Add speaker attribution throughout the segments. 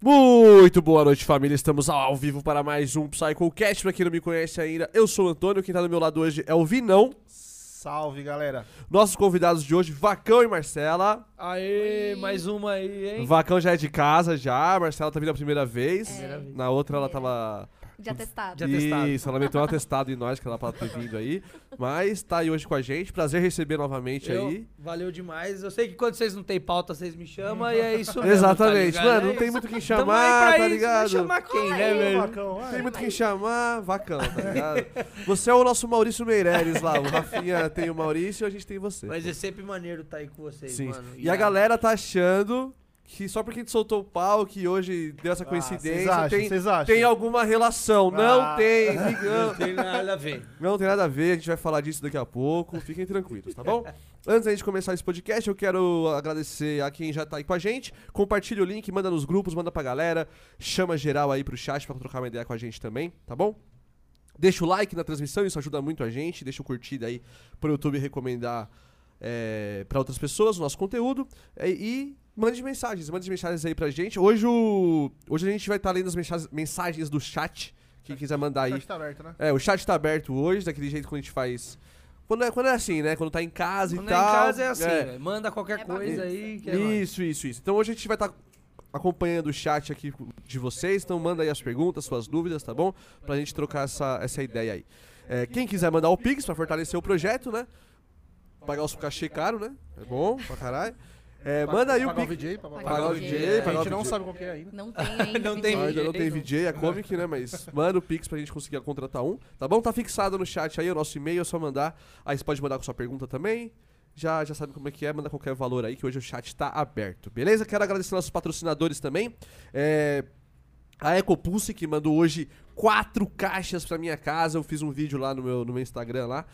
Speaker 1: Muito boa noite, família. Estamos ao vivo para mais um PsychoCast. Pra quem não me conhece ainda, eu sou o Antônio. Quem tá do meu lado hoje é o Vinão.
Speaker 2: Salve, galera.
Speaker 1: Nossos convidados de hoje, Vacão e Marcela.
Speaker 3: Aê, mais uma aí, hein? É.
Speaker 1: Vacão já é de casa, já. A Marcela tá vindo a primeira vez. Na outra, ela tá tava.
Speaker 4: De atestado.
Speaker 3: De atestado.
Speaker 1: Isso, ela meteu um atestado em nós, que ela pode ter vindo aí. Mas tá aí hoje com a gente. Prazer receber novamente
Speaker 3: Eu-
Speaker 1: aí.
Speaker 3: Valeu demais. Eu sei que quando vocês não têm pauta, vocês me chamam e é isso mesmo.
Speaker 1: Exatamente.
Speaker 3: tá ligado?
Speaker 1: Mano,
Speaker 3: É
Speaker 1: não tem
Speaker 3: isso.
Speaker 1: muito quem
Speaker 3: Tamo aí
Speaker 1: chamar,
Speaker 3: pra
Speaker 1: tá
Speaker 3: isso. Vai
Speaker 1: ligado? é,
Speaker 3: chamar quem, né, velho?
Speaker 2: Marcão, vai.
Speaker 1: Tem muito quem chamar, vacão, tá ligado? Você é o nosso Maurício Meirelles lá. O Rafinha tem o Maurício e a gente tem você.
Speaker 3: Mas é sempre maneiro tá aí com vocês,
Speaker 1: Sim.
Speaker 3: mano.
Speaker 1: E a galera tá achando que só porque a gente soltou o pau, que hoje deu essa
Speaker 2: Ah,
Speaker 1: coincidência,
Speaker 2: vocês acham,
Speaker 1: tem,
Speaker 2: vocês acham?
Speaker 1: tem alguma relação.
Speaker 2: Ah.
Speaker 1: Não tem,
Speaker 3: Não
Speaker 1: ligando.
Speaker 3: tem nada a ver.
Speaker 1: Não tem nada a ver, a gente vai falar disso daqui a pouco. Fiquem tranquilos, tá bom? Antes da gente começar esse podcast, eu quero agradecer a quem já tá aí com a gente. Compartilha o link, manda nos grupos, manda pra galera. Chama geral aí pro chat pra trocar uma ideia com a gente também, tá bom? Deixa o like na transmissão, isso ajuda muito a gente. Deixa o curtida aí pro YouTube recomendar é, para outras pessoas o nosso conteúdo. É, e mande mensagens, mande mensagens aí pra gente. Hoje, o, hoje a gente vai estar lendo as mensa- mensagens do chat. Quem quiser mandar aí,
Speaker 2: Tá aberto, né?
Speaker 1: é, o chat tá aberto hoje, daquele jeito que a gente faz. Quando é, quando é assim, né? Quando tá em casa
Speaker 3: Quando
Speaker 1: e
Speaker 3: é
Speaker 1: tal.
Speaker 3: em casa é assim,
Speaker 1: É.
Speaker 3: velho. Manda qualquer
Speaker 4: É
Speaker 3: coisa
Speaker 4: bagunça.
Speaker 3: aí. Que é nóis.
Speaker 1: Isso, isso, isso. Então hoje a gente vai estar acompanhando o chat aqui de vocês. Então manda aí as perguntas, suas dúvidas, tá bom? Pra gente trocar essa, essa ideia aí. É, quem quiser mandar o Pix pra fortalecer o projeto, né? Pagar os cachê caro, né? É bom pra caralho. É, manda aí o
Speaker 2: Pagar
Speaker 1: Pix.
Speaker 2: VJ, pra-
Speaker 4: Pagar
Speaker 1: Pagar o
Speaker 4: o
Speaker 1: DJ,
Speaker 4: DJ.
Speaker 2: A
Speaker 1: pagar o
Speaker 2: gente
Speaker 1: DJ.
Speaker 2: não sabe qual que é ainda.
Speaker 4: Não tem ainda.
Speaker 3: Não tem
Speaker 4: vídeo.
Speaker 1: Ainda não tem
Speaker 3: não.
Speaker 1: VJ, é comic, né? Mas manda o Pix pra gente conseguir contratar um. Tá bom? Tá fixado no chat aí o nosso e-mail, é só mandar. Aí você pode mandar com sua pergunta também. Já, já sabe como é que é, manda qualquer valor aí, que hoje o chat tá aberto. Beleza? Quero agradecer nossos patrocinadores também. É, a Ecopulse, que mandou hoje quatro caixas pra minha casa. Eu fiz um vídeo lá no meu, no meu Instagram lá.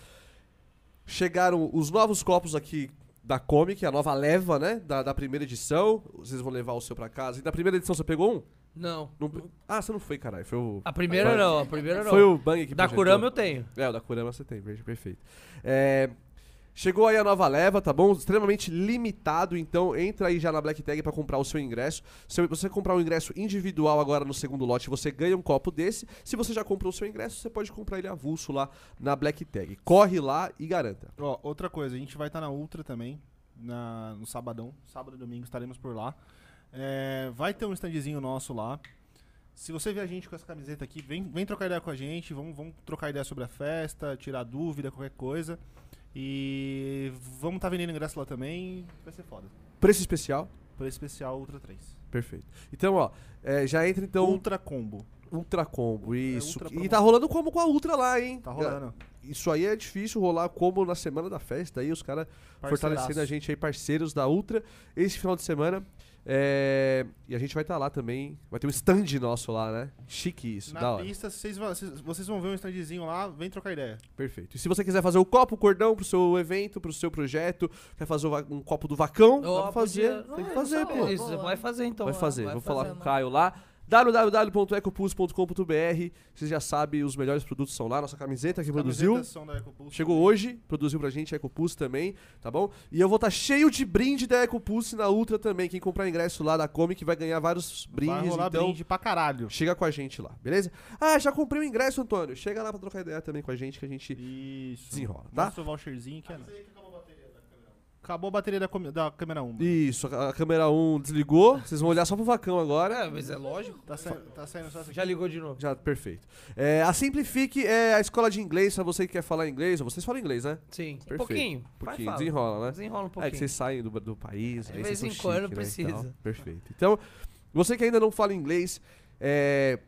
Speaker 1: Chegaram os novos copos aqui da Comic, a nova leva, né? Da, da primeira edição. Vocês vão levar o seu pra casa. E da primeira edição você pegou um?
Speaker 3: Não.
Speaker 1: Não pe- Ah, você não foi, caralho. Foi o.
Speaker 3: A primeira
Speaker 1: Vai.
Speaker 3: não, a primeira não.
Speaker 1: Foi o Bang que
Speaker 3: Da
Speaker 1: projetou.
Speaker 3: Kurama eu tenho.
Speaker 1: É, o da Kurama você tem, verde, perfeito. É, Chegou aí a nova leva, tá bom? Extremamente limitado, então entra aí já na Black Tag pra comprar o seu ingresso. Se você comprar um ingresso individual agora no segundo lote, você ganha um copo desse. Se você já comprou o seu ingresso, você pode comprar ele avulso lá na Black Tag. Corre lá e garanta.
Speaker 2: Ó, outra coisa, a gente vai estar na Ultra também, na, no sabadão. Sábado e domingo estaremos por lá. É, vai ter um standzinho nosso lá. Se você ver a gente com essa camiseta aqui, vem, vem trocar ideia com a gente, vamos, vamos trocar ideia sobre a festa, tirar dúvida, qualquer coisa. E vamos estar vendendo ingresso lá também, vai ser foda.
Speaker 1: Preço especial?
Speaker 2: Por esse especial Ultra 3.
Speaker 1: Perfeito. Então, ó, é, já entra então
Speaker 2: Ultra Combo,
Speaker 1: Ultra Combo, isso.
Speaker 2: É, Ultra
Speaker 1: e
Speaker 2: promo.
Speaker 1: tá rolando como com a Ultra lá, hein?
Speaker 2: tá rolando.
Speaker 1: Isso aí é difícil rolar como na semana da festa aí, os caras fortalecendo a gente aí, parceiros da Ultra, esse final de semana. É, E a gente vai estar lá também. Vai ter um stand nosso lá, né? Chique isso, da
Speaker 2: Na
Speaker 1: hora.
Speaker 2: pista, vocês, vão- vocês- vocês vão ver um standzinho lá, vem trocar ideia.
Speaker 1: Perfeito. E se você quiser fazer o copo, o cordão pro seu evento, pro seu projeto, quer fazer o va- um copo do vacão,
Speaker 3: Ó,
Speaker 1: dá pra fazer.
Speaker 3: podia-
Speaker 1: Tem que
Speaker 3: Ah,
Speaker 1: fazer,
Speaker 3: não,
Speaker 1: pô.
Speaker 3: Isso, vai fazer então.
Speaker 1: Vai
Speaker 3: lá,
Speaker 1: fazer, vou falar
Speaker 4: fazer,
Speaker 1: com o
Speaker 4: mano.
Speaker 1: Caio lá. www.ecopulse.com.br Vocês já sabem, os melhores produtos são lá. Nossa camiseta que produziu.
Speaker 2: Camisetas são da EcoPulse.
Speaker 1: Chegou hoje, produziu pra gente a EcoPulse também, tá bom? E eu vou estar cheio de brinde da EcoPulse na Ultra também. Quem comprar ingresso lá da Comic vai ganhar vários
Speaker 2: Vai
Speaker 1: brindes,
Speaker 2: rolar
Speaker 1: então
Speaker 2: brinde pra caralho.
Speaker 1: chega com a gente lá, beleza? Ah, já comprei o ingresso, Antônio. Chega lá pra trocar ideia também com a gente que a gente
Speaker 2: Isso.
Speaker 1: desenrola,
Speaker 2: Dá
Speaker 1: tá?
Speaker 2: seu voucherzinho que é nóis. um. Acabou a bateria da, câmera- da câmera 1.
Speaker 1: Isso, a a câmera 1 desligou. Vocês vão olhar só pro vacão agora.
Speaker 3: É, mas é lógico.
Speaker 2: Tá, sa tá saindo só essa aqui.
Speaker 3: Já ligou de novo.
Speaker 1: Já, perfeito. É, a Simplifique é a escola de inglês, pra você que quer falar inglês. Vocês falam inglês, né?
Speaker 3: Sim.
Speaker 1: Perfeito.
Speaker 3: Pouquinho. Vai,
Speaker 1: Porque
Speaker 3: fala.
Speaker 1: desenrola, né?
Speaker 3: Desenrola um pouquinho.
Speaker 1: É que vocês saem do, do país,
Speaker 3: De
Speaker 1: aí
Speaker 3: vez
Speaker 1: vocês são
Speaker 3: em quando
Speaker 1: chique, né, e tal.
Speaker 3: precisa.
Speaker 1: Perfeito. Então, você que ainda não fala inglês, é,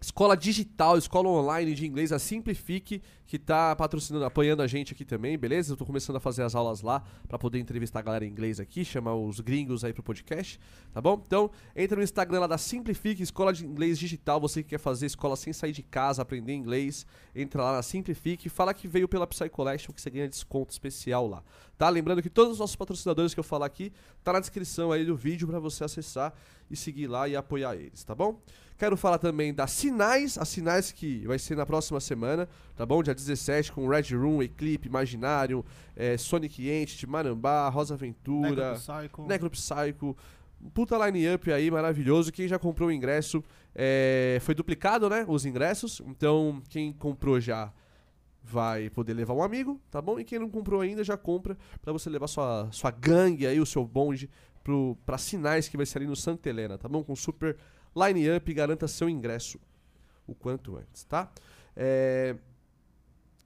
Speaker 1: escola digital, escola online de inglês, a Simplifique, que tá patrocinando, apoiando a gente aqui também, beleza? Eu tô começando a fazer as aulas lá pra poder entrevistar a galera em inglês aqui, chamar os gringos aí pro podcast, tá bom? Então, entra no Instagram lá da Simplifique, escola de inglês digital, você que quer fazer escola sem sair de casa, aprender inglês, entra lá na Simplifique, fala que veio pela Psy Collection que você ganha desconto especial lá, tá? Lembrando que todos os nossos patrocinadores que eu falar aqui, tá na descrição aí do vídeo pra você acessar e seguir lá e apoiar eles, tá bom? Quero falar também das Sinais, as Sinais que vai ser na próxima semana, tá bom? Dia 17 com Red Room, Eclipse, Imaginarium, eh, Sonic Entity, Marambá, Rosa Aventura,
Speaker 2: Necro Psycho.
Speaker 1: Necropsycho, Puta line-up aí, maravilhoso. Quem já comprou o ingresso, é, foi duplicado, né? Os ingressos. Então, quem comprou já vai poder levar um amigo, tá bom? E quem não comprou ainda, já compra pra você levar sua, sua gangue aí, o seu bonde, pro, pra sinais que vai ser ali no Santa Helena, tá bom? Com super line-up, garanta seu ingresso o quanto antes, tá? É,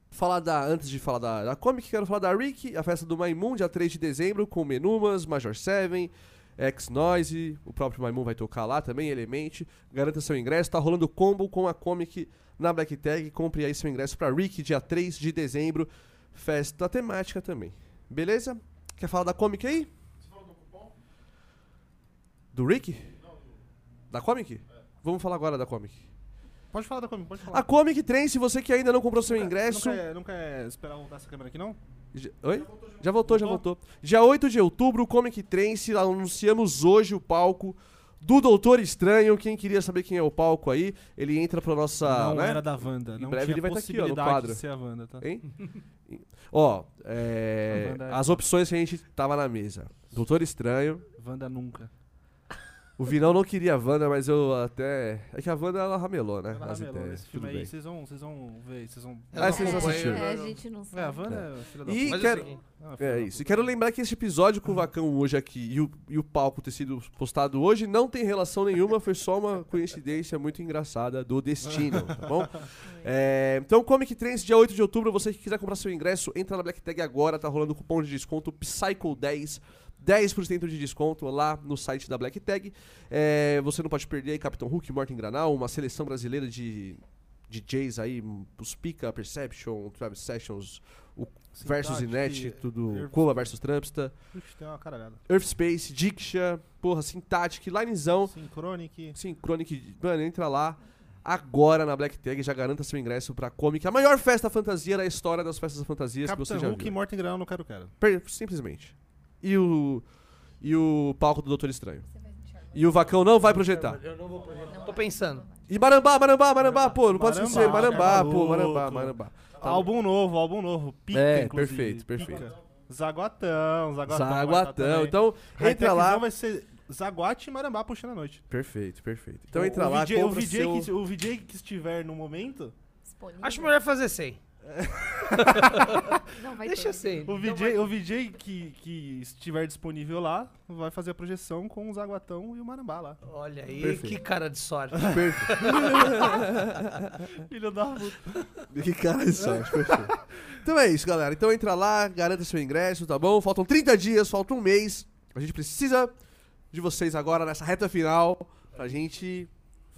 Speaker 1: Falar da, antes de falar da, da Comic, quero falar da Rick, a festa do Maimun, dia 3 de dezembro, com Menumas, Major Seven, X-Noise, o próprio Maimun vai tocar lá também, Element. Garanta seu ingresso, tá rolando combo com a Comic na Black Tag. Compre aí seu ingresso pra Rick, dia 3 de dezembro, festa temática também. Beleza? Quer falar da Comic aí? Você falou do cupom? Do É. Rick? Não, Da Comic? Vamos falar agora da Comic.
Speaker 2: Pode falar da Comic, pode falar.
Speaker 1: A Comic Trem, se você que ainda não comprou seu
Speaker 2: Nunca-
Speaker 1: ingresso.
Speaker 2: Nunca, é- nunca é esperar voltar essa câmera aqui, não?
Speaker 1: Já- Oi? Já voltou, já voltou. Dia 8 de outubro, Comic Trance, anunciamos hoje o palco do Doutor Estranho. Quem queria saber quem é o palco aí, ele entra pra nossa.
Speaker 2: não
Speaker 1: né?
Speaker 2: era da Wanda.
Speaker 1: Em
Speaker 2: Não
Speaker 1: breve
Speaker 2: tinha
Speaker 1: ele vai tá aqui, ó, no
Speaker 2: possibilidade
Speaker 1: quadro.
Speaker 2: de ser a Wanda, tá?
Speaker 1: Hein? Ó, é,
Speaker 2: A Wanda é-
Speaker 1: as opções que a gente tava na mesa: Doutor Estranho.
Speaker 2: Wanda nunca.
Speaker 1: O Vinão não queria a Wanda, mas eu até. É que a Wanda ela ramelou, né?
Speaker 2: Ela
Speaker 1: as
Speaker 2: ramelou
Speaker 1: ideias.
Speaker 2: nesse filme
Speaker 1: Tudo
Speaker 2: aí,
Speaker 1: bem.
Speaker 2: vocês vão, vocês vão ver, vocês vão...
Speaker 1: Ah, vocês
Speaker 3: acompanha,
Speaker 1: assistiram.
Speaker 3: né?
Speaker 4: É, a gente não
Speaker 2: É, a
Speaker 4: sabe.
Speaker 2: Wanda é filha da
Speaker 1: E
Speaker 2: puta.
Speaker 3: Mas
Speaker 1: quero-
Speaker 3: assim,
Speaker 2: Ah, filha
Speaker 1: É
Speaker 2: da
Speaker 1: isso. E
Speaker 2: puta. Ah.
Speaker 1: quero lembrar que esse episódio com o Vacão hoje aqui e o, e o palco ter sido postado hoje não tem relação nenhuma, foi só uma coincidência muito engraçada do destino, tá bom? É, então, Comic Trends, dia 8 de outubro, você que quiser comprar seu ingresso, entra na Black Tag agora, tá rolando cupom de desconto Psycho10, 10% de desconto lá no site da Black Tag. É, você não pode perder aí Capitão Hulk, Morten Granal, uma seleção brasileira de DJs aí, hum, os Pika, Perception, Travis Sessions, o
Speaker 2: Sim,
Speaker 1: versus
Speaker 2: tá,
Speaker 1: Inet,
Speaker 2: que-
Speaker 1: tudo
Speaker 2: Earth-
Speaker 1: Cola versus Trumpsta,
Speaker 2: Puxa, tem uma caralhada.
Speaker 1: Earth Space, Diksha, porra, Syntactic, Linezão,
Speaker 2: Synchronic.
Speaker 1: Synchronic, mano, entra lá agora na Black Tag, já garanta seu ingresso pra Comic, a maior festa fantasia da história das festas fantasias que você
Speaker 2: Capitão
Speaker 1: já
Speaker 2: Hulk e
Speaker 1: viu.
Speaker 2: Morten Grau, não quero, quero.
Speaker 1: Per- Simplesmente. E o e o palco do Doutor Estranho. E o Vacão não vai projetar.
Speaker 3: Eu não vou projetar. Tô pensando.
Speaker 1: E Marambá, Marambá, Marambá, pô, não pode
Speaker 2: Marambá,
Speaker 1: esquecer, Marambá,
Speaker 2: cara,
Speaker 1: pô,
Speaker 2: maluco.
Speaker 1: Marambá, Marambá. Tá bom.
Speaker 2: álbum novo, álbum novo. Pica,
Speaker 1: É,
Speaker 2: inclusive.
Speaker 1: perfeito,
Speaker 2: pica.
Speaker 1: perfeito.
Speaker 2: Zaguatão, Zaguatão.
Speaker 1: Zaguatão.
Speaker 2: tá,
Speaker 1: Então,
Speaker 2: né?
Speaker 1: entra lá.
Speaker 2: vai ser Zaguate e Marambá puxando a noite.
Speaker 1: Perfeito, perfeito. Então
Speaker 2: O-
Speaker 1: entra
Speaker 2: o
Speaker 1: lá,
Speaker 2: VJ, o
Speaker 1: compra
Speaker 2: VJ,
Speaker 1: seu...
Speaker 2: que, o VJ que estiver no momento,
Speaker 4: Disponível.
Speaker 3: Acho melhor fazer sem.
Speaker 4: Não vai
Speaker 3: Deixa
Speaker 4: ter.
Speaker 3: sem.
Speaker 2: o VJ, o VJ que, que estiver disponível lá, vai fazer a projeção com o Zaguatão e o Marambá lá.
Speaker 3: Olha aí,
Speaker 1: Perfeito.
Speaker 3: que cara de sorte.
Speaker 1: Perfeito. É.
Speaker 2: Filho da puta.
Speaker 1: que cara de sorte, perfeito. Então é isso, galera. Então entra lá, garanta seu ingresso, tá bom? Faltam 30 dias, falta um mês. A gente precisa de vocês agora nessa reta final pra gente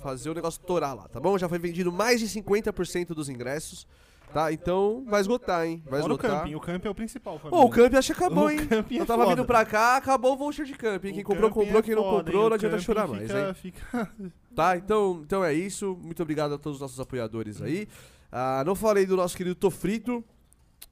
Speaker 1: fazer o negócio torar lá, tá bom? Já foi vendido mais de 50% dos ingressos, tá? Então vai esgotar, hein? Vai
Speaker 2: Olha o
Speaker 1: esgotar.
Speaker 2: camping, o camping é o principal.
Speaker 1: Pô, o
Speaker 2: família.
Speaker 1: camping acho que acabou,
Speaker 2: O
Speaker 1: hein?
Speaker 2: camping é
Speaker 1: Eu tava
Speaker 2: foda.
Speaker 1: vindo pra cá, acabou o voucher de camping. Quem
Speaker 2: O
Speaker 1: comprou,
Speaker 2: camping
Speaker 1: comprou.
Speaker 2: é
Speaker 1: Quem não
Speaker 2: foda,
Speaker 1: comprou,
Speaker 2: hein?
Speaker 1: não
Speaker 2: O
Speaker 1: adianta
Speaker 2: camping
Speaker 1: chorar
Speaker 2: fica-
Speaker 1: mais, hein?
Speaker 2: fica-
Speaker 1: Tá, então, então é isso. Muito obrigado a todos os nossos apoiadores aí. Ah, não falei do nosso querido Tofrito.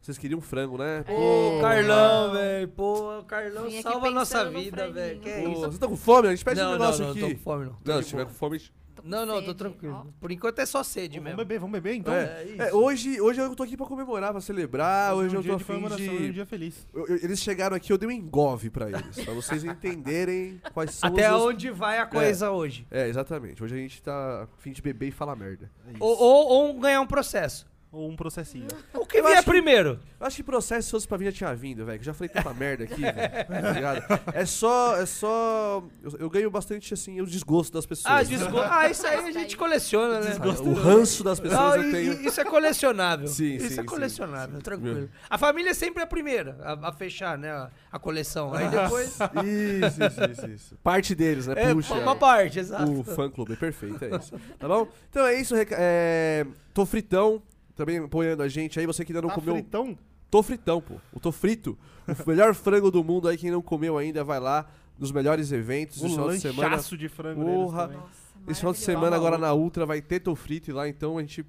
Speaker 1: Vocês queriam frango, né?
Speaker 3: Pô, Carlão, velho. Pô, Carlão
Speaker 4: Vim aqui
Speaker 3: salva a nossa
Speaker 4: pensando no
Speaker 3: vida, velho. Que é
Speaker 1: Pô,
Speaker 3: isso?
Speaker 1: Vocês estão com fome? A gente pede um
Speaker 3: não, não,
Speaker 1: negócio
Speaker 3: não,
Speaker 1: aqui.
Speaker 3: tô com fome, não.
Speaker 1: não, se tiver com fome. a gente-
Speaker 4: Tô com
Speaker 3: Não, não, tô
Speaker 4: sede, ó.
Speaker 3: tranquilo. Por enquanto é só sede
Speaker 2: Vamos
Speaker 3: mesmo.
Speaker 2: beber, vamos beber então.
Speaker 1: É,
Speaker 3: isso.
Speaker 1: É, hoje, hoje eu tô aqui pra comemorar, pra celebrar. Hoje, eu
Speaker 2: um
Speaker 1: tô
Speaker 2: dia de
Speaker 1: afim
Speaker 2: comemoração, hoje é um
Speaker 1: de.
Speaker 2: dia feliz.
Speaker 1: eu- eu- eles chegaram aqui, eu dei um engove pra eles. pra vocês entenderem quais são
Speaker 3: Até
Speaker 1: os. meus-
Speaker 3: onde vai a coisa hoje?
Speaker 1: É, exatamente. Hoje a gente tá afim de beber e falar merda.
Speaker 3: Ou, ou- ou ganhar um processo.
Speaker 2: Ou um processinho.
Speaker 3: O que
Speaker 1: Eu
Speaker 3: vier
Speaker 1: acho-
Speaker 3: primeiro?
Speaker 1: Eu acho que processo se fosse pra mim já tinha vindo, velho. que eu já falei tanta merda aqui, velho. Tá ligado? É só. É só. Eu, eu ganho bastante, assim, o desgosto das pessoas.
Speaker 3: Ah,
Speaker 1: né?
Speaker 3: desgosto. Ah, isso aí a gente coleciona, né?
Speaker 1: Sabe? O ranço das pessoas
Speaker 3: Não,
Speaker 1: eu
Speaker 3: i-
Speaker 1: tenho.
Speaker 3: i- Isso é colecionável.
Speaker 1: Sim,
Speaker 3: isso
Speaker 1: sim,
Speaker 3: é
Speaker 1: sim,
Speaker 3: colecionável,
Speaker 1: sim.
Speaker 3: tranquilo. A família é sempre a primeira a, a fechar, né? A, a coleção. Aí depois.
Speaker 1: Isso, isso, isso, isso. Parte deles, né?
Speaker 3: é
Speaker 1: Puxa.
Speaker 3: uma parte, exato.
Speaker 1: O fã clube, perfeito, é isso. Tá bom? Então é isso, reca- é... Tô fritão. Também apoiando a gente aí, você que ainda não
Speaker 2: tá
Speaker 1: comeu.
Speaker 2: fritão?
Speaker 1: Tô fritão, pô. O tô frito. O melhor frango do mundo aí, quem não comeu ainda, vai lá nos melhores
Speaker 3: Um
Speaker 1: eventos
Speaker 2: O
Speaker 1: do final de semana.
Speaker 2: Um lanchaço de frango
Speaker 1: Porra.
Speaker 2: deles também.
Speaker 4: Nossa,
Speaker 1: Esse final de
Speaker 4: maravilhoso.
Speaker 1: semana
Speaker 2: Tá
Speaker 1: agora
Speaker 2: maluco.
Speaker 1: na Ultra vai ter teu frito e lá, então a gente.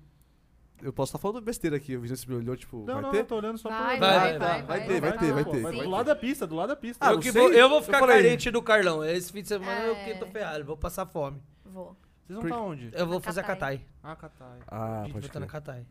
Speaker 1: Eu posso estar falando besteira aqui, o Vinícius me olhou, tipo,
Speaker 2: Não,
Speaker 1: vai
Speaker 2: não,
Speaker 1: ter?
Speaker 2: não, tô olhando só
Speaker 4: Vai,
Speaker 2: pra
Speaker 3: vai,
Speaker 2: Ah,
Speaker 3: vai,
Speaker 1: vai,
Speaker 2: tá.
Speaker 1: vai, vai ter, vai
Speaker 2: pô,
Speaker 1: ter.
Speaker 4: Sim.
Speaker 2: Do lado da pista, do lado da pista.
Speaker 1: Ah,
Speaker 3: eu,
Speaker 1: não
Speaker 3: que
Speaker 1: sei.
Speaker 3: vou, eu vou
Speaker 1: Eu
Speaker 3: ficar
Speaker 1: falei.
Speaker 3: carente do Carlão. Esse fim de semana eu
Speaker 4: É.
Speaker 3: que tô ferrado, vou passar fome.
Speaker 4: Vou.
Speaker 2: Vocês vão pra onde?
Speaker 3: Eu vou
Speaker 4: Na
Speaker 3: fazer a
Speaker 4: Catai.
Speaker 3: catai.
Speaker 2: Ah, Catai.
Speaker 1: Ah,
Speaker 3: a gente
Speaker 1: pode
Speaker 5: tá
Speaker 3: vai estar na
Speaker 1: crer.
Speaker 3: catai.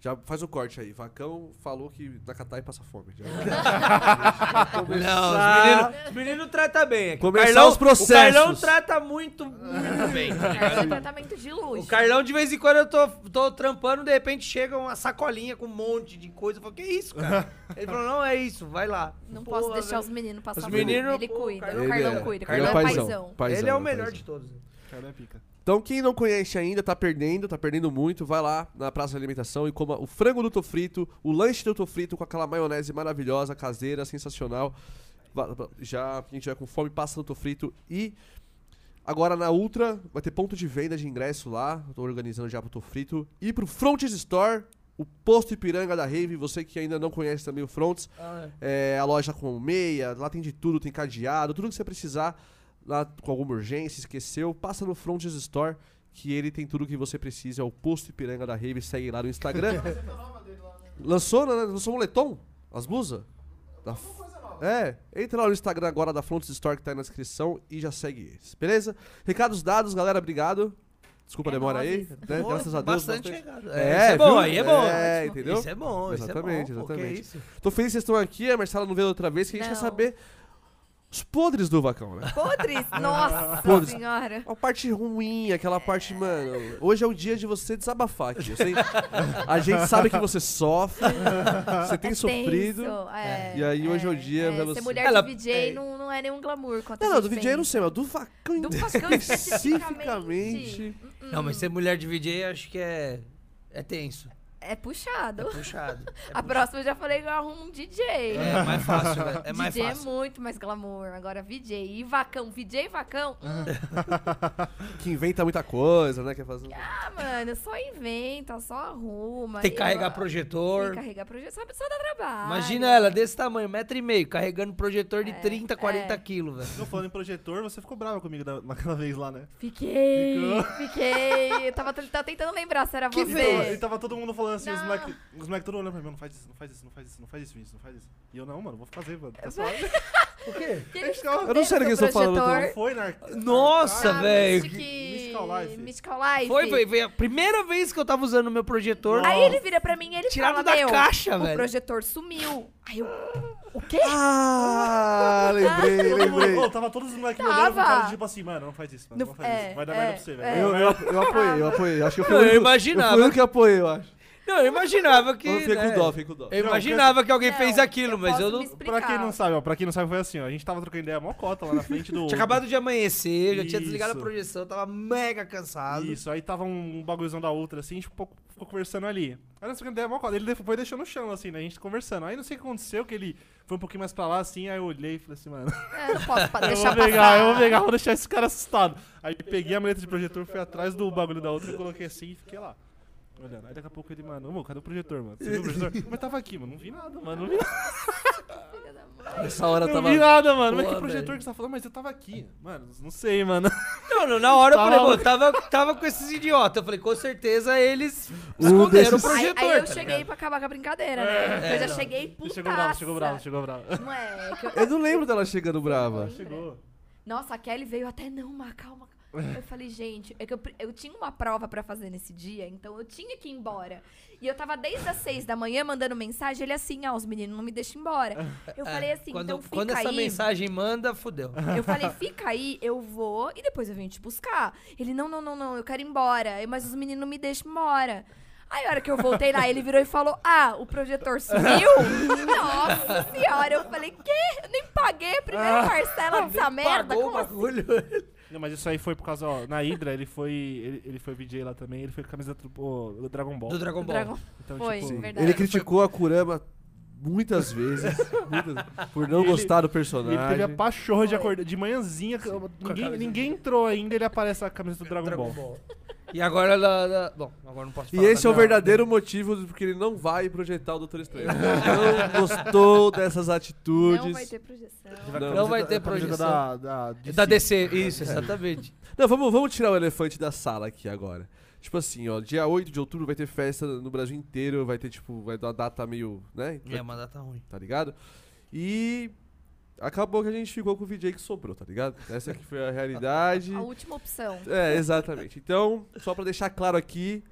Speaker 1: Já faz o corte aí. Vacão falou que na Catai passa fome. Já.
Speaker 3: Ah.
Speaker 5: Não, os meninos menino trata bem. aqui. O
Speaker 1: Começar
Speaker 5: Carlão-
Speaker 1: os processos.
Speaker 5: O Carlão trata muito, muito bem. tá ligado?
Speaker 4: Cara, é tratamento de luz.
Speaker 5: O Carlão, de vez em quando, eu tô, tô trampando, de repente chega uma sacolinha com um monte de coisa. Eu falo, que isso, cara? Ele falou, não, é isso, vai lá.
Speaker 4: Não
Speaker 5: Porra,
Speaker 4: posso deixar
Speaker 5: velho.
Speaker 4: os meninos passar
Speaker 5: Os
Speaker 4: fome.
Speaker 5: menino-
Speaker 4: Ele
Speaker 5: pô,
Speaker 4: cuida.
Speaker 5: Carlão-
Speaker 4: o Carlão
Speaker 1: Ele é-
Speaker 4: cuida.
Speaker 1: ele
Speaker 4: Carlão é paizão.
Speaker 1: paizão,
Speaker 5: Ele é
Speaker 1: paizão. Né,
Speaker 5: o melhor de todos.
Speaker 2: Carlão é pica.
Speaker 1: Então, quem não conhece ainda, tá perdendo, tá perdendo muito. Vai lá na Praça de Alimentação e coma o frango do Tofrito, o lanche do Tofrito com aquela maionese maravilhosa, caseira, sensacional. Va- va- Já, quem tiver com fome, passa no Tofrito. E agora na Ultra, vai ter ponto de venda de ingresso lá. Eu tô organizando já pro Tofrito. E pro Fronts Store, o posto Ipiranga da Rave. Você que ainda não conhece também o Fronts, é, a loja com meia, lá tem de tudo, tem cadeado, tudo que você precisar, lá com alguma urgência, esqueceu, passa no Frontiers Store, que ele tem tudo que você precisa, é o posto Ipiranga da Rave, segue lá no Instagram. Lançou, né? Lançou o moletom? As blusas? Da... É, entra lá no Instagram agora da Frontiers Store que tá aí na descrição e já segue eles, beleza? Recados dados, galera, obrigado. Desculpa a
Speaker 4: É
Speaker 1: demora
Speaker 4: nóis.
Speaker 1: aí, né? Graças a Deus.
Speaker 5: Bastante
Speaker 1: bastante-
Speaker 5: chegado.
Speaker 1: É,
Speaker 5: É, isso é bom,
Speaker 1: viu?
Speaker 5: aí é bom.
Speaker 1: É, entendeu?
Speaker 5: Isso é bom, isso
Speaker 1: Exatamente,
Speaker 5: é bom. pô, que
Speaker 1: exatamente.
Speaker 5: isso?
Speaker 1: Tô feliz que vocês estão aqui, a Marcela não veio da outra vez, que a gente quer
Speaker 4: Não.
Speaker 1: saber os podres do vacão, né?
Speaker 4: Podres? Nossa
Speaker 1: Podres.
Speaker 4: senhora.
Speaker 1: A parte ruim, aquela parte, mano. Hoje é o dia de você desabafar aqui. eu sei- a gente sabe que você sofre, você tem sofrido.
Speaker 4: É Tenso, é,
Speaker 1: E aí, hoje é o dia pra você-
Speaker 4: Ser mulher
Speaker 5: Ela-
Speaker 4: de DJ
Speaker 5: é.
Speaker 4: não, não é nenhum glamour. quanto
Speaker 1: Não,
Speaker 4: a
Speaker 1: não,
Speaker 4: gente
Speaker 1: do DJ eu não
Speaker 4: pensa.
Speaker 1: sei, mas do vacão
Speaker 4: Do
Speaker 1: inteiro,
Speaker 4: facão especificamente.
Speaker 5: Não, mas ser mulher de VJ acho que é, é tenso,
Speaker 4: É puxado.
Speaker 5: é puxado. É
Speaker 4: A próxima eu já falei que eu arrumo um DJ.
Speaker 5: É mais fácil, velho. É mais
Speaker 4: DJ é
Speaker 5: fácil.
Speaker 4: muito mais glamour. Agora, VJ e vacão. VJ e vacão.
Speaker 5: Ah.
Speaker 1: que inventa muita coisa, né? Quer fazer...
Speaker 4: Ah, mano, só inventa, só arruma.
Speaker 5: Tem que
Speaker 4: Eu-
Speaker 5: carregar
Speaker 4: Tem que
Speaker 5: projetor.
Speaker 4: carregar projeto. Só, só dá trabalho.
Speaker 5: Imagina ela desse tamanho, metro e meio, carregando projetor de
Speaker 4: É,
Speaker 5: 30, 40
Speaker 4: é.
Speaker 5: quilos, velho.
Speaker 2: Então, falando em projetor, você ficou brava comigo da- naquela vez lá, né?
Speaker 4: Fiquei,
Speaker 2: Ficou.
Speaker 4: fiquei. Eu tava, t- tava tentando lembrar se era
Speaker 2: Que E
Speaker 4: você.
Speaker 2: tava todo mundo falando assim, os
Speaker 4: Não.
Speaker 2: moleques os moleque todo olhando pra mim, não faz isso, não faz isso, não faz isso, não faz isso, Vinícius, não faz isso. E eu, não, mano, vou fazer, mano. Tá suave.
Speaker 5: Por quê?
Speaker 4: Que ele
Speaker 2: Então,
Speaker 1: Eu não sei do que
Speaker 4: escondeu
Speaker 1: você tá
Speaker 4: seu
Speaker 1: falando,
Speaker 4: projetor.
Speaker 2: Não foi, né? Narc.
Speaker 5: Nossa,
Speaker 4: Ah,
Speaker 5: velho.
Speaker 4: Mystic-
Speaker 2: Mystical Life.
Speaker 4: Mystical Life.
Speaker 5: Foi, foi, foi a primeira vez que eu tava usando o meu projetor.
Speaker 4: Aí ele vira pra mim e ele
Speaker 5: Tirado
Speaker 4: fala,
Speaker 5: da
Speaker 4: meu,
Speaker 5: caixa,
Speaker 4: o
Speaker 5: velho."
Speaker 4: projetor sumiu. Aí eu, o quê?
Speaker 1: Ah, lembrei,
Speaker 2: Todo mundo-
Speaker 1: lembrei.
Speaker 2: Ô, tava todos os moleques me olhando com cara de
Speaker 4: Tava.
Speaker 2: tipo assim, mano, não faz isso, mano,
Speaker 4: Não-
Speaker 2: não faz
Speaker 4: é,
Speaker 2: isso. Vai dar
Speaker 4: é,
Speaker 2: merda pra você,
Speaker 4: é.
Speaker 2: velho.
Speaker 1: Eu, eu, eu apoiei, eu apoiei. Acho que eu fui
Speaker 5: Não,
Speaker 1: o
Speaker 5: eu
Speaker 1: único-
Speaker 5: imaginava.
Speaker 1: Eu fui o único que apoiei, eu acho.
Speaker 5: Não, eu imaginava que.
Speaker 1: eu fiquei
Speaker 5: né,
Speaker 1: com dó, fiquei com dó.
Speaker 5: Eu
Speaker 2: Não,
Speaker 5: imaginava que alguém
Speaker 4: Não,
Speaker 5: fez aquilo, mas
Speaker 4: posso
Speaker 5: eu não.
Speaker 4: me
Speaker 2: Pra quem
Speaker 4: explicar. É,
Speaker 2: não sabe, ó, pra quem não sabe, foi assim, ó, a gente tava trocando ideia mó cota lá na frente do...
Speaker 5: Tinha acabado de amanhecer, já tinha
Speaker 2: Isso.
Speaker 5: desligado a projeção, eu tava mega cansado.
Speaker 2: Isso, aí tava um bagulhozão da outra, assim, a gente ficou, ficou conversando ali. Aí nós trocando ideia mó cota, ele depois deixou no chão, assim, né, a gente conversando. Aí não sei o que aconteceu, que ele foi um pouquinho mais pra lá, assim, aí eu olhei e falei assim, mano...
Speaker 4: É, não posso pa-
Speaker 2: Eu
Speaker 4: deixar
Speaker 2: vou pegar,
Speaker 4: passar.
Speaker 2: eu vou pegar, vou deixar esse cara assustado. Aí peguei a maleta de projetor, fui atrás do bagulho da outra, coloquei assim e fiquei lá. Olhando. Aí daqui a pouco ele, mano, amor, cadê o projetor, mano? Você viu o projetor? Mas tava aqui, mano, não vi nada, mano, não vi nada,
Speaker 4: Filha da mãe.
Speaker 1: Nessa hora eu
Speaker 2: não
Speaker 1: tava.
Speaker 2: vi nada mano. Mas que
Speaker 5: Pô,
Speaker 2: projetor
Speaker 5: velho.
Speaker 2: que você tá falando? Mas eu tava aqui. Mano, não sei, mano.
Speaker 5: Não, não, na hora eu
Speaker 2: Tava-
Speaker 5: falei, pô, tava, tava com esses idiotas. Eu falei, com certeza eles
Speaker 1: Um
Speaker 5: esconderam
Speaker 1: desses-
Speaker 5: o projetor.
Speaker 4: Aí, aí eu
Speaker 5: tá
Speaker 4: cheguei
Speaker 5: ligado?
Speaker 4: pra acabar com a brincadeira, né?
Speaker 5: É,
Speaker 4: eu já
Speaker 5: não.
Speaker 4: cheguei putaça.
Speaker 2: Chegou bravo, chegou bravo, chegou bravo.
Speaker 4: Não é, que eu-
Speaker 1: Eu não lembro dela chegando brava.
Speaker 2: Chegou.
Speaker 4: Nossa, a Kelly veio até, não, Má, calma. Eu falei, gente, é que eu, pre- eu tinha uma prova pra fazer nesse dia, então eu tinha que ir embora. E eu tava desde as seis da manhã mandando mensagem, ele assim, ah, os meninos não me deixam embora. Eu
Speaker 5: É,
Speaker 4: falei assim,
Speaker 5: quando,
Speaker 4: então fica
Speaker 5: quando essa
Speaker 4: aí.
Speaker 5: mensagem manda, fudeu.
Speaker 4: Eu falei, fica aí, eu vou e depois eu venho te buscar. Ele, não, não, não, não, eu quero ir embora. Eu, Mas os meninos não me deixam embora. Aí a hora que eu voltei lá, ele virou e falou: Ah, o projetor sumiu? Nossa senhora, eu falei, quê? Eu nem paguei a primeira parcela dessa merda.
Speaker 5: Ah, Pagou o
Speaker 4: Como assim?
Speaker 5: bagulho.
Speaker 2: Não, mas isso aí foi por causa, ó, na Hydra ele foi. Ele, ele foi VJ lá também, ele foi com a camisa do, pô, do Dragon Ball.
Speaker 5: Do Dragon Ball.
Speaker 4: Dragon-
Speaker 2: Então,
Speaker 4: Foi,
Speaker 2: tipo,
Speaker 4: verdade.
Speaker 1: Ele criticou a Kurama muitas vezes muitas- por não
Speaker 2: Ele-
Speaker 1: gostar do
Speaker 2: Ele
Speaker 1: personagem.
Speaker 2: teve a pachorra de
Speaker 4: Foi.
Speaker 2: acordar de manhãzinha. Ninguém,
Speaker 5: camisa.
Speaker 2: ninguém entrou ainda, ele aparece a camisa do Dragon, Ball.
Speaker 5: E agora ela. ela- Bom, agora não posso
Speaker 1: E
Speaker 5: falar.
Speaker 1: esse é o
Speaker 2: né?
Speaker 5: não.
Speaker 1: verdadeiro motivo do- porque ele não vai projetar o Doutor Estranho. Ele não gostou dessas atitudes.
Speaker 4: Não vai ter projeção.
Speaker 1: Não.
Speaker 5: Não vai ter
Speaker 2: projeto
Speaker 5: projeção.
Speaker 2: Da, da, DC.
Speaker 5: Da DC, isso, exatamente.
Speaker 1: Não, vamos, vamos tirar o elefante da sala aqui agora. Tipo assim, ó, dia 8 de outubro vai ter festa no Brasil inteiro, vai ter, tipo, vai dar uma data meio, né?
Speaker 5: É, uma data ruim.
Speaker 1: Tá ligado? E acabou que a gente ficou com o VJ que sobrou, tá ligado? Essa que foi a realidade.
Speaker 4: A última opção.
Speaker 1: É, exatamente. Então, só pra deixar claro aqui,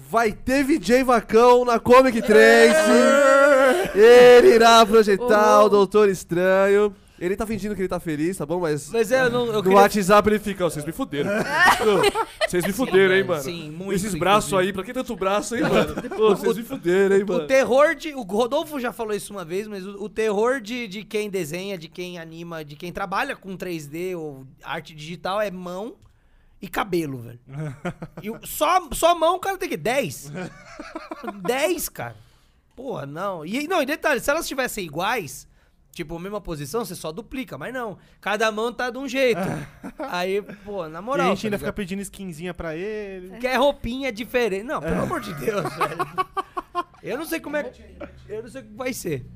Speaker 1: Vai ter VJ Vacão na Comic Trace. Ele irá projetar o Doutor Estranho. Ele tá fingindo que ele tá feliz, tá bom? Mas
Speaker 5: Mas é, eu não. Eu
Speaker 1: no
Speaker 5: queria...
Speaker 1: WhatsApp ele fica, ó, vocês me fuderam. Ô, Vocês me fuderam, hein,
Speaker 5: velho,
Speaker 1: mano.
Speaker 5: sim, muito,
Speaker 1: Esses braços
Speaker 5: inclusive.
Speaker 1: aí, pra que tanto braço, hein, mano? Ô, vocês me fuderam, hein,
Speaker 5: O
Speaker 1: mano.
Speaker 5: terror de. O Rodolfo já falou isso uma vez, mas o, o terror de, de quem desenha, de quem anima, de quem trabalha com 3D ou arte digital é mão e cabelo, velho. E o- só, só mão o cara tem que 10. 10, cara. Porra, não. E não, e detalhe, se elas tivessem iguais, tipo, a mesma posição, você só duplica, mas não. Cada mão tá de um jeito. Aí, pô, na
Speaker 2: e
Speaker 5: moral.
Speaker 2: a gente
Speaker 5: tá
Speaker 2: ainda
Speaker 5: ligado?
Speaker 2: fica pedindo skinzinha pra
Speaker 4: É.
Speaker 2: ele.
Speaker 5: Quer é roupinha diferente. Não, pelo amor de Deus, velho. Eu não sei como é. Eu não sei como vai ser.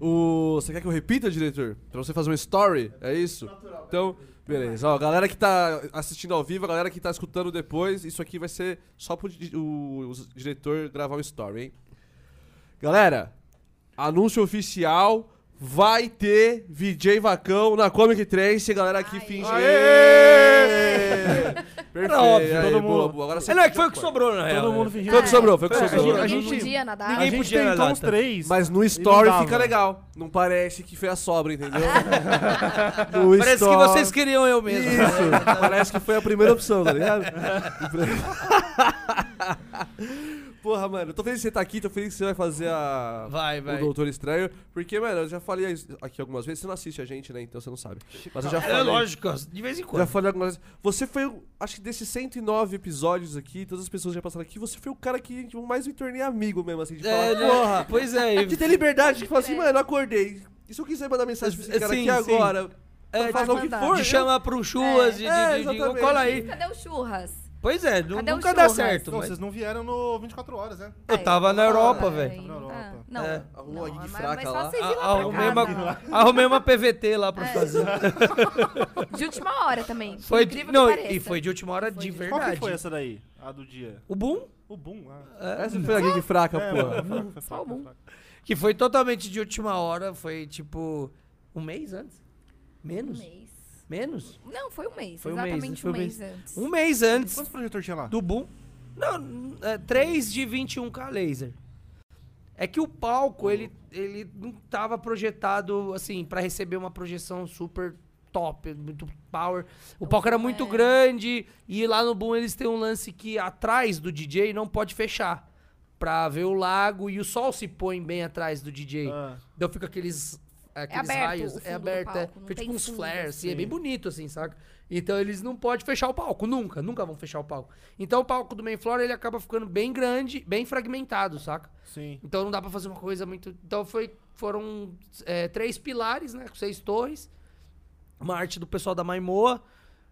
Speaker 1: O... Você quer que eu repita, diretor? Pra você fazer um story? É isso? Então, beleza. Ó, galera que tá assistindo ao vivo, a galera que tá escutando depois, isso aqui vai ser só pro di- o, o diretor gravar um story, hein? Galera, anúncio oficial. Vai ter VJ Vacão na Comic Trace, galera que finge. Perfeito.
Speaker 5: óbvio,
Speaker 1: aí,
Speaker 2: todo
Speaker 1: boa,
Speaker 2: mundo.
Speaker 1: boa. Agora você
Speaker 5: É, não, é que foi o que sobrou, na real.
Speaker 2: Todo mundo
Speaker 5: né?
Speaker 2: fingindo.
Speaker 1: Foi o que sobrou, foi o que
Speaker 2: É,
Speaker 1: sobrou.
Speaker 2: a
Speaker 4: Ninguém
Speaker 2: gente-
Speaker 4: podia nadar.
Speaker 2: A
Speaker 5: Ninguém
Speaker 2: gente
Speaker 5: podia
Speaker 2: tentou
Speaker 5: nadar,
Speaker 2: uns
Speaker 5: tá?
Speaker 2: três.
Speaker 1: Mas no
Speaker 2: E
Speaker 1: story
Speaker 2: não dava.
Speaker 5: né?
Speaker 1: fica legal. Não parece que foi a sobra, entendeu? no
Speaker 5: Parece que
Speaker 1: story-
Speaker 5: vocês queriam eu mesmo. né?
Speaker 1: Isso. parece que foi a primeira opção, tá ligado? Porra, mano, eu tô feliz que você tá aqui, tô feliz que você vai fazer a.
Speaker 5: Vai, vai.
Speaker 1: O Doutor Estranho, porque, mano, eu já falei isso aqui algumas vezes, você não assiste a gente, né? Então você não sabe. Mas eu já
Speaker 5: É
Speaker 1: falei.
Speaker 5: lógico, de vez em quando.
Speaker 1: Já falei algumas vezes. Você foi, o- acho que desses 109 episódios aqui, todas as pessoas que já passaram aqui, você foi o cara que tipo, mais me tornei amigo mesmo, assim, de falar,
Speaker 5: É, né?
Speaker 1: porra,
Speaker 5: Pois é, e-
Speaker 1: de ter liberdade de falar assim, mano, eu acordei. E se eu quiser mandar mensagem pra esse cara
Speaker 5: Sim,
Speaker 1: aqui
Speaker 5: sim.
Speaker 1: agora,
Speaker 5: é,
Speaker 1: faz
Speaker 4: de-
Speaker 1: o que
Speaker 4: mandar.
Speaker 1: for.
Speaker 5: de
Speaker 1: eu-
Speaker 5: chamar pro chuas, de, de,
Speaker 1: É,
Speaker 5: de- de-
Speaker 1: exatamente.
Speaker 5: cola aí.
Speaker 4: Cadê o churras?
Speaker 5: Pois é, nu-
Speaker 4: Cadê o
Speaker 5: nunca dá
Speaker 4: churras?
Speaker 5: certo.
Speaker 2: Pô,
Speaker 5: mas-
Speaker 2: vocês não vieram no 24 horas, né?
Speaker 5: Eu tava na Europa,
Speaker 4: Ah,
Speaker 5: velho.
Speaker 4: aí,
Speaker 2: Tava na
Speaker 4: ah,
Speaker 2: Europa.
Speaker 4: Não.
Speaker 5: É. Ah,
Speaker 1: A rua aí de
Speaker 4: mas-
Speaker 1: fraca
Speaker 4: mas só
Speaker 1: lá.
Speaker 4: vocês irem
Speaker 5: A-
Speaker 4: lá pra
Speaker 5: Arrumei
Speaker 4: casa.
Speaker 5: uma, arrumei uma PVT lá pra
Speaker 4: É.
Speaker 5: fazer.
Speaker 4: De última hora também.
Speaker 5: Foi,
Speaker 4: incrível
Speaker 5: não,
Speaker 4: que pareça.
Speaker 5: e foi de última hora
Speaker 4: Foi
Speaker 5: de
Speaker 4: de-
Speaker 2: Qual que
Speaker 5: verdade.
Speaker 2: foi essa daí? A do dia?
Speaker 5: O boom, É.
Speaker 2: O boom. Ah.
Speaker 1: Essa foi a gig fraca,
Speaker 2: É,
Speaker 1: porra.
Speaker 2: foi fraco, foi
Speaker 4: Só o
Speaker 2: fraco, foi
Speaker 4: boom.
Speaker 2: fraco.
Speaker 5: que foi totalmente de última hora, foi tipo um mês antes?
Speaker 4: Um
Speaker 5: Menos?
Speaker 4: mês.
Speaker 5: Menos?
Speaker 4: Não, foi um mês.
Speaker 5: Foi um mês,
Speaker 4: exatamente
Speaker 5: foi
Speaker 4: um
Speaker 5: um
Speaker 4: mês, antes.
Speaker 5: Um mês antes
Speaker 2: Quantos projetor tinha lá?
Speaker 5: do boom. Não, n- é, 3 de 21k laser. É que o palco, ele, ele não tava projetado, assim, pra receber uma projeção super top, muito power. O palco era muito
Speaker 4: é.
Speaker 5: grande e lá no boom eles têm um lance que atrás do DJ não pode fechar. Pra ver o lago e o sol se põe bem atrás do DJ.
Speaker 2: Ah,
Speaker 5: Então fica aqueles, aqueles
Speaker 4: aberto o
Speaker 5: raios.
Speaker 4: fundo
Speaker 5: É
Speaker 4: do
Speaker 5: aberto, é.
Speaker 4: palco, não
Speaker 5: Fica tipo
Speaker 4: tem
Speaker 5: uns
Speaker 4: fundo,
Speaker 5: flares, assim, é
Speaker 2: assim.
Speaker 5: bem bonito, assim, saca? Então eles não podem fechar o palco, nunca, nunca vão fechar o palco. Então o palco do Main Floor ele acaba ficando bem grande, bem fragmentado, saca?
Speaker 2: sim.
Speaker 5: Então não dá pra fazer uma coisa muito. Então foi, foram é, três pilares, né? Com seis torres. Uma arte do pessoal da Maimoa.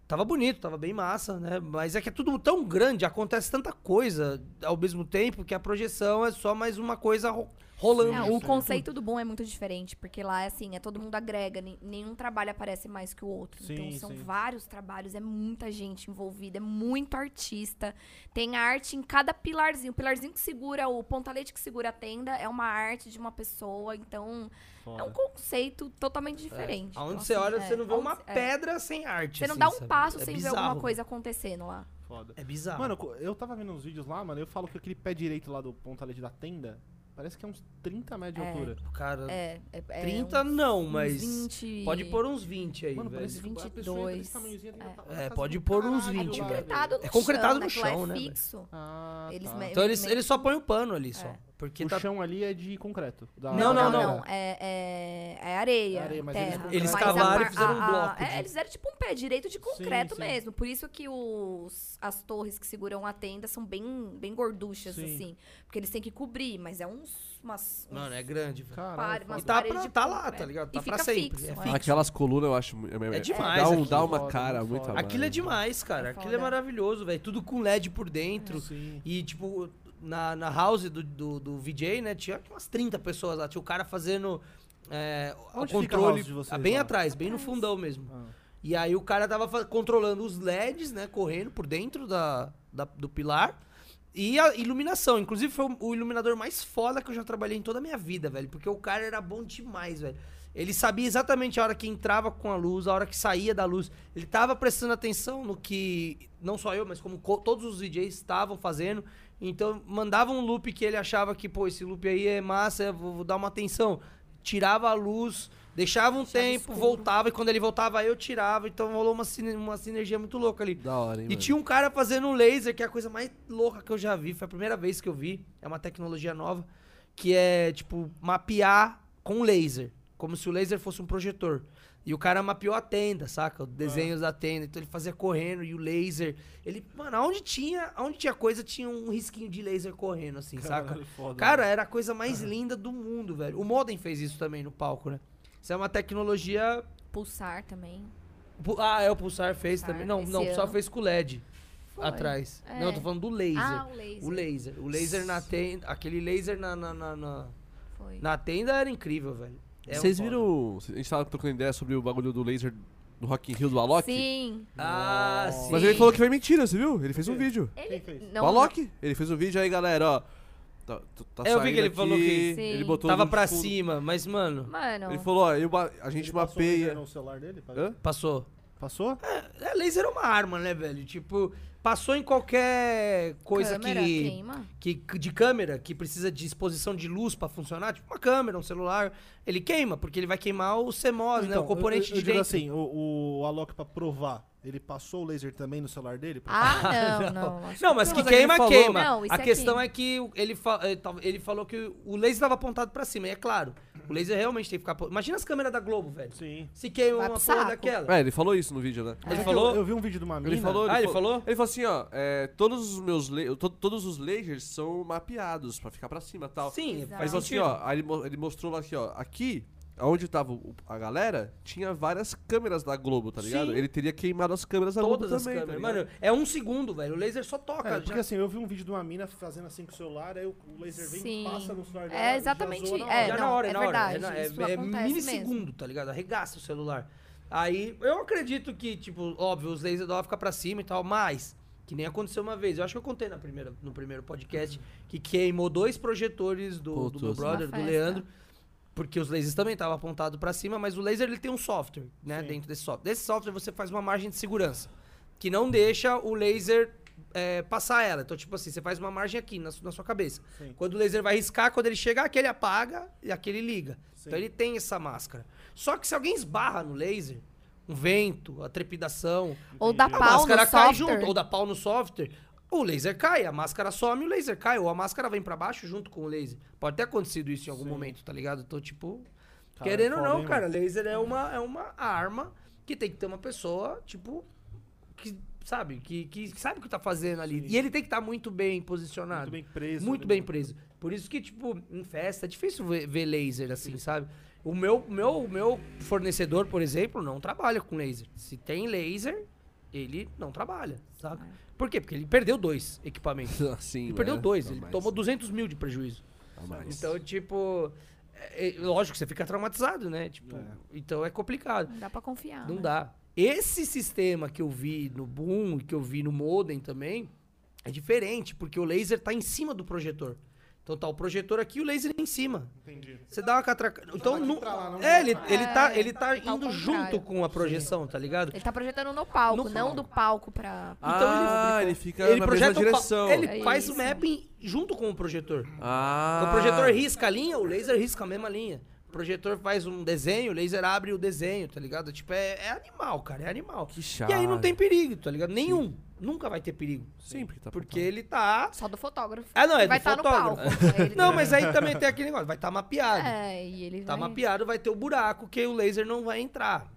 Speaker 5: Tava bonito, tava bem massa, né? Mas é que é tudo tão grande, acontece tanta coisa ao mesmo tempo que a projeção é só mais uma coisa ro- rolando.
Speaker 4: Não,
Speaker 5: junto.
Speaker 4: o conceito do bom é muito diferente, porque lá é assim, é todo mundo agrega, nem- nenhum trabalho aparece mais que o outro. então
Speaker 2: Sim,
Speaker 4: são
Speaker 2: sim.
Speaker 4: vários trabalhos, é muita gente envolvida, é muito artista. Tem arte em cada pilarzinho. O pilarzinho que segura, o pontalete que segura a tenda é uma arte de uma pessoa, então é um
Speaker 2: Foda.
Speaker 4: conceito
Speaker 2: É.
Speaker 4: totalmente diferente.
Speaker 5: Aonde
Speaker 4: Então,
Speaker 5: você
Speaker 4: assim,
Speaker 5: olha,
Speaker 4: é,
Speaker 5: você não vê
Speaker 4: aonde
Speaker 5: uma
Speaker 4: cê- é.
Speaker 5: pedra sem arte.
Speaker 4: Você não
Speaker 5: assim,
Speaker 4: dá um
Speaker 5: sabe?
Speaker 4: passo
Speaker 5: É
Speaker 4: sem ver
Speaker 5: bizarro,
Speaker 4: alguma
Speaker 5: velho.
Speaker 4: coisa acontecendo lá.
Speaker 2: Foda.
Speaker 5: É bizarro.
Speaker 2: Mano, co- eu tava vendo uns vídeos lá, mano, eu falo que aquele pé direito lá do pontalete da tenda, parece que é uns 30 metros de
Speaker 4: É.
Speaker 2: altura.
Speaker 5: cara,
Speaker 4: É, é, é
Speaker 5: 30 não, mas
Speaker 4: 20...
Speaker 5: pode pôr uns 20 aí,
Speaker 2: Mano,
Speaker 5: velho.
Speaker 2: parece que a pessoa entra desse
Speaker 4: 22.
Speaker 2: tamanhozinho, tem uma- uma
Speaker 5: É,
Speaker 2: casa
Speaker 5: pode
Speaker 2: do
Speaker 5: pôr uns
Speaker 2: caralho,
Speaker 5: 20,
Speaker 4: É
Speaker 2: lá,
Speaker 5: velho.
Speaker 4: concretado no
Speaker 5: É concretado no
Speaker 4: chão, né? Que lá
Speaker 5: chão, né,
Speaker 4: É
Speaker 5: velho?
Speaker 4: fixo.
Speaker 2: Ah,
Speaker 4: Eles
Speaker 2: tá.
Speaker 4: me-
Speaker 5: Então eles,
Speaker 4: meio
Speaker 5: eles só põem o pano ali, só.
Speaker 4: É.
Speaker 5: Porque
Speaker 2: o
Speaker 5: tá...
Speaker 2: chão ali é de concreto. da-
Speaker 5: Não,
Speaker 2: da
Speaker 5: não,
Speaker 2: galera.
Speaker 5: não.
Speaker 4: É, é- é areia,
Speaker 2: É areia, mas eles
Speaker 4: terra.
Speaker 2: eles
Speaker 4: Mas a
Speaker 2: cavaram e
Speaker 4: par-
Speaker 5: fizeram um
Speaker 4: a- a-
Speaker 5: bloco de-
Speaker 4: É, eles fizeram tipo um pé direito de concreto
Speaker 2: sim.
Speaker 4: mesmo. Por isso que os, as torres que seguram a tenda são bem, bem gorduchas,
Speaker 2: Sim.
Speaker 4: assim. Porque eles têm que cobrir, mas é uns... Umas,
Speaker 5: Mano, é
Speaker 4: uns
Speaker 5: grande, velho.
Speaker 2: Caralho,
Speaker 4: par- umas
Speaker 5: E tá,
Speaker 4: paredes
Speaker 5: pra,
Speaker 4: de
Speaker 5: tá
Speaker 4: pão,
Speaker 5: lá,
Speaker 4: né?
Speaker 5: tá ligado?
Speaker 4: E
Speaker 5: Tá pra
Speaker 4: fica
Speaker 5: sempre.
Speaker 4: fixo,
Speaker 5: é
Speaker 4: é.
Speaker 5: fixo.
Speaker 1: Aquelas colunas eu acho. mu- É,
Speaker 5: demais
Speaker 1: Dá, um-
Speaker 2: aqui.
Speaker 1: dá uma
Speaker 2: Foda,
Speaker 1: cara
Speaker 2: muito
Speaker 1: muito
Speaker 2: foda.
Speaker 1: a mais.
Speaker 5: Aquilo é demais, cara.
Speaker 4: É
Speaker 5: Aquilo é
Speaker 4: foda.
Speaker 5: maravilhoso, velho. Tudo com LED por dentro.
Speaker 2: Sim.
Speaker 5: E, tipo, na, na house do, do, do VJ, né? Tinha umas 30 pessoas lá. Tinha o cara fazendo é, o
Speaker 2: Onde fica a
Speaker 5: controle.
Speaker 2: house de vocês
Speaker 5: ah, bem
Speaker 2: lá?
Speaker 5: atrás, bem no fundão mesmo.
Speaker 2: Ah.
Speaker 5: E aí o cara tava fa- controlando os LEDs, né? Correndo por dentro da, da- do pilar. E a iluminação. Inclusive, foi o- o iluminador mais foda que eu já trabalhei em toda a minha vida, velho. Porque o cara era bom demais, velho. Ele sabia exatamente a hora que entrava com a luz, a hora que saía da luz. Ele tava prestando atenção no que não só eu, mas como co- todos os DJs estavam fazendo. Então mandava um loop que ele achava que, pô, esse loop aí é massa, eu vou, vou dar uma atenção. Tirava a luz, deixava um
Speaker 4: Deixava
Speaker 5: tempo,
Speaker 4: escuro.
Speaker 5: voltava, e quando ele voltava eu tirava. Então rolou uma, sine- uma sinergia muito louca ali.
Speaker 1: Da hora, hein,
Speaker 5: E
Speaker 1: mano?
Speaker 5: tinha um cara fazendo um laser, que é a coisa mais louca que eu já vi. Foi a primeira vez que eu vi. É uma tecnologia nova. Que é, tipo, mapear com laser. Como se o laser fosse um projetor. E o cara mapeou a tenda, saca? Os desenhos da tenda. Então ele fazia correndo e o laser. Ele, mano, onde tinha, onde tinha coisa, tinha um risquinho de laser correndo, assim, saca?
Speaker 2: Caralho, tá foda,
Speaker 5: Cara, era a coisa mais linda do mundo, velho. O Modem fez isso também no palco, né? Isso é uma tecnologia.
Speaker 4: Pulsar também.
Speaker 5: Pu- Ah, é, o Pulsar fez
Speaker 4: Pulsar,
Speaker 5: também. Não,
Speaker 4: esse
Speaker 5: não, o Pulsar
Speaker 4: ano.
Speaker 5: fez com LED
Speaker 4: Foi.
Speaker 5: atrás.
Speaker 4: É.
Speaker 5: Não, eu tô falando do laser.
Speaker 4: Ah, o laser.
Speaker 5: o laser. O laser na tenda. Aquele laser na, na, na, na,
Speaker 4: Foi.
Speaker 5: na tenda era incrível, velho. É um
Speaker 1: Vocês
Speaker 5: foda.
Speaker 1: viram. A gente tava trocando ideia sobre o bagulho do laser do Rock in Rio do Alok?
Speaker 4: Sim.
Speaker 5: Ah, sim.
Speaker 1: Mas ele falou que foi mentira, você viu? Ele fez um vídeo.
Speaker 4: Ele...
Speaker 2: fez?
Speaker 4: Não,
Speaker 1: o Alok, ele fez um vídeo aí, galera, ó. Tá, tá- tá
Speaker 5: É, eu vi que
Speaker 1: saindo
Speaker 5: ele falou
Speaker 1: aqui,
Speaker 4: que-
Speaker 1: Ele
Speaker 4: Sim.
Speaker 1: botou
Speaker 5: Tava
Speaker 1: um
Speaker 5: pra
Speaker 1: fundo.
Speaker 5: cima, mas, mano,
Speaker 4: Mano.
Speaker 1: Ele falou, ó, eu ba- a gente
Speaker 2: Ele passou um o laser
Speaker 1: mapeia.
Speaker 2: no celular dele? pra-
Speaker 1: Hã?
Speaker 5: passou.
Speaker 2: Passou?
Speaker 5: É, laser é uma arma, né, velho? Tipo, passou em qualquer coisa
Speaker 4: câmera
Speaker 5: que.
Speaker 4: queima.
Speaker 5: que, que- de câmera, que precisa de exposição de luz pra funcionar, tipo uma câmera, um celular, ele queima, porque ele vai queimar o CMOS, né? O
Speaker 2: Então,
Speaker 5: componente
Speaker 2: eu, eu, eu
Speaker 5: de
Speaker 2: digo
Speaker 5: dentro.
Speaker 2: assim, o, o Alok, pra provar, ele passou o laser também no celular dele? Pra-
Speaker 4: Ah, não, não. acho
Speaker 5: Não, mas
Speaker 1: Não, mas é
Speaker 5: que
Speaker 1: que ele
Speaker 5: queima,
Speaker 1: falou.
Speaker 5: queima.
Speaker 4: Não, isso
Speaker 5: a
Speaker 4: é
Speaker 5: questão
Speaker 4: queima.
Speaker 5: é que o- ele, fa- eh, tal- ele falou que o laser estava apontado pra cima, e é claro, o laser realmente tem que ficar... apo- Imagina as câmeras da Globo, velho.
Speaker 2: Sim.
Speaker 5: Se queima
Speaker 4: Vai
Speaker 5: uma
Speaker 4: pro
Speaker 5: porra
Speaker 4: saco.
Speaker 5: daquela.
Speaker 1: É, ele falou isso no vídeo, né?
Speaker 5: Ele
Speaker 2: É que
Speaker 5: falou?
Speaker 2: Eu, eu vi um vídeo de uma mina.
Speaker 1: Ele falou,
Speaker 5: Ah, ele falou?
Speaker 1: Ele falou assim, ó, é, todos os meus la- to- todos os lasers são mapeados pra ficar pra cima, e tal.
Speaker 5: Sim,
Speaker 1: Aí
Speaker 4: Exato.
Speaker 1: ele
Speaker 5: faz
Speaker 1: falou assim,
Speaker 5: sentido.
Speaker 1: ó, aí ele, mo- ele mostrou lá aqui, ó, aqui onde tava o- a galera, tinha várias câmeras da Globo, tá ligado?
Speaker 5: Sim.
Speaker 1: Ele teria queimado as câmeras da
Speaker 5: Todas
Speaker 1: Globo
Speaker 5: as
Speaker 1: também, tá
Speaker 5: câmeras.
Speaker 1: ligado?
Speaker 5: Mano, é um segundo, velho. O laser só toca.
Speaker 2: É,
Speaker 5: já-
Speaker 2: porque assim, eu vi um vídeo de uma mina fazendo assim com o celular, aí o o laser vem
Speaker 4: Sim.
Speaker 2: passa no celular dela.
Speaker 4: É
Speaker 2: já
Speaker 4: exatamente.
Speaker 2: zoa na
Speaker 4: É,
Speaker 5: já
Speaker 2: hora.
Speaker 5: na
Speaker 4: não,
Speaker 5: hora, é
Speaker 4: é
Speaker 5: na hora.
Speaker 4: verdade,
Speaker 5: é,
Speaker 4: isso
Speaker 5: na- é, é
Speaker 4: acontece
Speaker 5: minissegundo, tá ligado? Arregaça o celular. Aí, eu acredito que, tipo, óbvio, os lasers dão ficar pra cima e tal, mas, que nem aconteceu uma vez, eu acho que eu contei na primeira, no primeiro podcast, que queimou dois projetores do, do meu
Speaker 1: Putz.
Speaker 5: brother,
Speaker 4: Uma
Speaker 5: do
Speaker 4: Uhum. festa.
Speaker 5: Leandro, porque os lasers também estavam apontados pra cima, mas o laser, ele tem um software, né,
Speaker 2: Sim.
Speaker 5: dentro desse software. Desse software, você faz uma margem de segurança, que não deixa o laser... é, passar ela. Então, tipo assim, você faz uma margem aqui na su- na sua cabeça.
Speaker 2: Sim.
Speaker 5: Quando o laser vai riscar, quando ele chegar, aquele apaga e aquele liga.
Speaker 2: Sim.
Speaker 5: Então ele tem essa máscara. Só que se alguém esbarra no laser, um vento, a trepidação,
Speaker 4: Ou dá
Speaker 5: a
Speaker 4: pau no
Speaker 5: máscara cai junto,
Speaker 4: software.
Speaker 5: ou dá pau no software, o laser cai, a máscara some e o laser cai, ou a máscara vem pra baixo junto com o laser. Pode ter acontecido isso em algum
Speaker 2: Sim.
Speaker 5: momento, tá ligado? Então, tipo,
Speaker 2: Cara,
Speaker 5: querendo ou
Speaker 2: foda,
Speaker 5: não,
Speaker 2: hein,
Speaker 5: cara, laser é uma, é uma arma que tem que ter uma pessoa, tipo, que sabe, que, que sabe o que tá fazendo ali.
Speaker 2: Sim.
Speaker 5: E ele tem que estar muito bem posicionado.
Speaker 2: Muito bem preso.
Speaker 5: Muito
Speaker 2: né,
Speaker 5: bem
Speaker 2: mano?
Speaker 5: preso. Por isso que, tipo, em festa é difícil ver, ver laser assim, sabe? O meu, meu, meu fornecedor, por exemplo, não trabalha com laser. Se tem laser, ele não trabalha, sabe? Por quê? Porque ele perdeu dois equipamentos.
Speaker 1: Assim,
Speaker 5: Ele
Speaker 1: mano,
Speaker 2: é.
Speaker 5: perdeu dois,
Speaker 1: dá
Speaker 5: ele
Speaker 1: mais,
Speaker 5: tomou 200 mil de prejuízo.
Speaker 1: dá mais.
Speaker 5: Então, tipo, é- é- lógico, você fica traumatizado, né? Tipo,
Speaker 2: É.
Speaker 5: então é complicado.
Speaker 4: Não dá pra confiar.
Speaker 5: Não
Speaker 4: né?
Speaker 5: dá. Esse sistema que eu vi no Boom e que eu vi no Modem também é diferente, porque o laser tá em cima do projetor. Então tá o projetor aqui e o laser em cima.
Speaker 2: Entendi.
Speaker 5: Você dá uma catraca. Então
Speaker 2: daqui
Speaker 5: não.
Speaker 2: pra lá, não
Speaker 5: É, ele,
Speaker 2: pra
Speaker 5: ele, tá,
Speaker 4: É,
Speaker 5: ele tá
Speaker 4: tá ao
Speaker 5: indo
Speaker 4: contrário.
Speaker 5: junto com a projeção, tá ligado?
Speaker 4: Ele tá projetando no palco,
Speaker 5: No
Speaker 4: não
Speaker 5: palco.
Speaker 4: do palco pra.
Speaker 1: Ah,
Speaker 5: então
Speaker 1: ele, fica na mesma
Speaker 5: o um pa-
Speaker 1: direção.
Speaker 5: Ele
Speaker 4: É
Speaker 5: faz o
Speaker 4: isso.
Speaker 5: mapping junto com o projetor.
Speaker 1: Ah.
Speaker 5: Então, o projetor risca a linha, o laser risca a mesma linha. O projetor faz um desenho, o laser abre o desenho, tá ligado? Tipo, é, é animal, cara, é animal.
Speaker 1: Que
Speaker 5: E aí não
Speaker 1: chave.
Speaker 5: tem perigo, tá ligado? Nenhum. Nunca vai ter perigo.
Speaker 1: Sim, porque tá
Speaker 5: Porque ele tá.
Speaker 4: Só do fotógrafo.
Speaker 5: Ah, não, é
Speaker 4: Ele vai
Speaker 5: do
Speaker 4: tá
Speaker 5: fotógrafo.
Speaker 4: no palco. Aí ele- tá
Speaker 5: Não, mas aí também tem aquele negócio, vai estar mapeado.
Speaker 4: É, e ele
Speaker 5: Tá
Speaker 4: vai.
Speaker 5: mapeado, vai ter o buraco que o laser não vai entrar.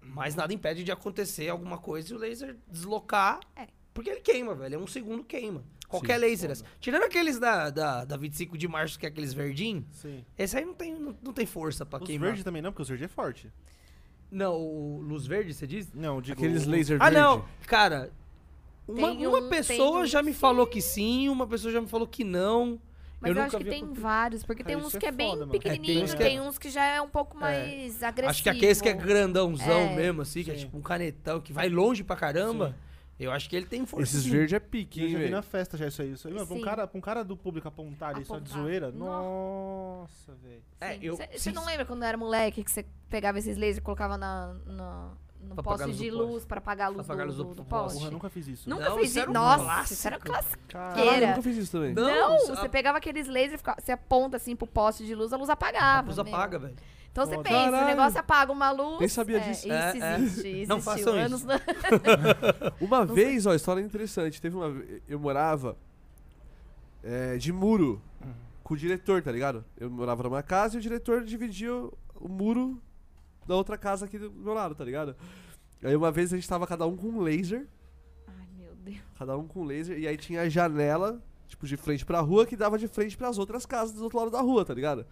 Speaker 5: Mas nada impede de acontecer alguma coisa e o laser deslocar.
Speaker 4: É.
Speaker 5: Porque ele queima, velho. É um segundo queima. Qualquer laser. assim. Tirando aqueles da, da, da 25 de março, que é aqueles verdinhos,
Speaker 2: Sim.
Speaker 5: esse aí não tem, não, não tem força pra
Speaker 2: Os
Speaker 5: queimar.
Speaker 2: verdes também não, porque os verdes é forte.
Speaker 5: Não, o luz verde, você diz?
Speaker 2: Não, digo...
Speaker 1: Aqueles
Speaker 2: o-
Speaker 1: laser
Speaker 5: Ah,
Speaker 1: verde.
Speaker 5: não. Cara, uma,
Speaker 4: Tem
Speaker 5: uma
Speaker 4: um-
Speaker 5: pessoa
Speaker 4: tem um
Speaker 5: já me falou que sim, uma pessoa já me falou que não.
Speaker 4: Mas eu,
Speaker 5: nunca
Speaker 4: acho que
Speaker 5: vi
Speaker 4: tem
Speaker 5: acontecer.
Speaker 4: vários, porque
Speaker 2: Cara,
Speaker 4: tem uns
Speaker 2: isso é
Speaker 4: que é bem
Speaker 2: foda, mano.
Speaker 4: pequenininho,
Speaker 5: É, tem uns
Speaker 4: tem,
Speaker 5: que é-
Speaker 4: uns que já é um pouco mais agressivo.
Speaker 5: Acho que aqueles que é grandãozão
Speaker 4: É.
Speaker 5: mesmo, assim, que é
Speaker 2: Sim.
Speaker 5: tipo um canetão que vai longe pra caramba. Eu acho que ele tem força.
Speaker 1: Esses
Speaker 5: sim.
Speaker 1: verdes é pique,
Speaker 2: Eu
Speaker 1: hein,
Speaker 2: já vi na
Speaker 1: velho?
Speaker 2: festa já isso aí. Isso aí. Mano, pra, um
Speaker 4: Sim.
Speaker 2: cara, pra um cara do público apontar ali só de
Speaker 4: Apontar.
Speaker 2: zoeira,
Speaker 4: Nó.
Speaker 2: nossa, velho.
Speaker 5: É, eu-
Speaker 4: Você não
Speaker 5: sim-
Speaker 4: lembra quando eu era moleque que você pegava esses lasers e colocava na, na- no
Speaker 5: Pra
Speaker 4: poste
Speaker 5: apagar a luz do
Speaker 4: de
Speaker 5: poste.
Speaker 4: luz pra apagar a luz
Speaker 5: Pra apagar a
Speaker 4: do,
Speaker 5: luz
Speaker 4: do,
Speaker 5: do
Speaker 4: do
Speaker 5: poste.
Speaker 4: poste?
Speaker 2: Porra, eu nunca fiz isso.
Speaker 4: Nunca
Speaker 5: Não,
Speaker 4: fiz
Speaker 5: isso
Speaker 4: isso.
Speaker 5: era um
Speaker 4: Nossa,
Speaker 5: clássico.
Speaker 4: isso era clássico.
Speaker 1: Caralho, eu
Speaker 4: Era.
Speaker 1: nunca fiz isso também.
Speaker 4: Não,
Speaker 5: isso-
Speaker 4: você
Speaker 5: a-
Speaker 4: pegava aqueles lasers, e ficava- você aponta assim pro poste de luz, a luz apagava.
Speaker 5: a luz
Speaker 4: meu.
Speaker 5: apaga, velho.
Speaker 4: Então você
Speaker 2: Foda.
Speaker 4: pensa,
Speaker 1: Caralho.
Speaker 4: o negócio apaga uma luz.
Speaker 1: Nem sabia disso.
Speaker 4: Isso
Speaker 5: É, é.
Speaker 4: existe, existe.
Speaker 5: Não façam isso.
Speaker 4: anos na-
Speaker 1: Uma vez, ó, história interessante. Teve uma. ve- Eu morava é, de muro com o diretor, tá ligado? Eu morava numa casa e o diretor dividia o, o muro da outra casa aqui do meu lado, tá ligado? Aí uma vez a gente tava cada um com um laser,
Speaker 4: Ai, meu Deus.
Speaker 1: cada um com um laser, e aí tinha a janela, tipo, de frente pra rua, que dava de frente pras outras casas do outro lado da rua, tá ligado?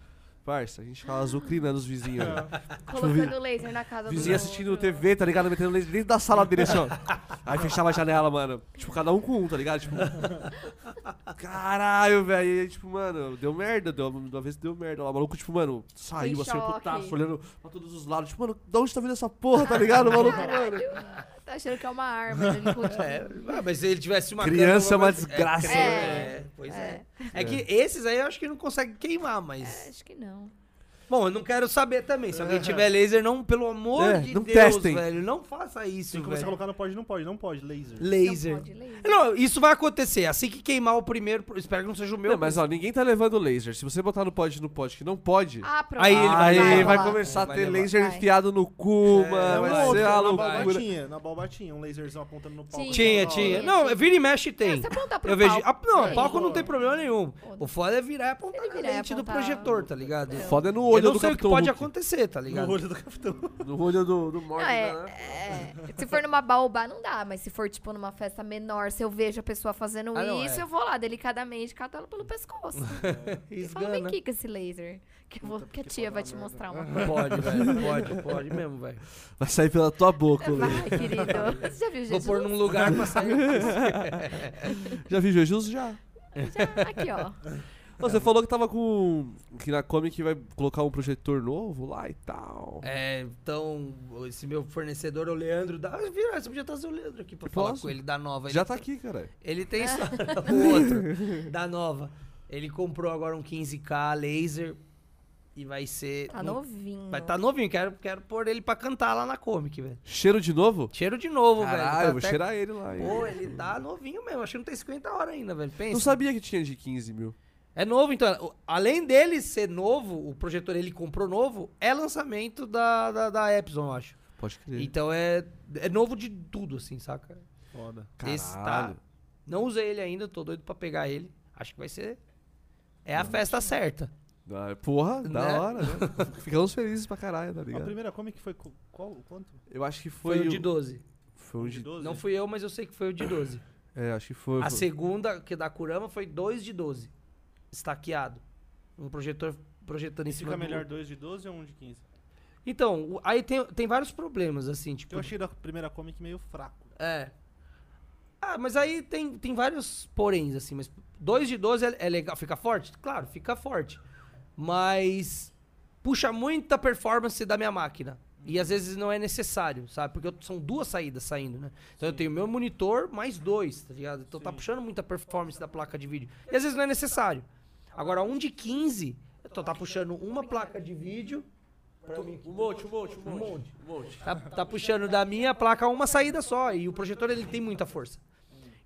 Speaker 1: Parça, a gente ficava azucrinando os vizinhos. né?
Speaker 4: Colocando laser na casa
Speaker 1: Vizinho
Speaker 4: do
Speaker 1: assistindo TV, tá ligado? Metendo laser dentro da sala dele, assim, ó. Aí fechava a janela, mano. Tipo, cada um com um, tá ligado? Tipo. Caralho, velho. E aí, tipo, mano, deu merda. Deu, de uma vez deu merda lá. O maluco, tipo, mano, saiu
Speaker 4: Em
Speaker 1: assim,
Speaker 4: choque.
Speaker 1: putaço, olhando pra todos os lados. Tipo, mano, da onde tá vindo essa porra, tá ligado? O maluco, mano.
Speaker 4: Caralho. Tá achando que é uma arma. né? Ele continua.
Speaker 5: É, ah, mas se ele tivesse uma
Speaker 1: Criança é
Speaker 5: câmera,
Speaker 1: uma
Speaker 5: mas-
Speaker 1: desgraça,
Speaker 4: né?
Speaker 5: É, pois é.
Speaker 4: É.
Speaker 5: É que esses aí eu acho que não consegue queimar,
Speaker 4: É,
Speaker 5: mas.
Speaker 4: acho que não.
Speaker 5: Bom, eu não quero saber também. Se alguém tiver laser, não, pelo amor
Speaker 1: É,
Speaker 5: de
Speaker 1: não
Speaker 5: Deus,
Speaker 1: testem.
Speaker 5: velho. Não faça isso,
Speaker 2: Tem que começar a
Speaker 5: velho.
Speaker 2: colocar no pode, não pode, não pode, laser.
Speaker 5: Laser.
Speaker 4: Não pode laser.
Speaker 5: Não, isso vai acontecer. Assim que queimar o primeiro, espero que não seja o meu.
Speaker 1: Não, mas ó, ninguém tá levando laser. Se você botar no pod no pod que não pode.
Speaker 4: Ah, pronto.
Speaker 5: Aí ele vai
Speaker 1: Aí
Speaker 5: levar.
Speaker 1: vai,
Speaker 4: rolar.
Speaker 1: começar a
Speaker 5: Vai
Speaker 1: ter
Speaker 5: levar.
Speaker 1: laser
Speaker 4: Vai.
Speaker 1: enfiado no cu,
Speaker 2: É,
Speaker 1: mano.
Speaker 2: uma
Speaker 1: Vai
Speaker 2: outra,
Speaker 1: ser uma
Speaker 2: na
Speaker 1: loucura.
Speaker 2: balbatinha, na balbatinha, um laserzinho apontando no palco.
Speaker 5: Tinha,
Speaker 4: Não,
Speaker 5: tinha.
Speaker 4: não.
Speaker 5: Não, vira e mexe tem.
Speaker 4: É, você apontar pro
Speaker 5: Eu vejo.
Speaker 4: palco.
Speaker 5: Ah, não,
Speaker 4: É.
Speaker 5: palco não tem problema nenhum.
Speaker 4: Foda.
Speaker 5: O foda é virar e apontar
Speaker 4: Ele
Speaker 5: na
Speaker 4: virar e
Speaker 5: lente do
Speaker 4: apontar.
Speaker 5: projetor, tá ligado?
Speaker 1: Foda é no
Speaker 5: Eu
Speaker 1: olho
Speaker 5: não
Speaker 1: do
Speaker 5: sei o que
Speaker 1: Capitão
Speaker 5: pode
Speaker 1: Hulk.
Speaker 5: acontecer, tá
Speaker 2: No
Speaker 5: ligado?
Speaker 2: olho do capitão.
Speaker 1: No olho do, do
Speaker 4: Não,
Speaker 1: Morgan,
Speaker 4: é,
Speaker 1: né?
Speaker 4: é. Se for numa baobá, não dá, mas se for, tipo, numa festa menor, se eu vejo a pessoa fazendo
Speaker 5: Ah, não,
Speaker 4: isso,
Speaker 5: é.
Speaker 4: eu vou lá delicadamente, cato ela pelo pescoço. e falo, vem
Speaker 5: Esgana.
Speaker 4: aqui com esse laser, que, eu vou-
Speaker 2: Puta,
Speaker 4: que a
Speaker 2: porque
Speaker 4: tia
Speaker 2: pode
Speaker 4: vai
Speaker 2: dar
Speaker 4: te
Speaker 2: merda.
Speaker 4: mostrar uma coisa.
Speaker 5: Pode, velho. Pode, pode mesmo, velho.
Speaker 1: Vai sair pela tua boca, Lê.
Speaker 4: Vai, querido. Você já viu
Speaker 5: Vou
Speaker 4: Jesus?
Speaker 5: pôr num lugar pra sair.
Speaker 1: Já vi Jejus? Já.
Speaker 4: Já, aqui, ó.
Speaker 1: Ô, Você falou que tava com. Que na Comic vai colocar um projetor novo lá e tal.
Speaker 5: É, então, esse meu fornecedor, o Leandro, dá. Ah, Vira, você podia trazer o Leandro aqui pra falar
Speaker 1: posso?
Speaker 5: com ele da nova.
Speaker 1: Já
Speaker 5: ele,
Speaker 1: tá aqui, cara.
Speaker 5: ele tem só o outro, da nova. Ele comprou agora um 15K laser e vai ser.
Speaker 4: Tá
Speaker 5: não-
Speaker 4: novinho.
Speaker 5: Vai tá novinho, quero, quero pôr ele pra cantar lá na Comic, velho.
Speaker 1: Cheiro de novo?
Speaker 5: Cheiro de novo, velho.
Speaker 1: Caralho,
Speaker 5: tá
Speaker 1: eu vou
Speaker 5: até-
Speaker 1: cheirar ele lá. hein?
Speaker 5: Pô, ele tá novinho mesmo. Acho que não tem 50 horas ainda, velho. Pensa.
Speaker 1: Não sabia que tinha de 15 mil.
Speaker 5: É novo, então. O- Além dele ser novo, o projetor ele comprou novo, é lançamento da, da, da Epson, eu acho.
Speaker 1: Pode crer.
Speaker 5: Então é, é novo de tudo, assim, saca?
Speaker 2: Foda.
Speaker 5: Esse tá.
Speaker 1: Caralho.
Speaker 5: Não usei ele ainda, tô doido pra pegar ele. Acho que vai ser. É a festa certa.
Speaker 1: Ah, Porra,
Speaker 5: Né?
Speaker 1: da hora, né? Ficamos felizes pra caralho, tá
Speaker 2: A
Speaker 1: ligado?
Speaker 2: primeira comic foi co- qual? Quanto?
Speaker 1: Eu acho que
Speaker 5: Foi,
Speaker 1: foi.
Speaker 5: o um de 12.
Speaker 1: Foi um de.
Speaker 2: 12?
Speaker 5: Não fui eu, mas eu sei que foi o de 12.
Speaker 1: É, acho que foi.
Speaker 5: A
Speaker 1: foi-
Speaker 5: segunda, que é da Kurama, foi 2 de 12. Estaqueado. Um projetor projetando em
Speaker 2: Esse
Speaker 5: cima
Speaker 2: fica
Speaker 5: do...
Speaker 2: melhor 2 de 12 ou 1 um de 15?
Speaker 5: Então, o- aí tem, tem vários problemas, assim, tipo...
Speaker 2: Eu achei da primeira comic meio fraco.
Speaker 5: É. Ah, mas aí tem, tem vários poréns, assim, mas 2 de 12 é, é legal. Fica forte? Claro, fica forte. Mas puxa muita performance da minha máquina. E às vezes não é necessário, sabe? Porque eu- são duas saídas saindo, né? Então eu tenho meu monitor mais dois, tá ligado? Então tá
Speaker 2: Sim.
Speaker 5: puxando muita performance da placa de vídeo. E às vezes não é necessário. Agora, um de 15, então tá puxando uma placa de vídeo. pra mim.
Speaker 1: Um monte, um monte, um monte.
Speaker 5: Um monte.
Speaker 1: Um monte.
Speaker 5: Tá, tá puxando da minha placa uma saída só. E o projetor ele tem muita força.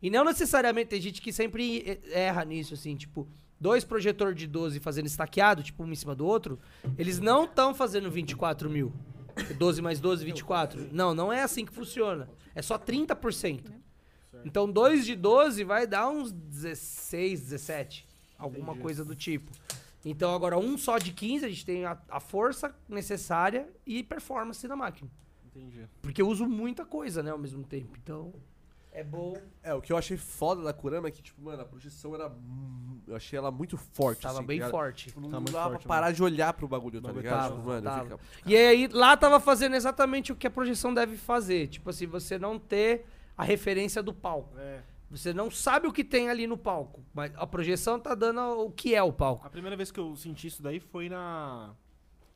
Speaker 5: E não necessariamente tem gente que sempre e- erra nisso, assim, tipo, dois projetor de 12 fazendo estaqueado, tipo, um em cima do outro, eles não estão fazendo 24 mil. 12 mais 12, 24. Não, não é assim que funciona. É só 30%. Então, 2 de 12 vai dar uns 16, 17. Alguma coisa do tipo. Então, agora, um só de 15, a gente tem a, a força necessária e performance da máquina.
Speaker 2: Entendi.
Speaker 5: Porque eu uso muita coisa, né, ao mesmo tempo. Então, é bom.
Speaker 1: É, o que eu achei foda da Kurama é que, tipo, mano, a projeção era. mu- Eu achei ela muito forte.
Speaker 5: Tava
Speaker 1: assim,
Speaker 5: bem
Speaker 1: tá ligado?
Speaker 5: forte.
Speaker 1: Tipo, não
Speaker 2: Tá muito
Speaker 1: dava
Speaker 2: forte,
Speaker 1: pra parar de olhar pro bagulho, tá
Speaker 2: Bagulho
Speaker 1: ligado?
Speaker 5: tava,
Speaker 1: Tipo, mano,
Speaker 5: tava.
Speaker 1: fica-
Speaker 5: E aí, lá tava fazendo exatamente o que a projeção deve fazer. Tipo assim, você não ter a referência do palco.
Speaker 2: É.
Speaker 5: Você não sabe o que tem ali no palco. Mas a projeção tá dando o que é o palco.
Speaker 2: A primeira vez que eu senti isso daí foi na.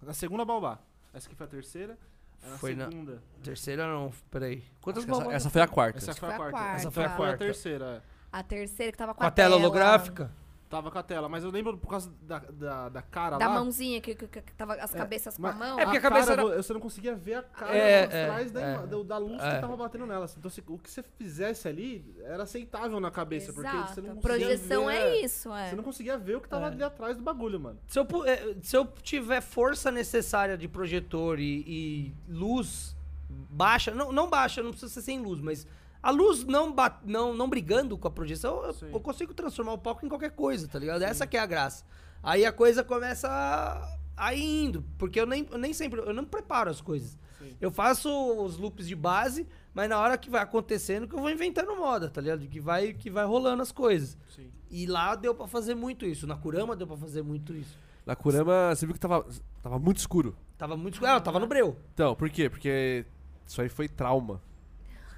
Speaker 2: Na segunda balbá. Essa aqui foi a terceira. É na
Speaker 5: Foi na-
Speaker 2: segunda.
Speaker 5: Terceira não, peraí. Quantas
Speaker 1: Acho que essa,
Speaker 5: bombas?
Speaker 1: essa foi a quarta.
Speaker 2: Essa foi
Speaker 4: Foi
Speaker 2: a
Speaker 4: a
Speaker 2: quarta.
Speaker 4: quarta.
Speaker 2: Essa foi a, quarta.
Speaker 5: quarta.
Speaker 2: terceira. é.
Speaker 4: A terceira que tava com,
Speaker 5: Com a tela holográfica?
Speaker 2: Tava com a tela, mas eu lembro por causa da, da, da cara
Speaker 5: Tá
Speaker 4: Da
Speaker 2: lá.
Speaker 4: mãozinha que, que, que- que tava as cabeças com a
Speaker 2: Mas
Speaker 4: mão.
Speaker 5: É porque a cabeça
Speaker 2: cara,
Speaker 5: era-
Speaker 2: vo- Você não conseguia ver a cara
Speaker 5: É,
Speaker 2: atrás
Speaker 5: é,
Speaker 2: da, ima-
Speaker 5: é.
Speaker 2: do- da luz que
Speaker 5: É.
Speaker 2: tava batendo nela. assim. Então, se- o que você fizesse ali era aceitável na cabeça, porque você não
Speaker 4: Exato.
Speaker 2: conseguia
Speaker 4: Projeção
Speaker 2: ver,
Speaker 4: é isso, é.
Speaker 2: Você não conseguia ver o que tava
Speaker 5: É.
Speaker 2: ali atrás do bagulho, mano.
Speaker 5: Se eu, pu- eh, se eu tiver força necessária de projetor e, e luz baixa, não, não baixa, não precisa ser sem luz, mas a luz não, ba- não, não brigando com a projeção, eu,
Speaker 2: Sim.
Speaker 5: eu consigo transformar o palco em qualquer coisa, tá ligado? Essa que é a graça. Aí a coisa começa a, a ir indo, porque eu nem, eu nem sempre, eu não preparo as coisas.
Speaker 2: Sim.
Speaker 5: Eu faço os loops de base, mas na hora que vai acontecendo que eu vou inventando moda, tá ligado? Que vai, que vai rolando as coisas.
Speaker 2: Sim.
Speaker 5: E lá deu pra fazer muito isso, na Kurama deu pra fazer muito isso.
Speaker 1: Na Kurama, você viu que tava, tava muito escuro.
Speaker 5: Tava muito escuro. Ah, eu tava no breu.
Speaker 1: Então, por quê? Porque isso aí foi trauma.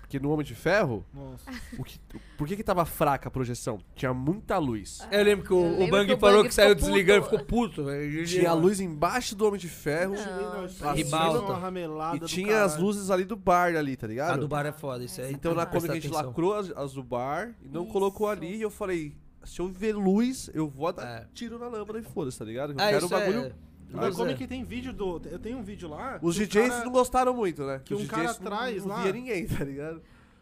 Speaker 1: Porque no Homem de Ferro,
Speaker 2: Nossa.
Speaker 4: Ah.
Speaker 1: o que, por que que tava fraca a projeção? Tinha muita luz.
Speaker 5: É. Eu lembro que
Speaker 4: Eu
Speaker 5: o,
Speaker 4: lembro
Speaker 5: o Bang
Speaker 4: que o
Speaker 5: falou
Speaker 4: Bang
Speaker 5: que saiu
Speaker 4: ficou
Speaker 5: desligando e
Speaker 4: puto.
Speaker 5: ficou puto. velho.
Speaker 1: Tinha a luz embaixo do Homem de Ferro
Speaker 4: Não,
Speaker 5: Ah,
Speaker 1: pra
Speaker 5: ribalta.
Speaker 2: uma ramelada
Speaker 1: e
Speaker 2: do
Speaker 1: tinha
Speaker 2: caralho.
Speaker 1: as luzes ali do bar ali, tá ligado?
Speaker 5: A do bar é foda, isso aí.
Speaker 1: Então na
Speaker 5: tem que
Speaker 1: Comic a gente
Speaker 5: prestar atenção.
Speaker 1: lacrou as, as do bar e não
Speaker 4: Isso.
Speaker 1: colocou ali e eu falei, se eu ver luz, eu vou dar
Speaker 5: É.
Speaker 1: tiro na lâmpada e foda-se, tá ligado? Eu
Speaker 5: Ah,
Speaker 1: quero
Speaker 5: isso
Speaker 1: o bagulho.
Speaker 5: é...
Speaker 2: Mas
Speaker 5: Pois
Speaker 2: como
Speaker 5: é.
Speaker 2: é que tem vídeo do. Eu tenho um vídeo lá.
Speaker 1: Os
Speaker 2: que um
Speaker 1: DJs
Speaker 2: cara-
Speaker 1: não gostaram muito, né?
Speaker 2: que
Speaker 1: Os
Speaker 2: um
Speaker 1: DJs
Speaker 2: cara
Speaker 1: não-
Speaker 2: atrás
Speaker 1: não
Speaker 2: lá-
Speaker 1: via ninguém, tá ligado?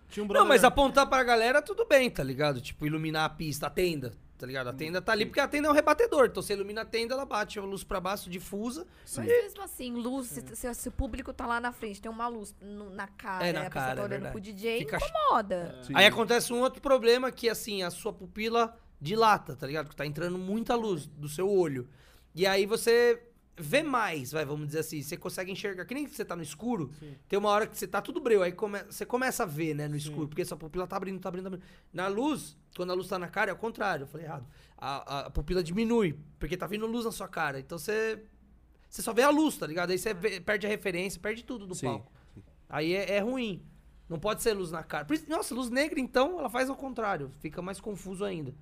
Speaker 2: Tinha um
Speaker 5: Não, mas
Speaker 2: brother-
Speaker 5: apontar pra galera tudo bem, tá ligado? Tipo, iluminar a pista, a tenda, tá ligado? A tenda tá ali porque a tenda é um rebatedor. Então você ilumina a tenda, ela bate a luz pra baixo, difusa.
Speaker 4: Mas mesmo assim, luz, se, se- se o público tá lá na frente, tem uma luz no- na cara,
Speaker 5: É, na
Speaker 4: e a
Speaker 5: cara,
Speaker 4: pessoa tá
Speaker 5: é
Speaker 4: olhando pro
Speaker 5: verdade.
Speaker 4: DJ,
Speaker 5: Fica-
Speaker 4: incomoda.
Speaker 2: É.
Speaker 1: Sim.
Speaker 5: Aí acontece um outro problema que, assim, a sua pupila dilata, tá ligado? Que tá entrando muita luz do seu olho. E aí você vê mais, vai, vamos dizer assim. Você consegue enxergar. Que nem que você tá no escuro,
Speaker 2: Sim.
Speaker 5: tem uma hora que você tá tudo breu. Aí come- você começa a ver, né, no escuro. Porque sua pupila tá abrindo, tá abrindo, tá abrindo. Na luz, quando a luz tá na cara, é o contrário. Eu falei errado. A, a- a pupila diminui, porque tá vindo luz na sua cara. Então você... Você só vê a luz, tá ligado? Aí você vê- perde a referência, perde tudo do
Speaker 1: Ah. Sim.
Speaker 5: palco. Aí é, é ruim. Não pode ser luz na cara. Por isso- Nossa, luz negra, então, ela faz ao contrário. Fica mais confuso ainda.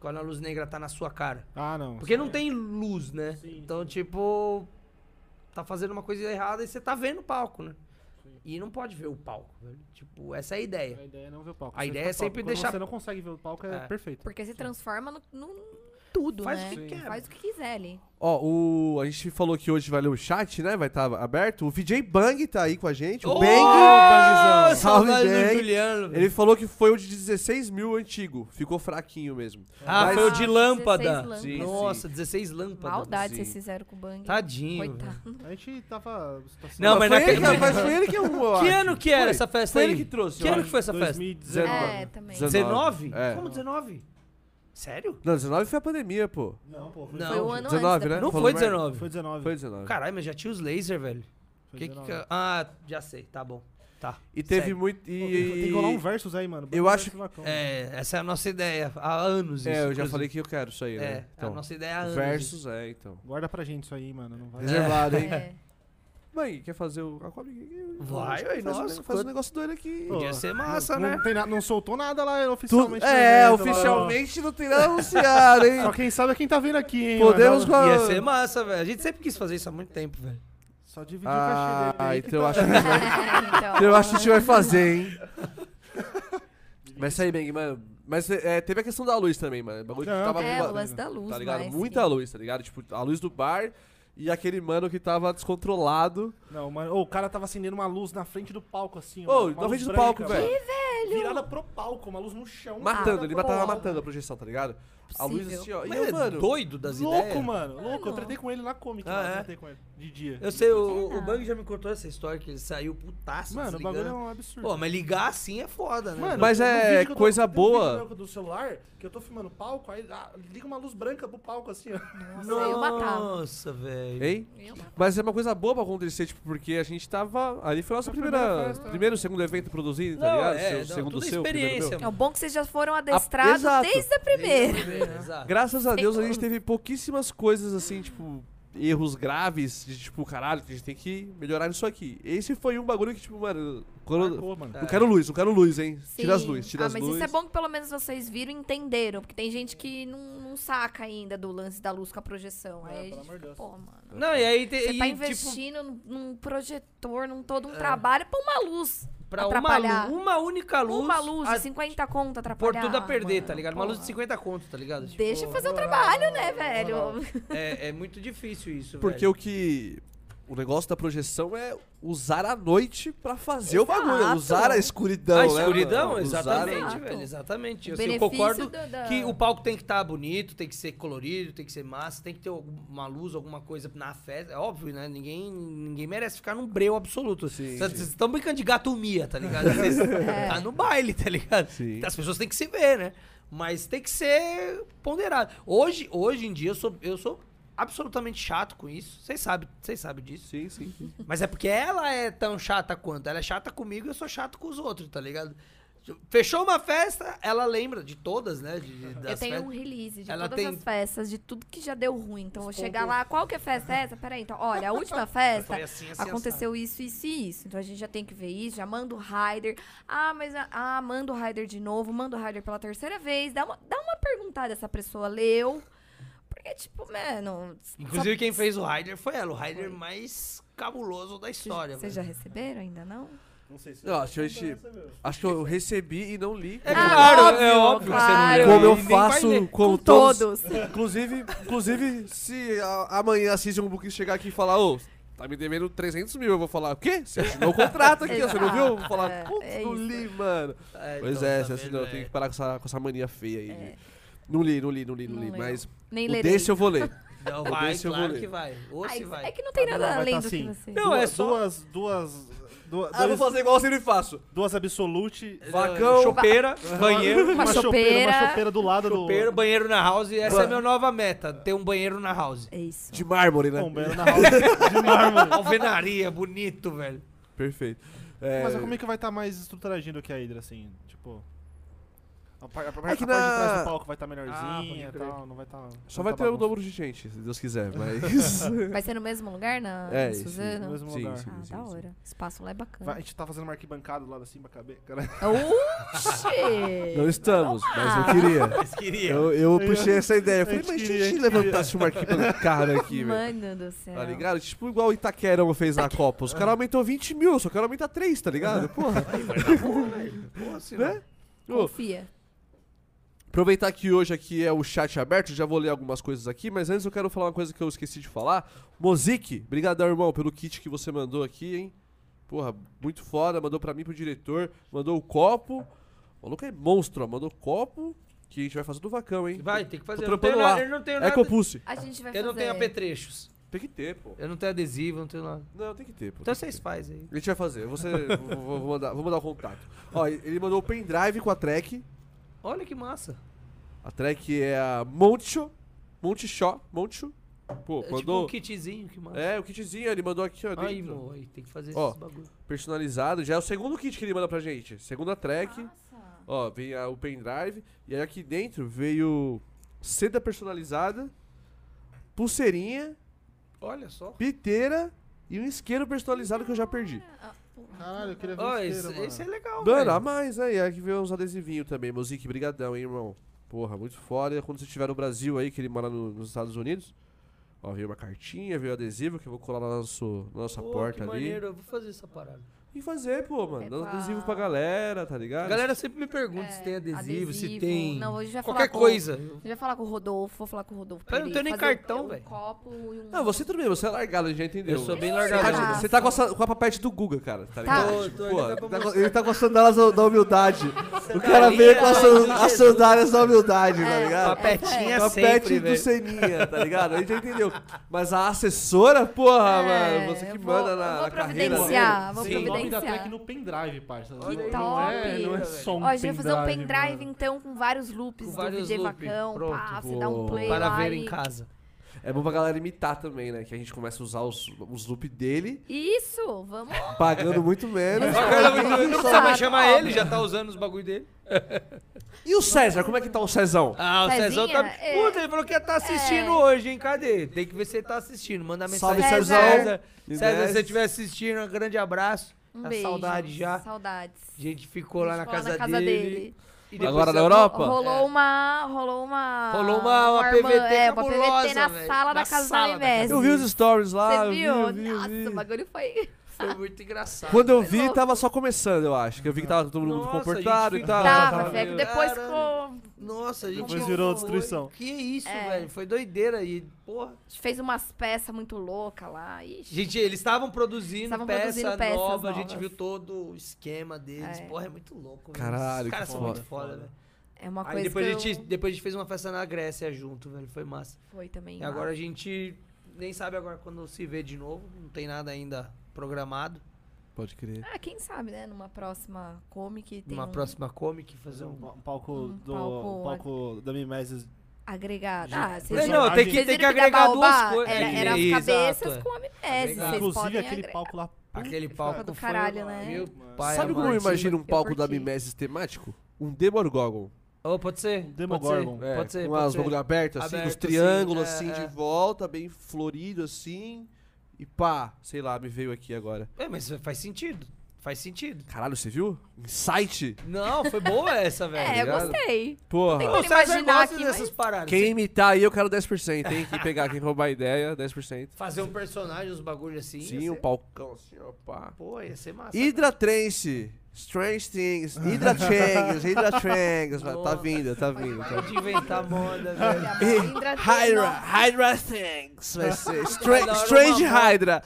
Speaker 5: Quando a luz negra tá na sua cara.
Speaker 2: Ah, não.
Speaker 5: Porque não tem luz, né?
Speaker 2: Sim,
Speaker 5: então, tipo, tá fazendo uma coisa errada e você tá vendo o palco, né?
Speaker 2: Sim.
Speaker 5: E não pode ver o palco. velho. Tipo, essa é a ideia.
Speaker 2: A ideia é não ver o palco.
Speaker 5: A
Speaker 2: Você
Speaker 5: ideia
Speaker 2: fica
Speaker 5: é sempre
Speaker 2: palco. Quando
Speaker 5: deixar-
Speaker 2: você não consegue ver o palco, é,
Speaker 5: É.
Speaker 2: perfeito.
Speaker 4: Porque se transforma no, no- tudo,
Speaker 5: Faz
Speaker 4: né?
Speaker 5: o que quer.
Speaker 4: Faz o que quiser ali.
Speaker 1: Ó, o, a gente falou que hoje vai ler o chat, né? Vai estar aberto. O VJ Bang tá aí com a gente. O
Speaker 5: Ô,
Speaker 1: Bang. Salve,
Speaker 5: saudade do
Speaker 1: Bang.
Speaker 5: Juliano. velho.
Speaker 1: Ele falou que foi o de 16 mil antigo. Ficou fraquinho mesmo.
Speaker 5: Ah,
Speaker 1: Mas-
Speaker 5: foi o de lâmpada.
Speaker 4: 16
Speaker 1: Sim,
Speaker 5: Nossa, 16 lâmpadas.
Speaker 4: Maldade
Speaker 1: Sim.
Speaker 4: vocês fizeram com o Bang.
Speaker 5: Tadinho. velho.
Speaker 4: Coitado.
Speaker 2: A gente tava. situação-
Speaker 5: Uhum. Não, mas
Speaker 1: foi
Speaker 5: naquele-
Speaker 1: ele, que- mas foi ele que é um, arrumou.
Speaker 5: Que ano que era essa festa
Speaker 1: Foi
Speaker 5: aí?
Speaker 1: ele que trouxe,
Speaker 5: Que
Speaker 1: eu
Speaker 5: ano
Speaker 1: acho.
Speaker 5: que foi essa festa?
Speaker 2: 2019.
Speaker 4: É, também.
Speaker 5: 19?
Speaker 1: É.
Speaker 5: Como 19? Sério?
Speaker 1: Não, 19 foi a pandemia, pô.
Speaker 2: Não, pô,
Speaker 5: Não.
Speaker 4: Foi o ano
Speaker 1: 19,
Speaker 4: antes. da-
Speaker 1: né?
Speaker 5: Não
Speaker 1: Falou
Speaker 5: foi
Speaker 1: merda.
Speaker 5: 19.
Speaker 2: Foi 19.
Speaker 1: Foi 19.
Speaker 5: Caralho, mas já tinha os laser, velho.
Speaker 2: Foi
Speaker 5: Que que
Speaker 2: 19.
Speaker 5: ca- Ah, já sei, tá bom. Tá.
Speaker 1: E teve
Speaker 5: segue.
Speaker 1: muito.
Speaker 2: Tem que
Speaker 1: E...
Speaker 2: rolar um versus aí, mano.
Speaker 1: Eu acho-
Speaker 5: É, essa é a nossa ideia. Há anos isso.
Speaker 1: É, eu já
Speaker 5: inclusive.
Speaker 1: falei que eu quero isso aí,
Speaker 5: É,
Speaker 1: né? Então,
Speaker 5: a nossa ideia há anos. isso.
Speaker 1: versus, é, então.
Speaker 2: Guarda pra gente isso aí, mano. Não vai.
Speaker 1: Reservado, hein?
Speaker 4: É.
Speaker 1: Mãe, quer fazer o. a Comic?
Speaker 5: Vai,
Speaker 1: faz,
Speaker 5: aí, nossa,
Speaker 1: faz
Speaker 5: quanto-
Speaker 1: um negócio doido aqui.
Speaker 5: Podia
Speaker 2: Pô,
Speaker 5: ser massa,
Speaker 2: não,
Speaker 5: né?
Speaker 2: Não, tem na- não soltou nada lá
Speaker 1: Tudo,
Speaker 2: oficialmente. no
Speaker 1: é,
Speaker 2: evento, lá,
Speaker 1: oficialmente não tem nada anunciado, hein?
Speaker 2: ó. Só quem sabe é quem tá vindo aqui, hein?
Speaker 1: Podemos
Speaker 2: mano.
Speaker 1: com
Speaker 5: Ia ser massa, velho. A gente sempre quis fazer isso há muito tempo, velho.
Speaker 2: Só dividir o cachê
Speaker 1: Ah,
Speaker 2: dele.
Speaker 1: então eu acho que a gente vai,
Speaker 4: Então,
Speaker 1: eu acho que a gente vai fazer, hein? Mas isso aí, Bang, mano. Mas é, teve a questão da luz também, mano. O bagulho
Speaker 2: Não,
Speaker 1: tava
Speaker 4: é,
Speaker 1: numa-
Speaker 4: o lance da luz,
Speaker 1: Tá ligado?
Speaker 4: mas-
Speaker 1: Muita luz, tá ligado? Tipo, a luz do bar e aquele mano que tava descontrolado.
Speaker 2: tá- Não, mano. ô, o cara tava acendendo uma luz na frente do palco, assim. ó,
Speaker 1: Ô,
Speaker 2: uma
Speaker 1: na
Speaker 2: luz
Speaker 1: frente do
Speaker 2: branca,
Speaker 1: palco, velho.
Speaker 2: Virada pro palco, uma luz no chão.
Speaker 1: Matando, ele
Speaker 2: virada pro
Speaker 1: tava
Speaker 2: alto.
Speaker 1: matando a projeção, tá ligado? A luz
Speaker 4: Ah, Possível.
Speaker 1: assim, ó. E
Speaker 5: Mas
Speaker 1: eu,
Speaker 5: é
Speaker 1: mano.
Speaker 5: doido das
Speaker 2: louco,
Speaker 5: ideias.
Speaker 2: mano. Louco, eu
Speaker 4: Mano.
Speaker 2: tretei com ele na Comic,
Speaker 5: Ah,
Speaker 2: mano. Eu
Speaker 5: é?
Speaker 2: tretei com ele de dia.
Speaker 5: Eu sei, o,
Speaker 4: É,
Speaker 5: o
Speaker 4: não.
Speaker 5: Bang já me contou essa história que ele saiu putaço.
Speaker 2: Mano, o bagulho é um absurdo.
Speaker 5: Pô, mas ligar assim é foda, né?
Speaker 2: Mano,
Speaker 1: Mas
Speaker 2: tem um
Speaker 1: é
Speaker 2: vídeo que eu tô-
Speaker 1: coisa
Speaker 2: tem um
Speaker 1: boa.
Speaker 2: vídeo meu Do celular, que eu tô filmando palco, aí ah, liga uma luz branca pro palco assim, ó.
Speaker 4: nossa, eu matava.
Speaker 5: Nossa, velho.
Speaker 1: Hein?
Speaker 4: Eu matava.
Speaker 1: Mas é uma coisa boa pra acontecer, tipo, porque a gente tava. Ali foi o nosso
Speaker 2: Foi a primeira
Speaker 1: primeira,
Speaker 2: festa.
Speaker 1: primeiro, segundo evento produzido, tá
Speaker 5: Não,
Speaker 1: ligado?
Speaker 5: é,
Speaker 1: Seu-
Speaker 5: não,
Speaker 1: segundo
Speaker 5: tudo
Speaker 1: seu, primeiro
Speaker 5: experiência, é
Speaker 1: meu.
Speaker 4: É o bom que vocês já foram
Speaker 5: Ah,
Speaker 4: adestrados
Speaker 1: exato.
Speaker 4: desde a primeira.
Speaker 5: Exato.
Speaker 1: Graças a
Speaker 4: Sei
Speaker 1: Deus a
Speaker 4: como.
Speaker 1: gente teve pouquíssimas coisas assim, tipo, erros graves, de tipo, caralho, a gente tem que melhorar isso aqui. Esse foi um bagulho que, tipo, mano, Quando-
Speaker 2: Marcou, mano.
Speaker 1: Não quero luz, não quero luz, hein? Tira as
Speaker 4: Sim.
Speaker 1: luzes, tira
Speaker 4: ah,
Speaker 1: as
Speaker 4: mas
Speaker 1: luzes.
Speaker 4: isso é bom que pelo menos vocês viram e entenderam, porque tem gente que não, não saca ainda do lance da luz com a projeção.
Speaker 2: É,
Speaker 4: Aí a
Speaker 2: pelo amor
Speaker 4: gente
Speaker 2: de
Speaker 4: fica,
Speaker 2: Deus.
Speaker 4: pô, mano.
Speaker 5: Não, e aí tem.
Speaker 4: Você
Speaker 5: e,
Speaker 4: tá
Speaker 5: tipo, É.
Speaker 4: investindo num- num projetor, num todo um trabalho pra uma luz.
Speaker 5: tipo, pra uma,
Speaker 4: atrapalhar.
Speaker 5: lu- uma única luz.
Speaker 4: uma luz
Speaker 5: a-
Speaker 4: de 50 conto
Speaker 5: por
Speaker 4: atrapalhar.
Speaker 5: tudo a perder,
Speaker 4: mano,
Speaker 5: tá ligado? Uma luz
Speaker 4: porra.
Speaker 5: de 50 conto, tá ligado? Tipo,
Speaker 4: Deixa eu fazer o trabalho, né, velho?
Speaker 5: É, é muito difícil isso,
Speaker 1: Porque
Speaker 5: velho.
Speaker 1: o que. O negócio da projeção é usar a noite pra fazer o bagulho.
Speaker 4: Exato.
Speaker 1: Usar a escuridão.
Speaker 5: A
Speaker 1: né,
Speaker 5: escuridão,
Speaker 1: mano? Usar-
Speaker 5: exatamente,
Speaker 4: Exato.
Speaker 5: velho. Exatamente.
Speaker 4: O
Speaker 5: Assim, eu
Speaker 4: benefício
Speaker 5: concordo
Speaker 4: do- da-
Speaker 5: que o palco tem que estar bonito, tem que ser colorido, tem que ser massa, tem que ter alguma luz, alguma coisa na festa. É óbvio, né? Ninguém, ninguém merece ficar num breu absoluto. Vocês estão brincando de gatomia, tá ligado? Vocês
Speaker 4: É.
Speaker 5: tá no baile, tá ligado?
Speaker 1: Sim.
Speaker 5: As pessoas têm que se ver, né? Mas tem que ser ponderado. Hoje, hoje em dia eu sou, eu sou absolutamente chato com isso. Vocês sabem, vocês sabem disso.
Speaker 1: Sim, sim. sim.
Speaker 5: Mas é porque ela é tão chata quanto. Ela é chata comigo e eu sou chato com os outros, tá ligado? Fechou uma festa, ela lembra de todas, né? De, de- das
Speaker 4: Eu tenho um
Speaker 5: festas.
Speaker 4: release de
Speaker 5: Ela
Speaker 4: todas
Speaker 5: tem-
Speaker 4: as festas, de tudo que já deu ruim. Então, eu
Speaker 5: Os
Speaker 4: vou chegar
Speaker 5: pontos-
Speaker 4: lá, qual que é a festa é essa? Peraí, então, olha, a última festa
Speaker 5: Foi assim, assim,
Speaker 4: aconteceu isso, isso e isso. Então, a gente já tem que ver isso, já manda o rider. Ah, mas, a- ah, manda o rider de novo, manda o rider pela terceira vez. Dá uma, dá uma perguntada, essa pessoa leu. Porque, tipo, mano...
Speaker 5: assado. Inclusive, quem fez o Raider foi ela, o Raider mais cabuloso da
Speaker 4: só-
Speaker 5: história.
Speaker 4: Vocês já
Speaker 5: velho.
Speaker 4: receberam ainda, não?
Speaker 2: Não sei se é.
Speaker 1: Não, acho que a gente- Acho que eu recebi e não li.
Speaker 5: É
Speaker 4: Ah,
Speaker 5: claro, é
Speaker 4: óbvio,
Speaker 5: óbvio
Speaker 4: claro.
Speaker 5: que você não leu,
Speaker 1: Como eu
Speaker 5: nem vai
Speaker 1: faço
Speaker 5: ler.
Speaker 1: com,
Speaker 4: Com
Speaker 1: todos.
Speaker 4: todos.
Speaker 1: Inclusive, inclusive se a- amanhã a Season Book chegar aqui e falar, ô, tá me devendo 300 mil, eu vou falar, o quê? Você assinou o contrato aqui, ó, você não viu? Eu vou falar,
Speaker 4: É,
Speaker 1: putz,
Speaker 4: é
Speaker 1: não
Speaker 4: isso.
Speaker 1: li, mano.
Speaker 5: É,
Speaker 1: pois
Speaker 5: então,
Speaker 1: é,
Speaker 5: tá
Speaker 1: você assinou,
Speaker 5: vendo,
Speaker 1: tem
Speaker 5: é.
Speaker 1: que parar com essa, com essa mania feia aí. de- Não li, não li, não li, não,
Speaker 4: É. Não
Speaker 1: li,
Speaker 4: leu.
Speaker 1: mas
Speaker 4: Nem
Speaker 1: o
Speaker 4: lerei.
Speaker 1: desse eu vou ler.
Speaker 5: Não,
Speaker 1: Eu
Speaker 5: vai,
Speaker 1: desse eu vou
Speaker 5: claro
Speaker 1: ler.
Speaker 5: que vai. Ou se
Speaker 4: Ai,
Speaker 5: vai.
Speaker 4: é que não tem
Speaker 1: um
Speaker 4: nada além do
Speaker 1: assim.
Speaker 4: que você...
Speaker 5: Não, é só-
Speaker 2: Duas, duas... Duas,
Speaker 1: Ah, eu vou
Speaker 2: dois-
Speaker 1: fazer igual eu sempre faço.
Speaker 2: duas absolute...
Speaker 1: Vagão,
Speaker 5: chopeira, banheiro.
Speaker 4: Uma chopeira.
Speaker 2: Uma chopeira do lado
Speaker 5: Chopeiro,
Speaker 2: do...
Speaker 5: banheiro na house. Essa é
Speaker 1: Ba-
Speaker 5: a minha nova meta, ter um banheiro na house.
Speaker 4: É isso.
Speaker 1: De mármore, né?
Speaker 2: Bom, banheiro na house de mármore.
Speaker 5: Alvenaria, bonito, velho.
Speaker 1: Perfeito. É,
Speaker 2: Mas como é que vai estar mais estruturadinho do que a Hydra, assim? Tipo... A, pa- a, pa-
Speaker 1: É
Speaker 2: a
Speaker 1: que
Speaker 2: parte de trás
Speaker 1: na-
Speaker 2: do palco vai estar
Speaker 5: Ah,
Speaker 2: melhorzinha
Speaker 5: pode
Speaker 2: e
Speaker 5: crer.
Speaker 2: tal, não tá vai estar...
Speaker 1: Só
Speaker 5: Tá
Speaker 1: vai ter o dobro de gente, se Deus quiser, mas...
Speaker 4: Vai ser no mesmo lugar, na
Speaker 1: É,
Speaker 4: em
Speaker 1: sim,
Speaker 4: Suzano?
Speaker 2: no mesmo
Speaker 1: sim,
Speaker 2: lugar.
Speaker 1: sim,
Speaker 4: Ah,
Speaker 1: sim,
Speaker 4: da
Speaker 1: sim.
Speaker 4: hora. Espaço lá é
Speaker 2: Vai, a
Speaker 4: bacana.
Speaker 2: gente tá fazendo uma arquibancada do lado assim pra caber, cara.
Speaker 4: Oxi!
Speaker 1: Não estamos, mas
Speaker 4: Ah,
Speaker 1: eu queria.
Speaker 5: Mas queria.
Speaker 1: Eu, eu puxei essa ideia. Eu Falei,
Speaker 2: Eu
Speaker 1: mas se a
Speaker 2: queria,
Speaker 1: gente
Speaker 2: eu
Speaker 1: levantasse uma arquibancada aqui, velho.
Speaker 4: Mano do céu.
Speaker 1: Tá ligado? Tipo igual o Itaquerão fez na Copa. Os caras aumentou 20 mil, eu só quero aumentar 3, tá ligado? Porra.
Speaker 5: Pô, se
Speaker 1: Né? Ô,
Speaker 4: Confia.
Speaker 1: aproveitar que hoje aqui é o chat aberto, já vou ler algumas coisas aqui, mas antes eu quero falar uma coisa que eu esqueci de falar. Mozik, obrigado, irmão, pelo kit que você mandou aqui, hein? Porra, muito foda, mandou pra mim, pro diretor, mandou o copo. O maluco é monstro, ó, mandou copo, que a gente vai fazer do vacão, hein?
Speaker 5: Vai, tem que fazer.
Speaker 1: Tô
Speaker 5: Eu não tenho
Speaker 1: trampando lá.
Speaker 5: nada, eu não tenho
Speaker 1: É
Speaker 5: nada.
Speaker 1: Copulse.
Speaker 4: A gente vai
Speaker 5: Eu não
Speaker 4: fazer.
Speaker 5: tenho apetrechos.
Speaker 1: Tem que ter, pô.
Speaker 5: Eu não tenho adesivo, não tenho nada.
Speaker 1: Não, tem que ter, pô.
Speaker 5: Então vocês fazem aí.
Speaker 1: A gente vai fazer. Você, vou, vou- vou mandar, vou mandar o contato. Ó, ele mandou o pendrive com a track.
Speaker 5: Olha que massa.
Speaker 1: A track é a Moncho. Montichó. Moncho. Pô,
Speaker 5: É tipo um
Speaker 1: mandou.
Speaker 5: kitzinho, que massa.
Speaker 1: É, o kitzinho, ele mandou aqui, ó.
Speaker 5: Aí,
Speaker 1: dentro.
Speaker 5: mo, aí, tem que fazer
Speaker 1: Ó.
Speaker 5: esses bagulho.
Speaker 1: personalizado. Já é o segundo kit que ele manda pra gente. Segunda track.
Speaker 5: Ah.
Speaker 4: Nossa.
Speaker 1: Ó, vem a, o pendrive. E aí aqui dentro veio seda personalizada, pulseirinha,
Speaker 5: Olha só.
Speaker 1: piteira e um isqueiro personalizado que eu já perdi.
Speaker 4: Ah, porra.
Speaker 2: Caralho, eu queria ver
Speaker 5: Ó,
Speaker 2: esse
Speaker 5: esse,
Speaker 2: inteiro, mano.
Speaker 5: esse é legal,
Speaker 1: Mano, a
Speaker 5: velho.
Speaker 1: mais né? aí. Aqui veio uns adesivinhos também. Mozik, brigadão, hein, irmão. Porra, muito foda. E quando você estiver no Brasil aí, que ele mora no- nos Estados Unidos. Ó, veio uma cartinha, veio adesivo que eu vou colar na, nosso, na nossa
Speaker 5: Pô,
Speaker 1: porta
Speaker 5: que
Speaker 1: ali.
Speaker 5: maneiro, eu vou fazer essa parada.
Speaker 1: E fazer, pô, mano. Dá
Speaker 4: Epa.
Speaker 1: adesivo pra galera, tá ligado?
Speaker 5: A galera sempre me pergunta se tem
Speaker 4: É,
Speaker 5: adesivo, se tem
Speaker 4: Não, hoje vai
Speaker 5: qualquer
Speaker 4: falar com-
Speaker 5: coisa.
Speaker 4: A gente vai falar com o Rodolfo, vou falar com o Rodolfo.
Speaker 5: Eu não
Speaker 4: Pereira,
Speaker 5: tenho nem
Speaker 4: fazer
Speaker 5: cartão,
Speaker 4: um,
Speaker 5: velho.
Speaker 4: Um copo e um.
Speaker 1: Não, você também, você é largado, a gente já entendeu.
Speaker 5: Eu sou bem
Speaker 1: Você tá de-
Speaker 5: largadão.
Speaker 1: Você tá com a, sa- com a papete do Guga, cara, tá
Speaker 4: Tá.
Speaker 1: ligado?
Speaker 5: Tô,
Speaker 1: Tipo,
Speaker 5: tô,
Speaker 1: pô,
Speaker 5: ele tá
Speaker 1: ele tá com- ele tá com as sandálias da, da humildade. O cara
Speaker 5: Sandalinha
Speaker 1: veio com as,
Speaker 5: da
Speaker 1: san-
Speaker 5: mãe de
Speaker 1: as
Speaker 5: Jesus.
Speaker 1: sandálias da humildade,
Speaker 5: É,
Speaker 1: tá ligado?
Speaker 5: Papetinha
Speaker 1: Com a
Speaker 5: sempre,
Speaker 1: pet do
Speaker 5: velho.
Speaker 1: Seninha, tá ligado? A gente já entendeu. Mas a assessora, porra,
Speaker 4: É,
Speaker 1: mano, você que
Speaker 4: eu vou-
Speaker 1: manda
Speaker 4: eu
Speaker 1: na,
Speaker 4: vou
Speaker 1: na carreira.
Speaker 4: providenciar, vou
Speaker 1: Sim.
Speaker 2: Tem o nome da
Speaker 4: providenciar.
Speaker 2: track no pendrive, parça.
Speaker 5: Que
Speaker 2: Não é,
Speaker 4: top.
Speaker 2: não é só um
Speaker 4: Ó, a gente vai fazer um
Speaker 2: pendrive,
Speaker 4: pendrive
Speaker 2: mano.
Speaker 4: então com vários loops
Speaker 5: Com
Speaker 4: do
Speaker 5: vários
Speaker 4: DJ
Speaker 5: loop,
Speaker 4: Vacão. pá,
Speaker 5: pronto.
Speaker 4: você dá um
Speaker 1: Boa.
Speaker 4: play.
Speaker 5: Para
Speaker 4: lá
Speaker 5: ver
Speaker 4: e-
Speaker 5: em casa.
Speaker 1: É bom pra galera imitar também, né? Que a gente começa a usar os, os loops dele,
Speaker 4: Isso, vamos.
Speaker 1: pagando muito
Speaker 5: É,
Speaker 1: menos.
Speaker 5: Não precisa mais chamar ele, já tá usando os bagulho dele.
Speaker 1: E o César, como é que tá o Cezão?
Speaker 5: Ah, o
Speaker 4: Cezinha,
Speaker 5: Cezão tá.
Speaker 4: é.
Speaker 5: Puta, ele falou que ia estar assistindo
Speaker 4: É.
Speaker 5: hoje, hein? Cadê? Tem que ver se ele tá assistindo. Manda mensagem.
Speaker 1: Salve,
Speaker 5: pro
Speaker 4: Cezão.
Speaker 5: César, César, se você estiver assistindo, um grande abraço.
Speaker 4: Um
Speaker 5: Ah,
Speaker 4: beijo.
Speaker 5: saudade já.
Speaker 4: Saudades.
Speaker 5: A gente ficou lá na
Speaker 4: Ficou
Speaker 5: casa, dele. E depois
Speaker 1: Agora
Speaker 5: você-
Speaker 1: na Europa?
Speaker 4: Rolou uma. Rolou uma.
Speaker 5: Rolou uma- uma
Speaker 4: irmã-
Speaker 5: PVT
Speaker 4: é, uma PVT
Speaker 5: cabulosa,
Speaker 4: na
Speaker 5: velho.
Speaker 4: sala
Speaker 5: Na
Speaker 4: da casa
Speaker 5: sala
Speaker 4: da
Speaker 5: da casa Ah,
Speaker 4: Ivete.
Speaker 1: Eu vi os stories lá.
Speaker 4: Você
Speaker 1: eu vi,
Speaker 4: viu?
Speaker 1: eu vi, eu
Speaker 4: Nossa,
Speaker 1: vi.
Speaker 4: o bagulho foi.
Speaker 5: Foi muito engraçado.
Speaker 1: Quando eu
Speaker 4: Foi
Speaker 1: vi,
Speaker 4: louco.
Speaker 1: tava só começando, eu acho. Que eu vi que tava todo mundo
Speaker 5: Nossa,
Speaker 1: comportado
Speaker 5: gente,
Speaker 1: e tal.
Speaker 5: ficava-
Speaker 4: Tava,
Speaker 5: tá
Speaker 4: velho.
Speaker 5: vendo?
Speaker 4: Depois
Speaker 5: Caramba.
Speaker 4: ficou.
Speaker 5: Nossa, a gente.
Speaker 2: Depois virou destruição.
Speaker 5: Que isso,
Speaker 4: É.
Speaker 5: velho. Foi doideira. E, porra.
Speaker 4: A gente fez umas peças muito loucas lá. Ixi.
Speaker 5: Gente, eles estavam produzindo,
Speaker 4: Estavam
Speaker 5: peça
Speaker 4: produzindo peças
Speaker 5: nova, a gente
Speaker 4: novas.
Speaker 5: viu todo o esquema deles.
Speaker 4: É.
Speaker 5: Porra, é muito louco, velho.
Speaker 1: Caralho,
Speaker 5: Os
Speaker 1: que
Speaker 5: caras são
Speaker 1: foda.
Speaker 5: muito foda, velho.
Speaker 4: É uma coisa
Speaker 5: Aí depois
Speaker 4: que
Speaker 5: a, gente,
Speaker 4: eu-
Speaker 5: depois a gente fez uma festa na Grécia junto, velho. Foi massa.
Speaker 4: foi também.
Speaker 5: E agora a gente nem sabe agora quando se vê de novo. Não tem nada ainda programado.
Speaker 1: Pode crer.
Speaker 4: Ah, quem sabe, né? Numa próxima comic tem
Speaker 5: Uma
Speaker 4: um
Speaker 5: próxima comic, fazer
Speaker 2: Fazer um,
Speaker 5: um.
Speaker 2: pa- um palco
Speaker 4: Um
Speaker 2: do.
Speaker 4: palco-
Speaker 2: Um palco da Mimeses.
Speaker 4: agregado.
Speaker 2: Gente,
Speaker 4: Ah, vocês
Speaker 2: Não,
Speaker 4: viram-
Speaker 2: não, tem que-
Speaker 4: vocês
Speaker 5: tem
Speaker 4: viram
Speaker 5: é que agregar
Speaker 4: da
Speaker 5: duas
Speaker 4: Baobá
Speaker 5: coisas.
Speaker 4: Era,
Speaker 5: É,
Speaker 4: era as
Speaker 5: exato,
Speaker 4: cabeças
Speaker 5: é.
Speaker 4: com a Mimese.
Speaker 5: Agregar.
Speaker 4: Vocês
Speaker 2: Inclusive
Speaker 4: podem
Speaker 2: aquele
Speaker 4: agregar.
Speaker 2: palco lá.
Speaker 5: Aquele
Speaker 4: palco
Speaker 5: palco
Speaker 4: do
Speaker 5: foi-
Speaker 4: caralho, né?
Speaker 5: Meu
Speaker 2: Mano.
Speaker 5: pai,
Speaker 1: Sabe como
Speaker 5: amado.
Speaker 1: eu
Speaker 4: Martins,
Speaker 1: imagino um
Speaker 4: eu
Speaker 1: palco da
Speaker 4: curti.
Speaker 1: Mimeses temático? Um Demogorgon.
Speaker 5: Ô, pode ser?
Speaker 2: Demogorgon.
Speaker 5: Pode ser, pode ser.
Speaker 1: É, com
Speaker 5: pode
Speaker 1: as
Speaker 5: ser.
Speaker 1: bagulho abertas, assim,
Speaker 5: Aberto,
Speaker 1: dos
Speaker 5: assim,
Speaker 1: triângulos,
Speaker 5: é,
Speaker 1: assim,
Speaker 5: é.
Speaker 1: de volta, bem florido, assim. E pá, sei lá, me veio aqui agora.
Speaker 5: É, mas faz sentido. Faz sentido.
Speaker 1: Caralho, você viu? Insight?
Speaker 5: Não, foi boa essa,
Speaker 4: É, eu
Speaker 5: velho.
Speaker 1: ligado?
Speaker 4: gostei.
Speaker 1: Porra.
Speaker 4: Tem-
Speaker 5: Ô, o César
Speaker 4: imaginar
Speaker 5: gosta
Speaker 4: aqui,
Speaker 5: dessas paradas.
Speaker 1: Quem imitar aí, eu quero 10%, hein? Quem pegar, quem roubar a ideia, 10%.
Speaker 5: Fazer um personagem, uns bagulhos assim. ia
Speaker 1: Sim, um
Speaker 5: ser-
Speaker 1: palcão, assim, ó, pá.
Speaker 5: Pô, ia ser massa.
Speaker 1: Hydra Trance, Strange Things, Hydra Changs, Hydra Changs. Vai, Tá vindo, tá vindo. Tá
Speaker 5: Pode inventar moda, velho.
Speaker 1: Hydra, Hydra Things. Vai ser Stra-
Speaker 5: Cada hora
Speaker 1: Strange
Speaker 5: uma voz.
Speaker 1: Hydra.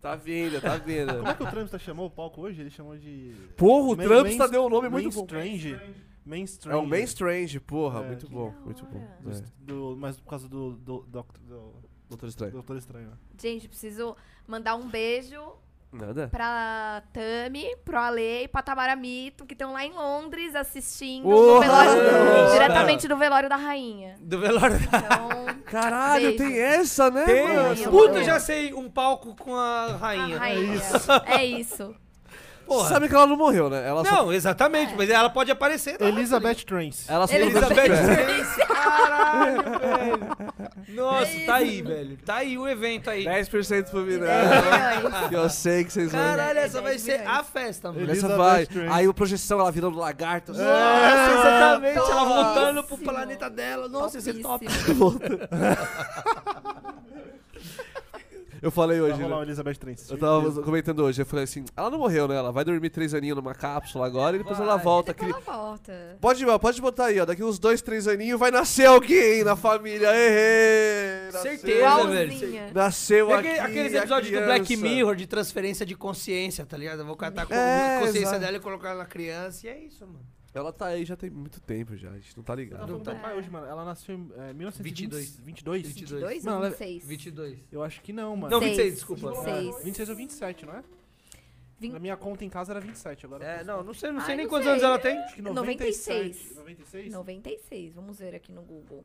Speaker 1: Tá vindo, tá vindo.
Speaker 2: Como é que o Tramps tá chamou o palco hoje? Ele chamou de.
Speaker 1: Porra, o
Speaker 2: Ma-
Speaker 1: Tramps
Speaker 2: Main-
Speaker 1: tá deu um nome
Speaker 2: Main
Speaker 1: muito bom.
Speaker 2: Strange. Main Strange.
Speaker 1: É o Main Strange, porra,
Speaker 2: É,
Speaker 1: muito
Speaker 2: que
Speaker 1: bom,
Speaker 4: da
Speaker 1: muito bom.
Speaker 4: hora.
Speaker 2: Do-
Speaker 1: É.
Speaker 2: do- Mas por causa do. do, doct- do,
Speaker 1: Doutor Estranho.
Speaker 2: Doutor Estranho. né?
Speaker 4: Gente, preciso mandar um beijo
Speaker 1: Nada?
Speaker 4: pra Tami, pro Ale e pra Tamara Mito, que estão lá em Londres assistindo
Speaker 1: Oh!
Speaker 4: no velório,
Speaker 1: Nossa!
Speaker 4: diretamente do velório da rainha.
Speaker 5: Do velório da...
Speaker 4: Então,
Speaker 1: Caralho,
Speaker 4: Beijo.
Speaker 1: tem essa, né,
Speaker 5: Tem,
Speaker 1: mano?
Speaker 4: mano.
Speaker 5: puta, eu já sei, um palco com a rainha.
Speaker 4: a rainha. É isso.
Speaker 5: Porra.
Speaker 1: Sabe que ela não morreu, né? Ela só...
Speaker 5: Não, exatamente,
Speaker 4: É.
Speaker 5: mas ela pode
Speaker 4: Tá,
Speaker 5: aparecer. né? lá,
Speaker 2: Elizabeth Trance.
Speaker 1: Ela só
Speaker 5: tá ligado?
Speaker 1: mudou de pé.
Speaker 5: Elizabeth Spence, caralho, velho.
Speaker 4: É
Speaker 5: Nossa, tá aí, velho. Tá aí o evento aí.
Speaker 1: 10% pro
Speaker 2: né?
Speaker 4: Dez
Speaker 1: Vinão.
Speaker 4: milhões.
Speaker 1: que É. eu sei que vocês vão.
Speaker 5: Caralho, essa vai
Speaker 4: Dez
Speaker 5: ser
Speaker 4: milhões.
Speaker 5: a festa, mano.
Speaker 2: Ele-
Speaker 1: Essa
Speaker 2: Elizabeth
Speaker 1: vai.
Speaker 2: Strange. É.
Speaker 1: Aí o projeção, ela virando lagarto. assim.
Speaker 5: Nossa, exatamente. Ela
Speaker 4: Topíssimo.
Speaker 5: voltando pro planeta dela. Nossa, esse top.
Speaker 1: Eu falei
Speaker 2: Vai
Speaker 1: hoje,
Speaker 2: rolar um o
Speaker 1: né?
Speaker 2: Elizabeth Trance.
Speaker 1: Eu tava comentando hoje, eu falei assim, ela não morreu, né? Ela vai dormir três aninhos numa cápsula agora e depois
Speaker 5: Vai.
Speaker 1: ela volta.
Speaker 4: Depois
Speaker 1: Aquele...
Speaker 4: ela volta.
Speaker 1: Pode, ó, pode botar aí, ó. Daqui uns dois, três aninhos vai nascer alguém na família. Errei! Nasceu-
Speaker 5: Certeza, velho.
Speaker 4: Igualzinha.
Speaker 1: Nasceu
Speaker 5: É
Speaker 1: aqui.
Speaker 5: aquele- Aqueles
Speaker 1: a
Speaker 5: episódios do Black
Speaker 1: criança.
Speaker 5: Mirror de transferência de consciência, tá ligado? Eu vou catar com
Speaker 1: É,
Speaker 5: a consciência
Speaker 1: exato.
Speaker 5: dela e colocar na criança. E é isso, mano.
Speaker 1: Ela tá aí já tem muito tempo já, a gente não tá ligado.
Speaker 2: Não,
Speaker 5: Não
Speaker 2: tá.
Speaker 5: tá.
Speaker 2: pai hoje, mano. Ela nasceu em é, 1922. 22?
Speaker 5: 22.
Speaker 4: é Dois
Speaker 2: Mano,
Speaker 4: ou
Speaker 2: ela-
Speaker 4: 26?
Speaker 5: 22.
Speaker 2: Eu acho que não, mano.
Speaker 5: Não,
Speaker 4: Seis.
Speaker 5: 26, desculpa.
Speaker 2: É,
Speaker 4: 26.
Speaker 2: 26 ou 27, não é?
Speaker 4: Vin-
Speaker 2: Na minha conta em casa era 27 agora.
Speaker 5: É, não, não sei, não sei
Speaker 4: Ai,
Speaker 5: nem
Speaker 4: não
Speaker 5: quantos
Speaker 4: sei.
Speaker 5: anos ela tem.
Speaker 2: Acho que
Speaker 4: 96.
Speaker 2: 97, 96?
Speaker 4: 96, vamos ver aqui no Google.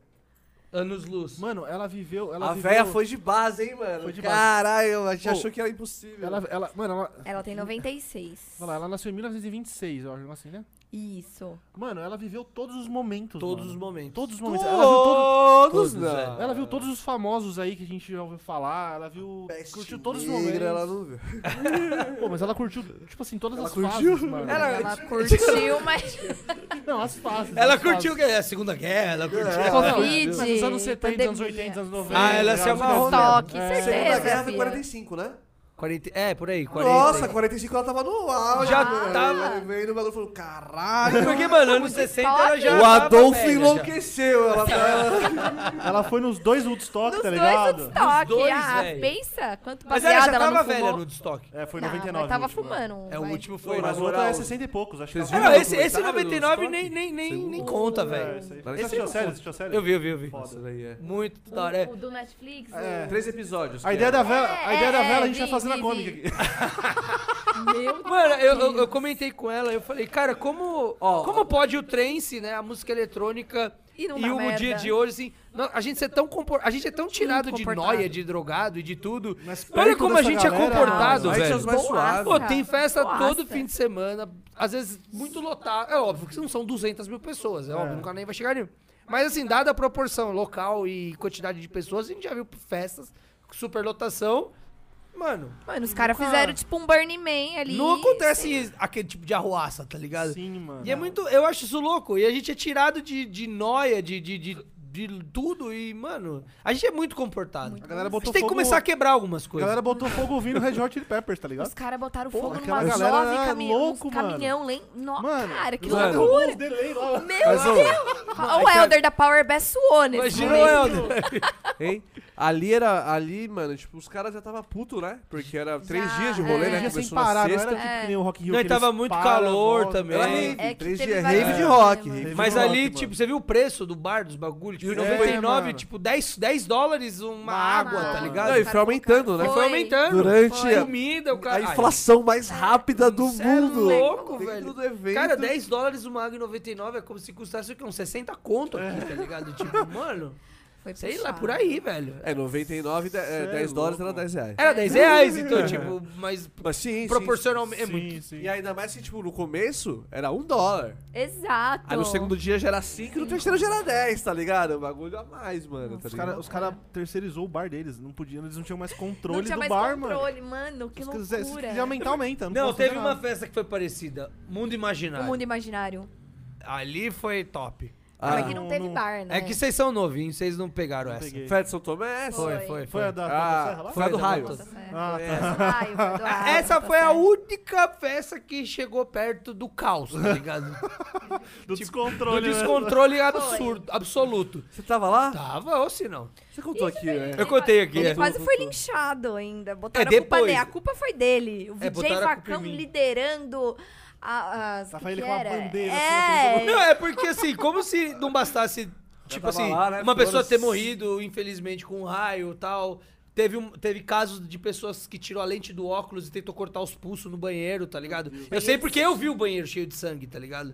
Speaker 5: Anos luz.
Speaker 2: Mano, ela viveu. Ela
Speaker 1: a
Speaker 2: viveu,
Speaker 1: véia foi de base, hein, mano?
Speaker 2: Foi de base.
Speaker 1: Caralho, a gente
Speaker 2: Pô,
Speaker 1: achou que era impossível.
Speaker 2: Ela, ela, mano, ela,
Speaker 4: Ela tem 96.
Speaker 2: olha lá, ela nasceu em 1926, eu acho, assim, né?
Speaker 4: Isso.
Speaker 2: Mano, ela viveu todos os momentos.
Speaker 5: Todos
Speaker 2: mano.
Speaker 5: os momentos.
Speaker 2: Todos os momentos. Ela viu todo-
Speaker 1: Todos, né?
Speaker 5: Todos,
Speaker 1: não.
Speaker 2: Ela viu todos os famosos aí que a gente já ouviu falar, ela viu.
Speaker 5: é.
Speaker 1: Peste
Speaker 2: curtiu todos os
Speaker 1: negra,
Speaker 2: momentos.
Speaker 1: Ela não viu.
Speaker 2: Pô, mas ela curtiu, tipo assim, todas
Speaker 1: Ela
Speaker 2: as
Speaker 1: curtiu?
Speaker 2: fases, mano.
Speaker 5: Ela- é
Speaker 4: Ela curtiu, mas
Speaker 2: Não, as fases.
Speaker 5: Ela
Speaker 2: as
Speaker 5: curtiu
Speaker 2: fases.
Speaker 5: que- a Segunda Guerra, É, ela curtiu.
Speaker 2: Não,
Speaker 4: Covid,
Speaker 2: mas Nos anos 70, anos 80, anos 90.
Speaker 5: Ah, ela se amarrou,
Speaker 4: Estoque,
Speaker 2: É.
Speaker 4: certeza.
Speaker 1: Segunda Guerra foi
Speaker 4: filha.
Speaker 1: 45, né?
Speaker 5: 40, é, por aí, 40.
Speaker 1: Nossa, 45 ela tava no auge,
Speaker 5: Já
Speaker 1: mano.
Speaker 5: tava.
Speaker 1: Ela veio no bagulho e falou, caralho.
Speaker 5: Porque, mano, anos 60 ela já.
Speaker 1: o
Speaker 5: tava
Speaker 1: Adolfo
Speaker 5: velha já.
Speaker 1: enlouqueceu. Ela tá...
Speaker 2: Ela foi nos dois Woodstock,
Speaker 4: Nos
Speaker 2: tá
Speaker 4: dois
Speaker 2: ligado?
Speaker 4: Woodstock.
Speaker 5: Nos dois,
Speaker 4: ah,
Speaker 5: velho.
Speaker 4: pensa quanto
Speaker 5: Mas ela
Speaker 4: baseado
Speaker 5: já
Speaker 4: ela,
Speaker 5: tava
Speaker 4: não
Speaker 5: velha
Speaker 4: fumou.
Speaker 5: no Woodstock.
Speaker 2: É, foi em
Speaker 4: Não,
Speaker 2: 99.
Speaker 4: mas tava
Speaker 2: último, né?
Speaker 4: fumando.
Speaker 5: É, o
Speaker 4: vai.
Speaker 5: último foi.
Speaker 1: Mas
Speaker 2: Mas
Speaker 5: Mas
Speaker 2: o
Speaker 1: o
Speaker 2: outro é
Speaker 1: Oral-
Speaker 2: 60 e poucos, acho que tá
Speaker 1: Vocês
Speaker 2: ela-
Speaker 1: viram
Speaker 5: Não, esse, esse
Speaker 1: documentário do
Speaker 5: 99
Speaker 1: Woodstock?
Speaker 5: nem, nem, nem, nem
Speaker 1: Segundo.
Speaker 5: conta,
Speaker 2: É,
Speaker 5: velho.
Speaker 2: isso aí.
Speaker 1: Mas
Speaker 2: Você assistiu a série? Você assistiu a série?
Speaker 5: Eu vi, eu vi, eu vi.
Speaker 2: Foda.
Speaker 1: Isso daí é.
Speaker 5: Muito
Speaker 4: O-
Speaker 5: da hora. é.
Speaker 4: O do Netflix?
Speaker 2: É.
Speaker 1: Três episódios.
Speaker 2: A ideia da vela, a,
Speaker 4: É,
Speaker 2: ideia da
Speaker 4: é,
Speaker 2: vela a gente vai
Speaker 4: vi,
Speaker 2: fazer na
Speaker 4: vi,
Speaker 2: cômica
Speaker 4: vi.
Speaker 2: aqui.
Speaker 4: o- Meu
Speaker 5: Mano, eu, eu, eu
Speaker 4: Deus.
Speaker 5: comentei com ela, eu falei, cara, como,
Speaker 1: Ó,
Speaker 5: como
Speaker 1: ó.
Speaker 5: pode o trance, né, a música eletrônica
Speaker 4: E não
Speaker 5: e
Speaker 4: dá
Speaker 5: o
Speaker 4: merda.
Speaker 5: dia de hoje, assim, nó- a gente é tão compor- a gente é tão tirado de
Speaker 4: comportado.
Speaker 5: noia, de drogado e de tudo.
Speaker 2: Mas
Speaker 5: Olha
Speaker 2: perto
Speaker 5: como a
Speaker 2: dessa
Speaker 5: gente é
Speaker 2: galera,
Speaker 5: comportado,
Speaker 1: mano,
Speaker 5: velho.
Speaker 1: os mais
Speaker 4: Boaça.
Speaker 1: suaves.
Speaker 5: Pô, tem festa
Speaker 4: Boaça.
Speaker 5: todo fim de semana, às vezes muito lotado. É óbvio que não são 200 mil pessoas, é, óbvio, nunca nem vai chegar nenhum. Mas assim, dada a proporção local e quantidade de pessoas, a gente já viu festas, superlotação Mano,
Speaker 4: Mano, os caras
Speaker 5: Nunca-
Speaker 4: fizeram tipo um Burning Man ali.
Speaker 5: não acontece aquele tipo de arruaça, tá ligado?
Speaker 2: Sim, mano.
Speaker 5: E é muito. Eu acho isso louco. E a gente é tirado de, de noia, de, de, de, de tudo. E, mano, a gente é muito comportado.
Speaker 2: A galera
Speaker 5: a gente
Speaker 2: botou
Speaker 5: tem que
Speaker 2: fogo-
Speaker 5: começar a quebrar algumas
Speaker 2: A
Speaker 5: coisas.
Speaker 2: galera botou fogo ouvindo Red Hot Chili Peppers, tá ligado?
Speaker 4: Os caras botaram
Speaker 2: Porra,
Speaker 4: fogo
Speaker 2: aquela
Speaker 4: numa jove,
Speaker 2: galera era
Speaker 4: cami
Speaker 2: louco,
Speaker 4: uns
Speaker 2: mano.
Speaker 4: caminhão, lem... No...
Speaker 2: Mano,
Speaker 4: cara, que
Speaker 1: mano.
Speaker 4: loucura.
Speaker 2: Os delay lá.
Speaker 4: Meu
Speaker 1: Mas, ô,
Speaker 4: o Elder da Power Bass suou nesse
Speaker 5: Imagina o
Speaker 4: momento.
Speaker 5: Helder.
Speaker 1: hein? Ali era. Ali, mano, tipo, os caras já tava puto, né? Porque era três
Speaker 4: Já,
Speaker 1: dias de
Speaker 4: é.
Speaker 1: rolê,
Speaker 2: Três
Speaker 1: né?
Speaker 2: dias sem
Speaker 1: Começou na
Speaker 2: parar, não
Speaker 1: sexta.
Speaker 2: era tipo que nem o Rock in Rio.
Speaker 5: Não,
Speaker 2: que
Speaker 5: e tava
Speaker 2: eles
Speaker 5: muito
Speaker 2: param,
Speaker 5: calor
Speaker 2: voltam.
Speaker 5: também.
Speaker 1: Era
Speaker 5: É,
Speaker 1: rave,
Speaker 4: é que
Speaker 1: três
Speaker 4: teve né?
Speaker 1: dias
Speaker 4: várias
Speaker 1: rave de
Speaker 4: coisas,
Speaker 1: rock.
Speaker 4: mano.
Speaker 1: rave
Speaker 5: Mas
Speaker 1: de rock,
Speaker 5: ali,
Speaker 1: mano.
Speaker 5: tipo, você viu o preço do bar, dos bagulhos? Tipo,
Speaker 1: É,
Speaker 5: 99,
Speaker 2: mano.
Speaker 5: tipo, 10, 10 dólares uma água, tá
Speaker 4: Não,
Speaker 5: ligado?
Speaker 1: Não, e
Speaker 4: Ah,
Speaker 1: foi
Speaker 4: os caras
Speaker 1: aumentando,
Speaker 4: colocaram-
Speaker 1: né?
Speaker 5: Foi,
Speaker 1: Foi
Speaker 5: aumentando.
Speaker 1: Durante
Speaker 5: Foi.
Speaker 1: a-
Speaker 5: comida, o cara.
Speaker 1: A
Speaker 5: Ai,
Speaker 1: inflação mais rápida do
Speaker 5: cê
Speaker 1: mundo.
Speaker 5: É louco,
Speaker 1: Dentro
Speaker 5: velho.
Speaker 1: do evento.
Speaker 5: Cara, 10 dólares uma água e 99 é como se custasse o quê? Uns 60 conto
Speaker 1: É.
Speaker 5: aqui, tá ligado? Tipo, mano,
Speaker 4: Foi
Speaker 5: sei lá,
Speaker 4: puxado.
Speaker 5: por aí, velho.
Speaker 1: É, 99, de- é,
Speaker 2: Cê é
Speaker 1: 10 dólares
Speaker 2: louco,
Speaker 1: era 10 reais.
Speaker 5: Era 10 reais, então, tipo, mas
Speaker 1: Mas sim, sim.
Speaker 5: proporcionalmente. é
Speaker 2: Sim,
Speaker 5: muito.
Speaker 2: sim.
Speaker 1: E ainda mais que, tipo, no começo era 1 dólar.
Speaker 4: Exato.
Speaker 1: Aí no segundo dia já era 5 e no terceiro já era 10, tá ligado? O bagulho a mais, mano. Tá
Speaker 2: Os caras
Speaker 1: ligado?
Speaker 2: os cara terceirizou o bar deles. Não podiam, eles não tinham mais controle
Speaker 4: não tinha
Speaker 2: do
Speaker 4: mais
Speaker 2: bar, mano. é,
Speaker 4: controle, mano. Que
Speaker 2: Se
Speaker 4: loucura.
Speaker 2: quiser, se quiser aumentar, aumenta. Não,
Speaker 5: Não,
Speaker 2: posso
Speaker 5: teve
Speaker 2: fazer
Speaker 5: uma
Speaker 2: nada.
Speaker 5: festa que foi parecida. Mundo
Speaker 4: O
Speaker 5: Imaginário.
Speaker 4: mundo imaginário.
Speaker 5: Ali foi top.
Speaker 1: Ah,
Speaker 4: Aqui não
Speaker 2: não-
Speaker 4: teve
Speaker 2: não-
Speaker 4: bar, né?
Speaker 5: É que vocês são novinhos, vocês não pegaram
Speaker 2: Não
Speaker 5: essa.
Speaker 2: peguei.
Speaker 1: Fé de São Tomé é essa?
Speaker 5: Foi,
Speaker 4: Foi.
Speaker 5: foi,
Speaker 2: Foi a
Speaker 5: foi.
Speaker 2: da
Speaker 1: Ah,
Speaker 2: da Serra lá?
Speaker 1: foi é. a do
Speaker 5: Foi da
Speaker 1: raio.
Speaker 5: Mata
Speaker 4: Serra.
Speaker 2: Ah,
Speaker 1: Foi essa.
Speaker 2: tá.
Speaker 4: é. Ai, foi do ar,
Speaker 5: Ah, Essa
Speaker 4: tá
Speaker 5: foi a
Speaker 4: certo.
Speaker 5: única festa que chegou perto do caos, tá ligado?
Speaker 1: Tipo,
Speaker 2: Do
Speaker 5: Do
Speaker 2: descontrole. né?
Speaker 5: descontrole absurdo, absoluto.
Speaker 1: Você tava lá?
Speaker 5: Tava ou se não?
Speaker 1: Você contou aqui, né?
Speaker 5: Eu contei aqui,
Speaker 4: Ele
Speaker 5: é.
Speaker 4: quase foi linchado ainda. Botaram
Speaker 5: É,
Speaker 4: a culpa
Speaker 5: depois.
Speaker 4: dele. A culpa foi dele. O DJ
Speaker 5: É, botaram a culpa em
Speaker 4: Facão
Speaker 5: mim.
Speaker 4: liderando a. as-
Speaker 2: Tava
Speaker 4: que
Speaker 2: Tá ele
Speaker 4: que
Speaker 2: com a
Speaker 4: era?
Speaker 2: bandeira, assim,
Speaker 4: É.
Speaker 5: Não, é porque assim, como se não bastasse, tipo
Speaker 1: tava
Speaker 5: assim,
Speaker 1: lá, né?
Speaker 5: uma pessoa
Speaker 1: Foda-se.
Speaker 5: ter morrido, infelizmente, com um raio e tal. Teve, um- teve casos de pessoas que tirou a lente do óculos e tentou cortar os pulsos no banheiro, tá ligado? Eu sei porque eu vi o banheiro cheio de sangue, tá ligado?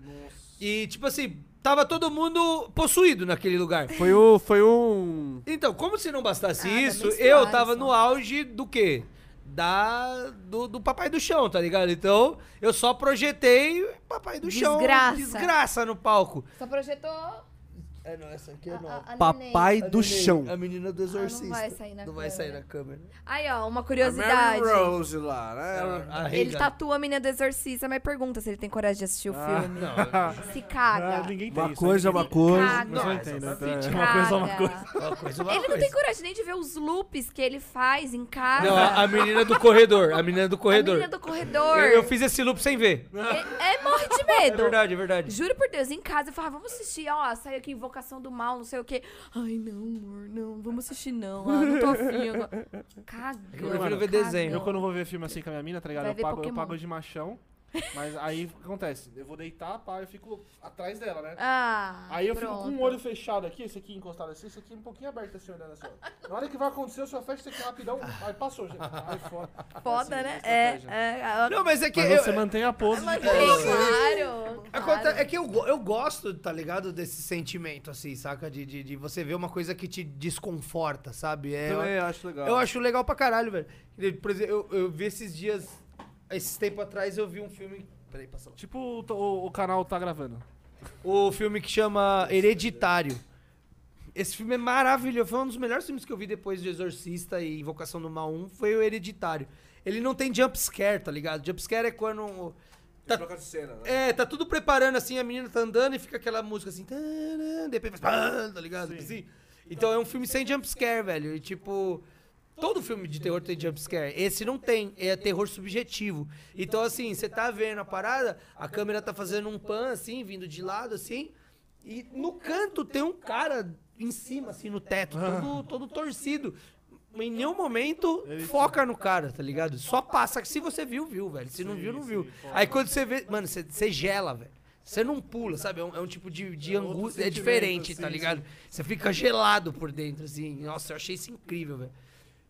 Speaker 5: E, tipo assim, tava todo mundo possuído naquele lugar.
Speaker 1: Foi, o, foi um.
Speaker 5: Então, como se não bastasse
Speaker 4: Nada,
Speaker 5: isso,
Speaker 4: menstruar,
Speaker 5: eu tava
Speaker 4: tá só.
Speaker 5: no auge do quê? Da, do, do papai do chão, tá ligado? Então, eu só projetei papai do chão.
Speaker 4: Desgraça.
Speaker 5: Desgraça no palco.
Speaker 4: Só projetou. a-
Speaker 5: É, não, essa aqui é nova.
Speaker 4: a- a
Speaker 1: Papai
Speaker 4: neném.
Speaker 1: do chão.
Speaker 5: A menina do exorcista.
Speaker 4: Ah, não vai sair na
Speaker 5: Não vai sair
Speaker 4: câmera.
Speaker 5: na câmera.
Speaker 4: Aí, ó, uma
Speaker 1: A Mary
Speaker 4: curiosidade.
Speaker 1: Rose lá,
Speaker 5: É
Speaker 1: né?
Speaker 5: A
Speaker 4: Ele tá
Speaker 5: Regan.
Speaker 4: tatua a menina do exorcista, mas pergunta se ele tem coragem de assistir o filme.
Speaker 5: Não,
Speaker 4: Se caga.
Speaker 2: Ah, ninguém tem
Speaker 1: Uma
Speaker 2: isso,
Speaker 1: coisa é
Speaker 2: ninguém
Speaker 1: uma
Speaker 2: tem.
Speaker 1: coisa.
Speaker 4: Caga.
Speaker 2: Mas eu
Speaker 5: Não,
Speaker 2: entendo,
Speaker 5: essa
Speaker 2: então, é
Speaker 4: Se
Speaker 2: uma coisa é uma
Speaker 4: caga.
Speaker 2: coisa.
Speaker 5: uma coisa, uma
Speaker 4: Ele não
Speaker 5: coisa.
Speaker 4: tem coragem nem de ver os loops que ele faz em casa.
Speaker 5: Não, a a menina do corredor. A menina do corredor.
Speaker 4: A menina do corredor.
Speaker 5: Eu, eu fiz esse loop sem ver.
Speaker 4: É, é, morre de
Speaker 5: É
Speaker 4: medo.
Speaker 5: verdade, é verdade.
Speaker 4: Juro por Deus, em casa eu falava, vamos assistir, ó, saiu aqui Invocação do Mal, não sei o quê. Ai, não, amor, não, vamos assistir não, ah, não tô afim agora. Cagão.
Speaker 5: Eu prefiro ver
Speaker 4: cagão.
Speaker 5: desenho.
Speaker 2: Eu quando vou ver filme assim com a minha mina, tá ligado?
Speaker 4: Vai
Speaker 2: Eu
Speaker 4: ver
Speaker 2: pago, eu
Speaker 4: Pokémon.
Speaker 2: pago de machão, mas aí o que acontece? Eu vou deitar, pá, eu fico atrás dela, né?
Speaker 4: Ah,
Speaker 2: Aí eu
Speaker 4: pronto.
Speaker 2: fico com o olho fechado aqui, esse aqui encostado assim, esse aqui um pouquinho aberto assim, olhando assim. ó. Na hora que vai acontecer, eu só fecho esse aqui é rapidão, aí passou, gente. Aí foda.
Speaker 4: Foda,
Speaker 2: Assim,
Speaker 4: né? É,
Speaker 2: estratégia.
Speaker 4: é, a-
Speaker 5: Não, mas é que.
Speaker 2: Mas
Speaker 5: eu-
Speaker 2: você mantém a pose.
Speaker 4: Mas é-
Speaker 2: de-
Speaker 4: tem,
Speaker 5: Não,
Speaker 4: claro,
Speaker 5: Aconte-
Speaker 4: claro.
Speaker 5: É que eu, go- eu gosto, tá ligado? Desse sentimento, assim, saca? De, de, de você ver uma coisa que te desconforta, sabe? É, eu,
Speaker 1: Também acho legal.
Speaker 5: eu acho legal pra caralho, velho. Por exemplo, eu, eu vi esses dias, esses tempos atrás, eu vi um filme. Peraí, passou.
Speaker 2: Tipo o, o- o canal tá gravando.
Speaker 5: O filme que chama Hereditário. Esse filme é maravilhoso. Foi um dos melhores filmes que eu vi depois de Exorcista e Invocação do Mal 1. Foi o Hereditário. Ele não tem jumpscare, tá ligado? Jumpscare é quando. Tá,
Speaker 1: Troca de cena, né?
Speaker 5: É, tá tudo preparando assim, a menina tá andando e fica aquela música assim, tarã, depois faz, pã, tá ligado? Assim. Então é um filme sem jumpscare, velho. E tipo, todo filme de terror tem jumpscare. Esse não tem, é terror subjetivo. Então assim, você tá vendo a parada, a câmera tá fazendo um pan assim, vindo de lado assim, e no canto tem um cara em cima, assim, no teto, todo, todo torcido. Em nenhum momento foca no cara, tá ligado? Só passa. Se você viu, viu, velho. Se não viu, não viu. Aí quando você vê. Mano, você, você gela, velho. Você não pula, sabe? É um, é um tipo de, de
Speaker 2: outro
Speaker 5: angústia. É
Speaker 2: sentimento,
Speaker 5: diferente, tá
Speaker 2: sim,
Speaker 5: ligado? Você fica gelado por dentro, assim. Nossa, eu achei isso incrível, velho.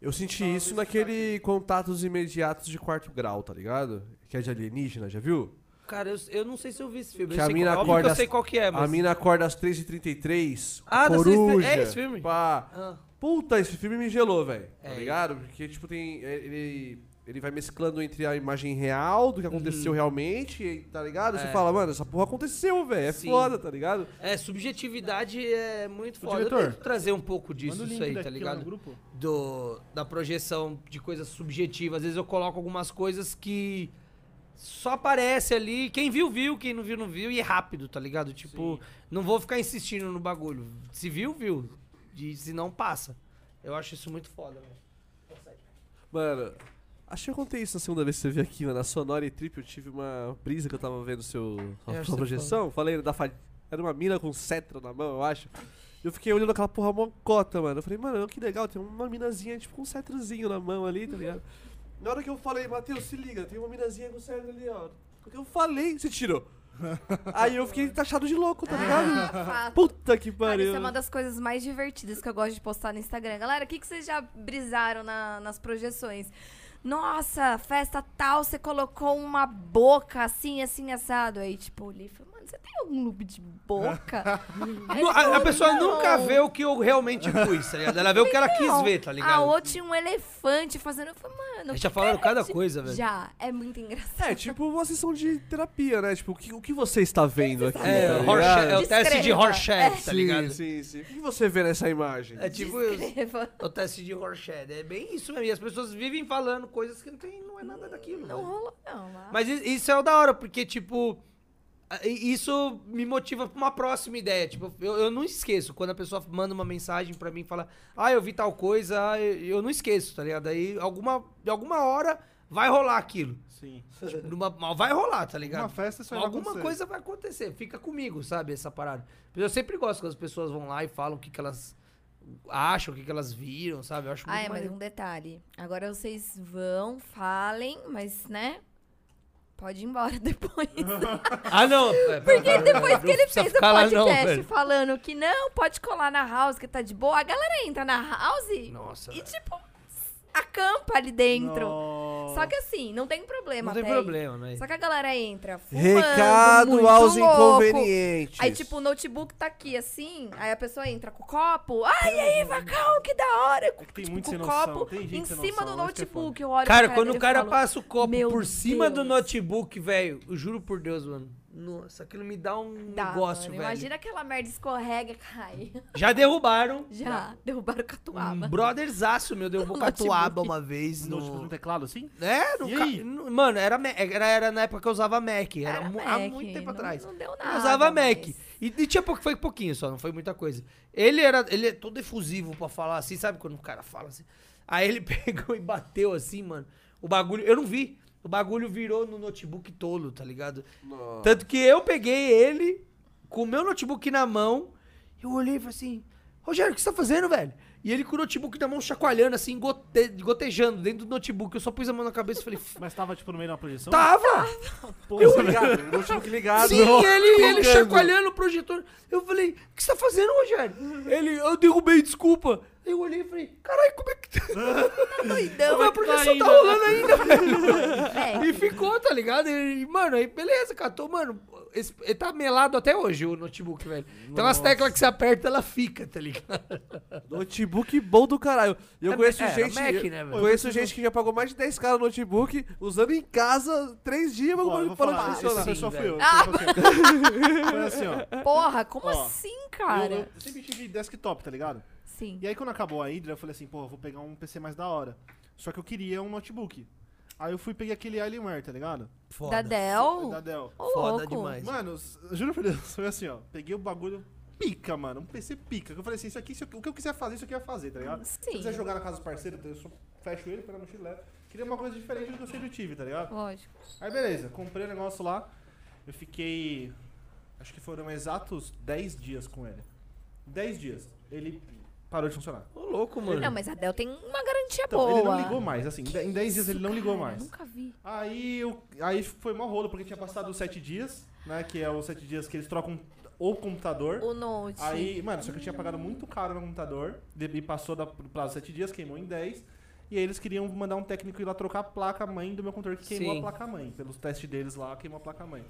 Speaker 1: Eu senti isso
Speaker 5: tá
Speaker 1: naquele Contatos Imediatos de Quarto Grau, tá ligado? Que é de alienígena, já viu?
Speaker 5: Cara, eu, eu não sei se eu vi esse filme.
Speaker 1: Que
Speaker 5: eu
Speaker 1: a
Speaker 5: sei
Speaker 1: mina
Speaker 5: qual, óbvio
Speaker 1: acorda
Speaker 5: que eu sei
Speaker 1: às-
Speaker 5: qual que é, mas.
Speaker 1: A mina acorda às 3h33.
Speaker 5: Ah, das
Speaker 1: coruja,
Speaker 5: 3h33, é esse filme?
Speaker 1: Pá.
Speaker 5: Ah.
Speaker 1: Puta, esse filme me gelou, velho. Tá
Speaker 5: É.
Speaker 1: ligado? Porque, tipo, tem. Ele, Ele vai mesclando entre a imagem real do que aconteceu realmente, e, tá ligado? Você
Speaker 5: Uhum. É.
Speaker 1: fala, mano, essa porra aconteceu, velho. É
Speaker 5: Sim.
Speaker 1: foda, tá ligado?
Speaker 5: É, subjetividade é muito foda. Eu
Speaker 2: diretor,
Speaker 5: tento trazer um pouco disso
Speaker 2: Manda o link
Speaker 5: isso aí,
Speaker 2: daqui
Speaker 5: tá
Speaker 2: lá
Speaker 5: ligado?
Speaker 2: no grupo.
Speaker 5: do, da projeção de coisas subjetivas. Às vezes eu coloco algumas coisas que só aparece ali. Quem viu, viu. Quem não viu, não viu. E é rápido, tá ligado? Tipo, não vou ficar insistindo no bagulho. Se viu, viu. E se não, passa. Eu acho isso muito foda, velho.
Speaker 1: Mano, acho que eu contei isso na segunda vez que você veio aqui, mano. Na Sonora e Trip eu tive uma brisa que eu tava vendo seu,
Speaker 5: Eu
Speaker 1: sua,
Speaker 5: acho
Speaker 1: sua
Speaker 5: que você
Speaker 1: projeção. Falei da fa... Era uma mina com cetro na mão, eu acho. Eu fiquei olhando aquela porra mocota, mano. Eu falei, mano, que legal, tem uma minazinha, tipo, com um cetrozinho na mão ali, tá
Speaker 5: Uhum.
Speaker 1: ligado? Na hora que eu falei, Matheus, se liga, tem uma minazinha com cetro ali, ó. Porque eu falei, você tirou. Aí eu fiquei taxado de louco, tá ligado?
Speaker 4: Ah, fato.
Speaker 1: Puta que
Speaker 4: Cara,
Speaker 1: pariu.
Speaker 4: isso é uma das coisas mais divertidas que eu gosto de postar no Instagram. Galera, o que, que vocês já brisaram na- nas projeções? Nossa, festa tal, você colocou uma boca assim, assim, assado. Aí, tipo, eu olhei e falei, mano, você tem algum loop de boca? Aí ele
Speaker 5: Não, a, a
Speaker 4: falou,
Speaker 5: pessoa
Speaker 4: "Não."
Speaker 5: nunca vê o que eu realmente pus, tá ligado? Ela vê o que ela quis
Speaker 4: Não.
Speaker 5: ver, tá
Speaker 4: A
Speaker 5: ligado?
Speaker 4: outra tinha um elefante fazendo. Eu falei, mano.
Speaker 5: A gente já tá falaram cada coisa, velho.
Speaker 4: Já, é muito engraçado.
Speaker 1: É, tipo uma sessão de terapia, né? Tipo, o que, o que você está vendo aqui?
Speaker 5: É,
Speaker 1: tá ligado?
Speaker 5: Rorschach- é o teste de
Speaker 4: Descreva.
Speaker 5: Rorschach,
Speaker 4: É.
Speaker 5: tá ligado?
Speaker 1: Sim, sim. O que você vê nessa imagem?
Speaker 5: É tipo isso.
Speaker 4: Descreva.
Speaker 5: É O teste de Rorschach. É bem isso mesmo. E as pessoas vivem falando coisas que não, tem, não é nada daquilo.
Speaker 4: Não
Speaker 5: velho.
Speaker 4: rolou, não. lá.
Speaker 5: Mas i- isso é o da hora, porque, tipo, a- i- isso me motiva pra uma próxima ideia. Tipo, eu, eu não esqueço. Quando a pessoa manda uma mensagem pra mim e fala, ah, eu vi tal coisa, ah, eu, eu não esqueço, tá ligado? Aí, alguma, de alguma hora, vai rolar aquilo. Tipo,
Speaker 2: Sim.
Speaker 5: Numa- mas vai rolar, tá ligado?
Speaker 2: Uma festa isso aí vai
Speaker 5: Alguma
Speaker 2: acontecer.
Speaker 5: coisa vai acontecer. Fica comigo, sabe? Essa parada. Eu sempre gosto quando as pessoas vão lá e falam o que, que elas acham, o que, que elas viram, sabe? Eu acho
Speaker 4: Ah, é,
Speaker 5: muito
Speaker 4: mas
Speaker 5: maneiro.
Speaker 4: um detalhe. Agora vocês vão, falem, mas, né? Pode ir embora depois.
Speaker 5: Ah, não. é,
Speaker 4: Porque
Speaker 5: não,
Speaker 4: depois
Speaker 5: não
Speaker 4: que ele
Speaker 5: precisa
Speaker 4: fez o
Speaker 5: ficar lá, não,
Speaker 4: podcast
Speaker 5: velho.
Speaker 4: falando que não pode colar na house, que tá de boa, a galera entra na house
Speaker 5: Nossa,
Speaker 4: e,
Speaker 5: velho.
Speaker 4: tipo, acampa ali dentro.
Speaker 2: Nossa.
Speaker 4: Só que assim, não tem problema
Speaker 5: Não tem
Speaker 4: até aí.
Speaker 5: problema, né?
Speaker 4: Só que a galera entra
Speaker 5: um
Speaker 4: fumando,
Speaker 1: Recado
Speaker 4: muito
Speaker 1: aos
Speaker 4: louco.
Speaker 1: inconvenientes.
Speaker 4: Aí, tipo, o notebook tá aqui, assim, aí a pessoa entra com o copo. Ai, e aí, Vacão, que da hora!
Speaker 2: É que tem
Speaker 4: tipo,
Speaker 2: muito
Speaker 4: com
Speaker 2: sem
Speaker 4: o
Speaker 2: noção,
Speaker 4: copo
Speaker 2: tem gente
Speaker 4: em
Speaker 2: sem
Speaker 4: cima
Speaker 2: noção,
Speaker 4: do
Speaker 2: isso que é
Speaker 4: notebook. Eu olho pra
Speaker 5: Cara, quando
Speaker 4: dele
Speaker 5: o
Speaker 4: e
Speaker 5: cara
Speaker 4: falo,
Speaker 5: passa o copo
Speaker 4: "Meu
Speaker 5: por cima do
Speaker 4: Deus."
Speaker 5: notebook, velho, eu juro por Deus, mano. Nossa, aquilo me dá um
Speaker 4: Dá,
Speaker 5: negócio,
Speaker 4: mano,
Speaker 5: velho.
Speaker 4: Imagina aquela merda escorrega e cai.
Speaker 5: Já derrubaram.
Speaker 4: Já, derrubaram o catuaba.
Speaker 5: Um brotherzaço meu derrubou
Speaker 4: Notebook.
Speaker 5: catuaba uma vez
Speaker 2: No, tipo, no
Speaker 5: no...
Speaker 2: teclado, assim?
Speaker 5: É, no
Speaker 2: E
Speaker 5: ca-
Speaker 2: aí?
Speaker 5: no- Mano, era, me- era, era na época que eu usava Mac. Era,
Speaker 4: Era
Speaker 5: mu- há
Speaker 4: Mac,
Speaker 5: muito tempo
Speaker 4: não-
Speaker 5: atrás.
Speaker 4: Não deu nada.
Speaker 5: Eu usava Mac.
Speaker 4: mas-
Speaker 5: E, e tinha pouco, foi pouquinho só, não foi muita coisa. Ele era. Ele é todo efusivo pra falar assim, sabe quando o cara fala assim? Aí ele pegou e bateu assim, mano. O bagulho. Eu não vi. O bagulho virou no notebook tolo, tá ligado? Tanto que eu peguei ele com o meu notebook na mão. Eu olhei e falei assim: Rogério, o que você tá fazendo, velho? E ele com o notebook na mão chacoalhando, assim, gote- gotejando dentro do notebook. Eu só pus a mão na cabeça e falei: "F-
Speaker 2: Mas tava, tipo, no meio de uma projeção?
Speaker 5: Tava!
Speaker 2: Pô,
Speaker 1: Eu ligado, eu tive que ligado.
Speaker 5: Sim,
Speaker 1: Não.
Speaker 5: ele, ele
Speaker 1: Tocando.
Speaker 5: chacoalhando o projetor. Eu falei, o que você tá fazendo, Rogério? Ele, eu derrubei, desculpa. Eu olhei e falei, caralho, como é que tá?
Speaker 4: Doidão,
Speaker 5: Como é
Speaker 4: mas
Speaker 5: que projeção
Speaker 2: ainda,
Speaker 5: tá rolando ainda,
Speaker 4: Mac.
Speaker 5: velho? E ficou, tá ligado? E, mano, aí beleza, catou, mano. esse- ele tá melado até hoje, o notebook, velho. Tem umas teclas que você aperta, ela fica, tá ligado?
Speaker 1: Notebook bom do caralho. E eu
Speaker 5: É,
Speaker 1: conheço
Speaker 5: era
Speaker 1: gente.
Speaker 5: Mac,
Speaker 1: eu
Speaker 5: né, velho?
Speaker 1: conheço gente que já pagou mais de 10k no notebook, usando em casa três dias pra
Speaker 2: Ó, eu
Speaker 1: pra
Speaker 2: vou
Speaker 1: não
Speaker 2: falar, essa
Speaker 1: funcionar.
Speaker 2: pessoa
Speaker 5: Sim,
Speaker 2: fui eu.
Speaker 4: velho. Ah.
Speaker 2: tipo assim, Foi assim, ó.
Speaker 4: Porra, como
Speaker 2: Ó,
Speaker 4: assim, cara?
Speaker 2: Eu, eu sempre tive desktop, tá ligado?
Speaker 4: Sim.
Speaker 2: E aí quando acabou a Hydra, eu falei assim, pô, eu vou pegar um PC mais da hora. Só que eu queria um notebook. Aí eu fui e peguei aquele Alienware, tá ligado?
Speaker 4: Da Dell?
Speaker 2: Da Dell.
Speaker 4: Ô,
Speaker 5: Foda
Speaker 4: louco.
Speaker 5: demais.
Speaker 2: Mano, s- juro por Deus, foi assim, ó. Peguei o bagulho pica, mano. Um PC pica. Que eu falei assim, isso aqui, se eu- o que eu quiser fazer, isso aqui eu ia fazer, tá ligado? Se eu
Speaker 4: Sim,
Speaker 2: quiser jogar na casa dos parceiros, eu só fecho ele, pego no chile. Queria uma coisa diferente do que eu sempre tive, tá ligado?
Speaker 4: lógico.
Speaker 2: Aí beleza, comprei o negócio lá. Eu fiquei. Acho que foram exatos 10 dias com ele. 10 dias. Ele parou de funcionar.
Speaker 5: Ô, louco, mano.
Speaker 4: Não, mas a Dell tem uma garantia
Speaker 2: Então,
Speaker 4: boa.
Speaker 2: ele não ligou mais, assim. Em 10 dias ele não ligou
Speaker 4: Cara,
Speaker 2: mais.
Speaker 4: Nunca vi.
Speaker 2: Aí, eu, aí foi mó rolo, porque tinha passado os 7 dias, né? Que é os 7 dias que eles trocam o computador.
Speaker 4: O Note.
Speaker 2: Aí, mano, só que eu tinha pagado muito caro no computador. de- E passou da, do prazo de 7 dias, queimou em 10. E aí eles queriam mandar um técnico ir lá trocar a placa-mãe do meu computador, que queimou
Speaker 5: Sim.
Speaker 2: a placa-mãe. Pelos testes deles lá, queimou a placa-mãe.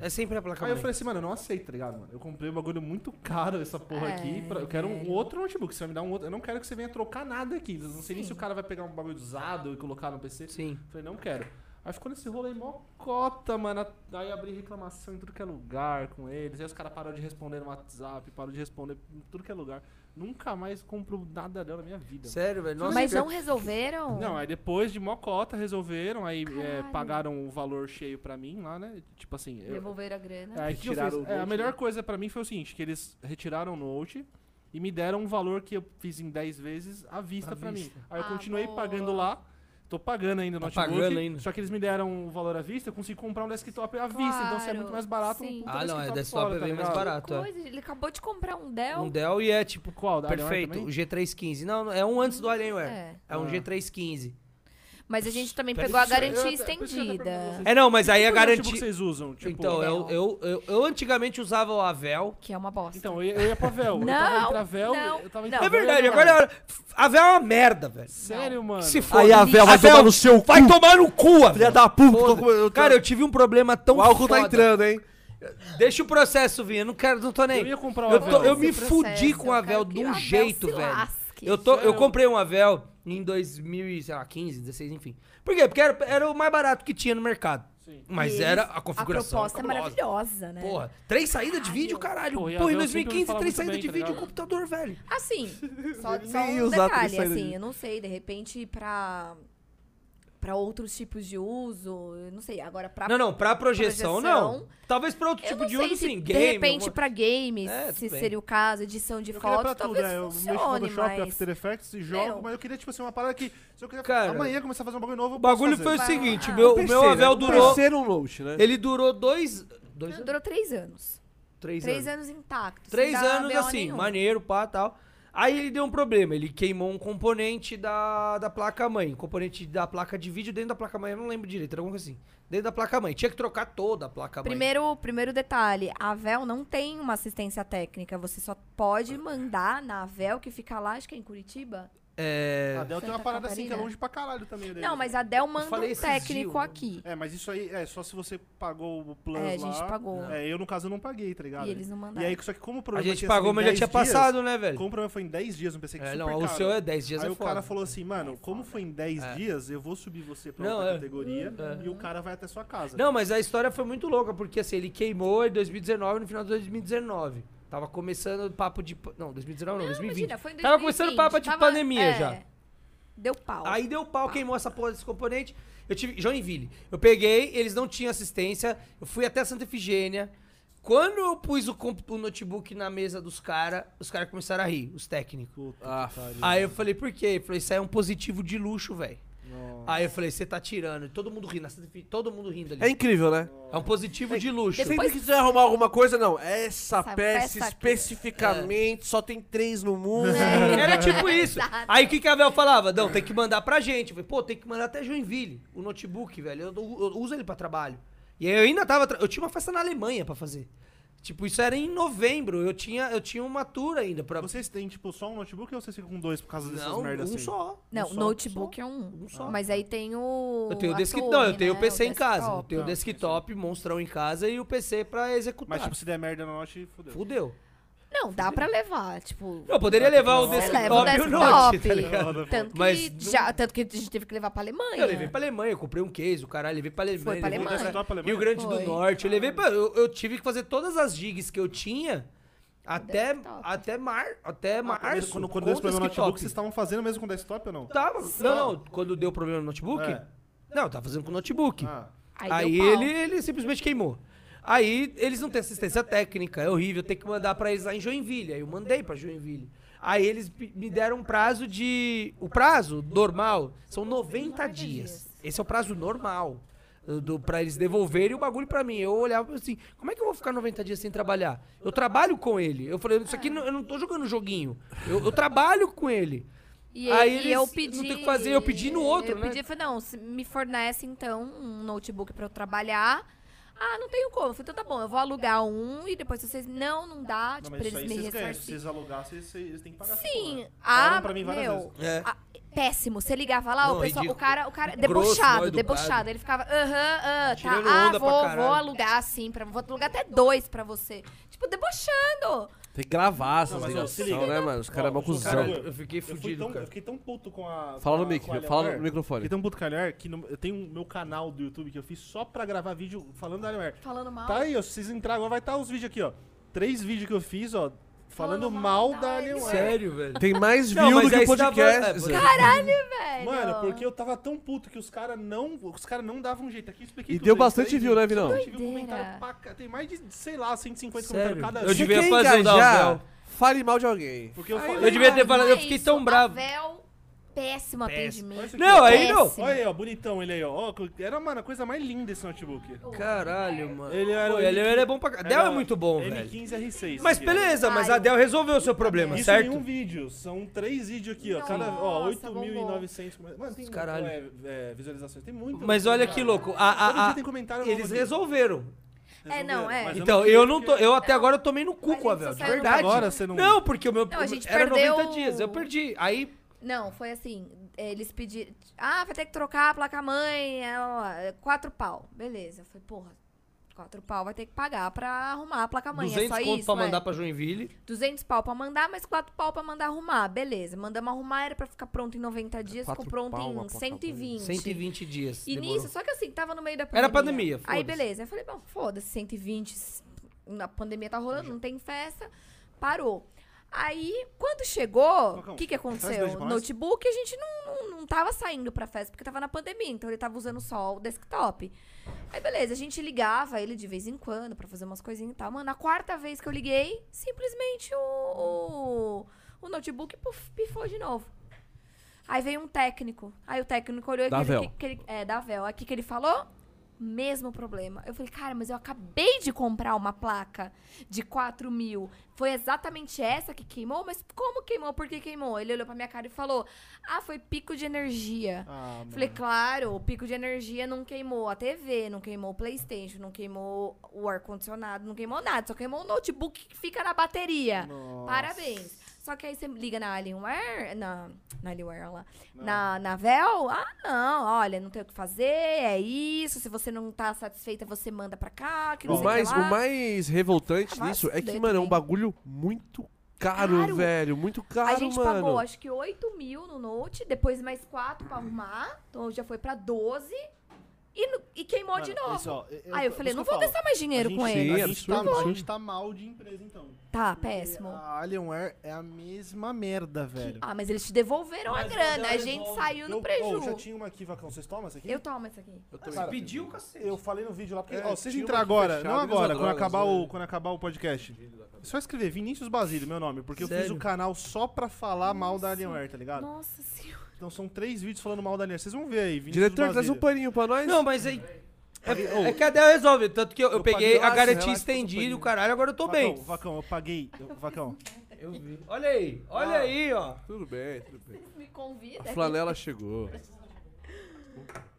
Speaker 5: É sempre a placa
Speaker 2: Aí eu
Speaker 5: mãe.
Speaker 2: falei assim, mano, eu não aceito, tá ligado, mano? Eu comprei um bagulho muito caro essa porra aqui. pra- eu quero um
Speaker 4: É, velho.
Speaker 2: outro notebook, você vai me dar um outro. Eu não quero que você venha trocar nada aqui. Eu não sei nem se o cara vai pegar um bagulho usado e colocar no PC.
Speaker 5: Sim.
Speaker 2: Eu Falei, não quero. Aí ficou nesse rolê mó cota, mano. Aí abri reclamação em tudo que é lugar com eles. Aí os caras pararam de responder no WhatsApp, pararam de responder em tudo que é lugar. Nunca mais compro nada dela na minha vida.
Speaker 5: Sério, velho? Nossa,
Speaker 4: Mas
Speaker 5: eu- Ah,
Speaker 4: não resolveram?
Speaker 2: Não, aí depois de mocota resolveram, aí é,
Speaker 4: é Caralho.
Speaker 2: pagaram o valor cheio pra mim lá, né? Tipo assim, eu-
Speaker 4: Devolveram a grana.
Speaker 2: aí, o que eu
Speaker 6: Retiraram
Speaker 2: fiz?
Speaker 6: o
Speaker 2: É, a
Speaker 6: Note,
Speaker 2: melhor
Speaker 6: né?
Speaker 2: coisa pra mim foi o seguinte, que eles retiraram o Note e me deram um valor que eu fiz em 10 vezes à vista
Speaker 5: À
Speaker 2: pra mim.
Speaker 5: vista.
Speaker 2: Aí eu
Speaker 4: Ah,
Speaker 2: continuei
Speaker 4: boa.
Speaker 2: pagando lá. Tô pagando ainda o
Speaker 5: Tá
Speaker 2: notebook.
Speaker 5: pagando ainda.
Speaker 2: Só que eles me deram o valor à vista, eu consegui comprar um desktop à vista. Então se é
Speaker 4: Claro,
Speaker 2: muito mais barato, um
Speaker 4: sim.
Speaker 2: puta
Speaker 5: Ah, não, é desktop
Speaker 2: fora,
Speaker 5: é
Speaker 2: tá
Speaker 5: bem
Speaker 2: ligado?
Speaker 5: mais
Speaker 4: Que
Speaker 5: barato. é.
Speaker 4: coisa, ele acabou de comprar um Dell.
Speaker 5: Um Dell e é tipo.
Speaker 2: Qual? Da Alienware
Speaker 5: Perfeito, o
Speaker 2: também?
Speaker 5: G315. Não, é um antes do Alienware. É,
Speaker 4: É.
Speaker 5: um
Speaker 2: Ah.
Speaker 5: G315.
Speaker 4: Mas a gente também
Speaker 5: Pera,
Speaker 4: pegou a
Speaker 5: isso é-
Speaker 2: eu
Speaker 4: garantia
Speaker 2: até- por isso que eu até perguntei
Speaker 4: estendida.
Speaker 2: pra
Speaker 5: É, não, mas aí a
Speaker 2: Que notebook
Speaker 5: garantia.
Speaker 2: vocês usam? Tipo,
Speaker 5: Então, eu, eu, eu, eu antigamente usava o Avel.
Speaker 4: Que é uma bosta.
Speaker 2: Então, eu ia, eu ia pra Vel. eu tava
Speaker 4: Não,
Speaker 2: entre a Vel,
Speaker 4: não,
Speaker 2: eu tava
Speaker 4: não.
Speaker 2: entre a
Speaker 5: É
Speaker 2: Vel e a
Speaker 5: verdade,
Speaker 2: Alienware.
Speaker 5: agora. A Avel é uma merda, velho.
Speaker 2: Sério, mano.
Speaker 5: Se for.
Speaker 1: Aí a Vel vai
Speaker 5: Avel,
Speaker 1: tomar no seu cu.
Speaker 5: Vai tomar no cu,
Speaker 1: Filha
Speaker 5: Avel.
Speaker 1: da puta.
Speaker 5: Foda.
Speaker 1: eu tô- eu tô-
Speaker 5: Cara, eu tive um problema tão
Speaker 1: o álcool tá
Speaker 5: foda.
Speaker 1: entrando, hein?
Speaker 5: Deixa o processo vir, eu não quero, não tô nem.
Speaker 2: Eu ia comprar o
Speaker 5: Eu, tô-
Speaker 2: Avel.
Speaker 5: eu me
Speaker 4: Esse
Speaker 5: fudi
Speaker 4: processo,
Speaker 5: com o
Speaker 4: eu
Speaker 5: Avel
Speaker 4: quero
Speaker 5: de
Speaker 4: que
Speaker 5: um
Speaker 4: o Avel
Speaker 5: jeito,
Speaker 4: se
Speaker 5: velho.
Speaker 4: lasque.
Speaker 5: Eu, tô, eu
Speaker 2: Sério?
Speaker 5: comprei um Avel em 2015, 16, enfim. Por quê? Porque era, era o mais barato que tinha no mercado.
Speaker 2: Sim.
Speaker 5: Mas
Speaker 4: E
Speaker 5: era
Speaker 4: eles-
Speaker 5: a configuração.
Speaker 4: A proposta é
Speaker 5: cabulosa.
Speaker 4: maravilhosa, né?
Speaker 5: Porra, três saídas de vídeo, caralho.
Speaker 2: Porra, e
Speaker 5: Porra, em
Speaker 2: Avel sempre
Speaker 5: 2015,
Speaker 2: me fala
Speaker 5: três
Speaker 2: muito
Speaker 5: saídas
Speaker 2: bem,
Speaker 5: de
Speaker 2: tá
Speaker 5: vídeo e um
Speaker 2: ligado?
Speaker 5: computador, velho.
Speaker 4: Assim, só,
Speaker 1: Nem
Speaker 4: só um
Speaker 1: usar tudo
Speaker 4: detalhe,
Speaker 1: isso aí,
Speaker 4: assim,
Speaker 1: né?
Speaker 4: eu não sei, de repente pra, pra outros tipos de uso, eu não sei, agora pra...
Speaker 5: Não, não, pra projeção, não. Talvez pra outro
Speaker 4: Eu
Speaker 5: tipo
Speaker 4: não
Speaker 5: de
Speaker 4: sei
Speaker 5: uso,
Speaker 4: se,
Speaker 5: sim.
Speaker 4: de
Speaker 5: Game,
Speaker 4: repente,
Speaker 5: alguma-
Speaker 4: pra games,
Speaker 5: É, tudo
Speaker 4: se
Speaker 5: bem.
Speaker 4: seria o caso, edição de
Speaker 2: Eu queria pra
Speaker 4: fotos,
Speaker 2: tudo,
Speaker 4: talvez
Speaker 2: né? Eu mexo
Speaker 4: funcione,
Speaker 2: no Photoshop,
Speaker 4: mas...
Speaker 2: After Effects e jogo,
Speaker 4: Meu.
Speaker 2: mas eu queria, tipo assim, uma parada que... Se eu quiser
Speaker 5: Cara,
Speaker 2: amanhã começar a fazer um bagulho novo, eu
Speaker 5: O bagulho
Speaker 2: posso
Speaker 5: foi o
Speaker 2: fazer.
Speaker 4: Vai.
Speaker 5: seguinte,
Speaker 4: Ah.
Speaker 5: meu, meu Avel durou...
Speaker 1: Terceiro note, né?
Speaker 5: Ele durou dois... Dois
Speaker 4: Durou três anos.
Speaker 5: Três,
Speaker 4: Três
Speaker 5: anos.
Speaker 4: anos intactos.
Speaker 5: Três
Speaker 4: sem dar
Speaker 5: anos,
Speaker 4: BO
Speaker 5: assim,
Speaker 4: nenhum.
Speaker 5: maneiro, pá, tal. Aí ele deu um problema, ele queimou um componente da, da placa-mãe, um componente da placa de vídeo dentro da placa-mãe, eu não lembro direito, era alguma coisa assim. Dentro da placa-mãe, tinha que trocar toda a placa-mãe.
Speaker 4: Primeiro, primeiro detalhe, a Avel não tem uma assistência técnica, você só pode mandar na Avel, que fica lá, acho que é em Curitiba.
Speaker 5: É...
Speaker 2: A Dell tem uma
Speaker 4: Santa
Speaker 2: parada assim que é
Speaker 4: Catarina.
Speaker 2: longe pra caralho também. deles.
Speaker 4: Não, mas a Del manda
Speaker 5: falei
Speaker 4: um
Speaker 5: esses
Speaker 4: técnico
Speaker 5: dias, né?
Speaker 4: aqui.
Speaker 2: É, mas isso aí é só se você pagou o plano
Speaker 4: É, a gente pagou.
Speaker 2: É, eu, no caso, eu não paguei, tá ligado?
Speaker 4: E eles não
Speaker 2: E
Speaker 4: mandaram.
Speaker 2: aí, só que como o
Speaker 5: A
Speaker 2: problema
Speaker 5: gente
Speaker 2: tinha sido
Speaker 5: pagou,
Speaker 2: em
Speaker 5: mas já
Speaker 2: 10
Speaker 5: tinha
Speaker 2: dias,
Speaker 5: passado, né, velho?
Speaker 2: Como o problema foi em 10 dias, um PC que
Speaker 5: É,
Speaker 2: super
Speaker 5: não, o
Speaker 2: caro.
Speaker 5: seu é 10 dias
Speaker 2: Aí
Speaker 5: é
Speaker 2: o
Speaker 5: foda. É.
Speaker 2: cara falou assim,
Speaker 4: É
Speaker 2: mano, como foi em 10 dias, eu vou subir você pra
Speaker 5: Não,
Speaker 2: outra
Speaker 5: é.
Speaker 2: categoria e o cara vai até sua casa.
Speaker 5: Não, mas a história foi muito louca, porque assim, ele queimou em 2019, no final de twenty 2019. Tava começando o papo de. pa- Não, 2019 não, 2020.
Speaker 4: Imagina, foi em
Speaker 5: Tava começando
Speaker 4: 2020,
Speaker 5: o papo de
Speaker 4: tava-
Speaker 5: pandemia
Speaker 4: é,
Speaker 5: já.
Speaker 4: Deu pau. Ah.
Speaker 5: Aí deu pau, queimou essa porra desse componente. Eu tive. Joinville. Eu peguei, eles não tinham assistência. Eu fui até Santa Efigênia. Quando eu pus o, comp- o notebook na mesa dos caras, os caras começaram a rir, os técnicos.
Speaker 2: Puta
Speaker 1: Ah,
Speaker 2: que pariu.
Speaker 5: Aí eu falei, por quê? Ele falou, isso aí é um positivo de luxo, velho.
Speaker 2: Nossa.
Speaker 5: Aí eu falei, você tá tirando. E todo mundo rindo, na Santa Efigênia, todo mundo rindo ali.
Speaker 1: É incrível, né?
Speaker 5: É um positivo de luxo.
Speaker 1: Sempre que você arrumar alguma coisa, não. Essa,
Speaker 4: Essa
Speaker 1: peça,
Speaker 4: peça aqui. É.
Speaker 1: especificamente só tem três no mundo.
Speaker 5: Era tipo isso.
Speaker 4: Exato.
Speaker 5: Aí o que, que a Vel falava? Não, tem que mandar pra gente. Eu falei, pô, tem que mandar até Joinville, o notebook, velho. Eu, eu uso ele pra trabalho. E aí eu ainda tava. tra- Eu tinha uma festa na Alemanha pra fazer. Tipo, isso era em novembro. Eu tinha, eu tinha uma tour ainda pra.
Speaker 2: Vocês têm, tipo, só um notebook ou vocês ficam com dois por causa dessas
Speaker 5: não, um
Speaker 2: merdas assim?
Speaker 5: só.
Speaker 4: Não,
Speaker 5: um só,
Speaker 4: notebook
Speaker 5: só.
Speaker 4: é um.
Speaker 5: um só.
Speaker 4: Mas aí tem o.
Speaker 5: Eu tenho o
Speaker 4: a
Speaker 5: desktop.
Speaker 4: torre,
Speaker 5: Não, eu tenho o
Speaker 4: Um né,
Speaker 5: PC em casa. Eu
Speaker 4: desktop.
Speaker 5: tenho o
Speaker 2: Não,
Speaker 5: desktop, monstrão em casa e o PC pra executar.
Speaker 2: Mas, tipo, se der merda na noite, fudeu.
Speaker 5: Fudeu.
Speaker 4: Não, dá pra levar. Tipo.
Speaker 5: Eu poderia levar o
Speaker 2: Você
Speaker 4: Você leva
Speaker 5: desktop,
Speaker 4: o
Speaker 5: e o note,
Speaker 4: desktop.
Speaker 5: tá ligado?
Speaker 4: tanto, que
Speaker 5: Mas não-
Speaker 4: já, tanto que a gente teve que levar pra Alemanha.
Speaker 5: Eu levei pra Alemanha, eu comprei um case, o caralho, levei pra Alemanha.
Speaker 4: Foi pra
Speaker 5: levei
Speaker 4: Alemanha.
Speaker 2: Desktop pra Alemanha?
Speaker 5: Rio Grande
Speaker 4: Foi. tá.
Speaker 5: do Norte, eu levei pra, eu, eu tive que fazer todas as gigs que eu tinha até,
Speaker 4: desktop.
Speaker 5: até, mar, até é março.
Speaker 2: Ah, Quando, quando
Speaker 5: com
Speaker 2: deu esse problema no
Speaker 5: desktop.
Speaker 2: notebook, vocês estavam fazendo mesmo com desktop ou não?
Speaker 5: Tava, não, não, quando deu problema no notebook?
Speaker 2: É.
Speaker 5: Não, eu tava fazendo com o notebook.
Speaker 2: Ah,
Speaker 4: Aí,
Speaker 5: Aí
Speaker 4: deu pau.
Speaker 5: ele, ele simplesmente queimou. Aí eles não têm assistência técnica, é horrível, tem que mandar pra eles lá em Joinville. Aí eu mandei pra Joinville. Aí eles p- me deram um prazo de. O prazo normal são 90 dias. Esse é o prazo normal do- do, pra eles devolverem o bagulho pra mim. Eu olhava assim: como é que eu vou ficar 90 dias sem trabalhar? Eu trabalho com ele. Eu falei: isso aqui não- eu não tô jogando joguinho. Eu, eu trabalho com ele.
Speaker 4: E,
Speaker 5: Aí
Speaker 4: aí
Speaker 5: eles-
Speaker 4: eu
Speaker 5: não tem
Speaker 4: pedi.
Speaker 5: o que fazer, eu pedi no outro,
Speaker 4: eu
Speaker 5: né?
Speaker 4: Pedi, eu falei, não, se me fornece então um notebook pra eu trabalhar. Ah, não tenho como. Eu falei, então tá bom, eu vou alugar um e depois se vocês. Não, não dá.
Speaker 2: não,
Speaker 4: Tipo,
Speaker 2: mas
Speaker 4: eles
Speaker 2: isso aí
Speaker 4: me
Speaker 2: vocês ganham. Se
Speaker 4: ressarcirem.
Speaker 2: vocês alugar, vocês, vocês têm que pagar. essa
Speaker 4: Sim,
Speaker 2: porra. Falaram
Speaker 4: ah,
Speaker 2: pra mim várias
Speaker 4: meu.
Speaker 2: vezes.
Speaker 5: É.
Speaker 4: a- péssimo. Você ligava lá,
Speaker 5: Não,
Speaker 4: o pessoal,
Speaker 5: ridículo.
Speaker 4: o cara, o cara
Speaker 5: Grosso,
Speaker 4: debochado,
Speaker 5: mal educado.
Speaker 4: debochado. Ele ficava, aham,
Speaker 5: Tirando
Speaker 4: ah, tá,
Speaker 5: onda
Speaker 4: ah,
Speaker 5: pra
Speaker 4: vou,
Speaker 5: caralho.
Speaker 4: vou alugar assim, pra, vou alugar até dois pra você. Tipo, debochando.
Speaker 1: Tem que gravar essas
Speaker 2: mas, ó, se
Speaker 1: ligações,
Speaker 2: liga.
Speaker 1: né, mano? Os caras é mó
Speaker 2: Ó, os
Speaker 1: cuzão.
Speaker 5: Cara,
Speaker 2: Sério?
Speaker 5: eu fiquei
Speaker 2: Eu, fui
Speaker 5: fudido,
Speaker 2: tão, eu
Speaker 5: cara.
Speaker 2: fiquei tão puto com a.
Speaker 1: Fala
Speaker 2: com
Speaker 1: no
Speaker 2: a-
Speaker 1: mic,
Speaker 2: com a Leonor,
Speaker 1: fala no
Speaker 2: Fiquei
Speaker 1: microfone.
Speaker 2: tão puto com a Leonor que no- eu tenho o meu canal do YouTube que eu fiz só pra gravar vídeo falando da Leonor.
Speaker 4: Falando mal.
Speaker 2: Tá aí, ó, se vocês entrarem agora, vai estar os vídeos aqui, ó. Três vídeos que eu fiz, ó, falando
Speaker 4: Falando
Speaker 2: mal da
Speaker 4: mal da
Speaker 2: Alienware.
Speaker 5: Sério, velho.
Speaker 1: Tem mais
Speaker 5: Não,
Speaker 1: view
Speaker 5: mas
Speaker 1: do que
Speaker 5: aí
Speaker 1: o
Speaker 5: você tava- é,
Speaker 1: podcast.
Speaker 5: você-
Speaker 4: Caralho, velho.
Speaker 2: Mano, porque eu tava tão puto que os caras não, os cara não davam um jeito aqui, eu expliquei
Speaker 1: E
Speaker 2: tudo,
Speaker 1: deu
Speaker 2: tem
Speaker 1: bastante
Speaker 2: três
Speaker 1: view, né,
Speaker 2: vídeos,
Speaker 1: Vinão?
Speaker 2: eu tive um
Speaker 4: Doideira.
Speaker 2: comentário pra ca- Tem mais de, sei lá, 150
Speaker 5: Sério.
Speaker 2: comentários cada
Speaker 1: Se
Speaker 5: Eu devia
Speaker 1: quer
Speaker 5: fazer o
Speaker 1: engajar,
Speaker 5: Dalvel.
Speaker 1: Fale mal de alguém.
Speaker 2: Porque eu
Speaker 1: Aí,
Speaker 2: falei.
Speaker 5: Eu devia ter
Speaker 4: Não,
Speaker 5: falado,
Speaker 4: não
Speaker 5: eu
Speaker 4: é
Speaker 5: fiquei
Speaker 4: isso.
Speaker 5: tão bravo.
Speaker 4: Pavel, péssimo atendimento.
Speaker 2: Olha isso aqui,
Speaker 5: Não,
Speaker 2: ó.
Speaker 5: aí não.
Speaker 4: Péssimo.
Speaker 2: Olha aí, ó, bonitão ele aí, ó. Ó, Era, mano, a coisa mais linda esse notebook.
Speaker 5: Caralho, mano.
Speaker 2: Ele era
Speaker 5: Pô,
Speaker 2: o
Speaker 5: ele,
Speaker 2: N15
Speaker 5: ele é bom pra caralho. Dell é muito bom, velho.
Speaker 2: N15R6.
Speaker 5: Mas
Speaker 2: aqui, ó.
Speaker 5: beleza, mas a Dell resolveu o seu problema,
Speaker 2: Isso
Speaker 5: certo?
Speaker 2: em um vídeo, são três vídeos aqui, ó.
Speaker 4: Nossa,
Speaker 2: Cada, ó,
Speaker 4: bombou.
Speaker 2: 8.900. com- Mano, tem
Speaker 5: Caralho.
Speaker 2: muito, é, é, visualizações, tem muito.
Speaker 5: Mas olha que louco, a- a-
Speaker 2: Todo dia
Speaker 5: a-
Speaker 2: tem comentário
Speaker 5: Eles
Speaker 2: novo aqui.
Speaker 5: resolveram.
Speaker 4: É, não, é.
Speaker 2: Mas
Speaker 5: Então,
Speaker 2: queria
Speaker 5: eu não tô.
Speaker 2: porque-
Speaker 5: Eu até agora eu tomei no cu
Speaker 4: Mas
Speaker 5: com a
Speaker 4: a gente só
Speaker 5: Vel, de
Speaker 4: saiu no
Speaker 5: verdade.
Speaker 2: Agora você não-
Speaker 5: Não, porque o meu.
Speaker 4: Não, a gente
Speaker 5: era 90
Speaker 4: perdeu-
Speaker 5: dias. Eu perdi. Aí.
Speaker 4: Não, foi assim, eles pediram, ah, vai ter que trocar a placa-mãe, é, ó, é, quatro pau. Beleza, eu falei, porra, quatro pau vai ter que pagar pra arrumar a placa-mãe, é
Speaker 5: 200
Speaker 4: só
Speaker 5: conto
Speaker 4: isso,
Speaker 5: pra
Speaker 4: é.
Speaker 5: mandar pra Joinville.
Speaker 4: 200 pau pra mandar, mais 4 pau pra mandar arrumar. Beleza, mandamos arrumar, era pra ficar pronto em 90 dias,
Speaker 1: Quatro
Speaker 4: ficou pronto
Speaker 1: pau, uma
Speaker 4: em
Speaker 1: placa
Speaker 4: 120.
Speaker 5: 120 dias.
Speaker 4: E
Speaker 5: demorou.
Speaker 4: nisso, só que assim, tava no meio da pandemia.
Speaker 5: Era pandemia,
Speaker 4: Aí
Speaker 5: foda-se.
Speaker 4: beleza, eu falei, bom, foda-se, 120, a pandemia tá rolando, não tem festa, parou. Aí, quando chegou,
Speaker 5: é
Speaker 2: Falcão,
Speaker 4: o que que
Speaker 2: traz dois
Speaker 4: aconteceu?
Speaker 2: pra nós.
Speaker 4: Notebook, a gente não, não, não tava saindo pra festa, porque tava na pandemia, então ele tava usando só o desktop. Aí beleza, a gente ligava ele de vez em quando pra fazer umas coisinhas e tal. Mano, a quarta vez que eu liguei, simplesmente o, o, o notebook puf, pifou de novo. Aí veio um técnico. Aí o técnico olhou
Speaker 1: Da
Speaker 4: aqui.
Speaker 1: Vel.
Speaker 4: Que, que ele, é, da Vel. Aqui que ele falou? Mesmo problema. Eu falei, cara, mas eu acabei de comprar uma placa de 4 mil. Foi exatamente essa que queimou? Mas como queimou? Por que queimou? Ele olhou pra minha cara e falou: Ah, foi pico de energia.
Speaker 2: Ah, mano.
Speaker 4: Falei, claro, o pico de energia não queimou a TV, não queimou o Playstation, não queimou o ar-condicionado, não queimou nada, só queimou o notebook que fica na bateria.
Speaker 2: Nossa.
Speaker 4: Parabéns. Só que aí você liga na Alienware, na, na Alienware, olha lá,
Speaker 2: Não.
Speaker 4: na, na Vel, ah, não, olha, não tem o que fazer, é isso, se você não tá satisfeita, você manda pra cá, que não
Speaker 1: O
Speaker 4: sei o que
Speaker 1: mais,
Speaker 4: lá.
Speaker 1: o mais revoltante
Speaker 4: Ah, vai
Speaker 1: nisso
Speaker 4: se
Speaker 1: é que,
Speaker 4: fuder
Speaker 1: mano, é um
Speaker 4: também.
Speaker 1: bagulho muito caro,
Speaker 4: Caro.
Speaker 1: velho. Muito caro,
Speaker 4: a gente
Speaker 1: mano.
Speaker 4: pagou, acho que 8 mil no Note, depois mais 4 pra arrumar, então já foi pra 12, e, no- e queimou de
Speaker 2: Mano,
Speaker 4: novo.
Speaker 2: isso, ó,
Speaker 4: Aí eu falei,
Speaker 2: isso
Speaker 4: não
Speaker 2: que falo.
Speaker 4: vou gastar mais dinheiro
Speaker 2: A
Speaker 4: com
Speaker 2: gente-
Speaker 1: Sim,
Speaker 5: é
Speaker 4: ele.
Speaker 2: A gente, tá,
Speaker 1: absurdo.
Speaker 2: a gente tá mal de empresa, então.
Speaker 4: Tá,
Speaker 2: Porque
Speaker 4: péssimo.
Speaker 2: A Alienware é a mesma merda, velho.
Speaker 4: Ah, mas eles te devolveram
Speaker 5: Mas
Speaker 4: a
Speaker 5: quando
Speaker 4: grana,
Speaker 5: ela
Speaker 4: a gente
Speaker 5: resolve-
Speaker 4: saiu no
Speaker 2: eu,
Speaker 4: prejuízo.
Speaker 2: oh, já tinha uma aqui, Vacão. Vocês tomam essa aqui?
Speaker 4: Eu tomo essa aqui.
Speaker 5: Eu tô-
Speaker 2: Cara,
Speaker 5: pediu, cacete.
Speaker 2: Eu falei no vídeo lá, porque.
Speaker 1: É,
Speaker 2: ó, vocês
Speaker 1: tinha
Speaker 2: entrar
Speaker 1: uma aqui
Speaker 2: agora,
Speaker 1: fechada,
Speaker 2: não
Speaker 1: eles
Speaker 2: agora, quando
Speaker 1: adoram, né?
Speaker 2: acabar, o, quando acabar o podcast. É só escrever Vinícius Basílio, meu nome, porque eu fiz
Speaker 5: Sério?
Speaker 2: o canal só pra falar mal da Alienware, tá ligado?
Speaker 4: Nossa senhora.
Speaker 2: Então são três vídeos falando mal da Alienware. Vocês vão ver aí, Vinícius
Speaker 1: Diretor, traz um
Speaker 2: Basílio.
Speaker 1: paninho pra nós.
Speaker 5: Não, mas aí. É, é que a Dell resolve. Tanto que eu, eu
Speaker 2: Eu
Speaker 5: peguei
Speaker 2: paguei
Speaker 5: a
Speaker 2: lá,
Speaker 5: garantia
Speaker 2: relaxa, eu
Speaker 5: estendida e
Speaker 2: tô
Speaker 5: o caralho, agora eu tô
Speaker 2: Vacão,
Speaker 5: bem.
Speaker 2: Vacão, eu paguei. eu- Vacão.
Speaker 5: Eu vi. Olha aí, olha aí, ó.
Speaker 1: Tudo bem, tudo bem.
Speaker 4: Me
Speaker 1: A
Speaker 4: convida.
Speaker 1: flanela chegou.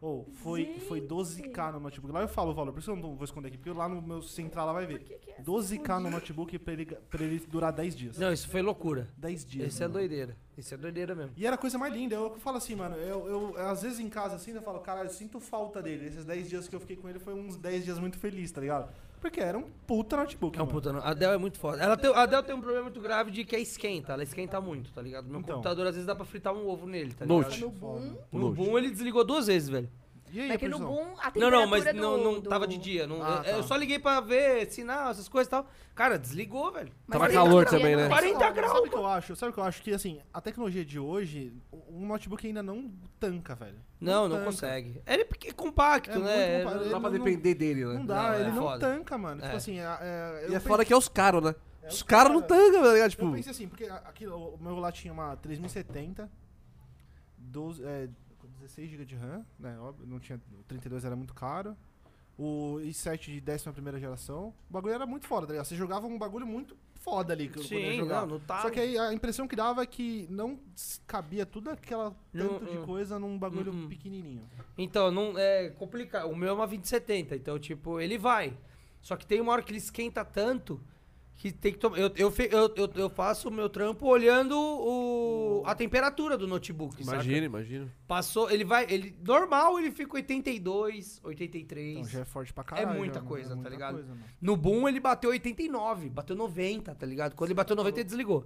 Speaker 2: Ô, foi, foi 12k no notebook. Lá eu falo o valor, por isso eu não vou esconder aqui, porque lá no meu central lá vai ver.
Speaker 4: é assim?
Speaker 2: 12k no notebook pra ele, pra ele durar 10 dias.
Speaker 5: Não, isso foi loucura.
Speaker 2: 10 dias. né?
Speaker 5: Isso é
Speaker 2: mano.
Speaker 5: doideira. Isso é doideira mesmo.
Speaker 2: E era a coisa mais linda. Eu falo assim, mano, eu, eu- às vezes em casa assim, eu falo, caralho, eu sinto falta dele. Esses 10 dias que eu fiquei com ele foi uns 10 dias muito feliz, tá ligado? Porque era um puta notebook.
Speaker 5: É um
Speaker 2: mano.
Speaker 5: puta, não. A Dell é muito foda. Ela tem, a Dell tem um problema muito grave de que é esquenta. Ela esquenta muito, tá ligado? Meu
Speaker 2: Então.
Speaker 5: computador, às vezes, dá pra fritar um ovo nele, tá ligado?
Speaker 1: Note.
Speaker 4: No Boom.
Speaker 5: No boom, ele desligou duas vezes, velho.
Speaker 2: E aí,
Speaker 4: É que no
Speaker 2: produção?
Speaker 4: Boom a
Speaker 5: Não,
Speaker 4: temperatura
Speaker 5: não, mas
Speaker 4: do,
Speaker 5: não, não
Speaker 4: do-
Speaker 5: tava de dia. Não, é,
Speaker 2: Ah,
Speaker 5: eu-
Speaker 2: tá.
Speaker 5: eu só liguei pra ver sinal, essas coisas e tal. Cara, desligou, velho.
Speaker 4: Mas
Speaker 1: Tava
Speaker 4: ele tá
Speaker 1: calor
Speaker 4: no dia,
Speaker 1: também,
Speaker 4: não
Speaker 1: né?
Speaker 4: tem
Speaker 5: 40
Speaker 4: como.
Speaker 5: graus.
Speaker 2: Sabe o que eu acho? Sabe o que eu acho? Que assim, a tecnologia de hoje, um notebook ainda não tanca, velho.
Speaker 5: Não, não
Speaker 2: tanca.
Speaker 5: consegue. Ele é pequ- compacto,
Speaker 2: É
Speaker 5: né?
Speaker 2: muito compacto.
Speaker 1: Não dá pra
Speaker 2: Não-
Speaker 1: depender dele, né?
Speaker 2: Não dá,
Speaker 5: Não, é
Speaker 2: ele não
Speaker 5: foda.
Speaker 2: tanca, mano.
Speaker 5: É.
Speaker 2: Tipo assim, a- é, eu
Speaker 1: E é
Speaker 2: pensei-
Speaker 1: foda que é os caros, né?
Speaker 2: É
Speaker 1: Os
Speaker 2: os
Speaker 1: caras não
Speaker 2: cara.
Speaker 1: tangam, tá ligado?
Speaker 2: Eu
Speaker 1: Tipo,
Speaker 2: pensei assim, porque a- aqui, o o meu lá tinha uma 3070, 12, é, 16 GB de RAM, né? Óbvio, não tinha, o 32 era muito caro. O i7 de 11 geração. O bagulho era muito foda, tá ligado? Você jogava um bagulho muito foda ali que eu podia
Speaker 5: Sim,
Speaker 2: jogar.
Speaker 5: não, não tá.
Speaker 2: Só que aí a impressão que dava é que não s- cabia tudo aquela
Speaker 5: Não,
Speaker 2: tanto de
Speaker 5: hum.
Speaker 2: coisa num bagulho
Speaker 5: Hum, hum.
Speaker 2: pequenininho.
Speaker 5: Então, não é complicado. O meu é uma 2070, então, tipo, ele vai. Só que tem uma hora que ele esquenta tanto que tem que tomar. Eu, eu, fe- eu, eu, eu faço o meu trampo olhando o, a temperatura do notebook. saca?
Speaker 1: Imagina, imagina.
Speaker 5: Passou, ele vai. Ele, normal ele fica 82, 83.
Speaker 2: Então já é forte pra caralho.
Speaker 5: muita
Speaker 2: já, mano,
Speaker 5: coisa, tá ligado?
Speaker 2: coisa, mano.
Speaker 5: No boom ele bateu 89, bateu 90, tá ligado? Quando ele bateu 90, ele desligou.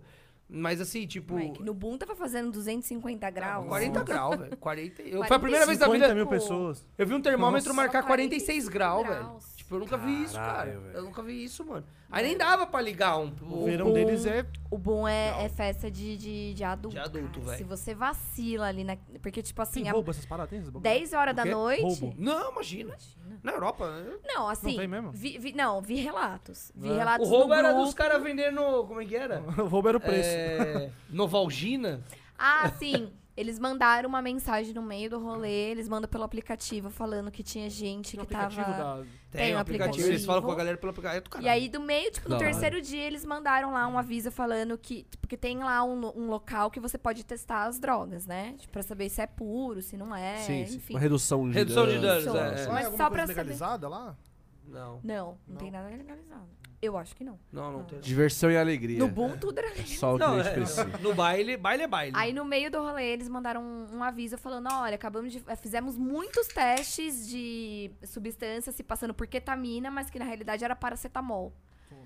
Speaker 5: Mas assim, tipo.
Speaker 4: Mike, no boom tava fazendo 250 graus.
Speaker 5: 40 graus, velho. 40. Eu, foi a primeira vez na
Speaker 2: 50
Speaker 5: vida.
Speaker 2: mil pessoas.
Speaker 5: Eu vi um termômetro
Speaker 2: Nossa.
Speaker 5: marcar
Speaker 4: Só
Speaker 5: 46 graus, velho.
Speaker 4: graus.
Speaker 5: Tipo, eu nunca vi isso, cara.
Speaker 1: Caralho, velho.
Speaker 5: Eu nunca vi isso, mano. Aí nem dava pra ligar um.
Speaker 2: O
Speaker 5: um-
Speaker 2: verão deles é
Speaker 4: O bom é, é festa de, de, de adulto.
Speaker 5: De adulto,
Speaker 4: cara.
Speaker 5: velho.
Speaker 4: Se você vacila ali na. Porque, tipo assim,
Speaker 2: Tem
Speaker 4: a
Speaker 2: roubo essas paradas? Tem essas bagulho?
Speaker 4: 10 horas da
Speaker 2: quê?
Speaker 4: noite.
Speaker 2: Roubo.
Speaker 5: Não, imagina. Na Europa. né?
Speaker 4: Não, assim.
Speaker 2: tem mesmo?
Speaker 4: Vi, vi- não, vi relatos. Vi
Speaker 2: É.
Speaker 5: Ah. O
Speaker 4: relatos.
Speaker 5: roubo
Speaker 4: Tá no
Speaker 5: era
Speaker 4: grupo.
Speaker 5: dos caras vendendo. Como é que era?
Speaker 2: O roubo era o preço.
Speaker 5: É, Novalgina.
Speaker 4: Ah, sim. Eles mandaram uma mensagem no meio do rolê, eles mandam pelo aplicativo falando que tinha gente
Speaker 2: No
Speaker 4: que
Speaker 2: aplicativo
Speaker 4: tava.
Speaker 2: da...
Speaker 4: Tem um aplicativo.
Speaker 5: Eles falam com a galera pelo aplicativo. É do
Speaker 4: E
Speaker 5: caralho.
Speaker 4: aí, do meio, tipo, no
Speaker 1: Da hora.
Speaker 4: terceiro dia, eles mandaram lá um aviso falando que. Porque tem lá um, lo- um local que você pode testar as drogas, né? Tipo, pra saber se é puro, se não é.
Speaker 1: sim, sim.
Speaker 4: enfim.
Speaker 1: Uma redução de
Speaker 5: Redução de
Speaker 1: danos,
Speaker 5: danos,
Speaker 1: tá,
Speaker 5: é,
Speaker 1: sim.
Speaker 2: Lá
Speaker 4: Mas
Speaker 2: é
Speaker 4: só
Speaker 2: alguma
Speaker 4: pra
Speaker 2: coisa
Speaker 4: saber. Tá,
Speaker 2: legalizada lá?
Speaker 5: Não,
Speaker 4: Não, não,
Speaker 2: Não.
Speaker 4: tem nada legalizado. Eu acho que não.
Speaker 5: não, não tem.
Speaker 1: Diversão e alegria.
Speaker 4: No boom, tudo era
Speaker 1: É
Speaker 4: legal.
Speaker 1: Só o que
Speaker 5: Não,
Speaker 1: a gente
Speaker 5: é.
Speaker 1: precisa.
Speaker 5: No baile, baile é baile.
Speaker 4: Aí no meio do rolê eles mandaram um, um aviso falando: olha, acabamos de. eh, Fizemos muitos testes de substância se passando por ketamina, mas que na realidade era paracetamol.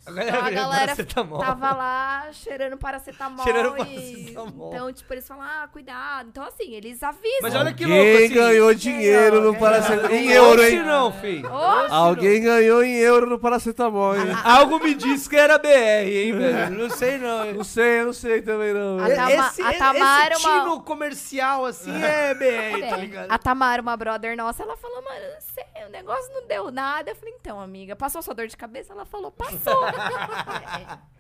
Speaker 5: a
Speaker 4: Então, a
Speaker 5: veio
Speaker 4: galera
Speaker 5: paracetamol.
Speaker 4: Tava lá cheirando paracetamol.
Speaker 5: Cheirando
Speaker 4: e...
Speaker 5: paracetamol.
Speaker 4: Então, tipo, eles falam, ah, cuidado. Então, assim, eles avisam.
Speaker 5: Mas olha que
Speaker 1: Alguém
Speaker 5: louco, assim.
Speaker 1: ganhou dinheiro no paracetamol. Em euro,
Speaker 5: Oxe
Speaker 1: hein?
Speaker 5: não, Ah, filho.
Speaker 4: Ó,
Speaker 1: Alguém ganhou em euro no paracetamol, hein?
Speaker 5: Algo me disse que era BR, É, hein, velho? Não sei não. hein?
Speaker 1: Não sei, eu não sei também não.
Speaker 5: Ah,
Speaker 4: A Tama-
Speaker 5: esse,
Speaker 4: a Tamara é
Speaker 5: esse
Speaker 4: uma-
Speaker 5: tino comercial, assim, é BR, tá
Speaker 4: É.
Speaker 5: ligado?
Speaker 4: A Tamara, uma brother nossa, ela falou, mano, eu não sei, o negócio não deu nada. Eu falei, então, amiga, passou sua dor de cabeça? Ela falou, passou.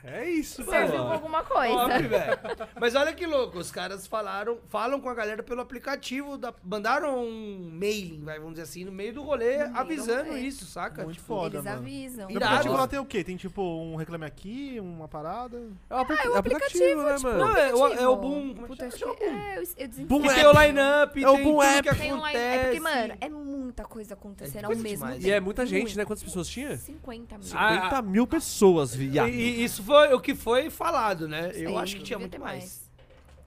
Speaker 1: É isso,
Speaker 4: Serviu
Speaker 1: mano.
Speaker 4: pra alguma coisa.
Speaker 5: Top, velho. Mas olha que louco, os caras falaram, falam com a galera pelo aplicativo, da- mandaram um mailing, vai, vamos dizer assim, no meio do rolê,
Speaker 4: meio do
Speaker 5: avisando
Speaker 4: rolê.
Speaker 5: isso, saca?
Speaker 2: Muito
Speaker 5: Tipo,
Speaker 2: foda,
Speaker 4: Eles
Speaker 2: mano.
Speaker 4: avisam.
Speaker 2: No
Speaker 5: Irado.
Speaker 2: aplicativo lá tem o quê? Tem tipo um reclame aqui, uma parada.
Speaker 1: É o apli-
Speaker 4: é o aplicativo,
Speaker 1: né,
Speaker 4: tipo,
Speaker 1: mano?
Speaker 5: Não, é, o, é o
Speaker 4: Tipo,
Speaker 5: boom. como é que
Speaker 4: puta,
Speaker 5: chama?
Speaker 4: eu esque- é, eu, es- eu desenterrei.
Speaker 1: Boom
Speaker 5: Que
Speaker 1: app.
Speaker 5: tem o line-up,
Speaker 1: É o
Speaker 5: tem
Speaker 1: boom
Speaker 5: tudo
Speaker 1: app.
Speaker 5: que
Speaker 4: Tem um line-
Speaker 5: acontece.
Speaker 4: É porque, mano, é muita coisa acontecendo ao
Speaker 5: coisa
Speaker 4: mesmo
Speaker 5: demais.
Speaker 4: tempo.
Speaker 1: E é muita gente,
Speaker 4: Muito.
Speaker 1: né? Quantas pessoas tinha?
Speaker 4: 50 mil.
Speaker 5: Ah,
Speaker 1: 50 mil pessoas, viado.
Speaker 5: E, e isso foi o que foi falado, né? Eu
Speaker 4: Sim,
Speaker 5: acho que
Speaker 4: devia
Speaker 5: tinha muito
Speaker 4: ter
Speaker 5: mais.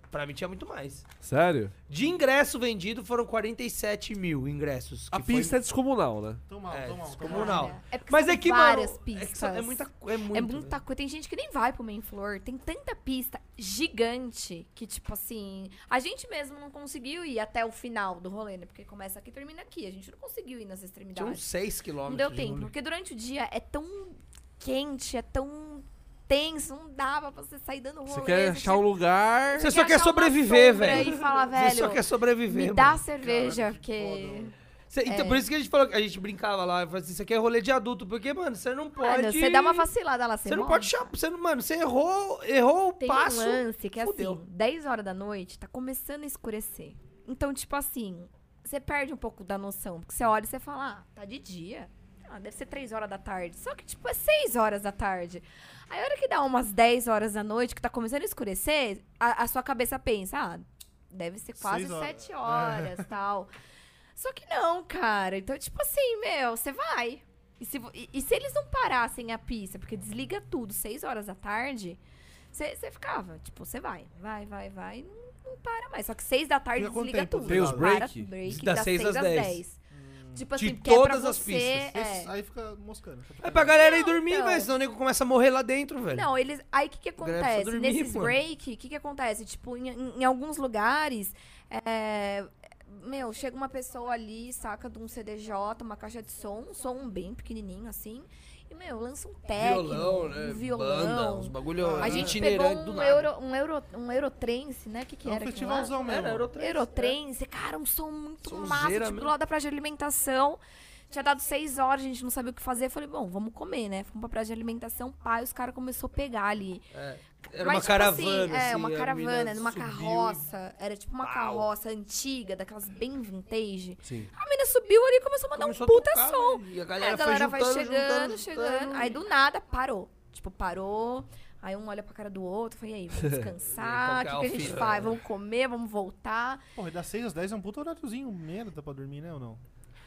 Speaker 5: Pra mim tinha muito mais.
Speaker 1: Sério?
Speaker 5: De ingresso vendido foram 47 mil ingressos.
Speaker 1: A
Speaker 5: que foi-
Speaker 1: pista é descomunal, né?
Speaker 2: Tão mal,
Speaker 5: É,
Speaker 2: tão mal.
Speaker 5: descomunal.
Speaker 2: tão mal.
Speaker 5: Não.
Speaker 4: Cara, É porque
Speaker 5: Mas
Speaker 4: são
Speaker 5: é que,
Speaker 4: várias
Speaker 5: mano, é, que
Speaker 4: pistas.
Speaker 5: são- é muita, é muito.
Speaker 4: É muita coisa. Tem gente que nem vai pro Main Floor. Tem tanta pista gigante que, tipo assim, a gente mesmo não conseguiu ir até o final do rolê, né? Porque começa aqui e termina aqui. A gente não conseguiu ir nas
Speaker 5: Tinha uns
Speaker 4: extremidades.
Speaker 5: 6 quilômetros.
Speaker 4: Não deu
Speaker 5: de
Speaker 4: tempo.
Speaker 5: rolê.
Speaker 4: Porque durante o dia é tão quente, é tão tenso, não dava pra você sair dando rolê.
Speaker 1: Você quer achar um
Speaker 4: tinha-
Speaker 1: lugar.
Speaker 5: Você só
Speaker 4: quer
Speaker 5: quer
Speaker 4: achar uma
Speaker 5: sobreviver,
Speaker 4: sombra
Speaker 5: velho.
Speaker 4: e falar,
Speaker 5: Você só
Speaker 4: velho,
Speaker 5: quer sobreviver.
Speaker 4: Me dá
Speaker 5: mano.
Speaker 4: cerveja, porque.
Speaker 5: Cê- então,
Speaker 4: é.
Speaker 5: Por isso que a gente falou, a gente brincava lá, eu falei assim, isso aqui é rolê de adulto, porque, mano, você não
Speaker 4: Ah,
Speaker 5: pode.
Speaker 4: não, você dá uma vacilada lá, você
Speaker 5: Você não
Speaker 4: morre.
Speaker 5: pode chapar. Você não, mano, você errou, errou o
Speaker 4: Tem
Speaker 5: passo.
Speaker 4: um lance que é
Speaker 5: fudeu.
Speaker 4: assim, 10 horas da noite, tá começando a escurecer. Então, tipo assim, você perde um pouco da noção. Porque você olha e você fala, ah, tá de dia. Ah, deve ser 3 horas da tarde. Só que, tipo, é 6 horas da tarde. Aí, a hora que dá umas 10 horas da noite, que tá começando a escurecer, a, a sua cabeça pensa, ah, deve ser quase
Speaker 2: Seis horas. É.
Speaker 4: 7 horas, tal. Só que não, cara. Então, tipo assim, meu, você vai. E se, vo- e- e se eles não parassem a pista, porque desliga tudo 6 horas da tarde, você ficava, tipo, você vai, vai, vai, vai, e não, não para mais. Só que 6 da tarde
Speaker 2: Fica quanto
Speaker 4: desliga
Speaker 2: tempo
Speaker 4: tudo.
Speaker 1: Tem os
Speaker 4: Para
Speaker 1: break? Hum.
Speaker 4: break
Speaker 5: Das
Speaker 4: das
Speaker 5: seis
Speaker 4: 6
Speaker 5: às
Speaker 4: às
Speaker 5: dez.
Speaker 4: 10. Tipo
Speaker 5: De
Speaker 4: assim, porque é pra
Speaker 5: todas as
Speaker 4: você.
Speaker 5: pistas.
Speaker 4: é.
Speaker 2: Aí fica moscando. um
Speaker 5: É pra galera ir
Speaker 4: Não,
Speaker 5: dormir,
Speaker 4: então.
Speaker 5: velho, senão o nego começa a morrer lá dentro, velho.
Speaker 4: Não, eles. Aí o que, que
Speaker 5: Galera,
Speaker 4: acontece?
Speaker 5: precisa dormir,
Speaker 4: Nesses
Speaker 5: mano.
Speaker 4: break, o que, que acontece? Tipo, em, em- em alguns lugares. é, Meu, chega uma pessoa ali, saca de um CDJ, uma caixa de som, um som bem pequenininho assim, e, meu, lança um técnico,
Speaker 5: violão, né?
Speaker 4: um violão.
Speaker 5: Banda, uns bagulho né?
Speaker 4: a gente pegou
Speaker 5: itinerante do
Speaker 4: um,
Speaker 5: nada.
Speaker 4: euro, um, euro, um Eurotrance, né? O que, que
Speaker 2: É um
Speaker 4: era? aquilo lá?
Speaker 2: festivalzão mesmo.
Speaker 5: Era Eurotrem.
Speaker 4: Eurotrance, cara, um som muito
Speaker 5: é. Sonzeira
Speaker 4: massa, tipo,
Speaker 5: mesmo.
Speaker 4: do lado da praia de alimentação. Tinha dado seis horas, a gente não sabia o que fazer. Eu falei, bom, vamos comer, né? Fomos pra praia de alimentação, pai, os caras começaram a pegar ali.
Speaker 5: É, Era
Speaker 4: Mas,
Speaker 5: uma
Speaker 4: tipo
Speaker 5: caravana,
Speaker 4: assim, É,
Speaker 5: assim,
Speaker 4: uma
Speaker 5: a
Speaker 4: caravana,
Speaker 5: mina
Speaker 4: numa
Speaker 5: subiu e-
Speaker 4: carroça. Era tipo uma
Speaker 5: Pau.
Speaker 4: carroça antiga, daquelas bem vintage.
Speaker 1: Sim.
Speaker 4: A menina subiu ali e começou a mandar
Speaker 5: Começou
Speaker 4: um puta
Speaker 5: tocar,
Speaker 4: som.
Speaker 5: velho, E a
Speaker 4: Aí
Speaker 5: galera,
Speaker 4: a galera
Speaker 5: foi
Speaker 4: vai
Speaker 5: juntando,
Speaker 4: chegando,
Speaker 5: juntando,
Speaker 4: chegando.
Speaker 5: juntando.
Speaker 4: Aí do nada parou. Tipo, parou. Aí um olha pra cara do outro, fala, e aí, vamos descansar, o
Speaker 5: Qual
Speaker 4: que, que a
Speaker 5: que é o
Speaker 4: gente
Speaker 5: fim?
Speaker 4: faz? Vamos comer, vamos voltar.
Speaker 2: Porra, e das 6 às 10 é um puta horáriozinho merda pra dormir, né? Ou não?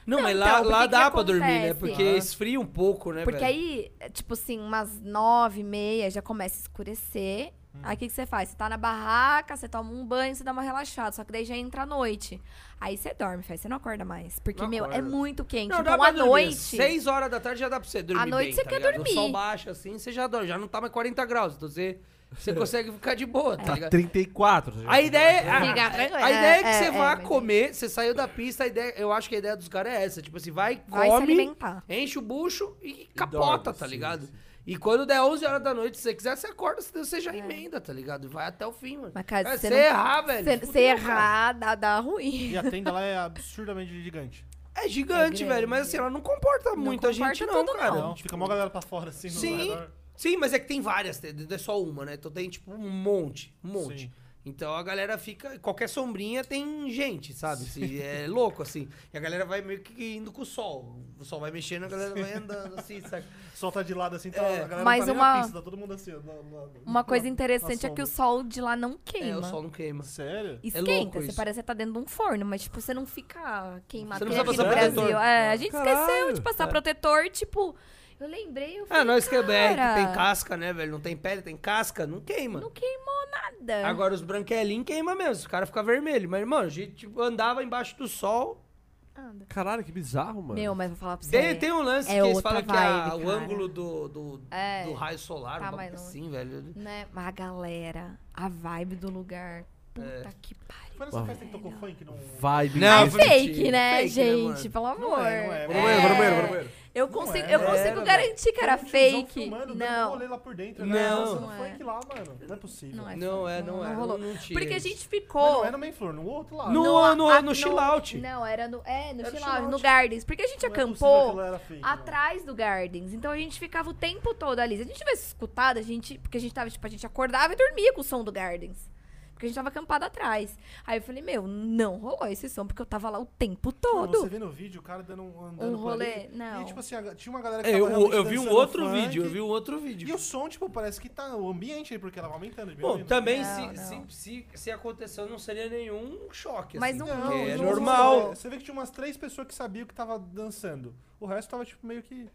Speaker 5: Não,
Speaker 4: Não,
Speaker 5: mas
Speaker 4: então,
Speaker 5: lá,
Speaker 4: porque
Speaker 5: lá
Speaker 4: que
Speaker 5: dá
Speaker 4: que
Speaker 5: pra dormir, né?
Speaker 4: acontece?
Speaker 5: Porque
Speaker 4: Ah.
Speaker 5: esfria um pouco, né,
Speaker 4: Porque
Speaker 5: velho?
Speaker 4: aí, é, tipo assim, umas nove e meia já começa a escurecer.
Speaker 5: Hum.
Speaker 4: Aí o que, que você faz? Você tá na barraca, você toma um banho, você dá uma relaxada. Só que daí já entra a noite. Aí você dorme, faz, você não acorda mais. Porque,
Speaker 5: Não
Speaker 4: meu, é
Speaker 5: acorda.
Speaker 4: muito quente.
Speaker 5: Não, dá
Speaker 4: então
Speaker 5: pra
Speaker 4: à
Speaker 5: dormir.
Speaker 4: noite.
Speaker 5: Seis horas da tarde já dá pra você dormir
Speaker 4: À noite
Speaker 5: bem,
Speaker 4: você
Speaker 5: tá
Speaker 4: quer
Speaker 5: ligado? O sol
Speaker 4: dormir.
Speaker 5: baixa assim, você já dorme. Já não tá mais 40 graus, então você, você consegue ficar de boa, tá
Speaker 2: Tá
Speaker 5: ligado?
Speaker 2: 34. você já
Speaker 5: A ideia, a,
Speaker 4: Fica tranquilo.
Speaker 5: a ideia é que
Speaker 4: É,
Speaker 5: você
Speaker 4: é,
Speaker 5: vá
Speaker 4: mas é
Speaker 5: comer, você saiu da pista, a ideia, eu acho que a ideia dos caras é essa. Tipo assim, vai,
Speaker 4: Vai se
Speaker 5: come,
Speaker 4: alimentar.
Speaker 5: enche o bucho e capota,
Speaker 2: dorme,
Speaker 5: tá
Speaker 2: sim,
Speaker 5: ligado? E quando der 11 horas da noite, se você quiser, você acorda, se Deus, você já emenda, tá ligado? E vai até o fim, mano.
Speaker 4: É. Mas, cara,
Speaker 5: É,
Speaker 4: se você
Speaker 5: você
Speaker 4: não-
Speaker 5: errar, velho.
Speaker 4: Você
Speaker 5: fudeu,
Speaker 4: você
Speaker 5: cara.
Speaker 4: errar, dá, dá
Speaker 2: E
Speaker 4: ruim.
Speaker 2: a tenda lá é absurdamente gigante.
Speaker 5: É gigante,
Speaker 4: É grande.
Speaker 5: velho, mas assim, ela não comporta muita
Speaker 4: comporta
Speaker 5: gente, não,
Speaker 4: tudo,
Speaker 5: cara.
Speaker 4: não.
Speaker 2: Não, Então, fica mó galera pra fora, assim, no
Speaker 5: Sim,
Speaker 2: redor.
Speaker 5: sim, mas é que tem várias, tem- não é só uma, né? Então tem, tipo, um monte, um monte.
Speaker 2: Sim.
Speaker 5: Então a galera fica. Qualquer sombrinha tem gente, sabe? Se é louco, assim. E a galera vai meio que indo com o sol. O sol vai mexendo, a galera vai andando, assim, saca?
Speaker 2: Só tá de lado, assim,
Speaker 4: É.
Speaker 2: tá, a galera
Speaker 4: Mas
Speaker 2: não tá nem na
Speaker 4: uma-
Speaker 2: pista, tá todo mundo assim. ó, na- na-
Speaker 4: Uma coisa
Speaker 2: na- na
Speaker 4: interessante é que o
Speaker 2: sombra.
Speaker 4: sol de lá não
Speaker 5: É, o
Speaker 4: queima.
Speaker 5: sol não queima.
Speaker 2: Sério?
Speaker 4: Esquenta,
Speaker 5: louco
Speaker 4: você
Speaker 5: isso.
Speaker 4: parece que tá dentro de um forno, mas tipo, você não fica queimado
Speaker 5: Você não
Speaker 4: Tem aqui
Speaker 5: precisa
Speaker 4: no
Speaker 5: passar
Speaker 4: Brasil.
Speaker 5: protetor.
Speaker 4: É, a gente esqueceu
Speaker 5: Caralho.
Speaker 4: de passar
Speaker 5: É.
Speaker 4: protetor, tipo, eu lembrei, eu falei,
Speaker 5: Ah, nós que é BR, que tem
Speaker 4: cara,
Speaker 5: casca, né, velho? Não tem pele, tem casca, não queima.
Speaker 4: Não queimou nada.
Speaker 5: Agora os branquelinhos queima mesmo, os caras ficam vermelhos. Mas, mano, a gente tipo, andava embaixo do sol.
Speaker 4: Nada.
Speaker 1: Caralho, que bizarro, mano.
Speaker 4: Meu, mas vou falar pra você.
Speaker 5: Tem, tem um lance
Speaker 4: É
Speaker 5: que eles
Speaker 4: outra
Speaker 5: falam que a-
Speaker 4: vibe,
Speaker 5: o
Speaker 4: cara.
Speaker 5: ângulo do, do,
Speaker 4: É.
Speaker 5: do raio
Speaker 4: Tá
Speaker 5: solar, um bagulho
Speaker 4: mais longe.
Speaker 5: assim, velho.
Speaker 4: Né? Mas a galera, a vibe do lugar. Puta
Speaker 5: É.
Speaker 4: que pariu.
Speaker 2: Foi nessa festa que tocou funk? Não...
Speaker 1: Vibe.
Speaker 5: Não,
Speaker 1: mesmo.
Speaker 5: foi
Speaker 4: Fake,
Speaker 5: mentira.
Speaker 4: né,
Speaker 5: É, Fake, né,
Speaker 4: gente?
Speaker 5: mano?
Speaker 4: Pelo amor.
Speaker 2: Não é, não é.
Speaker 1: Vou no banheiro, vou no banheiro, vou no banheiro.
Speaker 4: Eu consigo,
Speaker 2: é,
Speaker 4: eu
Speaker 2: não
Speaker 4: consigo
Speaker 5: era,
Speaker 4: garantir que era
Speaker 2: Tem um tiozão
Speaker 4: fake.
Speaker 2: Filmando, dando
Speaker 4: não.
Speaker 2: rolê lá por dentro, né?
Speaker 5: Não.
Speaker 2: Dançando
Speaker 4: Não é.
Speaker 2: funk lá, mano. Não é possível.
Speaker 4: Não é,
Speaker 5: Não
Speaker 4: fake,
Speaker 5: é, não é,
Speaker 4: rolou.
Speaker 5: não- não tira
Speaker 4: Porque a
Speaker 5: isso.
Speaker 4: gente
Speaker 2: Mas
Speaker 4: ficou.
Speaker 2: não é no main floor, no outro lado.
Speaker 5: No- no-
Speaker 4: a-
Speaker 5: no chill out.
Speaker 4: Não, era no. É, no
Speaker 2: Era
Speaker 4: chill
Speaker 2: chill
Speaker 4: out, no
Speaker 2: out.
Speaker 4: Gardens. Porque a gente
Speaker 2: Não é possível que
Speaker 4: acampou
Speaker 2: ela era fake, mano.
Speaker 4: atrás do Gardens. Então a gente ficava o tempo todo ali. Se a gente tivesse escutado, a gente. Porque a gente tava, tipo, a gente acordava e dormia com o som do Gardens. Porque a gente tava acampado atrás. Aí eu falei, meu, não rolou esse som, porque eu tava lá o tempo
Speaker 2: Mano, Você
Speaker 4: todo.
Speaker 2: vê no vídeo o cara dando um andando por
Speaker 4: rolê?
Speaker 2: ali,
Speaker 4: Não.
Speaker 2: E tipo assim, a- tinha uma galera que
Speaker 5: É,
Speaker 2: tava
Speaker 5: eu,
Speaker 2: realmente
Speaker 5: eu vi um
Speaker 2: dançando
Speaker 5: outro
Speaker 2: funk,
Speaker 5: vídeo, eu vi um outro
Speaker 2: E
Speaker 5: vídeo.
Speaker 2: o som, tipo, parece que tá o ambiente aí, porque ela vai aumentando.
Speaker 5: Bom,
Speaker 2: diminuindo.
Speaker 5: também
Speaker 4: Não,
Speaker 5: se,
Speaker 4: não.
Speaker 5: Se, se, se aconteceu não seria nenhum choque,
Speaker 4: Mas
Speaker 5: assim,
Speaker 4: não-
Speaker 5: porque
Speaker 4: não,
Speaker 5: é
Speaker 4: não-
Speaker 5: normal.
Speaker 2: Você vê que tinha umas três pessoas que sabiam que tava dançando. O resto tava, tipo, meio que.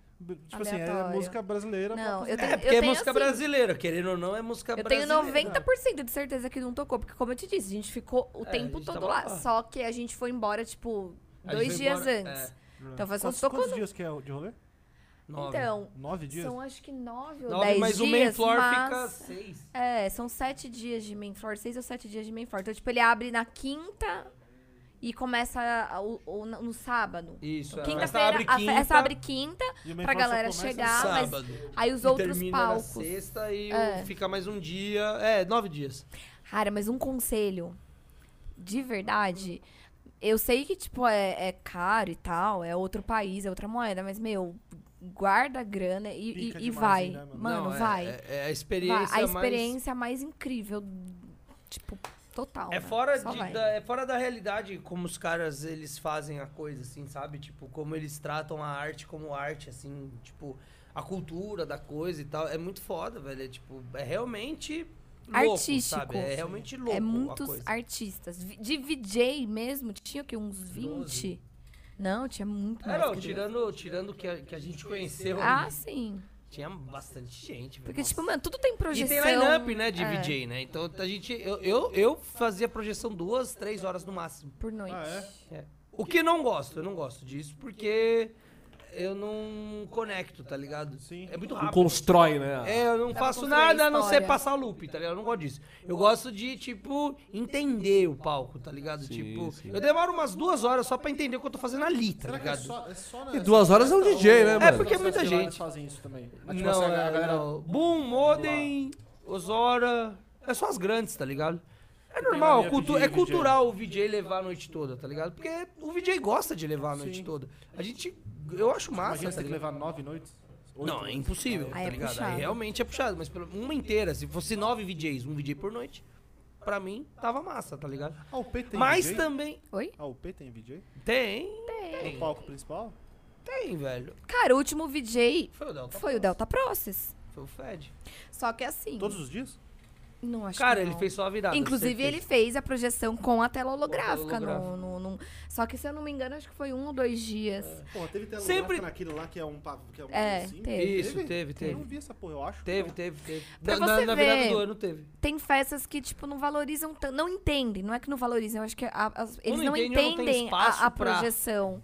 Speaker 2: Tipo assim, é
Speaker 4: Aleatório.
Speaker 2: música brasileira.
Speaker 4: Não,
Speaker 2: pra-
Speaker 4: eu tenho.
Speaker 5: É,
Speaker 4: eu
Speaker 5: porque é
Speaker 4: tenho
Speaker 5: música
Speaker 4: assim,
Speaker 5: brasileira, querendo ou não, é música
Speaker 4: Eu tenho
Speaker 5: brasileira.
Speaker 4: 90% de certeza que não tocou, porque como eu te disse, a gente ficou o
Speaker 5: É, a
Speaker 4: tempo
Speaker 5: gente
Speaker 4: todo
Speaker 5: tava
Speaker 4: lá.
Speaker 5: lá.
Speaker 4: Só que a gente foi embora, tipo,
Speaker 5: A gente
Speaker 4: dois
Speaker 5: foi
Speaker 4: dias
Speaker 5: embora,
Speaker 4: antes.
Speaker 5: é,
Speaker 4: Então faz quanto
Speaker 2: Quantos,
Speaker 4: tocou
Speaker 2: quantos
Speaker 4: no.
Speaker 2: dias que é de rolê?
Speaker 5: nove.
Speaker 4: Então,
Speaker 2: Nove dias?
Speaker 4: são acho que nove ou
Speaker 5: Nove,
Speaker 4: dez
Speaker 5: mas
Speaker 4: dias,
Speaker 5: o main floor fica
Speaker 4: mas...
Speaker 5: seis.
Speaker 4: É, são sete dias de main floor, seis ou sete dias de main floor. Então, tipo, ele abre na quinta e começa a- o- o- no sábado.
Speaker 5: Isso, é. Essa
Speaker 4: Quinta-feira,
Speaker 5: abre
Speaker 4: a
Speaker 5: quinta,
Speaker 4: festa abre quinta,
Speaker 2: E o main floor
Speaker 4: pra
Speaker 2: só
Speaker 4: galera
Speaker 2: começa
Speaker 4: chegar,
Speaker 2: no
Speaker 4: mas-
Speaker 5: sábado.
Speaker 4: aí os
Speaker 5: E
Speaker 4: outros
Speaker 5: termina
Speaker 4: palcos.
Speaker 5: na sexta e o-
Speaker 4: É.
Speaker 5: fica mais um dia. É, nove dias.
Speaker 4: Cara, mas um conselho. De verdade. Eu sei que, tipo, é, é caro e tal, é outro país, é outra moeda, mas, meu, guarda a grana e, e-
Speaker 2: Pica
Speaker 4: e
Speaker 2: demais,
Speaker 4: vai.
Speaker 2: hein, né, mano?
Speaker 4: mano,
Speaker 5: Não, é-
Speaker 4: vai.
Speaker 5: É, é a
Speaker 4: Vai.
Speaker 5: experiência
Speaker 4: A
Speaker 5: mais-
Speaker 4: experiência mais... incrível, tipo, total.
Speaker 5: É
Speaker 4: né?
Speaker 5: fora,
Speaker 4: Só
Speaker 5: de-
Speaker 4: vai.
Speaker 5: da, é fora da realidade como os caras eles fazem a coisa, assim, sabe? Tipo, como eles tratam a arte como arte, assim, tipo, a cultura da coisa e tal. É muito foda, velho. É tipo, é realmente. Louco,
Speaker 4: Artístico.
Speaker 5: Sabe? É realmente louco.
Speaker 4: É
Speaker 5: a
Speaker 4: muitos
Speaker 5: coisa.
Speaker 4: artistas. Vi- De VJ mesmo, tinha o quê? Uns 20?
Speaker 5: Doze.
Speaker 4: Não, tinha muito
Speaker 5: É,
Speaker 4: mais.
Speaker 5: não,
Speaker 4: que doze.
Speaker 5: tirando, tirando que, a, que a gente conheceu,
Speaker 4: Ah, sim.
Speaker 5: tinha bastante gente, velho.
Speaker 4: Porque,
Speaker 5: Nossa.
Speaker 4: tipo, mano, tudo tem
Speaker 5: E
Speaker 4: projeção.
Speaker 5: tem line-up, né, de
Speaker 4: é,
Speaker 5: VJ, né? Então a gente. Eu, eu, eu fazia projeção duas, três horas no máximo.
Speaker 4: Por noite.
Speaker 2: Ah, é?
Speaker 5: É. O que eu não gosto, eu não gosto disso, porque eu não conecto, tá ligado?
Speaker 2: Sim.
Speaker 5: É muito
Speaker 1: Não
Speaker 5: rápido.
Speaker 1: constrói, né?
Speaker 5: É, eu não
Speaker 4: Dá pra
Speaker 5: faço
Speaker 4: construir
Speaker 5: nada a não ser
Speaker 4: história.
Speaker 5: passar loop, tá ligado? Eu não gosto disso. Eu gosto de, tipo, entender o palco, tá ligado?
Speaker 1: Sim,
Speaker 5: tipo,
Speaker 1: sim.
Speaker 5: eu demoro umas duas horas só pra entender o que eu tô fazendo ali, tá
Speaker 2: Será que é
Speaker 5: ligado?
Speaker 2: só, é só na-
Speaker 1: E duas horas é um DJ, né, mano?
Speaker 5: porque é muita
Speaker 2: Vocês lá
Speaker 5: gente.
Speaker 2: fazem isso também. Mas, tipo,
Speaker 5: Não,
Speaker 2: assim, a
Speaker 5: é,
Speaker 2: galera-
Speaker 5: não. Boom, Modem, Osora. É só as grandes, tá ligado? É normal,
Speaker 2: mania
Speaker 5: cultu-
Speaker 2: de
Speaker 5: é
Speaker 2: DJ.
Speaker 5: cultural o VJ levar a noite toda, tá ligado? Porque o VJ gosta de levar a noite
Speaker 2: Sim.
Speaker 5: toda. A gente. Eu acho massa,
Speaker 2: Imagina você
Speaker 5: tá
Speaker 2: ter que
Speaker 5: ligado?
Speaker 2: levar nove noites. oito
Speaker 5: Não, é
Speaker 2: noites.
Speaker 5: impossível,
Speaker 4: Aí
Speaker 5: tá
Speaker 4: é
Speaker 5: ligado? Aí
Speaker 4: puxado.
Speaker 5: realmente é puxado, mas pelo- uma inteira, se fosse nove VJs, um VJ por noite, pra mim tava massa, tá ligado?
Speaker 2: A UP Ah, tem
Speaker 5: mas
Speaker 2: VJ?
Speaker 5: também.
Speaker 4: Oi?
Speaker 2: A UP Ah, tem VJ?
Speaker 5: Tem.
Speaker 2: No palco principal?
Speaker 5: Tem, velho.
Speaker 4: Cara, o último VJ
Speaker 5: Foi o Delta.
Speaker 4: foi o
Speaker 5: Force,
Speaker 4: Delta Process.
Speaker 5: Foi o Fed.
Speaker 4: Só que assim.
Speaker 2: Todos os dias?
Speaker 4: Não acho
Speaker 5: Cara,
Speaker 4: que não.
Speaker 5: ele fez só a virada.
Speaker 4: Inclusive,
Speaker 5: certeza.
Speaker 4: ele fez a projeção com a tela holográfica.
Speaker 5: Com a
Speaker 4: no,
Speaker 5: tela
Speaker 4: no, no- Só que, se eu não me engano, acho que foi um ou dois dias.
Speaker 2: Porra, teve tela
Speaker 5: Sempre-
Speaker 2: Sempre... naquilo lá que é um pavo, que é um
Speaker 4: É,
Speaker 2: assim?
Speaker 4: teve.
Speaker 5: Isso, teve, teve.
Speaker 2: Eu não vi essa porra, eu acho.
Speaker 5: Teve, teve, teve.
Speaker 4: Pra
Speaker 5: na,
Speaker 4: você
Speaker 5: na, na virada
Speaker 4: ver.
Speaker 5: do ano teve.
Speaker 4: Tem festas que, tipo, não valorizam tanto. Não entendem, não é que não valorizam. Eu acho que a- as- eles não,
Speaker 5: entende ou não tem
Speaker 4: entendem
Speaker 5: espaço
Speaker 4: a, a
Speaker 5: pra-
Speaker 4: projeção.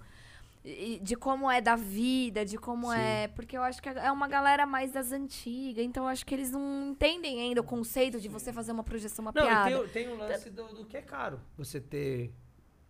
Speaker 4: e- De como é da vida, de como
Speaker 5: Sim.
Speaker 4: é. Porque eu acho que é uma galera mais das antigas, então eu acho que eles não entendem ainda o conceito de você fazer uma projeção, uma
Speaker 5: Não, e
Speaker 4: piada. Tá.
Speaker 5: tem, o- tem um lance do, do que é caro. Você ter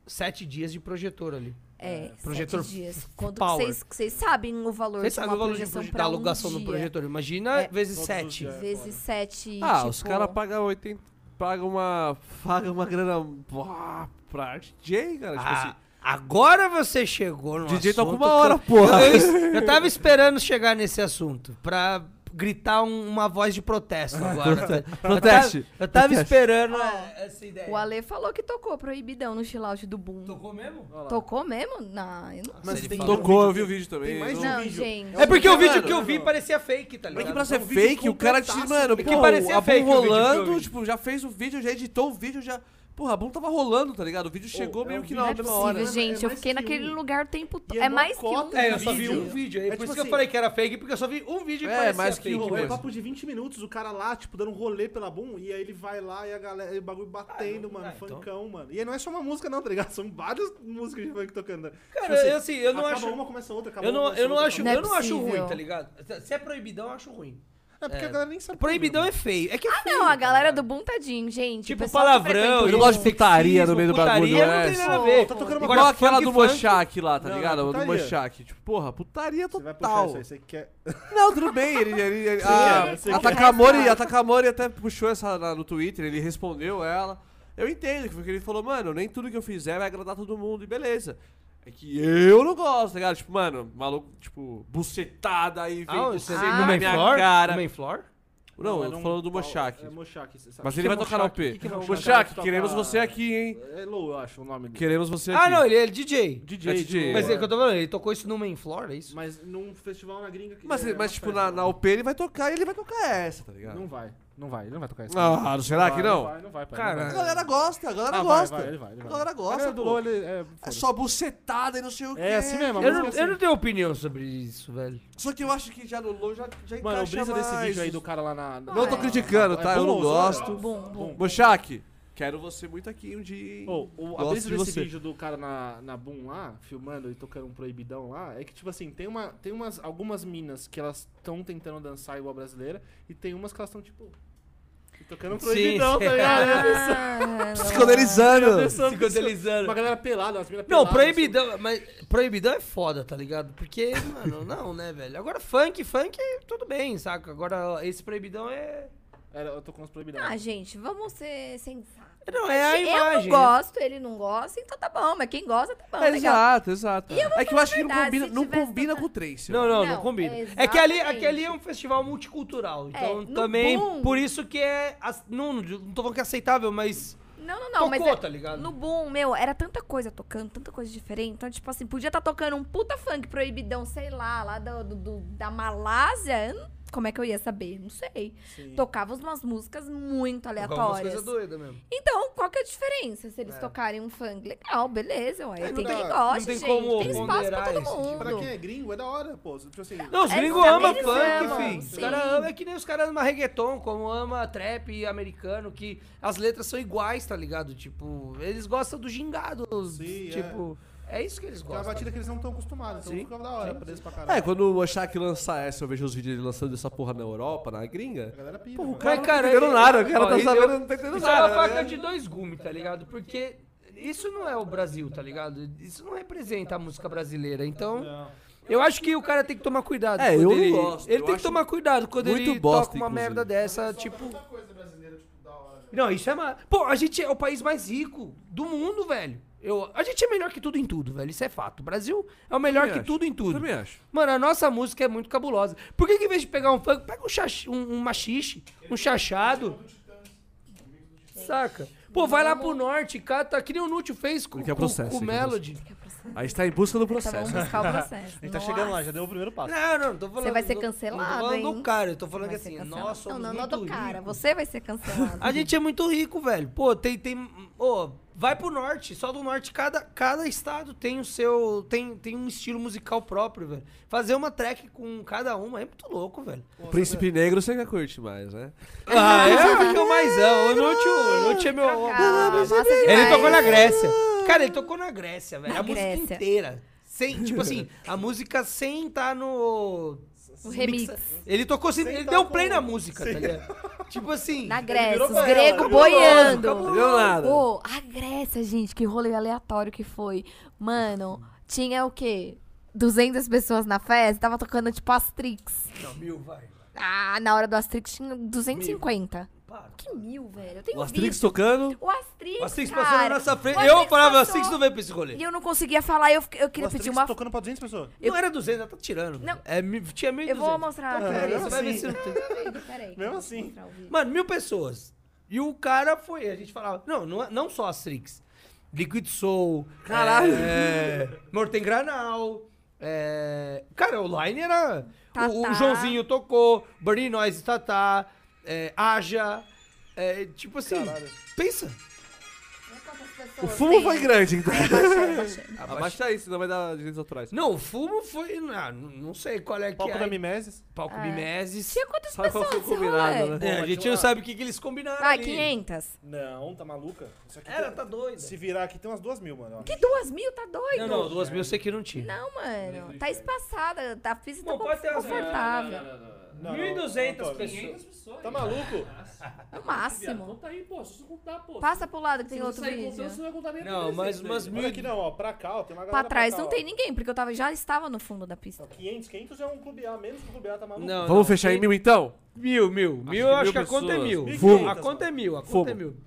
Speaker 5: sete dias de projetor ali.
Speaker 4: É,
Speaker 5: projetor
Speaker 4: projetor dias. Quando
Speaker 5: power.
Speaker 4: vocês vocês sabem o valor
Speaker 5: Você
Speaker 4: de
Speaker 5: sabe
Speaker 4: uma
Speaker 5: o valor de
Speaker 4: projeção
Speaker 5: proje-
Speaker 4: pra
Speaker 5: da
Speaker 4: um
Speaker 5: alugação do
Speaker 4: dia.
Speaker 5: projetor. Imagina
Speaker 4: É.
Speaker 5: vezes
Speaker 2: Todos os
Speaker 5: sete.
Speaker 2: dias.
Speaker 4: Vezes sete.
Speaker 1: Ah,
Speaker 4: tipo,
Speaker 1: os caras pagam 80. Pagam uma. Pagam uma grana. Pá, pra arte DJ, cara. Tipo
Speaker 5: Ah,
Speaker 1: assim.
Speaker 5: agora você chegou no
Speaker 1: DJ tá com
Speaker 5: assunto
Speaker 1: uma hora,
Speaker 5: que eu-
Speaker 1: porra.
Speaker 5: Eu, eu- eu tava esperando chegar nesse assunto pra gritar um- uma voz de protesto agora. tá?
Speaker 1: Proteste.
Speaker 5: Eu tava, eu tava esperando
Speaker 4: Ah.
Speaker 5: essa ideia.
Speaker 4: O Ale falou que tocou proibidão no chillout do Boom.
Speaker 5: Tocou mesmo?
Speaker 4: Tocou mesmo? Não, eu não
Speaker 2: Mas
Speaker 5: ele
Speaker 2: tem um
Speaker 5: falou.
Speaker 1: Tocou, eu vi o vídeo também.
Speaker 2: Tem mais
Speaker 1: eu-
Speaker 2: um
Speaker 4: Não,
Speaker 2: vídeo.
Speaker 4: gente.
Speaker 5: É porque o vídeo
Speaker 1: Mano,
Speaker 5: que eu vi
Speaker 2: mano.
Speaker 5: parecia fake, tá
Speaker 1: Mas que
Speaker 5: ligado?
Speaker 1: pra ser
Speaker 2: um vídeo
Speaker 1: fake, o cara te.
Speaker 2: completaço.
Speaker 1: Mano,
Speaker 5: É que
Speaker 1: pô,
Speaker 5: parecia
Speaker 1: a
Speaker 5: fake
Speaker 1: Boom
Speaker 5: o vídeo que eu
Speaker 1: rolando,
Speaker 5: vi.
Speaker 1: tipo, já fez o vídeo, já editou o vídeo, já. Porra, a Boom tava rolando, tá ligado? O vídeo chegou
Speaker 2: é
Speaker 1: meio
Speaker 2: um
Speaker 1: que
Speaker 2: vídeo
Speaker 1: na
Speaker 4: Não é
Speaker 1: última
Speaker 4: possível,
Speaker 1: hora.
Speaker 2: é mais
Speaker 4: gente. Eu fiquei
Speaker 2: que
Speaker 4: naquele
Speaker 2: um.
Speaker 4: lugar o tempo todo.
Speaker 2: E é
Speaker 4: É,
Speaker 2: mó
Speaker 4: mais que um.
Speaker 2: cota,
Speaker 5: É, eu só vi
Speaker 2: Vídeo.
Speaker 5: um vídeo.
Speaker 2: É
Speaker 5: É, por
Speaker 2: tipo
Speaker 5: isso que eu
Speaker 2: assim-
Speaker 5: falei que era fake, porque eu só vi um vídeo e
Speaker 1: É,
Speaker 5: parecia
Speaker 1: mas que
Speaker 5: fake.
Speaker 1: rolou,
Speaker 2: É
Speaker 1: mesmo.
Speaker 2: papo de 20 minutos, o cara lá, tipo, dando um rolê pela Boom, e aí ele vai lá e a galera, e o bagulho batendo,
Speaker 5: Ah, não-
Speaker 2: mano,
Speaker 5: ah, então.
Speaker 2: funkão, mano. E aí não é só uma música não, tá ligado? São várias músicas de funk tocando. né? Tipo
Speaker 5: Cara, eu, assim, eu não
Speaker 2: acaba
Speaker 5: acho...
Speaker 2: uma, começa outra, acaba
Speaker 5: Eu
Speaker 2: uma,
Speaker 5: não,
Speaker 2: começa
Speaker 5: eu não
Speaker 2: outra,
Speaker 5: acho,
Speaker 4: Não é
Speaker 5: eu não acho ruim,
Speaker 4: possível.
Speaker 5: tá ligado? Se é proibidão, eu acho ruim.
Speaker 2: É porque a galera nem sabe.
Speaker 5: Proibidão é feio. É que é feio,
Speaker 4: Ah, Não, a
Speaker 5: tá
Speaker 4: galera
Speaker 5: ligado?
Speaker 4: do Boom, tadinho, gente.
Speaker 5: Tipo
Speaker 4: O pessoal tá que
Speaker 5: palavrão,
Speaker 4: frequenta o
Speaker 1: Eu não
Speaker 5: gente,
Speaker 4: Boom.
Speaker 1: gosto de putaria no meio do
Speaker 5: putaria
Speaker 1: bagulho,
Speaker 5: não
Speaker 1: né?
Speaker 5: tem nada a ver.
Speaker 2: Tá tocando uma
Speaker 1: Igual
Speaker 5: Agora,
Speaker 1: aquela
Speaker 5: funk,
Speaker 1: do
Speaker 5: funk-
Speaker 1: Mochak lá, tá
Speaker 2: Não,
Speaker 1: ligado?
Speaker 2: não,
Speaker 1: A do
Speaker 2: putaria.
Speaker 1: Mochak. Tipo, porra, putaria
Speaker 2: Você vai puxar isso
Speaker 1: total.
Speaker 2: aí, você quer.
Speaker 1: Não, tudo bem, ele. ele, ele a,
Speaker 2: sim. é,
Speaker 1: a Takamori, a Takamori até puxou essa na- no Twitter, ele respondeu ela. Eu entendo, porque ele falou, mano, nem tudo que eu fizer vai agradar todo mundo, e beleza. É que eu não gosto, tá ligado? Tipo, mano, maluco, tipo, bucetada aí, vem
Speaker 5: Ah, você
Speaker 1: buceta
Speaker 5: ah,
Speaker 1: na
Speaker 5: no main
Speaker 1: minha
Speaker 5: floor?
Speaker 1: cara.
Speaker 5: No main floor?
Speaker 1: Não, eu
Speaker 2: era
Speaker 1: tô
Speaker 2: um
Speaker 1: falando do
Speaker 2: pau-
Speaker 1: Mochak.
Speaker 2: É Mochak, você sabe.
Speaker 1: Mas
Speaker 2: Que
Speaker 1: ele vai
Speaker 2: que é
Speaker 1: tocar na
Speaker 2: Mochak?
Speaker 1: OP.
Speaker 2: Que que é
Speaker 1: Mochak,
Speaker 2: Toca-
Speaker 1: queremos você aqui, hein?
Speaker 2: É low, eu acho o nome dele.
Speaker 1: Queremos você aqui.
Speaker 5: Ah, não, ele é DJ.
Speaker 1: DJ, DJ.
Speaker 2: É DJ.
Speaker 5: Mas
Speaker 1: Mas,
Speaker 5: é o que eu tô falando, ele tocou isso no main floor, é isso?
Speaker 2: Mas num festival na gringa que.
Speaker 1: mas,
Speaker 2: é uma
Speaker 1: tipo,
Speaker 2: festa,
Speaker 1: na, na
Speaker 2: né?
Speaker 1: OP ele vai tocar e ele vai tocar essa, tá ligado?
Speaker 2: Não vai, não vai, ele não vai tocar isso.
Speaker 1: Ah, será que não?
Speaker 2: Não vai, não vai, pai.
Speaker 5: Cara,
Speaker 2: não
Speaker 1: A
Speaker 2: vai.
Speaker 1: galera gosta, a galera
Speaker 2: Ah, vai,
Speaker 1: gosta.
Speaker 2: vai, ele vai, ele vai.
Speaker 1: A galera
Speaker 2: A galera
Speaker 1: gosta,
Speaker 2: do
Speaker 1: pô.
Speaker 2: LoL, ele é.
Speaker 1: É
Speaker 2: foda-se.
Speaker 1: só bucetada e não sei o que.
Speaker 2: É assim mesmo, a
Speaker 5: Eu
Speaker 2: música
Speaker 5: não,
Speaker 2: é assim.
Speaker 5: eu não tenho opinião sobre isso, velho.
Speaker 1: Só que eu acho que já no low já, já
Speaker 2: Mano, o
Speaker 1: encaixa
Speaker 2: brisa desse
Speaker 1: mais.
Speaker 2: vídeo aí do cara lá na. é
Speaker 1: Não tô criticando, tá? Eu não gosto.
Speaker 4: Boom, boom.
Speaker 1: Mochak, quero você muito aqui um dia. hein?
Speaker 2: Pô, o, a
Speaker 1: Gosto
Speaker 2: brisa
Speaker 1: de
Speaker 2: desse
Speaker 1: você.
Speaker 2: vídeo do cara na, na Boom lá, filmando e tocando um proibidão lá, é que, tipo assim, tem, uma, tem umas, algumas minas que elas estão tentando dançar igual a brasileira, e tem umas que elas estão, tipo, tocando um
Speaker 5: Sim,
Speaker 2: proibidão,
Speaker 5: sim.
Speaker 2: tá ligado?
Speaker 4: Ah,
Speaker 1: Psicodelizando.
Speaker 2: Dançando Uma
Speaker 5: assim. Psicodelizando.
Speaker 2: galera pelada, as minas
Speaker 5: Não,
Speaker 2: peladas.
Speaker 5: proibidão, mas proibidão é foda, tá ligado? Porque, mano, não, né, velho? Agora funk, funk, tudo bem, saca? Agora esse proibidão é...
Speaker 2: assim. Era, eu tô com os proibidão.
Speaker 4: Ah, gente, vamos ser sensatos.
Speaker 5: Não, é a
Speaker 4: Eu não
Speaker 5: imagem.
Speaker 4: gosto, ele não gosta, então tá bom. Mas quem gosta, tá bom.
Speaker 1: É,
Speaker 4: legal.
Speaker 1: exato, exato. É que eu acho que não
Speaker 4: verdade,
Speaker 1: combina,
Speaker 4: se
Speaker 1: não
Speaker 4: tivesse
Speaker 1: combina
Speaker 4: tocado-
Speaker 1: com o Trace.
Speaker 5: Não, não, não,
Speaker 4: Não,
Speaker 5: combina.
Speaker 4: é
Speaker 5: É que ali,
Speaker 4: exatamente.
Speaker 5: aqui ali é um festival multicultural. Então
Speaker 4: É, no
Speaker 5: também,
Speaker 4: boom-
Speaker 5: por isso que é. ac- Não, não tô falando que é aceitável, mas.
Speaker 4: Não, não, não.
Speaker 5: tocou,
Speaker 4: mas é-
Speaker 5: tá ligado?
Speaker 4: No boom, meu, era tanta coisa tocando, tanta coisa diferente. Então, tipo assim, podia estar tocando um puta funk proibidão, sei lá, lá do, do- do- da Malásia. eu não- Como é que eu ia saber? Não sei.
Speaker 2: Sim.
Speaker 4: Tocava umas músicas muito
Speaker 5: Algumas
Speaker 4: é aleatórias.
Speaker 5: coisas doidas mesmo.
Speaker 4: Então, qual que é a diferença se eles
Speaker 5: É.
Speaker 4: tocarem um funk? Legal, beleza. Ué.
Speaker 2: É, não
Speaker 4: Tem quem
Speaker 2: dá-
Speaker 4: gosta,
Speaker 5: não tem
Speaker 4: gente.
Speaker 5: como
Speaker 4: tem espaço pra
Speaker 5: ponderar
Speaker 4: todo
Speaker 5: esse tipo.
Speaker 4: mundo.
Speaker 2: Pra quem é gringo, é da hora, pô. Tipo assim.
Speaker 5: Não, os
Speaker 4: É,
Speaker 5: gringos amam
Speaker 4: eles
Speaker 5: funk,
Speaker 4: amam,
Speaker 5: filho. Os
Speaker 4: sim.
Speaker 5: caras amam. É que nem os caras amam reggaeton, como ama trap americano, que as letras são iguais, tá ligado? Tipo, eles gostam do gingado.
Speaker 2: Sim,
Speaker 5: tipo, é. isso que eles
Speaker 2: É uma
Speaker 5: gostam.
Speaker 2: batida que eles não estão acostumados, então
Speaker 5: Sim.
Speaker 2: ficava da hora, preso pra caralho.
Speaker 1: É, quando o Mochak lançar essa, eu vejo os vídeos dele lançando essa porra na Europa, na
Speaker 2: A
Speaker 1: gringa.
Speaker 2: galera pira. né?
Speaker 1: Porra, o
Speaker 2: mano.
Speaker 1: cara
Speaker 5: Mas,
Speaker 1: não
Speaker 5: cara,
Speaker 1: tá entendendo
Speaker 5: eu-
Speaker 1: nada, o cara
Speaker 5: ó,
Speaker 1: tá
Speaker 5: eu-
Speaker 1: sabendo, não tá entendendo
Speaker 5: Isso é uma
Speaker 1: nada.
Speaker 5: faca
Speaker 1: né?
Speaker 5: de dois gumes, tá ligado? Porque isso não é o Brasil, tá ligado? Isso não representa a música brasileira. Então,
Speaker 2: Não.
Speaker 5: eu acho que o cara tem que tomar cuidado.
Speaker 1: É,
Speaker 5: quando
Speaker 1: eu não
Speaker 5: ele,
Speaker 1: gosto,
Speaker 5: Ele
Speaker 1: eu
Speaker 5: tem que
Speaker 1: acho
Speaker 5: tomar cuidado quando
Speaker 1: muito
Speaker 5: ele
Speaker 1: bosta,
Speaker 5: toca uma
Speaker 1: inclusive.
Speaker 5: merda dessa, tipo.
Speaker 2: Muita coisa brasileira, tipo, da hora.
Speaker 5: Não, isso é uma. Pô, a gente é o país mais rico do mundo, velho. Eu, a gente é melhor que tudo em tudo, velho. Isso é fato. O Brasil é o melhor
Speaker 1: Também
Speaker 5: que
Speaker 1: acho.
Speaker 5: tudo em tudo.
Speaker 1: Também acho.
Speaker 5: Mano, a nossa música é muito cabulosa. Por que, que em vez de pegar um funk, pega um, xaxi, um, um machixe, um chachado? Saca? Pô, vai lá pro norte, cata, que nem o Nútil fez com,
Speaker 1: Ele quer
Speaker 5: com,
Speaker 1: processo,
Speaker 5: com o
Speaker 1: ele quer
Speaker 4: é
Speaker 5: Melody.
Speaker 1: A gente tá em busca do
Speaker 4: Então vamos
Speaker 1: processo.
Speaker 4: buscar o processo.
Speaker 2: A gente tá chegando lá, já deu o primeiro passo.
Speaker 5: Não, não, não tô falando.
Speaker 4: Você vai ser
Speaker 5: não-
Speaker 4: cancelado,
Speaker 5: Não tô falando
Speaker 4: hein?
Speaker 5: do cara, eu tô falando
Speaker 4: Vai
Speaker 5: que
Speaker 4: ser
Speaker 5: assim,
Speaker 4: cancelado.
Speaker 5: nós somos
Speaker 4: Não, não, não
Speaker 5: muito
Speaker 4: do cara.
Speaker 5: ricos.
Speaker 4: Você vai ser cancelado.
Speaker 5: A gente é muito rico, velho. Pô, tem. tem ô, vai pro norte. Só do norte, cada, cada estado tem o seu. Tem, tem um estilo musical próprio, velho. Fazer uma track com cada uma é muito louco, velho.
Speaker 1: O Príncipe
Speaker 4: né?
Speaker 1: Negro você já curte mais, né?
Speaker 5: Ah, é? Fica mais. O Norte, o Norte é meu.
Speaker 4: Cara, massa
Speaker 5: Ele
Speaker 4: demais.
Speaker 5: tocou na Grécia. Cara, ele tocou na Grécia, velho.
Speaker 4: Na
Speaker 5: A música
Speaker 4: Grécia.
Speaker 5: inteira. Sem, tipo assim, a música sem tá no.
Speaker 4: O remix.
Speaker 5: mixa- Ele tocou sem. ele deu play na música, tá ligado? Tipo assim.
Speaker 4: Na Grécia,
Speaker 2: virou
Speaker 4: os
Speaker 2: pra ela,
Speaker 4: gregos
Speaker 5: cabuloso,
Speaker 4: boiando.
Speaker 5: cabuloso.
Speaker 1: Deu nada.
Speaker 4: Ô, a Grécia, gente, que rolê aleatório que foi. Mano, tinha o quê? 200 pessoas na festa, tava tocando tipo Astrix.
Speaker 5: Não, mil, vai.
Speaker 4: Ah, na hora do Astrix tinha 250.
Speaker 5: Para.
Speaker 4: Que mil, velho. Eu tenho
Speaker 5: um
Speaker 1: O Astrix
Speaker 4: visto.
Speaker 1: tocando.
Speaker 4: O Astrix,
Speaker 5: O Asterix
Speaker 4: cara.
Speaker 5: passou na nossa frente.
Speaker 4: O
Speaker 5: Eu
Speaker 4: Asterix
Speaker 5: falava,
Speaker 4: passou.
Speaker 5: Asterix não veio pra esse rolê.
Speaker 4: E eu não conseguia falar, eu, fiquei- eu queria
Speaker 2: O
Speaker 4: pedir
Speaker 2: Asterix
Speaker 4: uma...
Speaker 2: tocando pra 200 pessoas.
Speaker 5: Não era 200, ela tá tirando.
Speaker 4: Não.
Speaker 5: É, mi- tinha 1.200.
Speaker 4: Eu vou mostrar aqui.
Speaker 5: Cara,
Speaker 4: peraí.
Speaker 5: Ah, Então, você vai ver se não tem.
Speaker 4: Peraí,
Speaker 2: Mesmo
Speaker 4: eu vou
Speaker 2: assim.
Speaker 4: mostrar o vídeo.
Speaker 5: Mano, mil pessoas. E o cara foi, a gente falava, não, não, é- não só Asterix. Liquid Soul.
Speaker 1: Caralho.
Speaker 5: É, Morten Granal. é, cara, o Line era... O,
Speaker 4: Tatá.
Speaker 5: o Joãozinho tocou, Bernie Noise, Tatá, é, Aja. é, tipo assim, pensa.
Speaker 1: O fumo foi grande, então.
Speaker 4: Abaixei, abaixei.
Speaker 1: Abaixa aí, senão é vai dar direitos autorais.
Speaker 5: Não, o fumo foi... ah, não, não sei qual é que
Speaker 2: Palco
Speaker 5: é.
Speaker 2: da Mimeses.
Speaker 5: Palco Mimeses.
Speaker 4: Tinha quantas
Speaker 1: Sabe qual
Speaker 4: pessoas
Speaker 1: foi o
Speaker 4: nesse
Speaker 1: combinado,
Speaker 4: rolê?
Speaker 1: né?
Speaker 5: É, a
Speaker 2: Pô,
Speaker 5: gente
Speaker 2: tinha
Speaker 5: não
Speaker 2: uma-
Speaker 5: sabe o que, que eles combinaram
Speaker 4: Ah,
Speaker 5: ali.
Speaker 4: 500.
Speaker 2: Não, tá maluca? Isso aqui
Speaker 5: Ela
Speaker 2: tem-
Speaker 5: tá doida.
Speaker 2: Se virar aqui tem umas duas mil, mano. eu acho.
Speaker 4: Que duas mil? Tá doido?
Speaker 5: Não, não, duas mil eu sei que não tinha.
Speaker 4: Não, mano. Tá espaçada. Tá, a pista tá
Speaker 5: Bom, pode ter as-
Speaker 7: né,
Speaker 4: confortável.
Speaker 2: Não, não,
Speaker 5: 1.200
Speaker 2: Antônio,
Speaker 5: pessoas.
Speaker 2: Tá maluco?
Speaker 4: No máximo.
Speaker 7: Então tá aí, pô. Se você contar, pô.
Speaker 4: Passa pro lado que
Speaker 7: se
Speaker 4: tem
Speaker 7: você
Speaker 4: outro
Speaker 7: sair contando, você
Speaker 4: vídeo.
Speaker 7: vai contar nem
Speaker 5: Não,
Speaker 7: pra
Speaker 5: mas-
Speaker 7: 300,
Speaker 5: mas
Speaker 7: velho.
Speaker 2: Olha aqui não, ó. Pra cá, ó. Tem uma galera
Speaker 4: Pra trás
Speaker 2: cá,
Speaker 4: não
Speaker 2: ó.
Speaker 4: tem ninguém, porque eu tava, já estava no fundo da pista.
Speaker 2: Ó, 500, 500 é um clube A, menos que o clube A tá maluco.
Speaker 5: Não, não,
Speaker 1: Vamos fechar em
Speaker 5: tem-
Speaker 1: mil, então?
Speaker 5: Mil, mil. Mil, eu
Speaker 1: que
Speaker 5: acho
Speaker 1: mil
Speaker 5: que a conta é
Speaker 1: pessoas.
Speaker 5: mil.
Speaker 2: Mil e
Speaker 5: A
Speaker 2: quinhentas,
Speaker 5: conta é mil, a
Speaker 1: Fumo.
Speaker 5: conta é mil.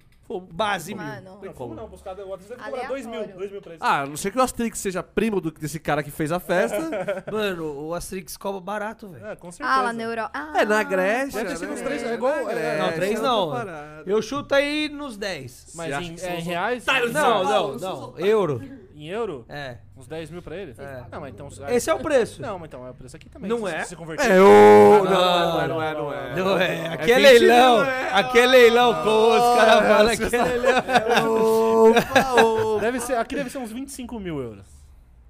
Speaker 5: Base mil.
Speaker 4: Mano.
Speaker 2: Não, fumo não, buscar o Atriz deve cobrar
Speaker 4: Aleatório.
Speaker 2: 2 mil, 2 mil pra eles.
Speaker 1: Ah, a não sei que o Astrix seja primo do- desse cara que fez a festa.
Speaker 5: Mano, o Asterix cobra barato, velho.
Speaker 2: É, com certeza.
Speaker 4: Ah, lá na Europa. Ah,
Speaker 1: É na Grécia.
Speaker 2: Deve ter sido uns
Speaker 1: né?
Speaker 2: três, é
Speaker 1: Na
Speaker 2: igual- é,
Speaker 1: Grécia,
Speaker 5: não, três não.
Speaker 1: parado.
Speaker 5: Eu chuto aí nos 10.
Speaker 1: Você
Speaker 2: Mas
Speaker 1: acha
Speaker 2: em,
Speaker 1: que são
Speaker 2: é, em
Speaker 1: os
Speaker 2: reais? em-
Speaker 5: Não, não, não. Euro.
Speaker 2: Em euro?
Speaker 5: É.
Speaker 2: Uns 10 mil pra ele?
Speaker 5: É.
Speaker 2: Não, mas então...
Speaker 5: Esse é o preço.
Speaker 2: Não, mas então é o preço aqui também.
Speaker 5: Não
Speaker 2: se-
Speaker 5: é?
Speaker 2: Se converter.
Speaker 1: É, ô, não, não,
Speaker 5: não,
Speaker 1: é, não é, não é.
Speaker 5: Não, é. Aqui é,
Speaker 1: É 20 mil,
Speaker 5: leilão.
Speaker 1: é.
Speaker 5: Aqui é leilão com os caras falam aqui é leilão.
Speaker 1: Opa, opa.
Speaker 2: Deve ser, aqui deve ser uns 25 mil euros.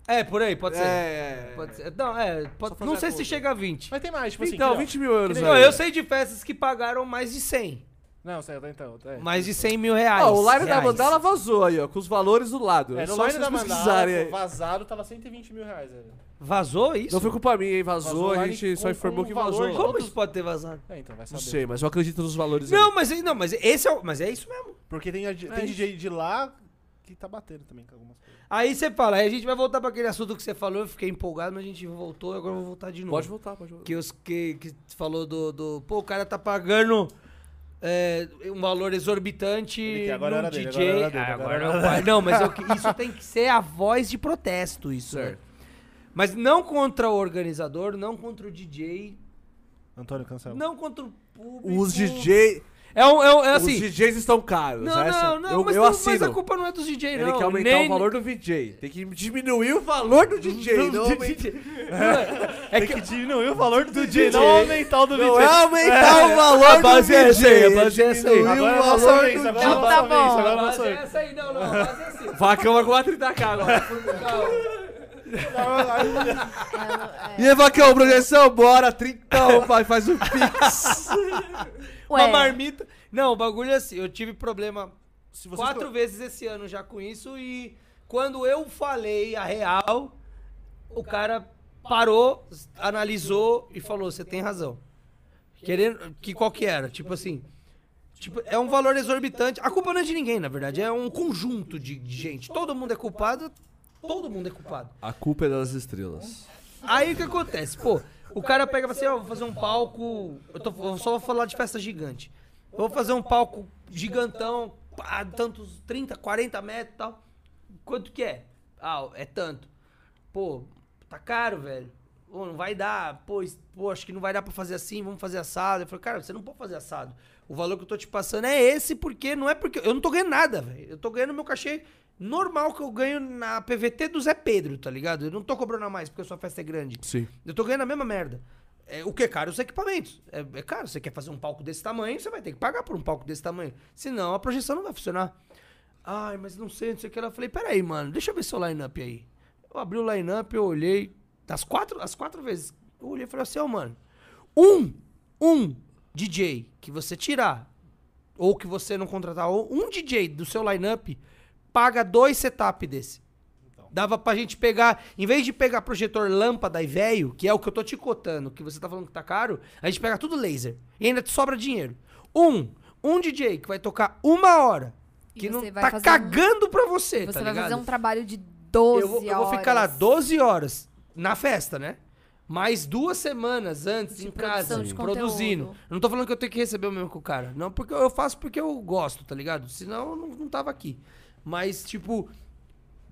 Speaker 5: É, por aí, pode ser.
Speaker 1: É.
Speaker 5: Pode ser. Não, é. pode-
Speaker 1: fazer
Speaker 5: não
Speaker 1: a
Speaker 5: sei se
Speaker 1: conta.
Speaker 5: chega a 20.
Speaker 2: Mas tem mais, tipo assim...
Speaker 1: Então,
Speaker 2: que-
Speaker 1: 20 mil euros.
Speaker 5: Não,
Speaker 1: aí.
Speaker 5: eu sei de festas que pagaram mais de 100.
Speaker 2: Não, certo, então. É.
Speaker 5: Mais de 100 mil reais.
Speaker 1: Ó, Ah, o Line da
Speaker 5: Reais.
Speaker 1: Mandala vazou aí, ó, com os valores do lado.
Speaker 2: É,
Speaker 1: É,
Speaker 2: no
Speaker 1: só
Speaker 2: Line
Speaker 1: vocês
Speaker 2: da
Speaker 1: pesquisarem
Speaker 2: Mandala,
Speaker 1: aí.
Speaker 2: vazado, tava 120 mil reais. velho.
Speaker 5: Vazou isso?
Speaker 1: Não foi culpa minha, hein? Vazou,
Speaker 2: Vazou
Speaker 1: a
Speaker 2: lá,
Speaker 1: gente só
Speaker 2: com-
Speaker 1: informou
Speaker 5: um
Speaker 2: com
Speaker 1: que
Speaker 2: valor
Speaker 1: vazou.
Speaker 2: de-
Speaker 1: Não
Speaker 5: Como isso pode ter vazado?
Speaker 2: É, então vai saber.
Speaker 1: sei, mas eu acredito nos valores aí.
Speaker 5: Não, mas, é- não, mas esse é o- mas é isso mesmo.
Speaker 2: Porque tem, a- tem DJ de lá que tá batendo também com algumas coisas.
Speaker 5: Aí você fala, aí a gente vai voltar pra aquele assunto que você falou, eu fiquei empolgado, mas a gente voltou, agora eu vou voltar de novo.
Speaker 1: Pode voltar, pode voltar.
Speaker 5: Que os que, que você falou do, do- Pô, o cara tá pagando é, um valor exorbitante
Speaker 2: Ele que agora
Speaker 5: num
Speaker 2: era dele,
Speaker 5: DJ.
Speaker 2: agora era dele,
Speaker 5: Ah,
Speaker 2: agora
Speaker 5: agora não pode. Não, mas eu que- isso tem que ser a voz de protesto, isso. né?
Speaker 1: Certo.
Speaker 5: Mas não contra o organizador, não contra o DJ,
Speaker 2: Antônio, cancela.
Speaker 5: não contra o público.
Speaker 1: Os DJ,
Speaker 5: É, um, é, um- é assim.
Speaker 1: os DJs estão caros. é
Speaker 5: Não,
Speaker 1: essa,
Speaker 5: não, não,
Speaker 1: eu,
Speaker 5: mas,
Speaker 1: eu
Speaker 5: não- mas
Speaker 1: assino.
Speaker 5: a culpa não é dos DJ,
Speaker 1: Ele
Speaker 5: não.
Speaker 1: quer aumentar
Speaker 5: nem-
Speaker 1: o valor do DJ. Tem que diminuir o valor do DJ.
Speaker 2: do
Speaker 1: não aumentar-
Speaker 2: DJ.
Speaker 5: É
Speaker 2: Tem
Speaker 5: que
Speaker 2: que diminuir o valor do, DJ,
Speaker 1: DJ.
Speaker 2: não aumentar o do
Speaker 1: Não
Speaker 2: DJ.
Speaker 1: é aumentar o valor
Speaker 5: A base
Speaker 1: do
Speaker 5: é essa aí,
Speaker 1: DJ.
Speaker 5: a base é essa aí.
Speaker 1: diminuir
Speaker 2: Agora é
Speaker 1: o
Speaker 2: a nossa
Speaker 1: valor
Speaker 2: vez,
Speaker 1: do
Speaker 2: agora
Speaker 1: DJ.
Speaker 2: é a nossa
Speaker 4: Então tá
Speaker 2: vez,
Speaker 4: bom.
Speaker 2: agora é a
Speaker 5: Mas
Speaker 2: nossa
Speaker 5: é
Speaker 2: vez.
Speaker 5: essa aí, não, não. Mas é assim.
Speaker 1: Vacão agora 30k agora.
Speaker 4: Ah,
Speaker 1: E aí, Vacão, projeção, bora, 30, pai, faz um pix.
Speaker 4: é.
Speaker 5: Uma
Speaker 4: Ué,
Speaker 5: marmita. Não, o bagulho é assim. Eu tive problema
Speaker 2: Se vocês
Speaker 5: quatro vezes esse ano já com isso e quando eu falei a real, o cara parou, analisou e falou: "Você tem razão". Querendo que qual que era? Tipo assim, tipo, é um valor exorbitante. A culpa não é de ninguém, na verdade, é um conjunto de, de gente. Todo mundo é culpado, todo mundo é culpado.
Speaker 1: A culpa é das estrelas.
Speaker 5: Aí o que acontece? Pô, o cara pega e fala assim, ó, vou fazer um palco. Eu, tô- eu só vou falar de festa gigante. Eu vou fazer um palco gigantão, pá, tantos 30, 40 metros e tal. Quanto que é? Ah, é tanto. Pô, tá caro, velho. Pô, não vai dar. Pô, es- pô, acho que não vai dar pra fazer assim, vamos fazer assado. Eu falei, cara, você não pode fazer assado. O valor que eu tô te passando é esse, porque não é porque. Eu não tô ganhando nada, velho. Eu tô ganhando meu cachê normal que eu ganho na PVT do Zé Pedro, tá ligado? Eu não tô cobrando a mais porque a sua festa é grande.
Speaker 1: Sim.
Speaker 5: Eu tô ganhando a mesma merda. É, o que é caro é os equipamentos. É, é caro, você quer fazer um palco desse tamanho, você vai ter que pagar por um palco desse tamanho. Senão a projeção não vai funcionar. Ai, mas não sei, não sei o que. Ela falei, peraí, mano, deixa eu ver seu line-up aí. Eu abri o line-up, eu olhei. Das quatro, as quatro vezes, eu olhei e falei assim, ó, mano. Um, um DJ que você tirar, ou que você não contratar, ou um DJ do seu line-up, paga dois setup desse. Dava pra gente pegar, em vez de pegar projetor lâmpada e velho, que é o que eu tô te cotando, que você tá falando que tá caro, a gente pega tudo laser. E ainda te sobra dinheiro. Um, um DJ que vai tocar uma hora,
Speaker 4: E
Speaker 5: que não
Speaker 4: você vai
Speaker 5: tá
Speaker 4: fazer um-
Speaker 5: cagando pra você,
Speaker 4: Você
Speaker 5: tá
Speaker 4: vai
Speaker 5: ligado?
Speaker 4: fazer um trabalho de 12
Speaker 5: eu, vou,
Speaker 4: horas.
Speaker 5: eu vou ficar lá 12 horas na festa, né? Mais duas semanas antes,
Speaker 4: De
Speaker 5: em casa,
Speaker 4: produção de
Speaker 5: produzindo.
Speaker 4: conteúdo.
Speaker 5: Não tô falando que eu tenho que receber o mesmo que o cara. Não, porque eu faço porque eu gosto, tá ligado? Senão eu não, não tava aqui. Mas, tipo.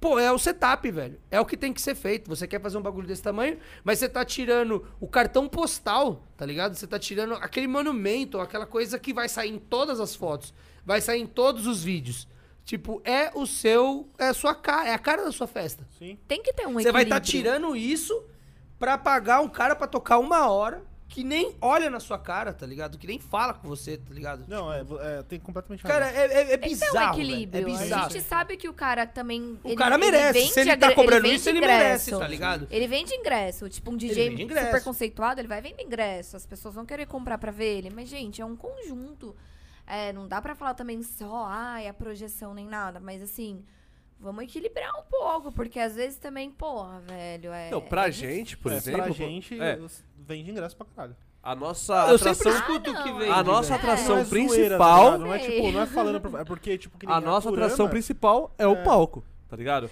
Speaker 5: Pô, é o setup, velho. É o que tem que ser feito. Você quer fazer um bagulho desse tamanho, mas você tá tirando o cartão postal, tá ligado? Você tá tirando aquele monumento, aquela coisa que vai sair em todas as fotos, vai sair em todos os vídeos. Tipo, é o seu. É a sua cara, é a cara da sua festa.
Speaker 2: Sim.
Speaker 4: Tem que ter um
Speaker 5: Você vai tá estar
Speaker 4: estar
Speaker 5: tirando isso pra pagar um cara pra tocar uma hora que nem olha na sua cara, tá ligado? Que nem fala com você, tá ligado?
Speaker 2: Não, é, vo- é, tem completamente
Speaker 5: Cara,
Speaker 2: razão.
Speaker 5: é, é- é
Speaker 4: Tem que ter um
Speaker 5: bizarro.
Speaker 4: equilíbrio.
Speaker 5: velho. É bizarro.
Speaker 4: A gente sabe que o cara também.
Speaker 5: O cara merece. Se ele tá
Speaker 4: agre-
Speaker 5: cobrando
Speaker 4: vende
Speaker 5: isso, ele
Speaker 4: ingresso.
Speaker 5: merece, tá ligado?
Speaker 4: Ele vende ingresso. Tipo, um DJ
Speaker 5: vende ingresso.
Speaker 4: super conceituado, ele vai vender ingresso. As pessoas vão querer comprar pra ver ele. Mas, gente, é um conjunto. É, não dá pra falar também só, ai, a projeção nem nada. Mas, assim, vamos equilibrar um pouco. Porque, às vezes, também, porra, velho, é...
Speaker 1: Não, pra
Speaker 4: é
Speaker 1: gente, por
Speaker 2: É,
Speaker 1: exemplo.
Speaker 2: pra gente,
Speaker 1: é,
Speaker 2: os- vende ingresso pra caralho.
Speaker 1: a nossa
Speaker 5: Eu sempre
Speaker 1: atração.
Speaker 5: escuto
Speaker 4: Ah,
Speaker 5: o que
Speaker 4: não,
Speaker 5: vem.
Speaker 1: A nossa
Speaker 4: É.
Speaker 1: atração
Speaker 2: Não é zoeira,
Speaker 1: principal.
Speaker 2: tá ligado? não é tipo, não é falando. pra- É porque, tipo, que nem
Speaker 1: a nossa
Speaker 2: Kurama,
Speaker 1: atração principal é, o
Speaker 2: É.
Speaker 1: palco, tá ligado?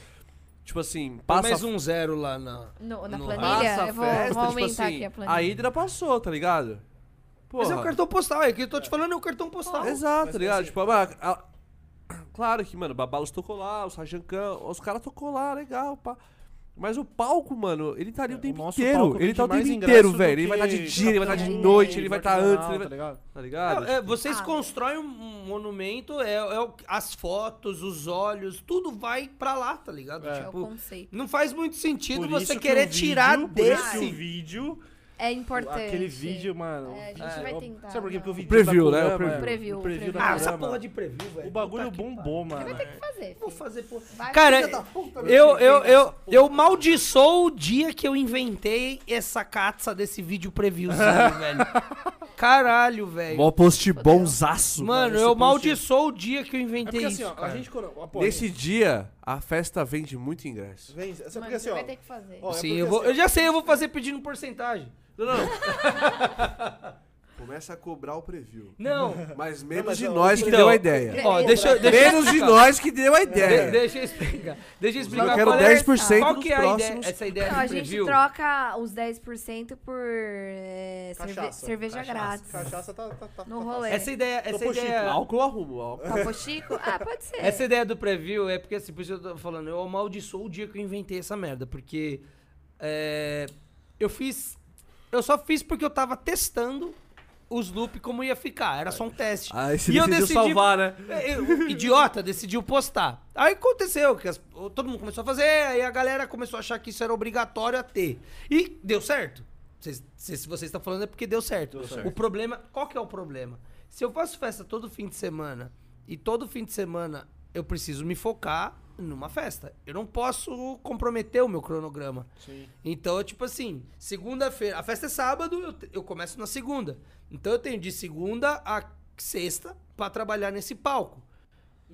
Speaker 1: Tipo assim, passa
Speaker 5: Mais um zero lá na.
Speaker 4: No- na
Speaker 5: No-
Speaker 4: planilha,
Speaker 1: passa a
Speaker 4: eu vou,
Speaker 1: festa,
Speaker 4: vou aumentar
Speaker 1: tipo assim,
Speaker 4: aqui a planilha.
Speaker 1: a Hydra passou, tá ligado? Porra.
Speaker 5: Mas é o cartão postal, é que eu tô te falando, é o cartão postal.
Speaker 1: Exato, tá ligado? Tipo, mano, a- claro que, mano, Babalos tocou lá, o Sajan Khan, os caras tocou lá, legal, pá. Mas o palco, mano, ele
Speaker 5: É,
Speaker 1: tá ali o
Speaker 2: é, o
Speaker 1: tempo
Speaker 2: nosso
Speaker 1: inteiro.
Speaker 2: palco
Speaker 1: Ele
Speaker 2: vende
Speaker 1: tá o tempo
Speaker 2: mais
Speaker 1: inteiro,
Speaker 2: ingresso
Speaker 1: velho.
Speaker 2: do
Speaker 1: Ele vai estar de
Speaker 2: que um
Speaker 1: dia, ele vai estar de
Speaker 4: Capitão
Speaker 1: noite,
Speaker 4: Gay,
Speaker 1: ele vai estar antes, ele
Speaker 2: Tá
Speaker 1: vai...
Speaker 2: ligado?
Speaker 1: Tá
Speaker 5: Não,
Speaker 1: ligado?
Speaker 5: é, vocês
Speaker 4: Ah.
Speaker 5: constroem um monumento, é, é o- as fotos, os olhos, tudo vai pra lá, tá ligado?
Speaker 4: É o
Speaker 5: Tipo,
Speaker 4: conceito.
Speaker 5: não faz muito sentido
Speaker 2: Por
Speaker 5: você
Speaker 2: isso que
Speaker 5: querer
Speaker 2: o vídeo-
Speaker 5: tirar
Speaker 2: por isso que
Speaker 5: desse.
Speaker 2: o vídeo,
Speaker 4: É importante.
Speaker 2: aquele vídeo, mano.
Speaker 4: É, a gente vai tentar,
Speaker 2: Sabe por quê?
Speaker 4: não.
Speaker 2: Porque o vídeo
Speaker 1: preview,
Speaker 2: da
Speaker 1: né? O
Speaker 2: Kurama,
Speaker 1: preview.
Speaker 2: é,
Speaker 4: Preview,
Speaker 2: o preview
Speaker 4: preview.
Speaker 2: da
Speaker 5: Ah, essa
Speaker 2: Kurama,
Speaker 5: porra de preview, velho.
Speaker 2: O bagulho
Speaker 5: Puta que
Speaker 2: bombou, mano.
Speaker 4: Tem que fazer, filho.
Speaker 5: Vou fazer, porra.
Speaker 4: Vai,
Speaker 5: Cara,
Speaker 4: filha
Speaker 5: eu, eu, eu, eu, maldissou o dia que eu inventei essa catça desse vídeo previewzinho, velho. Caralho, velho.
Speaker 1: Mó post bonzaço.
Speaker 5: é Mano,
Speaker 1: esse
Speaker 5: eu
Speaker 1: post-
Speaker 5: maldissou o dia que eu
Speaker 2: É
Speaker 5: inventei
Speaker 2: porque assim,
Speaker 5: isso,
Speaker 2: ó, a
Speaker 5: cara.
Speaker 2: gente quando. ó, pô,
Speaker 1: Nesse dia, a festa vende muito ingresso.
Speaker 2: Vem, sabe
Speaker 4: Mano,
Speaker 2: porque assim,
Speaker 4: você
Speaker 2: ó.
Speaker 4: vai ter que fazer.
Speaker 2: ó, é
Speaker 5: Sim,
Speaker 2: porque
Speaker 5: eu, vou,
Speaker 2: assim,
Speaker 5: eu já sei, eu vou fazer pedindo porcentagem.
Speaker 1: Não, não. Começa a cobrar o preview.
Speaker 5: Não,
Speaker 1: Mas
Speaker 2: Não,
Speaker 1: menos
Speaker 2: mas,
Speaker 1: de
Speaker 2: ó,
Speaker 1: nós que
Speaker 5: então-
Speaker 1: deu a ideia.
Speaker 5: ó, deixa, eu- deixa eu
Speaker 1: Menos de
Speaker 5: explicar. É,
Speaker 1: nós que deu a
Speaker 5: De,
Speaker 1: ideia.
Speaker 5: deixa eu explicar. Deixa eu explicar.
Speaker 1: Eu quero
Speaker 5: qual é-
Speaker 1: 10%
Speaker 5: Qual
Speaker 1: dos
Speaker 5: que é a ideia,
Speaker 1: próximos.
Speaker 5: essa ideia
Speaker 4: Não, a
Speaker 5: de
Speaker 4: gente
Speaker 5: preview?
Speaker 4: troca os 10% por é, cerve-
Speaker 2: Cachaça.
Speaker 4: cerveja
Speaker 5: Cachaça.
Speaker 4: grátis.
Speaker 2: Cachaça tá. tá, tá
Speaker 4: No
Speaker 2: tá
Speaker 4: rolê.
Speaker 5: Essa ideia, essa
Speaker 2: Topo Chico,
Speaker 5: ideia,
Speaker 1: Álcool eu arrumo, álcool.
Speaker 4: Papo Chico? Ah, pode ser.
Speaker 5: Essa ideia do preview é porque, assim, por isso que eu tô falando, eu amaldiçoo o dia que eu inventei essa merda, porque é, eu fiz, eu só fiz porque eu tava testando os loop como ia ficar, era só um teste.
Speaker 1: Aí Ah, você
Speaker 5: E eu
Speaker 1: decidiu
Speaker 5: decidi-
Speaker 1: salvar, né?
Speaker 5: É, eu- o idiota decidiu postar. Aí aconteceu que as- todo mundo começou a fazer, aí a galera começou a achar que isso era obrigatório a ter. E deu certo. Vocês- se, se vocês estão falando é porque deu certo. O problema, qual que é o problema? Se eu faço festa todo fim de semana e todo fim de semana eu preciso me focar numa festa, eu não posso comprometer o meu cronograma.
Speaker 2: Sim.
Speaker 5: Então, é tipo assim, segunda-feira, a festa é sábado, eu, te- eu começo na segunda. Então eu tenho de segunda a sexta pra trabalhar nesse palco.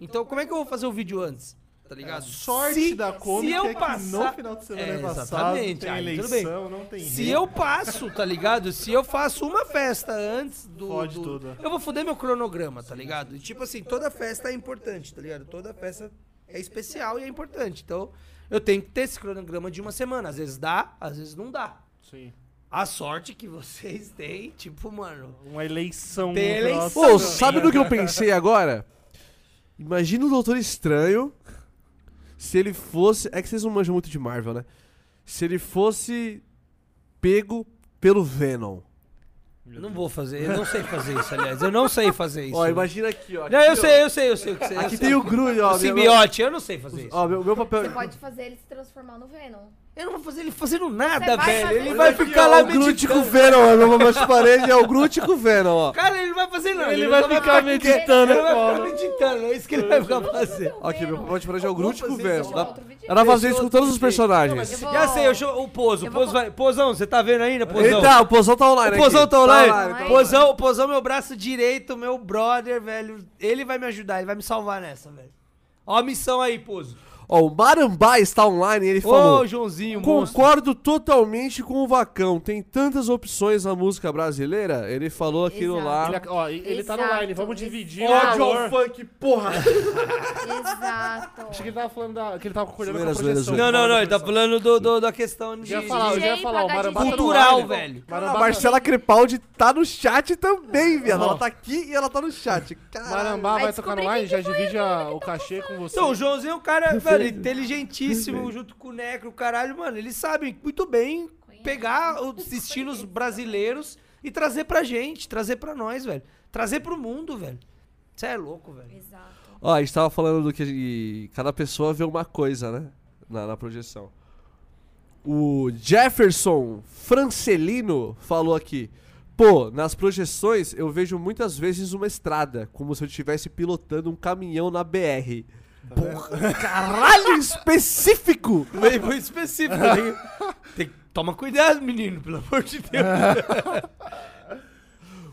Speaker 5: Então, como é que eu vou fazer o vídeo antes? Tá ligado?
Speaker 2: Sorte
Speaker 5: Se-
Speaker 2: da
Speaker 5: se
Speaker 2: cômica
Speaker 5: eu
Speaker 2: é que
Speaker 5: passar-
Speaker 2: no final de semana
Speaker 5: É,
Speaker 2: é, passado,
Speaker 5: exatamente,
Speaker 2: tem
Speaker 5: aí, tudo
Speaker 2: eleição, não tem
Speaker 5: Se
Speaker 2: rede.
Speaker 5: eu passo, tá ligado? Se eu faço uma festa antes do.
Speaker 2: Fode
Speaker 5: do-
Speaker 2: tudo.
Speaker 5: Eu vou foder meu cronograma, tá ligado? E, tipo assim, toda festa é importante, tá ligado? Toda festa é especial e é importante. Então, eu tenho que ter esse cronograma de uma semana. Às vezes dá, às vezes não dá.
Speaker 2: Sim.
Speaker 5: A sorte que vocês têm, tipo, mano.
Speaker 2: Uma eleição.
Speaker 5: Tem
Speaker 2: no
Speaker 5: eleição.
Speaker 2: próximo.
Speaker 1: Pô, sabe do que eu pensei agora? Imagina o Doutor Estranho se ele fosse. É que vocês não manjam muito de Marvel, né? Se ele fosse pego pelo Venom.
Speaker 5: Eu não vou fazer, eu não sei fazer isso, aliás. Eu não sei fazer isso.
Speaker 1: Ó, imagina aqui, ó.
Speaker 5: Não,
Speaker 1: aqui,
Speaker 5: eu
Speaker 1: ó.
Speaker 5: sei, eu sei, eu sei o que você
Speaker 1: Aqui
Speaker 5: eu
Speaker 1: né? tem né?
Speaker 5: sei.
Speaker 1: o Grulho, ó. meu-
Speaker 5: O simbiote, eu não sei fazer isso.
Speaker 1: Ó, meu, meu papel.
Speaker 4: Você pode fazer ele se transformar no Venom.
Speaker 5: Eu não vou fazer ele fazendo nada,
Speaker 4: Você vai
Speaker 5: velho.
Speaker 4: fazer
Speaker 5: Ele
Speaker 4: isso.
Speaker 5: vai
Speaker 1: Aqui,
Speaker 5: ficar
Speaker 1: ó,
Speaker 5: lá
Speaker 1: O Grute com
Speaker 5: meditando.
Speaker 1: o Venom, ó. Meu papel de parede é o Grute com o Venom, ó.
Speaker 5: Cara, ele não vai fazer nada.
Speaker 4: Ele
Speaker 5: só
Speaker 4: vai ficar
Speaker 5: meditando. Ele vai
Speaker 4: agora.
Speaker 5: ficar meditando, é isso que ele vai ficar fazendo.
Speaker 1: Aqui, meu papel de parede é o
Speaker 5: Eu vou
Speaker 1: Grute com o
Speaker 5: fazer
Speaker 1: Venom.
Speaker 5: isso,
Speaker 1: Dá-
Speaker 4: Deixa outro vídeo.
Speaker 1: Dá pra fazer isso com todos os personagens.
Speaker 4: Eu vou-
Speaker 5: Já sei, eu cho- o Pozo.
Speaker 4: Eu
Speaker 5: O
Speaker 4: vou
Speaker 5: Pozo vai... Pozão, você tá vendo ainda, Pozão?
Speaker 1: Eita, o Pozão tá então. online
Speaker 5: O Pozão
Speaker 1: aqui.
Speaker 5: tá online.
Speaker 4: tá online.
Speaker 5: Pozão, Pozão, meu braço direito, meu brother, velho. Ele vai me ajudar, ele vai me salvar nessa, velho. Ó a missão aí, Pozo.
Speaker 1: Ó, o Marambá está online e ele
Speaker 5: Ô,
Speaker 1: falou...
Speaker 5: Joãozinho, monstro.
Speaker 1: Concordo totalmente com o Vacão. Tem tantas opções na música brasileira. Ele falou aquilo
Speaker 4: Exato.
Speaker 1: lá.
Speaker 4: Ele
Speaker 2: Ele, ó, ele tá no
Speaker 4: Exato.
Speaker 2: line, vamos dividir. o
Speaker 1: Ódio ao
Speaker 2: valor.
Speaker 1: funk, porra!
Speaker 4: Exato.
Speaker 2: Achei que ele tava falando da, que ele tava concordando
Speaker 1: Zoeira,
Speaker 2: com a
Speaker 1: zoeira,
Speaker 2: projeção.
Speaker 5: Não, não, não, ele tá
Speaker 2: Projeção.
Speaker 5: falando do, do- da questão de,
Speaker 2: Eu ia falar, eu já ia
Speaker 4: DJ
Speaker 2: falar, o
Speaker 4: pagar
Speaker 2: Marambá tá
Speaker 4: DJ.
Speaker 2: no
Speaker 5: cultural,
Speaker 2: line.
Speaker 5: velho.
Speaker 1: A
Speaker 2: Marambá tá-
Speaker 1: Ah, Marcela Crepaldi tá no chat também, viado.
Speaker 2: Ó.
Speaker 1: Ela tá aqui e ela tá no chat. Caralho.
Speaker 2: Marambá
Speaker 4: Vai
Speaker 2: vai tocar no
Speaker 4: descobrir
Speaker 2: line, já
Speaker 4: quem que foi,
Speaker 2: divide a-
Speaker 4: mano,
Speaker 2: o cachê com você.
Speaker 5: Então, o Joãozinho é um cara, velho, inteligentíssimo, junto com o Necro, caralho, mano. Eles sabem muito bem pegar os estilos brasileiros e trazer pra gente, trazer pra nós, velho. Trazer pro mundo, velho. Você é louco, velho.
Speaker 4: Exato.
Speaker 1: Ó, a gente tava falando do que a gente- cada pessoa vê uma coisa, né? Na, na projeção. O Jefferson Francelino falou aqui. Pô, nas projeções eu vejo muitas vezes uma estrada, como se eu estivesse pilotando um caminhão na BR. Porra, caralho específico!
Speaker 5: Bem, muito específico. Tem, tem que toma cuidado, menino, pelo amor de Deus.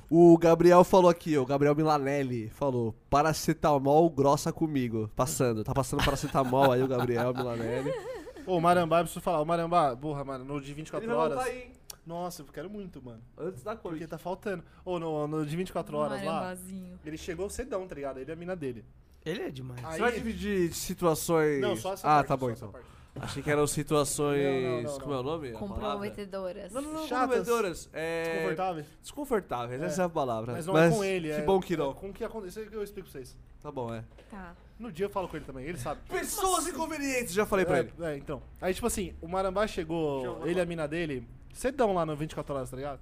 Speaker 1: O Gabriel falou aqui, o Gabriel Milanelli falou: paracetamol grossa comigo. Passando, tá passando paracetamol aí o Gabriel Milanelli.
Speaker 2: Ô, Marambá, eu preciso falar. Ô, Marambá, porra, mano, no de 24 horas.
Speaker 1: "Tá aí,
Speaker 2: Nossa, eu quero muito, mano.
Speaker 1: antes da
Speaker 2: Porque tá faltando. Ô, no, no de 24 horas lá,
Speaker 4: Marambazinho.
Speaker 2: ele chegou cedão, tá ligado? Ele e a mina dele.
Speaker 5: Ele é demais.
Speaker 2: Aí-
Speaker 1: Você vai dividir situações.
Speaker 2: Não, só essa
Speaker 1: Ah,
Speaker 2: parte,
Speaker 1: tá bom
Speaker 2: só essa
Speaker 1: então.
Speaker 2: parte.
Speaker 1: Achei que eram situações.
Speaker 2: Não, não, não,
Speaker 1: como é o nome? A palavra?
Speaker 4: Comprometedoras.
Speaker 1: Não, não, não,
Speaker 2: Chatas.
Speaker 1: compromedoras. É...
Speaker 2: Desconfortável.
Speaker 1: Desconfortáveis,
Speaker 2: É.
Speaker 1: essa é a palavra.
Speaker 2: Mas não é com ele,
Speaker 1: Que
Speaker 2: é.
Speaker 1: bom que não.
Speaker 2: Com o que aconteceu, eu explico pra vocês.
Speaker 1: Tá bom, é.
Speaker 4: Tá.
Speaker 2: No dia eu falo com ele também, ele sabe.
Speaker 1: Pessoas inconvenientes, já falei pra ele.
Speaker 2: É, é, então. Aí, tipo assim, o Marambá chegou, ele e a mina dele, cedão lá no 24 horas, tá ligado?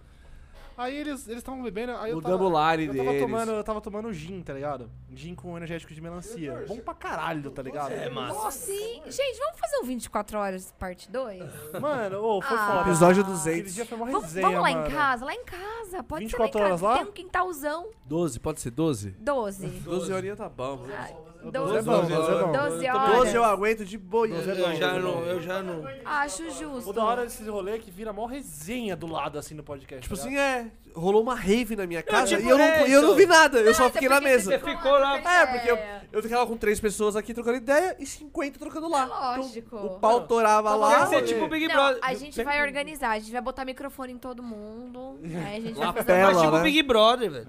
Speaker 2: Aí eles estavam bebendo, aí eu
Speaker 1: Mudamos
Speaker 2: tava...
Speaker 1: o line
Speaker 2: Eu tava,
Speaker 1: deles.
Speaker 2: tomando, eu tava tomando gin, tá ligado? Gin com energético de melancia. Bom pra caralho, tá ligado? É, mano.
Speaker 4: Sim. Gente, vamos fazer um 24 horas parte 2?
Speaker 2: Mano, ô, foi
Speaker 4: Ah.
Speaker 2: foda.
Speaker 1: Episódio
Speaker 2: Aquele
Speaker 1: 200.
Speaker 2: dia foi uma
Speaker 4: Vamos,
Speaker 2: resenha,
Speaker 4: vamos lá em
Speaker 2: mano.
Speaker 4: casa, lá em casa. Pode ser lá em
Speaker 2: 24 horas
Speaker 4: casa.
Speaker 2: lá?
Speaker 4: Tem um quintalzão.
Speaker 1: 12, pode ser 12?
Speaker 4: 12.
Speaker 1: 12 horinha tá bom.
Speaker 4: Ah,
Speaker 2: Doze é
Speaker 4: 12.
Speaker 2: bom, doze é bom.
Speaker 4: 12
Speaker 1: 12 eu
Speaker 4: horas.
Speaker 1: aguento de boia.
Speaker 2: Doze é bom,
Speaker 5: Eu já
Speaker 2: doze é
Speaker 5: não,
Speaker 2: bom.
Speaker 5: eu já não.
Speaker 4: Acho
Speaker 2: Ô,
Speaker 4: justo.
Speaker 2: da hora esse rolê que vira mó resenha do lado, assim, no podcast.
Speaker 1: Tipo
Speaker 2: tá
Speaker 1: assim,
Speaker 2: ligado?
Speaker 1: é. Rolou uma rave na minha casa
Speaker 5: tipo,
Speaker 1: e eu não,
Speaker 5: é,
Speaker 1: e eu não
Speaker 5: então.
Speaker 1: vi nada, eu só
Speaker 4: Mas é
Speaker 1: fiquei na
Speaker 4: porque
Speaker 1: mesa.
Speaker 5: você ficou lá.
Speaker 1: É, porque eu, eu ficava com três pessoas aqui trocando ideia e 50 trocando lá.
Speaker 4: É lógico.
Speaker 1: Então, o pau torava
Speaker 5: Vai
Speaker 1: lá.
Speaker 2: é
Speaker 5: ser tipo o Big
Speaker 4: Não,
Speaker 5: Brother.
Speaker 4: a gente vai organizar, a gente vai botar microfone em todo mundo. Aí a gente vai fazer
Speaker 1: Lapela,
Speaker 5: Mas tipo
Speaker 1: né?
Speaker 5: o Big Brother, velho.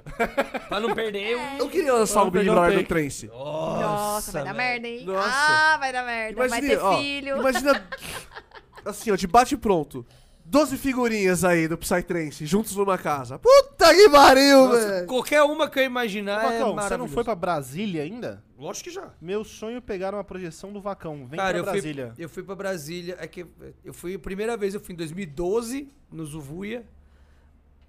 Speaker 5: Pra não perder o.
Speaker 1: Eu queria lançar
Speaker 2: Vamos
Speaker 1: o Big
Speaker 2: pegar um
Speaker 1: Brother do
Speaker 2: take.
Speaker 1: Trance.
Speaker 4: É. Nossa, vai dar
Speaker 5: velho.
Speaker 4: merda, hein?
Speaker 1: Nossa.
Speaker 4: Ah, vai dar merda. vai ter
Speaker 1: ó,
Speaker 4: filho.
Speaker 1: Imagina. Assim, ó, de bate e pronto. 12 figurinhas aí do Psytrance, juntos numa casa. Puta que pariu,
Speaker 5: Nossa,
Speaker 1: velho!
Speaker 5: qualquer uma que eu imaginar é
Speaker 2: Vacão, você não
Speaker 5: maravilhoso.
Speaker 2: foi pra Brasília ainda?
Speaker 5: Lógico que já.
Speaker 2: Meu sonho é pegar uma projeção do Vacão. Vem
Speaker 5: Cara,
Speaker 2: pra
Speaker 5: eu fui,
Speaker 2: Brasília.
Speaker 5: eu fui pra Brasília. É que eu fui a primeira vez, eu fui em 2012, no Zuvuia.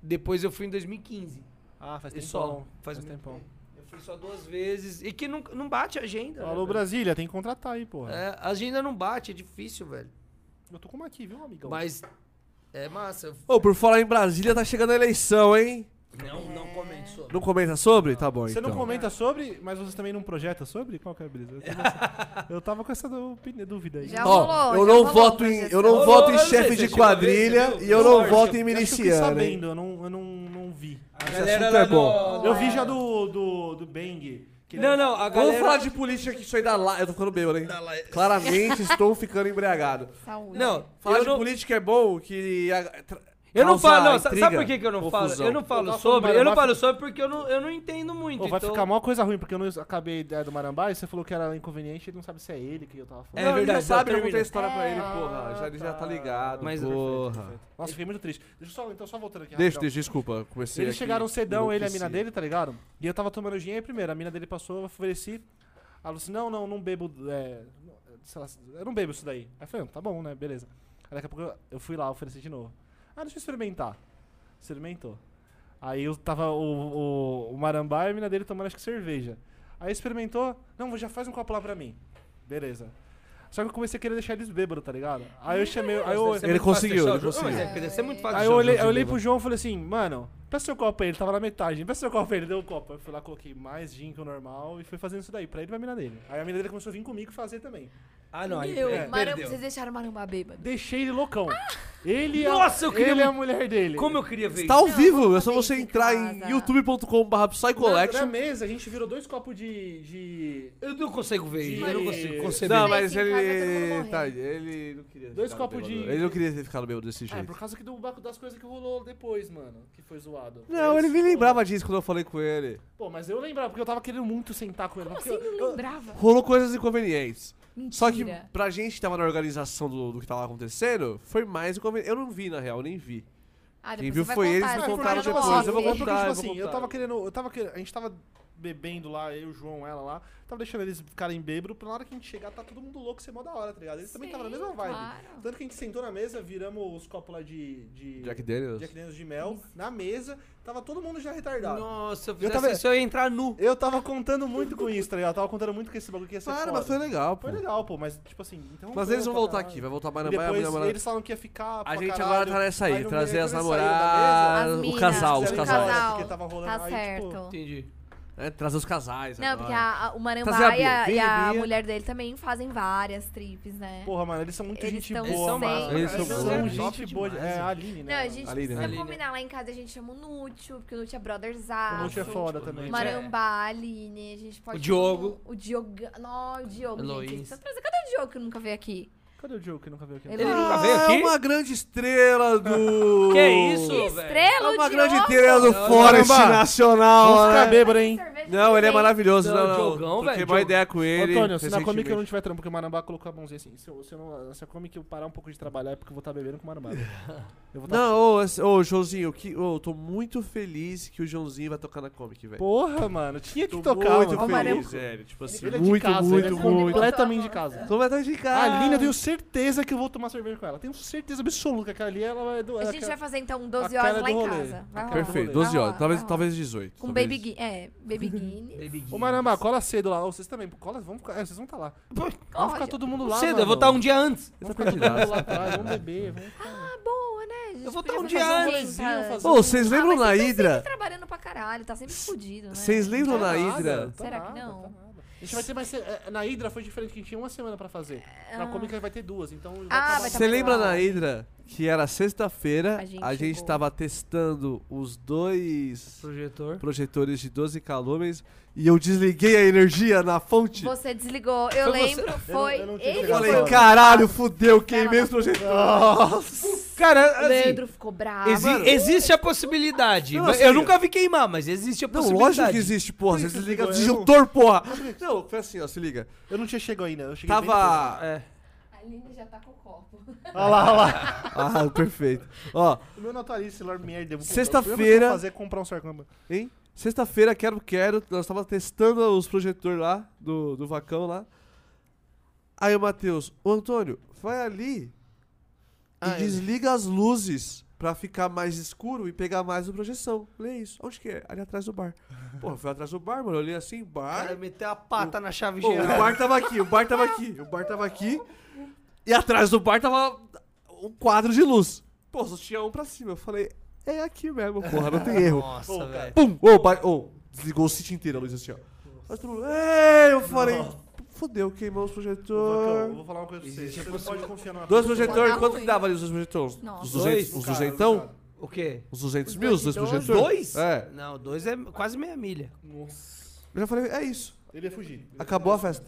Speaker 5: Depois eu fui em 2015.
Speaker 2: Ah, faz
Speaker 5: E
Speaker 2: tempão.
Speaker 5: só. Faz,
Speaker 2: Faz
Speaker 5: muito
Speaker 2: tempão.
Speaker 5: tempo. Eu fui só duas vezes. E que não, não bate a agenda.
Speaker 2: Alô,
Speaker 5: né, velho?
Speaker 2: Brasília, tem que contratar aí, porra.
Speaker 5: É, a agenda não bate, é difícil, velho.
Speaker 2: Eu tô com uma aqui, viu, amigão?
Speaker 5: Mas é massa. Eu-
Speaker 1: Ô, por falar em Brasília, tá chegando a eleição, hein?
Speaker 5: Não, não comente sobre.
Speaker 1: Não comenta sobre? Tá bom,
Speaker 2: Você
Speaker 1: então.
Speaker 2: não comenta sobre, mas você também não projeta sobre? Qual que é a brisa? Eu tava- Eu tava com essa opini- dúvida aí.
Speaker 4: Já
Speaker 1: Ó,
Speaker 4: rolou,
Speaker 1: eu
Speaker 4: já
Speaker 1: não
Speaker 4: rolou assim.
Speaker 1: voto em,
Speaker 4: projeção.
Speaker 1: eu não
Speaker 5: Rolou,
Speaker 1: voto em
Speaker 5: eu não sei
Speaker 1: chefe
Speaker 5: se
Speaker 1: de
Speaker 5: chegou a ver,
Speaker 1: quadrilha
Speaker 5: você viu?
Speaker 1: e eu não
Speaker 5: Sorte,
Speaker 1: voto em
Speaker 2: Eu acho que eu fiquei
Speaker 1: miliciano, hein?
Speaker 2: sabendo, eu não, eu não, não vi.
Speaker 5: A
Speaker 1: Esse
Speaker 5: galera
Speaker 1: assunto é
Speaker 5: lá
Speaker 1: bom.
Speaker 5: no-
Speaker 2: Eu vi já do, do, do Bang. que ele-
Speaker 5: Não, não, a
Speaker 1: Vamos
Speaker 5: galera...
Speaker 1: falar de política que isso aí dá lá. Eu tô ficando bêbado, hein?
Speaker 5: lá-
Speaker 1: Claramente estou ficando embriagado.
Speaker 4: Saúde.
Speaker 5: Não,
Speaker 1: Falar
Speaker 5: eu
Speaker 1: de
Speaker 5: não,
Speaker 1: política é bom que. a- tra-
Speaker 5: Eu não
Speaker 1: causa
Speaker 5: falo, não, sa-
Speaker 1: intriga,
Speaker 5: sabe por que, que eu não falo?
Speaker 1: confusão.
Speaker 5: Eu não
Speaker 2: Tá
Speaker 5: falo
Speaker 2: falando
Speaker 5: sobre, eu não
Speaker 2: Marabá,
Speaker 5: falo sobre porque eu não, eu não entendo muito.
Speaker 2: Ô, vai
Speaker 5: então-
Speaker 2: ficar mó coisa ruim, porque eu não acabei a ideia do Marambá e você falou que era inconveniente ele não sabe se é ele que eu tava falando.
Speaker 5: É
Speaker 1: Não, ele
Speaker 5: verdade,
Speaker 1: não sabe, eu
Speaker 5: termina.
Speaker 1: contei a história pra ele,
Speaker 2: Ah,
Speaker 1: porra. Já, ele já tá
Speaker 2: tá.
Speaker 1: ligado,
Speaker 5: Mas-
Speaker 1: porra.
Speaker 2: Nossa, fiquei muito triste. Deixa eu só, então, só voltando aqui.
Speaker 1: Deixa,
Speaker 2: rapidão.
Speaker 1: deixa, desculpa. Comecei
Speaker 2: Eles
Speaker 1: aqui,
Speaker 2: chegaram cedão, ele e a
Speaker 1: enlouqueci.
Speaker 2: mina dele, tá ligado? E eu tava tomando gin aí primeiro. A mina dele passou, eu ofereci. Ela falou assim: não, não, não bebo. É, sei lá, eu não bebo isso daí. Aí eu falei: "Ah, tá bom, né? Beleza. Aí daqui a pouco eu- eu fui lá, ofereci de novo. Ah, deixa eu experimentar. Experimentou. Aí eu tava o, o, o Marambá e a mina dele tomando acho que cerveja. Aí experimentou, não, já faz um copo lá pra mim. Beleza. Só que eu comecei a querer deixar eles bêbados, tá ligado? Aí eu chamei. Aí eu,
Speaker 1: Ele conseguiu, ele conseguiu.
Speaker 5: Deve é ser muito fácil.
Speaker 2: Aí eu
Speaker 5: deixar o
Speaker 2: olhei,
Speaker 5: João
Speaker 2: eu olhei
Speaker 5: Tá de
Speaker 2: pro João e falei assim, mano, peça seu copo aí, ele tava na metade, peça seu copo aí, ele deu o copo. Aí eu fui lá, coloquei mais gin que o normal e fui fazendo isso daí, pra ele e pra mina dele. Aí a mina dele começou a vir comigo fazer também.
Speaker 5: bêbado. Ah, não, aí
Speaker 4: Meu,
Speaker 5: é,
Speaker 4: Maram-
Speaker 5: perdeu.
Speaker 4: vocês deixaram o Marambá bêbado.
Speaker 2: Deixei ele loucão. Ele,
Speaker 5: Nossa,
Speaker 2: é,
Speaker 5: eu queria
Speaker 2: ele é a
Speaker 5: muito-
Speaker 2: mulher dele.
Speaker 5: Como eu queria ver
Speaker 1: Tá ao
Speaker 4: Não,
Speaker 1: vivo,
Speaker 4: vamos
Speaker 1: é só
Speaker 4: fazer
Speaker 1: você
Speaker 4: isso em
Speaker 1: entrar em
Speaker 4: casa.
Speaker 1: youtube.com.br
Speaker 2: na, na
Speaker 1: psycollection.
Speaker 2: mesa a gente virou dois copos de. de-
Speaker 5: isso? Eu não consigo ver isso. Eu não consigo conceber.
Speaker 1: Não,
Speaker 4: Aí,
Speaker 1: mas
Speaker 4: se em casa, todo mundo
Speaker 1: ele.
Speaker 4: morre.
Speaker 1: Tá, ele não queria. ter
Speaker 2: Dois
Speaker 1: ficado
Speaker 2: copos
Speaker 1: bêbado.
Speaker 2: de-
Speaker 1: Ele não queria ter ficado bêbado desse
Speaker 2: Ah, é
Speaker 1: jeito.
Speaker 2: por causa que do, das coisas que rolou depois, mano, que foi zoado.
Speaker 1: Não,
Speaker 2: Mas-
Speaker 1: ele me lembrava disso quando eu falei com ele.
Speaker 2: Pô, mas eu lembrava, porque eu tava querendo muito sentar com ele.
Speaker 4: Como
Speaker 2: porque
Speaker 4: assim
Speaker 2: eu-
Speaker 4: não lembrava?
Speaker 1: Rolou coisas inconvenientes. Só que
Speaker 4: Mentira.
Speaker 1: pra gente que tava na organização do, do que tava acontecendo, foi mais inconveniente. Eu não vi, na real, eu nem vi.
Speaker 4: Ah,
Speaker 1: Quem
Speaker 4: depois
Speaker 1: viu
Speaker 4: você vai
Speaker 1: foi eles,
Speaker 4: contar,
Speaker 1: não
Speaker 4: você
Speaker 1: contaram
Speaker 4: fala no
Speaker 1: depois,
Speaker 4: off.
Speaker 1: eu vou
Speaker 2: É porque,
Speaker 1: contar.
Speaker 2: tipo
Speaker 1: Tá, eu
Speaker 2: assim,
Speaker 1: vou
Speaker 2: eu
Speaker 1: contar.
Speaker 2: tava querendo. Eu tava querendo. A gente tava bebendo lá, eu, o João, ela lá. Tava deixando eles ficarem bêbados. Pra na hora que a gente chegar, tá todo mundo louco, ser mó da hora, tá ligado? Eles também estavam na
Speaker 4: Sim,
Speaker 2: mesma vibe.
Speaker 4: claro.
Speaker 2: Tanto que a gente sentou na mesa, viramos os copos lá de. de
Speaker 1: Jack Daniels.
Speaker 2: Jack Daniels de mel. Na mesa, tava todo mundo já retardado.
Speaker 5: Nossa, eu
Speaker 2: Eu
Speaker 5: fizesse
Speaker 2: tava-
Speaker 5: isso, eu ia entrar nu.
Speaker 2: Eu tava contando muito com isso, tá ligado? Eu tava contando muito com esse bagulho que ia ser
Speaker 1: Claro,
Speaker 2: foda.
Speaker 1: mas foi legal, pô.
Speaker 2: Foi legal, pô, mas tipo assim. Então
Speaker 1: Mas eles vão voltar aqui, vai voltar mais na
Speaker 2: Depois
Speaker 1: minha namorada.
Speaker 2: eles falaram que ia ficar.
Speaker 1: A
Speaker 2: pra
Speaker 1: gente
Speaker 2: caralho.
Speaker 1: agora tá nessa aí,
Speaker 2: no
Speaker 1: trazer
Speaker 2: meio,
Speaker 1: as
Speaker 2: quando eles saíram da mesa,
Speaker 1: namoradas,
Speaker 4: As
Speaker 1: o
Speaker 4: minas,
Speaker 1: casal, os
Speaker 4: o
Speaker 2: quiseram ir
Speaker 1: casal.
Speaker 2: embora,
Speaker 4: casal.
Speaker 2: é porque tava rolando
Speaker 4: Tá
Speaker 2: aí,
Speaker 4: certo.
Speaker 2: tipo,
Speaker 5: Entendi.
Speaker 1: É, trazer os casais
Speaker 4: Não, porque
Speaker 1: agora.
Speaker 4: a, a- o
Speaker 1: Trazer a
Speaker 4: Marambá
Speaker 1: Bia.
Speaker 4: e a, e
Speaker 1: Vem,
Speaker 4: a
Speaker 1: Bia.
Speaker 4: mulher dele também fazem várias trips, né?
Speaker 2: Porra, mano, eles são muito
Speaker 4: Eles
Speaker 2: gente
Speaker 4: tão
Speaker 2: boa,
Speaker 5: sempre-
Speaker 2: mano.
Speaker 1: Eles são bons.
Speaker 2: gente
Speaker 5: Top
Speaker 2: boa.
Speaker 5: demais,
Speaker 2: É,
Speaker 5: né?
Speaker 2: a Aline,
Speaker 4: Não, a
Speaker 2: né?
Speaker 4: gente
Speaker 1: Ali, né?
Speaker 4: se
Speaker 5: Ali,
Speaker 4: eu
Speaker 5: né?
Speaker 4: combinar lá em casa, a gente chama o Nútil, porque o Nútil é
Speaker 2: O
Speaker 4: brotherzaço.
Speaker 2: Nuti é foda também.
Speaker 4: Marambá, Aline, a gente pode... um-
Speaker 5: O Diogo.
Speaker 4: O Diogo... Não, o Diogo,
Speaker 5: Eloís.
Speaker 4: gente. Vocês trazer- Cadê o Diogo que nunca veio aqui?
Speaker 2: Cadê o Diogo que nunca veio aqui?
Speaker 4: Ele-
Speaker 5: Ele nunca
Speaker 1: Ah,
Speaker 5: veio aqui?
Speaker 1: É uma grande estrela do.
Speaker 5: Que isso,
Speaker 4: Que
Speaker 5: velho?
Speaker 1: É
Speaker 4: estrela,
Speaker 1: uma
Speaker 4: o
Speaker 1: grande
Speaker 4: Diogo!
Speaker 1: estrela do
Speaker 5: Não,
Speaker 1: Forest
Speaker 2: caramba. Vamos
Speaker 1: Nacional,
Speaker 2: ficar
Speaker 1: né?
Speaker 2: tá bêbado, hein?
Speaker 4: Cerveja
Speaker 1: Não, ele é
Speaker 4: também.
Speaker 1: maravilhoso.
Speaker 5: Não,
Speaker 1: Não, não.
Speaker 5: Diogão, velho,
Speaker 1: Troquei uma
Speaker 5: Diogo.
Speaker 1: ideia com ele.
Speaker 2: Antônio, tá se na Comic eu não
Speaker 1: recentemente.
Speaker 2: tiver trampo, porque o Marambá colocou a mãozinha assim. Se eu, se eu não, se a Comic eu parar um pouco de trabalhar, é porque eu vou estar bebendo com o Marambá. Eu vou tá...
Speaker 1: Não, ô, esse- ô, Joãozinho, que, ô, eu tô muito feliz que o Joãozinho vai tocar na Comic, velho.
Speaker 2: Porra, mano, tinha que
Speaker 1: Tô
Speaker 2: tocar.
Speaker 1: muito
Speaker 2: mano.
Speaker 1: feliz, velho. Tipo assim,
Speaker 2: Ele é de
Speaker 1: muito,
Speaker 2: casa, Ah,
Speaker 1: muito,
Speaker 2: ele é
Speaker 1: muito.
Speaker 2: completamente de casa.
Speaker 1: Então vai estar de
Speaker 2: A
Speaker 1: cara.
Speaker 2: Aline, eu
Speaker 4: Ah,
Speaker 2: tenho certeza que eu vou tomar cerveja com ela. Tenho certeza absoluta que a Aline ela vai doer.
Speaker 4: A gente vai fazer, então, 12
Speaker 2: a cara
Speaker 4: horas lá
Speaker 2: do
Speaker 4: em
Speaker 2: rolê.
Speaker 4: casa. Vai rolar.
Speaker 1: Perfeito,
Speaker 4: Vai
Speaker 1: 12
Speaker 4: rolar,
Speaker 1: horas. Talvez,
Speaker 4: vai rolar.
Speaker 1: talvez 18.
Speaker 4: Ah, Com
Speaker 1: talvez.
Speaker 4: Baby Guine. É, Baby Guine.
Speaker 5: Baby
Speaker 2: Ô, Marambá, cola cedo lá. Ô, Vocês também, cola, vamos, ficar- é, vocês vão estar lá. Vamos ficar
Speaker 4: Olha,
Speaker 2: todo mundo lá.
Speaker 5: Cedo,
Speaker 2: mano.
Speaker 5: eu vou estar um dia antes.
Speaker 1: Você
Speaker 2: Vamos
Speaker 1: tá
Speaker 2: ficar todo mundo lá
Speaker 1: candidato.
Speaker 2: atrás, vamos beber, vamos ficar.
Speaker 4: tá boa, né? A gente
Speaker 5: Eu vou
Speaker 4: podia
Speaker 5: tá um
Speaker 4: fazer
Speaker 5: dia
Speaker 4: um
Speaker 5: antes,
Speaker 4: evento.
Speaker 2: Rolezinho, fazer
Speaker 1: Ô,
Speaker 2: um-
Speaker 1: vocês
Speaker 4: Ah,
Speaker 1: lembram
Speaker 4: mas
Speaker 1: na
Speaker 4: vocês
Speaker 1: Hidra?
Speaker 4: sempre trabalhando pra caralho, tá sempre fudido, né?
Speaker 1: Vocês lembram
Speaker 2: Tá
Speaker 1: na
Speaker 2: nada,
Speaker 1: Hydra?
Speaker 2: tá
Speaker 4: Será que
Speaker 2: nada,
Speaker 4: não?
Speaker 2: tá nada. A gente vai ter mais. é, Na Hydra foi diferente, que a gente tinha uma semana pra fazer. Na Comic vai ter duas, então. vai
Speaker 4: Ah,
Speaker 2: acabar-
Speaker 4: vai tá
Speaker 1: Você lembra
Speaker 4: legal.
Speaker 1: na Hydra que era sexta-feira,
Speaker 4: A gente
Speaker 1: a gente
Speaker 4: chegou.
Speaker 1: tava testando os dois
Speaker 5: Projetor.
Speaker 1: projetores de 12 calumens e eu desliguei a energia na fonte?
Speaker 4: Você desligou, eu
Speaker 5: Foi você.
Speaker 4: lembro,
Speaker 2: Eu não-
Speaker 4: foi
Speaker 2: eu não tinha
Speaker 1: Eu
Speaker 4: ele.
Speaker 2: ligado.
Speaker 1: falei,
Speaker 4: foi o-
Speaker 1: caralho, fudeu, queimei os projetores.
Speaker 5: Cara,
Speaker 4: O
Speaker 5: assim,
Speaker 4: Leandro ficou bravo.
Speaker 5: exi- existe a possibilidade.
Speaker 1: Não,
Speaker 5: Mas
Speaker 1: assim,
Speaker 5: eu nunca vi queimar, mas existe a
Speaker 1: Não,
Speaker 5: possibilidade.
Speaker 1: lógico que existe, porra. Você
Speaker 2: isso
Speaker 1: desliga o
Speaker 2: que eu-
Speaker 1: disjuntor, porra. Não, foi assim, ó, se liga.
Speaker 2: Eu não tinha chegado ainda, eu cheguei. bem
Speaker 1: Tava.
Speaker 5: É.
Speaker 4: A Aline já tá com o copo.
Speaker 2: depois. Olha lá, olha lá.
Speaker 1: Ah, perfeito. Ó,
Speaker 2: O meu notarice, Lormier, devo comprar.
Speaker 1: Sexta-feira-
Speaker 2: O primeiro que eu vou fazer é comprar um sarcoma.
Speaker 1: hein? Sexta-feira, quero, quero. Nós tava testando os projetores lá, do, do vacão lá. Aí o Matheus, ô Antônio, vai ali
Speaker 2: Ah, é,
Speaker 5: Ah,
Speaker 2: né?"
Speaker 5: é.
Speaker 1: e desliga as luzes pra ficar mais escuro e pegar mais a projeção. Falei, é isso. Onde que é? Ali atrás do bar. Porra, fui atrás do bar, mano. Eu olhei assim, bar.
Speaker 5: Cara, meteu a pata na chave
Speaker 1: Ô, o
Speaker 5: geral.
Speaker 1: bar tava aqui, o bar tava aqui, o bar tava aqui. E atrás do bar tava um quadro de luz. Pô, só tinha um pra cima. Eu falei, é aqui mesmo, porra, não tem erro.
Speaker 5: Nossa, velho.
Speaker 1: Pum! Ô, bar- ô, desligou o sítio inteiro a luz assim, ó. Mas todo mundo, "É", eu falei, fodeu, queimou os
Speaker 2: Vacão, eu
Speaker 1: projetores.
Speaker 2: vou falar uma coisa pra você. Você não pode confiar numa
Speaker 1: Dois
Speaker 2: pessoa.
Speaker 1: projetores,
Speaker 4: Tá
Speaker 1: quanto
Speaker 4: ruim.
Speaker 1: que dava ali os dois projetores?
Speaker 4: Nossa.
Speaker 1: Os 200,
Speaker 5: Dois.
Speaker 1: os
Speaker 2: Cara,
Speaker 1: 200?
Speaker 2: cara.
Speaker 5: O quê?
Speaker 1: Os 200
Speaker 4: Os
Speaker 1: mil, os dois
Speaker 4: dois de
Speaker 1: projetores?
Speaker 5: Dois?
Speaker 1: É.
Speaker 5: Não, dois é quase meia milha.
Speaker 2: Nossa.
Speaker 1: Eu já falei, é isso.
Speaker 2: Ele ia fugir.
Speaker 1: Acabou a festa.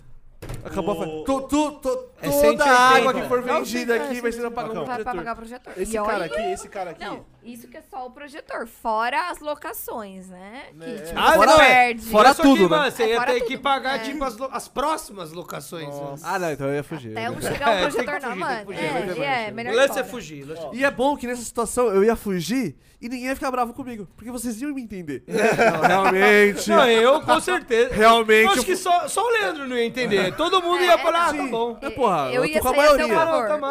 Speaker 1: Acabou a festa.
Speaker 2: O-
Speaker 1: Tu, tu, tu,
Speaker 5: É
Speaker 1: toda a
Speaker 5: 180.
Speaker 1: água que for
Speaker 4: Não,
Speaker 1: vendida aqui vai ser um
Speaker 4: Vai
Speaker 1: apagada.
Speaker 2: Não,
Speaker 4: pra
Speaker 2: projetor.
Speaker 4: pagar o projetor.
Speaker 2: Esse
Speaker 4: E olha-
Speaker 2: cara aqui, esse cara aqui.
Speaker 4: Não, isso que é só o projetor, fora as locações, né?
Speaker 2: É.
Speaker 4: Que tipo,
Speaker 5: Ah,
Speaker 4: você
Speaker 5: não, é.
Speaker 4: perde.
Speaker 1: Fora
Speaker 5: Mas só que,
Speaker 1: tudo, né?
Speaker 5: mano, Você
Speaker 4: É,
Speaker 5: ia
Speaker 4: fora
Speaker 5: ter
Speaker 4: tudo.
Speaker 5: que pagar,
Speaker 4: É.
Speaker 5: tipo, as, lo- as próximas locações. né?
Speaker 2: Nossa.
Speaker 1: Ah, não, então eu ia fugir.
Speaker 4: Até um
Speaker 5: É,
Speaker 4: chegar o
Speaker 5: tem que
Speaker 4: projetor na
Speaker 5: fugir, tem que
Speaker 4: mano.
Speaker 5: fugir,
Speaker 1: vai ter
Speaker 4: É, é,
Speaker 1: projetor.
Speaker 4: melhor
Speaker 5: O
Speaker 4: ir
Speaker 5: lance é
Speaker 4: embora.
Speaker 5: fugir. o lance é
Speaker 1: E é bom que nessa situação eu ia fugir e ninguém ia ficar bravo comigo, porque vocês iam me entender. Não, realmente.
Speaker 5: Não, eu com certeza.
Speaker 1: Realmente.
Speaker 5: Eu acho
Speaker 1: eu-
Speaker 5: que só, só o Leandro não ia entender. Todo mundo ia
Speaker 4: É,
Speaker 5: falar, ah, tá
Speaker 1: Sim.
Speaker 5: bom. Ah,
Speaker 1: Mas, porra, eu,
Speaker 4: Eu
Speaker 1: tô
Speaker 4: ia
Speaker 1: com a
Speaker 4: sair a seu
Speaker 1: maioria.
Speaker 4: favor.
Speaker 5: Não, tá massa, tá
Speaker 1: Não,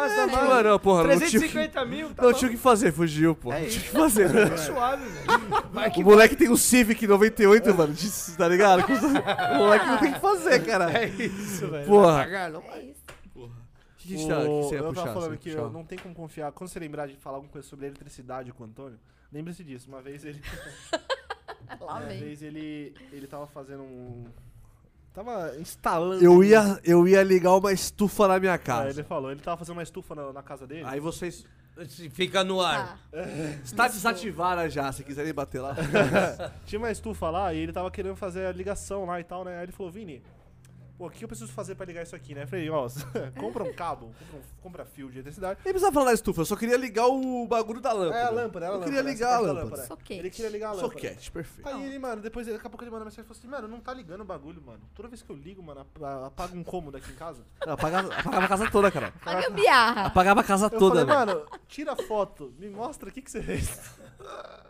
Speaker 5: massa.
Speaker 1: não, porra, não tinha, que-
Speaker 5: 350 mil, tá
Speaker 1: não
Speaker 5: bom.
Speaker 1: tinha o que fazer, fugiu, pô.
Speaker 5: É
Speaker 8: gente.
Speaker 1: Tipo assim, né?
Speaker 8: É suave, velho. Vai que
Speaker 1: O moleque tem um Civic 98, mano. de- Tá ligado? Com os- O moleque não tem o que fazer, cara. É isso, velho. Porra.
Speaker 8: pagar, não vai.
Speaker 4: É isso.
Speaker 1: O que, que você tá- que você ia puxar?
Speaker 2: eu tava
Speaker 1: você
Speaker 2: falando
Speaker 1: ia
Speaker 2: que
Speaker 1: puxar? um-
Speaker 2: eu não tem como confiar. Quando você lembrar de falar alguma coisa sobre eletricidade com o Antônio, lembre-se disso. Uma vez ele.
Speaker 4: Lá
Speaker 2: Uma
Speaker 4: vem.
Speaker 2: vez ele, ele tava fazendo um. Tava instalando.
Speaker 1: Eu ia, eu ia ligar uma estufa na minha
Speaker 2: Ah,
Speaker 1: casa.
Speaker 2: ele falou, ele tava fazendo uma estufa na, na casa dele.
Speaker 1: Aí vocês.
Speaker 5: Se Fica no ar.
Speaker 4: Tá.
Speaker 1: Está desativada já, se quiserem bater lá.
Speaker 2: Tinha uma estufa lá e ele tava querendo fazer a ligação lá e tal, né? Aí ele falou, Vini, pô, o que eu preciso fazer pra ligar isso aqui, né? Eu falei, ó, compra um cabo, compra, um- compra fio de eletricidade.
Speaker 1: Nem precisava falar da estufa, eu só queria ligar o bagulho da lâmpada.
Speaker 2: É a lâmpada, é a
Speaker 1: Eu
Speaker 2: lâmpada.
Speaker 1: queria
Speaker 2: essa
Speaker 1: ligar a
Speaker 2: parte da
Speaker 1: lâmpada. é
Speaker 4: Soquete.
Speaker 2: Ele queria ligar a lâmpada.
Speaker 1: Soquete, perfeito.
Speaker 2: Aí ele, mano, depois daqui a pouco ele mandou mensagem e falou assim, mano, não tá ligando o bagulho, mano. Toda vez que eu ligo, mano, apa- apaga um cômodo aqui em casa.
Speaker 1: Não, apagava, apagava a casa toda, cara.
Speaker 4: A gambiarra.
Speaker 1: Apagava a casa
Speaker 2: Eu
Speaker 1: Tá toda,
Speaker 2: falei,
Speaker 1: velho.
Speaker 2: mano, tira a foto, me mostra o que, que você fez.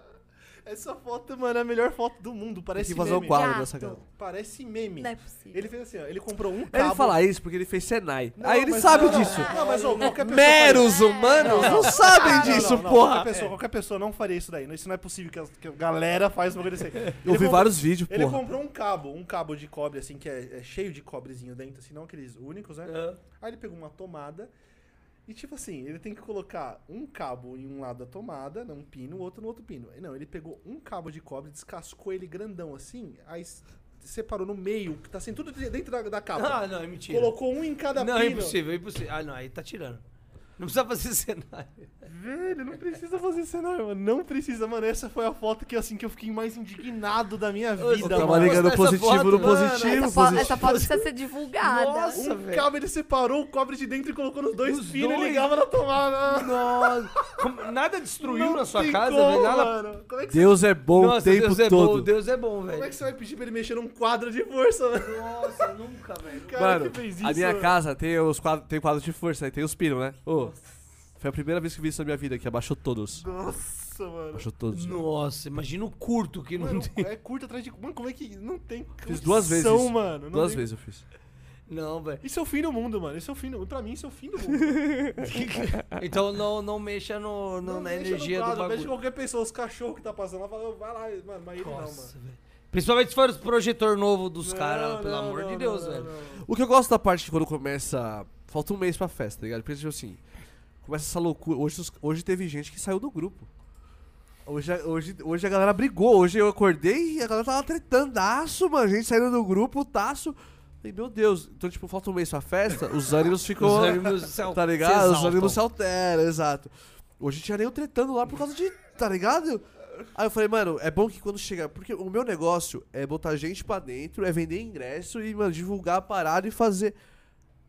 Speaker 2: Essa foto, mano, é a melhor foto do mundo.
Speaker 1: Tem
Speaker 2: Parece
Speaker 1: que fazer um
Speaker 2: meme.
Speaker 1: quadro
Speaker 4: Gato.
Speaker 1: dessa casa.
Speaker 2: Parece meme.
Speaker 4: Não é possível.
Speaker 2: Ele fez assim, ó, ele comprou um cabo.
Speaker 1: Ele fala isso porque ele fez Senai.
Speaker 2: Não,
Speaker 1: Aí ele
Speaker 2: mas
Speaker 1: sabe
Speaker 2: não, não.
Speaker 1: disso.
Speaker 2: Não, mas ô, qualquer pessoa faria
Speaker 1: Meros humanos não, sabem
Speaker 2: isso. Não, não,
Speaker 1: disso,
Speaker 2: não,
Speaker 1: porra.
Speaker 2: Qualquer pessoa, qualquer pessoa não faria isso daí. Isso não é possível que a, que a galera faz uma coisa assim.
Speaker 1: Eu vi vários vídeos,
Speaker 2: Ele
Speaker 1: porra.
Speaker 2: comprou um cabo, um cabo de cobre, assim, que é, é cheio de cobrezinho dentro, assim, não aqueles únicos, né?
Speaker 4: Ah.
Speaker 5: Hã?
Speaker 2: Aí ele pegou uma tomada e, tipo assim, ele tem que colocar um cabo em um lado da tomada, num pino, o outro no outro pino. Não, ele pegou um cabo de cobre, descascou ele grandão, assim, aí s- separou no meio, que tá assim, tudo de- dentro da, da capa.
Speaker 5: Ah, não, é mentira.
Speaker 2: Colocou um em cada
Speaker 5: não, é
Speaker 2: pino.
Speaker 5: impossível, é impossível. Ah, não, aí tá tirando. Não precisa fazer cenário.
Speaker 2: Velho, não precisa fazer cenário, mano. Não precisa, mano. Essa foi a foto que, assim, que eu fiquei mais indignado da minha vida,
Speaker 1: Tava
Speaker 2: mano.
Speaker 1: ligando
Speaker 5: Essa
Speaker 1: positivo
Speaker 5: foto,
Speaker 1: no
Speaker 5: mano,
Speaker 1: positivo,
Speaker 4: Essa, fo-
Speaker 1: positivo.
Speaker 4: essa foto precisa ser divulgada.
Speaker 5: Nossa.
Speaker 2: Um
Speaker 5: velho.
Speaker 2: cabo ele separou o cobre de dentro e colocou nos dois
Speaker 5: Os
Speaker 2: pinos
Speaker 5: dois?
Speaker 2: e ligava na tomada.
Speaker 5: Nossa. Como- nada destruiu
Speaker 2: Não
Speaker 5: na sua
Speaker 2: tem
Speaker 5: casa,
Speaker 2: como,
Speaker 5: velho. Nada...
Speaker 2: mano. Como é que
Speaker 1: Deus é bom o
Speaker 5: Nossa,
Speaker 1: tempo
Speaker 5: Deus é
Speaker 1: todo.
Speaker 5: bom, Deus é bom,
Speaker 2: Como é
Speaker 5: velho.
Speaker 2: que você vai pedir pra ele mexer num quadro de força, mano?
Speaker 5: Nossa, nunca, velho.
Speaker 2: Cara
Speaker 1: Mano,
Speaker 2: que fez isso.
Speaker 1: a minha
Speaker 2: mano?
Speaker 1: casa tem os quadros, tem quadro de força, aí tem os pinos, né? Ô, foi a primeira vez que eu vi isso na minha vida, que abaixou todos.
Speaker 2: Nossa, mano.
Speaker 1: Abaixou todos.
Speaker 5: Nossa, imagina o curto que não
Speaker 2: Mano,
Speaker 5: tem.
Speaker 2: é curto atrás de. Mano, como é que. Não tem.
Speaker 1: Fiz duas vezes
Speaker 2: condição,
Speaker 1: isso.
Speaker 2: mano. Não
Speaker 1: Duas
Speaker 2: tem-
Speaker 1: vezes eu fiz.
Speaker 5: Não, velho.
Speaker 2: Isso é o fim do mundo, mano. Isso é o fim do... Pra mim, isso é o fim do mundo.
Speaker 5: Então não, não mexa no, no- na
Speaker 2: mexa no
Speaker 5: energia
Speaker 2: quadro,
Speaker 5: do bagulho.
Speaker 2: Mexe qualquer pessoa, os cachorros que tá passando lá, fala, vai lá, mano, mas ele não, mano.
Speaker 5: Nossa, velho. Principalmente se for os projetor novo dos
Speaker 2: Não,
Speaker 5: caras, pelo
Speaker 2: não,
Speaker 5: amor
Speaker 2: não,
Speaker 5: de
Speaker 2: não,
Speaker 5: Deus,
Speaker 2: não,
Speaker 5: velho.
Speaker 2: não.
Speaker 1: O que eu gosto da parte de quando começa. Falta um mês pra festa, tá ligado? Porque, tipo assim, começa essa loucura. Hoje, os- hoje teve gente que saiu do grupo. Hoje, a- hoje, hoje a galera brigou. Hoje eu acordei e a galera tava tretandaço, mano. Gente saindo do grupo, taço. Falei, meu Deus. Então, tipo, falta um mês pra festa, os ânimos ficam.
Speaker 5: Os ânimos se al-
Speaker 1: Tá
Speaker 5: se
Speaker 1: ligado?
Speaker 5: exaltam.
Speaker 1: Os ânimos se alteram, exato. Hoje tinha nem eu tretando lá por causa de. Tá ligado? Aí eu falei, mano, é bom que quando chega. Porque o meu negócio é botar gente pra dentro, é vender ingresso e, mano, divulgar a parada e fazer.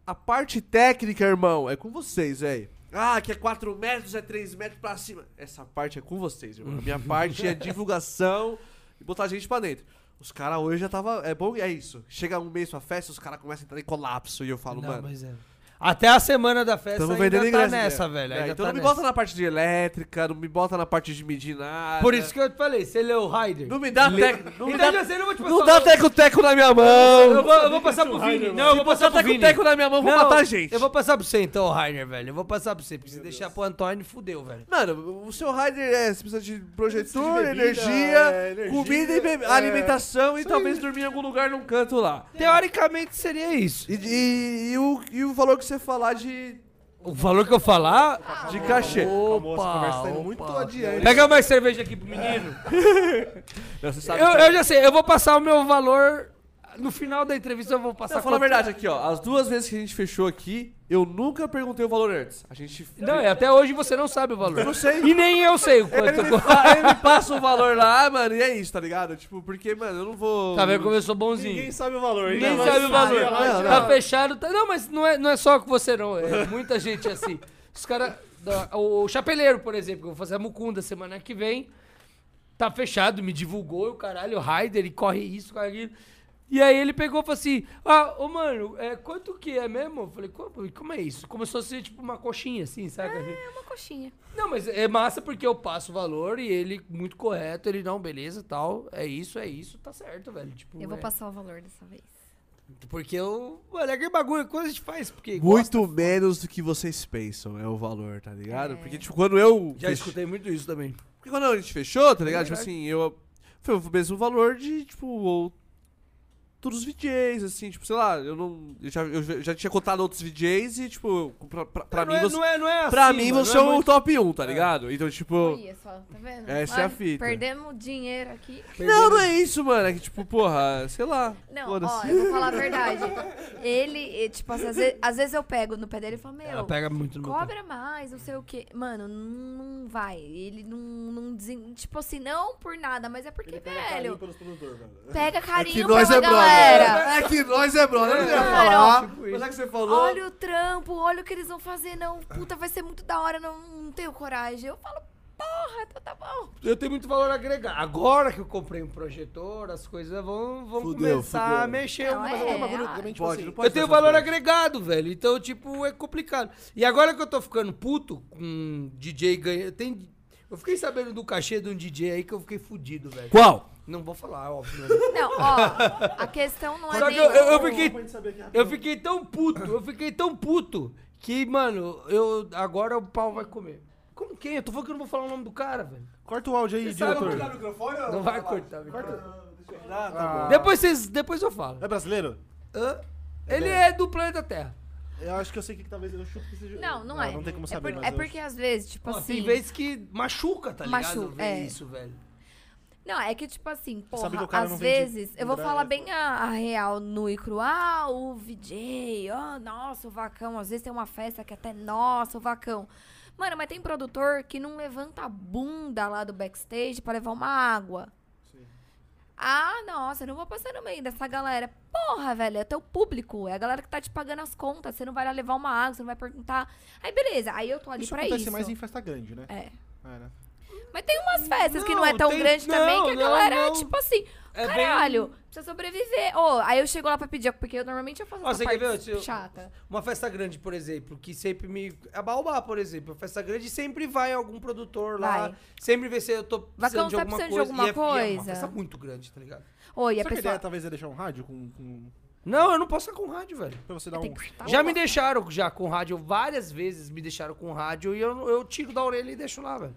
Speaker 1: A parte técnica, irmão, é com vocês, velho. Ah, que é 4 metros, é 3 metros pra cima. Essa parte é com vocês, irmão. A minha parte é divulgação e botar gente pra dentro. Os caras hoje já tava. É bom, é isso. Chega um mês pra festa, os caras começam a entrar em colapso e eu falo,
Speaker 5: Não,
Speaker 1: mano.
Speaker 5: mas é. Até a semana da festa
Speaker 1: Tamo
Speaker 5: ainda
Speaker 1: Então vendendo
Speaker 5: tá
Speaker 1: ingresso.
Speaker 5: nessa,
Speaker 1: né?
Speaker 5: velho.
Speaker 1: É,
Speaker 5: ainda
Speaker 1: então
Speaker 5: tá
Speaker 1: não me
Speaker 5: nessa.
Speaker 1: bota na parte de elétrica, não me bota na parte de medir nada.
Speaker 5: Por isso que eu te falei, se ele é o Raider.
Speaker 1: Não me dá teco. Não, me
Speaker 5: Então
Speaker 1: dá,
Speaker 5: já sei, eu não vou te
Speaker 1: não
Speaker 5: passar
Speaker 1: dá
Speaker 5: o-
Speaker 1: teco-teco na minha
Speaker 5: Eu
Speaker 1: mão.
Speaker 5: vou, eu vou passar pro Vini. Não, eu vou passar pro Vini.
Speaker 1: Teco-teco na minha mão, vou
Speaker 5: Não,
Speaker 1: matar gente.
Speaker 5: Eu vou passar pro você então, Rainer, velho. Eu vou passar pra você. Porque se deixar pro Antônio, fudeu, velho.
Speaker 1: Mano, o seu rider é, você precisa de projetor,
Speaker 2: Precisa de bebida,
Speaker 1: energia,
Speaker 2: é, energia,
Speaker 1: comida e bebe-
Speaker 2: é.
Speaker 1: alimentação e talvez dormir em algum lugar num canto lá.
Speaker 5: Teoricamente seria isso.
Speaker 1: E, e- e o, e o valor que você falar de,
Speaker 5: O valor que eu falar.
Speaker 1: de cachê.
Speaker 2: Calma, moça, a conversa tá
Speaker 5: opa.
Speaker 2: indo muito adiante.
Speaker 5: Pega mais cerveja aqui pro menino.
Speaker 1: Não, você sabe
Speaker 5: Eu,
Speaker 1: que-
Speaker 5: eu já sei, eu vou passar o meu valor. No final da entrevista eu vou passar.
Speaker 1: Não, falar a
Speaker 5: quanto-
Speaker 1: verdade aqui, ó. As duas vezes que a gente fechou aqui, eu nunca perguntei o valor antes. A gente.
Speaker 5: Não, e até hoje você não sabe o valor.
Speaker 1: Eu não sei.
Speaker 5: E nem eu sei o
Speaker 1: Ele
Speaker 5: quanto.
Speaker 1: me, fa- ele me passa o valor lá, mano, e é isso, tá ligado? Tipo, porque, mano, eu não vou.
Speaker 5: Tá vendo como eu sou
Speaker 2: Ninguém
Speaker 5: bonzinho?
Speaker 2: sabe o valor.
Speaker 5: Ninguém
Speaker 2: ainda
Speaker 5: sabe
Speaker 2: mais
Speaker 5: o valor.
Speaker 2: saia lá e
Speaker 1: Não,
Speaker 2: tira-
Speaker 5: Tá fechado. tá- Não, mas não é, não é só com você, não. É muita gente assim. Os caras. O, o Chapeleiro, por exemplo, que eu vou fazer a Mucunda semana que vem. Tá fechado, me divulgou, o caralho, o Raider, ele corre isso, corre aquilo. E aí ele pegou e falou assim: Ah, ô mano, é, quanto que é mesmo? Eu falei, como, como é isso? Começou a ser tipo uma coxinha, assim, saca?
Speaker 4: É uma coxinha.
Speaker 5: Não, mas é massa porque eu passo o valor e ele, muito correto, ele, não, beleza, tal, é isso, é isso, tá certo, velho. Tipo,
Speaker 4: Eu vou
Speaker 5: é-
Speaker 4: passar o valor dessa vez.
Speaker 5: Porque eu. Olha, aquele bagulho, quando a gente faz, porque.
Speaker 1: Muito menos do que vocês pensam é o valor, tá ligado? Porque, tipo, quando eu.
Speaker 5: Já
Speaker 1: fech-
Speaker 5: escutei muito isso também.
Speaker 1: Porque quando a gente fechou, tá ligado?
Speaker 5: É
Speaker 1: Tipo assim, eu. Foi o mesmo valor de, tipo, outros VJs, assim, tipo, sei lá, eu não. Eu já, eu já- já tinha contado outros VJs e, tipo, pra, pra- pra
Speaker 5: não
Speaker 1: mim
Speaker 5: é,
Speaker 1: você.
Speaker 5: não é, não é assim.
Speaker 1: pra mim
Speaker 5: mano,
Speaker 1: você é,
Speaker 5: não
Speaker 1: o
Speaker 5: muito-
Speaker 1: top 1, tá ligado? Então, tipo.
Speaker 4: Olha só, tá vendo?
Speaker 1: Essa é a fita.
Speaker 4: Perdemos dinheiro aqui.
Speaker 1: Não, não é isso, mano. É que, tipo, porra, sei lá.
Speaker 4: Não, ó,
Speaker 1: foda-se.
Speaker 4: eu vou falar a verdade. Ele, eh, tipo, assim, às vezes, às vezes eu pego no pé dele e falo, meu,
Speaker 5: Ela pega muito no meu pé.
Speaker 4: cobra mais, não sei o quê. Mano, não não vai. Ele não, não desen- Tipo assim, não por nada, mas é porque,
Speaker 9: Ele pega carinho
Speaker 4: velho,
Speaker 9: pelos produtores, mano.
Speaker 4: pega
Speaker 1: É que
Speaker 4: carinho
Speaker 1: nós
Speaker 4: pela
Speaker 1: é
Speaker 5: né?
Speaker 1: brother.
Speaker 4: galera.
Speaker 1: É que nós é brother. Eu não ia
Speaker 4: Claro.
Speaker 1: falar. Mas é que você falou.
Speaker 4: Olha o trampo, olha o que eles vão fazer. Não, puta, vai ser muito da hora, não, não tenho coragem. Eu falo, porra, então tá bom.
Speaker 5: Eu tenho muito valor agregado. Agora que eu comprei um projetor, as coisas vão, vão
Speaker 1: Fudeu,
Speaker 5: começar
Speaker 1: fudeu.
Speaker 5: a mexer.
Speaker 4: Não,
Speaker 5: uma-
Speaker 4: é,
Speaker 9: Tem um bagulho
Speaker 4: ah,
Speaker 9: também, tipo
Speaker 1: Pode,
Speaker 9: assim,
Speaker 1: não
Speaker 5: Eu
Speaker 1: pode
Speaker 5: tenho
Speaker 1: ser essa
Speaker 5: valor
Speaker 1: coisa.
Speaker 5: agregado, velho. Então, tipo, é complicado. E agora que eu tô ficando puto com DJ ganhando. Tem... Eu fiquei sabendo do cachê de um DJ aí que eu fiquei fudido, velho.
Speaker 1: Qual?
Speaker 5: Não vou falar, óbvio. né?
Speaker 4: Não, ó, a questão não é
Speaker 5: Só
Speaker 4: nem...
Speaker 5: que eu, eu- eu
Speaker 9: Só
Speaker 5: fiquei
Speaker 9: pra gente saber aqui
Speaker 5: Eu fiquei tão puto, eu fiquei tão puto que, mano, eu agora o pau vai comer. Como quem? Eu tô falando que eu não vou falar o nome do cara, velho.
Speaker 2: Corta o áudio aí,
Speaker 5: sabe
Speaker 2: diretor.
Speaker 5: o
Speaker 9: microfone
Speaker 5: Não vai cortar, corta. tá
Speaker 2: Ah,
Speaker 5: Depois vocês, depois eu falo.
Speaker 2: É brasileiro?
Speaker 5: Hã? Ele é do planeta Terra.
Speaker 9: Eu acho que eu sei que talvez eu chuto que seja.
Speaker 4: Não, não, é.
Speaker 2: Ah, Não tem como
Speaker 4: É,
Speaker 2: saber,
Speaker 4: por-
Speaker 2: mas
Speaker 4: é
Speaker 2: eu-
Speaker 4: porque às vezes, tipo
Speaker 5: Ó,
Speaker 4: assim...
Speaker 5: Tem vezes que machuca, tá ligado?
Speaker 4: Machuca,
Speaker 5: Ver
Speaker 4: é.
Speaker 5: isso, velho.
Speaker 4: Não, é que tipo assim,
Speaker 2: Sabe que
Speaker 4: porra,
Speaker 2: o cara não
Speaker 4: às
Speaker 2: vende né?
Speaker 4: vezes, eu vou
Speaker 2: Braga.
Speaker 4: falar bem a, a real nua e crua. Ah, o VJ, ah, nossa, o Vacão, às vezes tem uma festa que é até, nossa, o Vacão. Mano, mas tem produtor que não levanta a bunda lá do backstage pra levar uma água. Ah, nossa, eu não vou passar no meio dessa galera. Porra, velho, é teu público. É a galera que tá te pagando as contas. Você não vai lá levar uma água, você não vai perguntar. Aí, beleza, aí eu tô ali
Speaker 2: Isso
Speaker 4: pra
Speaker 2: acontece
Speaker 4: isso.
Speaker 2: mais em festa grande, né?
Speaker 4: É.
Speaker 2: É, né?
Speaker 4: Mas tem umas festas que não é
Speaker 5: Não,
Speaker 4: tão
Speaker 5: tem-
Speaker 4: grande também,
Speaker 5: não,
Speaker 4: que a
Speaker 5: não,
Speaker 4: galera é
Speaker 5: não.
Speaker 4: tipo assim,
Speaker 5: É bem-
Speaker 4: caralho, precisa sobreviver. Ô, aí eu chego lá pra pedir, porque eu normalmente eu faço
Speaker 5: Ó,
Speaker 4: essa
Speaker 5: você quer ver,
Speaker 4: parte
Speaker 5: tio?
Speaker 4: chata.
Speaker 5: Uma festa grande, por exemplo, que sempre me. A Baobá, por exemplo, a festa grande sempre vai algum produtor lá.
Speaker 4: Vai.
Speaker 5: Sempre vê se eu tô
Speaker 4: Vacão,
Speaker 5: precisando de
Speaker 4: tá
Speaker 5: alguma
Speaker 4: precisando de
Speaker 5: coisa.
Speaker 4: alguma
Speaker 5: e é- e é uma
Speaker 4: coisa?
Speaker 5: festa muito grande, tá ligado?
Speaker 4: Oi, a
Speaker 2: Será que a
Speaker 4: pessoa...
Speaker 2: ideia talvez é deixar um rádio com... com-
Speaker 5: Não, eu não posso ficar com rádio, velho.
Speaker 2: Pra você dar
Speaker 4: Tem
Speaker 2: um...
Speaker 4: que chutar
Speaker 5: tá Já
Speaker 4: uma-
Speaker 5: me deixaram já com rádio, várias vezes me deixaram com rádio e eu, eu tiro da orelha e deixo lá, velho.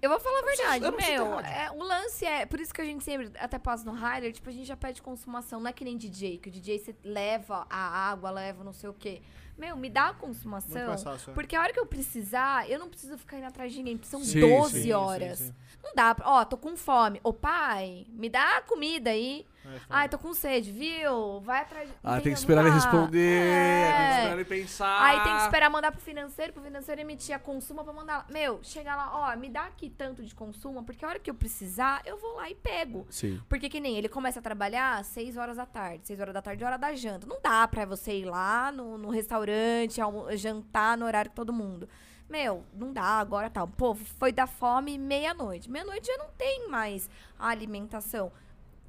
Speaker 4: Eu vou falar a verdade,
Speaker 5: eu não preciso
Speaker 4: meu.
Speaker 5: ter rádio.
Speaker 4: é, o lance é. Por isso que a gente sempre até passa no highlight, tipo, a gente já pede consumação. Não é que nem DJ, que o DJ você leva a água, leva não sei o quê. Meu, me dá a
Speaker 2: Muito
Speaker 4: consumação.
Speaker 2: mais fácil, é.
Speaker 4: Porque a hora que eu precisar, eu não preciso ficar indo atrás de ninguém. porque São
Speaker 1: Sim,
Speaker 4: 12
Speaker 2: sim, sim,
Speaker 4: horas.
Speaker 2: sim.
Speaker 4: Não dá pra. Ó, tô com fome. Ô pai, me dá a comida aí.
Speaker 2: É, foda.
Speaker 4: Ai, tô com sede, viu? Vai atrás de.
Speaker 1: Ah, tem
Speaker 4: Entendeu?
Speaker 1: que esperar
Speaker 4: Não
Speaker 1: ele
Speaker 4: dá.
Speaker 1: responder. Tem que
Speaker 4: É.
Speaker 1: esperar ele pensar.
Speaker 4: Aí tem que esperar mandar pro financeiro, pro financeiro emitir a consuma pra mandar lá. Meu, chega lá, ó, me dá aqui tanto de consuma, porque a hora que eu precisar, eu vou lá e pego.
Speaker 1: Sim.
Speaker 4: Porque que nem ele começa a trabalhar às 6 horas da tarde. 6 horas da tarde é hora da janta. Não dá pra você ir lá no, no restaurante, almo- jantar no horário que todo mundo. Meu, não dá agora tal. Pô, foi da fome meia-noite. Meia-noite já não tem mais a alimentação.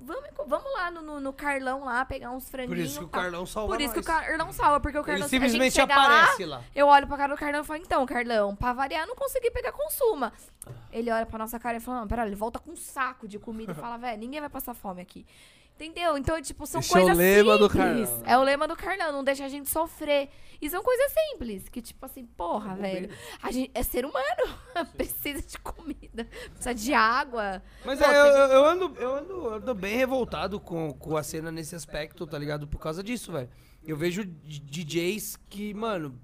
Speaker 4: Vamos, vamos lá no, no- no Carlão lá pegar uns
Speaker 5: Por
Speaker 4: franguinhos.
Speaker 5: isso que o
Speaker 4: tal.
Speaker 5: Carlão salva
Speaker 4: tá. Por isso que o
Speaker 5: nós.
Speaker 4: Carlão salva, porque o Carlão
Speaker 5: Ele
Speaker 4: a gente
Speaker 5: simplesmente
Speaker 4: chega
Speaker 5: aparece lá.
Speaker 4: eu olho pra cara do Carlão e falo, então, Carlão, pra variar, não consegui pegar consuma. Ele olha pra nossa cara e fala, não, pera, ele volta com um saco de comida e fala, velho, ninguém vai passar fome aqui. Entendeu? Então, tipo, são
Speaker 1: Esse é o
Speaker 4: coisas
Speaker 1: lema do
Speaker 4: simples.
Speaker 1: Carlão.
Speaker 4: é o lema do Carlão, não deixa a gente sofrer. E são coisas simples, que tipo assim, porra, velho, a gente é ser humano, precisa de comida, precisa de água.
Speaker 5: Mas
Speaker 4: Pô,
Speaker 5: é,
Speaker 4: tem
Speaker 5: eu, eu- eu ando, eu, ando, eu ando bem revoltado com, com a cena nesse aspecto, tá ligado? Por causa disso, velho. Eu vejo d- DJs que, mano.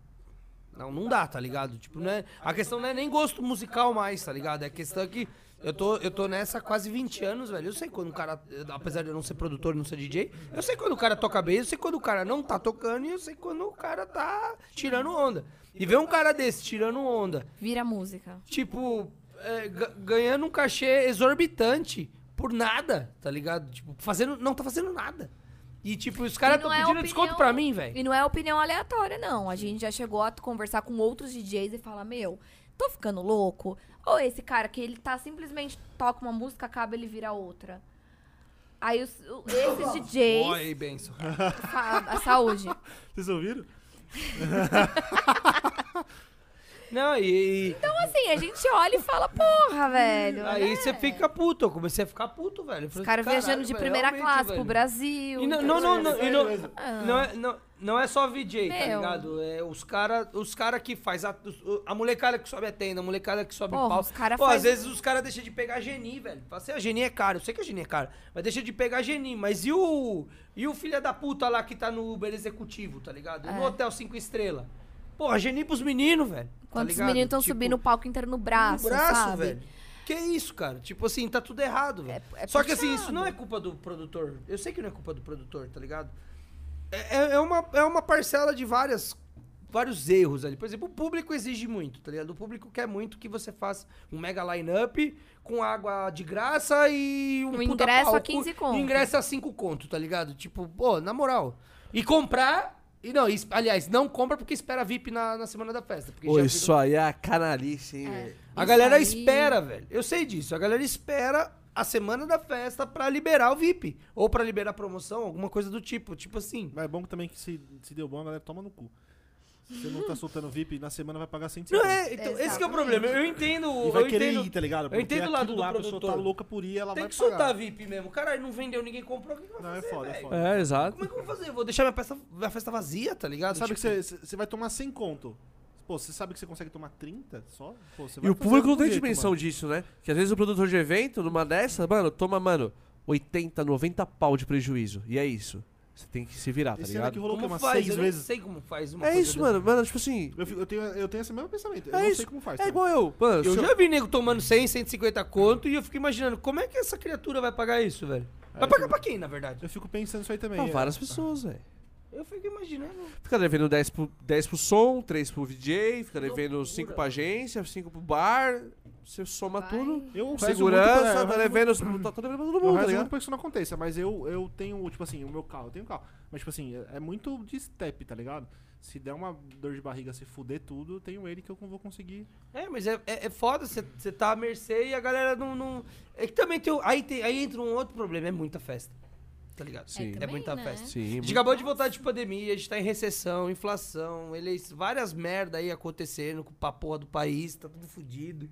Speaker 5: Não, não dá, tá ligado? Tipo, não é, a questão não é nem gosto musical mais, tá ligado? É a questão é que eu tô, eu tô nessa há quase 20 anos, velho. Eu sei quando o cara, apesar de eu não ser produtor, não ser DJ, eu sei quando o cara toca bem, eu sei quando o cara não tá tocando e eu sei quando o cara tá tirando onda. E ver um cara desse tirando onda
Speaker 4: Vira música.
Speaker 5: tipo, é, ga- ganhando um cachê exorbitante por nada, tá ligado? Tipo, fazendo, não tá fazendo nada. E, tipo, os caras
Speaker 4: E
Speaker 5: tão
Speaker 4: não é
Speaker 5: pedindo
Speaker 4: opinião-
Speaker 5: desconto pra mim, velho.
Speaker 4: E não é opinião aleatória, não. A gente já chegou a conversar com outros DJs e fala, meu, tô ficando louco? Ou esse cara que ele tá simplesmente toca uma música, acaba ele vira outra. Aí os, o- esses DJs.
Speaker 5: Oi, Benção.
Speaker 4: fa- a saúde. Então,
Speaker 2: Vocês ouviram?
Speaker 5: Não, e. e-
Speaker 4: Então, assim, a gente olha e fala, porra, velho.
Speaker 5: aí
Speaker 4: né?
Speaker 5: você fica puto. Eu comecei a ficar puto, velho. Eu
Speaker 4: Os
Speaker 5: falei,
Speaker 4: caras
Speaker 5: "Caralho,
Speaker 4: viajando de
Speaker 5: velho,
Speaker 4: primeira
Speaker 5: realmente,
Speaker 4: classe pro
Speaker 5: velho."
Speaker 4: Brasil.
Speaker 5: E não,
Speaker 4: tá
Speaker 5: não, não,
Speaker 4: ligado?
Speaker 5: não, e não,
Speaker 4: Ah.
Speaker 5: não, é, não, não é só VJ, tá
Speaker 4: Meu.
Speaker 5: ligado? É os caras os cara que faz a, os- o- a molecada que sobe a tenda, a molecada que sobe
Speaker 4: Porra,
Speaker 5: pau.
Speaker 4: os cara
Speaker 5: Pô,
Speaker 4: faz-
Speaker 5: às vezes os caras deixam de pegar a Geni, velho. Fala assim, a Geni é cara, eu sei que a Geni é cara, mas deixa de pegar a Geni. Mas e o e o filho da puta lá que tá no Uber executivo, tá ligado? No
Speaker 4: É.
Speaker 5: hotel 5 estrela. Porra, Geni pros meninos, velho.
Speaker 4: Quantos
Speaker 5: tá ligado?
Speaker 4: meninos estão
Speaker 5: Tipo,
Speaker 4: subindo o palco inteiro no braço,
Speaker 5: no Um braço,
Speaker 4: sabe?
Speaker 5: velho. Que isso, cara? Tipo assim, tá tudo errado, velho.
Speaker 4: É- é
Speaker 5: Só que assim,
Speaker 4: puxado.
Speaker 5: isso não é culpa do produtor. Eu sei que não é culpa do produtor, tá ligado? É, é- é uma, é uma parcela de várias, vários erros ali. Por exemplo, o público exige muito, tá ligado? O público quer muito que você faça um mega line-up com água de graça e um
Speaker 4: Um
Speaker 5: puta
Speaker 4: ingresso a
Speaker 5: palco,
Speaker 4: 15
Speaker 5: e
Speaker 4: conto.
Speaker 5: ingresso a 5 conto, tá ligado? Tipo, pô, na moral. E comprar... E não, e es- aliás, não compra porque espera VIP na, na semana da festa. Porque
Speaker 1: Pô,
Speaker 5: já
Speaker 1: isso aí é a canalice, hein, velho?
Speaker 5: a
Speaker 4: Isso
Speaker 5: galera
Speaker 4: aí.
Speaker 5: espera, velho. Eu sei disso. A galera espera a semana da festa pra liberar o VIP. Ou pra liberar a promoção, alguma coisa do tipo. Tipo assim.
Speaker 2: Mas é bom que também que se, se deu bom, a galera toma no cu. Se você não tá soltando VIP, na semana vai pagar 150.
Speaker 5: Não é, então, esse que é o
Speaker 4: Exatamente.
Speaker 5: problema. Eu entendo.
Speaker 2: E vai
Speaker 5: Eu
Speaker 2: querer
Speaker 5: entendo.
Speaker 2: ir, tá ligado?
Speaker 5: eu
Speaker 2: Porque
Speaker 5: entendo o lado
Speaker 2: aquilo
Speaker 5: do
Speaker 2: lá, a pessoa tá
Speaker 5: produtor.
Speaker 2: louca por ir, ela
Speaker 5: Tem
Speaker 2: vai
Speaker 5: que
Speaker 2: pagar.
Speaker 5: soltar VIP mesmo. Caralho, não vendeu, ninguém comprou. O que, que vai
Speaker 2: Não, é
Speaker 5: fazer,
Speaker 2: foda, é
Speaker 5: velho?
Speaker 2: foda.
Speaker 1: É, exato.
Speaker 5: Como é que eu vou fazer? Eu Vou deixar minha festa, minha festa vazia, tá ligado?
Speaker 2: Sabe
Speaker 5: Tipo,
Speaker 2: que você vai tomar 100 conto. Pô, você sabe que você consegue tomar 30 só? Pô, você
Speaker 1: E
Speaker 2: vai
Speaker 1: o
Speaker 2: fazer
Speaker 1: público não
Speaker 2: algum
Speaker 1: tem
Speaker 2: jeito,
Speaker 1: dimensão
Speaker 2: mano.
Speaker 1: disso, né? Que às vezes o produtor de evento, numa dessa, mano, toma, mano, 80, 90 pau de prejuízo. E é isso. Você tem que se virar, tá
Speaker 2: Esse ano
Speaker 1: ligado? né?
Speaker 2: que rolou que é
Speaker 5: como
Speaker 2: umas
Speaker 5: faz?
Speaker 2: seis
Speaker 5: Eu não
Speaker 2: vezes.
Speaker 5: sei como faz uma
Speaker 1: É
Speaker 5: coisa
Speaker 1: isso,
Speaker 5: dessa.
Speaker 1: mano. Mano, tipo assim.
Speaker 2: Eu, fico- eu tenho, eu tenho esse mesmo pensamento. Eu
Speaker 1: É
Speaker 2: não
Speaker 1: isso.
Speaker 2: sei como faz. tá
Speaker 1: É
Speaker 2: também.
Speaker 1: igual eu. Mano,
Speaker 5: Eu
Speaker 1: se eu-
Speaker 5: já vi nego tomando 100, 150 conto e eu fico imaginando como é que essa criatura vai pagar isso, velho? Vai pagar pra quem, na verdade?
Speaker 2: Eu fico pensando isso aí também.
Speaker 1: Ah,
Speaker 2: é.
Speaker 1: várias pessoas, velho.
Speaker 5: Eu fico imaginando.
Speaker 1: Fica devendo 10 pro, 10 pro som, 3 pro DJ, fica devendo
Speaker 5: Loucura.
Speaker 1: 5 pra agência, 5 pro bar. Você soma
Speaker 4: Vai.
Speaker 1: tudo.
Speaker 2: Eu rezo muito pra-
Speaker 1: Segurança,
Speaker 2: eu
Speaker 1: tá
Speaker 2: rezo
Speaker 1: devendo. Tá tá devendo pra todo
Speaker 2: Eu
Speaker 1: mundo, tá
Speaker 2: rezo
Speaker 1: ligado?
Speaker 2: muito pra que isso não aconteça, mas eu, eu tenho, tipo assim, o meu carro, eu tenho carro. Mas, tipo assim, é, é muito de step, tá ligado? Se der uma dor de barriga, se fuder tudo, eu tenho ele que eu vou conseguir.
Speaker 5: É, mas é, é, é foda, você tá à mercê e a galera não. não- É que também tem. o- Aí, tem- aí entra um outro problema, é muita festa. Tá ligado?
Speaker 1: Sim. É
Speaker 5: É
Speaker 4: também,
Speaker 5: muita
Speaker 4: né?
Speaker 5: festa.
Speaker 1: Sim,
Speaker 5: A gente acabou de voltar de pandemia, a gente tá em recessão, inflação, eleições, várias merda aí acontecendo com a porra do país, tá tudo fudido.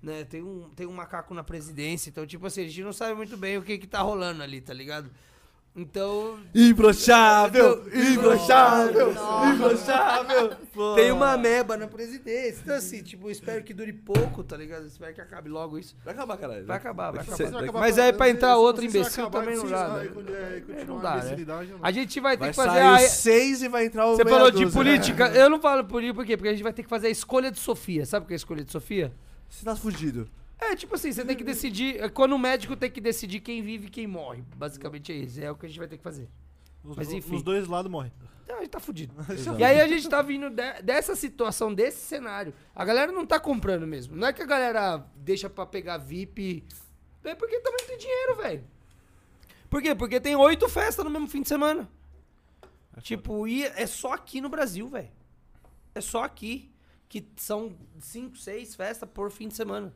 Speaker 5: Né? Tem, um, tem um macaco na presidência, então, tipo assim, a gente não sabe muito bem o que que tá rolando ali, tá ligado? Então,
Speaker 1: Imbrochável!
Speaker 5: Imbrochável!
Speaker 4: Nossa.
Speaker 5: Tem uma ameba na presidência. Então, assim, tipo, eu espero que dure pouco, tá ligado? Espero que acabe logo isso.
Speaker 1: Vai acabar, caralho.
Speaker 5: Vai acabar, vai
Speaker 1: Cê- é
Speaker 5: acabar.
Speaker 2: Mas vai acabar
Speaker 5: Mas aí pra entrar
Speaker 2: eu não
Speaker 5: outro
Speaker 2: sei se vai
Speaker 5: imbecil
Speaker 2: acabar,
Speaker 5: também não
Speaker 2: se
Speaker 5: dá,
Speaker 2: vai
Speaker 5: né?
Speaker 2: con- é, continuar
Speaker 5: não
Speaker 2: a
Speaker 5: dá, né?
Speaker 2: imbecilidade, não.
Speaker 5: A gente vai ter
Speaker 1: Vai
Speaker 5: que fazer.
Speaker 1: sair
Speaker 5: a-
Speaker 1: os seis e vai entrar o
Speaker 5: Você
Speaker 1: meia
Speaker 5: falou de
Speaker 1: dúzia. né?
Speaker 5: política. Eu não falo política por quê? Porque a gente vai ter que fazer a escolha de Sofia. Sabe o que é a escolha de Sofia?
Speaker 1: Você tá fudido.
Speaker 5: É, tipo assim, você tem que decidir. é Quando o médico tem que decidir quem vive e quem morre. Basicamente é isso. É o que a gente vai ter que fazer.
Speaker 2: Os,
Speaker 5: Mas enfim.
Speaker 2: Os dois lados morrem.
Speaker 5: Então a gente tá fudido.
Speaker 1: Exato.
Speaker 5: E aí a gente tá vindo de- dessa situação, desse cenário. A galera não tá comprando mesmo. Não é que a galera deixa pra pegar VIP. É porque também não tem dinheiro, velho. Por quê? Porque tem oito festas no mesmo fim de semana. tipo, e é só aqui no Brasil, velho. É só aqui. Que são cinco, seis festas por fim de semana.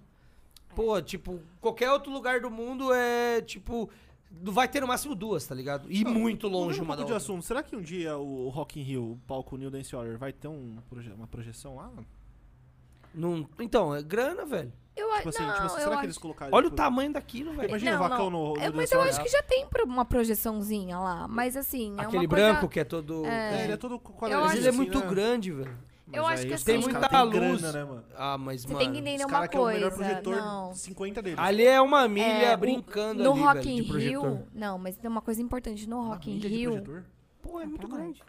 Speaker 5: Pô, tipo, qualquer outro lugar do mundo é, tipo... Vai ter no máximo duas, tá ligado? E muito longe
Speaker 2: Mudando um
Speaker 5: uma
Speaker 2: pouco
Speaker 5: da
Speaker 2: de
Speaker 5: outra.
Speaker 2: assunto. Será que um dia o Rock in Rio, o palco New Dance Order, vai ter um proje- uma projeção lá? mano?
Speaker 5: Não- então, é grana, velho.
Speaker 4: Eu,
Speaker 2: Tipo assim,
Speaker 4: não,
Speaker 2: tipo, será
Speaker 4: eu
Speaker 2: que
Speaker 4: acho...
Speaker 2: eles colocaram...
Speaker 5: Olha o
Speaker 2: tipo,
Speaker 5: tamanho daquilo, velho.
Speaker 2: Imagina o
Speaker 4: Não,
Speaker 2: vacão
Speaker 4: não.
Speaker 2: no, no
Speaker 4: É, mas
Speaker 2: Dance
Speaker 4: eu
Speaker 2: Order.
Speaker 4: acho que já tem pro- uma projeçãozinha lá, mas assim, é
Speaker 5: Aquele
Speaker 4: uma coisa...
Speaker 5: branco que é todo.
Speaker 2: É, ele é
Speaker 5: É.
Speaker 2: todo
Speaker 4: Eu
Speaker 2: quadradinho.
Speaker 5: Mas
Speaker 4: acho-
Speaker 5: ele é
Speaker 2: assim,
Speaker 5: muito
Speaker 2: né?
Speaker 5: grande, velho.
Speaker 4: Eu
Speaker 2: Mas
Speaker 4: acho
Speaker 2: aí
Speaker 4: que
Speaker 2: os caras
Speaker 5: assim-
Speaker 2: têm
Speaker 5: Muita luz.
Speaker 2: Grana, né, mano?
Speaker 5: Ah, mas,
Speaker 4: Você
Speaker 5: mano.
Speaker 4: tem que entender
Speaker 2: Os
Speaker 4: uma
Speaker 2: caras que é o melhor
Speaker 4: coisa,
Speaker 2: projetor,
Speaker 4: não.
Speaker 2: 50 deles.
Speaker 5: Ali é uma milha
Speaker 4: É, o-
Speaker 5: brincando
Speaker 4: no
Speaker 5: ali,
Speaker 4: Rock
Speaker 5: velho,
Speaker 4: in
Speaker 5: de projetor. Ah,
Speaker 4: Rio, não, mas tem uma coisa importante no
Speaker 2: Uma
Speaker 4: Rock in
Speaker 2: mídia de
Speaker 4: Rio.
Speaker 2: projetor?
Speaker 5: Pô, é muito grande.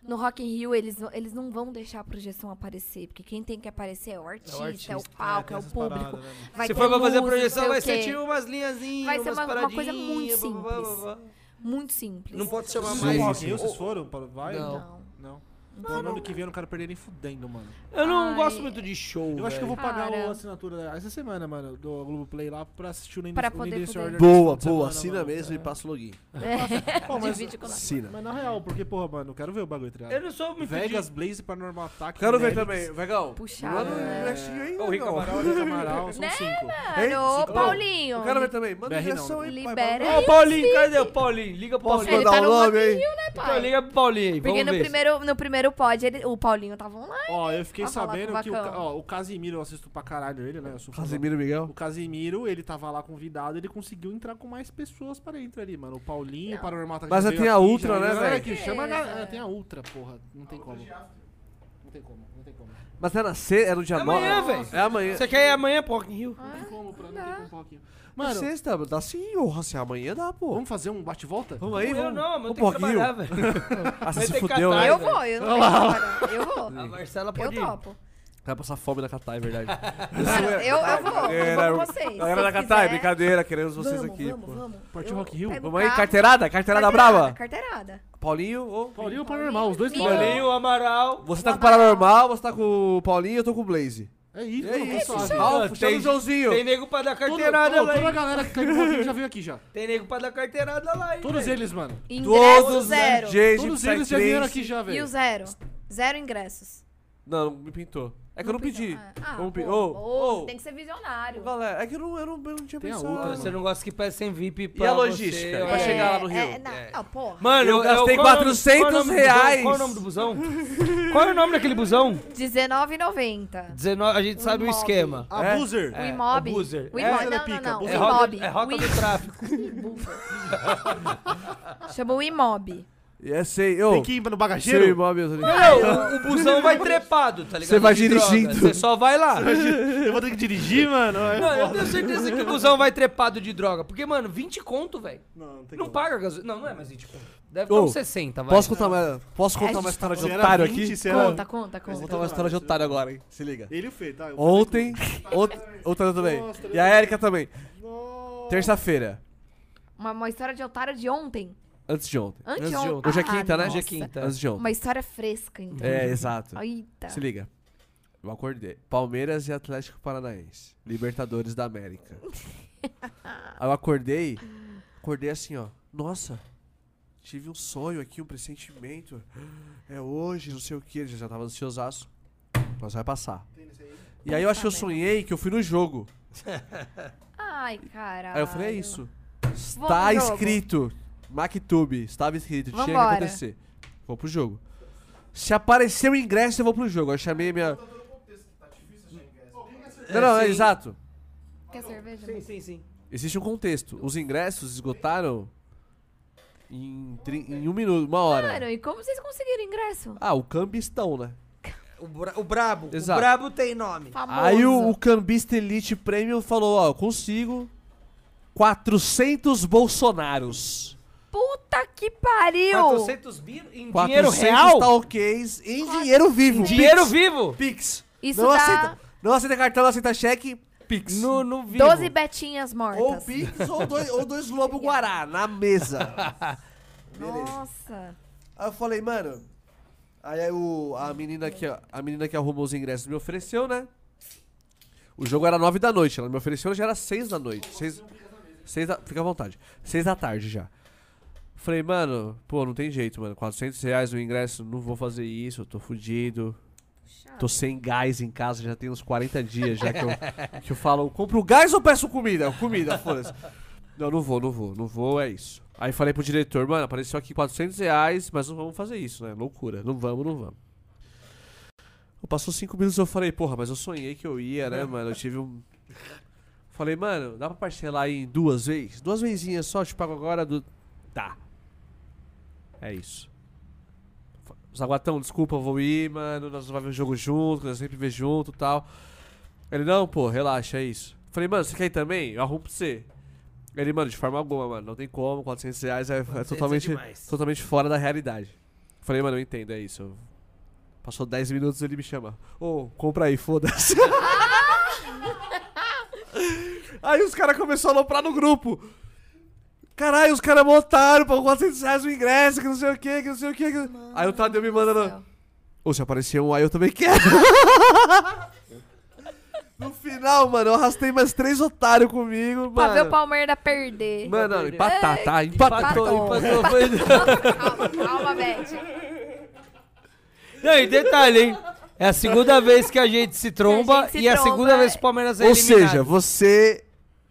Speaker 4: No Rock in Rio, eles, não- eles não vão deixar a projeção aparecer, porque quem tem que aparecer é o artista, é o,
Speaker 5: artista,
Speaker 4: palco,
Speaker 2: tem
Speaker 4: é, o
Speaker 2: essas
Speaker 4: público.
Speaker 2: paradas, né, mano?
Speaker 4: Vai
Speaker 5: Se
Speaker 4: ter
Speaker 5: for pra fazer a
Speaker 4: luz, não sei
Speaker 5: projeção,
Speaker 4: o
Speaker 5: vai
Speaker 4: quê.
Speaker 5: ser tipo umas linhazinhas,
Speaker 4: Vai ser
Speaker 5: umas
Speaker 4: uma- uma coisa
Speaker 5: paradinhas,
Speaker 4: muito
Speaker 5: blá, blá, blá,
Speaker 4: simples.
Speaker 5: blá, blá.
Speaker 4: Muito simples.
Speaker 5: Não pode chamar
Speaker 1: Sim.
Speaker 5: mais.
Speaker 2: Mas
Speaker 1: Sim.
Speaker 2: Rock in Rio, vocês foram? pra- Vai?
Speaker 5: Não.
Speaker 2: Não. Pelo ano que vem eu não quero perder nem fudendo, mano.
Speaker 5: Eu não
Speaker 4: Ai.
Speaker 5: gosto muito de show.
Speaker 2: Eu acho que eu vou pagar
Speaker 4: Cara.
Speaker 2: a assinatura essa semana, mano, do Globoplay lá pra assistir o Name
Speaker 4: Pra poder poder.
Speaker 1: Boa, boa. Assina mesmo e passa o login.
Speaker 2: Pô, mas,
Speaker 4: Divide com nós.
Speaker 1: Assina.
Speaker 2: mas na real, porque, porra, mano, eu quero ver o bagulho, tá
Speaker 5: Eu
Speaker 2: ligado?
Speaker 5: não sou muito
Speaker 2: Vegas,
Speaker 5: de.
Speaker 2: Blaze, tá? Paranormal Attack.
Speaker 1: Quero ver
Speaker 2: Nelly,
Speaker 1: também. Vegão.
Speaker 4: Puxado,
Speaker 1: Manda
Speaker 4: né?
Speaker 1: um restinho aí,
Speaker 5: Ô, Rico
Speaker 1: Vegão.
Speaker 5: Amaral.
Speaker 2: Vegas Amaral, são
Speaker 4: Né,
Speaker 2: cinco.
Speaker 1: Hein?
Speaker 4: Mano, ô
Speaker 1: Ô,
Speaker 4: Paulinho.
Speaker 1: Eu
Speaker 5: tá-
Speaker 1: quero ver também. Manda
Speaker 2: BR não,
Speaker 1: direção aí, pai.
Speaker 4: libera
Speaker 5: Ô,
Speaker 4: aí.
Speaker 5: Paulinho, cadê o Paulinho? Liga pro
Speaker 1: Posso
Speaker 5: Paulinho.
Speaker 4: Ele
Speaker 1: mandar um
Speaker 4: tá
Speaker 1: o
Speaker 4: no
Speaker 1: nome
Speaker 4: Rock in
Speaker 1: aí?
Speaker 4: Rio, né,
Speaker 5: Então
Speaker 4: pai?
Speaker 5: liga pro Paulinho aí,
Speaker 4: Porque
Speaker 5: vamos
Speaker 4: no
Speaker 5: ver.
Speaker 4: primeiro, no primeiro primeiro pod, ele- o Paulinho tava online.
Speaker 2: Ó, eu fiquei
Speaker 4: Vai falar
Speaker 2: sabendo
Speaker 4: com o
Speaker 2: que o,
Speaker 4: Vacão.
Speaker 2: Ca- ó, o Casimiro, eu assisto pra caralho ele, né? Eu sou fã do-
Speaker 1: Casimiro Miguel.
Speaker 2: O Casimiro, ele tava lá convidado, ele conseguiu entrar com mais pessoas pra dentro ali, mano. O Paulinho, o Paranormal tá
Speaker 1: Mas
Speaker 2: já
Speaker 1: tem
Speaker 2: veio
Speaker 1: a
Speaker 2: aqui,
Speaker 1: Ultra,
Speaker 2: já-
Speaker 1: né,
Speaker 2: Galera
Speaker 1: velho?
Speaker 2: que chama,
Speaker 4: Certeza.
Speaker 2: galera- tem a Ultra, porra. Não tem como. Não tem como, não tem como.
Speaker 1: Mas era C, era o dia
Speaker 5: É amanhã,
Speaker 1: 9.
Speaker 5: velho.
Speaker 1: É amanhã.
Speaker 5: Você quer ir amanhã pro Rock in Rio?
Speaker 2: Não tem como, pra não tem como um pouquinho.
Speaker 1: Mano,
Speaker 2: Mano,
Speaker 1: É sexta, dá sim, ou se amanhã dá, pô.
Speaker 2: vamos fazer um bate-volta?
Speaker 1: Vamos aí,
Speaker 5: eu
Speaker 1: vamos.
Speaker 5: não, mas eu
Speaker 1: um
Speaker 5: tenho que
Speaker 1: pouquinho.
Speaker 5: trabalhar, velho.
Speaker 1: Ah, você
Speaker 5: Vai
Speaker 1: se
Speaker 5: ter
Speaker 1: fudeu,
Speaker 5: catar,
Speaker 1: né?
Speaker 4: eu
Speaker 5: velho.
Speaker 4: vou, eu não tenho nada. Eu vou.
Speaker 5: A Marcela
Speaker 4: Eu
Speaker 5: pode ir.
Speaker 4: topo.
Speaker 1: Vai passar fome na Catar, é verdade. é
Speaker 4: Cara, eu, eu vou. Eu vou com vocês. se
Speaker 1: Galera da
Speaker 4: vocês
Speaker 1: Catar, é
Speaker 4: quiser.
Speaker 1: brincadeira, queremos vocês
Speaker 4: vamos,
Speaker 1: aqui.
Speaker 4: Vamos,
Speaker 1: pô.
Speaker 4: vamos.
Speaker 2: Partiu
Speaker 4: Eu
Speaker 2: Rock in Rio?
Speaker 4: pego
Speaker 1: Vamos aí,
Speaker 4: carro.
Speaker 1: carteirada, carteirada brava.
Speaker 4: Carteirada.
Speaker 1: Paulinho ou.
Speaker 2: Paulinho ou Paranormal? Os dois que
Speaker 4: Paulinho.
Speaker 2: vão.
Speaker 5: Paulinho, Amaral.
Speaker 1: Você tá com o Paranormal, você tá com o Paulinho eu tô com o Blaze.
Speaker 2: É isso,
Speaker 1: E é
Speaker 2: mano,
Speaker 1: isso,
Speaker 2: suave.
Speaker 1: Ralf, chama
Speaker 5: Tem-
Speaker 1: o Joãozinho.
Speaker 5: Tem nego pra dar
Speaker 2: Todo-
Speaker 5: carteirada
Speaker 2: todo-
Speaker 5: lá.
Speaker 2: Toda a
Speaker 5: hein?
Speaker 2: galera que tá aqui no Rock in Rio já veio aqui já.
Speaker 5: Tem nego pra dar carteirada lá. hein,
Speaker 2: Todos
Speaker 5: velho?
Speaker 2: eles, mano.
Speaker 4: Ingresso
Speaker 1: Todos os
Speaker 4: zero.
Speaker 1: DJs de
Speaker 2: Todos eles já vieram aqui
Speaker 1: Psytrance.
Speaker 2: já,
Speaker 4: E
Speaker 2: velho.
Speaker 4: o zero? Zero ingressos.
Speaker 1: Não, não me pintou. É que eu não pedi.
Speaker 4: Ah,
Speaker 1: Vamos pe-
Speaker 4: pô,
Speaker 1: ô,
Speaker 4: pô,
Speaker 1: ô.
Speaker 4: tem que ser visionário.
Speaker 1: Galera, é que eu não, eu não, eu não tinha
Speaker 2: Tem a
Speaker 1: pensado.
Speaker 2: outra,
Speaker 5: Você não gosta que peça sem VIP pra
Speaker 1: E a logística?
Speaker 5: Você,
Speaker 1: Pra
Speaker 5: olha.
Speaker 1: chegar lá no Rio.
Speaker 4: É, não,
Speaker 5: É.
Speaker 4: não, porra.
Speaker 5: Mano,
Speaker 1: Eu
Speaker 5: é o-
Speaker 1: gastei
Speaker 5: qual é o nome-
Speaker 1: 400
Speaker 5: qual é o nome do busão?
Speaker 1: reais.
Speaker 5: Qual é o nome do busão? Qual é o nome daquele busão?
Speaker 4: R$19,90.
Speaker 5: 19, a gente sabe o
Speaker 4: Mob.
Speaker 5: esquema. É,
Speaker 2: Abuser.
Speaker 4: O Imob.
Speaker 5: o Boozer.
Speaker 4: O
Speaker 5: É,
Speaker 4: Imob.
Speaker 2: ela
Speaker 4: Não,
Speaker 2: pica,
Speaker 4: não, não. O
Speaker 5: É rota,
Speaker 4: Imob.
Speaker 5: é rota
Speaker 4: O
Speaker 5: do tráfico.
Speaker 4: I- Chama o Imob.
Speaker 1: E é sei, ô.
Speaker 2: Tem que ir no
Speaker 1: Seu
Speaker 2: bagageiro?
Speaker 1: imóvel, eu tô ligado.
Speaker 5: Não, o, o busão vai trepado, tá ligado?
Speaker 1: Você vai
Speaker 5: De droga.
Speaker 1: dirigindo.
Speaker 5: Você só vai lá.
Speaker 2: Eu vou ter que dirigir, mano. É
Speaker 5: Não, eu
Speaker 2: foda.
Speaker 5: tenho certeza que o busão vai trepado de droga. Porque, mano, 20 conto, velho.
Speaker 2: Não, não tem
Speaker 5: Não
Speaker 2: como.
Speaker 5: paga gasolina. Não, não é mais 20 conto. Deve dar
Speaker 1: Ô,
Speaker 5: uns 60, vai.
Speaker 1: Posso
Speaker 2: então.
Speaker 1: contar, mais, posso contar
Speaker 4: É,
Speaker 1: uma história de
Speaker 2: Será
Speaker 1: otário
Speaker 2: 20?
Speaker 1: aqui?
Speaker 2: Será?
Speaker 4: Conta, conta,
Speaker 1: um- Vou
Speaker 4: conta.
Speaker 1: contar uma história de otário agora, hein? Se liga.
Speaker 2: Ele e o Fê, tá? Eu falei com-
Speaker 1: Ontem, outra, outra também.
Speaker 2: Nossa,
Speaker 1: E a Erika também.
Speaker 2: Nossa.
Speaker 1: Terça-feira,
Speaker 4: Uma, uma história de otário de ontem.
Speaker 1: antes de ontem.
Speaker 4: Antes
Speaker 5: Antes
Speaker 4: de
Speaker 5: de
Speaker 4: on-
Speaker 5: ontem.
Speaker 1: Hoje é
Speaker 4: Ah,
Speaker 1: quinta, né?
Speaker 5: Hoje é
Speaker 4: nossa.
Speaker 5: quinta.
Speaker 1: Antes de ontem.
Speaker 4: Uma história fresca, então.
Speaker 1: É, exato.
Speaker 4: Eita.
Speaker 1: Se liga. Eu acordei. Palmeiras e Atlético Paranaense. Libertadores da América. Aí eu acordei. Acordei assim, ó. Nossa, tive um sonho aqui, um pressentimento. É hoje, não sei o que. Já tava ansiosaço. Mas vai passar. E aí eu acho que eu sonhei que eu fui no jogo.
Speaker 4: Ai, caralho.
Speaker 1: Aí eu falei, é isso. Está
Speaker 4: jogo.
Speaker 1: escrito. MacTube, estava escrito, tinha
Speaker 4: Vambora.
Speaker 1: que acontecer. Vou pro jogo. Se aparecer o ingresso, eu vou pro jogo. Aí Eu chamei minha.
Speaker 4: assim?
Speaker 1: Não, não, é
Speaker 5: sim.
Speaker 1: exato.
Speaker 4: Quer cerveja?
Speaker 5: Sim, sim, sim.
Speaker 1: Existe um contexto. Os ingressos esgotaram em, tri- em um minuto, uma hora.
Speaker 4: Mano, e como vocês conseguiram ingresso?
Speaker 1: Ah, o cambistão, né?
Speaker 5: O, bra- o Brabo.
Speaker 1: Exato.
Speaker 5: O Brabo tem nome.
Speaker 4: Famoso.
Speaker 1: Aí o, o cambista Elite Premium falou: Ó, eu consigo 400 Bolsonaros.
Speaker 4: Puta que pariu!
Speaker 5: 400 bi em dinheiro
Speaker 1: 400
Speaker 5: real?
Speaker 1: talkies em dinheiro vivo.
Speaker 5: Dinheiro
Speaker 1: Pix.
Speaker 5: vivo?
Speaker 1: Pix.
Speaker 4: Isso
Speaker 1: não
Speaker 4: dá
Speaker 1: aceita. Não aceita cartão, não aceita cheque. Pix.
Speaker 5: No, no vivo.
Speaker 4: 12 betinhas mortas.
Speaker 1: ou Pix ou dois, ou dois lobo guará na mesa.
Speaker 4: Nossa.
Speaker 1: Aí eu falei, mano. Aí, aí o, a, menina que, a menina que arrumou os ingressos me ofereceu, né? O jogo era 9 da noite, ela me ofereceu, já era 6 da noite. 6, da, fica à vontade. 6 da tarde já. Falei, mano, pô, não tem jeito, mano. 400 reais no ingresso, não vou fazer isso, eu tô fudido. Tô sem gás em casa, já tem uns 40 dias já que eu, que eu falo, compro gás ou peço comida? Comida, foda-se. Não, não vou, não vou, não vou, é isso. Aí falei pro diretor, mano, apareceu aqui 400 reais, mas não vamos fazer isso, né? Loucura, não vamos, não vamos. Passou cinco minutos eu falei, porra, mas eu sonhei que eu ia, né, mano? Eu tive um. Falei, mano, dá pra parcelar aí em duas vezes? Duas vezinhas só, te pago agora do. Tá. É isso. Fa- Zaguatão, desculpa, eu vou ir, mano. Nós vamos ver o jogo junto, nós sempre vê junto e tal. Ele, não, pô, relaxa, é isso. Falei, mano, você quer ir também? Eu arrumo pra você. Ele, mano, de forma alguma, mano, não tem como, 400 reais é, é
Speaker 5: 400 é
Speaker 1: totalmente,
Speaker 5: demais.
Speaker 1: totalmente fora da realidade. Falei, mano, eu entendo, é isso. Eu- Passou 10 minutos ele me chama. Ô, compra aí, foda-se. aí os caras começaram a aloprar no grupo. Caralho, os é caras montaram, pagou 400 reais o ingresso, que não sei o que, que não sei o que. Aí o Tadeu me mandando. Ou se aparecer um aí, eu também quero. no final, mano, eu arrastei mais três otários comigo,
Speaker 4: Pra ver o É,
Speaker 1: mano.
Speaker 4: Palmeiras perder.
Speaker 1: Mano, não, empatar, tá? Empatar.
Speaker 5: Empatou,
Speaker 4: Empatou.
Speaker 5: empatou. Foi...
Speaker 4: Calma, calma, Beth.
Speaker 5: Não, e detalhe, hein? É a segunda vez que a gente se tromba
Speaker 4: gente se
Speaker 5: e é a
Speaker 4: tromba,
Speaker 5: segunda vez que o Palmeiras é
Speaker 1: Ou
Speaker 5: eliminado.
Speaker 1: seja, você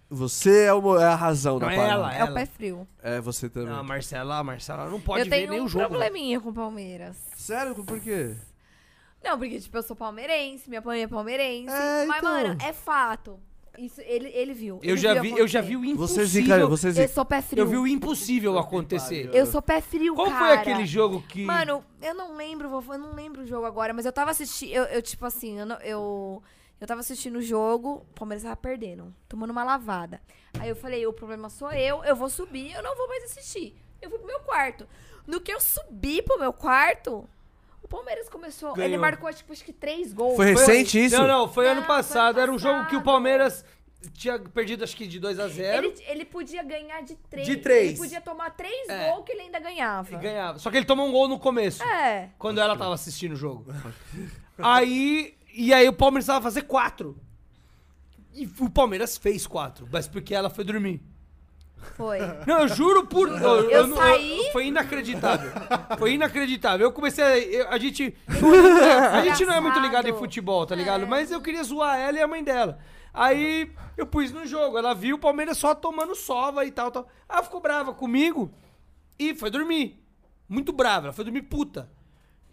Speaker 1: Você é, o mo- é a razão
Speaker 5: Não,
Speaker 1: da
Speaker 5: é
Speaker 1: parada.
Speaker 5: ela,
Speaker 4: É o
Speaker 5: ela.
Speaker 4: pé frio.
Speaker 1: É, você também.
Speaker 5: Não, a Ah, Marcela, a Marcela não pode
Speaker 4: eu
Speaker 5: ver
Speaker 4: tenho
Speaker 5: nem
Speaker 4: um
Speaker 5: o jogo. né?
Speaker 4: probleminha com o Palmeiras.
Speaker 1: Sério? Por quê?
Speaker 4: Não, porque, tipo, eu sou palmeirense, minha mãe é palmeirense.
Speaker 1: É,
Speaker 4: Mas,
Speaker 1: então.
Speaker 4: mano, é fato. Isso, ele, ele viu.
Speaker 5: Eu
Speaker 4: ele
Speaker 5: já
Speaker 4: viu
Speaker 5: vi, eu já vi
Speaker 4: acontecer.
Speaker 5: o
Speaker 1: Você
Speaker 5: impossível.
Speaker 1: zica, você zica.
Speaker 4: Eu sou pé frio.
Speaker 5: Eu vi o impossível acontecer.
Speaker 4: Eu sou pé frio,
Speaker 5: Qual
Speaker 4: cara.
Speaker 5: foi aquele jogo que
Speaker 4: Mano, eu não lembro, vovô, eu não lembro o jogo agora, mas eu tava assistindo. Eu, eu, tipo assim, eu, não- eu, eu tava assistindo o jogo, o Palmeiras tava perdendo, tomando uma lavada. Aí eu falei, o problema sou eu, eu vou subir, eu não vou mais assistir. Eu fui pro meu quarto. No que eu subi pro meu quarto, o Palmeiras começou. Ele
Speaker 5: Ganhou.
Speaker 4: marcou, tipo, acho que três gols.
Speaker 1: Foi recente isso?
Speaker 5: Não, não, foi
Speaker 4: Não,
Speaker 5: ano
Speaker 4: foi
Speaker 5: passado,
Speaker 4: ano
Speaker 5: era um jogo que o
Speaker 4: passado.
Speaker 5: Palmeiras tinha perdido acho que de 2 a 0
Speaker 4: Ele, ele podia ganhar de três.
Speaker 5: De três.
Speaker 4: Ele podia tomar três
Speaker 5: É.
Speaker 4: gols que ele ainda ganhava.
Speaker 5: e ganhava. Só que ele tomou um gol no começo.
Speaker 4: É.
Speaker 5: Quando ela tava assistindo o jogo. aí. E aí o Palmeiras tava fazer quatro. E o Palmeiras fez quatro, mas porque ela foi dormir.
Speaker 4: Foi.
Speaker 5: Não, eu juro por. Eu, não-
Speaker 4: saí-
Speaker 5: foi inacreditável. Foi inacreditável. Eu comecei a. eu- a gente. A gente não é muito ligado em
Speaker 4: Engraçado.
Speaker 5: futebol, tá ligado?
Speaker 4: É.
Speaker 5: Mas eu queria zoar ela e a mãe dela. Aí eu pus no jogo. Ela viu o Palmeiras só tomando sova e tal, tal. Ela ficou brava comigo e foi dormir. Muito brava. Ela foi dormir puta.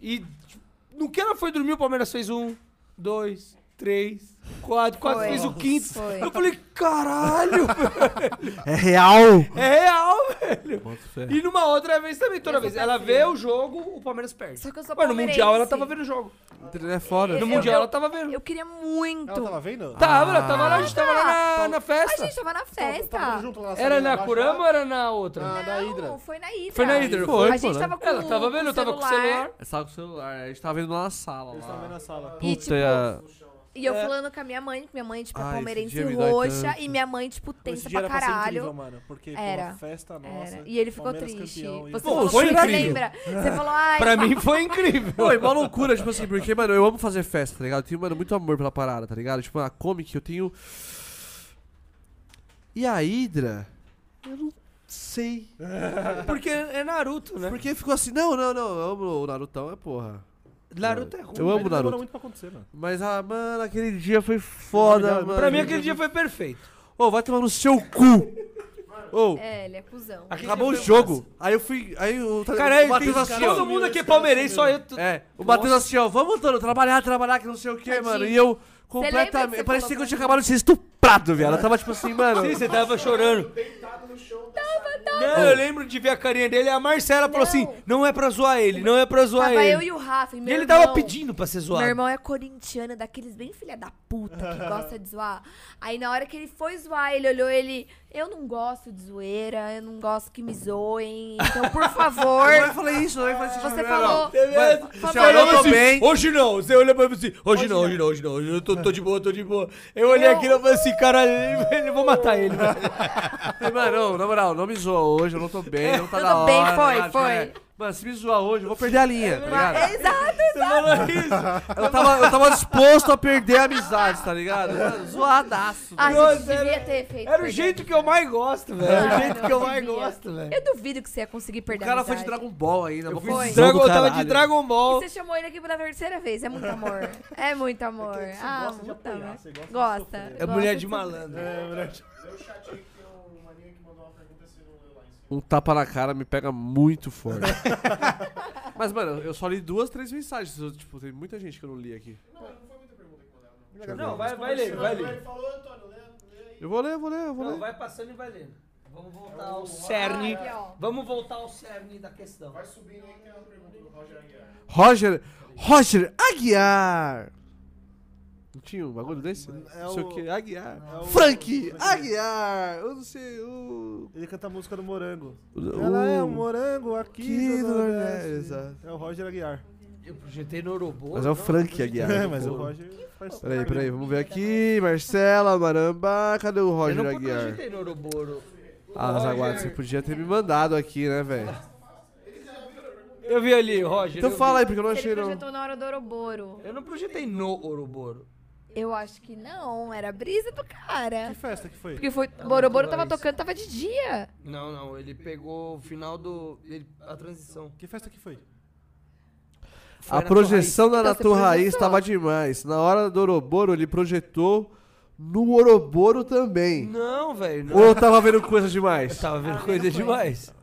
Speaker 5: E no que ela foi dormir, o Palmeiras fez um, dois, três, quatro. Quase
Speaker 4: Foi.
Speaker 5: fez o quinto.
Speaker 4: Foi.
Speaker 5: Eu falei, caralho,
Speaker 1: É real!
Speaker 5: é real, velho. E numa outra vez também, toda vez. Ela vê o jogo, o Palmeiras perde.
Speaker 4: tá assim, né? Só que eu sou
Speaker 5: Mas no Mundial ela
Speaker 4: palmeirense.
Speaker 5: tava vendo o jogo.
Speaker 1: É fora.
Speaker 5: No
Speaker 4: Eu-
Speaker 5: Mundial
Speaker 4: eu-
Speaker 5: ela tava vendo.
Speaker 4: Eu queria muito.
Speaker 9: Ela
Speaker 2: Então,
Speaker 9: tava vendo?
Speaker 2: tá,
Speaker 5: Tava, ela tava lá, a gente tava lá na,
Speaker 4: Tava.
Speaker 5: na
Speaker 4: Ah, A
Speaker 5: festa.
Speaker 4: gente tava na
Speaker 9: Tava-
Speaker 4: festa.
Speaker 9: tava junto lá na
Speaker 5: Era
Speaker 9: salinha
Speaker 5: na
Speaker 9: embaixo
Speaker 5: Curama ou
Speaker 9: lá?
Speaker 5: era na outra?
Speaker 9: Ah, da
Speaker 4: É Não,
Speaker 9: Hidra.
Speaker 4: foi na Hidra.
Speaker 1: é
Speaker 5: Foi na Hidra,
Speaker 1: foi,
Speaker 4: a gente
Speaker 1: pô, né?
Speaker 4: tava com
Speaker 5: Ela tava vendo, eu tava com o celular.
Speaker 1: Eu tava com o celular, a gente tava vendo na sala
Speaker 9: Eles estavam
Speaker 1: lá.
Speaker 9: vendo na sala.
Speaker 4: E,
Speaker 1: Puta,
Speaker 4: tipo,
Speaker 1: é-
Speaker 4: e eu falando com a minha mãe, que minha mãe, tipo, é
Speaker 1: Ai, esse
Speaker 4: palmeirense
Speaker 1: dia me dói
Speaker 4: roxa.
Speaker 1: tanto.
Speaker 4: E minha mãe, tipo, tensa
Speaker 9: Esse dia
Speaker 4: pra
Speaker 9: era pra ser
Speaker 4: caralho.
Speaker 9: incrível, mano. Porque foi
Speaker 4: Era.
Speaker 9: uma festa nossa.
Speaker 4: Era. E ele ficou
Speaker 9: Palmeiras
Speaker 4: triste.
Speaker 9: campeão, e
Speaker 4: Você
Speaker 9: eu-
Speaker 5: Pô,
Speaker 4: falou,
Speaker 5: foi
Speaker 4: você
Speaker 5: incrível.
Speaker 4: lembra? Você falou, ai, tá
Speaker 5: Pra mim foi incrível.
Speaker 1: Não, é uma loucura, tipo assim, porque, mano, eu amo fazer festa, tá ligado? Eu tenho, mano, muito amor pela parada, tá ligado? Tipo, a Comic eu tenho. E a Hydra? Eu não sei.
Speaker 5: Porque é Naruto, né?
Speaker 1: Porque ficou assim, não, não, não, eu amo o Narutão, é porra.
Speaker 5: Naruto é ruim.
Speaker 1: Eu
Speaker 9: Mas
Speaker 1: amo o
Speaker 9: Demorou
Speaker 1: Naruto.
Speaker 9: muito pra acontecer, mano.
Speaker 1: Mas, ah, mano, aquele dia foi foda, mano.
Speaker 5: Pra mim aquele dia foi perfeito.
Speaker 1: Ô, vai tomar no seu cu! Ô,
Speaker 4: É, ele é cuzão.
Speaker 5: Aquele
Speaker 1: acabou o
Speaker 5: dia foi
Speaker 1: jogo. Aí eu fui. Aí o,
Speaker 5: Cara,
Speaker 1: o
Speaker 5: aí tem-
Speaker 1: Matheus assim, ó.
Speaker 5: todo mundo aqui é palmeirense, só eu. tô-
Speaker 1: É, o Matheus assim, ó, vamos, Antônio, trabalhar, trabalhar, que não sei o quê,
Speaker 4: Tadinho.
Speaker 1: mano. E eu
Speaker 4: lembra que
Speaker 1: completamente.
Speaker 4: você
Speaker 1: Parecia que
Speaker 4: falou
Speaker 1: eu tinha
Speaker 4: pra
Speaker 1: acabado de ser estuprado, velho. Eu tava tipo assim, mano.
Speaker 5: Sim,
Speaker 4: tá
Speaker 5: você tava chorando. Não, eu lembro de ver a carinha dele. A Marcela falou
Speaker 4: Não.
Speaker 5: assim: não é pra zoar ele, não é pra zoar
Speaker 4: Tava eu
Speaker 5: ele.
Speaker 4: e o Rafa. E,
Speaker 5: E
Speaker 4: meu
Speaker 5: ele tava
Speaker 4: irmão.
Speaker 5: pedindo pra ser zoado.
Speaker 4: Meu irmão é corintiano, daqueles bem filha da puta que gosta de zoar. Aí na hora que ele foi zoar, ele olhou ele. Eu não gosto de zoeira, eu não gosto que me zoem. Então, por favor.
Speaker 1: Eu não falei isso, não falei isso.
Speaker 4: Você
Speaker 1: não,
Speaker 4: falou.
Speaker 1: Não. Vai, você
Speaker 4: Falou
Speaker 1: olhou, eu tô
Speaker 5: assim,
Speaker 1: bem.
Speaker 5: Hoje não, você olha pra mim assim, hoje não, hoje não, hoje não, hoje eu tô, tô de boa, tô de boa. Eu olhei
Speaker 4: Eu-
Speaker 5: aqui e eu falei assim, cara, eu vou matar ele. velho.
Speaker 1: Falei, Mano, não, na moral, não me zoa hoje, eu não tô bem, não tá
Speaker 4: Eu
Speaker 1: da
Speaker 4: tô bem,
Speaker 1: hora,
Speaker 4: foi,
Speaker 1: ligado?
Speaker 4: foi. É,
Speaker 1: É. Mano, se me zoar hoje, eu vou perder a linha, tá ligado?
Speaker 4: Mas- Exato,
Speaker 5: Você falou isso.
Speaker 4: tá
Speaker 1: Eu tava, eu tava disposto a perder a amizade, tá ligado? Mano, zoadaço.
Speaker 4: A
Speaker 5: Nossa,
Speaker 4: gente devia
Speaker 5: era-
Speaker 4: ter feito.
Speaker 5: Era o
Speaker 4: perder.
Speaker 5: jeito que eu mais gosto, velho. Era o
Speaker 4: Ah,
Speaker 5: jeito
Speaker 4: não,
Speaker 5: que eu mais
Speaker 4: devia.
Speaker 5: gosto, velho.
Speaker 4: Eu duvido que você ia conseguir
Speaker 1: O
Speaker 4: perder a
Speaker 1: cara foi de
Speaker 4: amizade.
Speaker 1: Dragon Ball ainda. uma
Speaker 4: fui
Speaker 1: confusão
Speaker 4: de
Speaker 1: do
Speaker 5: Dragon, eu tava de
Speaker 1: caralho.
Speaker 5: Dragon Ball.
Speaker 4: E você chamou ele aqui pela terceira vez. É muito amor. É muito amor.
Speaker 9: É que você
Speaker 4: ah,
Speaker 9: gosta de
Speaker 4: muito
Speaker 9: apanhar,
Speaker 4: amor.
Speaker 9: você gosta de
Speaker 4: Gosta.
Speaker 9: sofrer.
Speaker 5: É
Speaker 4: gosta
Speaker 5: mulher de
Speaker 4: sofrer.
Speaker 5: malandro.
Speaker 1: Um tapa na cara me pega muito forte. Mas, mano, eu só li duas, três mensagens. Eu, tipo, tem muita gente que eu não li aqui.
Speaker 5: Não, vai, vai ler, vai ler.
Speaker 1: Eu vou ler, eu vou ler, eu vou
Speaker 5: Não,
Speaker 1: ler.
Speaker 5: vai passando e vai lendo. Vamos voltar ao
Speaker 4: Ah,
Speaker 5: cerne.
Speaker 4: aqui, ó.
Speaker 5: Vamos voltar ao cerne da questão.
Speaker 1: Roger. Roger Aguiar! Não tinha um bagulho desse? não sei
Speaker 9: É
Speaker 1: o
Speaker 9: o-
Speaker 1: que, Aguiar.
Speaker 9: é o-
Speaker 1: Frank Aguiar! Eu não sei, Uh. o.
Speaker 9: Ele canta a música do Morango.
Speaker 1: o-
Speaker 9: Ela é um morango aqui
Speaker 1: aqui
Speaker 9: do
Speaker 1: do
Speaker 9: Nordeste.
Speaker 1: Nordeste, exato.
Speaker 9: É o Roger Aguiar.
Speaker 5: Eu projetei no Orobô.
Speaker 1: Mas é o Frank Aguiar.
Speaker 9: É, mas o
Speaker 1: Pô.
Speaker 9: Roger faz
Speaker 1: Peraí, peraí, vamos ver aqui. Marcela, Maramba, cadê o
Speaker 5: Eu
Speaker 1: Roger
Speaker 5: não
Speaker 1: Aguiar?
Speaker 5: projetei no Ouroboro.
Speaker 1: Ah, Zaguardo, você podia ter me mandado aqui, né, velho?
Speaker 5: Eu vi ali, Roger.
Speaker 1: Então
Speaker 5: eu
Speaker 1: fala aí,
Speaker 5: vi.
Speaker 1: porque eu não achei
Speaker 4: Ele
Speaker 1: não.
Speaker 4: projetou na hora do Ouroboro.
Speaker 5: Eu não projetei no Ouroboro.
Speaker 4: Eu acho que não. Era a brisa do cara.
Speaker 9: Que festa que foi?
Speaker 4: Porque foi, Boroboro tava
Speaker 5: naturais.
Speaker 4: tocando, tava de dia.
Speaker 5: Não, não, ele pegou o final do. ele- a transição.
Speaker 9: Que festa que foi?
Speaker 5: Foi
Speaker 1: A
Speaker 5: na
Speaker 1: projeção da
Speaker 4: Então você
Speaker 1: Natu Raiz
Speaker 4: projetou.
Speaker 1: estava demais. Na hora do Ouroboro, ele projetou No Oroboro também. Tá,
Speaker 5: Não, velho. não. Ah,
Speaker 1: Ou eu tava vendo coisa
Speaker 5: Eu
Speaker 1: demais?
Speaker 5: tava vendo
Speaker 4: Tava
Speaker 5: coisa
Speaker 4: vendo coisa.
Speaker 5: demais.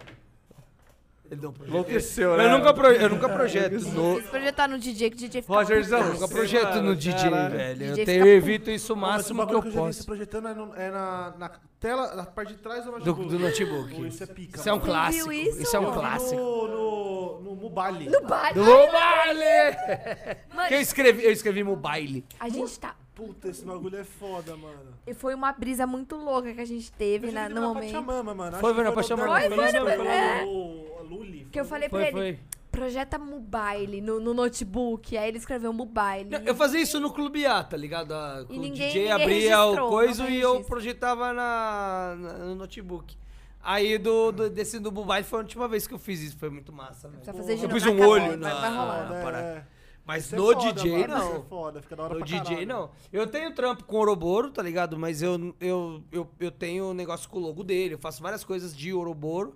Speaker 5: Ele não projetou.
Speaker 1: Enlouqueceu, né?
Speaker 5: Eu nunca, pro- eu nunca projeto. no-
Speaker 4: Quis projetar no DJ, que o DJ fica...
Speaker 1: Rogerzão,
Speaker 4: puto.
Speaker 5: Eu nunca projeto no DJ,
Speaker 1: Caralho.
Speaker 5: velho.
Speaker 4: DJ
Speaker 5: Eu,
Speaker 4: fica
Speaker 5: tenho,
Speaker 4: puto.
Speaker 5: evito isso o máximo que eu
Speaker 9: já vi se
Speaker 5: posso
Speaker 9: projetando é, no- é na, na tela, na parte de trás do
Speaker 5: do,
Speaker 9: notebook.
Speaker 5: do notebook.
Speaker 9: Pô, Isso é pica.
Speaker 5: Isso é um
Speaker 9: mano.
Speaker 5: clássico.
Speaker 4: viu isso?
Speaker 5: Isso é
Speaker 9: Eu
Speaker 5: um
Speaker 9: vi
Speaker 5: clássico.
Speaker 9: No, no, no Mubali.
Speaker 4: No baile.
Speaker 5: Do baile!
Speaker 4: Mano,
Speaker 5: Que eu escrevi, eu escrevi no baile.
Speaker 4: a gente tá...
Speaker 9: Puta, esse bagulho é foda, mano.
Speaker 4: e Foi uma brisa muito louca que a gente teve na- no momento.
Speaker 9: Pachamama, mano. Acho
Speaker 5: Foi,
Speaker 9: que
Speaker 5: foi na Pachamama.
Speaker 9: no- né?
Speaker 4: Foi, foi
Speaker 9: no-
Speaker 4: na-
Speaker 9: no-
Speaker 4: é.
Speaker 9: no- no Luli.
Speaker 4: Que eu falei pra
Speaker 5: Foi,
Speaker 4: ele,
Speaker 5: foi.
Speaker 4: projeta Mobile no, no notebook. Aí ele escreveu Mobile.
Speaker 5: Não, Eu fazia isso no Clube A, tá ligado? A-
Speaker 4: E
Speaker 5: o
Speaker 4: ninguém-
Speaker 5: DJ
Speaker 4: ninguém
Speaker 5: abria
Speaker 4: registrou,
Speaker 5: o coisa
Speaker 4: não
Speaker 5: e
Speaker 4: tem
Speaker 5: eu
Speaker 4: registro.
Speaker 5: projetava na, na- no notebook. Aí do, do, desse do Mobile foi a última vez que eu fiz isso, foi muito massa,
Speaker 4: Precisa
Speaker 9: é
Speaker 5: velho.
Speaker 4: fazer de
Speaker 5: Eu
Speaker 4: novo,
Speaker 5: pus
Speaker 4: vai
Speaker 5: um
Speaker 4: acabar,
Speaker 5: olho
Speaker 4: vai-
Speaker 5: na-
Speaker 4: vai rolar.
Speaker 5: na parada. Mas
Speaker 9: Isso né? é
Speaker 5: no
Speaker 9: foda,
Speaker 5: DJ
Speaker 9: mano, isso
Speaker 5: não.
Speaker 9: é foda, fica da hora
Speaker 5: No
Speaker 9: pra
Speaker 5: DJ
Speaker 9: caralho.
Speaker 5: não. Eu tenho trampo com Ouroboro, tá ligado? Mas eu, eu, eu, eu tenho um negócio com o logo dele. Eu faço várias coisas de Ouroboro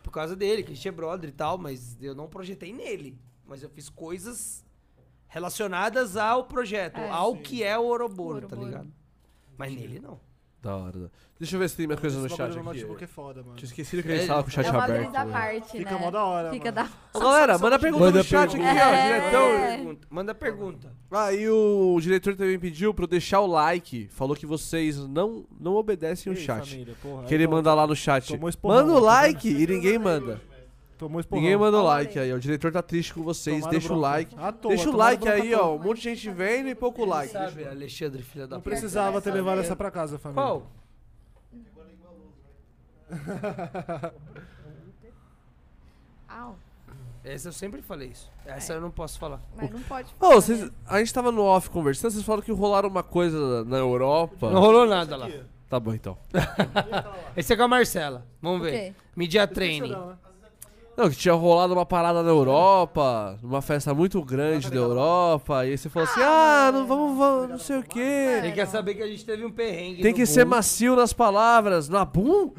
Speaker 5: por causa dele, que a gente é brother e tal, mas eu não projetei nele. Mas eu fiz coisas relacionadas ao projeto,
Speaker 4: É.
Speaker 5: ao que é o Ouroboro, tá
Speaker 4: Ouroboro.
Speaker 5: ligado? Mas nele não.
Speaker 1: Da hora. Deixa eu ver se tem minhas coisas no
Speaker 9: Esse
Speaker 1: chat
Speaker 9: bagulho no notebook
Speaker 1: aqui.
Speaker 9: é foda, mano.
Speaker 1: Tinha esquecido que a gente tava com o chat
Speaker 4: É uma
Speaker 1: aberto.
Speaker 4: brisa à
Speaker 1: né?
Speaker 4: parte, né?
Speaker 9: Fica mó da hora,
Speaker 4: Fica
Speaker 9: mano.
Speaker 4: da
Speaker 1: Ô, galera, manda pergunta
Speaker 5: Manda
Speaker 1: no chat aqui, ó,
Speaker 4: pergunta.
Speaker 1: diretão.
Speaker 4: É.
Speaker 5: Pergunta. Manda pergunta.
Speaker 1: Aí Ah, o diretor também pediu pra eu deixar o like. Falou que vocês não, não obedecem é o
Speaker 2: Ei,
Speaker 1: chat.
Speaker 2: família, porra,
Speaker 1: Que
Speaker 2: aí
Speaker 1: ele
Speaker 2: tomou-
Speaker 1: manda lá no chat.
Speaker 2: tomou esporrão,
Speaker 1: Manda o
Speaker 2: tá vendo?
Speaker 1: like e ninguém manda.
Speaker 2: Tomou esporrão.
Speaker 1: Ninguém manda o
Speaker 4: Olha
Speaker 1: like
Speaker 4: aí.
Speaker 1: né? aí. ó. O diretor tá triste com vocês.
Speaker 2: Tomaram
Speaker 1: Deixa o
Speaker 2: bronca.
Speaker 1: like.
Speaker 2: À toa,
Speaker 1: Deixa o
Speaker 2: tomaram
Speaker 1: like
Speaker 2: bronca
Speaker 1: aí,
Speaker 2: à toa.
Speaker 1: ó. Um monte de gente vendo e pouco like.
Speaker 5: Sabe, Alexandre, filha da
Speaker 2: Não
Speaker 5: puta.
Speaker 2: precisava ter levado essa pra casa, família.
Speaker 5: Qual?
Speaker 4: Au,
Speaker 5: Essa eu sempre falei isso.
Speaker 1: É.
Speaker 5: Essa eu não posso falar.
Speaker 4: mas não pode
Speaker 1: Ô, vocês, a gente tava no off conversando, vocês falaram que rolaram uma coisa na Europa.
Speaker 5: Não rolou nada lá.
Speaker 1: Tá bom então.
Speaker 5: Esse é com a Marcela. Vamos
Speaker 4: O
Speaker 5: ver.
Speaker 4: quê?
Speaker 5: Media Training.
Speaker 2: Não, né?
Speaker 1: Não, que tinha rolado uma parada na Europa, numa festa muito grande da Europa, e aí você falou assim: tá ah, não vamos, vamos, não sei o quê.
Speaker 5: Ele quer saber que a gente teve um perrengue.
Speaker 1: Tem
Speaker 5: no
Speaker 1: que ser
Speaker 5: Boom.
Speaker 1: macio nas palavras. Na boom?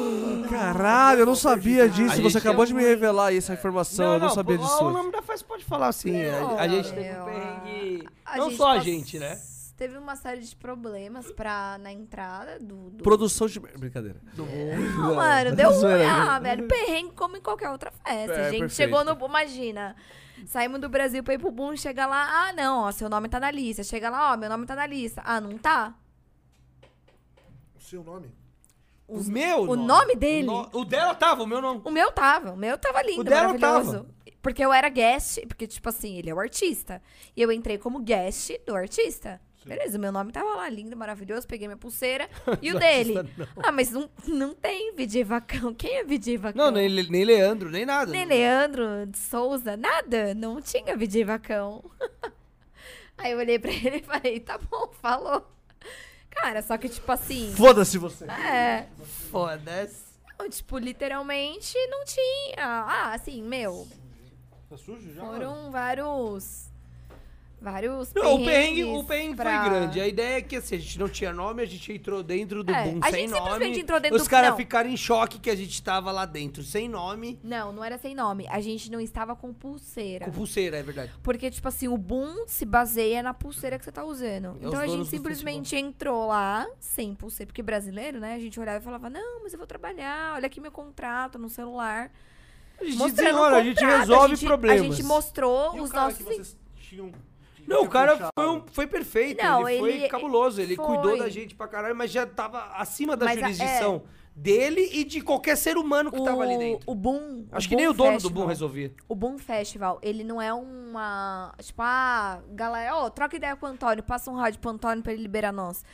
Speaker 1: Caralho, eu não sabia disso.
Speaker 5: A
Speaker 1: Você
Speaker 5: gente
Speaker 1: acabou
Speaker 5: é
Speaker 1: de me revelar aí essa informação, eu não sabia
Speaker 5: pô, O
Speaker 1: disso.
Speaker 5: nome da festa pode falar assim.
Speaker 4: Não,
Speaker 5: a, a gente
Speaker 4: meu,
Speaker 5: teve um perrengue.
Speaker 4: A
Speaker 5: não
Speaker 4: gente tá
Speaker 5: só a
Speaker 4: pass-
Speaker 5: gente, né?
Speaker 4: Teve uma série de problemas pra, na entrada do... do...
Speaker 1: Produção de. Brincadeira.
Speaker 4: Não, mano, deu ruim.
Speaker 1: Zoeira.
Speaker 4: Ah, velho, perrengue como em qualquer outra festa.
Speaker 1: É,
Speaker 4: gente
Speaker 1: perfeito.
Speaker 4: chegou no... Imagina, saímos do Brasil pra ir pro Boom, chega lá, ah, não, ó, seu nome tá na lista. Chega lá, ó, meu nome tá na lista. Ah, não tá?
Speaker 9: O seu nome?
Speaker 5: O meu?
Speaker 4: o nome dele?
Speaker 5: O, no- o dela tava, o meu não.
Speaker 4: O meu tava, o meu tava lindo,
Speaker 5: O dela
Speaker 4: maravilhoso. Porque eu era guest, porque, tipo assim, ele é o artista. E eu entrei como guest do artista. Beleza, o meu nome tava lá, lindo, maravilhoso, peguei minha pulseira. E o dele? Ah, mas não, não tem VJ Vacão. Quem é VJ Vacão?
Speaker 5: Não, nem, Le- nem Leandro, nem nada.
Speaker 4: Nem Leandro de Souza, nada. Não tinha VJ Vacão. Aí eu olhei pra ele e falei, tá bom, falou. Cara, só que, tipo assim...
Speaker 1: Foda-se você.
Speaker 4: É...
Speaker 5: Foda-se.
Speaker 4: Não, Tipo, literalmente não tinha. Ah, assim, meu.
Speaker 9: Tá sujo já? mano?
Speaker 4: Foram vários. Vários.
Speaker 5: Não, o perrengue, o
Speaker 4: perrengues
Speaker 5: perrengue
Speaker 4: pra-
Speaker 5: foi grande. A ideia é que assim, a gente não tinha nome, a gente entrou dentro do
Speaker 4: É,
Speaker 5: boom
Speaker 4: a
Speaker 5: sem
Speaker 4: gente
Speaker 5: nome.
Speaker 4: simplesmente entrou dentro
Speaker 5: Os
Speaker 4: do-
Speaker 5: caras
Speaker 4: não.
Speaker 5: ficaram em choque que a gente tava lá dentro sem nome.
Speaker 4: Não, não era sem nome. A gente não estava com pulseira.
Speaker 5: Com pulseira, é verdade.
Speaker 4: Porque, tipo assim, o boom se baseia na pulseira que você tá usando.
Speaker 5: os
Speaker 4: então a gente
Speaker 5: donos do
Speaker 4: simplesmente entrou lá sem pulseira. Porque brasileiro, né? A gente olhava e falava: Não, mas eu vou trabalhar. Olha aqui meu contrato no celular.
Speaker 5: A gente
Speaker 4: Mostrando o
Speaker 5: desenrola, a gente
Speaker 4: contrato,
Speaker 5: resolve
Speaker 4: a gente-
Speaker 5: problemas.
Speaker 4: A gente mostrou
Speaker 9: E o
Speaker 4: os
Speaker 9: cara que
Speaker 4: nossos.
Speaker 9: vocês tinham... que
Speaker 5: Não,
Speaker 9: tinha
Speaker 5: o
Speaker 4: Tipo,
Speaker 5: cara
Speaker 9: puxado?
Speaker 5: foi, um- foi perfeito,
Speaker 4: Não,
Speaker 5: ele,
Speaker 4: ele-
Speaker 5: foi cabuloso, ele
Speaker 4: foi.
Speaker 5: cuidou da gente pra caralho, mas já tava acima da
Speaker 4: Mas a- é.
Speaker 5: jurisdição dele e de qualquer ser humano que tava ali dentro.
Speaker 4: O, o boom.
Speaker 5: Acho
Speaker 4: o
Speaker 5: que nem
Speaker 4: Boom
Speaker 5: o dono do
Speaker 4: Festival.
Speaker 5: Boom resolvia.
Speaker 4: O Boom Festival, ele não é uma. Tipo, ah, galera, ó, troca ideia com o Antônio, passa um rádio pro Antônio pra ele liberar nós.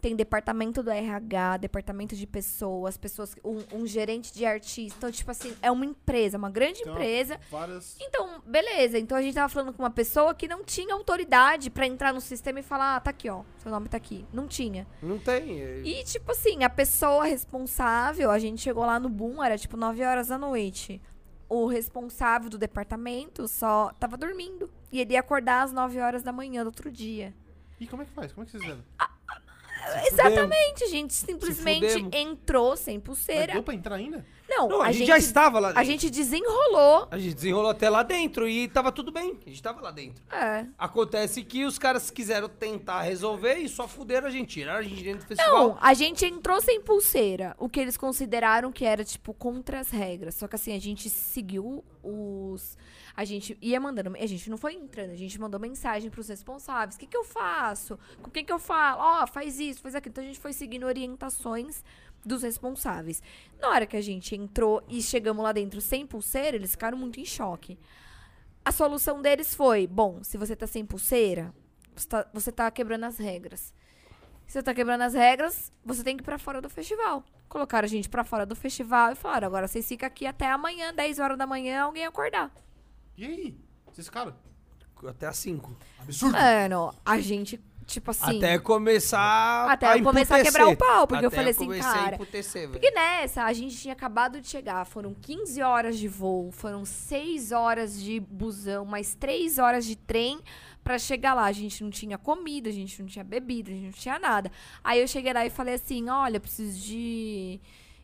Speaker 4: Tem departamento do RH, departamento de pessoas, pessoas, um, um gerente de artista. Então, tipo assim, é uma empresa, uma grande
Speaker 9: Então,
Speaker 4: empresa.
Speaker 9: Várias...
Speaker 4: Então, beleza. Então a gente tava falando com uma pessoa que não tinha autoridade pra entrar no sistema e falar, ah, tá aqui, ó, seu nome tá aqui. Não tinha.
Speaker 5: Não tem. é-
Speaker 4: E, tipo assim, a pessoa responsável, a gente chegou lá no boom, era tipo 9 horas da noite. O responsável do departamento só tava dormindo. E ele ia acordar às 9 horas da manhã do outro dia.
Speaker 9: E como é que faz? Como é que vocês fizeram?
Speaker 4: Exatamente, a gente simplesmente
Speaker 5: fudemos.
Speaker 4: entrou sem
Speaker 9: Mas
Speaker 4: pulseira.
Speaker 9: Deu pra entrar ainda?
Speaker 4: Não,
Speaker 5: Não, a, gente, já estava lá dentro.
Speaker 4: A gente desenrolou.
Speaker 5: A gente desenrolou até lá dentro e tava tudo bem. A gente tava lá dentro.
Speaker 4: É.
Speaker 5: Acontece que os caras quiseram tentar resolver e só fuderam a gente. Tiraram a gente dentro do festival.
Speaker 4: Não, a gente entrou sem pulseira, o que eles consideraram que era, tipo, contra as regras. Só que assim, a gente seguiu os. A gente ia mandando. A gente não foi entrando, a gente mandou mensagem pros responsáveis. O que, que eu faço? Com quem que eu falo? Ó, faz isso, faz aquilo. Então a gente foi seguindo orientações dos responsáveis. Na hora que a gente entrou e chegamos lá dentro sem pulseira, eles ficaram muito em choque. A solução deles foi: bom, se você tá sem pulseira, você tá, você tá quebrando as regras. Se você tá quebrando as regras, você tem que ir pra fora do festival. Colocaram a gente pra fora do festival e falaram: agora vocês ficam aqui até amanhã, 10 horas da manhã, alguém acordar.
Speaker 2: E aí? Vocês ficaram?
Speaker 5: Até as 5.
Speaker 2: Absurdo.
Speaker 4: Mano, a gente, tipo assim.
Speaker 5: Até começar
Speaker 4: Até eu começar a
Speaker 5: emputecer.
Speaker 4: quebrar o pau, porque eu
Speaker 5: Até
Speaker 4: falei assim,
Speaker 5: comecei a
Speaker 4: cara,
Speaker 5: emputecer, velho.
Speaker 4: Porque nessa, a gente tinha acabado de chegar, foram 15 horas de voo, foram 6 horas de busão, mais 3 horas de trem pra chegar lá. A gente não tinha comida, a gente não tinha bebida, a gente não tinha nada. Aí eu cheguei lá e falei assim: olha, eu preciso de.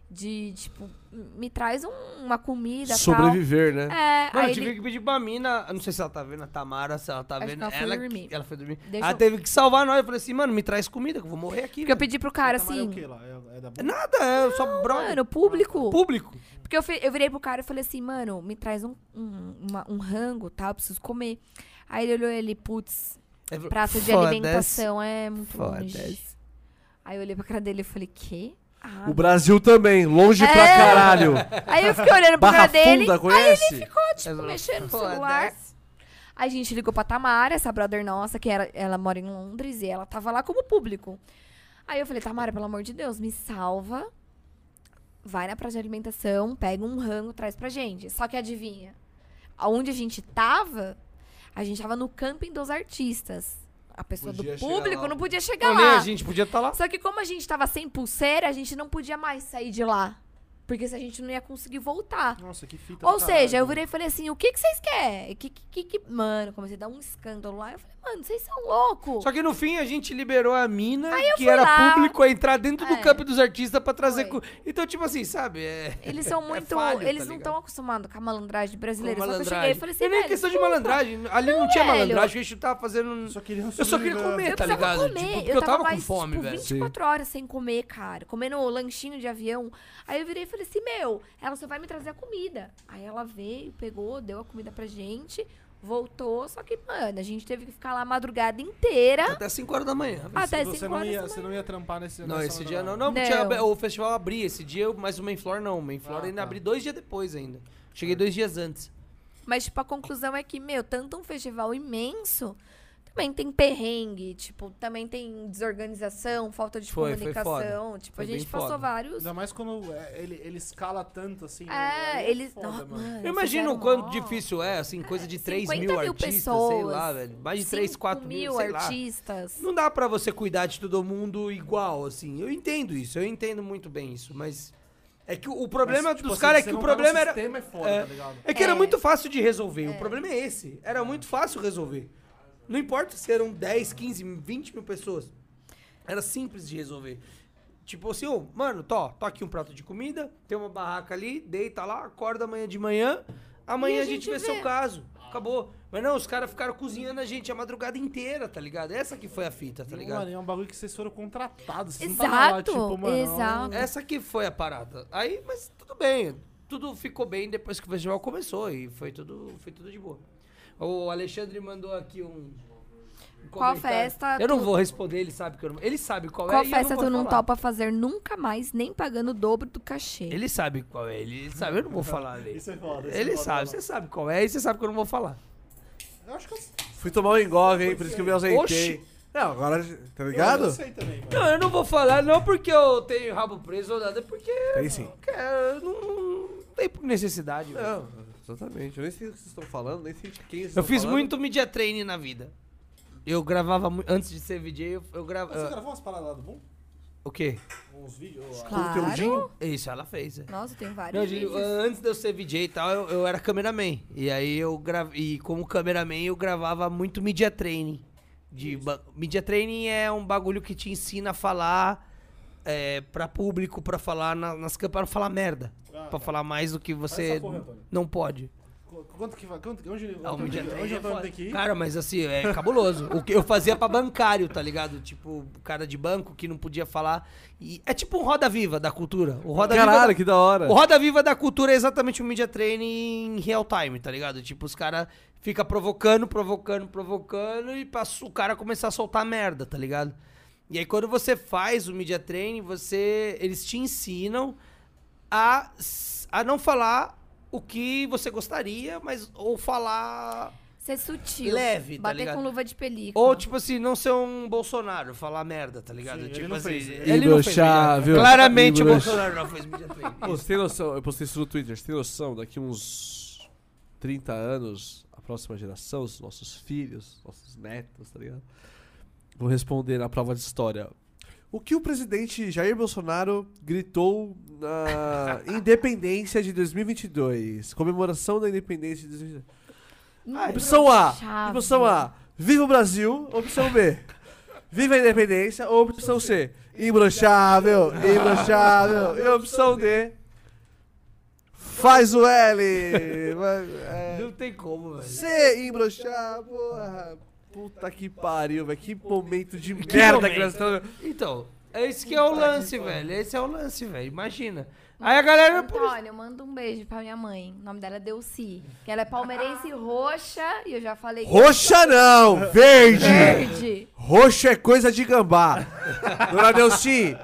Speaker 4: de tipo, me traz um- uma comida.
Speaker 1: Sobreviver,
Speaker 4: Tal.
Speaker 1: né?
Speaker 4: É,
Speaker 5: Mano,
Speaker 4: aí
Speaker 5: eu tive
Speaker 4: ele-
Speaker 5: que pedir pra mina, eu não sei se ela tá vendo, a Tamara, se ela tá
Speaker 4: Acho
Speaker 5: vendo.
Speaker 4: que ela foi
Speaker 5: ela,
Speaker 4: dormir.
Speaker 5: ela foi dormir.
Speaker 4: Deixa
Speaker 5: ela
Speaker 4: eu-
Speaker 5: teve que salvar nós. Eu falei assim, mano, me traz comida, que eu vou morrer aqui.
Speaker 4: Porque eu
Speaker 5: velho.
Speaker 4: pedi pro cara
Speaker 2: Tamara é o
Speaker 4: assim.
Speaker 2: quê lá? É, é da boca?
Speaker 5: Nada, é só brother.
Speaker 4: Mano, público.
Speaker 5: Público.
Speaker 4: Porque eu, fi- eu virei pro cara e falei assim, mano, me traz um, um, uma- um rango, tá? Eu preciso comer. Aí ele olhou ele, putz,
Speaker 5: Ele falou,
Speaker 4: prato de
Speaker 5: É Tipo, "Foda-se."
Speaker 4: alimentação é muito longe.
Speaker 5: Foda-se.
Speaker 4: Aí eu olhei pra cara dele e falei, quê? Ah,
Speaker 1: O Brasil também, longe pra
Speaker 4: É.
Speaker 1: caralho.
Speaker 4: Aí eu fiquei olhando pra
Speaker 1: Barra
Speaker 4: cara dele,
Speaker 1: Funda, conhece?
Speaker 4: ficou, tipo,
Speaker 5: Ela-
Speaker 4: mexendo no
Speaker 5: Foda-se.
Speaker 4: celular. A gente ligou pra Tamara, essa brother nossa, que era, ela mora em Londres, e ela tava lá como público. Aí eu falei, Tamara, pelo amor de Deus, me salva. Vai na praça de alimentação, pega um rango, traz pra gente. Só que adivinha? Onde a gente tava, a gente tava no camping dos artistas. A pessoa
Speaker 1: Podia
Speaker 4: do
Speaker 1: chegar
Speaker 4: público
Speaker 1: lá.
Speaker 4: não podia chegar
Speaker 5: Não, nem
Speaker 4: lá.
Speaker 5: a gente podia estar lá.
Speaker 4: Só que como a gente tava sem pulseira, a gente não podia mais sair de lá. Porque se a gente não ia conseguir voltar.
Speaker 2: Nossa, que fita.
Speaker 5: Então,
Speaker 4: Ou
Speaker 2: do caralho.
Speaker 4: seja, eu virei e falei assim, o que que vocês querem? Que, que, que, que- Mano, comecei a dar um escândalo lá. Eu falei, mano, vocês são loucos.
Speaker 5: Só que no fim a gente liberou a mina, que
Speaker 4: fui
Speaker 5: era
Speaker 4: lá.
Speaker 5: público, a entrar dentro do
Speaker 4: É.
Speaker 5: campo dos artistas pra trazer.
Speaker 4: Foi.
Speaker 5: co- Então, tipo assim, sabe? É...
Speaker 4: Eles são
Speaker 5: é
Speaker 4: muito...
Speaker 5: falho, tá
Speaker 4: eles não
Speaker 5: ligado?
Speaker 4: estão acostumados com a malandragem
Speaker 5: Com
Speaker 4: brasileira. Só que eu
Speaker 5: malandragem.
Speaker 4: cheguei e falei assim,
Speaker 5: Não é nem
Speaker 4: velho,
Speaker 5: questão de
Speaker 4: desculpa,
Speaker 5: malandragem. Ali não tinha
Speaker 4: velho.
Speaker 5: malandragem, a gente tava fazendo.
Speaker 2: Só queria um
Speaker 5: Eu só queria
Speaker 2: sorvete.
Speaker 5: comer,
Speaker 4: Eu
Speaker 5: tá
Speaker 4: precisava
Speaker 5: ligado?
Speaker 4: comer.
Speaker 5: Tipo, porque
Speaker 4: eu,
Speaker 5: eu
Speaker 4: tava
Speaker 5: tava com
Speaker 4: mais,
Speaker 5: fome,
Speaker 4: tipo,
Speaker 5: velho.
Speaker 4: 24 horas sem comer, cara. Comendo um lanchinho de avião. Aí eu virei e falei assim, meu, ela só vai me trazer a comida. Aí ela veio, pegou, deu a comida pra gente, voltou. Só que, mano, a gente teve que ficar lá a madrugada inteira.
Speaker 5: Até 5 horas da manhã.
Speaker 9: Ah,
Speaker 5: velho.
Speaker 4: Até
Speaker 2: Você
Speaker 4: 5
Speaker 2: não,
Speaker 4: horas
Speaker 2: ia,
Speaker 4: da
Speaker 2: você não ia trampar nesse
Speaker 5: Não,
Speaker 2: nessa
Speaker 5: esse
Speaker 2: hora
Speaker 5: dia
Speaker 2: Ah, da-
Speaker 5: não. Não,
Speaker 4: Não.
Speaker 5: tinha ab- o festival abria esse dia, eu- mas o Mainflor não. O Mainflor
Speaker 2: Ah,
Speaker 5: ainda
Speaker 2: tá.
Speaker 5: abri dois dias depois ainda. Cheguei dois dias antes.
Speaker 4: Mas, tipo, a conclusão é que, meu, tanto um festival imenso, também tem perrengue, tipo, também tem desorganização, falta de
Speaker 5: Foi, foi foda.
Speaker 4: comunicação. Tipo,
Speaker 5: Foi
Speaker 4: a
Speaker 5: bem
Speaker 4: gente passou
Speaker 5: foda.
Speaker 4: vários.
Speaker 2: Ainda mais quando é, ele, ele escala tanto assim. né? Aí
Speaker 4: É, eles.
Speaker 2: foda,
Speaker 4: Nossa,
Speaker 2: mano.
Speaker 4: mano,
Speaker 5: Eu imagino
Speaker 4: fizeram
Speaker 5: o quanto
Speaker 4: mó.
Speaker 5: difícil é, assim, coisa de 3 mil,
Speaker 4: 50 mil
Speaker 5: artistas, sei
Speaker 4: pessoas,
Speaker 5: lá, velho. Mais de 3,
Speaker 4: 5
Speaker 5: 4 mil, sei lá.
Speaker 4: artistas.
Speaker 5: Não dá pra você cuidar de todo mundo igual, assim. Eu entendo isso, eu entendo muito bem isso, mas. É que o o problema
Speaker 2: Mas, tipo
Speaker 5: dos
Speaker 2: assim,
Speaker 5: caras é
Speaker 2: você
Speaker 5: que
Speaker 2: não
Speaker 5: o
Speaker 2: tá no
Speaker 5: problema era.
Speaker 2: sistema é foda,
Speaker 5: é.
Speaker 2: tá ligado?
Speaker 5: É que era
Speaker 4: É.
Speaker 5: muito fácil de resolver. O problema é esse. Era muito fácil resolver. Não importa se eram 10, 15, 20 mil pessoas. Era simples de resolver. Tipo assim, ô, mano, tô, tô aqui um prato de comida, tem uma barraca ali, deita lá, acorda amanhã de manhã, amanhã
Speaker 4: E
Speaker 5: a gente, vê, seu caso. Acabou. Mas não, os caras ficaram cozinhando a gente a madrugada inteira, tá ligado? Essa que foi a fita, tá ligado?
Speaker 2: Mano, é um bagulho que vocês foram contratados. Vocês não tava lá,
Speaker 4: Exato,
Speaker 2: tipo, mano,
Speaker 4: exato.
Speaker 5: Essa que foi a parada. Aí, mas tudo bem. Tudo ficou bem depois que o festival começou e foi tudo, foi tudo de boa. O Alexandre mandou aqui um. um
Speaker 4: Qual
Speaker 5: comentário.
Speaker 4: festa
Speaker 5: Eu não
Speaker 4: tu-
Speaker 5: vou responder, ele sabe que eu não. Ele sabe qual, é.
Speaker 4: Qual
Speaker 5: e eu
Speaker 4: festa
Speaker 5: vou
Speaker 4: tu não
Speaker 5: falar.
Speaker 4: topa fazer nunca mais, nem pagando o dobro do cachê?
Speaker 5: Ele sabe qual é, ele ele sabe, eu não vou falar dele.
Speaker 9: Isso é foda. isso
Speaker 5: ele
Speaker 9: é foda,
Speaker 5: sabe,
Speaker 9: mano.
Speaker 5: você sabe qual é e você sabe que eu não vou falar.
Speaker 9: Eu acho que eu,
Speaker 1: Fui tomar um engove, hein? Por isso que eu me ausentei.
Speaker 5: Oxi.
Speaker 1: Não, agora, tá
Speaker 9: eu, eu
Speaker 1: ligado?
Speaker 9: sei também, mano.
Speaker 5: Não, eu não vou falar, não porque eu tenho rabo preso ou nada, é porque
Speaker 1: Tem sim.
Speaker 5: cara, eu não, não tem necessidade. velho.
Speaker 1: Não, exatamente. Eu nem sei o que vocês estão falando, nem sei de quem vocês
Speaker 5: Eu
Speaker 1: estão
Speaker 5: fiz
Speaker 1: falando.
Speaker 5: muito media training na vida. Eu gravava mu- antes de ser VJ, eu, eu
Speaker 9: Você
Speaker 5: gravava.
Speaker 9: gravou umas paradas lá do Boom?
Speaker 5: o quê?
Speaker 9: Uns vídeos?
Speaker 4: Claro.
Speaker 5: Isso, ela fez. é.
Speaker 4: Nossa, tem
Speaker 5: um Não,
Speaker 4: vários.
Speaker 5: eu digo,
Speaker 4: vídeos.
Speaker 5: antes de eu ser VJ e tal, eu, eu era cameraman. E aí eu gravo E como cameraman, eu gravava muito media training. De ba- Media training é um bagulho que te ensina a falar é, pra público, pra falar na- nas campanhas, pra não falar merda.
Speaker 9: Ah,
Speaker 5: pra falar mais do que
Speaker 9: Faz
Speaker 5: você
Speaker 9: essa porra, Antônio.
Speaker 5: não pode.
Speaker 9: ah, Qu- Quanto que vai? Quanto, onde onde,
Speaker 5: Ah, um
Speaker 9: onde,
Speaker 5: dia
Speaker 9: onde,
Speaker 5: três é
Speaker 9: o Antônio
Speaker 5: foda.
Speaker 9: tem que ir?
Speaker 5: Cara, mas assim, é cabuloso. O que eu fazia pra bancário, tá ligado? Tipo, o cara de banco que não podia falar. E é tipo um Roda Viva da cultura. O Roda Viva da-
Speaker 1: Caralho, que da hora.
Speaker 5: O Roda Viva da cultura é exatamente um media training em real time, tá ligado? Tipo, os caras ficam provocando, provocando, provocando e pra su- o cara começar a soltar merda, tá ligado? E aí quando você faz o media training, você eles te ensinam a, s- a não falar o que você gostaria, mas ou falar
Speaker 4: Ser sutil.
Speaker 5: ah, Leve, tá
Speaker 4: Bater
Speaker 5: ligado?
Speaker 4: com luva de película.
Speaker 5: ou tipo assim, não ser um Bolsonaro, falar merda, tá ligado?
Speaker 9: Sim, ele
Speaker 5: tipo
Speaker 9: não
Speaker 5: assim,
Speaker 9: fez. né?
Speaker 1: Imbrochável.
Speaker 5: Claramente o
Speaker 1: Imbrochável.
Speaker 5: Bolsonaro não fez media training.
Speaker 1: Pô, você tem noção, eu postei isso no Twitter, você tem noção, daqui uns 30 anos, a próxima geração, os nossos filhos, nossos netos, tá ligado? Vão responder na prova de história. O que o presidente Jair Bolsonaro gritou na independência de 2022? Comemoração da independência de 2022.
Speaker 4: Hum,
Speaker 1: Opção A.
Speaker 4: Imbrochável.
Speaker 1: Opção A. Viva o Brasil. Opção B. Viva a independência. Ou opção C. Imbrochável. Imbrochável. E opção D. Faz o L. Vai- é.
Speaker 5: Não tem como, velho.
Speaker 1: C. Imbrochável. Porra. Puta que pariu, velho. Que momento de merda que nós estamos.
Speaker 5: Então, é esse que é o lance, velho. Esse é o lance, velho. Imagina. Aí a galera.
Speaker 4: Hum. Antônio, manda um beijo pra minha mãe. O nome dela é Delci. Que ela é palmeirense roxa. E eu já falei que
Speaker 1: Roxa não, verde.
Speaker 4: verde.
Speaker 1: Roxa é coisa de gambá. Dona Delci,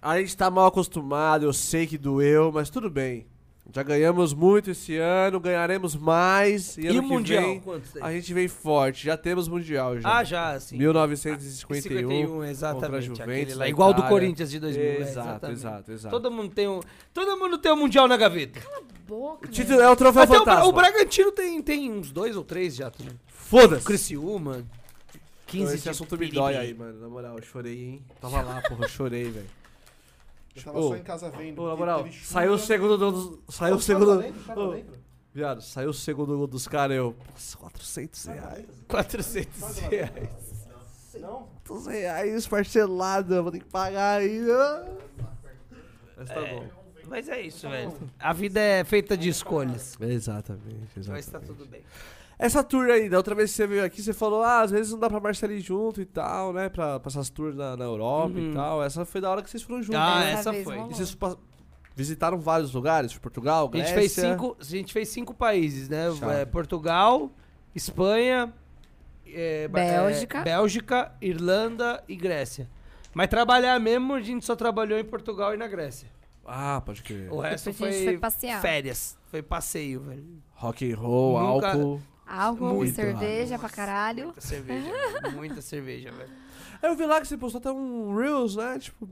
Speaker 1: a gente tá mal acostumado, eu sei que doeu, mas tudo bem. Já ganhamos muito esse ano, ganharemos mais. E,
Speaker 5: E
Speaker 1: ano
Speaker 5: o
Speaker 1: que
Speaker 5: Mundial?
Speaker 1: vem,
Speaker 5: Quantos tem?
Speaker 1: a gente vem forte, já temos Mundial já.
Speaker 5: Ah, já, sim.
Speaker 1: 1951.
Speaker 5: 51,
Speaker 1: contra a
Speaker 5: exatamente. aquele
Speaker 1: Juventus,
Speaker 5: lá,
Speaker 1: na
Speaker 5: igual do
Speaker 1: Itália.
Speaker 5: Corinthians de 2000. é,
Speaker 1: Exato,
Speaker 5: exatamente.
Speaker 1: exato, exato.
Speaker 5: Todo mundo tem um, todo mundo tem um mundial na gaveta.
Speaker 4: Boca,
Speaker 1: O título é o troféu
Speaker 5: Até o, Bra-
Speaker 1: fantasma.
Speaker 5: o Bragantino tem, tem uns dois ou três já. Também.
Speaker 1: Foda-se.
Speaker 5: Criciúma, 15
Speaker 1: Então, Esse
Speaker 5: de
Speaker 1: assunto me
Speaker 5: Piripiri.
Speaker 1: dói aí, mano. Na moral, eu chorei, hein? Tava lá, porra, eu chorei, velho.
Speaker 9: Eu tava
Speaker 1: Ô,
Speaker 9: só em casa vendo.
Speaker 1: Ô, na
Speaker 9: porque
Speaker 1: moral,
Speaker 9: teve chuva.
Speaker 1: saiu o segundo gol dos. Saiu o segundo.
Speaker 9: Tá
Speaker 1: Ô,
Speaker 9: dentro?
Speaker 1: Viado, saiu o segundo gol dos caras eu. Nossa,
Speaker 9: Tá
Speaker 1: 400 reais.
Speaker 5: 400 reais.
Speaker 9: Não?
Speaker 1: 400 reais parcelado, eu vou ter que pagar ainda. Mas tá bom.
Speaker 5: Mas é isso,
Speaker 1: Então.
Speaker 5: velho. A vida é feita de escolhas.
Speaker 1: Exatamente,
Speaker 5: Mas
Speaker 1: exatamente.
Speaker 5: tá tudo bem.
Speaker 1: Essa tour aí, da outra vez que você veio aqui, você falou, ah, às vezes não dá pra marchar ali junto e tal, né? Pra, pra essas tours na, na Europa
Speaker 5: Uhum.
Speaker 1: e tal. Essa foi da hora que vocês foram juntos.
Speaker 5: Ah,
Speaker 1: né?
Speaker 4: Dessa
Speaker 5: essa
Speaker 4: vez
Speaker 5: foi.
Speaker 4: rolou.
Speaker 1: E vocês pa- visitaram vários lugares, tipo Portugal,
Speaker 5: A gente,
Speaker 1: Grécia.
Speaker 5: fez cinco, a gente fez cinco países, né?
Speaker 1: Chato.
Speaker 5: É, Portugal, Espanha, é, ba- é,
Speaker 4: Bélgica.
Speaker 5: Bélgica, Irlanda e Grécia. Mas trabalhar mesmo, a gente só trabalhou em Portugal e na Grécia.
Speaker 1: Ah, pode crer.
Speaker 5: O resto
Speaker 4: Depois a
Speaker 5: foi,
Speaker 4: gente foi passear.
Speaker 5: férias. Foi passeio, velho.
Speaker 1: Rock and roll,
Speaker 5: Nunca-
Speaker 1: álcool.
Speaker 4: Álcool,
Speaker 1: Muito
Speaker 4: cerveja pra caralho.
Speaker 5: Muita cerveja, velho. Muita cerveja, velho.
Speaker 1: Aí eu vi lá que você postou até um Reels, né? Tipo,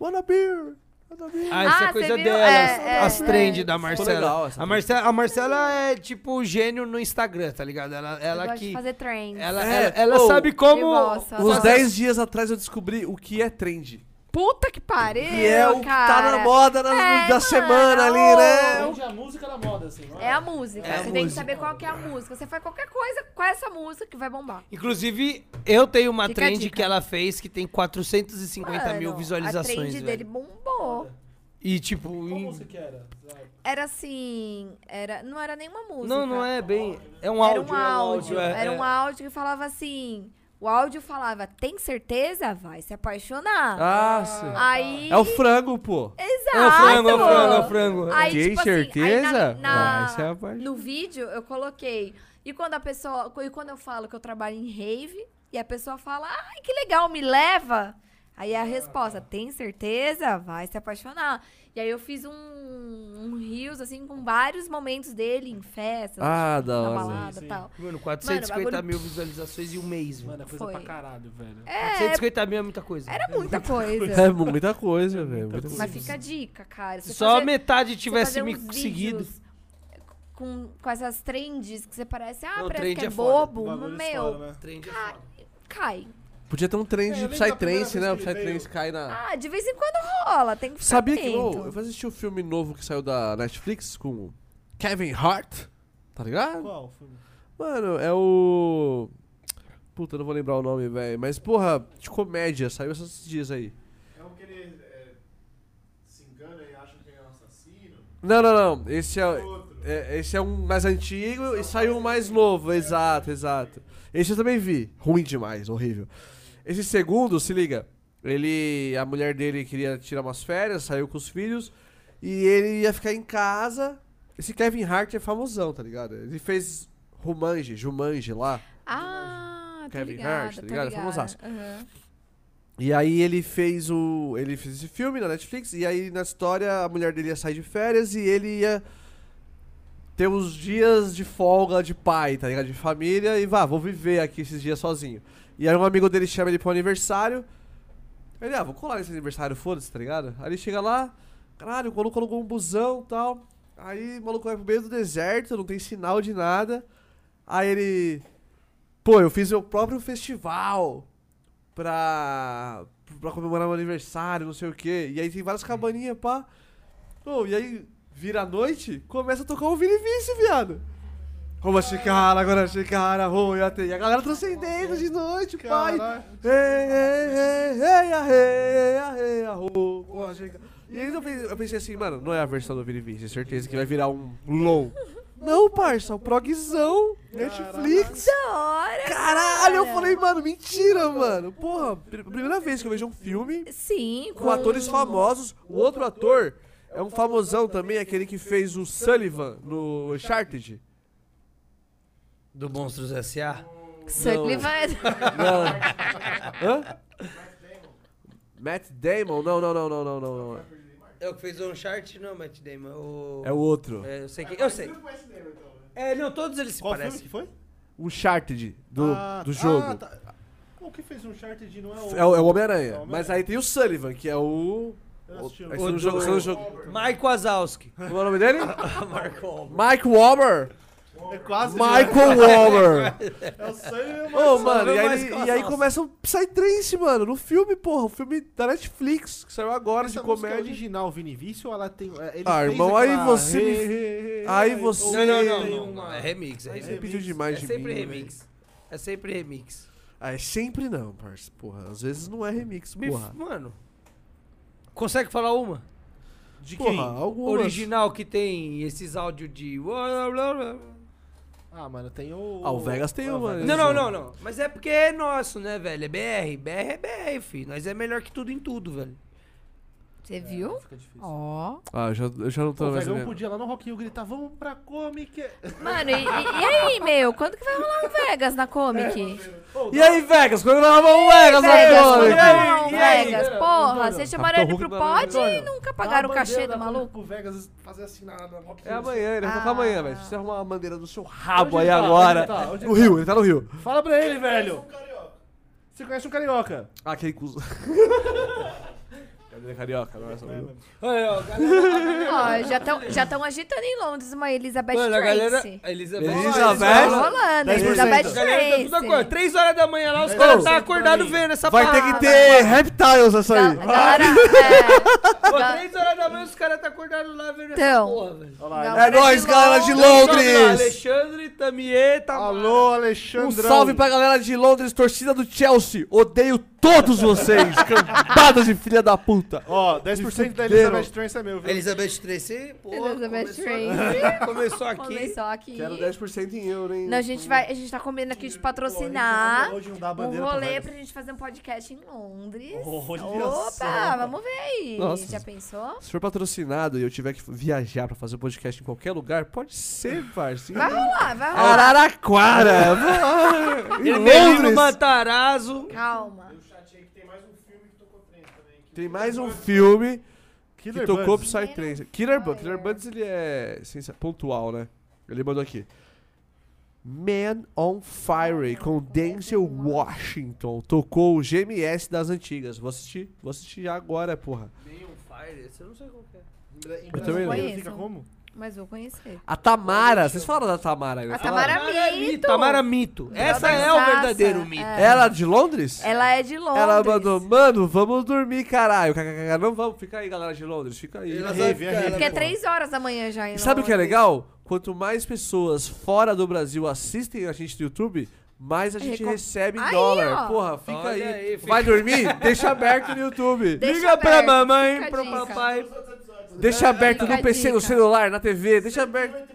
Speaker 1: wanna beer, wanna beer.
Speaker 5: Ah, isso
Speaker 4: Ah,
Speaker 5: é
Speaker 4: você
Speaker 5: coisa
Speaker 4: viu?
Speaker 5: dela.
Speaker 4: É,
Speaker 5: as
Speaker 4: é,
Speaker 5: trend
Speaker 4: é.
Speaker 5: da Marcela.
Speaker 1: legal essa
Speaker 5: a, Marcela a Marcela é tipo gênio no Instagram, tá ligado? Ela,
Speaker 4: eu
Speaker 5: ela
Speaker 4: gosto
Speaker 5: que.
Speaker 4: de fazer trends.
Speaker 5: Ela,
Speaker 1: É,
Speaker 5: ela, ela
Speaker 1: ou-
Speaker 5: sabe
Speaker 4: Eu
Speaker 5: como.
Speaker 4: gosto, eu
Speaker 1: Uns
Speaker 4: adoro.
Speaker 1: 10 dias atrás eu descobri o que é trend.
Speaker 4: Puta que pariu,
Speaker 1: Que é o que tá
Speaker 4: cara.
Speaker 1: na moda na-
Speaker 4: É,
Speaker 1: da
Speaker 4: mano,
Speaker 1: semana ali,
Speaker 4: ô.
Speaker 2: É
Speaker 1: né?
Speaker 7: Onde a música da moda, assim, não
Speaker 4: É a música.
Speaker 5: É a
Speaker 4: você tem que
Speaker 5: música.
Speaker 4: saber qual que é a música. Você faz qualquer coisa com essa música que vai bombar.
Speaker 5: Inclusive, eu tenho uma
Speaker 4: Fica a
Speaker 5: trend
Speaker 4: dica.
Speaker 5: que ela fez que tem 450 mil
Speaker 4: Mano,
Speaker 5: visualizações.
Speaker 4: A trend
Speaker 5: velho.
Speaker 4: dele bombou.
Speaker 5: E tipo. em-
Speaker 9: Como você que era?
Speaker 4: Era assim. Era, não era nenhuma música.
Speaker 5: Não, não é bem. É um
Speaker 4: Era
Speaker 5: áudio.
Speaker 4: um
Speaker 5: é
Speaker 4: áudio.
Speaker 5: é-
Speaker 4: Era
Speaker 5: é.
Speaker 4: um áudio que falava assim. O áudio falava, tem certeza? Vai se apaixonar.
Speaker 1: Ah, sim.
Speaker 4: Aí.
Speaker 1: É o frango, pô.
Speaker 4: Exato.
Speaker 5: É o frango, é o frango, é o frango.
Speaker 4: Aí,
Speaker 1: Tem
Speaker 4: tipo assim, aí
Speaker 1: certeza? Ah, é
Speaker 4: na- na-
Speaker 1: Vai se apaixonar.
Speaker 4: no vídeo eu coloquei. E quando a pessoa. E quando eu falo que eu trabalho em rave, e a pessoa fala, ai, que legal, me leva. Aí é a resposta, tem certeza? Vai se apaixonar. E aí eu fiz um, um reels, assim, com vários momentos dele em festas,
Speaker 1: Ah, da
Speaker 4: na
Speaker 1: hora.
Speaker 4: balada e tal.
Speaker 5: Mano, 450
Speaker 4: Mano, bagulho-
Speaker 5: mil visualizações em um mês, velho.
Speaker 7: Mano, é coisa
Speaker 4: Foi.
Speaker 7: pra caralho, velho.
Speaker 5: 450 mil é muita coisa.
Speaker 4: Era muita coisa.
Speaker 1: É muita coisa, velho. muita coisa.
Speaker 4: Mas fica a dica, cara.
Speaker 5: Se
Speaker 4: Você
Speaker 5: só
Speaker 4: fazer-
Speaker 5: metade
Speaker 4: você
Speaker 5: tivesse
Speaker 4: fazer
Speaker 5: me
Speaker 4: uns
Speaker 5: seguido.
Speaker 4: vídeos Com, com essas trends que você parece, ah,
Speaker 5: Não,
Speaker 4: parece
Speaker 5: trend
Speaker 4: que é,
Speaker 5: é foda.
Speaker 4: bobo,
Speaker 9: O
Speaker 4: mas,
Speaker 9: bagulho
Speaker 4: meu,
Speaker 9: estoura, né?
Speaker 5: Trend é
Speaker 4: Ah,
Speaker 5: foda.
Speaker 4: cai.
Speaker 1: Podia ter um trend
Speaker 9: É, eu
Speaker 1: de
Speaker 9: lembro da primeira
Speaker 1: Psytrance, né? O
Speaker 9: vez que ele
Speaker 1: Psytrance
Speaker 9: veio.
Speaker 1: cai na...
Speaker 4: Ah, de vez em quando rola, tem que ficar
Speaker 1: Sabia que...
Speaker 4: atento.
Speaker 1: ô, eu fui assistir o filme novo que saiu da Netflix com o Kevin Hart, tá ligado?
Speaker 9: Qual? Foi?
Speaker 1: Mano, é o. Puta, eu não vou lembrar o nome, velho. Mas, porra, de comédia, saiu esses dias aí.
Speaker 9: É um que ele se engana e acha que é um assassino.
Speaker 1: Não, não, não. Esse é, é- esse é um mais antigo e saiu um mais novo. Exato, exato. Esse eu também vi. Ruim demais, horrível. Esse segundo, se liga. Ele. A mulher dele queria tirar umas férias, saiu com os filhos. E ele ia ficar em casa. Esse Kevin Hart é famosão, tá ligado? Ele fez Rumanji, Jumanji lá.
Speaker 4: Ah, tá
Speaker 1: Kevin
Speaker 4: ligada,
Speaker 1: Hart, tá
Speaker 4: tá
Speaker 1: ligado?
Speaker 4: ligada.
Speaker 1: Famosaço.
Speaker 4: Aham.
Speaker 1: E aí ele fez o. Ele fez esse filme na Netflix, e aí na história a mulher dele ia sair de férias e ele ia ter os dias de folga de pai, tá ligado? De família, e vá, vou viver aqui esses dias sozinho. E aí um amigo dele chama ele pro aniversário. Ele, ah, vou colar nesse aniversário, foda-se, tá ligado? Aí ele chega lá, caralho, o maluco alugou um busão e tal. Aí o maluco vai pro meio do deserto, não tem sinal de nada. Aí ele. Pô, eu fiz meu próprio festival pra, pra comemorar meu aniversário, não sei o quê. E aí tem várias cabaninhas, pá. Ô, e aí vira a noite, começa a tocar o Vini Vici, viado. Como a xicala, agora a xicala, ruim, até. E a galera transcendendo de noite, pai. Ei, ei, ei, ei, arre, arre, arro. Como a xicala. E aí eu pensei, eu pensei assim, mano, não é a versão do Vini Vici, certeza que vai virar um LOL. Não, parça, é o progzão, Netflix.
Speaker 4: Da hora!
Speaker 1: Caralho, eu
Speaker 4: cara.
Speaker 1: falei, mano, mentira, mano. Porra, pr- primeira vez que eu vejo um filme
Speaker 4: Sim,
Speaker 1: com atores famosos. O outro ator é um famosão também, aquele que fez o Sullivan no Uncharted.
Speaker 5: Do Monstros S.A.?
Speaker 4: Sullivan.
Speaker 1: Não. Hã? Matt Damon? Não, não, não, não, não, não. não.
Speaker 5: É o que fez o Uncharted? Não, Matt Damon. O...
Speaker 1: É o outro.
Speaker 5: É, eu sei que... Eu sei.
Speaker 9: então, né?
Speaker 5: É, não, todos eles se
Speaker 2: Qual filme
Speaker 5: parecem.
Speaker 2: que foi?
Speaker 1: Uncharted do,
Speaker 2: Ah,
Speaker 1: do
Speaker 2: Ah,
Speaker 1: jogo.
Speaker 2: tá. O que fez um chart de não é o...
Speaker 1: É o, é o
Speaker 2: É o
Speaker 1: Homem-Aranha.
Speaker 2: Homem-Aranha.
Speaker 1: Mas aí tem o Sullivan, que é o.
Speaker 2: Eu assisti
Speaker 1: é
Speaker 2: o- É
Speaker 1: que você não
Speaker 5: do-
Speaker 1: jogou- você não jogou-
Speaker 5: Mike Wazowski.
Speaker 1: Como é o nome dele?
Speaker 5: Mark Wahlberg.
Speaker 1: Mike Wahlberg.
Speaker 2: É quase...
Speaker 1: Michael Wahlberg.
Speaker 2: É o Sam
Speaker 1: Ô, mano, e
Speaker 5: Só
Speaker 1: aí,
Speaker 5: mais com as
Speaker 1: e aí
Speaker 5: nossas.
Speaker 1: começa o Psytrance, mano, no filme, porra. O filme da Netflix, que saiu agora
Speaker 2: Essa
Speaker 1: de
Speaker 2: música é
Speaker 1: comédia.
Speaker 2: original, Vini Vício, ou ela tem... é, Ele
Speaker 1: Ah,
Speaker 2: fez
Speaker 1: irmão, aí
Speaker 2: aquela-
Speaker 1: você me-
Speaker 2: Re- re-
Speaker 1: aí
Speaker 2: re-
Speaker 1: você-
Speaker 2: ou-
Speaker 5: Não, não, não.
Speaker 2: tem
Speaker 5: não,
Speaker 2: uma-
Speaker 5: não. É remix, é
Speaker 1: Você
Speaker 5: remix.
Speaker 1: pediu
Speaker 5: É
Speaker 1: demais de mim.
Speaker 5: sempre
Speaker 1: né?
Speaker 5: remix. É sempre remix.
Speaker 1: Ah, é sempre não, parça. Porra, às vezes não é remix,
Speaker 5: Me-
Speaker 1: porra.
Speaker 5: Mano, consegue falar uma?
Speaker 2: De
Speaker 1: Porra,
Speaker 2: quem?
Speaker 1: algumas.
Speaker 5: Original que tem esses áudios de...
Speaker 2: Ah, mano, tem o...
Speaker 1: Ah, o Vegas tem
Speaker 2: Ah,
Speaker 1: uma,
Speaker 2: Vegas.
Speaker 1: né?
Speaker 5: Não, não, não, não. Mas é porque é nosso, né, velho? É BR. BR é BR, filho. Nós é melhor que tudo em tudo, velho.
Speaker 4: Você viu?
Speaker 2: Fica difícil.
Speaker 4: Ó.
Speaker 1: Ah, eu já, eu já não tô
Speaker 2: O
Speaker 1: mais
Speaker 2: Vegão
Speaker 1: vendo.
Speaker 2: um podia lá no Rock in Rio gritar, vamos pra Comic...
Speaker 4: Mano, e, e- e aí, meu? Quando que vai rolar um Vegas na Comic?
Speaker 1: E aí, Vegas? Quando nós vamos ao É. Vegas
Speaker 2: é
Speaker 4: Vegas, quando vai
Speaker 1: agora?
Speaker 4: rolar um
Speaker 7: E aí,
Speaker 4: Vegas?
Speaker 7: Antônio?
Speaker 4: Porra, vocês chamaram ele pro
Speaker 1: Hulk-
Speaker 4: pod e
Speaker 1: Antônio,
Speaker 4: nunca
Speaker 2: Dá uma
Speaker 4: pagaram o cachê
Speaker 2: bandeira
Speaker 4: do
Speaker 2: da Comic
Speaker 4: maluco?
Speaker 2: pro Vegas fazer assim na na Rock in
Speaker 1: É
Speaker 2: Rio.
Speaker 1: amanhã, ele vai tocar
Speaker 4: Ah.
Speaker 1: amanhã, velho. Se você arrumar uma bandeira do seu rabo
Speaker 2: Onde
Speaker 1: aí
Speaker 2: ele tá?
Speaker 1: agora.
Speaker 2: Onde ele tá? Onde ele
Speaker 1: No
Speaker 2: tá?
Speaker 1: Rio, ele tá no Rio.
Speaker 2: Fala pra ele, velho. Você conhece um carioca?
Speaker 1: Ah, aquele cuzão. Cadê carioca? Agora só viu.
Speaker 5: Olha, ó, galera.
Speaker 4: Ó, já estão já tão agitando em Londres uma Elizabeth
Speaker 5: Mano, a galera.
Speaker 4: Tracy.
Speaker 5: a Elizabeth.
Speaker 1: Elizabeth?
Speaker 4: Tá
Speaker 1: Galera-
Speaker 4: rolando,
Speaker 1: 10%.
Speaker 4: Elizabeth
Speaker 5: A galera tá tudo acordado.
Speaker 4: Tracy.
Speaker 5: 3 horas da manhã lá, os caras tá acordados vendo essa
Speaker 1: Vai ter
Speaker 5: parada.
Speaker 1: que ter reptiles nessa
Speaker 4: Ga-
Speaker 1: aí.
Speaker 4: Galera, é,
Speaker 5: Pô, 3 horas da manhã os caras tá acordados lá vendo
Speaker 4: Então.
Speaker 5: essa porra, velho.
Speaker 1: É
Speaker 4: galera
Speaker 1: nóis,
Speaker 4: de
Speaker 1: galera de
Speaker 5: um
Speaker 4: Londres.
Speaker 1: Londres!
Speaker 5: Alexandre, Tamier, tá.
Speaker 2: Alô,
Speaker 1: Um
Speaker 2: Alexandrão.
Speaker 1: salve pra galera de Londres, torcida do Chelsea! Odeio todos vocês, cambadas de filha da puta!
Speaker 2: Ó, 10%
Speaker 1: Fuderam.
Speaker 2: da Elizabeth Trance é meu, viu?
Speaker 5: Elizabeth Tracy, porra.
Speaker 4: Elizabeth
Speaker 5: começou
Speaker 4: Tracy.
Speaker 5: aqui, Começou aqui.
Speaker 4: Começou aqui.
Speaker 1: 10% em euro, hein?
Speaker 4: Não, a gente vai, a gente tá combinando aqui de patrocinar
Speaker 2: Hoje não dá a
Speaker 4: um
Speaker 2: bandeira pra
Speaker 4: rolê
Speaker 2: Vegas.
Speaker 4: pra gente fazer um podcast em Londres.
Speaker 2: Olha
Speaker 4: Opa,
Speaker 2: só.
Speaker 4: vamos ver aí.
Speaker 1: Nossa.
Speaker 4: Já pensou?
Speaker 1: Se for patrocinado e eu tiver que viajar pra fazer um podcast em qualquer lugar, pode ser, parceiro.
Speaker 4: Vai rolar, vai rolar.
Speaker 1: Araraquara! vá- em
Speaker 5: Ele veio no
Speaker 1: Londres!
Speaker 5: Matarazzo.
Speaker 4: Calma.
Speaker 1: Tem mais um filme que
Speaker 2: Killer
Speaker 1: tocou pro
Speaker 2: Buds.
Speaker 1: Psytrance. Killer Buds. Killer Buds, ele é sensa- pontual, né? Ele mandou aqui. Man on Fire, com Denzel Washington. Tocou o GMS das antigas. Vou assistir. Vou assistir já agora, porra.
Speaker 5: eu não sei qual que é.
Speaker 2: Em
Speaker 1: Eu também né?
Speaker 2: brasileiro
Speaker 4: não.
Speaker 2: Fica como?
Speaker 4: Mas vou conhecer.
Speaker 1: A Tamara. Vocês falaram da Tamara aí, não
Speaker 4: A
Speaker 1: falaram?
Speaker 4: Tamara é Mito.
Speaker 5: Tamara é Mito. Essa é o
Speaker 4: Brotherzaça.
Speaker 5: verdadeiro mito.
Speaker 4: É.
Speaker 1: Ela de Londres?
Speaker 4: Ela é de Londres.
Speaker 1: Ela mandou, mano, vamos dormir, caralho. KKK, Não vamos, fica aí, galera de Londres, fica aí.
Speaker 5: Ela tá
Speaker 1: E
Speaker 5: vai
Speaker 2: Rave, é
Speaker 5: ficar-
Speaker 2: rave.
Speaker 4: Porque é três horas da manhã já. em
Speaker 1: E sabe o que é
Speaker 4: Londres.
Speaker 1: legal? Quanto mais pessoas fora do Brasil assistem a gente no YouTube, mais a gente
Speaker 4: Recom-
Speaker 1: recebe em
Speaker 4: É Aí,
Speaker 1: dólar.
Speaker 4: ó.
Speaker 1: Porra, fica
Speaker 5: Olha
Speaker 1: aí.
Speaker 5: aí, fica-
Speaker 1: Vai dormir? Deixa aberto no YouTube.
Speaker 4: Deixa
Speaker 5: Liga pra
Speaker 4: aberto,
Speaker 5: mamãe,
Speaker 4: fica a
Speaker 5: pro
Speaker 4: dica.
Speaker 5: papai.
Speaker 1: Deixa aberto no
Speaker 4: Fica a
Speaker 1: PC, no
Speaker 4: dica.
Speaker 1: celular, na TV, deixa aberto.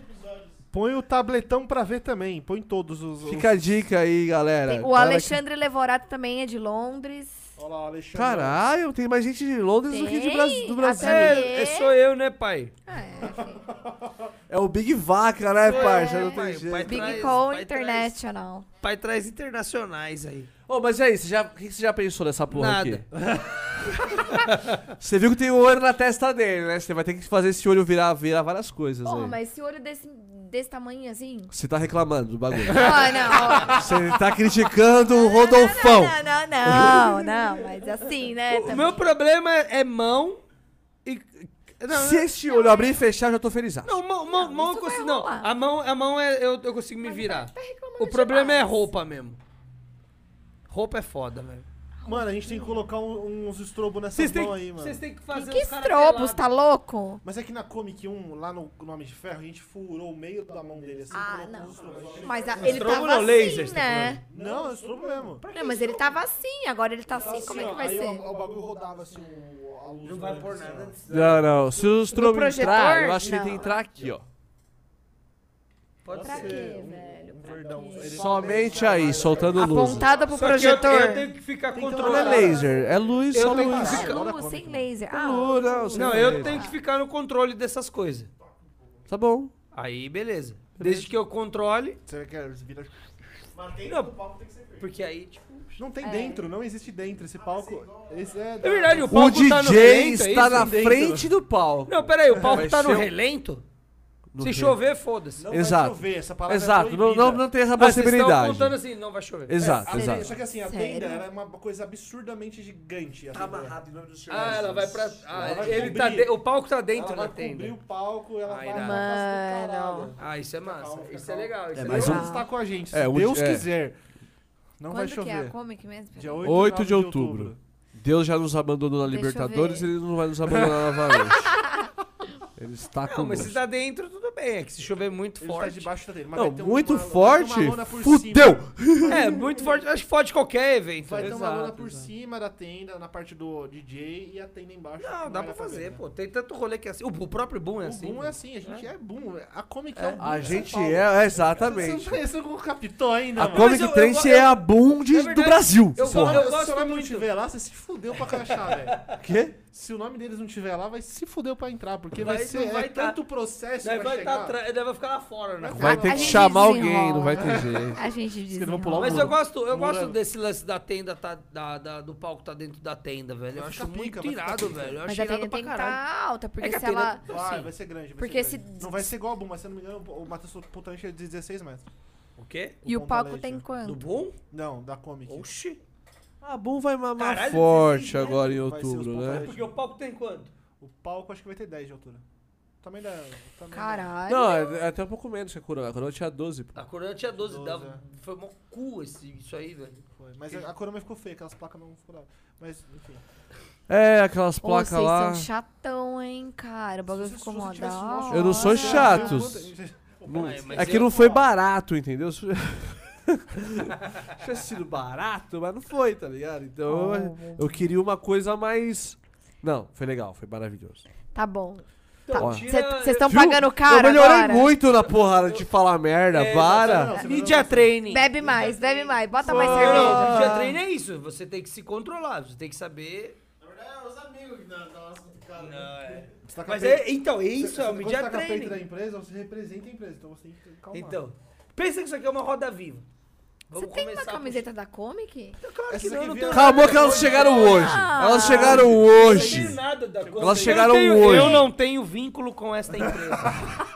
Speaker 2: Põe o tabletão pra ver também. Põe todos os. os-
Speaker 1: Fica a dica aí, galera.
Speaker 4: Tem- o
Speaker 1: Cara,
Speaker 4: Alexandre Levorato também é de Londres.
Speaker 7: Olha lá, Alexandre.
Speaker 1: Caralho, tem mais gente de Londres do que de Bras- do
Speaker 4: Tem,
Speaker 1: Brasil.
Speaker 4: até-
Speaker 5: É, é, sou eu, né, pai?
Speaker 4: É, filho.
Speaker 1: É o Big Vaca, né,
Speaker 5: Foi,
Speaker 1: parça?
Speaker 5: é,
Speaker 1: Não tem
Speaker 5: pai,
Speaker 1: jeito.
Speaker 5: pai-
Speaker 4: Big
Speaker 5: Traz,
Speaker 4: Call
Speaker 5: vai, traz.
Speaker 4: International.
Speaker 5: Pai traz internacionais aí.
Speaker 1: Ô, mas e aí, você já, o que você já pensou nessa porra
Speaker 5: Nada.
Speaker 1: aqui? Você viu que tem um olho na testa dele, né? Você vai ter que fazer esse olho virar, virar várias coisas
Speaker 4: Porra,
Speaker 1: aí.
Speaker 4: mas esse olho desse, desse tamanho assim.
Speaker 1: Você tá reclamando do bagulho.
Speaker 4: Ah, não. ó.
Speaker 1: Você tá criticando o Rodolfão.
Speaker 4: Não, não, não, não, não, mas assim, né?
Speaker 5: O
Speaker 4: também.
Speaker 5: meu problema é mão e. Não,
Speaker 1: Se este olho abrir e fechar, eu já tô feliz.
Speaker 5: não, mão, mão, mão eu
Speaker 4: isso vai
Speaker 5: consigo. Não,
Speaker 4: rolar.
Speaker 5: a mão, a mão é, eu, eu consigo me virar.
Speaker 4: reclamando
Speaker 5: O problema é
Speaker 4: demais.
Speaker 5: roupa mesmo. Roupa é foda, velho.
Speaker 2: Mano, a gente tem que colocar um- uns estrobo nessa
Speaker 5: Vocês
Speaker 2: mão
Speaker 5: têm,
Speaker 2: aí, mano.
Speaker 5: vocês têm que fazer
Speaker 4: Que
Speaker 5: os cara
Speaker 4: estrobos,
Speaker 5: pelado.
Speaker 4: tá louco?
Speaker 2: Mas é que na Comic 1, lá no Nome de Ferro, a gente furou o meio da mão dele assim.
Speaker 4: Ah,
Speaker 2: colocou
Speaker 4: não.
Speaker 2: uns estrobos. A gente-
Speaker 4: Mas a- ele
Speaker 5: Estrobo
Speaker 4: tava
Speaker 5: não,
Speaker 4: assim,
Speaker 5: laser, você tá
Speaker 4: né?
Speaker 2: Não, é estrobo mesmo.
Speaker 4: Não, mas ele tava assim, agora ele tá assim, como é que vai
Speaker 2: aí
Speaker 4: ser?
Speaker 2: O, o bagulho rodava assim, o, a luz.
Speaker 5: Não vai
Speaker 2: branca,
Speaker 5: pôr
Speaker 2: assim,
Speaker 5: nada
Speaker 2: ó.
Speaker 5: disso.
Speaker 1: Não, não. Se o Strobo
Speaker 4: projetor?
Speaker 1: entrar, eu acho que ele
Speaker 4: Não.
Speaker 1: tem que entrar aqui, ó.
Speaker 5: Pode
Speaker 4: Pra
Speaker 5: ser.
Speaker 4: quê, velho? Pra quê?
Speaker 1: Somente aí, soltando luz.
Speaker 4: Apontada pro
Speaker 5: Só que eu-
Speaker 4: projetor?
Speaker 5: Eu, tenho que ficar
Speaker 1: Não é
Speaker 5: controlando.
Speaker 1: laser, é luz,
Speaker 5: Eu
Speaker 1: só
Speaker 5: tenho que
Speaker 1: luz. É
Speaker 4: É,
Speaker 5: ficar- Tá
Speaker 4: luz, sem laser. Ah,
Speaker 1: Luz, não, sem
Speaker 5: Não, eu
Speaker 1: laser.
Speaker 5: tenho que ficar no controle dessas coisas.
Speaker 1: Tá bom.
Speaker 5: Aí, beleza. Desde que eu controle.
Speaker 2: Você quer vira-
Speaker 5: Não, porque aí, tipo.
Speaker 2: Não tem
Speaker 4: É. Ah,
Speaker 2: dentro, não existe dentro. Esse palco. Esse é.
Speaker 5: É verdade, o
Speaker 1: O
Speaker 5: palco tá no
Speaker 1: DJ
Speaker 5: relento. é
Speaker 1: está
Speaker 5: isso?
Speaker 1: na
Speaker 2: dentro.
Speaker 1: frente do palco.
Speaker 5: Não, peraí, o palco
Speaker 1: Vai
Speaker 5: tá
Speaker 1: ser
Speaker 5: no
Speaker 1: um-
Speaker 5: relento?
Speaker 1: No
Speaker 5: Se
Speaker 1: re-
Speaker 5: chover, foda-se.
Speaker 2: Não
Speaker 1: Exato.
Speaker 2: vai chover, essa palavra
Speaker 1: Exato,
Speaker 2: é
Speaker 1: não, não,
Speaker 2: proibida.
Speaker 1: não tem essa
Speaker 5: Ah, vocês estão
Speaker 1: possibilidade.
Speaker 5: apontando assim, não vai chover.
Speaker 1: Exato,
Speaker 2: A-
Speaker 1: exato.
Speaker 2: Só que assim, a
Speaker 4: Ah, Sério?
Speaker 2: tenda era uma coisa absurdamente gigante. a
Speaker 9: Tá
Speaker 2: tenda.
Speaker 9: amarrado em nome do Senhor
Speaker 5: Ah, ela vai pra.
Speaker 9: Jesus.
Speaker 5: ah,
Speaker 2: Ela vai
Speaker 5: ele tá
Speaker 2: cobrir.
Speaker 5: de- O palco tá
Speaker 2: Ela
Speaker 5: dentro
Speaker 2: vai
Speaker 5: da
Speaker 2: cobrir
Speaker 5: tenda.
Speaker 2: o palco, ela
Speaker 5: Ai,
Speaker 2: vai
Speaker 5: irado.
Speaker 2: pra casa do
Speaker 4: Mano.
Speaker 2: caralho.
Speaker 5: Ah, isso é massa.
Speaker 2: Calma,
Speaker 5: Isso é
Speaker 2: calma.
Speaker 5: legal. Isso é
Speaker 1: mas
Speaker 5: legal.
Speaker 1: um-
Speaker 2: Deus está com a gente. Se
Speaker 1: É, um-
Speaker 2: Deus
Speaker 1: é.
Speaker 2: quiser, não vai
Speaker 4: Quando que é a
Speaker 2: chover.
Speaker 4: Comic mesmo?
Speaker 2: Dia
Speaker 4: Peraí.
Speaker 2: 8,
Speaker 1: 8
Speaker 2: 9
Speaker 1: de outubro. Deus já nos abandonou na
Speaker 4: Deixa eu
Speaker 1: Libertadores,
Speaker 4: ver.
Speaker 1: ele não vai nos abandonar novamente. Ele está
Speaker 5: Não,
Speaker 1: com
Speaker 5: mas se tá dentro, tudo bem. É que se chover muito
Speaker 2: Ele tá
Speaker 5: forte.
Speaker 2: debaixo da tenda. mas
Speaker 1: Não,
Speaker 2: vai ter
Speaker 1: muito
Speaker 2: uma- vai ter
Speaker 1: forte,
Speaker 2: uma lona por
Speaker 1: fudeu!
Speaker 2: cima.
Speaker 5: É, muito forte. Acho que fode qualquer evento. né?
Speaker 2: Vai ter uma lona
Speaker 7: Exato,
Speaker 2: por
Speaker 7: exato.
Speaker 2: cima da tenda, na parte do DJ e a tenda embaixo.
Speaker 5: Não,
Speaker 2: que vai
Speaker 5: dá pra
Speaker 2: dar
Speaker 5: fazer,
Speaker 2: né?
Speaker 5: pô. Tem tanto rolê que é assim. O, o próprio boom é
Speaker 2: O
Speaker 5: assim.
Speaker 2: boom é
Speaker 5: né?
Speaker 2: assim, a gente é, boom. A Comic é, o boom
Speaker 1: A
Speaker 2: de São
Speaker 1: gente
Speaker 2: Paulo.
Speaker 1: é,
Speaker 2: Você
Speaker 1: exatamente.
Speaker 2: não conheceu com o Capitão ainda,
Speaker 1: A
Speaker 2: mano.
Speaker 1: Comic
Speaker 5: eu- eu-
Speaker 1: Trance
Speaker 5: eu-
Speaker 1: é a boom de-
Speaker 5: É
Speaker 1: do
Speaker 5: verdade,
Speaker 1: Brasil.
Speaker 5: eu-
Speaker 1: porra.
Speaker 5: eu-
Speaker 2: Se o
Speaker 5: gosto
Speaker 2: nome não
Speaker 5: muito.
Speaker 2: tiver lá, você se fudeu pra achar, velho.
Speaker 1: Quê?
Speaker 2: Se o nome deles não tiver lá, vai se fuder pra entrar, porque
Speaker 5: Vai-
Speaker 2: vai, ser
Speaker 5: não vai
Speaker 2: é
Speaker 5: tá-
Speaker 2: tanto processo
Speaker 5: Daí
Speaker 2: pra
Speaker 5: vai,
Speaker 2: chegar.
Speaker 5: tá atra- daí vai ficar lá fora, né?
Speaker 1: Vai ter
Speaker 4: A
Speaker 1: que
Speaker 4: gente
Speaker 1: chamar alguém,
Speaker 4: desenrola.
Speaker 1: não vai ter jeito.
Speaker 4: A gente diz.
Speaker 2: vão pular o
Speaker 5: Mas
Speaker 2: Mano,
Speaker 5: eu gosto, eu gosto
Speaker 2: morando.
Speaker 5: desse lance da tenda, tá, da, da- do palco tá dentro da tenda, velho. Eu
Speaker 2: Vai
Speaker 5: acho
Speaker 2: ficar pica,
Speaker 5: muito
Speaker 2: vai ficar
Speaker 5: irado,
Speaker 2: pica.
Speaker 5: velho. Eu
Speaker 4: Mas
Speaker 5: acho
Speaker 4: a tenda
Speaker 5: irado
Speaker 4: tem que
Speaker 5: pra
Speaker 4: estar
Speaker 5: caralho.
Speaker 4: alta,
Speaker 5: É
Speaker 4: porque
Speaker 5: que a
Speaker 4: se
Speaker 5: tenda-
Speaker 4: ela.
Speaker 2: Vai, vai ser grande. Vai
Speaker 4: Então, assim, Porque
Speaker 2: ser grande.
Speaker 4: se-
Speaker 2: Não vai ser igual o Boom, mas se eu não me engano, o Matheus Pontanche é 16 metros.
Speaker 4: tá
Speaker 5: O quê?
Speaker 4: E o
Speaker 2: Ponta
Speaker 4: palco
Speaker 2: Leste,
Speaker 4: tem
Speaker 2: né?
Speaker 5: Do
Speaker 4: quanto?
Speaker 5: boom?
Speaker 2: Não, da Comic.
Speaker 5: Oxi.
Speaker 1: A boom vai mamar
Speaker 5: Caralho,
Speaker 1: forte
Speaker 2: 16
Speaker 1: agora em
Speaker 2: metros vai ser os
Speaker 1: outubro,
Speaker 2: pontos
Speaker 1: né?
Speaker 2: altos.
Speaker 5: Porque o palco tem quanto?
Speaker 2: O palco acho que vai ter 10 de altura. Também dá. Também
Speaker 4: Caralho.
Speaker 1: Não, é, é até um pouco menos que a Coroa. A Coroa tinha 12. pô.
Speaker 5: A coroa tinha 12,
Speaker 2: 12,
Speaker 5: dava, foi mó cu esse, isso aí, velho.
Speaker 2: dá. é. Foi. Mas é- a, a corona ficou feia, aquelas placas não furaram. Mas, enfim.
Speaker 1: É, aquelas
Speaker 4: Ô, vocês
Speaker 1: placas lá.
Speaker 4: são chatão, hein, cara. O bagulho
Speaker 2: Se você-
Speaker 4: ficou
Speaker 2: se você
Speaker 4: mó
Speaker 2: tivesse
Speaker 4: da
Speaker 2: nosso
Speaker 4: hora.
Speaker 1: Eu não sou chato. Não-
Speaker 5: Ai, mas
Speaker 1: é que
Speaker 5: eu-
Speaker 1: não foi barato, entendeu? Tinha sido barato, mas não foi, tá ligado?
Speaker 4: Ah,
Speaker 1: Então eu, eu queria uma coisa mais. Não, foi legal, foi maravilhoso.
Speaker 4: Tá bom.
Speaker 5: Então,
Speaker 1: Ó.
Speaker 5: tira-
Speaker 4: Vocês estão
Speaker 1: Viu?
Speaker 4: pagando caro
Speaker 1: eu melhorei
Speaker 4: agora?
Speaker 1: muito na porra de falar merda,
Speaker 5: É,
Speaker 1: para.
Speaker 5: exatamente. Media training.
Speaker 4: Bebe mais, bebe mais. Bota mais
Speaker 5: Não,
Speaker 4: cerveja.
Speaker 5: não, media training é isso. Você tem que se controlar, você tem que saber.
Speaker 2: Você tá
Speaker 5: é Na verdade, é os amigos que Não, é.
Speaker 2: com a
Speaker 5: Mas
Speaker 2: peito-
Speaker 5: é, então, é isso, é o
Speaker 2: Quando você
Speaker 5: media
Speaker 2: tá com a peito da
Speaker 5: training.
Speaker 2: empresa, você representa a empresa, então você tem que calmar.
Speaker 5: Então, pensa que isso aqui é uma roda viva.
Speaker 4: Você
Speaker 5: Vamos
Speaker 4: tem uma
Speaker 5: começar por-
Speaker 4: camiseta da Comic?
Speaker 5: Claro que
Speaker 2: Essas
Speaker 5: não,
Speaker 2: aqui
Speaker 5: não
Speaker 2: vieram-
Speaker 5: tenho
Speaker 1: Calma que elas
Speaker 4: Ah.
Speaker 1: chegaram hoje. Elas chegaram
Speaker 5: Eu não tenho
Speaker 1: hoje.
Speaker 5: nada da Comic.
Speaker 1: Elas chegaram
Speaker 5: eu tenho-
Speaker 1: hoje.
Speaker 5: Eu não tenho vínculo com esta empresa.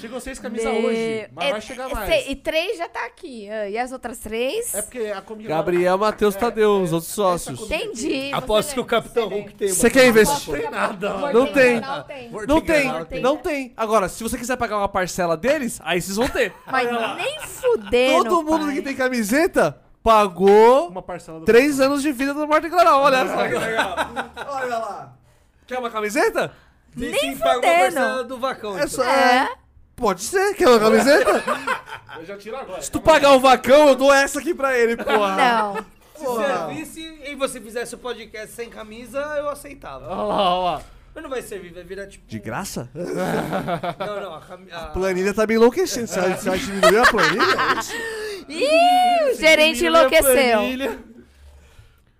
Speaker 2: Chegou seis camisas
Speaker 4: Meu-
Speaker 2: hoje, mas
Speaker 4: É-
Speaker 2: vai chegar
Speaker 4: é-
Speaker 2: mais.
Speaker 4: sei, E três já tá aqui. Ah, E as outras três?
Speaker 2: É porque a Comic
Speaker 1: Gabriel, Matheus,
Speaker 2: É,
Speaker 1: Tadeu,
Speaker 2: é,
Speaker 1: os outros
Speaker 2: essa
Speaker 1: sócios.
Speaker 2: comida-
Speaker 4: Entendi. você
Speaker 5: Aposto que o
Speaker 4: ganha.
Speaker 5: Capitão Hulk tem uma.
Speaker 1: Você quer investir?
Speaker 4: Aposto que
Speaker 2: nada.
Speaker 4: o
Speaker 1: Não tem.
Speaker 4: Não tem.
Speaker 1: Não tem,
Speaker 4: Não tem.
Speaker 1: não tem. Agora, se você quiser pagar uma parcela deles, aí vocês vão ter.
Speaker 2: Ah.
Speaker 4: Mas nem fudendo.
Speaker 1: Todo mundo
Speaker 4: pai.
Speaker 1: que tem camiseta pagou
Speaker 2: Uma parcela do
Speaker 1: três anos de vida do Martin Claral, olha só.
Speaker 5: Olha lá.
Speaker 1: Quer uma camiseta?
Speaker 5: Nem
Speaker 4: Nem
Speaker 5: paga uma
Speaker 4: fudendo.
Speaker 5: parcela do vacão.
Speaker 1: É
Speaker 5: então.
Speaker 1: só-
Speaker 4: É.
Speaker 1: Pode ser, quer uma camiseta?
Speaker 2: Eu já tiro agora.
Speaker 1: Se tu pagar o vacão, eu dou essa aqui pra ele, porra.
Speaker 4: Não.
Speaker 1: Ah.
Speaker 5: Se servisse e você fizesse o podcast sem camisa, eu aceitava.
Speaker 2: Olha lá, olha lá.
Speaker 5: Mas não vai servir, vai virar tipo.
Speaker 1: De graça?
Speaker 5: Não, não, a, cami- a-
Speaker 1: A planilha tá me enlouquecendo. Você acha- você acha que diminuiu a planilha? É
Speaker 4: Ih, o gerente enlouqueceu.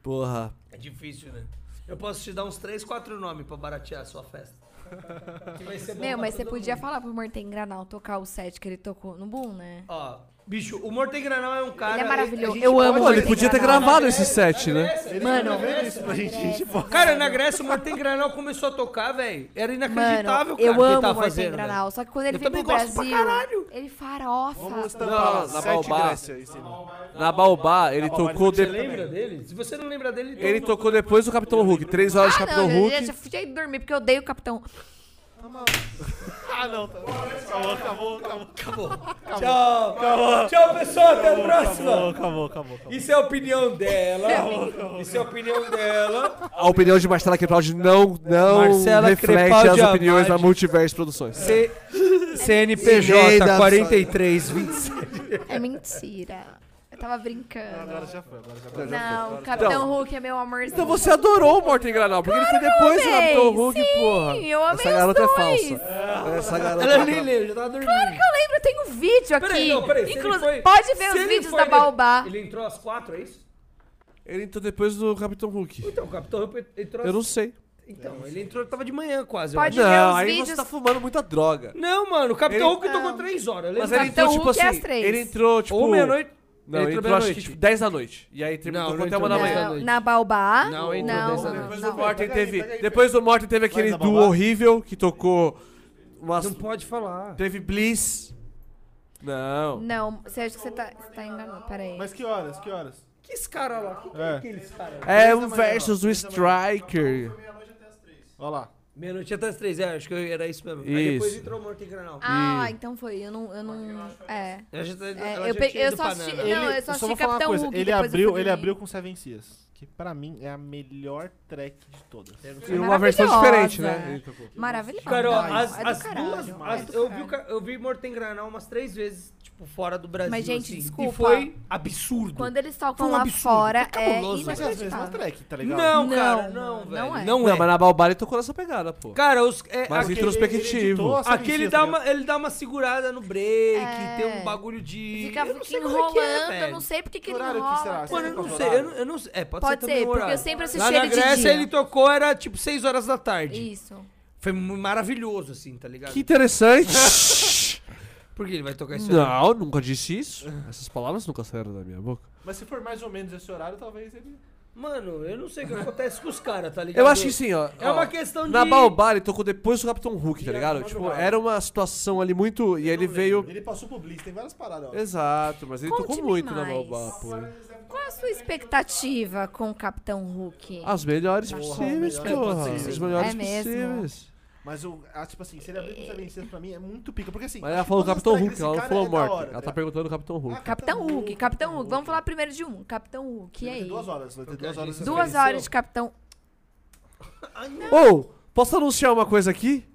Speaker 1: Porra.
Speaker 5: É difícil, né? Eu posso te dar uns 3, 4 nomes pra baratear a sua festa. Que vai ser bom
Speaker 4: Meu,
Speaker 5: pra
Speaker 4: mas você
Speaker 5: Então tá todo
Speaker 4: podia
Speaker 5: mundo.
Speaker 4: falar pro Morten Granal tocar o set que ele tocou no Boom, né?
Speaker 5: Ó, bicho, o Morten Granal é um cara.
Speaker 4: Ele é maravilhoso.
Speaker 5: a gente
Speaker 4: Eu
Speaker 5: pode-
Speaker 4: amo
Speaker 1: Pô, ele
Speaker 4: Morten
Speaker 1: podia ter
Speaker 4: Granal.
Speaker 1: gravado esse set, né?
Speaker 5: é
Speaker 4: Mano,
Speaker 9: é
Speaker 5: Cara, na Grécia o Morten Granal começou a tocar, velho. Era inacreditável,
Speaker 4: mano,
Speaker 5: cara, o que
Speaker 4: eu
Speaker 5: ele
Speaker 4: amo o
Speaker 5: tava
Speaker 4: Morten
Speaker 5: fazendo. né?
Speaker 4: Granal. Só que quando ele
Speaker 5: Eu
Speaker 4: veio pro
Speaker 5: também gosto pra
Speaker 4: Brasil,
Speaker 5: caralho.
Speaker 4: ele farofa.
Speaker 9: Vamos
Speaker 1: Não,
Speaker 9: estampar
Speaker 1: na
Speaker 9: sete
Speaker 1: Baobá.
Speaker 9: Grécia em cima.
Speaker 1: Na Baobá, ele tocou...
Speaker 5: Você
Speaker 1: de-
Speaker 5: lembra dele? Se você não lembra dele, então-
Speaker 1: Ele tocou depois do Capitão Hulk. Três horas de
Speaker 4: ah,
Speaker 1: Capitão
Speaker 4: não, eu já- já
Speaker 1: Hulk.
Speaker 4: fui dormir, porque eu odeio o Capitão.
Speaker 9: Ah, não. Tá... Acabou, acabou, acabou.
Speaker 5: Tchau. Tchau, pessoal. Até a próxima.
Speaker 9: Acabou, acabou, acabou. acabou.
Speaker 5: Isso é a opinião dela. Isso é a opinião dela.
Speaker 1: A opinião de Marcela Crepaldi não, não
Speaker 10: Marcela
Speaker 1: reflete as
Speaker 10: Crepaldi
Speaker 1: opiniões da
Speaker 10: Amati.
Speaker 1: Multiverso Produções.
Speaker 10: C-
Speaker 1: Cineida-
Speaker 10: CNPJ 4327.
Speaker 4: É mentira. Eu tava brincando.
Speaker 9: Agora já foi, agora já
Speaker 5: Ah,
Speaker 9: foi.
Speaker 4: Não, o Capitão Hulk é meu amorzinho.
Speaker 1: Então você adorou o Morten Granal, porque ele foi depois do
Speaker 4: amei,
Speaker 1: Capitão Hulk,
Speaker 4: sim,
Speaker 1: porra.
Speaker 4: eu amei
Speaker 1: Essa garota
Speaker 4: os
Speaker 1: é
Speaker 4: dois.
Speaker 1: falsa. Essa garota
Speaker 5: Ela nem leu, já tava
Speaker 4: Claro
Speaker 5: dormindo.
Speaker 4: que eu lembro, eu tenho um vídeo aqui.
Speaker 5: Peraí, não, peraí. se ele
Speaker 4: Inclusive,
Speaker 5: foi-
Speaker 4: pode ver
Speaker 5: se
Speaker 4: os
Speaker 5: ele
Speaker 4: vídeos
Speaker 5: foi
Speaker 4: da
Speaker 5: de-
Speaker 4: Baobá.
Speaker 5: Ele entrou às quatro, é isso?
Speaker 1: Ele entrou depois do Capitão Hulk.
Speaker 5: Então, o Capitão Hulk entrou
Speaker 1: Eu
Speaker 5: às...
Speaker 1: não sei.
Speaker 5: Então, ele entrou, tava de manhã quase. eu
Speaker 4: Pode
Speaker 5: acho.
Speaker 4: ver
Speaker 1: Não,
Speaker 4: os
Speaker 1: aí
Speaker 4: vídeos.
Speaker 1: você tá fumando muita droga.
Speaker 5: Não, mano, o Capitão
Speaker 1: Ele-
Speaker 5: Hulk tocou
Speaker 4: Não.
Speaker 5: três horas. Eu
Speaker 1: Mas
Speaker 5: lembro.
Speaker 1: ele
Speaker 4: Capitão
Speaker 1: entrou, tipo
Speaker 4: Hulk é às
Speaker 1: assim,
Speaker 4: três.
Speaker 1: ele entrou, tipo...
Speaker 5: Ou meia-noite.
Speaker 1: Não,
Speaker 10: Ele
Speaker 1: ele
Speaker 10: entrou
Speaker 1: entrou, acho que
Speaker 10: meia-noite.
Speaker 1: tipo 10 da noite. E aí
Speaker 5: Não,
Speaker 1: terminou
Speaker 5: não
Speaker 1: até uma da
Speaker 5: entrou
Speaker 1: manhã.
Speaker 4: Não, na Baobá.
Speaker 5: Não, entrou
Speaker 4: não,
Speaker 5: dez da
Speaker 4: não,
Speaker 5: noite.
Speaker 1: Depois do
Speaker 4: não.
Speaker 1: Morten
Speaker 9: Pega aí,
Speaker 1: teve...
Speaker 9: pega aí.
Speaker 1: Depois do Morten teve aquele
Speaker 9: da
Speaker 1: duo
Speaker 9: babá.
Speaker 1: horrível que tocou... Umas...
Speaker 5: Não pode falar.
Speaker 1: Teve Bliss. Não.
Speaker 4: Não, você acha que você tá, você tá enganando? Pera aí.
Speaker 2: Mas que horas? Que horas?
Speaker 5: Que esse cara lá? Que que é
Speaker 2: É.
Speaker 5: aqueles caras?
Speaker 1: É um versus do Striker.
Speaker 2: Olha lá.
Speaker 5: Meia-noite até as três, é, acho que eu- era isso mesmo. Aí depois
Speaker 1: Isso.
Speaker 5: entrou o Morten Granal.
Speaker 4: Ah, então foi. Eu não. Eu não é.
Speaker 5: Ela já tá-
Speaker 4: É,
Speaker 5: ela
Speaker 4: eu
Speaker 5: já
Speaker 4: pe-
Speaker 5: tinha
Speaker 4: eu
Speaker 5: ido
Speaker 4: só
Speaker 5: pra
Speaker 4: assisti-
Speaker 5: Nana.
Speaker 4: Não, é eu só
Speaker 2: vou
Speaker 4: achei
Speaker 2: falar uma
Speaker 4: Capitão
Speaker 2: coisa.
Speaker 4: Hulk,
Speaker 2: Ele
Speaker 4: depois eu
Speaker 2: abriu,
Speaker 4: fui
Speaker 2: ele
Speaker 4: dormir.
Speaker 2: abriu com Seven Seas, que pra mim é a melhor track de todas. um
Speaker 1: E uma versão
Speaker 4: Maravilhosa.
Speaker 1: diferente, né? Ele tocou.
Speaker 4: Maravilhoso.
Speaker 5: Cara, ó, as,
Speaker 4: é do
Speaker 5: as
Speaker 4: caralho,
Speaker 5: duas.
Speaker 4: é do
Speaker 5: as- eu, vi,
Speaker 4: caralho.
Speaker 5: o ca- eu vi Morten Granal umas três vezes, tipo, fora do Brasil.
Speaker 4: Mas, gente,
Speaker 5: assim,
Speaker 4: desculpa.
Speaker 5: E foi absurdo.
Speaker 4: Quando eles
Speaker 5: Foi
Speaker 4: tocam
Speaker 5: um
Speaker 4: lá
Speaker 5: absurdo,
Speaker 4: fora,
Speaker 5: foi
Speaker 4: é
Speaker 5: cabuloso. né?
Speaker 9: Mas é as mesmas
Speaker 4: inacreditável.
Speaker 9: track, tá ligado?
Speaker 5: Não,
Speaker 4: Não,
Speaker 5: cara,
Speaker 4: não,
Speaker 5: não,
Speaker 4: não é.
Speaker 5: velho.
Speaker 1: Não, mas na Baobá ele tocou nessa pegada, pô.
Speaker 5: Cara, os,
Speaker 1: Mas é
Speaker 5: é, aquele, assim,
Speaker 1: introspectivo.
Speaker 9: Ele editou a Seven
Speaker 5: aquele
Speaker 9: Seas,
Speaker 5: dá
Speaker 9: tá ligado?
Speaker 5: uma, ele dá uma segurada no break,
Speaker 4: É.
Speaker 5: tem um bagulho de.
Speaker 4: Fica
Speaker 5: eu não sei como é
Speaker 4: enrolando,
Speaker 5: que é,
Speaker 4: eu
Speaker 5: velho.
Speaker 4: não sei porque que ele
Speaker 9: horário que será?
Speaker 1: Tá
Speaker 4: enrola.
Speaker 5: Mano, eu não
Speaker 9: Pode
Speaker 5: sei,
Speaker 9: ser.
Speaker 5: eu não, eu não sei. É, pode,
Speaker 4: Pode
Speaker 5: também
Speaker 4: ser,
Speaker 5: o
Speaker 4: porque eu
Speaker 5: horário.
Speaker 4: sempre assisti
Speaker 5: Lá na
Speaker 4: ele de
Speaker 5: Grécia
Speaker 4: dia.
Speaker 5: ele tocou, era tipo 6 horas da tarde.
Speaker 4: Isso.
Speaker 5: Foi mu- maravilhoso, assim, tá ligado?
Speaker 1: Que interessante.
Speaker 5: Porque ele vai tocar esse horário.
Speaker 1: não, nunca disse isso. Essas palavras nunca saíram da minha boca.
Speaker 9: Mas se for mais ou menos esse horário, talvez ele...
Speaker 5: Mano, eu não sei o que acontece com os caras, tá ligado?
Speaker 1: Eu acho que sim, ó.
Speaker 5: É
Speaker 1: ó,
Speaker 5: uma questão
Speaker 1: Na
Speaker 5: de.
Speaker 1: Baobá ele tocou depois do Capitão Hulk, tá
Speaker 9: Vira
Speaker 1: ligado?
Speaker 9: de
Speaker 1: Tipo,
Speaker 9: madrugada.
Speaker 1: era uma situação ali muito...
Speaker 2: é
Speaker 1: E
Speaker 2: um
Speaker 1: ele
Speaker 9: Não
Speaker 1: veio...
Speaker 9: lembro. Ele passou por Blitz, tem várias paradas, ó.
Speaker 1: Exato, mas ele tocou
Speaker 4: Conte-me
Speaker 1: muito na
Speaker 4: mais.
Speaker 1: Baobá, pô.
Speaker 4: Qual a sua expectativa com o Capitão Hulk?
Speaker 1: As melhores
Speaker 4: Porra,
Speaker 9: melhores
Speaker 1: possíveis, porra.
Speaker 9: possíveis.
Speaker 1: As melhores
Speaker 4: É mesmo.
Speaker 1: possíveis.
Speaker 9: Mas o. ah, tipo assim, se ele abrir com Seven Seas pra mim é muito pica. Porque assim.
Speaker 1: Mas ela falou do
Speaker 9: todas as
Speaker 2: tá
Speaker 9: tracks
Speaker 1: Capitão Hulk,
Speaker 9: desse
Speaker 1: ela não
Speaker 9: cara
Speaker 1: falou
Speaker 9: é da
Speaker 1: Morten.
Speaker 9: hora,
Speaker 1: Ela
Speaker 9: tá
Speaker 1: tá perguntando do Capitão Hulk.
Speaker 9: Ah,
Speaker 4: Capitão Hulk, Capitão Hulk. Vamos falar primeiro de um. Capitão Hulk, e
Speaker 9: Vai ter
Speaker 4: aí?
Speaker 9: duas horas, vai ter duas horas.
Speaker 5: Porque a
Speaker 4: Duas
Speaker 5: Apareceu.
Speaker 4: horas de Capitão.
Speaker 1: Ou, posso anunciar uma coisa aqui?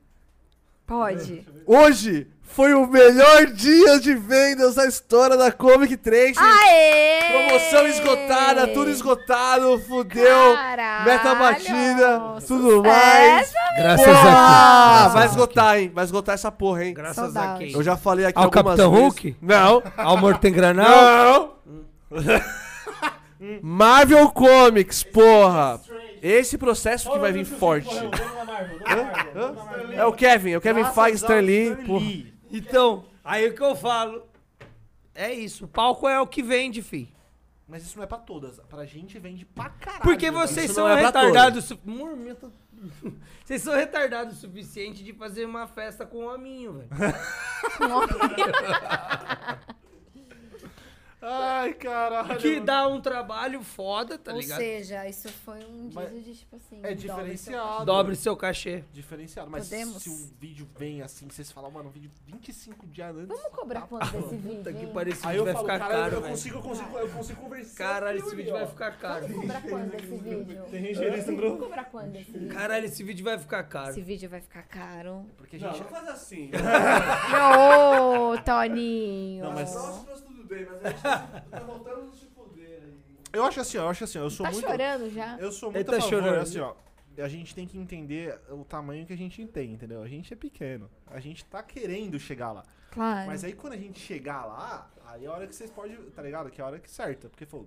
Speaker 4: Pode.
Speaker 1: Hoje foi o melhor dia de vendas da história da Comic Trade.
Speaker 4: Aê!
Speaker 1: Promoção esgotada, tudo esgotado, fudeu.
Speaker 4: Caralho! É,
Speaker 1: Meta batida, tudo mais.
Speaker 4: Sucesso,
Speaker 10: Graças
Speaker 1: Porra!
Speaker 10: a
Speaker 1: Vai
Speaker 10: Deus.
Speaker 1: esgotar, hein? Vai esgotar essa porra, hein?
Speaker 5: Graças a
Speaker 4: Saudade.
Speaker 5: quem?
Speaker 1: Eu já falei aqui
Speaker 10: Ao
Speaker 1: algumas
Speaker 10: Capitão
Speaker 1: vezes.
Speaker 10: Hulk?
Speaker 1: Não.
Speaker 10: Ao Morten Granal.
Speaker 1: Não. Marvel Comics, porra. Esse processo que vai vir forte. É o Kevin, é o Kevin Feige, Stan Lee. porra.
Speaker 5: Então, aí o que eu falo. É isso, o palco é o que vende, fi.
Speaker 9: Mas isso não é pra todas. Pra gente vende pra caralho. né?
Speaker 5: Porque
Speaker 9: velho.
Speaker 5: vocês
Speaker 1: isso
Speaker 5: são
Speaker 1: não é pra
Speaker 5: retardados. su- Murmeta. Vocês são retardados o suficiente de fazer uma festa com o hominho, velho.
Speaker 9: Ai, caralho.
Speaker 5: Que
Speaker 9: mano.
Speaker 5: dá um trabalho foda, tá
Speaker 4: Ou
Speaker 5: ligado?
Speaker 4: seja, isso foi um
Speaker 9: Mas
Speaker 4: dízimo de tipo assim.
Speaker 9: É
Speaker 4: dobra, sei lá.
Speaker 9: diferenciado.
Speaker 5: Dobre seu cachê.
Speaker 9: Diferenciado. Mas
Speaker 4: Podemos?
Speaker 9: se um vídeo vem assim, vocês falam, mano, um vídeo 25 dias antes.
Speaker 4: Vamos cobrar
Speaker 2: Tá
Speaker 4: quanto desse vídeo?
Speaker 5: Puta que
Speaker 4: hein?
Speaker 5: pariu, esse
Speaker 9: Aí
Speaker 5: vídeo
Speaker 9: eu
Speaker 5: vai
Speaker 9: falo,
Speaker 5: ficar
Speaker 9: caralho,
Speaker 5: caro,
Speaker 9: eu
Speaker 5: velho.
Speaker 9: consigo, eu consigo, eu consigo conversar.
Speaker 5: Caralho, esse vídeo vai ficar caro.
Speaker 4: Vamos cobrar quanto desse vídeo?
Speaker 9: Tem gerência no
Speaker 4: Vamos cobrar quanto desse vídeo?
Speaker 5: Caralho, esse vídeo vai ficar caro.
Speaker 4: Esse vídeo vai ficar caro.
Speaker 9: Porque a gente.
Speaker 1: faz assim.
Speaker 4: Ô, Toninho.
Speaker 9: Não, mas-
Speaker 1: tudo bem, mas a gente tá voltando no se poder.
Speaker 9: Eu acho assim, ó, eu acho assim, ó, eu sou
Speaker 4: Tá
Speaker 9: muito.
Speaker 4: chorando já?
Speaker 9: Eu sou
Speaker 5: Ele
Speaker 9: muito
Speaker 5: tá
Speaker 9: a favor,
Speaker 5: chorando.
Speaker 9: assim, ó.
Speaker 2: a gente tem que entender o tamanho que a gente tem, entendeu? A gente é pequeno. A gente tá querendo chegar lá.
Speaker 4: Claro.
Speaker 2: Mas é aí quando a gente chegar lá, aí é a hora que vocês podem, tá ligado? Que é a hora que certa. Porque, pô,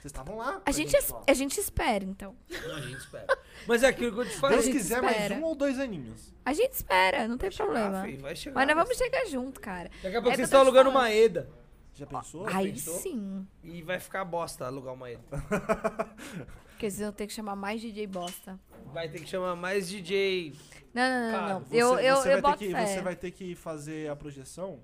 Speaker 2: vocês estavam lá.
Speaker 4: a,
Speaker 2: pra
Speaker 4: gente, é es-
Speaker 2: lá.
Speaker 4: a gente espera, então.
Speaker 5: Não, a gente espera. Mas é aquilo que eu te falei.
Speaker 2: Deus
Speaker 4: gente
Speaker 2: quiser
Speaker 4: espera.
Speaker 2: mais um ou dois aninhos.
Speaker 4: A gente espera, não tem
Speaker 5: Ah,
Speaker 4: problema.
Speaker 5: filho, vai chegar.
Speaker 4: Mas nós vamos chegar junto, cara.
Speaker 5: Daqui a
Speaker 4: É
Speaker 5: pouco
Speaker 4: que eu
Speaker 5: vocês
Speaker 4: tô
Speaker 5: estão
Speaker 4: te
Speaker 5: alugando
Speaker 4: falando.
Speaker 5: uma EDA.
Speaker 2: Já pensou?
Speaker 4: Aí
Speaker 5: pensou?
Speaker 4: sim.
Speaker 5: E vai ficar bosta alugar uma EDA.
Speaker 4: Porque vocês vão ter que chamar mais DJ bosta.
Speaker 5: Vai ter que chamar mais DJ.
Speaker 4: Não, não, não,
Speaker 5: Cara,
Speaker 4: não.
Speaker 2: Você-
Speaker 4: eu eu,
Speaker 2: você
Speaker 4: eu
Speaker 2: vai
Speaker 4: boto
Speaker 2: ter que,
Speaker 4: fé.
Speaker 2: Você vai ter que fazer a projeção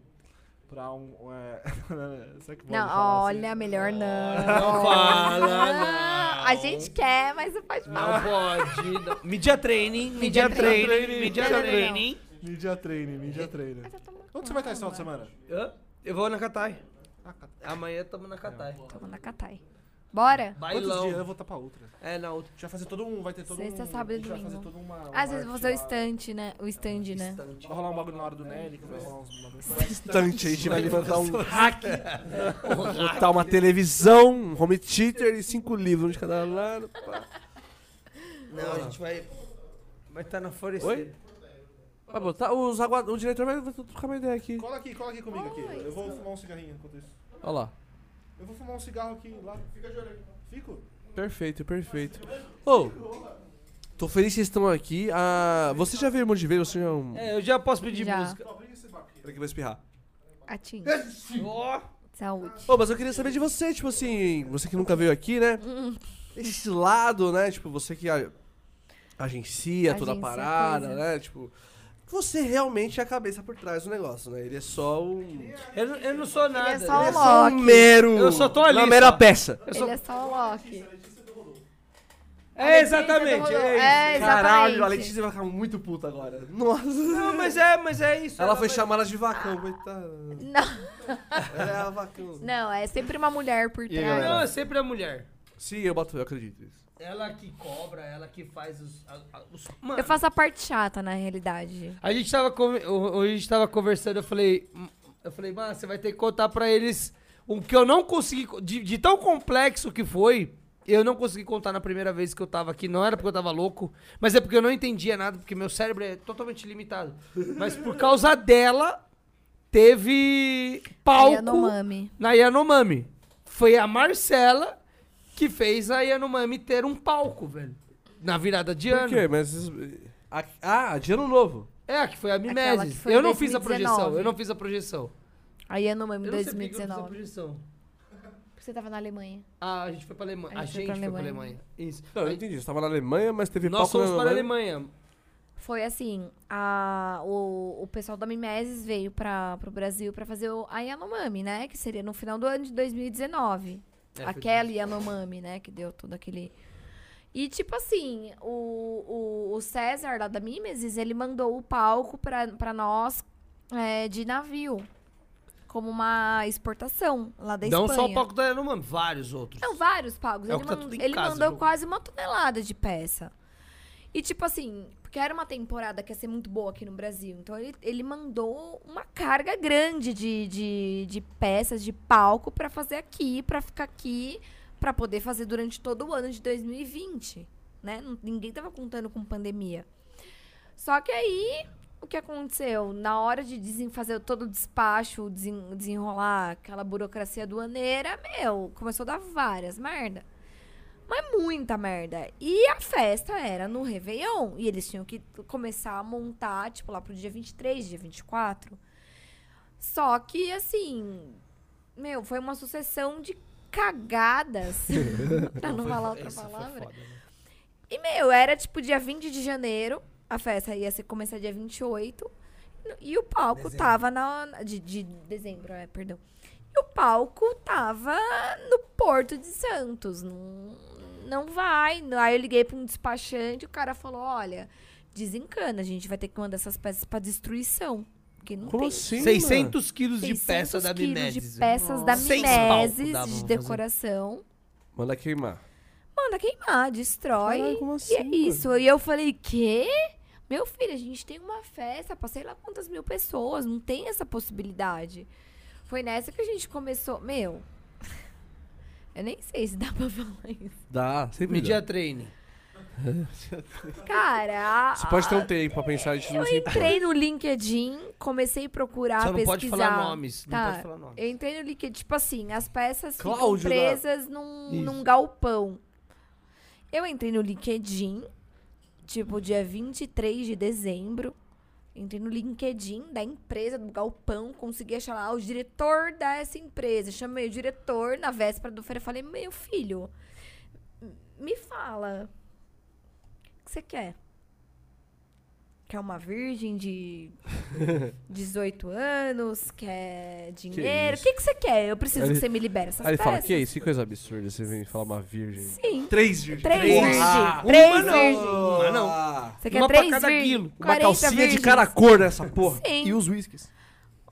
Speaker 2: pra um. É... Será que pode falar
Speaker 4: Não,
Speaker 2: assim?
Speaker 4: olha, melhor não.
Speaker 5: Não fala, não.
Speaker 4: A gente quer, mas não pode falar.
Speaker 5: Não pode. não. Media training. Media,
Speaker 4: Ah. Media
Speaker 5: training.
Speaker 2: training,
Speaker 5: Media
Speaker 4: não, não,
Speaker 5: training.
Speaker 2: Media training, media training.
Speaker 4: Vai tomar
Speaker 2: Onde você vai estar esse final de semana? Ah,
Speaker 5: Hã? Eu vou na Catai. Amanhã tamo na Catai.
Speaker 4: Tamo na Catai. Bora?
Speaker 2: Quantos dias? Eu
Speaker 5: Bailão.
Speaker 2: vou estar pra outra.
Speaker 5: É, na outra.
Speaker 2: A gente vai fazer todo um. Vai ter todo
Speaker 4: Sexta,
Speaker 2: um.
Speaker 4: sábado e
Speaker 2: a gente vai
Speaker 4: domingo.
Speaker 2: fazer toda uma. uma
Speaker 4: Ah, vocês
Speaker 2: arte
Speaker 4: vão fazer o
Speaker 2: lá.
Speaker 4: stand, né? O stand, né?
Speaker 5: Estante.
Speaker 2: Vai rolar um bagulho na hora do Nelly, que vai rolar uns bagulho.
Speaker 1: Bastante, a gente vai levantar um hack, botar Tá uma televisão, um home theater e cinco livros, um de cada lado. pá.
Speaker 5: Não, a gente vai. Vai estar na
Speaker 1: Oi?
Speaker 5: Florescida.
Speaker 1: Vai botar, os agua- o diretor vai vai trocar uma ideia aqui.
Speaker 2: Cola aqui, cola aqui comigo aqui.
Speaker 4: Oi,
Speaker 2: Eu vou fumar um cigarrinho enquanto isso.
Speaker 1: Olha lá.
Speaker 2: Eu vou fumar um cigarro aqui lá. Fica de olho aí. então. Fico?
Speaker 1: Perfeito, perfeito. Ô, tô feliz que vocês estão aqui. Ah, você já veio um monte de vezes, você já é um...
Speaker 5: É, eu já posso pedir
Speaker 4: Já.
Speaker 5: música.
Speaker 1: Peraí que eu vou espirrar.
Speaker 4: Atim.
Speaker 5: Ó.
Speaker 4: Saúde.
Speaker 1: Ô, mas eu queria saber de você, tipo assim, você que nunca veio aqui, né? Esse lado, né? Tipo, você que a- agencia toda a
Speaker 4: Agencia a
Speaker 1: parada,
Speaker 4: coisa.
Speaker 1: né? Tipo, você realmente é a cabeça por trás do negócio, né? Ele é só um.
Speaker 5: Eu, não- eu não sou nada.
Speaker 4: é só
Speaker 5: eu
Speaker 4: o
Speaker 5: sou-
Speaker 1: Um mero.
Speaker 5: Eu só tô ali,
Speaker 1: Uma mera
Speaker 5: só.
Speaker 1: peça.
Speaker 5: eu sou-
Speaker 4: Ele é só o Loki.
Speaker 5: É, exatamente.
Speaker 4: Letícia do
Speaker 5: É
Speaker 4: Rodolfo.
Speaker 5: isso.
Speaker 4: É,
Speaker 1: Caralho, a
Speaker 4: exatamente.
Speaker 1: Letícia vai ficar muito puta agora. Nossa.
Speaker 5: Não, mas é, mas é isso.
Speaker 1: Ela foi
Speaker 5: vai-
Speaker 1: chamada de vacão, coitada.
Speaker 4: Não,
Speaker 1: Ela é a vacão.
Speaker 4: não, é sempre uma mulher por
Speaker 2: E aí,
Speaker 4: trás.
Speaker 5: Não, é sempre a mulher.
Speaker 1: Sim, eu boto, eu acredito. nisso.
Speaker 5: Ela que cobra, ela que faz os. a- a- os- Mano,
Speaker 4: Eu faço a parte chata, na realidade.
Speaker 5: a gente tava, conver- o- hoje a gente tava conversando, eu falei. hum, Eu falei, mano, você vai ter que contar pra eles o que eu não consegui. co- De, de tão complexo que foi. Eu não consegui contar na primeira vez que eu tava aqui. Não era porque eu tava louco, mas é porque eu não entendia nada, porque meu cérebro é totalmente limitado. Mas por causa dela, teve
Speaker 4: é
Speaker 5: palco.
Speaker 4: Yanomami.
Speaker 5: na Yanomami. Foi a Marcela que fez a Yanomami ter um palco, velho. Na virada de
Speaker 1: Por
Speaker 5: ano.
Speaker 1: quê? Mas. Ah, Ah, de ano novo.
Speaker 5: É, que foi a
Speaker 4: Aquela que
Speaker 5: Mimeses.
Speaker 4: foi em
Speaker 5: Eu não fiz a
Speaker 4: 2019.
Speaker 5: projeção, eu não fiz a projeção.
Speaker 4: A Yanomami
Speaker 5: Eu não sei por que eu não fiz a
Speaker 4: 2019.
Speaker 5: projeção.
Speaker 4: Você tava na Alemanha.
Speaker 5: Ah, a gente foi pra Alemanha. A gente, foi, pra Alemanha. Isso.
Speaker 1: Não, eu
Speaker 5: Aí,
Speaker 1: entendi. Você tava na Alemanha, mas teve
Speaker 5: nós
Speaker 1: palco na
Speaker 5: fomos para a Alemanha.
Speaker 4: Foi assim, a, o, o pessoal da Mimeses veio para o Brasil para fazer o, a Yanomami, né? Que seria no final do ano de 2019.
Speaker 5: É, foi
Speaker 4: Aquela Yanomami, né? Que deu todo aquele... E, tipo assim, o, o, o César, lá da Mimeses, ele mandou o palco pra, pra nós é, de navio. Como uma exportação lá da
Speaker 5: Não
Speaker 4: Espanha.
Speaker 5: um só o palco da Yanomami, vários outros.
Speaker 4: Não, vários pagos.
Speaker 5: É o
Speaker 4: ele
Speaker 5: que tá
Speaker 4: mand-
Speaker 5: tudo em
Speaker 4: ele
Speaker 5: casa,
Speaker 4: mandou
Speaker 5: viu?
Speaker 4: quase uma tonelada de peça. E tipo assim, porque era uma temporada que ia ser muito boa aqui no Brasil. Então ele, ele mandou uma carga grande de, de, de peças, de palco pra fazer aqui, pra ficar aqui, pra poder fazer durante todo o ano de 2020. Né? Não- Ninguém tava contando com pandemia. Só que aí, o que aconteceu? Na hora de desen- fazer todo o despacho, desen- desenrolar aquela burocracia aduaneira, meu, começou a dar várias merda. Mas muita merda. E a festa era no Réveillon. E eles tinham que começar a montar, tipo, lá pro dia 23, dia 24. Só que, assim. Meu, foi uma sucessão de cagadas. pra não falar outra
Speaker 5: Essa foi
Speaker 4: palavra.
Speaker 5: foda, né?
Speaker 4: E, meu, era tipo dia 20 de janeiro, a festa ia se começar dia 28, e o palco
Speaker 5: Dezembro.
Speaker 4: tava na. De, de dezembro, é, perdão. E o palco tava no Porto de Santos. Não, não vai. Aí eu liguei pra um despachante, o cara falou: olha, desencana, a gente vai ter que mandar essas peças pra destruição. Porque não
Speaker 1: Como
Speaker 4: tem.
Speaker 1: assim? mano?
Speaker 5: 600 quilos de
Speaker 4: 600
Speaker 5: peça da
Speaker 4: quilos
Speaker 5: Mimeses.
Speaker 4: De peças da
Speaker 5: Seis palcos
Speaker 4: Mimeses,
Speaker 5: dava pra
Speaker 4: de
Speaker 5: fazer.
Speaker 4: decoração.
Speaker 1: Manda é queimar.
Speaker 4: Manda queimar, destrói.
Speaker 1: Caralho, como assim,
Speaker 4: E é
Speaker 1: mano?
Speaker 4: isso. E eu falei, quê? Meu filho, a gente tem uma festa pra sei lá quantas mil pessoas, não tem essa possibilidade. Foi nessa que a gente começou. Meu, eu nem sei se dá pra falar isso.
Speaker 1: Dá, sempre
Speaker 5: Media training.
Speaker 4: Cara,
Speaker 1: Você pode ter um tempo pra pensar, a gente não
Speaker 4: eu
Speaker 1: se
Speaker 4: entrei no LinkedIn, comecei a procurar,
Speaker 5: Só não
Speaker 4: Ah, pesquisar.
Speaker 5: pode falar nomes.
Speaker 4: Tá.
Speaker 5: Não pode falar nomes.
Speaker 4: Eu entrei no LinkedIn, tipo assim, as peças
Speaker 1: Cláudio
Speaker 4: ficam
Speaker 1: da-
Speaker 4: presas num, num galpão. Eu entrei no LinkedIn, tipo, dia 23 de dezembro. Entrei no LinkedIn da empresa do galpão, consegui achar lá o diretor dessa empresa. Chamei o diretor na véspera do feira e falei, meu filho, me fala, o que você quer? Quer uma virgem de 18 anos? Quer dinheiro?
Speaker 1: isso?
Speaker 4: o que, que você quer? Eu preciso
Speaker 1: Aí-
Speaker 4: que você me libere essas
Speaker 1: Aí ele fala,
Speaker 4: peças."
Speaker 1: que isso? Que coisa absurda você vem falar uma virgem.
Speaker 4: Sim.
Speaker 1: Três virgens.
Speaker 4: Três
Speaker 1: Porra.
Speaker 4: virgens.
Speaker 1: Ah,
Speaker 4: Três
Speaker 5: não.
Speaker 4: virgens.
Speaker 5: Ah, não.
Speaker 4: Você quer
Speaker 5: Uma pra
Speaker 4: três
Speaker 5: cada
Speaker 4: virgens?
Speaker 5: quilo. Uma
Speaker 4: 40 virgens.
Speaker 1: cor nessa porra.
Speaker 4: Sim.
Speaker 9: E os whiskies.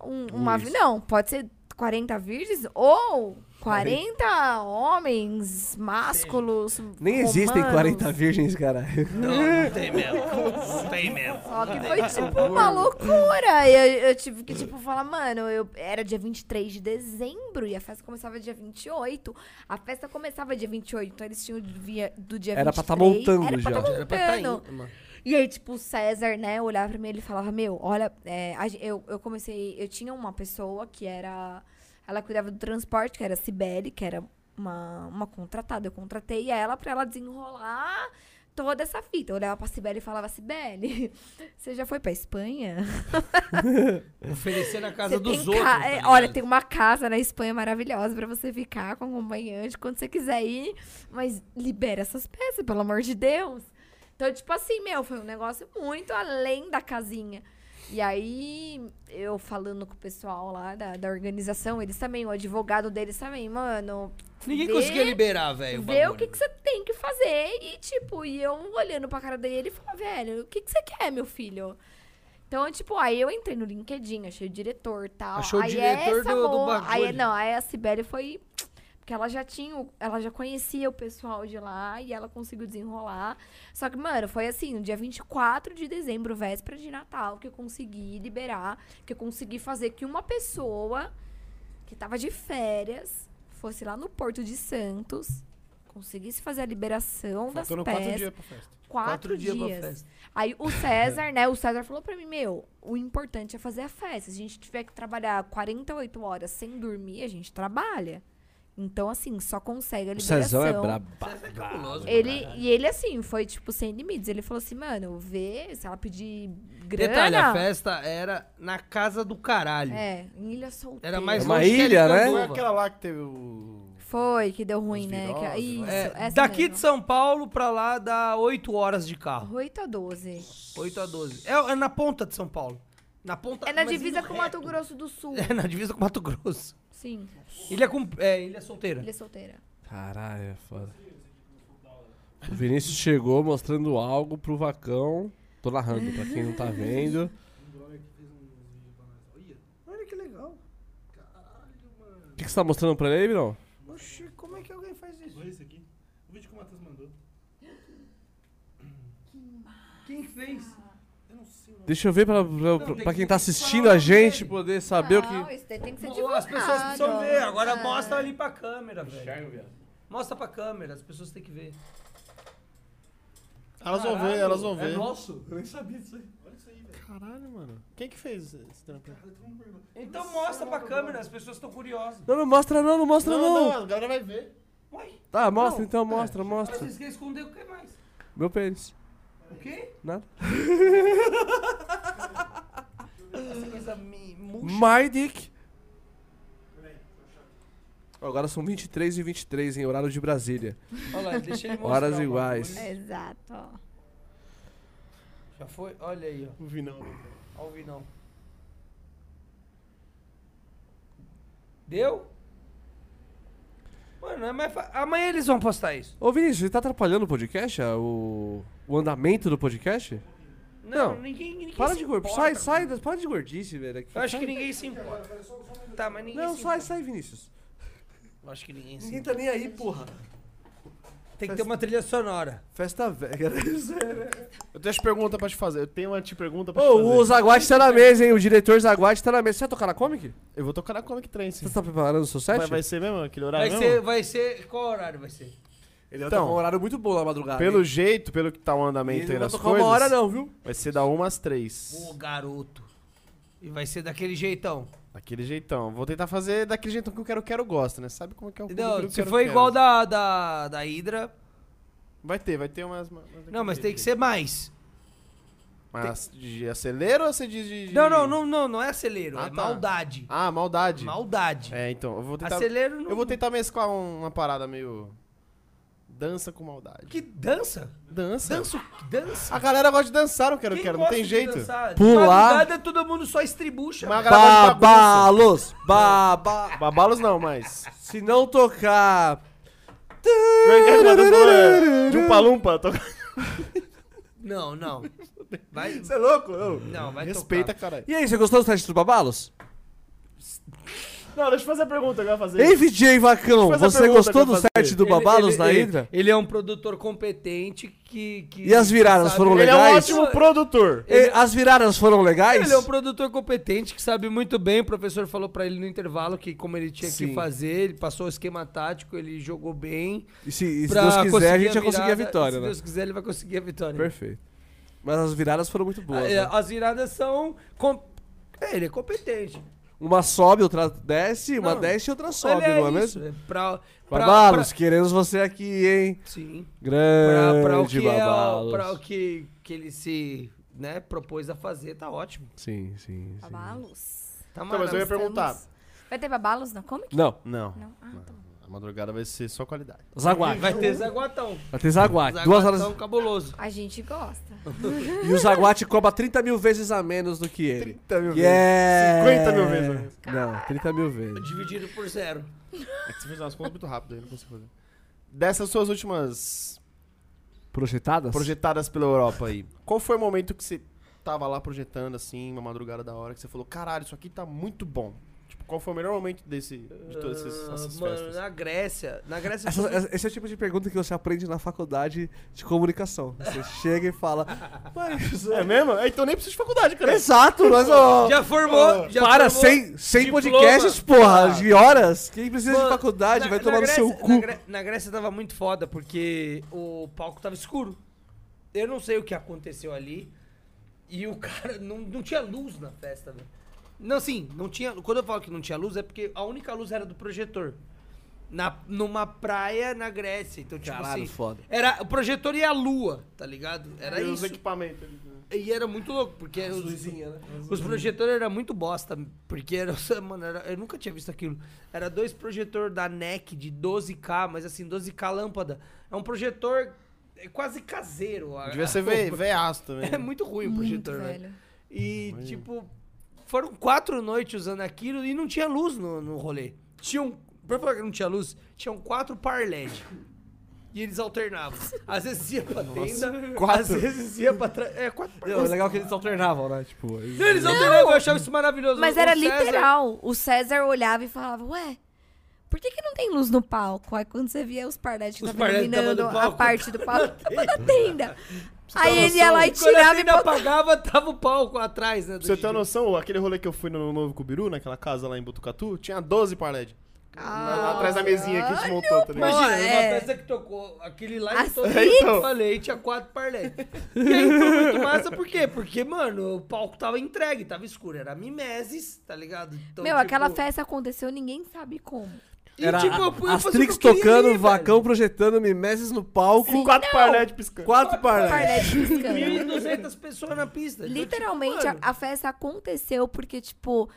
Speaker 4: Um- uma, vi- não, pode ser 40 virgens ou 40 homens másculos.
Speaker 1: Nem existem
Speaker 4: romanos.
Speaker 1: 40 virgens, cara.
Speaker 5: Não, não tem mesmo. Não tem mesmo.
Speaker 4: Só que foi tipo uma loucura. E Eu, eu tive que, tipo, falar, mano, eu era dia 23 de dezembro e a festa começava dia 28. A festa começava dia 28, então eles tinham do dia, do dia
Speaker 1: Era
Speaker 4: 23.
Speaker 1: pra tá montando
Speaker 4: era
Speaker 1: já.
Speaker 4: pra tá montando.
Speaker 5: Era pra tá indo, mano.
Speaker 4: E aí, tipo, o César, né, olhava pra mim ele falava, meu, olha, é, a gen- eu, eu comecei, eu tinha uma pessoa que era, ela cuidava do transporte, que era a Cibele, que era uma, uma contratada, eu contratei ela pra ela desenrolar toda essa fita. Eu olhava pra Cibele e falava, Cibele, você já foi pra Espanha?
Speaker 5: Oferecer na casa
Speaker 4: Você
Speaker 5: dos
Speaker 4: tem
Speaker 5: outros.
Speaker 4: ca-
Speaker 5: tá
Speaker 4: é,
Speaker 5: ligado?
Speaker 4: olha, tem uma casa na Espanha maravilhosa pra você ficar com um acompanhante quando você quiser ir, mas libera essas peças, pelo amor de Deus. Então, tipo assim, meu, foi um negócio muito além da casinha. E aí, eu falando com o pessoal lá da, da organização, eles também, o advogado deles também, mano.
Speaker 5: Ninguém
Speaker 4: vê-
Speaker 5: conseguia liberar,
Speaker 4: Vê
Speaker 5: velho.
Speaker 4: o
Speaker 5: bagulho.
Speaker 4: que, que você tem que fazer. E, tipo, e eu olhando pra cara dele e falar, velho, o que, que você quer, meu filho? Então, tipo, aí eu entrei no LinkedIn, achei o diretor e tal.
Speaker 5: Achou o
Speaker 4: aí
Speaker 5: diretor
Speaker 4: essa
Speaker 5: do- do
Speaker 4: mo- Aí,
Speaker 5: bagulho.
Speaker 4: não, aí a Sibeli foi. Porque ela já tinha. o- Ela já conhecia o pessoal de lá e ela conseguiu desenrolar. Só que, mano, foi assim, no dia 24 de dezembro, véspera de Natal, que eu consegui liberar, que eu consegui fazer que uma pessoa que tava de férias fosse lá no Porto de Santos, conseguisse fazer a liberação
Speaker 9: Faltando
Speaker 4: das peças.
Speaker 9: quatro dias pra festa.
Speaker 4: Quatro
Speaker 5: Quatro dias pra festa.
Speaker 4: Aí o César, né? O César falou pra mim, meu, o importante é fazer a festa. Se a gente tiver que trabalhar 48 horas sem dormir, a gente trabalha. Então, assim, só consegue a
Speaker 1: O
Speaker 4: liberação.
Speaker 1: Cezão é brabo.
Speaker 5: César é cabuloso,
Speaker 4: Ele, e ele, assim, foi, tipo, sem limites. Ele falou assim, mano, vê se ela pedir grana...
Speaker 5: Detalhe, a festa era na casa do caralho.
Speaker 4: É, em Ilha Solteira.
Speaker 5: Era mais
Speaker 1: É uma
Speaker 5: longe que
Speaker 1: ilha, né?
Speaker 5: Aricanduva.
Speaker 9: Foi aquela lá que teve o.
Speaker 4: Foi, que deu ruim,
Speaker 9: Os
Speaker 4: né? Que-
Speaker 9: viroses,
Speaker 4: isso,
Speaker 5: É,
Speaker 4: essa
Speaker 5: daqui
Speaker 4: mesmo.
Speaker 5: de São Paulo pra lá dá 8 horas de carro.
Speaker 4: 8 a 12.
Speaker 5: 8 a 12. É, é na ponta de São Paulo. Na ponta
Speaker 4: É na
Speaker 5: mas
Speaker 4: divisa
Speaker 5: indo
Speaker 4: com
Speaker 5: reto.
Speaker 4: Mato Grosso do Sul.
Speaker 5: É na divisa com Mato Grosso.
Speaker 4: Sim,
Speaker 5: Ilha, com, é, ilha solteira.
Speaker 4: Ilha Solteira.
Speaker 1: Caralho, é foda. O Vinícius chegou mostrando algo pro Vacão. Tô narrando, pra quem não tá vendo.
Speaker 5: Olha que legal.
Speaker 1: O que, que você tá mostrando pra ele, Birão?
Speaker 5: Oxi, como é que alguém faz isso?
Speaker 2: Olha isso aqui. O vídeo que o Matheus mandou.
Speaker 5: Quem fez?
Speaker 1: Deixa eu ver pra, pra, pra quem tá assistindo a gente poder saber o
Speaker 4: Ah, Não,
Speaker 1: Ah, que.
Speaker 4: isso daí tem que ser
Speaker 5: Pô,
Speaker 4: divulgado.
Speaker 5: As pessoas precisam ver. Agora
Speaker 4: Ah.
Speaker 5: mostra ali pra câmera, velho. Mostra pra câmera, as pessoas têm que ver.
Speaker 2: Elas vão ver, elas vão ver.
Speaker 5: É nosso? Eu nem sabia disso aí.
Speaker 2: Caralho, mano. Quem que fez esse trampo?
Speaker 5: Então mostra pra câmera, as pessoas estão curiosas.
Speaker 1: Não, não mostra não, não mostra não.
Speaker 2: a galera vai ver.
Speaker 5: Uai,
Speaker 1: Tá, mostra então, mostra, mostra.
Speaker 5: vocês querem esconder o que mais?
Speaker 1: Meu pênis.
Speaker 5: O quê?
Speaker 1: Nada.
Speaker 5: Essa coisa me murcha.
Speaker 1: My dick. Agora são 23 e 23 em horário de Brasília.
Speaker 5: Olha lá, deixa ele mostrar.
Speaker 1: Horas
Speaker 5: o bagulho. É.
Speaker 1: iguais.
Speaker 4: Exato, ó.
Speaker 5: Já foi? Olha aí, ó.
Speaker 2: O Vinão.
Speaker 5: Olha o Vinão. Deu? Mano, é mais fa... amanhã eles vão postar isso.
Speaker 1: Ô Vinícius, você tá atrapalhando o podcast? ah, O, o andamento do podcast?
Speaker 5: Não,
Speaker 1: Não.
Speaker 5: ninguém, ninguém
Speaker 1: Para
Speaker 5: se
Speaker 1: de gor...
Speaker 5: importa.
Speaker 1: Sai, sai, da- para de gordice, velho. É que-
Speaker 5: Eu acho que ninguém se importa. Tá, mas ninguém
Speaker 1: Não,
Speaker 5: se
Speaker 1: sai,
Speaker 5: importa.
Speaker 1: sai, Vinícius.
Speaker 5: Eu acho que ninguém se
Speaker 1: Ninguém
Speaker 5: importa.
Speaker 1: tá nem aí, porra.
Speaker 5: Tem que ter uma trilha sonora.
Speaker 1: Festa velha.
Speaker 2: Eu tenho as perguntas pra te fazer. Eu tenho uma te pergunta pra te
Speaker 1: Ô, o
Speaker 2: fazer.
Speaker 1: Zaguate tá na mesa, hein? O diretor Zaguate tá na mesa. Você vai tocar na Comic?
Speaker 2: Eu vou tocar na Comic Trance.
Speaker 1: Você tá preparando o seu set?
Speaker 2: Vai, vai ser mesmo aquele horário
Speaker 5: Vai
Speaker 2: mesmo?
Speaker 5: ser, vai ser... Qual horário vai ser?
Speaker 1: Ele vai
Speaker 11: Então,
Speaker 1: tocar um horário muito bom na madrugada.
Speaker 11: Pelo
Speaker 1: hein?
Speaker 11: jeito, pelo que tá o
Speaker 1: E ele
Speaker 11: andamento aí
Speaker 1: não vai
Speaker 11: das
Speaker 1: tocar
Speaker 11: coisas,
Speaker 1: uma hora não, viu?
Speaker 11: vai ser da 1 às 3.
Speaker 5: Ô, garoto. E vai ser daquele jeitão.
Speaker 11: Daquele jeitão. Vou tentar fazer daquele jeitão que o Quero Quero gosta, né? Sabe como é que é o público
Speaker 5: Entendeu?
Speaker 11: do
Speaker 5: Se
Speaker 11: Quero
Speaker 5: for
Speaker 11: Quero.
Speaker 5: igual da, da, da Hydra.
Speaker 11: Vai ter, vai ter umas... umas
Speaker 5: Não,
Speaker 11: daquele
Speaker 5: mas tem
Speaker 11: jeito.
Speaker 5: que ser mais.
Speaker 11: Mas de acelero ou você diz de... de-
Speaker 5: Não, não, não, não, não é acelero.
Speaker 11: Ah,
Speaker 5: é
Speaker 11: tá.
Speaker 5: maldade.
Speaker 11: Ah, maldade.
Speaker 5: Maldade.
Speaker 11: É, então, eu vou tentar...
Speaker 5: Acelero não.
Speaker 11: Eu vou tentar mesclar um- uma parada meio... Dança com maldade.
Speaker 5: Que dança?
Speaker 11: dança?
Speaker 5: Dança, o- dança.
Speaker 11: A galera gosta de dançar, eu quero,
Speaker 5: Quem
Speaker 11: quero, Ah, não
Speaker 5: gosta
Speaker 11: tem
Speaker 5: de
Speaker 11: jeito.
Speaker 5: dançar? De
Speaker 1: Pular.
Speaker 5: madrugada, é todo mundo só estribucha.
Speaker 11: Mas a galera gosta de
Speaker 1: Babalos!
Speaker 11: bagunça.
Speaker 1: Baba...
Speaker 11: Babalos não, mas.
Speaker 1: Se não tocar...
Speaker 5: é um
Speaker 11: Jumpa-lumpa, toca.
Speaker 5: Não, não. Vai,
Speaker 11: Você é louco? Não.
Speaker 5: não, vai
Speaker 11: Respeita, caralho.
Speaker 1: E aí, você gostou dos testes do Babalos?
Speaker 7: Não, deixa eu fazer a pergunta que eu ia fazer.
Speaker 11: É
Speaker 1: Ei, VJ Vacão,
Speaker 11: Deixa eu fazer a
Speaker 1: você
Speaker 11: pergunta
Speaker 1: gostou
Speaker 11: que eu
Speaker 1: do
Speaker 11: vou fazer.
Speaker 1: set do
Speaker 5: Ele-
Speaker 1: Babalos
Speaker 5: ele-
Speaker 1: na
Speaker 5: ele-
Speaker 1: Hydra?
Speaker 5: Ele é um produtor competente que. que
Speaker 1: E as viradas
Speaker 5: sabe-
Speaker 1: foram
Speaker 11: Ele é um
Speaker 1: legais?
Speaker 11: ótimo produtor.
Speaker 1: E As viradas foram legais?
Speaker 5: é um Ele é um produtor competente que sabe muito bem. O professor falou pra ele no intervalo que, como ele tinha que
Speaker 1: Sim.
Speaker 5: fazer, ele passou o esquema tático, ele jogou bem.
Speaker 1: E se, e se
Speaker 5: pra
Speaker 1: Deus quiser, a gente
Speaker 5: conseguir
Speaker 1: ia conseguir a
Speaker 5: virada.
Speaker 1: vitória,
Speaker 5: Se
Speaker 1: né?
Speaker 5: Deus quiser, ele vai conseguir a vitória.
Speaker 1: Perfeito. Mas as viradas foram muito boas.
Speaker 5: É,
Speaker 1: né?
Speaker 5: As viradas são. com- É, ele é competente.
Speaker 1: Uma sobe, outra desce, uma
Speaker 5: Não.
Speaker 1: desce e outra sobe,
Speaker 5: Ele é
Speaker 1: não é
Speaker 5: isso,
Speaker 1: mesmo?
Speaker 5: é Pra, pra,
Speaker 1: Babalos,
Speaker 5: pra-
Speaker 1: queremos você aqui, hein?
Speaker 5: sim.
Speaker 1: Grande
Speaker 5: Pra, pra o que, é, o-
Speaker 1: Babalos.
Speaker 5: pra o que, que ele se né, propôs a fazer, tá ótimo.
Speaker 1: Sim, sim, sim.
Speaker 4: Babalos?
Speaker 5: Tá
Speaker 11: Então, mas eu ia
Speaker 5: maravilhoso.
Speaker 11: perguntar.
Speaker 4: Vai ter babalos na Comic?
Speaker 1: Não,
Speaker 11: Não.
Speaker 4: Não. Ah, tá bom.
Speaker 11: A madrugada vai ser só qualidade.
Speaker 1: Zaguate.
Speaker 11: um
Speaker 5: Vai ter Zaguatão.
Speaker 1: Vai ter Zaguate. Duas horas.
Speaker 5: Zaguatão cabuloso.
Speaker 4: A gente gosta.
Speaker 1: E o Zaguate cobra 30 mil vezes a menos do que ele.
Speaker 11: 30 mil
Speaker 1: Que é...
Speaker 11: 50 mil vezes a menos.
Speaker 5: né?
Speaker 1: Não, 30 mil vezes.
Speaker 5: Dividido por zero.
Speaker 11: É que você fez umas contas muito rápido aí, não consigo fazer. Dessas suas últimas
Speaker 1: Projetadas?
Speaker 11: projetadas pela Europa aí, qual foi o momento que você tava lá projetando, assim, uma madrugada da hora, que você falou, caralho, isso aqui tá muito bom? Tipo, qual foi o melhor momento desse, de todas essas,
Speaker 5: Ah,
Speaker 11: essas
Speaker 5: mano,
Speaker 11: festas?
Speaker 5: na Grécia. Na Grécia.
Speaker 1: Essa-
Speaker 5: foi-
Speaker 1: essa- esse é o tipo de pergunta que você aprende na faculdade de comunicação. Você chega e fala. Mas,
Speaker 11: É mesmo? É, Então nem preciso de faculdade, cara.
Speaker 1: Exato, nós. ó,
Speaker 5: já formou. já
Speaker 1: para,
Speaker 5: formou.
Speaker 1: sem, sem
Speaker 5: diploma. Ah.
Speaker 1: podcasts, porra, de horas. Quem precisa
Speaker 5: Mano,
Speaker 1: de faculdade
Speaker 5: na-
Speaker 1: vai
Speaker 5: na
Speaker 1: tomar no
Speaker 5: Grécia-
Speaker 1: seu
Speaker 5: Na,
Speaker 1: cu.
Speaker 5: Gré- na Grécia tava muito foda, porque o palco tava escuro. Eu não sei o que aconteceu ali. E o cara não, não tinha luz na festa, velho. Não, assim, não tinha. Quando eu falo que não tinha luz, é porque a única luz era do projetor. Na, numa praia na Grécia. Então, tipo
Speaker 1: Caralho,
Speaker 5: assim.
Speaker 1: foda.
Speaker 5: Era o projetor e a lua, tá ligado? Era
Speaker 11: E os
Speaker 5: isso.
Speaker 11: equipamentos. ali, né?
Speaker 5: E era muito louco, porque os, os projetores eram muito bosta, porque era, mano, era- eu nunca tinha visto aquilo. Era dois projetor da NEC de 12K, mas assim, 12K lâmpada. É um projetor é quase caseiro. a-
Speaker 11: É, Devia
Speaker 5: a-
Speaker 11: ser ve veiaço também.
Speaker 5: É muito ruim o
Speaker 4: Muito
Speaker 5: projetor, velho.
Speaker 4: velho.
Speaker 5: E, tipo, foram quatro noites usando aquilo e não tinha luz no, no rolê. Tinham, por falar que não tinha luz, tinham quatro par LED. E eles alternavam. Às vezes ia pra tenda, às vezes ia pra trás. É, quatro par
Speaker 1: Não, é legal que eles alternavam, né? Tipo, eles-
Speaker 5: Eles alternavam, eu achava isso maravilhoso.
Speaker 4: Mas
Speaker 5: O
Speaker 4: era
Speaker 5: César-
Speaker 4: literal. O César olhava e falava, ué, por que, que não tem luz no palco? Aí quando você via os parletes que
Speaker 5: Os
Speaker 4: estavam
Speaker 5: parletes tava
Speaker 4: iluminando
Speaker 5: no
Speaker 4: a
Speaker 5: palco,
Speaker 4: parte do palco, tava na tenda. Aí
Speaker 5: Tava
Speaker 4: ele ia
Speaker 5: só-
Speaker 4: lá e
Speaker 5: quando a
Speaker 4: tirava e
Speaker 5: tenda
Speaker 4: botava.
Speaker 5: apagava, tava o palco atrás, né? do
Speaker 11: Pra
Speaker 1: tá
Speaker 11: você ter uma
Speaker 5: DJ.
Speaker 11: noção, aquele rolê que eu fui no Novo Cubiru, naquela casa lá em Botucatu, tinha 12 par LED.
Speaker 4: Ah,
Speaker 11: atrás da mesinha que a gente montou, tá ligado?
Speaker 5: Imagina,
Speaker 4: Pô,
Speaker 5: uma
Speaker 4: é.
Speaker 5: festa que tocou aquele lá
Speaker 4: Assim?
Speaker 5: que todo
Speaker 11: É, então.
Speaker 5: mundo falei, tinha quatro parletes. E aí foi muito massa, por quê? Porque, mano, o palco tava entregue, tava escuro, era mimeses, tá ligado? Então,
Speaker 4: Meu,
Speaker 5: tipo,
Speaker 4: aquela festa aconteceu, ninguém sabe como.
Speaker 5: e,
Speaker 1: Era
Speaker 5: tipo, eu fui
Speaker 1: a-
Speaker 5: fazer o que
Speaker 1: Astrix
Speaker 5: eu queria
Speaker 1: tocando,
Speaker 5: ali,
Speaker 1: Vacão projetando, Mimeses no palco.
Speaker 11: Com quatro par LED piscando.
Speaker 1: Quatro parletes.
Speaker 4: Parlete
Speaker 5: velho.
Speaker 4: piscando.
Speaker 5: 1.200 pessoas na pista. Então,
Speaker 4: Literalmente, ah,
Speaker 5: tipo,
Speaker 4: a,
Speaker 5: mano,
Speaker 4: a festa aconteceu porque, tipo,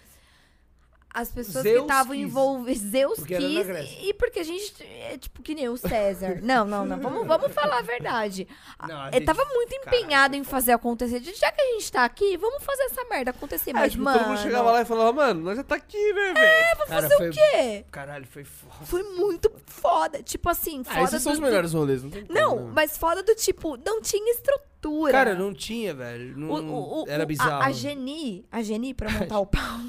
Speaker 4: as pessoas que
Speaker 5: Zeus
Speaker 4: estavam
Speaker 5: quis.
Speaker 4: envolvidas. Zeus
Speaker 5: Porque era na
Speaker 4: quis.
Speaker 5: Grécia.
Speaker 4: E porque a gente é tipo que nem o César. não, não, não. Vamos, vamos falar a verdade. A-
Speaker 5: Não, a
Speaker 4: Ele
Speaker 5: gente-
Speaker 4: tava muito
Speaker 5: Caralho,
Speaker 4: empenhado em fazer acontecer. Já que a gente tá aqui, vamos fazer essa merda acontecer.
Speaker 1: É,
Speaker 4: Mas,
Speaker 1: tipo,
Speaker 4: mano.
Speaker 1: todo mundo chegava lá e falava, mano, nós já tá aqui, né, velho?
Speaker 5: cara,
Speaker 4: fazer
Speaker 5: foi-
Speaker 4: o quê?
Speaker 5: Caralho, foi foda.
Speaker 4: é, Foi muito foda. Tipo assim, foda.
Speaker 11: Ah, esses são
Speaker 4: do-
Speaker 11: os melhores rolês, não tem
Speaker 4: Não,
Speaker 11: como, né?
Speaker 4: mas foda do tipo, não tinha estrutura.
Speaker 5: Cara, não tinha, velho. Não,
Speaker 4: O- o- o-
Speaker 5: era
Speaker 4: o-
Speaker 5: bizarro.
Speaker 4: A, a Geni, a Geni pra montar o pau.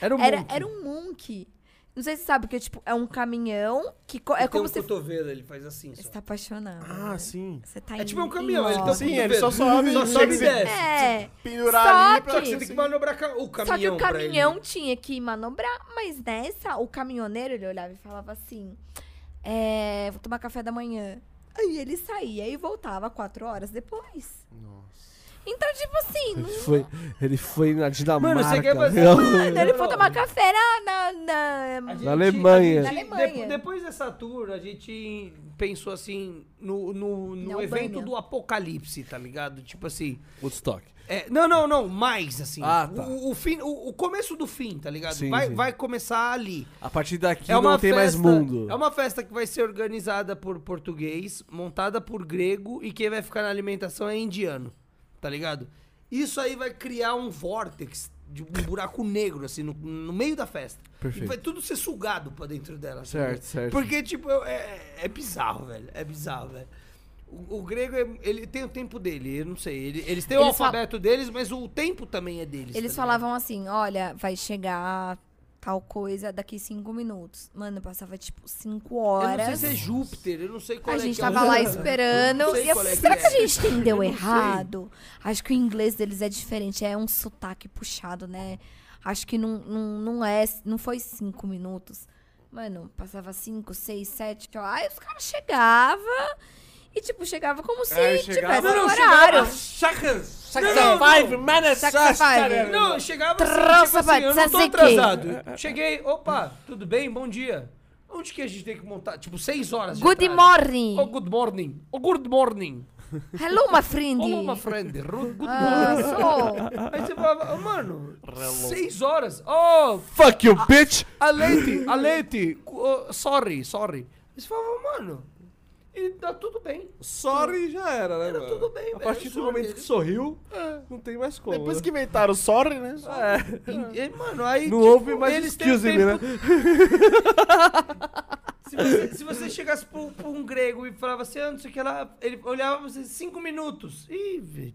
Speaker 5: era um
Speaker 4: Era,
Speaker 5: monte.
Speaker 4: era um monk. Não sei se você sabe, que tipo, é um caminhão que co-
Speaker 5: Ele
Speaker 4: é
Speaker 5: tem
Speaker 4: como
Speaker 5: um
Speaker 4: se.
Speaker 5: cotovelo, ele faz assim
Speaker 4: Você
Speaker 5: só.
Speaker 4: tá apaixonado.
Speaker 11: Ah, sim.
Speaker 4: Você tá
Speaker 5: É tipo
Speaker 4: em-
Speaker 5: um caminhão,
Speaker 4: em
Speaker 5: ele tem
Speaker 4: obra.
Speaker 5: um
Speaker 11: Sim, ele só
Speaker 5: cotovelo.
Speaker 11: sobe
Speaker 5: Só
Speaker 11: e
Speaker 5: sobe
Speaker 11: chega
Speaker 5: e
Speaker 11: e se
Speaker 5: desce.
Speaker 4: É.
Speaker 11: pendurar
Speaker 4: Só
Speaker 11: ali.
Speaker 5: Só
Speaker 11: Pra...
Speaker 5: que você tem que manobrar ca- o caminhão
Speaker 4: Só que o
Speaker 5: pra ele. né?
Speaker 4: caminhão tinha que manobrar, mas nessa, o caminhoneiro ele olhava e falava assim: é, vou tomar café da manhã. Aí ele saía e voltava quatro horas depois. Então, tipo assim,
Speaker 10: Ele
Speaker 4: não-
Speaker 10: foi, ele foi na
Speaker 1: Tá
Speaker 10: Dinamarca.
Speaker 5: Mano, você
Speaker 1: é
Speaker 5: quer fazer-
Speaker 1: né?
Speaker 4: mano, né? ele foi tomar café na. na,
Speaker 5: A
Speaker 4: na-
Speaker 5: gente-
Speaker 10: Na Alemanha.
Speaker 4: Na Alemanha.
Speaker 5: depo- depois dessa tour, a gente pensou assim no, no, no
Speaker 4: Na
Speaker 5: evento
Speaker 4: Albânia.
Speaker 5: do apocalipse, tá ligado? Tipo assim.
Speaker 1: Woodstock.
Speaker 5: é, não, não, não, mais assim.
Speaker 1: Ah, tá.
Speaker 5: o, o fim, o, o começo do fim, tá ligado?
Speaker 10: Sim,
Speaker 5: vai,
Speaker 10: sim.
Speaker 5: vai começar ali.
Speaker 1: A partir daqui
Speaker 5: é uma
Speaker 1: não tem mais
Speaker 5: festa,
Speaker 1: mundo.
Speaker 5: É uma festa que vai ser organizada por português, montada por grego e quem vai ficar na alimentação é indiano, tá ligado? Isso aí vai criar um vórtex, de um buraco negro, assim, no, no meio da festa.
Speaker 1: Perfeito.
Speaker 5: E vai tudo ser sugado pra dentro dela. tá
Speaker 1: Certo,
Speaker 5: ligado?
Speaker 1: certo.
Speaker 5: Porque, tipo, eu- é, é bizarro, velho. É bizarro, velho. O, o grego, é- ele tem o tempo dele, eu não sei. ele- eles têm o
Speaker 4: Eles fal-
Speaker 5: alfabeto deles, mas o tempo também é deles.
Speaker 4: Eles
Speaker 5: tá ligado?
Speaker 4: falavam assim: olha, vai chegar tal coisa daqui cinco minutos. Mano, passava tipo cinco
Speaker 5: Eu não
Speaker 4: horas.
Speaker 5: sei se é Júpiter, eu não sei qual
Speaker 4: A
Speaker 5: é
Speaker 4: gente
Speaker 5: que é o-
Speaker 4: tava lá esperando.
Speaker 5: sei
Speaker 4: E eu
Speaker 5: qual é
Speaker 4: falei,
Speaker 5: que
Speaker 4: será que a
Speaker 5: é."
Speaker 4: gente entendeu errado? Acho que o inglês deles é diferente, é um sotaque puxado, né? Acho que não, não, não é, não foi cinco minutos. Mano, passava cinco, seis, sete, ó. Aí os caras chegavam e, tipo, chegava como se
Speaker 1: É, chegava-
Speaker 4: tivesse
Speaker 1: Não,
Speaker 4: um horário.
Speaker 5: Cara, Não, eu chegava
Speaker 4: Troça
Speaker 5: assim, tipo assim,
Speaker 4: pra
Speaker 5: eu não tô
Speaker 4: dizer que-
Speaker 5: atrasado. Cheguei, opa, tudo bem, bom dia. Onde que a gente tem que montar? Tipo, seis horas de
Speaker 4: Good
Speaker 5: atraso.
Speaker 4: morning.
Speaker 5: Oh, good morning. Oh, good morning.
Speaker 4: Hello, my friend.
Speaker 5: Olá, uma friend. Ru- Good
Speaker 4: Ah,
Speaker 5: morning.
Speaker 4: sou.
Speaker 5: Aí você falava, oh, mano, seis horas. Oh,
Speaker 1: Fuck you, bitch!
Speaker 5: a leite, a leite. Oh, sorry, sorry. Aí você falava, mano, e tá tudo bem. tá
Speaker 1: Sorry já era, né, mano?
Speaker 5: tudo bem,
Speaker 1: A
Speaker 5: velho,
Speaker 1: partir do
Speaker 5: sorry.
Speaker 1: momento que sorriu, não tem mais como. né?
Speaker 11: Depois que inventaram o sorry, né?
Speaker 5: É, E- e, mano, aí,
Speaker 1: Não
Speaker 5: tipo,
Speaker 1: houve mais
Speaker 5: eles têm o
Speaker 1: excuse me,
Speaker 5: tempo
Speaker 1: né?
Speaker 5: Se você, se você chegasse pro, pro um grego e falava assim, ah, não sei o que lá, ele olhava pra você cinco minutos. E, vi-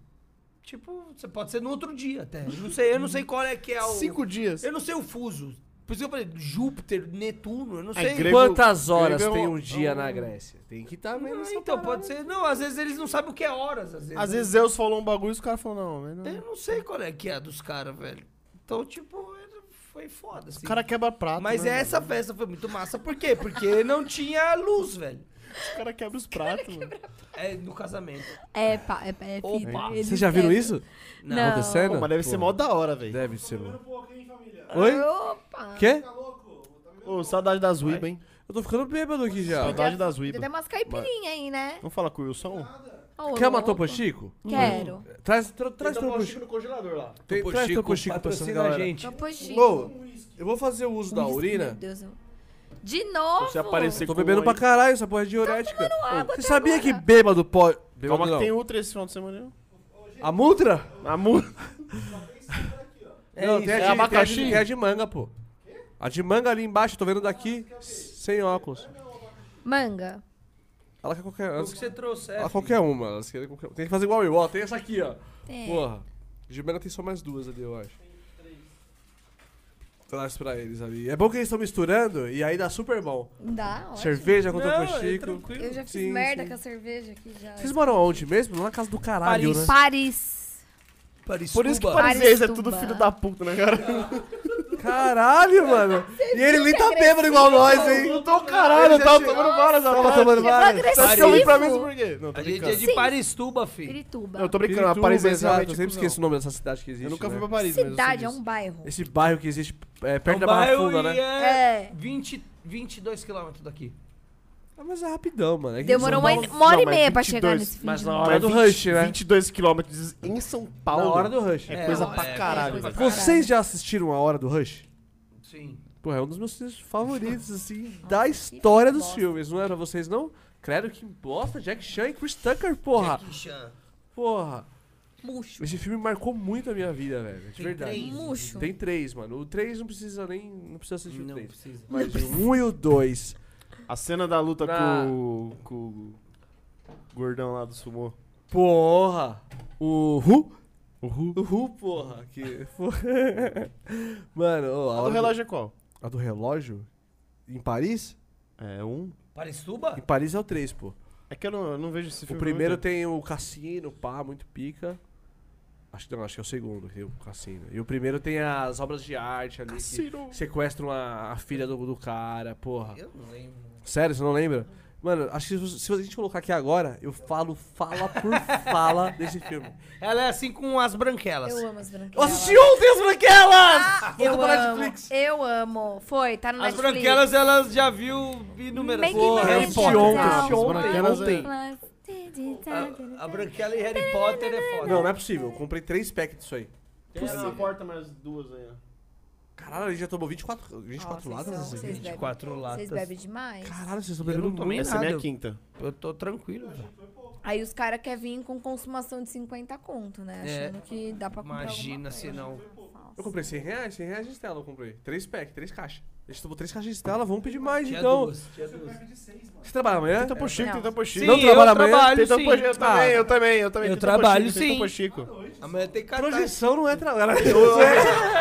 Speaker 5: tipo, você pode ser no outro dia até. Eu não sei, eu não sei qual é que é o.
Speaker 11: Cinco dias.
Speaker 5: Eu não sei o fuso. Por isso que eu falei, Júpiter, Netuno, eu não sei.
Speaker 11: É grego-
Speaker 1: Quantas horas
Speaker 11: grego é
Speaker 1: tem
Speaker 11: um-
Speaker 1: um dia na Grécia? Tem que estar tá vendo
Speaker 5: Não,
Speaker 1: essa
Speaker 5: então,
Speaker 1: parada.
Speaker 5: pode ser. Não, às vezes eles não sabem o que é horas, às vezes.
Speaker 11: Às vezes Zeus falou um bagulho e os caras falaram, não,
Speaker 5: Eu
Speaker 11: não.
Speaker 5: não sei qual é que é a dos caras, velho. Então, tipo, era- foi foda, assim.
Speaker 11: O cara quebra prato.
Speaker 5: Mas
Speaker 11: né,
Speaker 5: essa festa foi muito massa. Por quê? Porque não tinha luz, velho.
Speaker 11: mano? O cara quebra os pratos, mano.
Speaker 5: É, no casamento.
Speaker 4: É, pá, é, é fita.
Speaker 5: Opa.
Speaker 4: Eles
Speaker 1: Vocês já viram
Speaker 4: quebram.
Speaker 1: isso?
Speaker 5: Não.
Speaker 1: Acontecendo?
Speaker 11: Pô, mas deve ser mó da hora, velho.
Speaker 1: Deve ser, mano. Oi?
Speaker 4: Opa.
Speaker 1: Quê?
Speaker 11: Ô, saudade das Weeb, hein?
Speaker 1: Eu tô ficando bêbado aqui já.
Speaker 11: Saudade das Weeb.
Speaker 4: Deu umas caipirinhas aí, né?
Speaker 11: Vamos falar com o Wilson?
Speaker 4: Ô,
Speaker 1: Quer uma Hum.
Speaker 4: louco.
Speaker 1: topa chico?
Speaker 4: Quero.
Speaker 1: Traz, tra, traz topa
Speaker 7: Poxa,
Speaker 1: chico.
Speaker 7: no congelador lá.
Speaker 1: Tem-
Speaker 5: Topo
Speaker 1: Traz
Speaker 5: Chico,
Speaker 1: topa chico pra essa
Speaker 5: patrocina a
Speaker 1: galera.
Speaker 5: gente.
Speaker 4: Topa chico.
Speaker 1: Ô, eu vou fazer o uso da
Speaker 4: Whisky,
Speaker 1: urina.
Speaker 4: Meu Deus. eu- De novo?
Speaker 11: Se aparecer
Speaker 1: Tô
Speaker 11: com
Speaker 1: bebendo
Speaker 11: um
Speaker 1: pra
Speaker 11: aí.
Speaker 1: caralho essa porra é diurética.
Speaker 4: água tá
Speaker 1: Você
Speaker 4: até
Speaker 1: sabia que
Speaker 4: agora.
Speaker 1: bêbado pode. Bêbado
Speaker 11: Calma é que
Speaker 1: não.
Speaker 11: tem Ultra esse final de semana, né?
Speaker 1: A Mutra?
Speaker 11: A mu...
Speaker 5: É
Speaker 1: não,
Speaker 5: isso.
Speaker 1: tem a de, tem a de-
Speaker 11: é abacaxi?
Speaker 1: Tem a de, manga, pô. A de manga ali embaixo, tô vendo daqui, sem óculos.
Speaker 4: Manga.
Speaker 1: Ela quer qualquer.
Speaker 5: O
Speaker 1: Ela,
Speaker 5: que você trouxe, é,
Speaker 1: ela qualquer uma. Elas querem qualquer- Tem que fazer igual eu, ó. Tem essa aqui, ó.
Speaker 4: Tem.
Speaker 1: Porra. De manga tem só mais duas ali, eu acho. Traz pra eles ali. É bom que eles estão misturando e aí dá super bom.
Speaker 4: Dá, ótimo.
Speaker 1: Cerveja com
Speaker 5: Não,
Speaker 1: topo
Speaker 5: é
Speaker 1: chico.
Speaker 5: tranquilo.
Speaker 4: Eu já fiz
Speaker 1: Sim,
Speaker 4: merda
Speaker 1: sim.
Speaker 4: com a cerveja aqui já.
Speaker 1: Vocês moram onde mesmo? Na casa do caralho,
Speaker 5: Paris.
Speaker 1: né?
Speaker 4: Paris.
Speaker 11: Por isso que
Speaker 5: Cuba.
Speaker 11: parece é
Speaker 4: Paris,
Speaker 11: tudo
Speaker 4: Cuba.
Speaker 11: filho da puta, né, cara?
Speaker 1: Caralho, mano. E ele nem tá bêbado igual nós, hein?
Speaker 11: Não tô Então, caralho, eu tava tomando várias
Speaker 1: Tava
Speaker 11: atrás.
Speaker 1: tomando
Speaker 4: Eu tô
Speaker 1: várias.
Speaker 11: Você acha que eu vim pra mim
Speaker 4: É agressivo.
Speaker 11: por quê? Não, tô
Speaker 5: A gente
Speaker 11: brincando.
Speaker 5: é de
Speaker 4: Sim.
Speaker 5: Paristuba, filho.
Speaker 4: Pirituba.
Speaker 11: Não, eu tô brincando,
Speaker 1: Pirituba,
Speaker 11: a Paris é
Speaker 1: exato,
Speaker 11: realmente
Speaker 1: Eu sempre
Speaker 11: tipo, não.
Speaker 1: esqueço o nome dessa cidade que existe.
Speaker 11: Eu nunca
Speaker 1: né?
Speaker 11: fui pra Paris, mas
Speaker 4: Cidade, é
Speaker 11: eu sei
Speaker 4: um bairro.
Speaker 1: Esse bairro que existe é, perto
Speaker 5: É
Speaker 1: da
Speaker 5: um
Speaker 1: Barra
Speaker 5: bairro
Speaker 1: Funda, né?
Speaker 5: e é
Speaker 4: É.
Speaker 5: 20, 22 quilômetros daqui.
Speaker 1: Ah, mas é rapidão, mano. É que
Speaker 4: Demorou
Speaker 1: São
Speaker 4: uma,
Speaker 1: Paulo-
Speaker 4: uma hora
Speaker 11: Não,
Speaker 4: e
Speaker 11: mas
Speaker 4: meia pra
Speaker 11: 22,
Speaker 4: chegar nesse fim
Speaker 1: mas
Speaker 4: de
Speaker 1: na
Speaker 4: noite.
Speaker 1: hora
Speaker 11: disso.
Speaker 1: do
Speaker 11: Mas
Speaker 1: rush, né?
Speaker 11: 22 quilômetros em São Paulo.
Speaker 1: Na hora do rush.
Speaker 11: É coisa
Speaker 5: É,
Speaker 11: pra
Speaker 5: é,
Speaker 11: caralho.
Speaker 5: coisa
Speaker 11: velho.
Speaker 5: pra
Speaker 1: Vocês já assistiram A Hora do Rush?
Speaker 5: Sim.
Speaker 1: Porra, é um dos meus filmes favoritos, assim, da história dos
Speaker 4: bosta.
Speaker 1: filmes. Não é pra vocês, não? Credo que bosta. Jack Chan e Chris Tucker, porra.
Speaker 5: Jackie Chan.
Speaker 1: Porra.
Speaker 4: Murcho.
Speaker 1: Esse filme marcou muito a minha vida, velho. De
Speaker 5: Tem
Speaker 1: verdade.
Speaker 5: três.
Speaker 4: Murcho.
Speaker 1: Tem três, mano. O três não precisa nem. Não precisa assistir o
Speaker 5: Não
Speaker 1: três.
Speaker 5: precisa.
Speaker 1: Mas o um e o dois.
Speaker 11: A cena da luta
Speaker 1: Na-
Speaker 11: com, o- com o gordão lá do sumô.
Speaker 1: Porra! O Ru? O Ru? O Ru, porra. Que... Mano, ô, a,
Speaker 11: O
Speaker 1: hora
Speaker 11: relógio é qual?
Speaker 1: do... a do relógio? Em Paris?
Speaker 11: É um...
Speaker 1: Em
Speaker 5: Paristuba?
Speaker 1: Paris é o 3, pô.
Speaker 11: É que eu não, eu não vejo esse
Speaker 1: O
Speaker 11: filme. há muito
Speaker 1: primeiro
Speaker 11: tempo.
Speaker 1: tem o cassino, pá, muito pica. Acho que não, acho que é o segundo, que tem o cassino. E o primeiro tem as obras de arte ali. Que sequestram a, a filha do, do cara, porra.
Speaker 5: Eu não lembro.
Speaker 1: Sério, você não lembra? Mano, acho que se, você- se a gente colocar aqui agora, eu falo fala por fala desse filme.
Speaker 5: Ela é assim com as branquelas.
Speaker 4: Eu amo as branquelas.
Speaker 1: Eu assisti ontem as branquelas!
Speaker 4: Eu
Speaker 1: Voltou pra
Speaker 4: amo,
Speaker 1: Netflix.
Speaker 4: Eu amo. Foi, tá no
Speaker 5: As
Speaker 4: Netflix.
Speaker 5: branquelas, elas já viu inúmeras
Speaker 4: Make
Speaker 5: vezes.
Speaker 4: Harry
Speaker 1: Potter.
Speaker 4: Potter.
Speaker 1: Ontem,
Speaker 4: Não.
Speaker 1: ontem, Branquelas ontem.
Speaker 5: A, a branquela e Harry Potter é foda.
Speaker 1: Não, não é possível. Eu comprei três packs disso aí.
Speaker 7: Tem ela na porta mais duas aí, ó.
Speaker 1: Caralho, a gente já tomou 24, 24
Speaker 4: Ó,
Speaker 1: latas?
Speaker 4: são-
Speaker 1: assim?
Speaker 4: vocês bebem-
Speaker 5: 24
Speaker 4: Vocês
Speaker 5: latas.
Speaker 4: bebem demais.
Speaker 1: Caralho, vocês um estão
Speaker 5: é um Eu
Speaker 1: bebendo
Speaker 5: não tomei
Speaker 1: muito.
Speaker 11: Essa é minha
Speaker 5: nada.
Speaker 11: quinta.
Speaker 5: Eu tô tranquilo, velho.
Speaker 4: Aí os caras querem vir com consumação de 50 conto, né?
Speaker 5: É.
Speaker 4: Achando que dá pra comprar
Speaker 5: Imagina
Speaker 4: alguma
Speaker 5: se
Speaker 4: coisa.
Speaker 5: não.
Speaker 1: Eu comprei 100 reais, 100 reais de Estela eu comprei. Três packs, três caixas. A gente tomou três caixas de Estela, vamos pedir mais
Speaker 5: Tinha
Speaker 1: então.
Speaker 5: é duas, tinha duas.
Speaker 1: Você trabalha amanhã?
Speaker 7: É,
Speaker 11: Topo Chico,
Speaker 4: Não.
Speaker 11: tem Topo Chico.
Speaker 5: Sim,
Speaker 1: Não
Speaker 5: eu
Speaker 1: trabalha amanhã?
Speaker 5: trabalho,
Speaker 11: Tem
Speaker 5: sim. Tá.
Speaker 11: Topo Chico, eu também, eu também, eu também.
Speaker 5: Eu
Speaker 11: Tem Topo
Speaker 5: trabalho,
Speaker 11: Chico, tem
Speaker 5: sim.
Speaker 11: Topo Chico.
Speaker 5: Amanhã tem
Speaker 11: tá,
Speaker 5: cartaz.
Speaker 1: Projeção não é trabalho.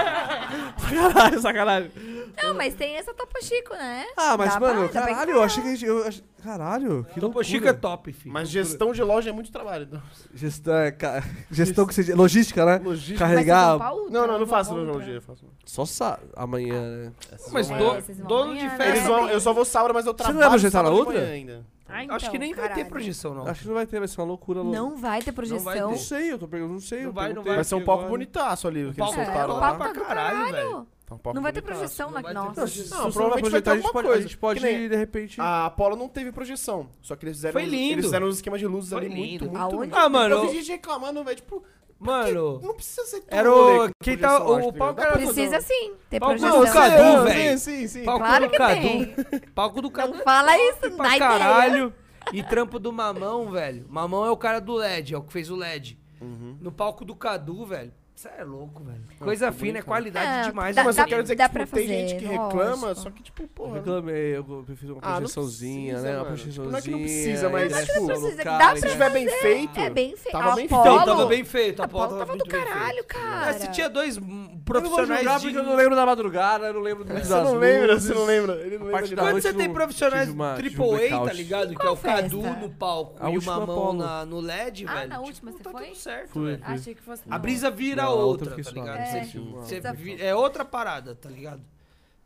Speaker 1: sacanagem, sacanagem.
Speaker 5: assim,
Speaker 4: Não, mas tem essa Topo Chico, né?
Speaker 11: tá
Speaker 1: Ah, mas
Speaker 4: Dá pra-
Speaker 1: mano,
Speaker 4: dá pra
Speaker 1: caralho, eu
Speaker 4: encarar.
Speaker 1: achei que a gente. eu ach- Caralho, que
Speaker 5: Topo
Speaker 1: loucura.
Speaker 5: Chico é top, filho.
Speaker 11: Mas gestão de loja é muito trabalho. então.
Speaker 1: Gestão, é ca- gestão que seja. Logística, né?
Speaker 11: Logística.
Speaker 4: Mas vocês vão
Speaker 11: um
Speaker 1: Carregar.
Speaker 4: pra outra,
Speaker 11: Não, não,
Speaker 4: vão
Speaker 11: não faço
Speaker 4: pra outra.
Speaker 11: no dia, faço. não.
Speaker 1: Só sa... amanhã, né?
Speaker 5: Mas
Speaker 4: É,
Speaker 5: do-
Speaker 4: vocês vão
Speaker 5: dono de
Speaker 4: ganhar, né?
Speaker 5: festa.
Speaker 11: Eles vão, eu só vou sábado, mas eu
Speaker 1: Você não
Speaker 11: trabalho.
Speaker 1: vai projetar na
Speaker 11: sábado de
Speaker 1: outra?
Speaker 11: manhã ainda.
Speaker 4: Ah,
Speaker 5: Acho que
Speaker 4: então,
Speaker 5: nem vai ter
Speaker 4: caralho.
Speaker 5: projeção, não.
Speaker 1: Acho que não vai ter, vai ser uma loucura. lou-
Speaker 4: Não vai ter projeção.
Speaker 5: vai
Speaker 1: Não
Speaker 5: ter.
Speaker 1: sei, eu tô perguntando, não sei.
Speaker 5: Não
Speaker 1: eu
Speaker 5: vai, não
Speaker 1: perguntei.
Speaker 5: vai.
Speaker 11: Vai ser um palco
Speaker 5: agora.
Speaker 11: bonitaço ali, o que eles
Speaker 5: palco-
Speaker 11: soltaram
Speaker 4: é, o
Speaker 11: lá.
Speaker 4: palco tá do caralho, velho.
Speaker 11: Tá um palco
Speaker 4: Não vai ter
Speaker 11: bonitaço.
Speaker 4: projeção
Speaker 5: Não
Speaker 4: na
Speaker 5: vai ter
Speaker 4: nossa.
Speaker 1: Não,
Speaker 5: projeção.
Speaker 1: se,
Speaker 11: Não,
Speaker 1: não, se não vai
Speaker 11: provavelmente vai ter
Speaker 1: projetar, a gente
Speaker 11: alguma
Speaker 1: pode, a
Speaker 11: coisa,
Speaker 1: gente pode
Speaker 11: que nem- Ah,
Speaker 1: de repente.
Speaker 11: A Apollo não teve projeção. Só que eles fizeram.
Speaker 5: Foi lindo.
Speaker 11: Eles fizeram uns esquemas de luzes
Speaker 5: Foi
Speaker 11: ali muito,
Speaker 5: lindo.
Speaker 11: muito.
Speaker 4: Aonde?
Speaker 11: muito.
Speaker 5: Ah, mano,
Speaker 11: Eu vi
Speaker 5: eu-
Speaker 11: gente reclamando, velho. Tipo,
Speaker 5: Mano,
Speaker 11: não precisa ser tão
Speaker 5: era
Speaker 11: rolê
Speaker 5: o.
Speaker 11: com
Speaker 5: Quem
Speaker 11: projeção,
Speaker 5: tá.
Speaker 11: acho,
Speaker 5: O
Speaker 11: tá
Speaker 5: palco
Speaker 11: ligado?
Speaker 5: era.
Speaker 4: Precisa sim ter
Speaker 5: Palco
Speaker 4: projeção.
Speaker 5: não, cara.
Speaker 11: Sim,
Speaker 5: Cadu, velho.
Speaker 11: Sim, sim, sim.
Speaker 5: Palco
Speaker 4: Claro
Speaker 5: do
Speaker 4: que
Speaker 5: Cadu.
Speaker 4: tem.
Speaker 5: Palco do Cadu.
Speaker 4: Não fala isso,
Speaker 5: pra
Speaker 4: dá ideia.
Speaker 5: caralho. E trampo do Mamão, velho. Mamão é o cara do LED, é o que fez o LED.
Speaker 11: Uhum.
Speaker 5: No palco do Cadu, velho. Você é louco, velho. Coisa
Speaker 11: né?
Speaker 5: fina, é qualidade
Speaker 4: Ah,
Speaker 5: demais.
Speaker 4: dá-
Speaker 11: Mas
Speaker 5: mano.
Speaker 11: eu quero dizer que
Speaker 4: dá
Speaker 11: tipo,
Speaker 4: pra fazer,
Speaker 11: tem gente que reclama,
Speaker 4: lógico.
Speaker 11: só que, tipo,
Speaker 1: Eu
Speaker 11: porra.
Speaker 1: reclamei, eu prefiro uma
Speaker 11: Ah, não
Speaker 1: projeçãozinha,
Speaker 11: precisa,
Speaker 1: né? Uma
Speaker 11: mano.
Speaker 1: projeçãozinha.
Speaker 11: Tipo, não é que não precisa, mas,
Speaker 1: ingresso
Speaker 11: tipo,
Speaker 4: precisa, dá
Speaker 1: local,
Speaker 4: pra
Speaker 11: Se
Speaker 1: ingresso-
Speaker 11: tiver bem feito.
Speaker 4: É bem feio.
Speaker 11: Tava bem feito.
Speaker 5: Então,
Speaker 4: Apollo,
Speaker 5: tava bem feito. A
Speaker 1: Tá
Speaker 4: Apollo
Speaker 5: pauta
Speaker 4: tava do
Speaker 5: muito bem feita.
Speaker 4: caralho, cara.
Speaker 5: Mas se tinha dois hum,
Speaker 1: Eu não vou
Speaker 5: profissionais
Speaker 1: julgar
Speaker 5: de...
Speaker 1: porque eu não lembro da madrugada, eu não lembro do
Speaker 11: É, Você não lembra, você não lembra. Ele não lembra.
Speaker 1: parte
Speaker 11: de
Speaker 1: da
Speaker 5: Quando
Speaker 11: nada.
Speaker 1: noite
Speaker 5: você tem
Speaker 1: no-
Speaker 5: profissionais
Speaker 1: tive uma- tive um
Speaker 5: AAA, tá
Speaker 1: blackout.
Speaker 5: ligado? Que é
Speaker 4: Qual
Speaker 5: o Cadu
Speaker 4: festa?
Speaker 5: no palco
Speaker 1: A
Speaker 5: e o
Speaker 1: última
Speaker 5: Mamão
Speaker 1: Apollo.
Speaker 5: na, no LED,
Speaker 4: Ah,
Speaker 5: velho.
Speaker 4: na
Speaker 5: tipo,
Speaker 4: última você
Speaker 5: tá
Speaker 4: foi?
Speaker 5: tudo certo,
Speaker 1: Fui.
Speaker 5: velho.
Speaker 4: Achei que fosse.
Speaker 5: A brisa
Speaker 1: Não,
Speaker 5: vira
Speaker 1: a outra
Speaker 5: outra,
Speaker 1: fica
Speaker 5: tá
Speaker 1: suave.
Speaker 5: ligado?
Speaker 4: É.
Speaker 5: Você-
Speaker 1: Tive uma-
Speaker 5: Você
Speaker 4: Tá.
Speaker 5: vi- é outra parada, tá ligado?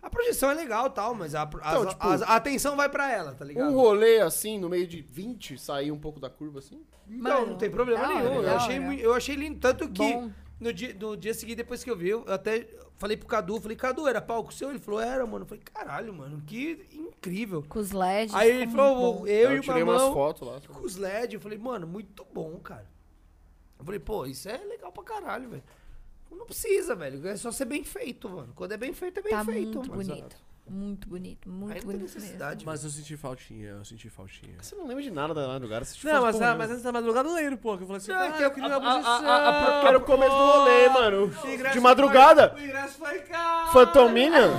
Speaker 5: A projeção é legal tal, mas a, as-
Speaker 11: Então, tipo,
Speaker 5: as- a atenção vai pra ela, tá ligado?
Speaker 11: Um rolê assim, no meio de 20, sair um pouco da curva assim.
Speaker 5: Não, não tem problema
Speaker 4: da hora,
Speaker 5: nenhum.
Speaker 4: da
Speaker 5: eu, achei,
Speaker 4: hora.
Speaker 5: mui- eu achei lindo. Tanto que
Speaker 4: Bom.
Speaker 5: no dia, no dia seguinte, depois que eu vi, eu até falei pro Cadu, falei, Cadu, era palco seu? Ele falou, era, mano. Eu falei, caralho, mano, que incrível.
Speaker 4: Com os LEDs.
Speaker 5: Aí ele
Speaker 4: ficou muito
Speaker 5: falou,
Speaker 4: bom.
Speaker 5: eu,
Speaker 11: Aí
Speaker 5: e
Speaker 11: eu
Speaker 5: o
Speaker 11: tirei
Speaker 5: Mamão
Speaker 11: umas fotos lá. tipo,
Speaker 5: com os LED. Eu falei, mano, muito bom, cara. Eu falei, pô, isso é legal pra caralho, velho. Não precisa, velho. É só ser bem feito, mano. Quando é bem feito, é bem
Speaker 4: Tá
Speaker 5: feito,
Speaker 4: muito
Speaker 5: mano.
Speaker 4: bonito. Muito bonito,
Speaker 5: Aí
Speaker 4: muito
Speaker 5: não tem
Speaker 4: bonito mesmo.
Speaker 5: necessidade.
Speaker 1: Mas eu senti faltinha, eu senti faltinha.
Speaker 11: Você não lembra de nada da madrugada. Você
Speaker 1: Não, mas, ah, mas antes da madrugada eu lembro, pô. que Eu falei assim,
Speaker 5: Não,
Speaker 1: ah,
Speaker 5: é que
Speaker 1: eu
Speaker 5: a-
Speaker 1: queria uma
Speaker 5: a- a-
Speaker 1: projeção.
Speaker 5: a- a- a-
Speaker 11: Era o começo do rolê, mano.
Speaker 1: ingresso
Speaker 11: De madrugada,
Speaker 1: O ingresso foi caro.
Speaker 11: Phantom Minion.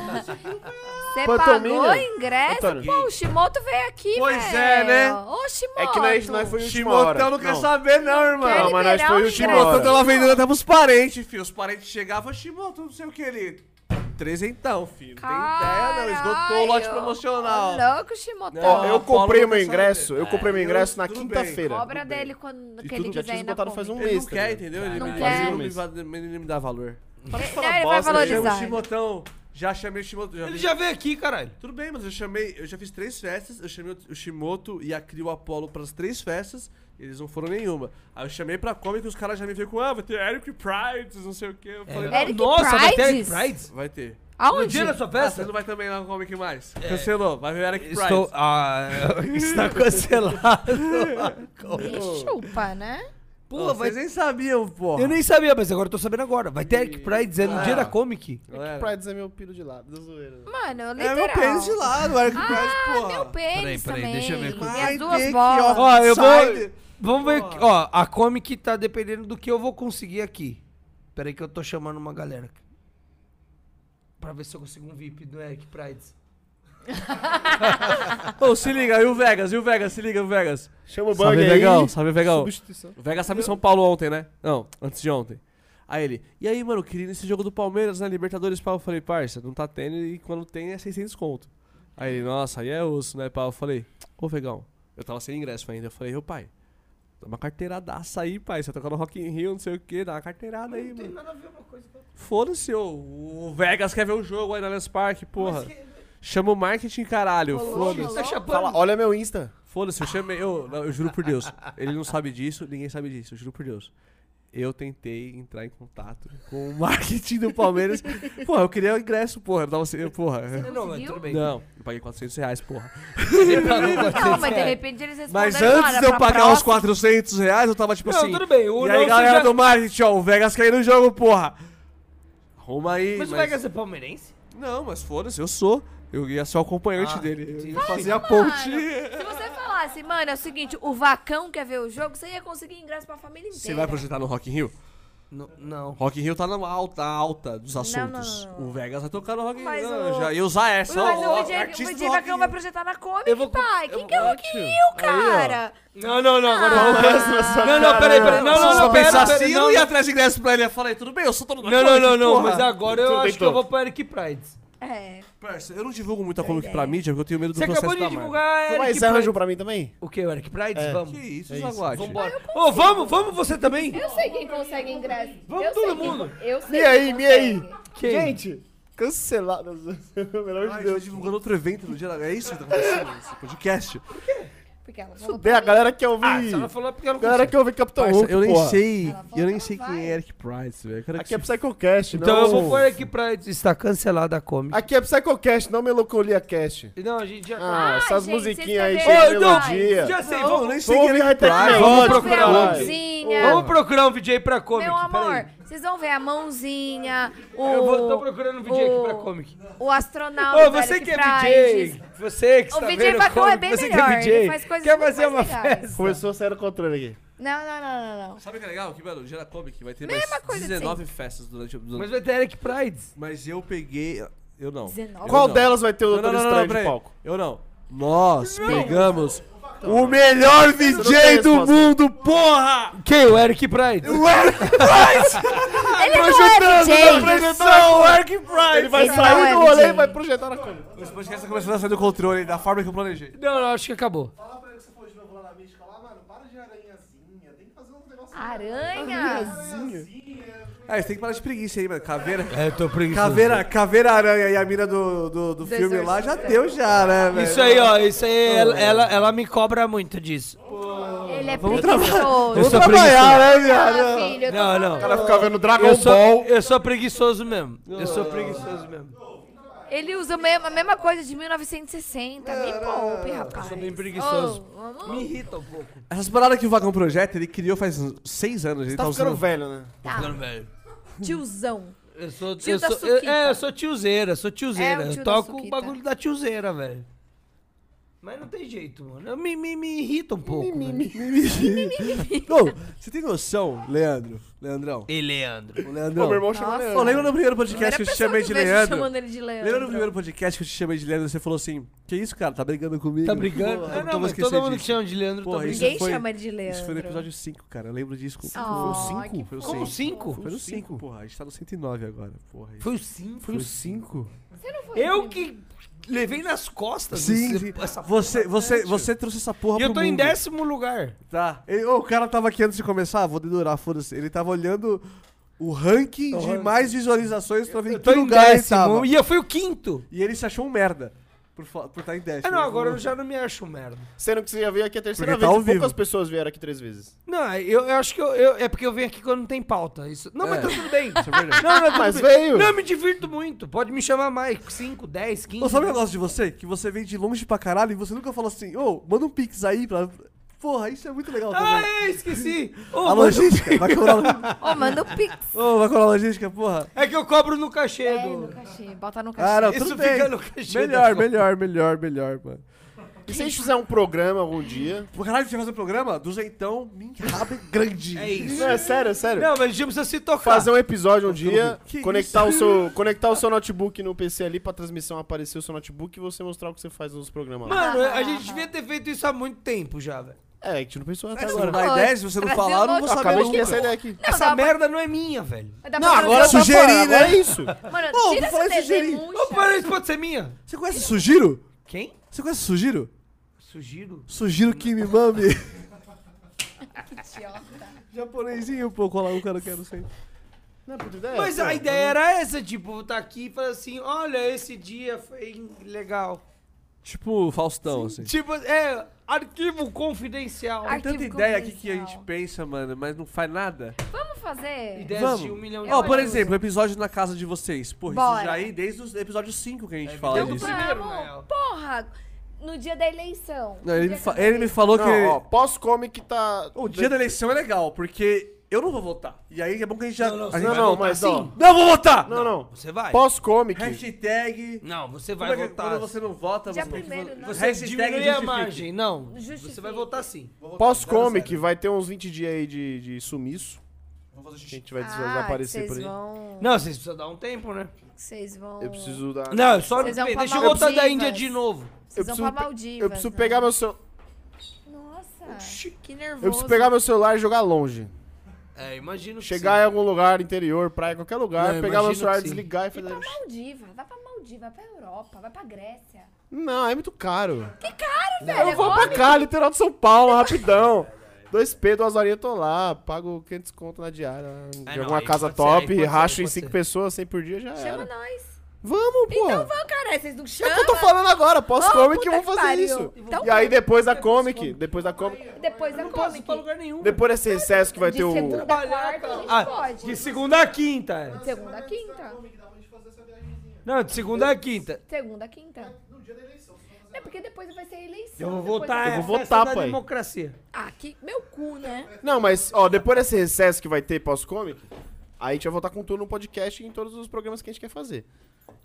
Speaker 4: Você
Speaker 11: Pantomima?
Speaker 4: pagou o ingresso?
Speaker 11: Antônio.
Speaker 4: Pô, o Shimoto veio aqui,
Speaker 1: Pois
Speaker 4: velho.
Speaker 1: é, né?
Speaker 4: Ô, Shimoto.
Speaker 11: É que nós, nós foi o último
Speaker 1: Chimotão não quer saber, não, irmão.
Speaker 4: Quer
Speaker 11: Não, mas nós
Speaker 4: liberar
Speaker 11: foi
Speaker 4: o
Speaker 11: o último
Speaker 4: ingresso.
Speaker 11: hora.
Speaker 1: Chimotão tava vendendo até pros parentes, filho. Os parentes chegavam, Chimotão, não sei o que ele. Trezentão, filho. Não tem ideia, não. Esgotou o lote
Speaker 4: Caralho.
Speaker 1: promocional.
Speaker 4: Ô, Louco, Shimoto.
Speaker 11: Ó, eu
Speaker 1: Não, Paulo
Speaker 11: comprei
Speaker 1: não
Speaker 11: meu
Speaker 1: quer saber.
Speaker 11: ingresso, eu comprei meu
Speaker 1: É,
Speaker 11: ingresso
Speaker 1: eu-
Speaker 11: na
Speaker 1: tudo
Speaker 11: quinta-feira.
Speaker 4: Cobra dele quando
Speaker 11: E
Speaker 4: que ele
Speaker 11: tudo já
Speaker 4: quiser
Speaker 11: tinha
Speaker 4: ir na
Speaker 11: botado faz um
Speaker 4: Kombi.
Speaker 1: Ele
Speaker 11: mês. Um
Speaker 1: não quer, entendeu? Ele,
Speaker 4: Não
Speaker 1: me-
Speaker 4: quer.
Speaker 1: ele não me, va- ele não me dá valor.
Speaker 4: Ele- um Não, ele vai
Speaker 11: bosta, né?
Speaker 1: Eu chamo o
Speaker 4: valorizar.
Speaker 1: Chimotão, já chamei o Chimoto.
Speaker 5: Ele
Speaker 1: vi-
Speaker 5: já veio aqui, caralho.
Speaker 1: Tudo bem, mas eu chamei, eu já fiz três festas, eu chamei o Shimoto e a Crio Apollo pras três festas, eles não foram nenhuma. Aí eu chamei pra Comic e os caras já me veio com, ah, vai ter Eric Pride, não sei o que.
Speaker 5: É.
Speaker 1: Eu falei,
Speaker 4: É. Eric
Speaker 5: Nossa, vai ter
Speaker 4: Prides?
Speaker 5: Prides?
Speaker 1: vai ter.
Speaker 5: No
Speaker 4: Aonde?
Speaker 5: dia da sua
Speaker 1: Ah, você
Speaker 5: festa?
Speaker 1: não vai também lá no Comic mais. Cancelou, vai ver Eric
Speaker 5: É. Estou.
Speaker 1: Pride.
Speaker 5: Ah, está cancelado.
Speaker 4: Ih, Chupa, né?
Speaker 5: Pô, vai
Speaker 1: Vocês nem sabiam, porra.
Speaker 5: Eu nem sabia, mas agora eu tô sabendo agora. Vai ter Eric Prides, é no dia da Comic.
Speaker 1: Galera,
Speaker 11: Pra dizer meu piro de lado, da zoeira. né?
Speaker 4: Mano,
Speaker 1: É
Speaker 4: literal.
Speaker 1: meu pênis de lado, Eric Pride,
Speaker 4: Ah,
Speaker 1: porra.
Speaker 4: meu pênis
Speaker 5: Peraí, peraí,
Speaker 4: também.
Speaker 5: deixa eu ver é aqui.
Speaker 4: Minhas
Speaker 1: Vai ter
Speaker 4: duas
Speaker 1: que,
Speaker 4: bolas.
Speaker 5: Ó, eu vou.
Speaker 1: Side.
Speaker 5: Vamos ver. aqui. Ó, a Comic tá dependendo do que eu vou conseguir aqui. Peraí, que eu tô chamando uma galera. aqui. Pra ver se eu consigo um VIP do Eric Prides.
Speaker 1: Ô, se liga, e o Vegas, e o Vegas, se liga, o Vegas.
Speaker 11: Chama o bug
Speaker 1: Salve,
Speaker 11: aí.
Speaker 1: Vegão, salve, Vegão.
Speaker 11: Substituição.
Speaker 1: O Vegas sabe em São Paulo ontem, né? Não, antes de ontem. Aí ele, e aí, mano, queria ir nesse jogo do Palmeiras, né? Libertadores, pau. Eu falei, parça, não tá tendo e quando tem é 600 conto. Aí ele, nossa, aí é osso, né, pau? Eu falei, ô, Vegão, eu tava sem ingresso ainda. Eu falei, ô, pai, Dá uma carteiradaça aí, pai. Você tá tocando Rock in Rio, não sei o quê. Dá uma carteirada aí,
Speaker 5: Não tem
Speaker 1: mano.
Speaker 5: nada a ver uma coisa com a outra.
Speaker 1: Foda-se, ô. O Vegas quer ver o jogo aí na Allianz Parque, porra.
Speaker 5: Mas que-
Speaker 1: Chama o marketing, caralho. Foda-se.
Speaker 5: Tá chapando?
Speaker 11: Fala, olha meu Insta.
Speaker 1: Foda-se, eu chamei. Eu, não, eu juro por Deus. Ele não sabe disso, ninguém sabe disso, eu juro por Deus. Eu tentei entrar em contato com o marketing do Palmeiras. porra, eu queria o ingresso, porra. Não, assim, porra.
Speaker 5: Não, tá mas
Speaker 4: conseguiu?
Speaker 5: tudo bem.
Speaker 1: Não, eu paguei 400 reais, porra.
Speaker 4: Não, mas de repente eles respondem
Speaker 1: Mas antes de eu pagar os 400 reais, eu tava tipo
Speaker 5: Não,
Speaker 1: assim.
Speaker 5: tudo bem. O
Speaker 1: E aí,
Speaker 5: Nelson
Speaker 1: galera
Speaker 5: já-
Speaker 1: do marketing, ó, o Vegas caiu no jogo, porra. Arruma aí.
Speaker 5: Mas o Vegas é palmeirense?
Speaker 1: Não, mas foda-se, eu sou. Eu ia ser o acompanhante
Speaker 5: Ah,
Speaker 1: dele. Eu ia
Speaker 5: entendi.
Speaker 1: fazer a ponte.
Speaker 4: Mano, se você falasse, mano, é o seguinte, o Vacão quer ver o jogo, você ia conseguir ingresso pra família inteira.
Speaker 1: Você vai projetar no Rock in Rio?
Speaker 5: Não. não.
Speaker 1: Rock in Rio tá na alta, alta dos assuntos.
Speaker 4: não, não, não.
Speaker 1: O Vegas vai tocar no Rock in
Speaker 4: Mas
Speaker 1: Rio. Não,
Speaker 4: o-
Speaker 1: Já ia usar essa.
Speaker 4: Mas
Speaker 1: ó,
Speaker 4: o DJ, o
Speaker 1: artista
Speaker 4: DJ
Speaker 1: do Rock
Speaker 4: Vacão
Speaker 1: in
Speaker 4: vai
Speaker 1: Rio.
Speaker 4: projetar na
Speaker 5: Eu
Speaker 4: Comic,
Speaker 5: vou-
Speaker 4: pai.
Speaker 5: eu
Speaker 4: Quem
Speaker 5: vou-
Speaker 4: que é o Rock in Rio, cara?
Speaker 5: Não, não, não. Agora não.
Speaker 4: Ah,
Speaker 5: Não, não, peraí, peraí. Não,
Speaker 1: Se
Speaker 5: não,
Speaker 1: eu
Speaker 5: não. Pera,
Speaker 1: pensar
Speaker 5: pera,
Speaker 1: assim, eu
Speaker 5: não,
Speaker 1: não ia
Speaker 5: não.
Speaker 1: atrás de ingresso pra ele. Eu falei, tudo bem, eu sou todo mundo.
Speaker 5: Não, não, não, não, Mas
Speaker 1: a...
Speaker 5: agora eu acho que eu vou pra Eric Prides.
Speaker 4: é.
Speaker 1: eu não divulgo muito a Comic pra mídia porque eu tenho medo do
Speaker 5: Você
Speaker 1: processo
Speaker 5: acabou
Speaker 1: da
Speaker 5: de
Speaker 1: marca.
Speaker 5: divulgar
Speaker 11: Você
Speaker 5: Eric
Speaker 11: vai ser
Speaker 5: Prides.
Speaker 11: arranjo pra mim também?
Speaker 5: O que, o Eric Prides? Vamos.
Speaker 1: Que isso, Jaguate?
Speaker 5: Vambora. Ô, vamos, vamos você também?
Speaker 4: Eu sei quem consegue ingresso.
Speaker 5: Vamos
Speaker 4: eu
Speaker 5: todo
Speaker 4: sei quem-
Speaker 5: mundo.
Speaker 4: Eu sei
Speaker 7: Me
Speaker 4: quem
Speaker 7: aí, me aí.
Speaker 4: consegue.
Speaker 5: Quem?
Speaker 7: Gente, cancelado. Pelo amor
Speaker 1: Ai,
Speaker 7: de
Speaker 1: eu tô
Speaker 7: Deus.
Speaker 1: divulgando outro evento no dia. da- É isso que tá acontecendo nesse podcast.
Speaker 7: Então,
Speaker 4: Porque ela falou
Speaker 7: Fudeu, a galera quer
Speaker 5: Ah, se
Speaker 7: ouvir.
Speaker 5: ela falou é porque ela
Speaker 7: a galera quer ouvir Capitão
Speaker 1: Parça,
Speaker 7: Hulk,
Speaker 1: eu nem
Speaker 7: porra.
Speaker 1: sei.
Speaker 4: Ela falou
Speaker 1: Eu nem
Speaker 4: que
Speaker 1: sei
Speaker 4: ela
Speaker 1: quem é
Speaker 4: vai.
Speaker 1: Eric Price, velho. Eu quero que
Speaker 7: Aqui é
Speaker 1: se-
Speaker 7: Psychocast,
Speaker 5: Então
Speaker 7: não...
Speaker 5: eu vou pôr Eric Prides. Está cancelada a Kombi.
Speaker 7: Aqui é Psychocast, não Melancolia Cast.
Speaker 5: Não, a gente já... tá-
Speaker 7: Ah,
Speaker 4: Ah,
Speaker 7: essas
Speaker 4: gente,
Speaker 7: musiquinhas aí
Speaker 4: vocês
Speaker 7: cheias de
Speaker 4: também.
Speaker 7: melodia.
Speaker 5: Já sei,
Speaker 1: Não, eu
Speaker 5: vamos,
Speaker 1: nem sei
Speaker 7: Vou
Speaker 1: quem é
Speaker 7: ouvir
Speaker 1: Eric
Speaker 7: Hightech Melody.
Speaker 1: Price.
Speaker 5: vamos
Speaker 4: Vamos ver a
Speaker 5: procurar.
Speaker 4: mãozinha.
Speaker 5: vamos procurar um VJ pra Comic.
Speaker 4: Meu amor,
Speaker 5: peraí.
Speaker 4: vocês vão ver a mãozinha, o,
Speaker 5: Eu vou, tô procurando um VJ aqui pra
Speaker 4: o-
Speaker 5: Comic.
Speaker 4: o
Speaker 5: Ô,
Speaker 4: astronauta.
Speaker 5: você
Speaker 4: Eric
Speaker 5: que é
Speaker 4: Prides.
Speaker 5: VJ, você que
Speaker 4: O
Speaker 5: está
Speaker 4: VJ
Speaker 5: vendo
Speaker 4: Vacão é
Speaker 5: Comic,
Speaker 4: bem
Speaker 5: você
Speaker 4: melhor,
Speaker 5: que é
Speaker 4: ele
Speaker 5: VJ,
Speaker 4: faz coisas
Speaker 5: quer
Speaker 4: muito
Speaker 5: fazer uma
Speaker 4: mais legais.
Speaker 5: festa?
Speaker 7: Começou a sair do controle aqui.
Speaker 4: Não, não, não, não, não.
Speaker 1: Sabe o que é legal? Que, mano, o dia da Comic vai ter
Speaker 4: Mesma
Speaker 1: mais
Speaker 4: coisa de
Speaker 1: 19 festas durante, durante
Speaker 5: Mas vai ter Eric Prides.
Speaker 1: Mas eu peguei. Eu não.
Speaker 4: 19?
Speaker 1: Eu
Speaker 7: Qual
Speaker 1: não.
Speaker 7: delas vai ter o
Speaker 1: Não, não,
Speaker 7: Doutor
Speaker 1: não, não,
Speaker 7: Estranho
Speaker 1: peraí.
Speaker 7: de palco?
Speaker 1: Eu não. Nós pegamos
Speaker 4: Então,
Speaker 1: o
Speaker 7: melhor
Speaker 1: DJ do mundo, porra!
Speaker 5: Quem? O Eric Prides?
Speaker 1: O Eric Price!
Speaker 4: Ele não é DJ.
Speaker 1: Projeção, o Eric Price!
Speaker 7: Ele vai
Speaker 4: Não,
Speaker 7: sair
Speaker 4: é
Speaker 7: do rolê
Speaker 4: DJ.
Speaker 7: e vai projetar na câmera.
Speaker 1: Esse podcast tá começando a sair do controle, da forma que eu planejei.
Speaker 5: Não, não, acho que acabou.
Speaker 9: Fala pra ele que você foi de novo lá na mística lá, mano, para de aranhazinha, tem que fazer um negócio
Speaker 4: Aranha.
Speaker 1: É, você tem que parar de preguiça aí, mano. Caveira.
Speaker 5: É, eu tô preguiçoso.
Speaker 1: Caveira, caveira aranha e a mina do, do, do
Speaker 4: Do
Speaker 1: filme lá já
Speaker 4: Exorcista.
Speaker 1: deu, já, né, velho?
Speaker 5: Isso aí, ó, isso aí, ela, ela, ela me cobra muito disso.
Speaker 4: Ele é preguiçoso.
Speaker 5: Eu sou preguiçoso.
Speaker 1: Trabalhar, né,
Speaker 4: Ah,
Speaker 1: viado?
Speaker 4: filho, eu tô
Speaker 5: Não, não.
Speaker 4: falando.
Speaker 5: Cara
Speaker 7: Ficar vendo Dragon
Speaker 5: Eu sou,
Speaker 11: Tá
Speaker 7: Ball.
Speaker 5: eu sou preguiçoso mesmo. Eu
Speaker 1: Ah.
Speaker 5: sou preguiçoso mesmo.
Speaker 4: Ele usa o mesmo- a mesma coisa de 1960. Me poupe, rapaz.
Speaker 5: sou bem preguiçoso.
Speaker 4: Ô, vamos-
Speaker 5: Me irrita um pouco.
Speaker 1: Essas paradas que o Vagão Projeta, ele criou faz uns seis anos. Ele
Speaker 11: Tá
Speaker 1: tá
Speaker 11: ficando
Speaker 1: usando
Speaker 11: velho, né?
Speaker 4: Tá,
Speaker 5: Ficando velho.
Speaker 4: tiozão.
Speaker 5: Eu sou,
Speaker 4: Tio
Speaker 5: eu
Speaker 4: da
Speaker 5: sou, eu-
Speaker 4: Suquita.
Speaker 5: é, eu sou tiozeira, sou tiozeira.
Speaker 4: É, o tio
Speaker 5: eu
Speaker 4: da
Speaker 5: toco o
Speaker 4: Suquita.
Speaker 5: bagulho da tiozeira, velho. Mas não tem jeito, mano. Eu me, me, me irrita um pouco. velho.
Speaker 1: Não, você tem noção, Leandro? Leandrão.
Speaker 5: E Leandro.
Speaker 1: O
Speaker 7: Pô,
Speaker 1: Leandrão.
Speaker 7: meu irmão chama
Speaker 11: né?
Speaker 4: Nossa.
Speaker 1: Ô, lembra no primeiro podcast
Speaker 4: Primeira
Speaker 1: que eu te
Speaker 4: pessoa
Speaker 1: chamei
Speaker 4: que
Speaker 1: de
Speaker 4: eu vejo
Speaker 1: Leandro?
Speaker 4: chamando ele de Leandro.
Speaker 1: Lembra no primeiro podcast que eu te chamei de Leandro e você falou assim: Que isso, cara? Tá brigando comigo?
Speaker 5: Tá brigando?
Speaker 1: Porra,
Speaker 5: Ah,
Speaker 1: nunca
Speaker 5: não,
Speaker 1: vou
Speaker 5: mas
Speaker 1: esquecer
Speaker 5: todo mundo que
Speaker 1: disso.
Speaker 5: chama de Leandro
Speaker 1: Porra,
Speaker 5: tá
Speaker 1: isso
Speaker 4: Ninguém
Speaker 1: foi-
Speaker 4: chama ele de Leandro.
Speaker 1: Isso foi no episódio 5, cara. Eu lembro disso.
Speaker 4: Oh,
Speaker 1: foi o 5?
Speaker 4: que
Speaker 1: Foi o 5.
Speaker 5: Como cinco?
Speaker 1: Foi o 5, porra. A gente tá no 109 agora. Porra.
Speaker 5: Foi o cinco.
Speaker 1: Foi o 5?
Speaker 5: Eu que levei nas costas
Speaker 1: Sim,
Speaker 5: esse-
Speaker 1: sim.
Speaker 5: essa
Speaker 1: Você, você,
Speaker 5: tio.
Speaker 1: você trouxe essa porra
Speaker 5: E
Speaker 1: pro
Speaker 5: eu tô
Speaker 1: mundo.
Speaker 5: em décimo lugar.
Speaker 1: Tá. Ele- ô, o cara tava aqui antes de começar, vou dedurar, foda-se. Ele tava olhando o ranking
Speaker 5: O
Speaker 1: de
Speaker 5: ranking.
Speaker 1: mais visualizações pra ver em
Speaker 5: Eu tô
Speaker 1: que
Speaker 5: em
Speaker 1: lugar ele
Speaker 5: décimo.
Speaker 1: tava.
Speaker 5: E eu fui o quinto.
Speaker 1: E ele se achou um merda por, fa- por estar em décimo.
Speaker 5: Ah, não,
Speaker 1: Ele
Speaker 5: agora
Speaker 1: falou,
Speaker 5: eu já não me acho um merda.
Speaker 11: Sendo que você já veio aqui a terceira
Speaker 1: Porque
Speaker 11: vez.
Speaker 1: tá ao
Speaker 11: e poucas
Speaker 1: vivo.
Speaker 11: pessoas vieram aqui três vezes.
Speaker 5: Não, eu, eu acho que eu, eu- É porque eu venho aqui quando não tem pauta. Isso... Não, mas
Speaker 1: É.
Speaker 5: tá tudo bem.
Speaker 1: Isso é verdade.
Speaker 5: Não, não,
Speaker 11: Ah,
Speaker 5: tudo
Speaker 7: Mas
Speaker 5: bem.
Speaker 7: veio.
Speaker 5: Não, eu me divirto muito. Pode me chamar mais. 5, 10, 15.
Speaker 1: Ô, sabe o negócio de você? Que você vem de longe pra caralho e você nunca falou assim, ô, manda um pix aí pra. Porra, isso é muito legal
Speaker 5: Ah,
Speaker 1: também.
Speaker 5: é, esqueci. Ô,
Speaker 1: a
Speaker 5: mano,
Speaker 1: logística, vai cobrar, lo-
Speaker 4: Ô, manda um pix.
Speaker 1: Ô, vai cobrar a logística, porra.
Speaker 5: É que eu cobro no cachê
Speaker 4: É,
Speaker 5: do.
Speaker 4: no cachê. Bota no cachê.
Speaker 1: Ah, não,
Speaker 5: Isso
Speaker 1: tudo
Speaker 5: fica
Speaker 1: bem.
Speaker 5: no cachê.
Speaker 1: Melhor,
Speaker 5: da-
Speaker 1: melhor, melhor, melhor, mano.
Speaker 11: E se a gente fizer um programa algum dia?
Speaker 1: Pô, Caralho, você vai fazer um programa? Duzentão, minha raba é grande.
Speaker 5: É isso.
Speaker 11: Não, é sério, é sério.
Speaker 5: Não, mas a gente precisa se tocar.
Speaker 11: Fazer um episódio um dia,
Speaker 1: Que
Speaker 11: conectar o, seu, conectar o seu notebook no PC ali pra transmissão aparecer o seu notebook e você mostrar o que você faz nos programas lá.
Speaker 5: Mano, a gente devia ter feito isso há muito tempo já, velho.
Speaker 11: É, a gente não pensou até
Speaker 1: Se
Speaker 11: agora.
Speaker 1: não dá ideia, se você não
Speaker 4: Trazer
Speaker 1: falar, eu não vou
Speaker 4: um
Speaker 1: saber
Speaker 11: Acabei de
Speaker 1: nunca.
Speaker 11: ter essa ideia aqui.
Speaker 4: Não,
Speaker 5: Essa
Speaker 4: dá pra-
Speaker 5: merda não é minha, velho.
Speaker 4: Dá pra
Speaker 11: Não,
Speaker 4: fazer
Speaker 11: agora
Speaker 4: um-
Speaker 11: tá
Speaker 1: Sugerir,
Speaker 11: fora, agora
Speaker 1: né?
Speaker 11: é isso.
Speaker 4: Mano,
Speaker 1: Ô,
Speaker 4: tira
Speaker 1: vou falar
Speaker 4: essa
Speaker 1: isso,
Speaker 4: TV
Speaker 1: Jerry.
Speaker 4: murcha.
Speaker 5: Ô, para isso pode ser minha.
Speaker 1: Você conhece o Sugiro?
Speaker 5: Quem?
Speaker 1: Você conhece o Sugiro?
Speaker 5: Sugiro.
Speaker 1: Sugiro que me mame.
Speaker 4: Que idiota.
Speaker 10: Japonesinho, pô,
Speaker 1: um
Speaker 10: colar o cara que eu não sei.
Speaker 1: é
Speaker 11: Não, puta ideia.
Speaker 5: Mas
Speaker 11: pô,
Speaker 5: a ideia era essa, tipo, tá aqui e falar assim, olha, esse dia foi legal.
Speaker 1: Tipo Faustão, assim.
Speaker 5: Tipo, é, arquivo confidencial.
Speaker 4: Ai,
Speaker 1: Tem tanta
Speaker 4: Arquivo
Speaker 1: ideia aqui que a
Speaker 4: confidencial.
Speaker 1: gente pensa, mano, mas não faz nada.
Speaker 4: Vamos fazer?
Speaker 5: Ideias
Speaker 1: vamos.
Speaker 5: de um milhão de
Speaker 1: Ó, por
Speaker 5: coisas.
Speaker 1: exemplo, episódio na casa de vocês. Porra, isso
Speaker 4: Bora.
Speaker 1: já aí desde o episódio 5 que a gente
Speaker 5: É
Speaker 1: fala
Speaker 5: verdade.
Speaker 1: disso.
Speaker 5: primeiro,
Speaker 4: Então, Vamos.
Speaker 5: na real.
Speaker 4: Porra, no dia da eleição.
Speaker 1: Não,
Speaker 4: No
Speaker 1: ele,
Speaker 4: dia
Speaker 1: me fa-
Speaker 4: da
Speaker 1: ele me falou que.
Speaker 11: Não, ó, pós-comic tá...
Speaker 1: O dia da eleição é legal, porque eu não vou votar. E aí é bom que a gente já.
Speaker 5: Não, não,
Speaker 1: a
Speaker 5: você
Speaker 1: gente- assim?
Speaker 11: Não,
Speaker 5: vai
Speaker 11: não,
Speaker 5: votar
Speaker 11: mas
Speaker 5: sim?
Speaker 11: ó...
Speaker 1: Não vou votar!
Speaker 11: Não, não.
Speaker 5: Você vai.
Speaker 11: Pós-comic...
Speaker 1: Hashtag.
Speaker 5: Não, você
Speaker 1: Como
Speaker 5: vai
Speaker 1: é que-
Speaker 5: votar.
Speaker 1: Quando você não vota,
Speaker 4: Dia
Speaker 1: você tem que
Speaker 4: primeiro,
Speaker 1: vo-
Speaker 4: né?
Speaker 5: Você
Speaker 1: hashtag
Speaker 5: diminui a
Speaker 1: justifique.
Speaker 5: margem.
Speaker 11: É.
Speaker 5: Não,
Speaker 4: Justifique.
Speaker 5: você vai votar sim.
Speaker 11: Pós-comic vai ter uns 20 dias aí de, de sumiço. Vamos fazer A gente vai des-
Speaker 4: eleição. Ah,
Speaker 11: desaparecer
Speaker 4: vocês
Speaker 11: por aí.
Speaker 4: vão...
Speaker 5: Não, vocês precisam dar um tempo, né?
Speaker 4: Vocês vão...
Speaker 11: Eu preciso dar...
Speaker 5: Não, só
Speaker 4: Vocês vão pra
Speaker 5: deixa eu voltar da
Speaker 4: Maldivas.
Speaker 5: Índia de novo.
Speaker 11: eu
Speaker 4: Vocês vão
Speaker 11: preciso,
Speaker 4: pra
Speaker 11: pe-
Speaker 4: Maldivas.
Speaker 11: eu preciso
Speaker 4: né?
Speaker 11: pegar meu cel...
Speaker 4: Nossa, que nervoso.
Speaker 11: Eu preciso pegar meu celular e jogar longe.
Speaker 5: É, imagino que
Speaker 11: Chegar em algum lugar, interior, praia, qualquer lugar,
Speaker 5: Não, eu
Speaker 11: pegar meu
Speaker 5: imagino
Speaker 11: celular,
Speaker 5: que sim.
Speaker 11: desligar e
Speaker 4: Vai
Speaker 11: fazer.
Speaker 4: pra Maldiva, vai pra Maldiva, vai pra Europa, vai pra Grécia.
Speaker 11: Não, é muito caro.
Speaker 4: Velho,
Speaker 11: Eu vou
Speaker 4: olha-
Speaker 11: pra cá, literal de São Paulo, rapidão. 2P, duas horinhas, tô lá. Pago 500 conto na diária.
Speaker 5: É,
Speaker 11: de
Speaker 5: não,
Speaker 11: alguma
Speaker 5: aí
Speaker 11: casa
Speaker 5: pode ser, aí
Speaker 11: top,
Speaker 5: pode ser,
Speaker 11: racho
Speaker 5: aí
Speaker 11: em
Speaker 5: pode
Speaker 11: 5
Speaker 5: ser.
Speaker 11: pessoas, 100 por dia, já
Speaker 4: Chama
Speaker 11: era.
Speaker 4: nós.
Speaker 11: Vamos, pô.
Speaker 4: Então vamos, cara, vocês não
Speaker 11: é o que eu
Speaker 4: chamam?
Speaker 11: tô falando agora, pós-comic
Speaker 4: Ô,
Speaker 11: que eu vou
Speaker 4: puta que
Speaker 11: fazer
Speaker 4: pariu.
Speaker 11: isso.
Speaker 4: Então
Speaker 11: e aí depois da comic, depois da comic,
Speaker 4: Depois da
Speaker 5: Não posso
Speaker 4: Comic.
Speaker 5: ir pra lugar nenhum.
Speaker 11: depois desse recesso que vai
Speaker 4: de
Speaker 11: ter o...
Speaker 4: segunda a quarta, a gente
Speaker 5: Ah,
Speaker 4: pode.
Speaker 5: de segunda a quinta. é.
Speaker 4: Segunda a quinta.
Speaker 5: Não, de segunda a quinta.
Speaker 4: Segunda a
Speaker 5: É,
Speaker 4: quinta. No dia da eleição. É porque depois vai ser a eleição.
Speaker 5: Eu vou
Speaker 4: depois
Speaker 5: votar.
Speaker 4: vai-
Speaker 11: Eu
Speaker 5: é,
Speaker 11: vou
Speaker 5: festa
Speaker 11: votar,
Speaker 5: da
Speaker 11: pai.
Speaker 5: democracia.
Speaker 4: Ah, que meu cu, né?
Speaker 11: Não, mas, ó, depois desse recesso que vai ter pós-comic, aí a gente vai voltar com tudo no podcast e em todos os programas que a gente quer fazer.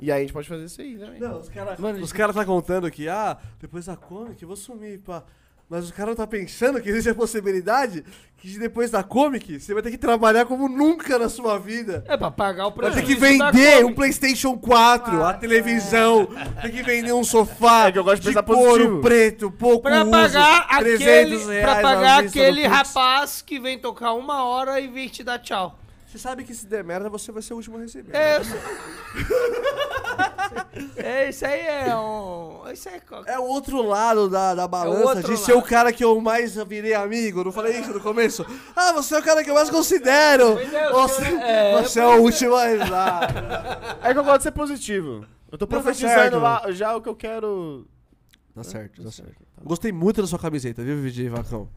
Speaker 11: E aí a gente pode fazer isso aí né? também.
Speaker 1: Não, os caras os cara tá contando que, ah, depois da Comic eu vou sumir, pá. Mas os caras não tá pensando que existe a possibilidade que depois da Comic você vai ter que trabalhar como nunca na sua vida.
Speaker 5: É pra pagar o
Speaker 1: Vai
Speaker 5: preço.
Speaker 1: ter que vender um PlayStation 4, a televisão, tem que vender um sofá.
Speaker 11: É que eu gosto de pensar
Speaker 1: couro
Speaker 11: positivo.
Speaker 1: preto, pouco
Speaker 5: Pra
Speaker 1: uso,
Speaker 5: pagar aquele,
Speaker 1: 300 reais
Speaker 5: pra pagar
Speaker 1: à vista no
Speaker 5: aquele
Speaker 1: Pix.
Speaker 5: rapaz que vem tocar uma hora e vem te dar tchau.
Speaker 1: Você sabe que se der merda, você vai ser o último a receber. né?
Speaker 5: É, eu sei. é isso aí é um. Isso aí é co-
Speaker 1: É o outro lado da,
Speaker 11: É
Speaker 1: da balança
Speaker 5: outro
Speaker 1: de ser o
Speaker 5: lado.
Speaker 1: cara que eu mais virei amigo. Não falei isso no começo? Ah, você é o cara que eu mais considero.
Speaker 5: é,
Speaker 1: Você
Speaker 5: é,
Speaker 1: você é o último a rezar.
Speaker 11: É que eu gosto de ser positivo. Eu
Speaker 1: Não, tá
Speaker 11: tô profetizando
Speaker 1: certo.
Speaker 11: lá já o que eu quero.
Speaker 1: Tá certo, tá certo. Gostei muito da sua camiseta, viu, VJ Vacão?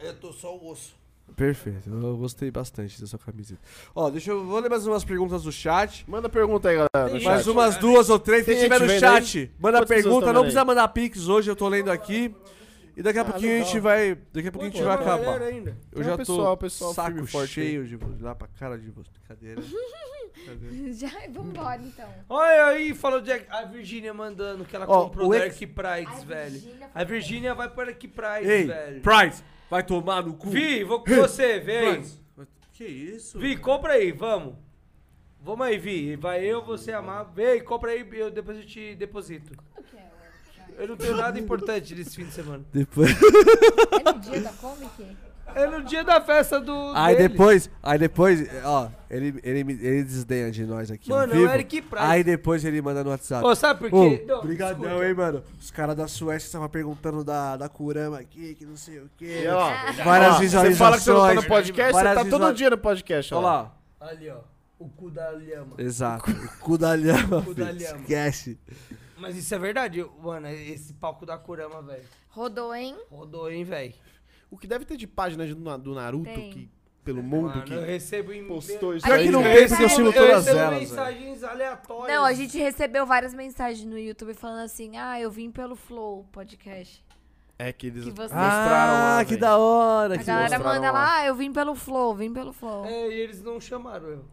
Speaker 5: Eu tô só o osso.
Speaker 1: Perfeito, eu gostei bastante da sua camiseta. Ó, deixa eu vou ler mais umas perguntas do chat.
Speaker 11: Manda pergunta aí, galera. no
Speaker 5: Tem
Speaker 1: Mais
Speaker 11: chat.
Speaker 1: umas duas ou três. Quem
Speaker 11: Tem gente
Speaker 1: tiver no
Speaker 11: vendo
Speaker 1: chat, manda
Speaker 11: Quantas pessoas
Speaker 1: pergunta.
Speaker 11: tão
Speaker 1: Não
Speaker 11: vendo
Speaker 1: precisa
Speaker 11: aí? Ah,
Speaker 1: mandar pix hoje, eu tô lendo aqui. E daqui a pouquinho a gente vai. Daqui a pouquinho a gente vai acabar.
Speaker 5: Ainda.
Speaker 1: Eu
Speaker 11: É,
Speaker 1: já
Speaker 11: pessoal,
Speaker 1: tô
Speaker 11: pessoal,
Speaker 1: saco
Speaker 11: firme e forte aí.
Speaker 1: cheio de de lá pra cara de você. Cadê, né?
Speaker 4: Já, vambora então.
Speaker 5: Olha aí, falou de a Virgínia mandando que ela
Speaker 1: Ó,
Speaker 5: comprou
Speaker 1: o
Speaker 5: o
Speaker 1: ex-
Speaker 5: Eric Prides,
Speaker 4: A
Speaker 5: velho.
Speaker 4: Virgínia
Speaker 5: A Virgínia vai para Eric Prides,
Speaker 1: Ei,
Speaker 5: velho.
Speaker 1: Pride, vai tomar no cu.
Speaker 5: Vi, vou com você, vem.
Speaker 1: Pride. Que isso?
Speaker 5: Vi, compra aí, vamos. Vamos aí, Vi. Vai eu, você amar. Vem, compra aí, eu, depois eu te deposito.
Speaker 4: Quando que é? o-
Speaker 5: Eu não tenho nada importante nesse fim de semana.
Speaker 1: Depois...
Speaker 4: É no dia da Comic?
Speaker 5: É no dia da festa do.
Speaker 1: Aí
Speaker 5: dele.
Speaker 1: depois, aí depois, ó, ele, ele, me- ele desdenha de nós aqui. ao
Speaker 5: Mano, é o
Speaker 1: vivo.
Speaker 5: Eric Pride.
Speaker 1: Aí depois ele manda no WhatsApp.
Speaker 5: Ô, sabe por quê?
Speaker 1: Ô,
Speaker 5: Não,
Speaker 1: brigadão,
Speaker 5: escuta.
Speaker 1: hein, mano. Os caras da Suécia estavam perguntando da, da Kurama aqui, que não sei o quê.
Speaker 11: E, ó,
Speaker 1: Várias
Speaker 11: ó,
Speaker 1: visualizações.
Speaker 11: Você fala que você não tá no podcast,
Speaker 1: Várias
Speaker 11: você tá todo
Speaker 1: visualiza-
Speaker 11: dia no podcast.
Speaker 1: Olha lá.
Speaker 5: Ali, ó. O cu da lhama.
Speaker 1: Exato. O cu da lhama,
Speaker 5: O cu da
Speaker 1: filho.
Speaker 5: lhama.
Speaker 1: Esquece.
Speaker 5: Mas isso é verdade, eu- mano. Esse palco da Kurama, velho.
Speaker 4: Rodou, hein?
Speaker 5: Rodou, hein, velho.
Speaker 11: O que deve ter de páginas do, do Naruto
Speaker 4: Tem.
Speaker 11: que, pelo mundo
Speaker 5: Mano, eu
Speaker 11: que
Speaker 5: recebo em.
Speaker 11: postou isso
Speaker 1: Pior
Speaker 11: aí,
Speaker 1: que não
Speaker 11: né?
Speaker 4: tem,
Speaker 1: pensa que eu sigo todas
Speaker 5: recebo
Speaker 1: elas. velho.
Speaker 5: mensagens aleatórias.
Speaker 4: Não, a gente recebeu várias mensagens no YouTube falando assim: ah, eu vim pelo Flow podcast.
Speaker 11: É que eles
Speaker 4: Que você-
Speaker 11: mostraram lá.
Speaker 1: Ah, que
Speaker 11: velho.
Speaker 1: da hora.
Speaker 4: A
Speaker 1: que
Speaker 4: galera
Speaker 11: mostraram
Speaker 4: manda
Speaker 11: lá.
Speaker 4: lá, ah, eu vim pelo Flow, vim pelo Flow.
Speaker 5: É, e eles não chamaram eu.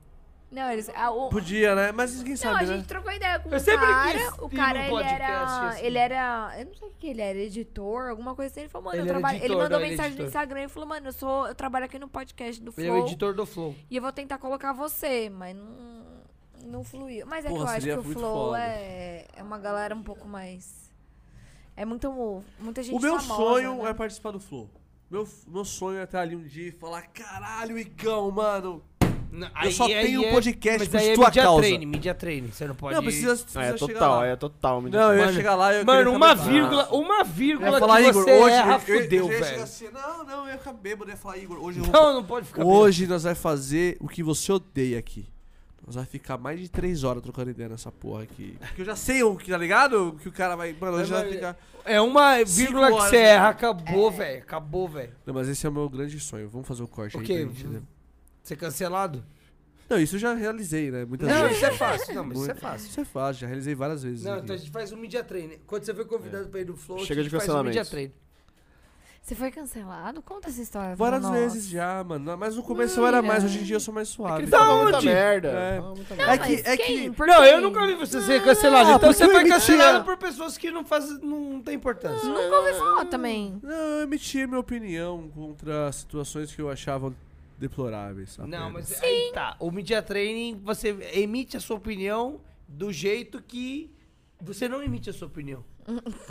Speaker 4: Não, eles. ah, o-
Speaker 1: Podia, né? Mas ninguém
Speaker 4: Não,
Speaker 1: sabe,
Speaker 4: a
Speaker 1: né?
Speaker 4: gente trocou ideia com
Speaker 5: Eu
Speaker 4: o
Speaker 5: sempre
Speaker 4: cara.
Speaker 5: quis
Speaker 4: O
Speaker 5: ir num
Speaker 4: cara, ele
Speaker 5: podcast,
Speaker 4: era.
Speaker 5: assim.
Speaker 4: Ele era. Eu não sei o que que ele era, editor, alguma coisa assim. Ele falou, mano,
Speaker 5: Ele
Speaker 4: eu
Speaker 5: era
Speaker 4: trabalho.
Speaker 5: editor,
Speaker 4: ele mandou
Speaker 5: não, ele é
Speaker 4: mensagem
Speaker 5: editor.
Speaker 4: no Instagram e falou, mano, eu, sou, eu trabalho aqui no podcast do
Speaker 5: Ele é o
Speaker 4: Flow.
Speaker 5: editor do Flow.
Speaker 4: E eu vou tentar colocar você, mas não. Não fluiu. Mas é
Speaker 1: Porra,
Speaker 4: que eu acho
Speaker 1: seria
Speaker 4: que o
Speaker 1: muito
Speaker 4: Flow
Speaker 1: foda.
Speaker 4: é, é uma galera um pouco mais. É muito. Muita gente
Speaker 1: O meu
Speaker 4: famosa,
Speaker 1: sonho
Speaker 4: né?
Speaker 1: é participar do Flow. Meu, meu sonho é estar ali um dia e falar, caralho, Igão, mano. eu só tenho um podcast
Speaker 5: mas
Speaker 1: por
Speaker 5: aí é
Speaker 1: tua
Speaker 5: media
Speaker 1: causa.
Speaker 5: Training, media training, você não pode...
Speaker 1: Não, precisa, precisa
Speaker 11: é
Speaker 1: chegar
Speaker 11: total,
Speaker 1: lá.
Speaker 11: é total. me
Speaker 1: Não, tá eu ia
Speaker 5: Mano,
Speaker 1: chegar lá e eu
Speaker 5: Mano,
Speaker 1: queria
Speaker 5: uma
Speaker 1: acabar.
Speaker 5: vírgula, uma vírgula
Speaker 1: ia falar,
Speaker 5: que
Speaker 1: Igor,
Speaker 5: você
Speaker 1: hoje é
Speaker 5: erra,
Speaker 1: eu, eu-
Speaker 5: fudeu,
Speaker 1: eu ia chegar
Speaker 5: velho.
Speaker 1: assim, não, não, eu ia ficar bêbado, eu ia falar, Igor, hoje eu vou
Speaker 5: Não, não pode ficar
Speaker 1: Hoje nós vai fazer o que você odeia aqui. Nós vai ficar mais de três horas trocando ideia nessa porra aqui. Porque eu já sei o que, tá ligado? O que o cara vai. Mano, eu
Speaker 5: Mas
Speaker 1: já
Speaker 5: vai-
Speaker 1: ficar.
Speaker 5: bêbado. É uma
Speaker 1: Cinco
Speaker 5: vírgula que
Speaker 1: horas,
Speaker 5: você
Speaker 1: né?
Speaker 5: erra, acabou, velho, acabou, velho.
Speaker 1: Não, mas esse é o meu grande sonho. Vamos fazer o corte
Speaker 5: O quê?
Speaker 1: aí pra gente. né?
Speaker 5: Você é cancelado?
Speaker 1: Não, isso eu já realizei, né? Muitas
Speaker 5: Não,
Speaker 1: vezes.
Speaker 5: isso é fácil, não, mas isso é
Speaker 1: Muito.
Speaker 5: fácil.
Speaker 1: Isso é fácil, já realizei várias vezes.
Speaker 5: Não,
Speaker 1: aqui.
Speaker 5: então a gente faz um media training. Quando você foi convidado pra ir no Flow,
Speaker 11: Chega
Speaker 5: a
Speaker 11: de
Speaker 5: gente faz um media
Speaker 11: cancelamentos.
Speaker 5: training.
Speaker 4: Você foi cancelado? Conta essa história. pra
Speaker 1: Várias
Speaker 4: nós.
Speaker 1: vezes já, mano. Mas no começo eu era mais, hoje em dia eu sou mais
Speaker 5: É
Speaker 1: suave.
Speaker 11: Ele fala muita
Speaker 5: onde?
Speaker 11: merda.
Speaker 1: É.
Speaker 11: fala muita
Speaker 4: Não,
Speaker 11: merda.
Speaker 1: É que-
Speaker 4: mas
Speaker 1: é que-
Speaker 4: quem? Por
Speaker 5: Não,
Speaker 4: quem?
Speaker 5: eu nunca vi você ser cancelado.
Speaker 1: Ah,
Speaker 5: então
Speaker 1: porque
Speaker 5: você
Speaker 1: eu
Speaker 5: foi
Speaker 1: emitia.
Speaker 5: cancelado por pessoas que não fazem. não tem importância.
Speaker 4: Nunca ouvi falar também.
Speaker 1: Não, eu emitia minha opinião contra situações que eu achava deploráveis.
Speaker 5: Não,
Speaker 1: apenas.
Speaker 5: mas aí tá. O media training, você emite a sua opinião do jeito que você não emite a sua opinião.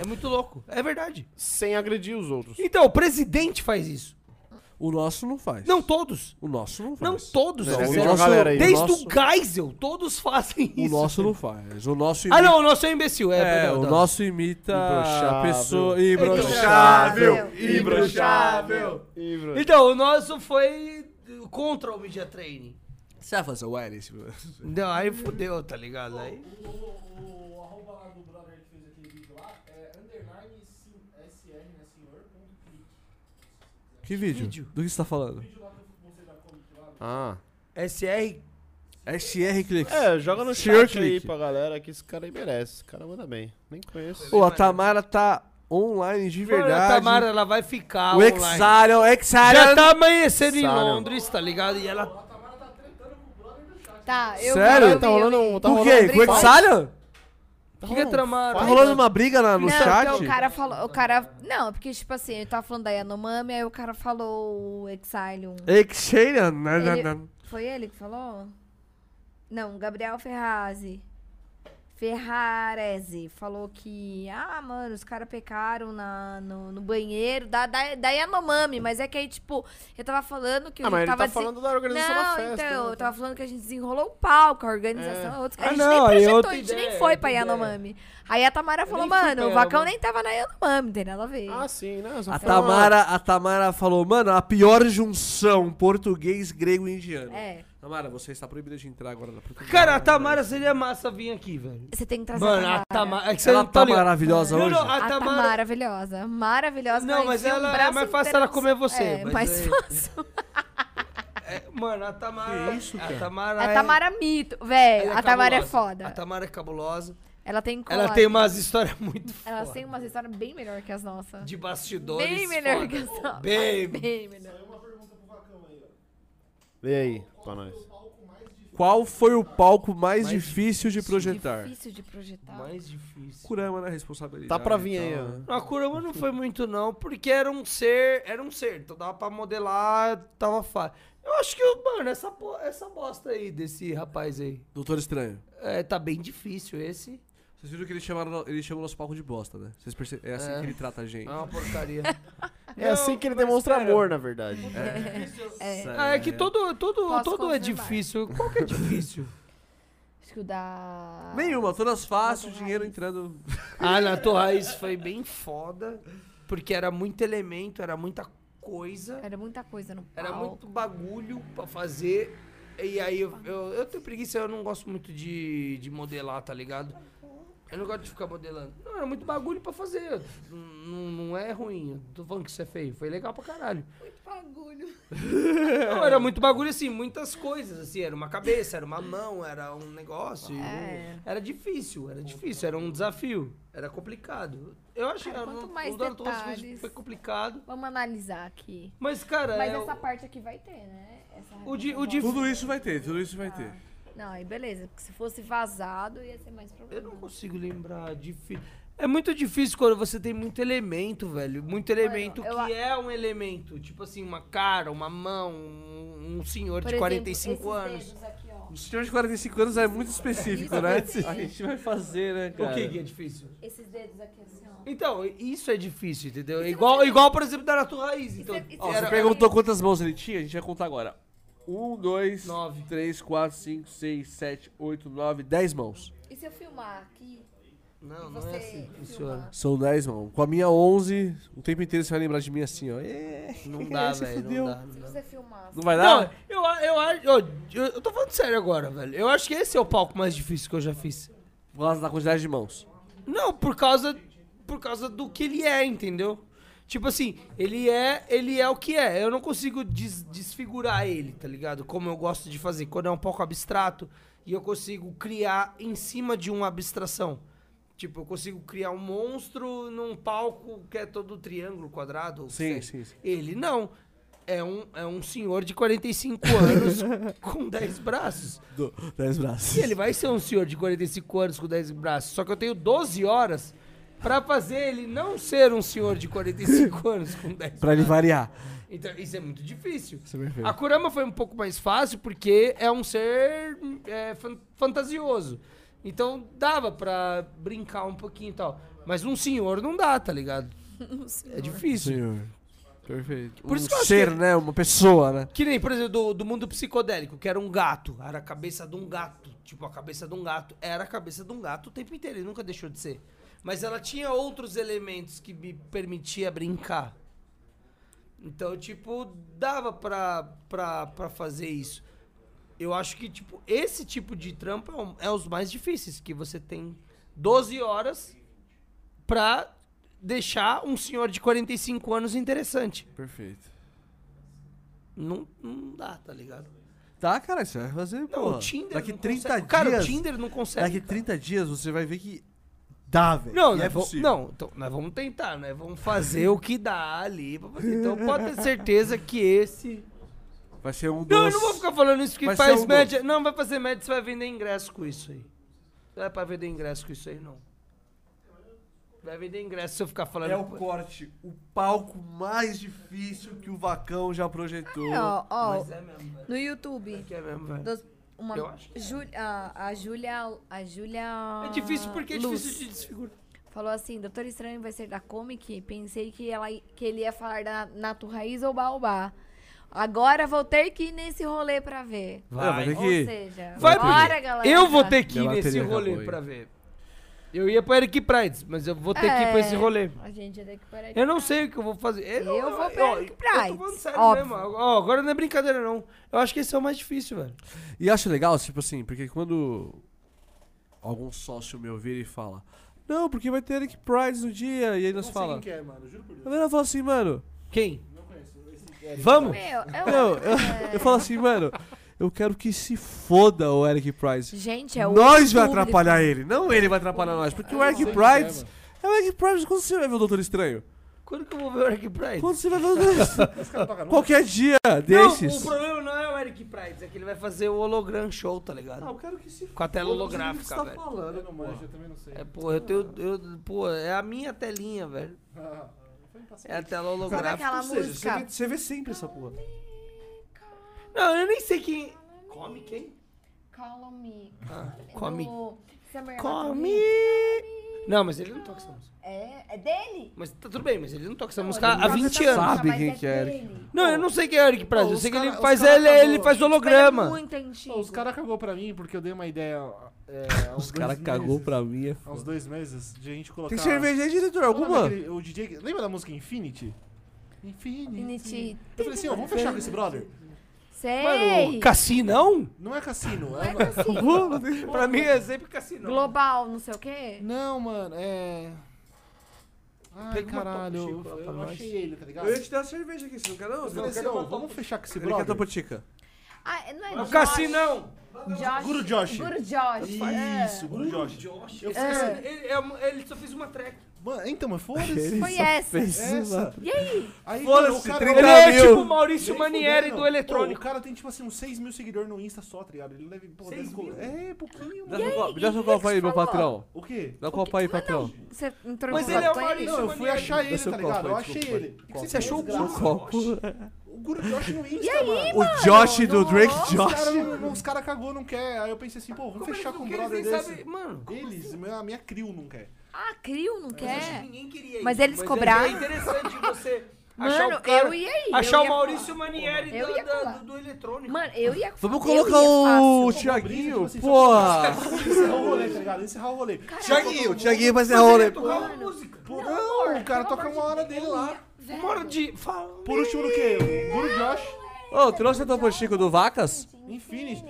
Speaker 5: É muito louco. É verdade.
Speaker 11: Sem agredir os outros.
Speaker 5: Então, o presidente faz isso.
Speaker 1: O nosso não faz.
Speaker 5: Não todos.
Speaker 1: O nosso não faz.
Speaker 5: Não todos.
Speaker 11: Não,
Speaker 5: Zé.
Speaker 11: o nosso- é galera aí.
Speaker 5: Desde
Speaker 1: o nosso,
Speaker 5: o Geisel, todos fazem
Speaker 1: o
Speaker 5: isso.
Speaker 1: nosso não faz. O nosso
Speaker 5: Ah, não, o nosso é imbecil. É,
Speaker 1: É,
Speaker 5: perdão,
Speaker 1: o
Speaker 5: tá.
Speaker 1: nosso imita a
Speaker 11: Imbrochável.
Speaker 1: pessoa. Imbrochável.
Speaker 4: Imbrochável,
Speaker 11: Imbrochável.
Speaker 1: é.
Speaker 11: Imbro-
Speaker 5: Então, o nosso foi contra o media training.
Speaker 1: Você vai fazer o wireless? mano?
Speaker 5: Não, aí fudeu, tá ligado? Aí...
Speaker 9: O arroba lá do brother que fez aquele vídeo lá é underline sr, né, senhor?
Speaker 1: Que vídeo?
Speaker 5: Vídeo.
Speaker 1: Do que você tá falando?
Speaker 11: Ah.
Speaker 5: SR
Speaker 1: SR Clicks.
Speaker 11: É, joga no
Speaker 1: Senhor
Speaker 11: chat aí
Speaker 1: Clique.
Speaker 11: pra galera que esse cara aí merece. Esse cara manda bem. Nem conheço.
Speaker 1: Ô, a Tamara tá online de
Speaker 5: Mano,
Speaker 1: verdade.
Speaker 5: a Tamara, ela vai
Speaker 1: o
Speaker 5: ficar online.
Speaker 1: Exarion,
Speaker 5: Já
Speaker 1: Exarion.
Speaker 5: tá amanhecendo em
Speaker 11: Sário.
Speaker 5: Londres, tá ligado? E ela...
Speaker 4: Tá, eu
Speaker 1: Sério?
Speaker 4: vi, eu
Speaker 11: Tá
Speaker 4: vi, eu
Speaker 11: rolando
Speaker 4: vi.
Speaker 11: um. Tá
Speaker 1: O
Speaker 11: rolando
Speaker 1: quê?
Speaker 11: um
Speaker 1: Com o
Speaker 4: briga.
Speaker 1: Exarion?
Speaker 5: Fica
Speaker 11: Tá rolando um-
Speaker 5: tramando.
Speaker 1: Tá rolando uma briga na- no
Speaker 4: não,
Speaker 1: chat?
Speaker 4: então o cara falou. O cara. Não, porque, tipo assim, ele tava falando da Yanomami, aí o cara falou o um. Exilium.
Speaker 1: Exarion.
Speaker 4: Ele- Foi ele que falou? Não, Gabriel Ferrazzi. Ferrarese falou que, ah, mano, os caras pecaram na, no, no banheiro da, da, da Yanomami, mas é que aí, tipo, eu tava falando que
Speaker 11: Ah,
Speaker 4: eu
Speaker 11: mas ele
Speaker 4: tava
Speaker 11: tá
Speaker 4: desen-
Speaker 11: falando da organização da
Speaker 4: Não,
Speaker 11: festa.
Speaker 4: então,
Speaker 11: né?
Speaker 4: eu tava falando que a gente desenrolou o palco, a organização, é. outros, a
Speaker 5: Ah,
Speaker 4: gente
Speaker 5: não, aí
Speaker 4: nem projetou,
Speaker 5: outra
Speaker 4: a gente
Speaker 5: ideia,
Speaker 4: nem foi
Speaker 5: outra
Speaker 4: pra
Speaker 5: ideia.
Speaker 4: Yanomami. Aí a Tamara falou,
Speaker 5: nem fui pra
Speaker 4: mano, o Vacão
Speaker 5: Yanomami.
Speaker 4: nem tava na Yanomami, não tem nada a ver.
Speaker 11: Ah, sim, né? Só
Speaker 1: A
Speaker 11: foi uma-
Speaker 1: Tamara, a Tamara falou, mano, a pior junção português, grego e indiano.
Speaker 4: É,
Speaker 1: Tamara, você está proibida de entrar agora na Portugal.
Speaker 5: Cara, a Tamara seria massa vir aqui, velho.
Speaker 4: você tem que trazer
Speaker 5: Mano, a
Speaker 4: a Tamara.
Speaker 5: Tamara... É que você
Speaker 1: Ela
Speaker 5: não tá
Speaker 1: tá
Speaker 5: ligado.
Speaker 1: maravilhosa
Speaker 5: Não,
Speaker 1: hoje?
Speaker 5: não, a
Speaker 4: A tá
Speaker 5: Ah, Tamara...
Speaker 4: maravilhosa. Maravilhosa.
Speaker 5: Não, mas
Speaker 4: enfia um
Speaker 5: ela- é
Speaker 4: braço
Speaker 5: mais fácil
Speaker 4: inteiro
Speaker 5: ela
Speaker 4: no-
Speaker 5: comer você,
Speaker 4: É,
Speaker 5: mas
Speaker 4: mais
Speaker 5: aí-
Speaker 4: fácil.
Speaker 5: é, mano, a Tamara...
Speaker 1: Que isso,
Speaker 5: A
Speaker 1: cara?
Speaker 5: Tamara
Speaker 4: A
Speaker 5: é-
Speaker 4: Tamara mito, velho.
Speaker 5: ela
Speaker 4: a Tamara é
Speaker 5: cabulosa. A
Speaker 4: foda.
Speaker 5: Tamara é cabulosa.
Speaker 4: Ela tem cola.
Speaker 5: Ela tem umas histórias muito
Speaker 4: Ela
Speaker 5: foda.
Speaker 4: tem umas histórias bem melhor que as nossas.
Speaker 5: De bastidores
Speaker 4: Bem melhor
Speaker 5: foda.
Speaker 4: que as nossas.
Speaker 5: Bem-
Speaker 4: Bem melhor.
Speaker 11: Vem aí, pra nós.
Speaker 1: Qual foi o palco mais,
Speaker 5: Mais
Speaker 1: difícil de projetar?
Speaker 4: Difícil de projetar.
Speaker 5: Mais difícil.
Speaker 1: Kurama, né? Responsabilidade.
Speaker 11: Tá pra vir aí,
Speaker 1: e tal,
Speaker 11: ó.
Speaker 1: né?
Speaker 5: A Kurama não foi muito, não, porque era um ser. Era um ser. Então dava pra modelar, tava fácil. Eu acho que, mano, essa, po- essa bosta aí desse rapaz aí.
Speaker 1: Doutor Estranho.
Speaker 5: É, tá bem difícil esse.
Speaker 1: Vocês viram que ele, chamaram, ele chamou nosso palco de bosta, né? Vocês perce- É assim
Speaker 5: É.
Speaker 1: que ele trata a gente.
Speaker 5: É uma porcaria.
Speaker 11: É assim que ele demonstra amor, na verdade.
Speaker 5: Ah, é que todo, todo,
Speaker 4: Posso
Speaker 5: todo é
Speaker 4: confirmar.
Speaker 5: difícil. Qual que é difícil?
Speaker 4: Acho que o da.
Speaker 1: Nenhuma, todas fácil,
Speaker 4: Nossa,
Speaker 1: dinheiro
Speaker 4: raiz.
Speaker 1: entrando.
Speaker 5: ah, na tua raiz foi bem foda, porque era muito elemento, era muita coisa.
Speaker 4: Era muita coisa no palco.
Speaker 5: Era muito bagulho pra fazer. E aí eu, eu, eu tenho preguiça, eu não gosto muito de, de modelar, tá ligado? Eu não gosto de ficar modelando. Não, era muito bagulho pra fazer. Não, não- não é ruim. eu Tô falando que isso é feio. Foi legal pra caralho.
Speaker 4: bagulho. É.
Speaker 5: Não, era muito bagulho, assim, muitas coisas, assim, era uma cabeça, era uma mão, era um negócio. e
Speaker 4: É.
Speaker 5: um- Era difícil, era difícil, era um desafio. Era complicado. Eu achei
Speaker 4: Cara,
Speaker 5: eu
Speaker 4: quanto
Speaker 5: não-
Speaker 4: mais
Speaker 5: o Dora Torres foi-
Speaker 4: detalhes.
Speaker 5: foi complicado.
Speaker 4: Vamos analisar aqui.
Speaker 5: Mas, cara,
Speaker 4: Mas
Speaker 5: é
Speaker 4: essa
Speaker 5: o-
Speaker 4: parte aqui vai ter, né? Essa
Speaker 5: O di- o
Speaker 4: representação.
Speaker 5: di-
Speaker 1: Tudo isso vai ter, tudo isso vai ter.
Speaker 5: Ah.
Speaker 4: Não, aí beleza. Porque se fosse vazado, ia ser mais
Speaker 5: Eu
Speaker 4: problema.
Speaker 5: não consigo lembrar. Difí- É muito difícil quando você tem muito elemento, velho. Muito elemento
Speaker 4: eu
Speaker 5: que
Speaker 4: a-
Speaker 5: é um elemento. Tipo assim, uma cara, uma mão, um, um senhor
Speaker 4: Por
Speaker 5: de
Speaker 4: exemplo,
Speaker 5: 45
Speaker 4: esses
Speaker 5: anos.
Speaker 4: dedos aqui, ó.
Speaker 1: O Um senhor de 45 anos é muito específico, né? A gente vai fazer, né,
Speaker 5: O
Speaker 1: cara?
Speaker 5: que, que é difícil?
Speaker 4: Esses dedos aqui assim, ó.
Speaker 5: Então, isso é difícil, entendeu? É igual, igual, por exemplo, da Natura Raiz. Então,
Speaker 4: é- isso
Speaker 5: ó,
Speaker 4: é-
Speaker 1: Você
Speaker 5: era-
Speaker 1: perguntou quantas mãos ele tinha, a gente vai contar agora. Um, dois,
Speaker 5: Nove.
Speaker 1: três, quatro, cinco, seis, sete, oito, nove, dez mãos.
Speaker 4: E se eu filmar aqui?
Speaker 5: Não,
Speaker 4: e
Speaker 5: não é
Speaker 4: você
Speaker 5: assim que
Speaker 4: filmar?
Speaker 5: funciona.
Speaker 1: São dez mãos. Com a minha onze, o tempo inteiro você vai lembrar de mim assim, ó. É.
Speaker 5: Não dá,
Speaker 1: Se
Speaker 5: velho.
Speaker 1: fudeu.
Speaker 5: Não dá,
Speaker 4: Se
Speaker 5: não dá.
Speaker 4: você filmar. assim.
Speaker 1: Não vai dar?
Speaker 5: Não, eu, a- eu, acho- eu, eu, eu tô falando sério agora, velho. Eu acho que esse é o palco mais difícil que eu já fiz.
Speaker 1: Por causa da quantidade de mãos.
Speaker 5: Não, por causa por causa do que ele é, entendeu? Tipo assim, ele é, ele é o que é. Eu não consigo des- desfigurar ele, tá ligado? Como eu gosto de fazer quando é um pouco abstrato e eu consigo criar em cima de uma abstração. Tipo, eu consigo criar um monstro num palco que é todo triângulo, quadrado.
Speaker 1: Sim,
Speaker 5: certo?
Speaker 1: sim, sim.
Speaker 5: Ele não. É um, é um senhor de 45 anos com 10 braços.
Speaker 1: Do- Dez braços.
Speaker 5: E ele vai ser um senhor de 45 anos com 10 braços. Só que eu tenho 12 horas pra fazer ele não ser um senhor de 45 anos com 10
Speaker 1: Pra ele
Speaker 5: braços.
Speaker 1: variar.
Speaker 5: Então, isso é muito difícil.
Speaker 1: Ah, Isso é perfeito.
Speaker 5: A Kurama foi um pouco mais fácil porque é um ser é, fan- fantasioso. Então dava pra brincar um pouquinho e tal. Mas um senhor não dá, tá ligado? É difícil.
Speaker 1: Senhor. Perfeito.
Speaker 5: Por
Speaker 1: um
Speaker 5: isso que eu acho
Speaker 1: ser,
Speaker 5: que-
Speaker 1: né? Uma pessoa, né?
Speaker 5: Que nem, por exemplo, do, do mundo psicodélico, que era um gato. Era a cabeça de um gato. Tipo, a cabeça de um gato. Era a cabeça de um gato o tempo inteiro. Ele nunca deixou de ser. Mas ela tinha outros elementos que me permitia brincar. Então, tipo, dava pra, pra, pra fazer isso. Eu acho que, tipo, esse tipo de trampo é, um- é os mais difíceis. Que você tem 12 horas pra deixar um senhor de 45 anos interessante.
Speaker 1: Perfeito.
Speaker 5: Não, não dá, tá ligado?
Speaker 1: Tá, cara, você vai fazer,
Speaker 5: Não,
Speaker 1: pô.
Speaker 5: o Tinder
Speaker 1: Daqui
Speaker 5: não
Speaker 1: 30
Speaker 5: consegue.
Speaker 1: dias.
Speaker 5: Cara, o Tinder não consegue.
Speaker 1: Daqui 30 dias você vai ver que dá, velho. é
Speaker 5: Não,
Speaker 1: que
Speaker 5: nós vamos- não, então, nós vamos tentar, né? Vamos fazer o que dá ali. pra fazer. Então pode ter certeza que esse.
Speaker 1: Vai ser um dos...
Speaker 5: Não, eu não vou ficar falando isso que
Speaker 1: Vai ser
Speaker 5: faz
Speaker 1: um
Speaker 5: média. Não, vai fazer média, você vai vender ingresso com isso aí. Não é pra vender ingresso com isso aí, não. Vai vender ingresso se eu ficar falando.
Speaker 1: É o corte, o palco mais difícil que o Vacão já projetou.
Speaker 4: Aí, ó, ó,
Speaker 5: Mas é mesmo, velho.
Speaker 4: no YouTube.
Speaker 5: Que é mesmo, velho.
Speaker 4: dos- uma,
Speaker 5: Eu acho que é.
Speaker 4: Ju- a, a Júlia. A Júlia.
Speaker 5: É difícil porque é
Speaker 4: Luz
Speaker 5: difícil de desfigurar.
Speaker 4: Falou assim: Doutor Estranho vai ser da Comic. Pensei que, ela, que ele ia falar da Nato Raiz ou Baobá. Agora vou ter que ir nesse rolê pra ver.
Speaker 1: Vai, vai ter
Speaker 4: Ou
Speaker 1: que...
Speaker 4: seja,
Speaker 5: Vai,
Speaker 4: bora, galera.
Speaker 5: Eu vou ter que ir
Speaker 1: Minha
Speaker 5: nesse
Speaker 1: bateria
Speaker 5: rolê
Speaker 1: acabou aí.
Speaker 5: pra ver. Eu ia pro Eric Prides, mas eu vou ter que ir pra esse
Speaker 4: É.
Speaker 5: rolê.
Speaker 4: A gente vai ter que parar de
Speaker 5: Eu não
Speaker 4: falar.
Speaker 5: sei o que eu vou fazer.
Speaker 4: É Eu vou pra Eric
Speaker 5: Eu tô falando
Speaker 4: Prides,
Speaker 5: sério
Speaker 4: óbvio.
Speaker 5: mesmo. Ó, agora não é brincadeira, não. Eu acho que esse é o mais difícil, velho.
Speaker 1: E acho legal, tipo assim, porque quando algum sócio me ouvir e fala não, porque vai ter Eric Prides no dia, e aí nós
Speaker 9: Não sei
Speaker 1: fala...
Speaker 9: quem que é, mano. Juro por
Speaker 1: A
Speaker 9: Deus.
Speaker 1: galera fala assim, mano...
Speaker 5: Quem?
Speaker 9: Eric.
Speaker 5: Vamos?
Speaker 4: Meu, é eu,
Speaker 1: Não, eu, eu falo assim, mano... Eu quero que se foda o Eric Price.
Speaker 4: Gente, é o.
Speaker 1: nós vai
Speaker 4: público.
Speaker 1: atrapalhar ele, não ele vai atrapalhar nós. Porque o Eric
Speaker 9: Não sei quem é,
Speaker 1: Prides.
Speaker 9: mano.
Speaker 1: É o Eric Prides, quando você vai ver o Doutor Estranho?
Speaker 5: Quando que eu vou ver o Eric Prides?
Speaker 1: Quando você vai ver o Doutor Estranho?
Speaker 9: Esse cara toca nu?
Speaker 1: Qualquer dia
Speaker 5: Não,
Speaker 1: desses.
Speaker 5: o problema não é o Eric Prides, é que ele vai fazer o hologram show, tá ligado?
Speaker 1: eu quero que se
Speaker 5: Com a tela
Speaker 1: foda, não sei do que
Speaker 5: holográfica,
Speaker 1: você tá
Speaker 5: velho.
Speaker 1: falando,
Speaker 9: Eu não manjo, eu também não sei.
Speaker 5: É, porra, eu tenho. Eu, pô, é a minha telinha, velho.
Speaker 9: Ah, foi impaciente.
Speaker 5: É a tela
Speaker 4: Sabe
Speaker 5: holográfica.
Speaker 4: aquela
Speaker 1: Ou seja, você
Speaker 4: música?
Speaker 1: vê, você vê sempre essa porra.
Speaker 5: Não, eu nem sei quem. Come quem?
Speaker 4: Call me.
Speaker 5: Ah, come.
Speaker 4: Do Summer Walker
Speaker 5: Come!
Speaker 4: Me.
Speaker 5: Não, mas ele não toca essa música.
Speaker 4: É, é dele?
Speaker 5: Mas tá tudo bem, mas ele não toca essa música
Speaker 4: Não, ele
Speaker 5: há
Speaker 4: não
Speaker 5: 20
Speaker 4: toca essa
Speaker 5: anos.
Speaker 4: música,
Speaker 1: Sabe
Speaker 4: mas
Speaker 1: quem que é, Eric.
Speaker 4: dele.
Speaker 5: Não, eu não sei quem é o Eric Prazer.
Speaker 9: Pô,
Speaker 5: Eu sei
Speaker 9: os
Speaker 5: que ele
Speaker 9: cara-
Speaker 5: faz
Speaker 9: os cara
Speaker 5: ele,
Speaker 9: acabou.
Speaker 5: ele faz
Speaker 4: Tipo, ele Tipo, é
Speaker 5: holograma.
Speaker 4: Muito antigo.
Speaker 9: Pô, os caras cagou pra mim porque eu dei uma ideia. É, há uns
Speaker 1: Os caras
Speaker 9: dois
Speaker 1: cagou
Speaker 9: meses-
Speaker 1: pra mim. é
Speaker 9: há uns
Speaker 1: foda.
Speaker 9: dois meses de a gente colocar.
Speaker 1: Tem cerveja aí, diretor?
Speaker 9: Qual é o nome
Speaker 1: Alguma?
Speaker 9: daquele- o DJ. que- Lembra da música Infinity? Infinity.
Speaker 4: Infinity.
Speaker 9: Eu falei assim, ó, vamos fechar com esse brother?
Speaker 4: Sei.
Speaker 5: Mano, cassinão?
Speaker 9: Não é cassino,
Speaker 4: Não
Speaker 9: é.
Speaker 4: é assim.
Speaker 5: pra mim é sempre cassinão.
Speaker 4: Global, não sei o quê.
Speaker 9: Não, mano, é. Ai,
Speaker 5: Pega uma
Speaker 9: caralho.
Speaker 5: Topo Chico lá
Speaker 9: Eu,
Speaker 5: pra
Speaker 9: eu
Speaker 5: nós.
Speaker 9: achei ele, tá ligado?
Speaker 1: Eu ia te dar cerveja aqui, você não quer não?
Speaker 9: Eu
Speaker 1: Você
Speaker 9: falei
Speaker 1: não
Speaker 9: assim,
Speaker 1: quer
Speaker 9: ó,
Speaker 1: não?
Speaker 9: vamos fechar com esse
Speaker 1: Ele quer
Speaker 9: brother.
Speaker 1: tapotica.
Speaker 4: Ah, não é
Speaker 5: O
Speaker 4: Josh?
Speaker 5: cassinão.
Speaker 4: Josh.
Speaker 9: Guru Josh.
Speaker 4: Guru Josh. é.
Speaker 9: Isso, Bruno Jorge. Eu
Speaker 5: Esse-
Speaker 9: falei assim,
Speaker 5: esse- Ele, é um- ele só fez uma track.
Speaker 9: mano, então, mas foda-se.
Speaker 4: Foi essa.
Speaker 9: Essa.
Speaker 4: E aí?
Speaker 9: Aí,
Speaker 1: Foda-se,
Speaker 9: mano, o cara-
Speaker 1: 30
Speaker 5: Ele
Speaker 2: tá,
Speaker 5: é
Speaker 1: mil.
Speaker 5: tipo o Maurício Manieri
Speaker 9: Fudendo.
Speaker 5: do
Speaker 9: Pô,
Speaker 5: eletrônico.
Speaker 9: o cara tem, tipo assim, uns 6 mil seguidores no Insta só, tá ligado? Ele leva. Pô,
Speaker 5: 6
Speaker 9: deve colo-
Speaker 5: mil?
Speaker 9: É, pouquinho,
Speaker 1: Dá
Speaker 9: mano.
Speaker 1: seu copo,
Speaker 4: e
Speaker 1: dá seu
Speaker 4: o que que
Speaker 1: copo aí,
Speaker 4: você
Speaker 1: meu
Speaker 4: falou?
Speaker 1: patrão.
Speaker 9: O quê?
Speaker 1: Dá o copo aí, patrão.
Speaker 4: Você entrou
Speaker 5: Mas
Speaker 4: em
Speaker 5: ele é
Speaker 4: contato
Speaker 5: o
Speaker 4: com
Speaker 5: Maurício.
Speaker 9: Não, eu fui achar ele,
Speaker 1: seu
Speaker 9: tá ligado?
Speaker 1: copo
Speaker 9: Eu
Speaker 1: aí,
Speaker 9: achei
Speaker 1: desculpa,
Speaker 9: ele. O que você
Speaker 5: Você achou o
Speaker 1: O
Speaker 5: Bruno?
Speaker 1: copo.
Speaker 9: O Guru Josh no Insta,
Speaker 4: E aí,
Speaker 9: mano.
Speaker 1: O Josh
Speaker 4: não
Speaker 1: do Drake
Speaker 4: rolou?
Speaker 9: Os caras
Speaker 1: Josh.
Speaker 9: não- não- os cara cagou, não quer. Aí eu pensei assim, pô, vamos
Speaker 5: Como
Speaker 9: fechar
Speaker 5: eles
Speaker 9: com um
Speaker 5: não querem,
Speaker 9: brother
Speaker 5: eles nem
Speaker 9: desse.
Speaker 5: sabem- Mano,
Speaker 9: Eles, a minha crew não quer.
Speaker 4: Ah, Crio não
Speaker 5: eu acho que
Speaker 4: quer?
Speaker 5: ninguém queria
Speaker 4: Mas
Speaker 5: isso,
Speaker 4: eles cobraram.
Speaker 5: É interessante você Achar
Speaker 4: Mano,
Speaker 5: o cara-
Speaker 4: eu ia aí.
Speaker 5: Achar
Speaker 4: eu
Speaker 5: o
Speaker 4: ia
Speaker 5: Maurício Manieri
Speaker 4: Eu
Speaker 5: do,
Speaker 4: ia
Speaker 5: da-
Speaker 4: colar.
Speaker 5: do, do eletrônico.
Speaker 4: Mano, eu ia.
Speaker 1: Vamos
Speaker 4: eu
Speaker 1: colocar
Speaker 4: ia fácil.
Speaker 1: o Thiaguinho,
Speaker 2: tipo assim,
Speaker 1: porra!
Speaker 2: Encerrar o rolê, tá ligado? Encerrar o rolê.
Speaker 12: Thiaguinho, Thiaguinho vai ser rolê.
Speaker 5: tocar uma música.
Speaker 2: Pô, não, o cara toca uma hora dele lá.
Speaker 4: Velho.
Speaker 5: Uma hora de. Fala.
Speaker 2: Por último do quê? O Guru Josh.
Speaker 1: Ô, trouxe o Topochico do Vacas?
Speaker 2: Infinity.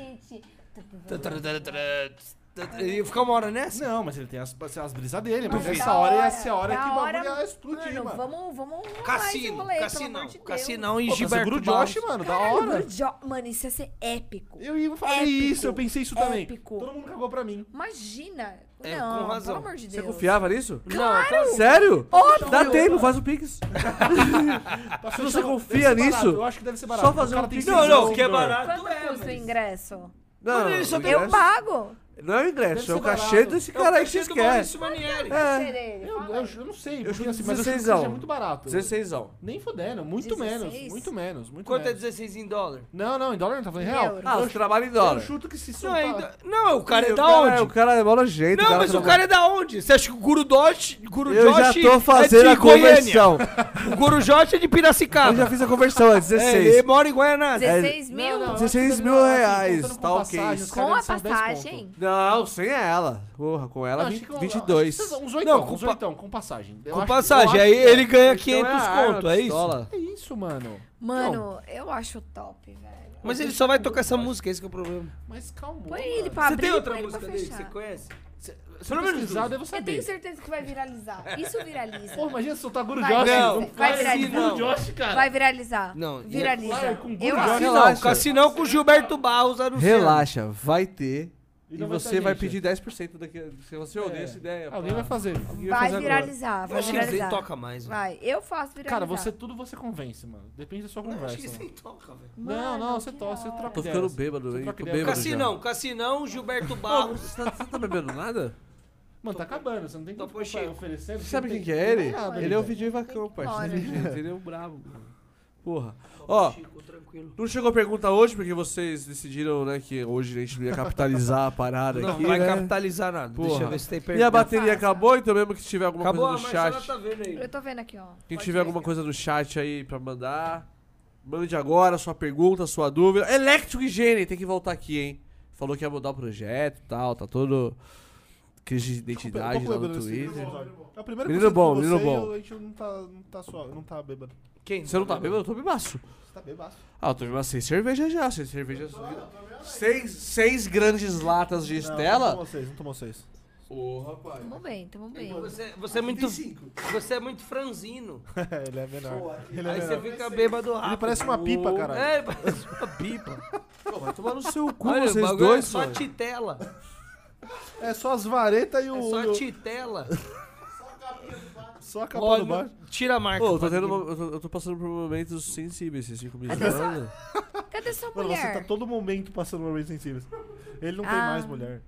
Speaker 5: Ia ficar uma hora nessa?
Speaker 2: Não, mas ele tem as, as brisas dele. Mas
Speaker 4: Mas
Speaker 2: essa
Speaker 4: da
Speaker 2: hora ia
Speaker 4: hora,
Speaker 2: ser a hora
Speaker 4: da
Speaker 2: que o bagulho
Speaker 1: é
Speaker 4: hora,
Speaker 2: ia explodir,
Speaker 4: Mano,
Speaker 2: mano.
Speaker 4: vamos, vamos rolar esse
Speaker 5: Cassino,
Speaker 4: rolê, pelo
Speaker 5: cassinão,
Speaker 4: amor de Deus.
Speaker 5: cassinão e
Speaker 2: Pô, mas o
Speaker 5: Gilberto
Speaker 2: Guru Josh,
Speaker 5: Barros.
Speaker 2: mano, da
Speaker 4: Caralho,
Speaker 2: hora.
Speaker 4: Guru Jo- Mano, isso ia ser épico.
Speaker 2: Eu ia falar
Speaker 4: Épico.
Speaker 2: isso, eu pensei isso também.
Speaker 4: Épico.
Speaker 2: Todo mundo cagou pra mim.
Speaker 4: Imagina.
Speaker 5: É,
Speaker 4: não,
Speaker 5: com razão.
Speaker 4: pelo amor de
Speaker 1: Você é
Speaker 4: Deus.
Speaker 1: confiava nisso?
Speaker 5: Não, tá-
Speaker 1: Sério?
Speaker 4: Óbvio.
Speaker 1: Dá tempo, faz o Pix.
Speaker 2: Tá
Speaker 1: Se você
Speaker 2: fechando-
Speaker 1: confia
Speaker 2: deve ser
Speaker 1: nisso,
Speaker 2: barato, Eu acho que deve ser barato.
Speaker 1: só fazer
Speaker 2: o cara
Speaker 1: um
Speaker 2: tem
Speaker 1: pix-
Speaker 2: seis
Speaker 5: Não,
Speaker 2: anos,
Speaker 5: não, que é
Speaker 2: senhor.
Speaker 5: barato
Speaker 4: Quanto
Speaker 5: é.
Speaker 4: custa o
Speaker 5: mas- é.
Speaker 4: ingresso?
Speaker 1: Não,
Speaker 5: Mano, ele só
Speaker 1: o
Speaker 5: tem-
Speaker 4: Eu
Speaker 1: ingresso-
Speaker 4: pago.
Speaker 1: Não é o ingresso,
Speaker 2: Deve
Speaker 1: é o
Speaker 2: ser
Speaker 1: cachê
Speaker 2: barato.
Speaker 1: desse
Speaker 5: É o
Speaker 1: cara aí que
Speaker 5: cachê
Speaker 1: vocês
Speaker 5: do
Speaker 1: querem.
Speaker 5: Maurício Manieri.
Speaker 1: É,
Speaker 2: Eu, eu, eu não sei,
Speaker 1: Eu
Speaker 2: porque
Speaker 1: chuto
Speaker 2: assim, mas eu acho que
Speaker 1: 16ão.
Speaker 2: seja muito barato.
Speaker 1: 16 ão.
Speaker 2: Nem fodendo, muito
Speaker 4: 16?
Speaker 2: menos, muito menos, muito
Speaker 5: Quanto é
Speaker 2: menos.
Speaker 5: 16 em dólar?
Speaker 2: Não, não, em dólar não, tá falando em real.
Speaker 4: Euro.
Speaker 1: Ah, você trabalha em
Speaker 2: Eu
Speaker 1: dólar.
Speaker 2: chuto que se
Speaker 5: Não,
Speaker 2: soltar...
Speaker 5: ainda... não o cara é
Speaker 1: O
Speaker 5: da
Speaker 1: cara- O
Speaker 5: onde?
Speaker 1: cara é mó jeito.
Speaker 5: Não, mas o cara é da onde? Você acha que o Guru Dosh, Guru
Speaker 1: Eu já
Speaker 5: Josh
Speaker 1: tô fazendo
Speaker 5: é
Speaker 1: a
Speaker 5: de Goiânia?
Speaker 1: conversão.
Speaker 5: O Guru Josh é de Piracicaba.
Speaker 1: Eu já fiz a conversão, é
Speaker 5: É, ele
Speaker 1: 16.
Speaker 5: mora em Guaraná.
Speaker 4: 16
Speaker 2: Não,
Speaker 4: mil?
Speaker 2: não, eu acho
Speaker 1: 16
Speaker 2: que
Speaker 1: mil
Speaker 2: deve dar,
Speaker 1: reais,
Speaker 2: contando com
Speaker 1: tá ok.
Speaker 2: passagem, os caras
Speaker 4: Com a
Speaker 2: devem ser uns 10 pontos.
Speaker 4: passagem?
Speaker 1: Não, sem ela. Porra, com ela,
Speaker 2: Não, acho
Speaker 1: vinte-
Speaker 2: que com- acho
Speaker 1: 22.
Speaker 2: que Uns oitão,
Speaker 5: Não, com
Speaker 2: uns
Speaker 5: pa-
Speaker 2: oitão, com passagem. Eu
Speaker 5: Com
Speaker 2: acho-
Speaker 5: passagem.
Speaker 2: eu
Speaker 5: Aí
Speaker 2: acho que-
Speaker 5: ele ganha
Speaker 1: Então
Speaker 5: 500
Speaker 1: a arma,
Speaker 5: conto, é isso?
Speaker 1: pistola.
Speaker 2: É isso, mano.
Speaker 4: Mano, eu acho top, velho.
Speaker 5: Mas ele só vai tocar essa música, esse que é o problema.
Speaker 2: Mas calma.
Speaker 4: Põe ele pra
Speaker 5: Você
Speaker 4: abrir
Speaker 5: tem
Speaker 4: e
Speaker 5: outra
Speaker 4: põe ele pra
Speaker 5: música dele que você
Speaker 4: fechar.
Speaker 5: conhece?
Speaker 2: Se
Speaker 5: Pelo
Speaker 2: eu
Speaker 5: menos
Speaker 2: pesquisar, eu devo
Speaker 4: Eu tenho
Speaker 2: saber.
Speaker 4: certeza que vai viralizar. Isso viraliza.
Speaker 2: Pô, imagina se soltar Guru
Speaker 4: Vai,
Speaker 2: Josh.
Speaker 4: não,
Speaker 2: vamos-
Speaker 4: vai
Speaker 2: Cara, esse
Speaker 5: virar,
Speaker 2: Guru Josh, cara.
Speaker 4: Vai viralizar.
Speaker 5: Não,
Speaker 4: Viraliza.
Speaker 2: claro, com Guru
Speaker 4: eu
Speaker 2: Josh.
Speaker 4: acho.
Speaker 5: Cassinão,
Speaker 1: Relaxa.
Speaker 5: Cassinão com Gilberto Barros anunciando.
Speaker 1: Relaxa, vai ter. E,
Speaker 2: não vai
Speaker 1: você
Speaker 2: ter
Speaker 1: vai
Speaker 2: gente.
Speaker 1: pedir 10% daquilo. Você fala assim, ô, dei essa ideia.
Speaker 2: Alguém
Speaker 1: pá.
Speaker 2: vai fazer.
Speaker 1: Alguém
Speaker 4: Vai
Speaker 1: fazer agora.
Speaker 4: viralizar.
Speaker 5: Eu
Speaker 4: Vai
Speaker 5: acho que eles nem
Speaker 4: viralizar.
Speaker 5: toca mais. né? velho.
Speaker 4: Vai, eu faço viralizar.
Speaker 2: Cara, você tudo você convence, mano. Depende da sua
Speaker 5: Eu acho que
Speaker 2: conversa.
Speaker 5: eles
Speaker 2: mano.
Speaker 5: nem toca, velho.
Speaker 2: Não, não, você
Speaker 4: que
Speaker 2: toca, você
Speaker 4: hora.
Speaker 2: troca.
Speaker 1: Tô ficando
Speaker 2: ideias.
Speaker 1: bêbado, hein?
Speaker 2: troca
Speaker 1: Tô
Speaker 2: ideia.
Speaker 1: bêbado. já.
Speaker 5: Cassinão, Cassinão, Gilberto
Speaker 1: Ô,
Speaker 5: Barros.
Speaker 1: Você tá, você tá bebendo nada?
Speaker 2: Mano, tá acabando, você não tem
Speaker 5: Tô
Speaker 2: como ficar
Speaker 5: puxando.
Speaker 2: oferecendo.
Speaker 1: Você sabe
Speaker 2: não
Speaker 1: quem
Speaker 2: tem-
Speaker 1: que é ele?
Speaker 2: não nada,
Speaker 1: Ele é o
Speaker 2: velho.
Speaker 1: Vidio Vacão, parceiro.
Speaker 4: Bora.
Speaker 1: Ele é um brabo. mano. Porra. Ó,
Speaker 5: Chico, tranquilo.
Speaker 1: não chegou pergunta hoje, porque vocês decidiram, né, que hoje a gente não ia capitalizar a parada
Speaker 5: Não
Speaker 1: aqui,
Speaker 5: vai
Speaker 1: né?
Speaker 5: capitalizar nada. Deixa eu
Speaker 1: Porra.
Speaker 5: ver se tem
Speaker 1: E a
Speaker 5: pergunta.
Speaker 1: bateria acabou, então mesmo que tiver alguma
Speaker 5: Acabou, a
Speaker 1: coisa no
Speaker 5: Marcela
Speaker 1: chat.
Speaker 5: tá vendo aí.
Speaker 4: Eu tô vendo aqui, ó.
Speaker 1: Quem
Speaker 4: Pode
Speaker 1: tiver
Speaker 4: ver
Speaker 1: alguma
Speaker 4: aqui, ó.
Speaker 1: coisa no chat aí pra mandar, mande agora sua pergunta, sua dúvida. Electric Gene, tem que voltar aqui, hein? Falou que ia mudar o projeto e tal, tá todo crise de
Speaker 2: Desculpa, eu tô
Speaker 1: identidade lá no
Speaker 2: bêbado nesse
Speaker 1: Twitter.
Speaker 2: episódio. É o primeiro
Speaker 1: Menino
Speaker 2: que eu
Speaker 1: bom,
Speaker 2: sinto com
Speaker 1: menino
Speaker 2: você
Speaker 1: bom.
Speaker 2: e eu- A gente não tá, não tá só, não tá bêbado.
Speaker 5: Quem?
Speaker 1: Você não tá bêbado? Eu tô bebaço.
Speaker 2: Você tá bebaço.
Speaker 1: Ah, eu tomei umas seis cervejas já, seis cervejas. Seis, seis grandes latas de
Speaker 2: Não, não
Speaker 1: Estela.
Speaker 2: tomou seis, não tomou seis.
Speaker 4: Tamo bem, tamo bem.
Speaker 5: Você, você é muito. Você é muito franzino.
Speaker 2: ele é menor. Ele é
Speaker 5: Aí você
Speaker 2: menor.
Speaker 5: fica bêbado rápido.
Speaker 2: Ele parece uma pipa, caralho.
Speaker 5: É, parece uma pipa.
Speaker 1: Pô, vai tomar no seu cu,
Speaker 5: Olha, o
Speaker 1: vocês
Speaker 5: bagulho é
Speaker 1: dois,
Speaker 5: só
Speaker 1: mano.
Speaker 5: titela.
Speaker 2: É só as varetas e o.
Speaker 5: É só
Speaker 2: o-
Speaker 5: titela.
Speaker 2: só a capa
Speaker 5: Ó,
Speaker 2: do bar.
Speaker 5: não- Tira a marca.
Speaker 1: Pô, eu tô,
Speaker 5: Padre.
Speaker 1: tendo uma- eu tô- eu tô passando por momentos sensíveis esses cinco minutos. Mano.
Speaker 4: Cadê sua
Speaker 2: Mano, você
Speaker 4: mulher?
Speaker 2: tá todo momento passando uma Raising Sirius. Ele não tem
Speaker 4: Ah.
Speaker 2: mais mulher.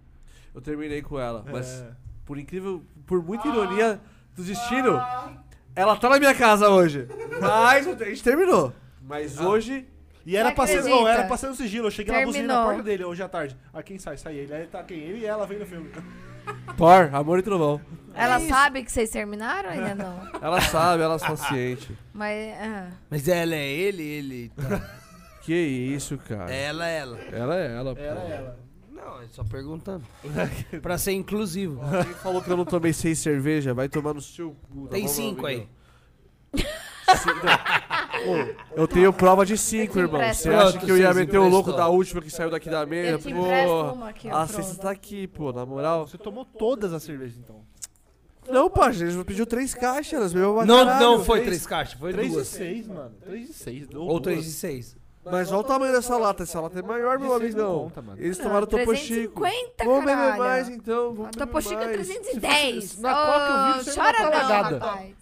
Speaker 1: Eu terminei com ela, mas
Speaker 2: É.
Speaker 1: por incrível, por muita ironia do destino, ela tá na minha casa hoje. Mas a gente terminou. Mas hoje.
Speaker 2: E era
Speaker 4: Não
Speaker 2: passando,
Speaker 4: acredita.
Speaker 2: não, era passando sigilo. Eu cheguei na buzina na
Speaker 4: Terminou.
Speaker 2: porta dele hoje à tarde. Ah, quem sai? Sai ele. Aí tá quem? Ele e ela vem no filme.
Speaker 1: Thor, amor e trovão.
Speaker 4: Ela sabe que vocês terminaram ou ainda não?
Speaker 1: Ela sabe, ela é está ciente.
Speaker 4: Mas. ah.
Speaker 5: Mas ela é ele, ele. tá.
Speaker 1: Que isso, cara.
Speaker 5: É ela, ela.
Speaker 1: Ela é ela, pô.
Speaker 5: Não, é só perguntando. pra ser inclusivo.
Speaker 1: Quem falou que eu não tomei seis cerveja, vai tomar no seu cu. tá
Speaker 5: Tem
Speaker 1: bom, meu
Speaker 5: cinco aí.
Speaker 1: amigo? Eu tenho prova de cinco,
Speaker 4: Eu te
Speaker 1: irmão.
Speaker 4: empresto.
Speaker 1: Você acha
Speaker 5: Pronto,
Speaker 1: que eu ia
Speaker 5: seis
Speaker 1: meter o louco
Speaker 5: emprestou.
Speaker 1: da última que saiu daqui da
Speaker 4: Eu
Speaker 1: mesa?
Speaker 4: te empresto
Speaker 1: Pô,
Speaker 4: uma aqui, ó.
Speaker 1: a sexta tá aqui, pô, na moral.
Speaker 2: Você tomou todas as cervejas, então.
Speaker 1: Não, parça, eles pediu três caixas, elas beberam pra
Speaker 5: Não,
Speaker 1: caralho.
Speaker 5: não foi três caixas, foi
Speaker 2: 3 e
Speaker 5: duas.
Speaker 2: 6, mano. 3 e 6.
Speaker 5: Ou três de seis.
Speaker 1: Mas olha o tamanho dessa lata, essa lata é maior, meu
Speaker 2: Vocês não
Speaker 1: amigão.
Speaker 2: conta, mano.
Speaker 1: Eles
Speaker 4: Não,
Speaker 1: tomaram Topo Chico.
Speaker 4: 350,
Speaker 1: Vamos beber
Speaker 4: caralho.
Speaker 1: mais então, vamos
Speaker 4: A
Speaker 1: beber
Speaker 4: Topo Chico é
Speaker 1: mais.
Speaker 4: 310.
Speaker 2: na Coca eu vi,
Speaker 4: Ô,
Speaker 2: você não
Speaker 4: Chora
Speaker 2: tá
Speaker 4: não,
Speaker 2: lagada.
Speaker 4: rapaz.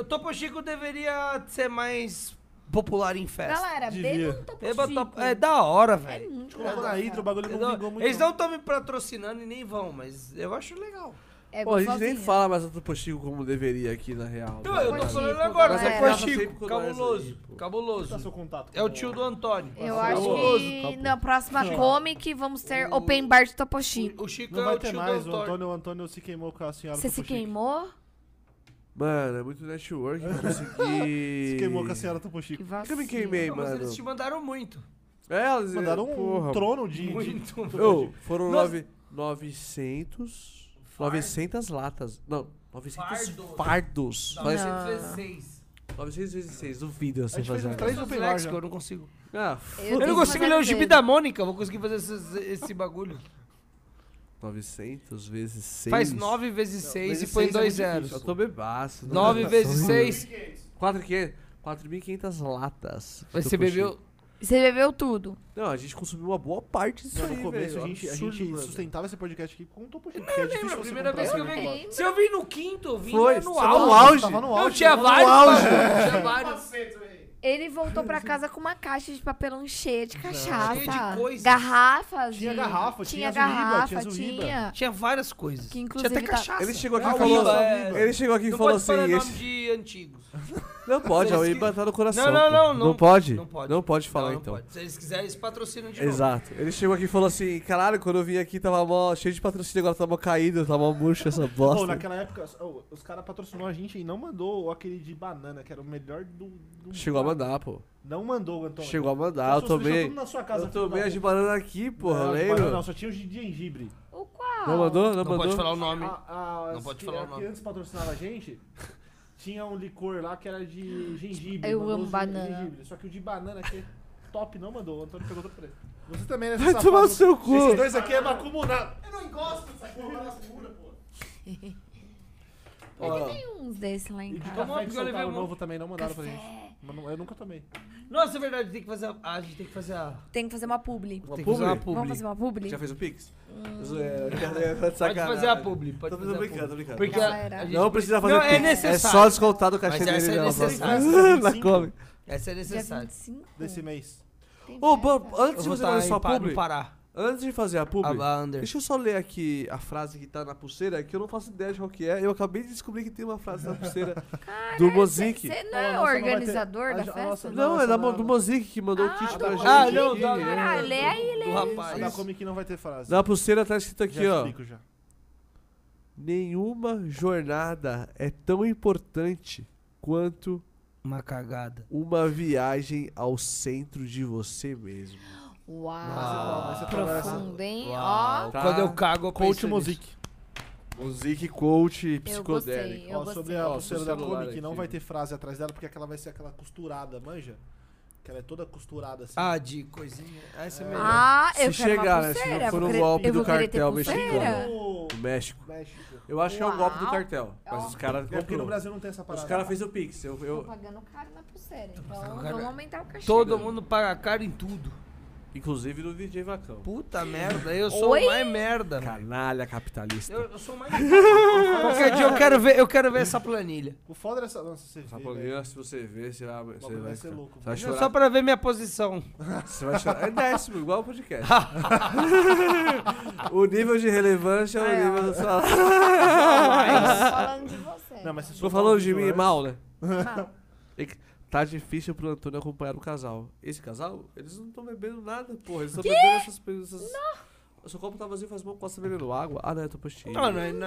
Speaker 5: O Topo Chico deveria ser mais popular em festa.
Speaker 4: Galera,
Speaker 2: Devia.
Speaker 4: beba um Topo
Speaker 5: É, Beba
Speaker 4: Chico.
Speaker 5: Topo- É da hora,
Speaker 4: É
Speaker 5: velho.
Speaker 4: muito
Speaker 2: Colocou
Speaker 4: da
Speaker 2: na
Speaker 4: hora.
Speaker 2: hidro, o bagulho não vingou muito.
Speaker 5: Eles não estão me patrocinando e nem vão, mas eu acho legal.
Speaker 4: É
Speaker 1: Pô, a gente nem
Speaker 4: gostosinho.
Speaker 1: fala mais do Topo Chico como deveria aqui, na real.
Speaker 5: Então,
Speaker 1: velho.
Speaker 5: eu tô
Speaker 4: Chico,
Speaker 5: falando agora,
Speaker 4: galera.
Speaker 5: você
Speaker 4: Tava
Speaker 5: foi
Speaker 1: sempre com
Speaker 5: Chico.
Speaker 1: nós aí,
Speaker 5: Cabuloso.
Speaker 1: pô.
Speaker 2: Tá seu
Speaker 5: Cabuloso.
Speaker 2: contato.
Speaker 5: É o tio do Antônio.
Speaker 4: Eu
Speaker 2: Tá
Speaker 4: acho que na próxima Comic vamos ter
Speaker 5: O-
Speaker 4: Open Bar de Topo Chico.
Speaker 5: O Chico
Speaker 2: Não
Speaker 5: é
Speaker 2: vai
Speaker 5: o
Speaker 2: ter
Speaker 5: tio
Speaker 2: mais.
Speaker 5: do
Speaker 2: O
Speaker 5: Antônio.
Speaker 2: Antônio, o Antônio se queimou com a senhora.
Speaker 4: Você
Speaker 2: do
Speaker 4: se
Speaker 2: Fuxique.
Speaker 4: queimou?
Speaker 1: Mano, é muito network pra conseguir.
Speaker 2: Se queimou com a senhora Topo Chico.
Speaker 4: Que vacina.
Speaker 1: Por que eu me queimei,
Speaker 5: Não, mas
Speaker 1: mano?
Speaker 5: eles te mandaram muito.
Speaker 1: É, elas
Speaker 2: Mandaram um
Speaker 1: porra,
Speaker 2: trono de. de-
Speaker 5: Muito.
Speaker 1: Ô, foram
Speaker 5: Nossa.
Speaker 1: nove, 900.
Speaker 5: Fardo.
Speaker 1: 900 latas. Não, 900
Speaker 5: Fardo.
Speaker 1: fardos.
Speaker 5: Não,
Speaker 1: Faz-
Speaker 5: 916.
Speaker 1: 900 vezes 6, duvido
Speaker 2: A
Speaker 1: assim
Speaker 2: gente fez um
Speaker 1: fazer.
Speaker 2: uns
Speaker 1: uma-
Speaker 2: três
Speaker 5: Só os
Speaker 2: open bar
Speaker 5: Lex,
Speaker 2: já.
Speaker 5: que Eu não consigo.
Speaker 1: Ah,
Speaker 4: Eu
Speaker 5: Eu
Speaker 4: tenho
Speaker 5: não
Speaker 4: que
Speaker 5: consigo
Speaker 4: fazer
Speaker 5: ler o gibi
Speaker 4: três.
Speaker 5: da Mônica, vou conseguir fazer esses- esse bagulho.
Speaker 1: 900 vezes 6.
Speaker 5: Faz 9 vezes 6 e põe
Speaker 2: seis é
Speaker 5: dois
Speaker 2: muito difícil.
Speaker 5: zeros.
Speaker 1: Eu tô bebaço. né? um
Speaker 5: 9 vezes 6,
Speaker 1: 4.500 4.500 latas.
Speaker 5: mas
Speaker 1: do
Speaker 5: você
Speaker 1: coxinha.
Speaker 5: bebeu.
Speaker 4: Você bebeu tudo.
Speaker 1: Não, a gente consumiu uma boa parte disso
Speaker 2: Não,
Speaker 1: aí,
Speaker 2: no começo
Speaker 1: velho.
Speaker 2: a gente, a
Speaker 1: Absurdo,
Speaker 2: gente
Speaker 1: mano.
Speaker 2: sustentava esse podcast aqui com o Topo Chico. porque é difícil
Speaker 5: lembro, a
Speaker 2: você
Speaker 5: primeira vez
Speaker 2: comprar
Speaker 5: que eu
Speaker 2: um
Speaker 5: vi.
Speaker 4: É.
Speaker 2: regular.
Speaker 5: Se eu vim no quinto, eu vim
Speaker 1: Foi,
Speaker 5: no
Speaker 1: você tava
Speaker 5: auge.
Speaker 1: Tá no auge.
Speaker 2: Tava no
Speaker 5: Eu
Speaker 2: auge.
Speaker 5: tinha
Speaker 2: tava no
Speaker 5: vários,
Speaker 2: auge.
Speaker 5: bagulhos, tinha vários.
Speaker 4: Ele voltou pra casa com uma caixa de papelão cheia de cachaça.
Speaker 5: Cheia de coisas.
Speaker 4: Garrafas.
Speaker 2: Tinha
Speaker 4: de-
Speaker 2: garrafa,
Speaker 4: tinha
Speaker 2: tinha
Speaker 4: garrafa,
Speaker 2: Zuriba, tinha Zuriba.
Speaker 4: tinha.
Speaker 5: Tinha várias coisas.
Speaker 4: Que inclusive
Speaker 5: tinha até
Speaker 4: tá-
Speaker 5: cachaça.
Speaker 1: Ele chegou aqui
Speaker 5: Ah,
Speaker 1: e
Speaker 5: o
Speaker 1: falou.
Speaker 5: Iba, é-
Speaker 1: Ele chegou aqui e
Speaker 5: Não
Speaker 1: falou
Speaker 5: pode
Speaker 1: assim:
Speaker 5: falar
Speaker 1: esse-
Speaker 5: nome de antigos.
Speaker 1: Não pode, a
Speaker 5: Eles que-
Speaker 1: Uiba tá no coração.
Speaker 5: Não, não,
Speaker 1: pô.
Speaker 5: não,
Speaker 1: Não
Speaker 5: não-
Speaker 1: pode?
Speaker 5: não pode.
Speaker 1: Não pode falar
Speaker 5: Não,
Speaker 1: então.
Speaker 5: pode. Se eles quiserem, eles patrocinam de novo.
Speaker 1: Exato. Ele chegou aqui e falou assim: caralho, quando eu vim aqui tava mó cheio de patrocínio, agora tá mó caído, tá mó murcho essa
Speaker 2: Pô,
Speaker 1: bosta.
Speaker 2: naquela época, ô, os caras patrocinou a gente e não mandou aquele de banana, que era o melhor do. do tá?
Speaker 1: Chegou a mandar, pô.
Speaker 2: Não mandou, Antônio.
Speaker 1: Chegou a
Speaker 2: Então,
Speaker 1: mandar, eu
Speaker 2: se você deixou
Speaker 1: tomei.
Speaker 2: tudo na sua casa,
Speaker 1: Eu
Speaker 2: filho
Speaker 1: tomei
Speaker 2: da
Speaker 1: a de
Speaker 2: puta.
Speaker 1: banana aqui, porra,
Speaker 2: não, de banana Não,
Speaker 1: lembra?
Speaker 2: só tinha os de gengibre.
Speaker 4: O qual?
Speaker 1: Não mandou? Não
Speaker 5: Não pode
Speaker 1: mandou?
Speaker 5: falar o nome.
Speaker 2: A- a-
Speaker 5: Não pode
Speaker 2: que-
Speaker 5: falar o
Speaker 2: a
Speaker 5: nome.
Speaker 2: Que antes patrocinava a gente, tinha um licor lá que era de gengibre.
Speaker 4: Eu
Speaker 2: mandou
Speaker 4: amo
Speaker 2: os de
Speaker 4: banana.
Speaker 2: gengibre, só que o de banana que é top não mandou, o Antônio pegou todo preto. Você também, né? seu
Speaker 1: Vai
Speaker 2: safado?
Speaker 1: tomar o seu cu.
Speaker 2: Esses dois aqui é macumunado. Eu não encosto dessa porra nas muras, pô.
Speaker 4: Ele tem uns desses lá
Speaker 2: E
Speaker 4: em
Speaker 2: de
Speaker 4: casa.
Speaker 5: Tomou,
Speaker 2: café que
Speaker 5: porque eu levei
Speaker 2: soltaram
Speaker 5: um.
Speaker 2: novo também não mandaram pra
Speaker 4: Café.
Speaker 2: gente. Mas não- Eu nunca tomei.
Speaker 5: Nossa, é verdade, tem que fazer a. Ah, a gente tem que fazer a.
Speaker 4: Tem que fazer uma publi.
Speaker 5: Tem que fazer uma
Speaker 4: Vamos
Speaker 5: publi. Hum.
Speaker 4: fazer uma publi?
Speaker 1: Já fez o Pix? Zoeira, brincadeira,
Speaker 5: Pode
Speaker 1: sacanagem.
Speaker 5: fazer a publi. Pode
Speaker 1: Tô
Speaker 5: fazer a
Speaker 1: brincando, tô
Speaker 5: publi.
Speaker 1: brincando.
Speaker 5: Porque
Speaker 4: Galera.
Speaker 5: a, a gente
Speaker 1: Não precisa fazer
Speaker 5: Não,
Speaker 1: Pix.
Speaker 5: é necessário.
Speaker 1: só descontar do cachê
Speaker 5: Mas essa
Speaker 1: dele
Speaker 5: é
Speaker 1: dela. fala.
Speaker 5: necessária.
Speaker 1: Na Kombi.
Speaker 5: Essa é
Speaker 4: Dia
Speaker 5: necessária.
Speaker 4: 25
Speaker 2: Desse mês.
Speaker 4: tem
Speaker 1: Ô,
Speaker 4: festa.
Speaker 1: bom, antes de você fazer sua publi,
Speaker 5: Pará.
Speaker 1: antes de fazer a
Speaker 5: A,
Speaker 1: publi,
Speaker 5: a Under.
Speaker 1: Deixa eu só ler aqui a frase que tá na pulseira, que eu não faço ideia de qual que é. Eu acabei de descobrir que tem uma frase na pulseira do Mozik.
Speaker 4: Você não
Speaker 2: Ah, nossa,
Speaker 4: é
Speaker 2: não vai ter-
Speaker 4: organizador
Speaker 2: a
Speaker 4: da
Speaker 2: jo-
Speaker 4: festa?
Speaker 2: nossa,
Speaker 1: Não, é da,
Speaker 2: não,
Speaker 1: do
Speaker 2: não.
Speaker 1: Mozik que mandou o kit
Speaker 4: Ah,
Speaker 1: pra
Speaker 4: do
Speaker 1: gente.
Speaker 5: Ah, não,
Speaker 1: aqui.
Speaker 5: da-
Speaker 4: Caralho, lê aí, lê
Speaker 5: do
Speaker 4: aí.
Speaker 5: rapaz.
Speaker 2: é, Da Comic não vai ter frase.
Speaker 1: Na pulseira tá escrito aqui,
Speaker 2: já
Speaker 1: ó.
Speaker 2: explico já.
Speaker 1: Nenhuma jornada é tão importante quanto
Speaker 5: Uma cagada.
Speaker 1: uma viagem ao centro de você mesmo.
Speaker 4: Uau,
Speaker 2: Nossa,
Speaker 4: profundo, hein?
Speaker 5: Uau.
Speaker 4: Ó,
Speaker 1: Tá.
Speaker 5: Quando eu cago, eu penso
Speaker 2: Coach
Speaker 5: nisso.
Speaker 2: Mozik.
Speaker 1: Mozik coach
Speaker 4: eu
Speaker 1: psicodélico.
Speaker 4: gostei, eu
Speaker 2: Ó, sobre
Speaker 4: gostei.
Speaker 2: a
Speaker 1: Ó, seu
Speaker 2: pulseira da
Speaker 1: celular
Speaker 2: Comic, não
Speaker 1: aqui.
Speaker 2: vai ter frase atrás dela, porque aquela vai ser aquela costurada, manja? Que ela é toda costurada assim.
Speaker 5: Ah, de coisinha. Essa é melhor.
Speaker 4: Ah, eu
Speaker 1: Se
Speaker 4: quero
Speaker 1: chegar,
Speaker 4: uma
Speaker 1: né, se não
Speaker 4: pulseira.
Speaker 1: for
Speaker 4: eu
Speaker 1: um
Speaker 4: vou querer-
Speaker 1: golpe
Speaker 4: eu
Speaker 1: do
Speaker 4: vou querer ter
Speaker 1: cartel mexicano.
Speaker 4: pulseira.
Speaker 2: No
Speaker 1: Do México.
Speaker 2: México.
Speaker 1: Eu acho que é o golpe do
Speaker 4: Uau.
Speaker 1: cartel. Mas os caras
Speaker 2: É porque no
Speaker 1: comprou.
Speaker 2: Brasil não tem essa parada.
Speaker 1: Os caras fez o Pix. Eu,
Speaker 4: Tô
Speaker 1: eu-
Speaker 4: pagando caro na pulseira, então
Speaker 5: pagando caro.
Speaker 4: vamos aumentar o cachê.
Speaker 5: Todo mundo paga caro em tudo.
Speaker 1: Inclusive do DJ Vacão.
Speaker 5: Puta merda, eu sou
Speaker 4: Oi?
Speaker 5: o mais merda. mano.
Speaker 1: Canalha capitalista.
Speaker 5: Eu, eu sou o mais. Qualquer dia eu quero ver, eu quero ver essa planilha.
Speaker 2: O foda dessa. Nossa, você
Speaker 1: Essa
Speaker 2: vê, velho.
Speaker 1: planilha, se você ver, você vai. Você
Speaker 2: vai
Speaker 1: vai,
Speaker 2: ser
Speaker 1: ficar-
Speaker 2: louco,
Speaker 1: Você vai
Speaker 5: Não,
Speaker 1: chorar.
Speaker 5: Só pra ver minha posição.
Speaker 1: Você vai chorar. É décimo, igual o podcast. o nível de relevância é o
Speaker 4: É, ó.
Speaker 1: nível do salário.
Speaker 4: falando de você.
Speaker 2: Não, mas se
Speaker 1: Tô
Speaker 2: soltar
Speaker 1: falando
Speaker 2: um
Speaker 1: de mim
Speaker 2: vídeo
Speaker 1: mal, né?
Speaker 4: Mal.
Speaker 1: É que Tá difícil pro Antônio acompanhar o casal. Esse casal, eles não estão bebendo nada, porra. Eles estão bebendo essas coisas. O seu copo tá vazio faz mal, posso tá bebendo água. Ah, não, eu tô postinho.
Speaker 5: Não, é, não, não.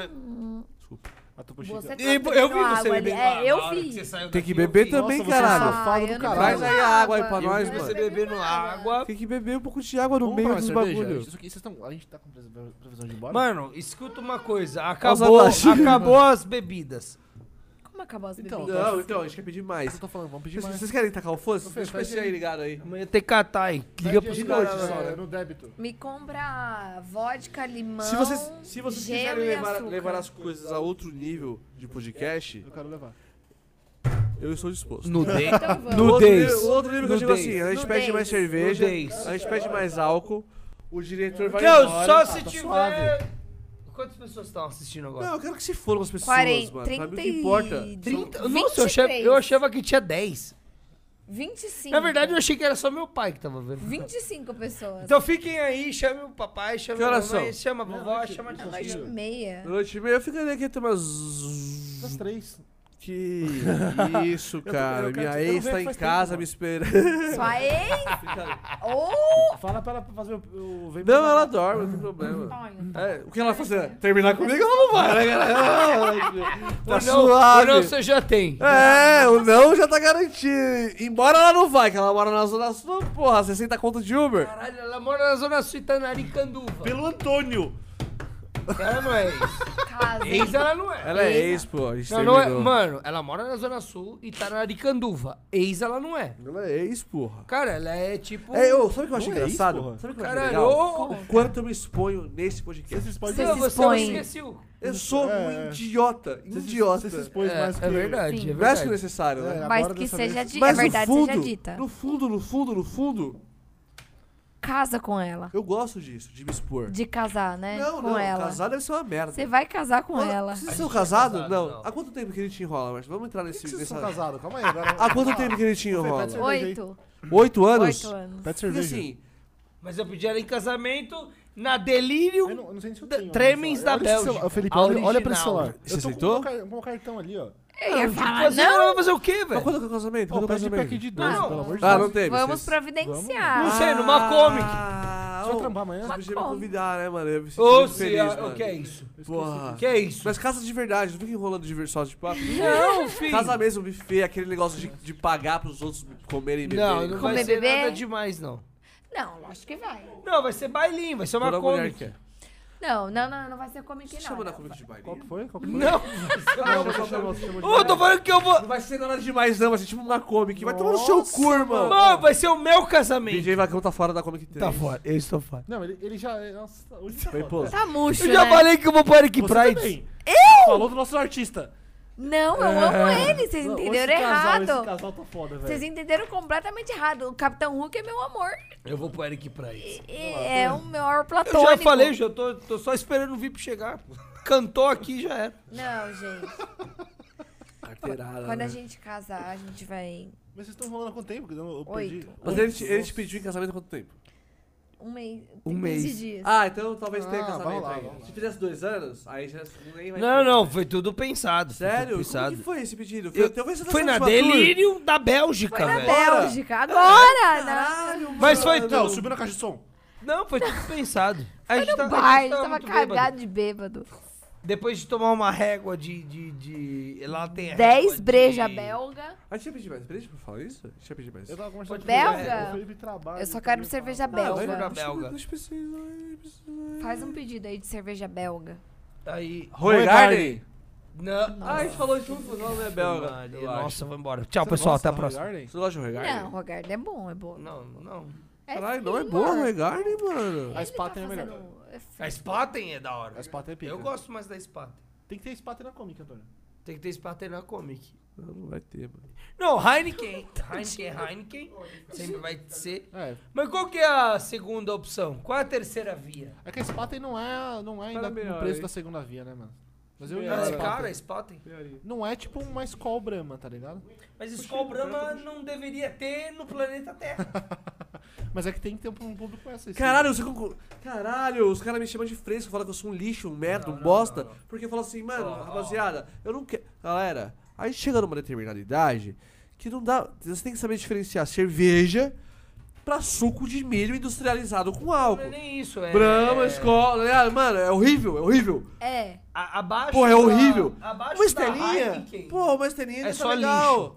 Speaker 2: antes, a Topo Chico-
Speaker 4: Você tá
Speaker 5: E-
Speaker 4: bebendo
Speaker 5: eu vi
Speaker 4: água
Speaker 5: você
Speaker 4: ali.
Speaker 5: bebendo.
Speaker 4: É,
Speaker 5: água na
Speaker 4: eu
Speaker 5: hora que
Speaker 4: vi.
Speaker 5: você saiu
Speaker 1: Tem que
Speaker 5: daqui, eu
Speaker 1: beber
Speaker 5: vi.
Speaker 1: também,
Speaker 2: Nossa, você
Speaker 1: caralho.
Speaker 2: safado do
Speaker 4: eu não
Speaker 2: caralho.
Speaker 4: bebo
Speaker 1: Traz aí a água aí pra
Speaker 4: água.
Speaker 5: Eu
Speaker 1: nós,
Speaker 5: vi
Speaker 1: mano.
Speaker 5: Você bebendo água.
Speaker 1: Tem que beber um pouco de água no
Speaker 2: Vamos
Speaker 1: meio
Speaker 2: tomar
Speaker 1: dos
Speaker 2: cerveja?
Speaker 1: bagulhos.
Speaker 2: Isso aqui, vocês estão. A gente tá com previsão previsão de ir embora?
Speaker 5: Mano, escuta uma coisa.
Speaker 1: Nossa,
Speaker 5: Acabou,
Speaker 1: tá cheio,
Speaker 5: acabou as bebidas.
Speaker 4: Como acabou as
Speaker 2: Então,
Speaker 4: bebidas?
Speaker 1: Não, então, a gente quer pedir mais.
Speaker 2: eu tô falando, vamos pedir
Speaker 1: Vocês,
Speaker 2: mais.
Speaker 1: vocês querem tacar o fosso? Deixa
Speaker 2: faz
Speaker 1: eu aí ligado aí.
Speaker 5: Amanhã tem catar, hein? Liga
Speaker 2: Pede
Speaker 5: pros
Speaker 2: aí,
Speaker 5: caras.
Speaker 2: cara,
Speaker 5: velho.
Speaker 9: é,
Speaker 2: cara, no débito.
Speaker 4: Me compra vodka, limão,
Speaker 1: Se vocês, se vocês
Speaker 4: gelo
Speaker 1: quiserem
Speaker 4: e
Speaker 1: levar,
Speaker 4: açúcar.
Speaker 1: levar as coisas a outro nível de podcast,
Speaker 2: Eu quero levar.
Speaker 1: eu estou disposto.
Speaker 5: Nudez.
Speaker 4: Então vamos.
Speaker 1: O outro, nível-
Speaker 5: Nudez.
Speaker 1: o outro nível que eu digo
Speaker 5: Nudez.
Speaker 1: assim, a gente
Speaker 4: Nudez.
Speaker 1: pede mais cerveja,
Speaker 5: Nudez.
Speaker 1: a gente pede mais álcool, o diretor vai
Speaker 5: Não,
Speaker 1: embora. Ah,
Speaker 5: só se
Speaker 2: tá
Speaker 5: tiver.
Speaker 2: suave.
Speaker 5: Quantas pessoas estão assistindo agora?
Speaker 1: Não, eu quero que se foram as pessoas,
Speaker 4: 40,
Speaker 1: mano.
Speaker 4: 30
Speaker 1: Pra mim o que importa.
Speaker 4: e-
Speaker 5: 30?
Speaker 4: são
Speaker 5: Nossa, eu achava,
Speaker 4: 23.
Speaker 5: eu achava que tinha 10.
Speaker 4: 25.
Speaker 5: Na verdade, eu achei que era só meu pai que tava vendo.
Speaker 4: 25 pessoas.
Speaker 5: Então fiquem aí, chame o papai, chame
Speaker 1: Que
Speaker 5: a
Speaker 1: horas
Speaker 5: mamãe,
Speaker 1: são?
Speaker 5: chama a vovó, chama a
Speaker 4: Uma hora
Speaker 5: tia.
Speaker 4: e meia.
Speaker 1: Noite e meia, eu ficaria aqui até umas
Speaker 2: Das três.
Speaker 1: Que isso, cara.
Speaker 9: eu quero-
Speaker 1: Minha
Speaker 9: eu não
Speaker 1: ex tá
Speaker 9: vejo
Speaker 1: em
Speaker 9: faz
Speaker 1: casa
Speaker 9: tempo,
Speaker 1: me
Speaker 9: mano.
Speaker 1: esperando.
Speaker 4: Sua ex? Ou...
Speaker 7: Fala pra ela fazer o. o vem
Speaker 1: Não,
Speaker 7: pra-
Speaker 1: ela dorme, não tem problema. É, o que ela vai fazer? Terminar comigo? Ela não vai, né, cara? Tá suave.
Speaker 5: não, você já tem.
Speaker 1: É, o não já tá garantido. Embora ela não vai, que ela mora na Zona Sul, porra, 60 conto de Uber.
Speaker 5: Caralho, ela mora na Zona Sul, Itanaricanduva.
Speaker 9: Pelo Antônio.
Speaker 5: Ela não é ex.
Speaker 4: Casa.
Speaker 5: Ex ela não é.
Speaker 1: Ela é ex, pô. A gente
Speaker 5: Não, não é.
Speaker 1: terminou.
Speaker 5: Mano, ela mora na Zona Sul, Itanaricanduva. Ex ela não é.
Speaker 1: Ela é ex, porra.
Speaker 5: Cara, ela é tipo...
Speaker 1: É, eu, sabe o que eu acho
Speaker 9: Não é ex,
Speaker 1: engraçado?
Speaker 9: porra.
Speaker 1: sabe o que eu acho
Speaker 5: Caralho,
Speaker 1: legal?
Speaker 5: ô,
Speaker 1: O quanto eu me exponho nesse podcast.
Speaker 9: Vocês podem
Speaker 4: Você
Speaker 5: Não,
Speaker 4: se
Speaker 5: você
Speaker 4: expõe.
Speaker 5: esqueceu.
Speaker 1: Eu sou um
Speaker 9: É.
Speaker 1: idiota. Idiota.
Speaker 9: Vocês expôs
Speaker 5: É,
Speaker 9: mais que
Speaker 5: é verdade,
Speaker 4: Sim.
Speaker 5: é
Speaker 1: Mais que
Speaker 5: verdade.
Speaker 1: necessário, né?
Speaker 9: É,
Speaker 4: Mas
Speaker 9: agora
Speaker 4: que
Speaker 9: dessa
Speaker 4: seja
Speaker 9: vez-
Speaker 4: dita. É
Speaker 1: no
Speaker 4: verdade,
Speaker 1: fundo,
Speaker 4: seja dita.
Speaker 1: No fundo, no fundo, no fundo,
Speaker 4: Casa com ela.
Speaker 1: eu gosto disso, de me expor.
Speaker 4: De casar, né?
Speaker 1: Não,
Speaker 4: com
Speaker 1: não,
Speaker 4: ela.
Speaker 1: casar deve ser uma merda.
Speaker 4: Você vai casar com
Speaker 1: Olha,
Speaker 4: ela.
Speaker 1: Vocês são casados?
Speaker 5: casado,
Speaker 1: não.
Speaker 5: não.
Speaker 1: Há quanto tempo que ele te enrola, Marcio? Vamos entrar nesse.
Speaker 9: Por que vocês
Speaker 1: nessa-
Speaker 9: são casados? Calma aí, agora.
Speaker 1: Há quanto tempo que ele te enrola?
Speaker 9: Fede cerveja aí.
Speaker 4: Oito.
Speaker 1: Oito anos?
Speaker 4: Oito anos.
Speaker 9: Pede
Speaker 1: Porque
Speaker 9: cerveja.
Speaker 1: assim,
Speaker 5: Mas eu pedi ela em casamento, na Delírio...
Speaker 9: Eu não, eu não sei nem se eu tenho.
Speaker 5: Tremens
Speaker 9: olha
Speaker 5: da
Speaker 9: esse celular.
Speaker 5: Bélgica.
Speaker 9: Ô, Felipe,
Speaker 5: A
Speaker 9: olha, olha pra esse
Speaker 5: original.
Speaker 9: celular.
Speaker 1: Você
Speaker 9: eu tô
Speaker 1: aceitou?
Speaker 9: Com um car- um, cartão ali, ó.
Speaker 4: Eu ia falar,
Speaker 5: Fazer-
Speaker 4: não.
Speaker 5: Vai fazer o quê,
Speaker 1: mas
Speaker 5: velho?
Speaker 1: quando que é o casamento?
Speaker 9: Ô,
Speaker 1: Quando que é o
Speaker 9: pede pack
Speaker 1: casamento?
Speaker 9: de 12,
Speaker 5: Não.
Speaker 9: pelo amor de
Speaker 1: Ah,
Speaker 9: Deus.
Speaker 1: não teve.
Speaker 4: Vamos
Speaker 1: vocês-
Speaker 4: providenciar.
Speaker 5: Não sei, numa Comic.
Speaker 1: Ah,
Speaker 9: Você vai
Speaker 1: ô,
Speaker 9: trampar amanhã?
Speaker 1: Vocês podiam me convidar, né, mano? Eu me sinto
Speaker 5: Ou
Speaker 1: muito
Speaker 5: se...
Speaker 1: feliz,
Speaker 5: ah,
Speaker 1: mano. Ah.
Speaker 5: O que é isso?
Speaker 1: Porra.
Speaker 5: O que é isso?
Speaker 1: Mas casa de verdade, não fica enrolando de ver- só de papo.
Speaker 5: Não, filho.
Speaker 1: Casa mesmo, buffet, aquele negócio de, de pagar pros outros comerem e
Speaker 5: Não,
Speaker 1: beberem. Como
Speaker 5: não
Speaker 1: é
Speaker 5: vai
Speaker 4: Comer
Speaker 5: ser
Speaker 4: bebê?
Speaker 5: nada demais, não.
Speaker 4: Não, lógico que vai.
Speaker 5: Não, vai ser bailinho, vai ser uma
Speaker 1: toda mulher
Speaker 5: comic.
Speaker 1: quer.
Speaker 4: Não, não, não, não vai ser comic
Speaker 1: Você
Speaker 4: não.
Speaker 1: chama na
Speaker 4: não.
Speaker 1: comic de baile.
Speaker 9: Qual que foi? Qual que foi?
Speaker 5: Não,
Speaker 9: Não, você chamou, você chamou de
Speaker 5: eu tô falando que eu vou.
Speaker 1: Não vai ser nada demais, não. Vai ser tipo uma comic. Vai tomar no seu cu, irmão.
Speaker 5: Mano, vai ser o meu casamento.
Speaker 1: DJ Vacão tá fora da Comic 3.
Speaker 5: fora, eu estou fora.
Speaker 9: Não, ele, ele já. é- Nossa, hoje tá
Speaker 1: Foi,
Speaker 9: foda.
Speaker 1: pô.
Speaker 4: Tá murcho,
Speaker 5: Eu já
Speaker 4: né?
Speaker 5: falei que eu vou para Eric
Speaker 9: Você
Speaker 5: Pride.
Speaker 9: também. Falou do nosso artista.
Speaker 4: Não, eu amo ele, vocês
Speaker 9: Não,
Speaker 4: entenderam
Speaker 9: esse casal,
Speaker 4: errado.
Speaker 9: Esse casal tá foda,
Speaker 2: é.
Speaker 9: velho.
Speaker 4: Vocês entenderam completamente errado. O Capitão Hulk é meu amor.
Speaker 5: Eu vou pro Eric Pride.
Speaker 4: É, é o meu amor
Speaker 5: Eu
Speaker 4: platônico.
Speaker 5: já falei, já tô, tô só esperando o VIP chegar. Cantou aqui já era.
Speaker 4: Não, gente.
Speaker 5: Ah.
Speaker 1: Carteirada,
Speaker 4: Quando
Speaker 1: né?
Speaker 4: a gente casar, a gente vai...
Speaker 9: Mas vocês estão rolando há quanto tempo? Eu, eu
Speaker 4: Oito.
Speaker 9: perdi.
Speaker 1: Mas ele te, ele te pediu em casamento há quanto tempo?
Speaker 4: Um mês.
Speaker 5: Um
Speaker 4: 15
Speaker 5: mês.
Speaker 4: dias.
Speaker 1: Ah, então talvez tenha
Speaker 9: Ah,
Speaker 1: casamento
Speaker 9: vamos lá,
Speaker 1: aí.
Speaker 9: vamos lá.
Speaker 1: Se fizesse dois anos, aí já ninguém vai...
Speaker 5: Não, não, foi tudo pensado. foi tudo
Speaker 1: Sério?
Speaker 5: pensado.
Speaker 1: O que foi esse pedido?
Speaker 5: Eu-
Speaker 1: talvez você tá tipo
Speaker 5: Foi
Speaker 1: faça
Speaker 5: na
Speaker 1: uma tour.
Speaker 5: Delírio da Bélgica,
Speaker 4: Foi na
Speaker 5: velho.
Speaker 4: Bélgica, agora! na-
Speaker 1: Caralho, mano.
Speaker 5: Mas foi
Speaker 9: Não,
Speaker 5: tudo.
Speaker 9: subiu na caixa de som.
Speaker 5: Não, foi tudo pensado. A gente,
Speaker 4: No
Speaker 5: tá- a gente
Speaker 4: bar, tava
Speaker 5: muito bêbado.
Speaker 4: cagado de bêbado.
Speaker 5: Depois de tomar uma régua de. de, de... Lá tem a régua
Speaker 4: Dez
Speaker 5: de-
Speaker 4: breja belga.
Speaker 1: A gente ia pedir mais breja por falar isso? A gente ia pedir mais.
Speaker 9: Eu tava conversando com
Speaker 4: Belga?
Speaker 9: o Felipe, o Felipe trabalha.
Speaker 4: Eu só
Speaker 9: ele
Speaker 4: quero
Speaker 9: também
Speaker 4: cerveja
Speaker 9: fala.
Speaker 4: belga.
Speaker 1: vai-
Speaker 5: Belga.
Speaker 1: deixa eu-
Speaker 5: Belga.
Speaker 1: deixa eu pesquisar, eu pesquisar.
Speaker 4: Faz um pedido aí de cerveja belga.
Speaker 5: Aí.
Speaker 1: Roy Garden?
Speaker 5: Não.
Speaker 1: Ah, a gente falou junto, mas não é belga.
Speaker 5: Maria,
Speaker 1: eu acho.
Speaker 5: Nossa, vou embora. Tchau,
Speaker 9: Você
Speaker 5: pessoal.
Speaker 9: gosta
Speaker 5: Até
Speaker 9: da
Speaker 5: a próxima.
Speaker 9: Garden?
Speaker 1: Você gosta de Roy Garden?
Speaker 4: Não, Rogardo é bom, é bom.
Speaker 5: Não, não.
Speaker 4: É
Speaker 1: Caralho, não é
Speaker 4: fino.
Speaker 1: boa Roy Garden, mano.
Speaker 9: A
Speaker 4: Ele
Speaker 9: Spaten é
Speaker 4: tá
Speaker 9: melhor.
Speaker 4: fazendo- é fino.
Speaker 5: A Spaten é da hora.
Speaker 9: A Spaten é pica.
Speaker 5: Eu gosto mais da Spaten.
Speaker 9: Tem que ter Spaten na Comic, Antônio.
Speaker 5: Tem que ter Spaten na Comic.
Speaker 1: Não, não vai ter, mano.
Speaker 5: Não, Heineken. Heineken, Heineken. Sempre vai ser.
Speaker 9: É,
Speaker 5: Mas qual que é a segunda opção? Qual é a terceira via?
Speaker 9: é que a Spaten não é, não é ainda
Speaker 1: Tá melhor,
Speaker 9: no preço
Speaker 1: hein?
Speaker 9: da segunda via, né, mano? Mas eu ia
Speaker 5: Ela é
Speaker 9: Spaten.
Speaker 5: cara, a Spaten.
Speaker 9: Não é tipo uma Skol Brahma, tá ligado?
Speaker 5: Mas Skol Brahma não deveria ter no planeta Terra.
Speaker 9: Mas é que tem que ter um público com essa.
Speaker 1: Caralho, você concor... Caralho, os caras me chamam de fresco, falam que eu sou um lixo, um merda, um bosta. Porque falam assim, mano,
Speaker 5: Ó, ó.
Speaker 1: rapaziada, eu não quero. Galera, aí chega numa determinada idade que não dá. Você tem que saber diferenciar cerveja pra suco de milho industrializado com
Speaker 5: Não é
Speaker 1: álcool.
Speaker 5: nem isso, é.
Speaker 1: Brahma,
Speaker 5: é-
Speaker 1: escola, ligado? mano, é horrível, é horrível.
Speaker 4: É.
Speaker 5: A- abaixo
Speaker 1: Porra, é
Speaker 5: da-
Speaker 1: horrível. Uma
Speaker 5: Abaixo da
Speaker 1: estelinha?
Speaker 5: Heineken.
Speaker 1: Pô, uma estelinha ainda tá
Speaker 5: É só
Speaker 1: legal.
Speaker 5: lixo.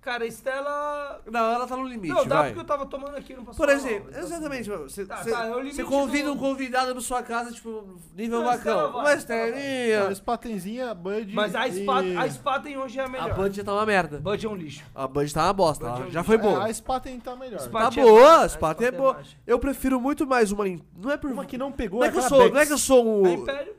Speaker 5: Cara, a Estela.
Speaker 1: Não, ela tá no limite,
Speaker 5: Não, dá
Speaker 1: vai.
Speaker 5: porque eu tava tomando aqui, não passou
Speaker 1: Por
Speaker 5: mal,
Speaker 1: exemplo,
Speaker 5: então-
Speaker 1: exatamente, mano, você,
Speaker 5: Tá,
Speaker 1: você-
Speaker 5: tá, é o
Speaker 1: você
Speaker 5: limite
Speaker 1: convida
Speaker 5: do-
Speaker 1: um convidado na sua casa, tipo, nível
Speaker 5: Não,
Speaker 1: macão.
Speaker 5: então vai,
Speaker 1: Uma
Speaker 9: A
Speaker 1: externinha.
Speaker 9: Spatenzinha, é. Bud
Speaker 5: Mas a
Speaker 9: e-
Speaker 5: Spaten, a Spaten hoje é a
Speaker 1: A
Speaker 5: melhor.
Speaker 1: Bud já tá uma merda.
Speaker 5: Bud é um lixo.
Speaker 1: A Bud tá uma bosta,
Speaker 5: Bud
Speaker 1: ela
Speaker 5: é um
Speaker 1: já
Speaker 5: lixo.
Speaker 1: foi
Speaker 9: É,
Speaker 1: boa.
Speaker 9: a Spaten tá melhor.
Speaker 5: Spaten-
Speaker 1: Tá
Speaker 5: Spaten é
Speaker 1: boa,
Speaker 5: baixa,
Speaker 1: a Spaten é
Speaker 5: Spaten é
Speaker 1: boa.
Speaker 5: baixa.
Speaker 1: Eu prefiro muito mais uma... lim- Não é por...
Speaker 9: Uma que não pegou
Speaker 1: Não é que eu
Speaker 9: aquela
Speaker 1: sou, não é
Speaker 9: Bex.
Speaker 1: que eu sou um...
Speaker 5: A Império,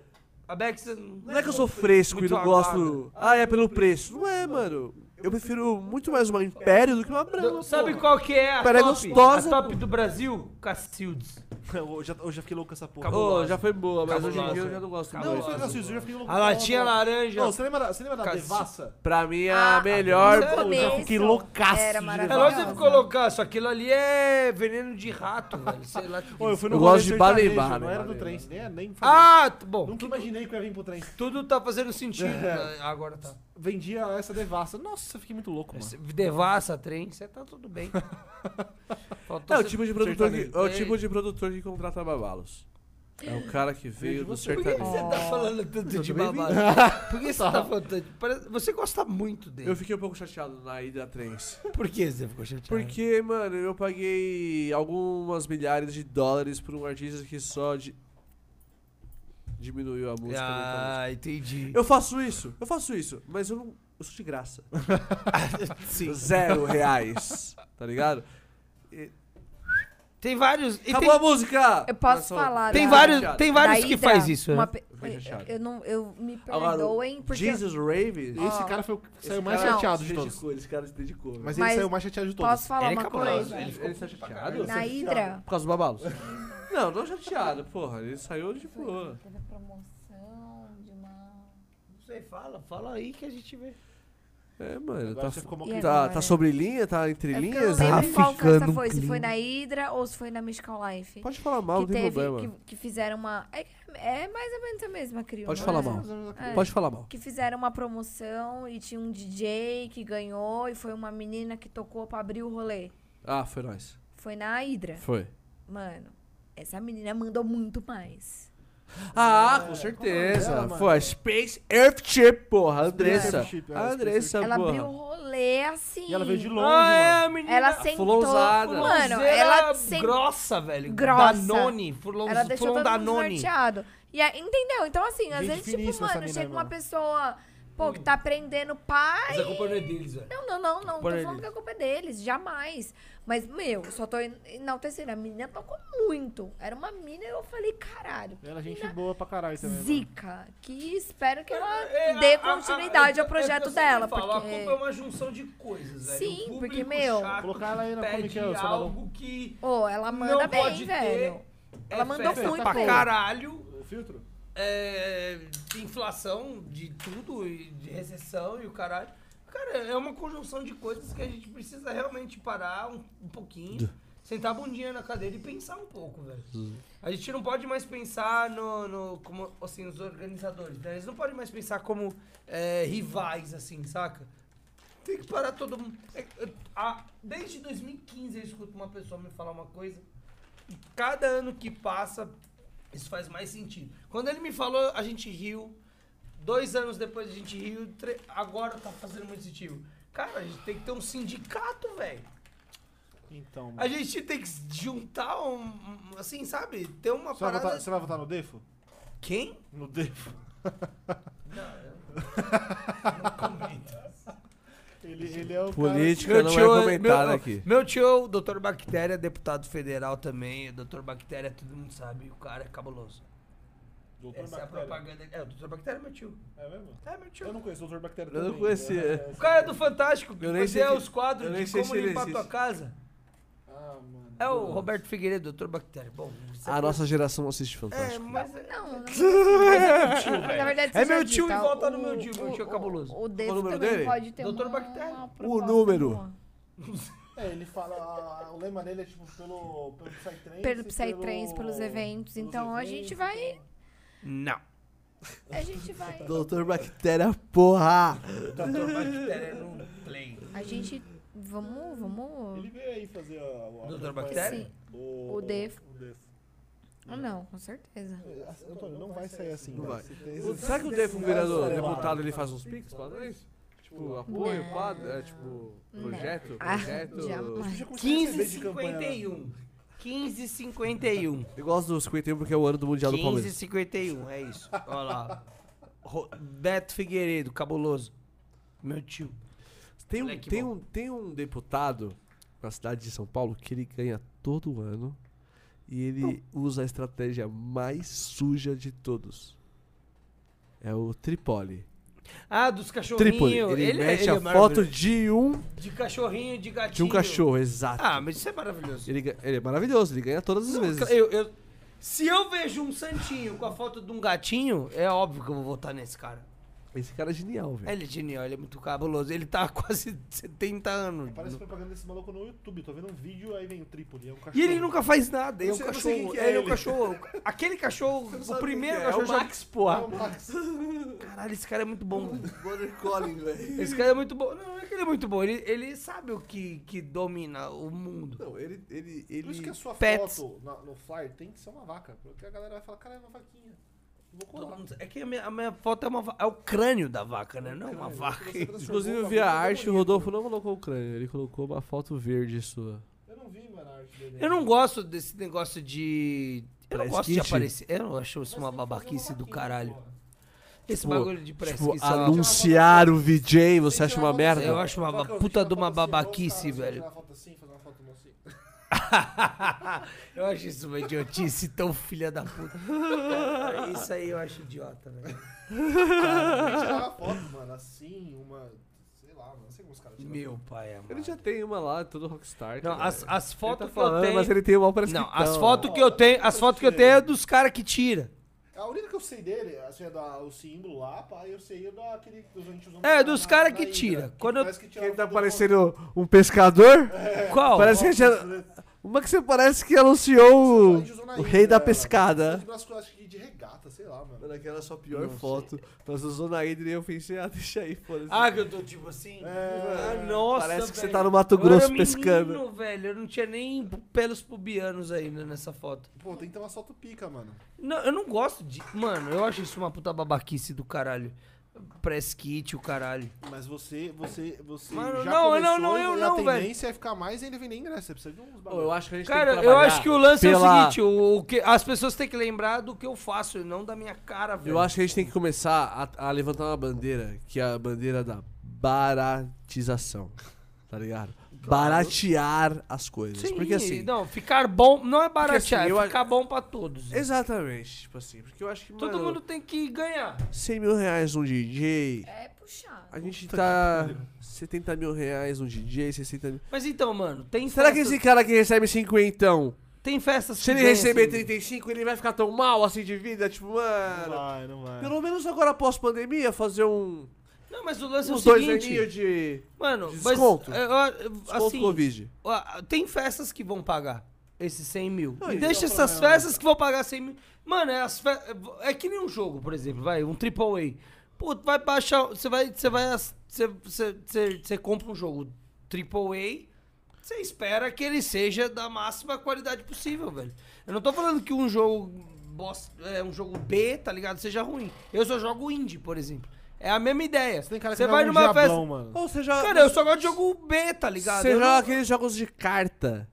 Speaker 5: a Bex...
Speaker 1: Não é que eu sou fresco e
Speaker 5: Muito
Speaker 1: não gosto... Ah, é pelo preço. Não é, mano. Eu prefiro muito mais uma Império do que uma Brahma,
Speaker 5: Sabe
Speaker 1: pô.
Speaker 5: qual que é a
Speaker 1: Pera, é
Speaker 5: top?
Speaker 1: gostosa,
Speaker 5: a top do Brasil? Cacildes.
Speaker 9: eu, já, eu já fiquei louco com essa porra.
Speaker 5: Acabou.
Speaker 1: Ô, já foi boa, mas hoje em
Speaker 5: Cabulosa.
Speaker 1: dia eu já não gosto
Speaker 9: Não, não
Speaker 1: mais.
Speaker 9: foi racismo, eu já fiquei louco
Speaker 5: A
Speaker 9: com ela,
Speaker 5: latinha
Speaker 9: mano.
Speaker 5: laranja.
Speaker 9: Não, você lembra, da- você lembra da
Speaker 5: Cacete.
Speaker 9: devassa?
Speaker 1: Pra mim, é
Speaker 4: Ah,
Speaker 1: a
Speaker 4: no
Speaker 1: melhor...
Speaker 4: começo,
Speaker 9: eu fiquei loucaço
Speaker 4: Era
Speaker 9: de
Speaker 5: É
Speaker 9: levar.
Speaker 4: maravilhoso.
Speaker 5: lógico você colocar, só aquilo ali é veneno de rato, velho. Sei lá. que-
Speaker 9: Ô, eu fui no
Speaker 1: Eu
Speaker 9: rolê
Speaker 1: gosto de bala em
Speaker 9: sertanejo,
Speaker 1: bala,
Speaker 9: Não
Speaker 1: né,
Speaker 9: era
Speaker 1: bala em
Speaker 9: do trem, nem, nem foi.
Speaker 5: Ah, t- bom.
Speaker 9: Nunca imaginei que eu ia vir pro trem.
Speaker 5: Tudo tá fazendo sentido. né? Agora tá.
Speaker 9: vendia essa devassa. Nossa, eu fiquei muito louco, mano.
Speaker 5: Cê- Devassa, trem, você tá tudo bem. Faltou
Speaker 1: É o
Speaker 5: cê-
Speaker 1: tipo de produtor que, é o
Speaker 5: sertanejo.
Speaker 1: tipo de produtor que contrata babalos. É o cara que veio do
Speaker 5: Por que que
Speaker 1: sertanejo.
Speaker 5: você tá falando tanto de babado? Por que você tá falando tanto? Parece- Você gosta muito dele.
Speaker 1: Eu fiquei um pouco chateado na ida trens.
Speaker 5: Por que você ficou chateado?
Speaker 1: Porque, mano, eu paguei algumas milhares de dólares por um artista que só de- diminuiu a música. mentalmente.
Speaker 5: Ah, entendi.
Speaker 1: Eu faço isso, eu faço isso, mas eu não. Eu sou de graça. Zero reais. Tá ligado?
Speaker 5: Tem vários. e
Speaker 1: Acabou
Speaker 5: tem-
Speaker 1: a música! tá
Speaker 4: Eu posso
Speaker 1: Mas só-
Speaker 4: falar né?
Speaker 5: Tem
Speaker 4: da-
Speaker 5: vários, tem vários
Speaker 4: da
Speaker 5: que
Speaker 4: Hydra,
Speaker 5: faz isso.
Speaker 4: uma
Speaker 5: né?
Speaker 4: pe-
Speaker 1: Foi fechado.
Speaker 4: Eu não, eu me
Speaker 1: Agora,
Speaker 4: perdoem porque
Speaker 1: Jesus Rave?
Speaker 9: Esse
Speaker 4: Ó,
Speaker 9: cara foi o que
Speaker 1: Esse
Speaker 9: saiu mais
Speaker 1: cara
Speaker 9: chateado
Speaker 1: se
Speaker 9: de todos.
Speaker 1: dedicou, Esse cara se dedicou.
Speaker 9: Mas,
Speaker 4: Mas
Speaker 9: ele saiu mais chateado de todos.
Speaker 4: posso falar
Speaker 5: Ele é
Speaker 4: uma
Speaker 5: cabuloso,
Speaker 4: coisa?
Speaker 1: ele, ele tá chateado?
Speaker 4: Na Hydra,
Speaker 1: Por causa dos babalos? não, não chateado, porra. Ele saiu de boa.
Speaker 4: teve promoção de uma
Speaker 5: Não sei, fala, fala aí que a gente vê.
Speaker 1: É, mano.
Speaker 9: Agora
Speaker 1: Tá,
Speaker 9: você ficou mó
Speaker 4: E agora?
Speaker 1: tá, tá sobre linha? Tá entre
Speaker 4: É porque
Speaker 1: linhas?
Speaker 4: Eu não
Speaker 1: né?
Speaker 4: lembro qual festa
Speaker 5: ficando
Speaker 4: foi, se
Speaker 5: clean.
Speaker 4: foi na Hydra ou se foi na Mystical Life.
Speaker 1: Pode falar mal,
Speaker 4: que
Speaker 1: não tem
Speaker 4: teve,
Speaker 1: problema.
Speaker 4: que, que fizeram uma. É, é mais ou menos a mesma criou.
Speaker 1: Pode
Speaker 4: não
Speaker 1: falar
Speaker 4: é?
Speaker 1: mal.
Speaker 4: É.
Speaker 1: Pode falar mal.
Speaker 4: Que fizeram uma promoção e tinha um DJ que ganhou e foi uma menina que tocou pra abrir o rolê.
Speaker 1: Ah, foi nós.
Speaker 4: Foi na Hydra.
Speaker 1: Foi.
Speaker 4: Mano, essa menina mandou muito mais.
Speaker 1: Ah, com certeza. foi a Space Earthship, porra. A
Speaker 9: Space
Speaker 1: Andressa.
Speaker 9: Earthship, é,
Speaker 1: A Andressa,
Speaker 4: Ela abriu o
Speaker 1: porra.
Speaker 4: rolê assim.
Speaker 9: E ela veio de longe,
Speaker 5: ah, é,
Speaker 9: mano.
Speaker 5: a menina.
Speaker 4: Ela sentou.
Speaker 1: fulousada.
Speaker 4: Mano,
Speaker 5: Fuloseira
Speaker 4: ela sentou.
Speaker 5: grossa, velho.
Speaker 4: Grossa.
Speaker 5: Danone. Fulon,
Speaker 4: Ela deixou
Speaker 5: fulon
Speaker 4: todo mundo
Speaker 5: Danone.
Speaker 4: desnorteado. E aí, entendeu? Então, assim, às
Speaker 9: Gente
Speaker 4: vezes, tipo,
Speaker 9: finíssima essa
Speaker 4: mano,
Speaker 9: mina,
Speaker 4: chega uma
Speaker 9: irmão.
Speaker 4: pessoa, pô, que tá aprendendo pai.
Speaker 5: Mas a culpa não é deles, velho.
Speaker 4: Não, não, não, não. Tô
Speaker 5: Por
Speaker 4: falando
Speaker 5: eles.
Speaker 4: que a culpa é deles, jamais. Mas, meu, só tô en- enaltecendo. A menina tocou muito. Era uma mina e eu falei, caralho.
Speaker 9: Ela é gente boa pra caralho também. mano.
Speaker 4: Zica, que espero que ela
Speaker 5: É,
Speaker 4: dê
Speaker 5: a- a-
Speaker 4: continuidade
Speaker 5: a-
Speaker 4: ao projeto
Speaker 5: é o que eu sempre
Speaker 4: dela.
Speaker 5: falo, A culpa é
Speaker 4: Porque.
Speaker 5: uma junção de coisas, velho.
Speaker 4: Sim,
Speaker 5: O público
Speaker 4: porque, meu,
Speaker 5: chato
Speaker 9: Colocar ela aí na
Speaker 5: pede
Speaker 9: Comic Con, Salvador.
Speaker 5: algo que
Speaker 4: Ô, ela manda
Speaker 5: não
Speaker 4: bem,
Speaker 5: pode
Speaker 4: velho.
Speaker 5: ter.
Speaker 4: Ela
Speaker 5: é
Speaker 4: mandou
Speaker 5: festa
Speaker 4: muito
Speaker 5: pra
Speaker 4: bem.
Speaker 5: caralho.
Speaker 9: O filtro?
Speaker 5: é, inflação de tudo, e de recessão e o caralho. Cara, é uma conjunção de coisas que a gente precisa realmente parar um, um pouquinho, sentar a bundinha na cadeira e pensar um pouco, velho. A gente não pode mais pensar no, no- como, assim, os organizadores, né? Eles não podem mais pensar como é, rivais, assim, saca? Tem que parar todo mundo. É, é, a- desde 2015 eu escuto uma pessoa me falar uma coisa. E cada ano que passa, isso faz mais sentido. Quando ele me falou, a gente riu. Dois anos depois a gente riu. tre- Agora tá fazendo muito sentido. Cara, a gente tem que ter um sindicato, velho.
Speaker 9: Então,
Speaker 5: A
Speaker 9: mano.
Speaker 5: gente tem que se juntar um. um- Assim, sabe? Ter uma
Speaker 9: Você vai,
Speaker 5: parada.
Speaker 9: votar, você vai votar no Defo?
Speaker 5: Quem?
Speaker 9: No Defo.
Speaker 5: Não comento.
Speaker 9: Ele, ele é o
Speaker 1: Política não é comentada aqui.
Speaker 5: Meu tio, doutor Bactéria, é deputado federal também. Doutor Bactéria, todo mundo sabe. O cara é cabuloso.
Speaker 9: cara... Doutor
Speaker 5: Essa é a
Speaker 9: Bactéria.
Speaker 5: propaganda. É, o doutor Bactéria é meu tio.
Speaker 9: É mesmo?
Speaker 5: É meu tio.
Speaker 9: Eu não conheço o Dr. Bactéria
Speaker 1: Eu não
Speaker 9: também.
Speaker 1: conheci,
Speaker 9: É,
Speaker 1: é.
Speaker 2: né?
Speaker 5: O cara é do Fantástico, que
Speaker 1: Eu nem sei
Speaker 5: fazia
Speaker 1: se-
Speaker 5: os quadros
Speaker 1: eu nem
Speaker 5: de
Speaker 1: sei
Speaker 5: como
Speaker 1: se ele
Speaker 5: limpar tua
Speaker 1: existe.
Speaker 5: casa.
Speaker 9: Ah, mano.
Speaker 5: É o Roberto Figueiredo, doutor Bactéria. Bom, isso é
Speaker 1: A nossa geração assiste
Speaker 5: É,
Speaker 1: Fantástico.
Speaker 5: mas é-
Speaker 4: Não, não.
Speaker 5: tio,
Speaker 4: Na
Speaker 5: velho.
Speaker 4: verdade,
Speaker 5: É
Speaker 4: você já
Speaker 5: meu tio
Speaker 4: disse,
Speaker 5: e
Speaker 4: tá?
Speaker 5: volta
Speaker 4: O-
Speaker 5: no meu tio, meu tio é
Speaker 4: o-
Speaker 5: cabuloso.
Speaker 4: O Devo
Speaker 1: número
Speaker 4: também
Speaker 1: dele?
Speaker 4: pode ter
Speaker 5: Doutor
Speaker 4: uma-
Speaker 5: Bactéria.
Speaker 4: uma proposta
Speaker 1: número.
Speaker 4: boa.
Speaker 9: É, ele fala. ah, O lema dele é tipo pelo, pelo Psytrance.
Speaker 4: Pelo Psytrance, pelos eventos. Então a gente vai.
Speaker 5: Não.
Speaker 4: A gente vai.
Speaker 1: Doutor Bactéria, porra!
Speaker 5: Doutor Bactéria no play.
Speaker 4: A gente. Vamos, vamos.
Speaker 9: Ele veio aí fazer a. a
Speaker 5: Doutor
Speaker 9: campanha
Speaker 5: Bactéria?
Speaker 4: Sim.
Speaker 9: do-
Speaker 4: O Defo.
Speaker 9: O Defo.
Speaker 4: Ah, Não, com certeza.
Speaker 9: É, Antônio, não vai sair assim.
Speaker 2: né?
Speaker 1: Não vai.
Speaker 9: Você tem-
Speaker 1: Será que o Devo, um vereador deputado, ele faz uns pix pra nós? Tipo, apoio,
Speaker 4: Não.
Speaker 1: quadro, é, tipo,
Speaker 4: Não.
Speaker 1: projeto?
Speaker 4: Ah,
Speaker 1: projeto.
Speaker 4: jamais.
Speaker 9: Já começou a receber de campanha, né?
Speaker 5: 1551. 1551.
Speaker 1: Eu gosto do 51 porque é o ano do Mundial do Palmeiras.
Speaker 5: 1551, é isso. Olha lá. Ro- Beto Figueiredo, cabuloso. Meu tio.
Speaker 1: Tem um,
Speaker 5: Moleque
Speaker 1: tem,
Speaker 5: bom.
Speaker 1: um, tem um deputado na cidade de São Paulo que ele ganha todo ano e ele usa a estratégia mais suja de todos. É o Tripoli.
Speaker 5: Ah, dos cachorrinhos.
Speaker 1: Tripoli. Ele, mexe
Speaker 5: ele é
Speaker 1: a foto
Speaker 5: maravilhoso.
Speaker 1: de um,
Speaker 5: de cachorrinho, de gatinho.
Speaker 1: de um cachorro, exato.
Speaker 5: Ah, mas isso é maravilhoso.
Speaker 1: Ele, ga- ele é maravilhoso, ele ganha todas as
Speaker 5: Não,
Speaker 1: vezes.
Speaker 5: eu- eu- se eu vejo um santinho com a foto de um gatinho, é óbvio que eu vou votar nesse cara.
Speaker 1: Esse cara é genial, velho.
Speaker 5: Ele é genial, ele é muito cabuloso. Ele tá há quase 70 anos.
Speaker 2: Parece propaganda desse maluco no YouTube. Tô vendo um vídeo, aí vem o Trípode. É um cachorro.
Speaker 5: E ele nunca faz nada. Ele é um
Speaker 2: sei- eu não sei quem
Speaker 5: cachorro.
Speaker 2: que é
Speaker 5: Ele é um
Speaker 2: ele.
Speaker 5: cachorro. Aquele cachorro, o primeiro
Speaker 7: É
Speaker 5: cachorro.
Speaker 7: o
Speaker 5: já-
Speaker 7: Max, porra.
Speaker 2: um
Speaker 5: Caralho, esse cara é muito bom. velho.
Speaker 10: Border Collie, velho.
Speaker 5: Esse cara é muito bom. Não, não é que ele é muito bom. Ele, ele sabe o que, que domina o mundo.
Speaker 1: Não, ele. ele,
Speaker 2: Por isso que a sua
Speaker 5: Pets.
Speaker 2: foto na- no flyer tem que ser uma vaca. Porque a galera vai falar, cara, é uma vaquinha. Vou
Speaker 5: Todo
Speaker 2: colar.
Speaker 5: mundo- É que a minha, a minha foto é, uma, va- é o crânio da vaca, né? Não é uma vaca.
Speaker 1: Inclusive, eu vi a arte, o Rodolfo não colocou o crânio, ele colocou uma foto verde sua.
Speaker 2: Eu não vi, mano, a arte dele.
Speaker 5: Eu não gosto desse negócio de. Eu não
Speaker 1: Press
Speaker 5: gosto
Speaker 1: kit?
Speaker 5: de aparecer. Eu não acho isso
Speaker 2: Mas tem
Speaker 5: uma
Speaker 2: que fazer
Speaker 5: babaquice do
Speaker 2: vaquinha,
Speaker 5: caralho.
Speaker 2: porra.
Speaker 5: Esse
Speaker 1: Tipo,
Speaker 5: bagulho de press
Speaker 1: Tipo,
Speaker 5: kit, é sei lá.
Speaker 1: anunciar o VJ, você acha é uma merda?
Speaker 5: Eu acho uma
Speaker 2: Vaca,
Speaker 5: ba-
Speaker 2: eu
Speaker 5: puta
Speaker 2: fiz
Speaker 5: de uma
Speaker 2: foto assim,
Speaker 5: babaquice,
Speaker 2: vamos, cara,
Speaker 5: velho.
Speaker 2: Fazer uma foto assim, fazer uma foto não assim.
Speaker 5: eu acho isso uma idiotice tão filha da puta. Isso aí eu acho idiota, velho.
Speaker 2: Tem que tirar uma foto, mano, assim, uma... Sei lá, mano, não sei como os caras tiram.
Speaker 5: Meu pai, amado.
Speaker 1: Ele já tem uma lá, todo rockstar.
Speaker 5: Não,
Speaker 1: cara.
Speaker 5: as, as
Speaker 1: Ele
Speaker 5: fotos
Speaker 1: tá
Speaker 5: que eu
Speaker 1: falando,
Speaker 5: tenho.
Speaker 1: mas ele tá tem uma parece
Speaker 5: Não,
Speaker 1: que
Speaker 5: as
Speaker 1: não.
Speaker 5: fotos que eu tenho, as fotos que eu tenho é dos caras que tira.
Speaker 2: A única que eu sei dele, assim, é da, o símbolo lá, pá, e eu sei é daquele que a gente usa
Speaker 5: É,
Speaker 2: na-
Speaker 5: dos
Speaker 2: na-
Speaker 5: cara
Speaker 2: na
Speaker 5: que
Speaker 2: ilha,
Speaker 5: tira.
Speaker 2: né? que
Speaker 5: Quando eu- É,
Speaker 2: parece que tira
Speaker 1: Quem
Speaker 2: a
Speaker 1: tá
Speaker 2: foto do
Speaker 1: parecendo um pescador?
Speaker 5: Qual?
Speaker 1: parece que já... Uma que você parece que anunciou
Speaker 2: A gente usou na
Speaker 1: o, o
Speaker 2: ilha,
Speaker 1: rei da
Speaker 2: né?
Speaker 1: pescada.
Speaker 2: Os braços, eu acho que de regata, sei lá, mano.
Speaker 1: Mano, aquela é a sua pior foto. Nós usou na Hydra e eu pensei, ah, deixa aí, foda-se.
Speaker 5: Ah, que eu tô tipo assim. ah, nossa.
Speaker 1: É, Parece que você
Speaker 5: velho.
Speaker 1: tá no Mato
Speaker 5: Eu era
Speaker 1: Grosso
Speaker 5: menino,
Speaker 1: pescando.
Speaker 5: velho. Eu não tinha nem pelos pubianos ainda nessa foto.
Speaker 2: Pô, tem que ter uma foto pica, mano.
Speaker 5: Não, eu não gosto de. Mano, eu acho isso uma puta babaquice do caralho. Press kit, o caralho.
Speaker 2: Mas você, você, você
Speaker 5: Mano,
Speaker 2: já
Speaker 5: não,
Speaker 2: começou
Speaker 5: não, não, eu
Speaker 2: e a
Speaker 5: não, velho.
Speaker 2: tendência é ficar mais ainda vender ingresso. Você precisa de uns bagulho.
Speaker 1: eu acho que a gente
Speaker 5: Cara, eu acho que o lance é o
Speaker 1: pela-
Speaker 5: seguinte: o, o que, as pessoas têm que lembrar do que eu faço e não da minha cara, velho.
Speaker 1: Eu acho que a gente tem que começar a, a levantar uma bandeira, que é a bandeira da baratização. Tá ligado? Baratear as coisas.
Speaker 5: Sim,
Speaker 1: porque assim.
Speaker 5: Não, ficar bom não é baratear,
Speaker 1: assim, eu
Speaker 5: é
Speaker 1: a-
Speaker 5: ficar bom pra todos.
Speaker 1: Exatamente. Tipo assim, porque eu acho que.
Speaker 5: Todo
Speaker 1: mano,
Speaker 5: mundo tem que ganhar.
Speaker 1: 100 mil reais um DJ.
Speaker 4: É puxado.
Speaker 1: A gente tá. 70 mil reais um DJ, 60 mil.
Speaker 5: Mas então, mano, tem
Speaker 1: Será que
Speaker 5: festas-
Speaker 1: esse cara que recebe 50,
Speaker 5: tem festas
Speaker 1: se ele
Speaker 5: ganham,
Speaker 1: receber
Speaker 5: assim,
Speaker 1: 35, ele vai ficar tão mal assim de vida? Tipo,
Speaker 2: Não
Speaker 1: mano.
Speaker 2: vai, não vai.
Speaker 1: Pelo menos agora pós-pandemia, fazer um.
Speaker 5: Não, mas o lance
Speaker 1: uns
Speaker 5: é o
Speaker 1: dois
Speaker 5: seguinte,
Speaker 1: aninhos de.
Speaker 5: mano,
Speaker 1: de
Speaker 5: mas,
Speaker 1: desconto.
Speaker 5: é, é, é,
Speaker 1: Desconto
Speaker 5: assim,
Speaker 1: Covid.
Speaker 5: ó, tem festas que vão pagar esses 100 mil.
Speaker 1: Não,
Speaker 5: E
Speaker 1: isso
Speaker 5: deixa
Speaker 2: é um
Speaker 5: essas
Speaker 2: problema.
Speaker 5: festas que vão pagar 100 mil. Mano, é, as fe... é que nem um jogo, por exemplo, vai, um AAA. Pô, tu vai baixar, você vai, você vai, as- você, você, você, você compra um jogo AAA, você espera que ele seja da máxima qualidade possível, velho. Eu não tô falando que um jogo bosta, é, um jogo B, tá ligado, seja ruim. Eu só jogo indie, por exemplo. É a mesma ideia.
Speaker 2: Tem cara que
Speaker 5: Você
Speaker 2: joga
Speaker 5: vai
Speaker 2: um
Speaker 5: numa
Speaker 2: diablão,
Speaker 5: festa,
Speaker 2: mano.
Speaker 1: Ou seja,
Speaker 5: Cara, eu só gosto de jogo B, tá ligado?
Speaker 1: você
Speaker 5: Eu
Speaker 1: joga
Speaker 5: não-
Speaker 1: aqueles jogos de carta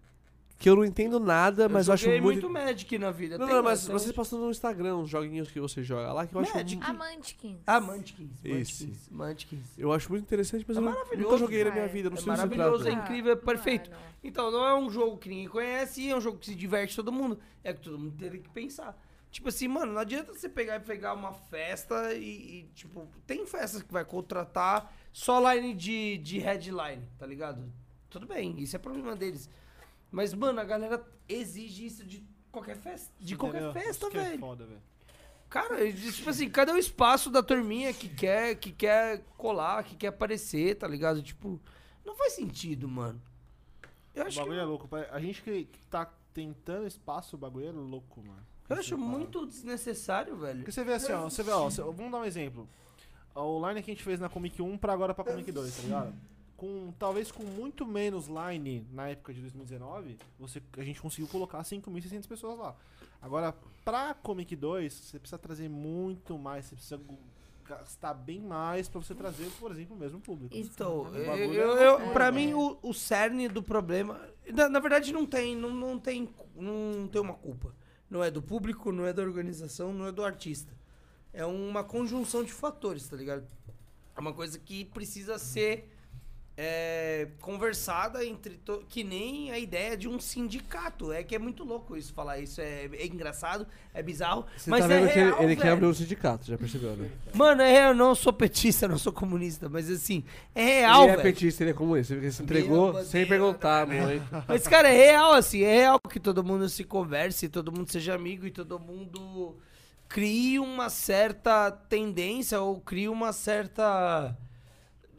Speaker 1: que eu não entendo nada, mas eu, acho
Speaker 5: joguei
Speaker 1: muito.
Speaker 5: muito Magic na vida.
Speaker 1: Não,
Speaker 5: tem
Speaker 1: não, mas
Speaker 5: até
Speaker 1: vocês
Speaker 5: hoje.
Speaker 1: postam no Instagram os joguinhos que você joga lá que eu acho.
Speaker 5: Magic.
Speaker 1: mu-
Speaker 4: Amantikins.
Speaker 5: Ah, Munchkins.
Speaker 1: Esse.
Speaker 5: Munchkins. Munchkins.
Speaker 1: Eu acho muito interessante, mas
Speaker 5: É
Speaker 1: eu nu-
Speaker 5: maravilhoso,
Speaker 1: nunca joguei na
Speaker 4: cara.
Speaker 1: minha vida, não
Speaker 5: É
Speaker 1: sei tá. se
Speaker 5: maravilhoso,
Speaker 1: trata.
Speaker 5: é incrível, é perfeito.
Speaker 4: mano.
Speaker 5: Então, não é um jogo que ninguém conhece, é um jogo que se diverte todo mundo. É que todo mundo teve que pensar. Tipo assim, mano, não adianta você pegar e pegar uma festa e, e, tipo, tem festas que vai contratar só line de, de headline, tá ligado? Tudo bem, isso é problema deles. Mas, mano, a galera exige isso de qualquer festa, de qualquer
Speaker 2: Entendeu?
Speaker 5: festa,
Speaker 2: Isso que é
Speaker 5: velho.
Speaker 2: foda, velho.
Speaker 5: Cara, e, tipo assim, cadê o espaço da turminha que quer, que quer colar, que quer aparecer, tá ligado? Tipo, não faz sentido, mano. Eu
Speaker 2: O
Speaker 5: acho, que,
Speaker 2: bagulho é louco. pai. A gente que tá tentando espaço, o bagulho é louco, mano.
Speaker 5: eu acho
Speaker 2: Você fala.
Speaker 5: muito desnecessário, velho.
Speaker 2: Porque você vê assim, ó, você vê, ó, você- vamos dar um exemplo. A online que a gente fez na Comic 1 pra agora pra Comic 2, tá ligado? Com, talvez com muito menos line na época de 2019, você, a gente conseguiu colocar 5.600 pessoas lá. Agora, pra Comic 2, você precisa trazer muito mais, você precisa gu- gastar bem mais pra você trazer, por exemplo, o mesmo público.
Speaker 1: um
Speaker 5: Então,
Speaker 2: bagulho
Speaker 5: eu,
Speaker 2: é
Speaker 5: eu,
Speaker 2: loucura,
Speaker 1: né,
Speaker 5: eu- pra mim,
Speaker 2: mano.
Speaker 5: o, o cerne do problema. Na, na verdade, não tem, não, não tem. cu- Não tem uma culpa. Não é do público, não é da organização, não é do artista. É uma conjunção de fatores, tá ligado? É uma coisa que precisa ser é, conversada entre. to- Que nem a ideia de um sindicato. É que é muito louco isso falar isso. É, é engraçado, é bizarro.
Speaker 1: Você
Speaker 5: mas
Speaker 1: tá
Speaker 5: é
Speaker 1: vendo que ele,
Speaker 5: real,
Speaker 1: ele quer
Speaker 5: velho.
Speaker 1: abrir um sindicato, já percebeu, né?
Speaker 5: Mano, é real, eu não sou petista, eu não sou comunista, mas assim, é real,
Speaker 1: ele é
Speaker 5: velho.
Speaker 1: petista, ele é comunista, ele se entregou
Speaker 5: bandeira
Speaker 1: sem perguntar, mãe.
Speaker 5: Mas, cara, é real, assim, é real que todo mundo se converse, todo mundo seja amigo e todo mundo cria uma certa tendência ou cria uma certa.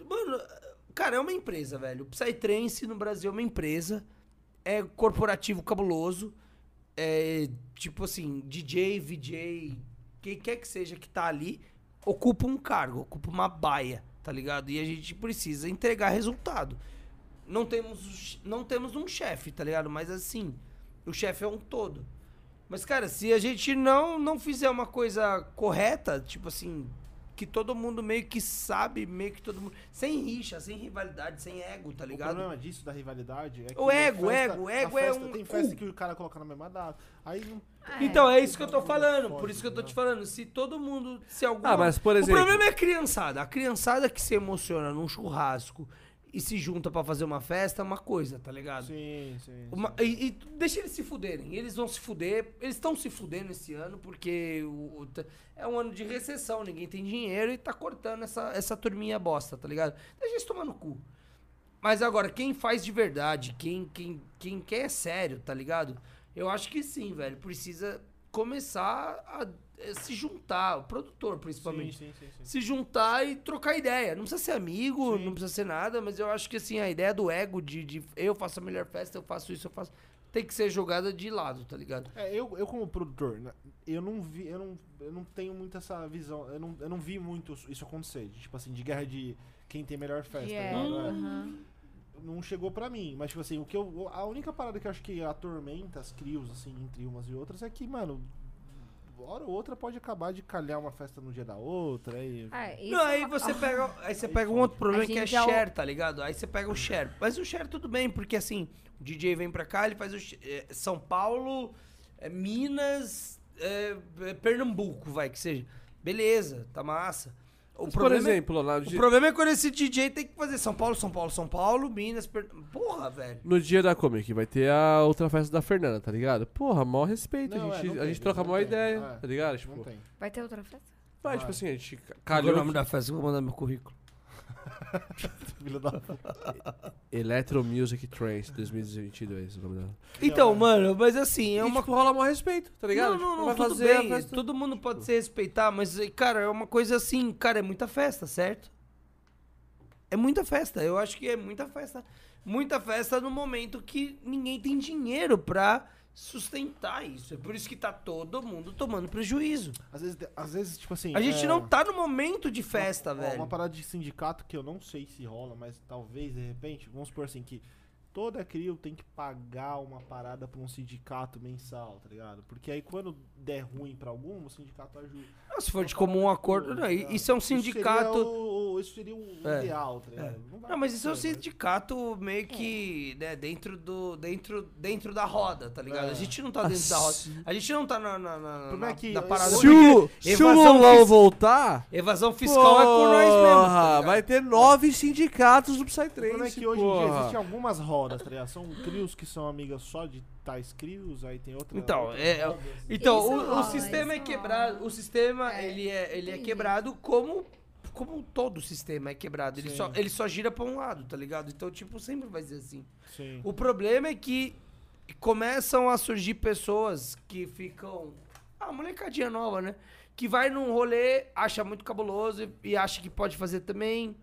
Speaker 5: Mano, cara, é uma empresa, velho. O Psytrance no Brasil é uma empresa. É corporativo cabuloso. É tipo assim, DJ, VJ, quem quer que seja que tá ali, ocupa um cargo, ocupa uma baia, tá ligado? E a gente precisa entregar resultado. Não temos, não temos um chefe, tá ligado? Mas assim, o chefe é um todo. Mas, cara, se a gente não, não fizer uma coisa correta, tipo assim, que todo mundo meio que sabe, meio que todo mundo. Sem rixa, sem rivalidade, sem ego, tá
Speaker 2: O
Speaker 5: ligado?
Speaker 2: problema disso, da rivalidade, é que.
Speaker 5: O
Speaker 2: na
Speaker 5: ego,
Speaker 2: festa-
Speaker 5: ego,
Speaker 2: na
Speaker 5: ego é
Speaker 2: festa,
Speaker 5: um
Speaker 2: Tem
Speaker 5: cu.
Speaker 2: festa que o cara coloca na mesma data. Aí não.
Speaker 4: Ah,
Speaker 5: Então, é isso que eu tô falando.
Speaker 2: Foda,
Speaker 5: Por isso que eu tô
Speaker 2: né?
Speaker 5: te falando. Se todo mundo. Se algum
Speaker 1: Ah, mas, por exemplo-
Speaker 5: O problema é a criançada. A criançada que se emociona num churrasco e se junta pra fazer uma festa é uma coisa, tá ligado?
Speaker 2: Sim, sim.
Speaker 5: Uma- e, e deixa eles se fuderem. Eles vão se fuder. Eles estão se fudendo esse ano porque o- o t- é um ano de recessão. Ninguém tem dinheiro e tá cortando essa, essa turminha bosta, tá ligado? Deixa eles tomar no cu. Mas agora, quem faz de verdade, quem, quem, quem quer é sério, tá ligado? Eu acho que sim, velho. Precisa começar a eh, se juntar, o produtor
Speaker 2: Sim,
Speaker 5: principalmente
Speaker 2: sim, sim, sim.
Speaker 5: se juntar e trocar ideia. Não precisa ser amigo,
Speaker 2: Sim.
Speaker 5: não precisa ser nada, mas eu acho que assim, a ideia do ego de, de eu faço a melhor festa, eu faço isso, eu faço. Tem que ser jogada de lado, tá ligado?
Speaker 2: É, eu, eu como produtor, né, eu não vi, eu não, eu não tenho muito essa visão, eu não, eu não vi muito isso- isso acontecer, de, tipo assim, de guerra de quem tem melhor festa, tá
Speaker 4: Yeah. Uhum.
Speaker 2: ligado? É.
Speaker 4: Aham.
Speaker 2: não chegou pra mim, mas tipo assim, o que eu, a única parada que eu acho que atormenta as crios assim entre umas e outras é que, mano, hora ou outra pode acabar de calhar uma festa no dia da outra e
Speaker 4: Ah, isso
Speaker 5: não,
Speaker 4: é
Speaker 5: aí
Speaker 4: uma-
Speaker 5: você pega, aí você pega um
Speaker 2: fode.
Speaker 5: outro problema
Speaker 4: A
Speaker 5: que é
Speaker 4: gente já o-
Speaker 5: share, tá ligado? Aí você pega o share. Mas o share tudo bem, porque assim, o DJ vem pra cá, ele faz o sh- eh, São Paulo, eh, Minas, eh, eh, Pernambuco, vai que seja. Beleza, tá massa. O
Speaker 1: Mas, por
Speaker 5: problema é-
Speaker 1: exemplo, lá no,
Speaker 5: O
Speaker 1: di-
Speaker 5: problema é quando esse DJ tem que fazer São Paulo, São Paulo, São Paulo, Minas, per... Porra, velho.
Speaker 1: no dia da Comic vai ter a outra festa da Fernanda, tá ligado? Porra, maior respeito,
Speaker 2: Não,
Speaker 1: a
Speaker 2: é,
Speaker 1: gente,
Speaker 2: não
Speaker 1: a
Speaker 2: tem,
Speaker 1: gente troca a
Speaker 2: não
Speaker 1: maior
Speaker 2: tem,
Speaker 1: ideia,
Speaker 2: é.
Speaker 1: tá ligado?
Speaker 2: não
Speaker 1: Tipo,
Speaker 2: tem.
Speaker 4: Vai ter outra festa?
Speaker 1: vai, tipo assim, a gente ca-
Speaker 5: Qual é o
Speaker 1: calhou
Speaker 5: nome da festa que eu vou mandar meu currículo?
Speaker 2: Filho da puta.
Speaker 1: Electro Music Trance 2022, o nome dela.
Speaker 5: Então, mano, mas assim, é
Speaker 1: E,
Speaker 5: uma
Speaker 1: tipo, rola maior respeito, tá ligado?
Speaker 5: Não,
Speaker 1: Tipo,
Speaker 5: não, não,
Speaker 1: vai
Speaker 5: tudo
Speaker 1: fazer a
Speaker 5: bem.
Speaker 1: festa-
Speaker 5: Todo mundo pode se respeitar, mas, cara, é uma coisa assim, cara, é muita festa, certo? É muita festa, eu acho que é muita festa. Muita festa no momento que ninguém tem dinheiro pra sustentar isso. É por isso que tá todo mundo tomando prejuízo.
Speaker 2: Às vezes, às vezes tipo assim,
Speaker 5: A gente
Speaker 2: é,
Speaker 5: não tá no momento de festa,
Speaker 2: Ó,
Speaker 5: velho.
Speaker 2: Uma parada de sindicato que eu não sei se rola, mas talvez, de repente, vamos supor assim, que toda CRIO tem que pagar uma parada pra um sindicato mensal, tá ligado? Porque aí quando der ruim pra algum, o sindicato ajuda.
Speaker 5: Ah, Se for de comum acordo, não, e- isso é um
Speaker 2: Isso
Speaker 5: sindicato.
Speaker 2: seria o, isso seria o
Speaker 5: É.
Speaker 2: ideal, tá ligado? Não vai
Speaker 5: Não, mas isso é um
Speaker 2: acontecer, né?
Speaker 5: sindicato
Speaker 4: É.
Speaker 5: meio que, né, dentro do. dentro, dentro da roda, tá ligado?
Speaker 2: É.
Speaker 5: A gente não tá dentro da roda. A gente não tá na, na, na,
Speaker 2: Como é
Speaker 5: na-
Speaker 2: que-
Speaker 5: na parada.
Speaker 1: Se o,
Speaker 5: porque
Speaker 1: se o
Speaker 5: evasão
Speaker 1: Lulão
Speaker 5: fis-
Speaker 1: voltar,
Speaker 5: Evasão fiscal é com nós mesmo. tá
Speaker 1: porra,
Speaker 5: ligado?
Speaker 1: vai ter nove sindicatos do Psytrance,
Speaker 2: O problema é que hoje em dia
Speaker 1: porra.
Speaker 2: existem algumas rodas, tá ligado? São crios que são amigas só de tais crios, aí tem outra.
Speaker 5: Então,
Speaker 2: outra assim.
Speaker 5: é-
Speaker 2: rodas.
Speaker 5: Então,
Speaker 4: Isso
Speaker 5: o, o
Speaker 4: rola,
Speaker 5: sistema é
Speaker 4: isso
Speaker 5: quebrado.
Speaker 4: rola.
Speaker 5: O sistema,
Speaker 4: É,
Speaker 5: ele é, ele é
Speaker 4: entendi.
Speaker 5: quebrado como, como todo sistema é quebrado. Ele
Speaker 2: Sim.
Speaker 5: só, ele só gira pra um lado, tá ligado? Então, tipo, sempre vai ser assim.
Speaker 2: Sim.
Speaker 5: O problema é que começam a surgir pessoas que ficam. Ah, molecadinha nova, né? Que vai num rolê, acha muito cabuloso e- e acha que pode fazer também.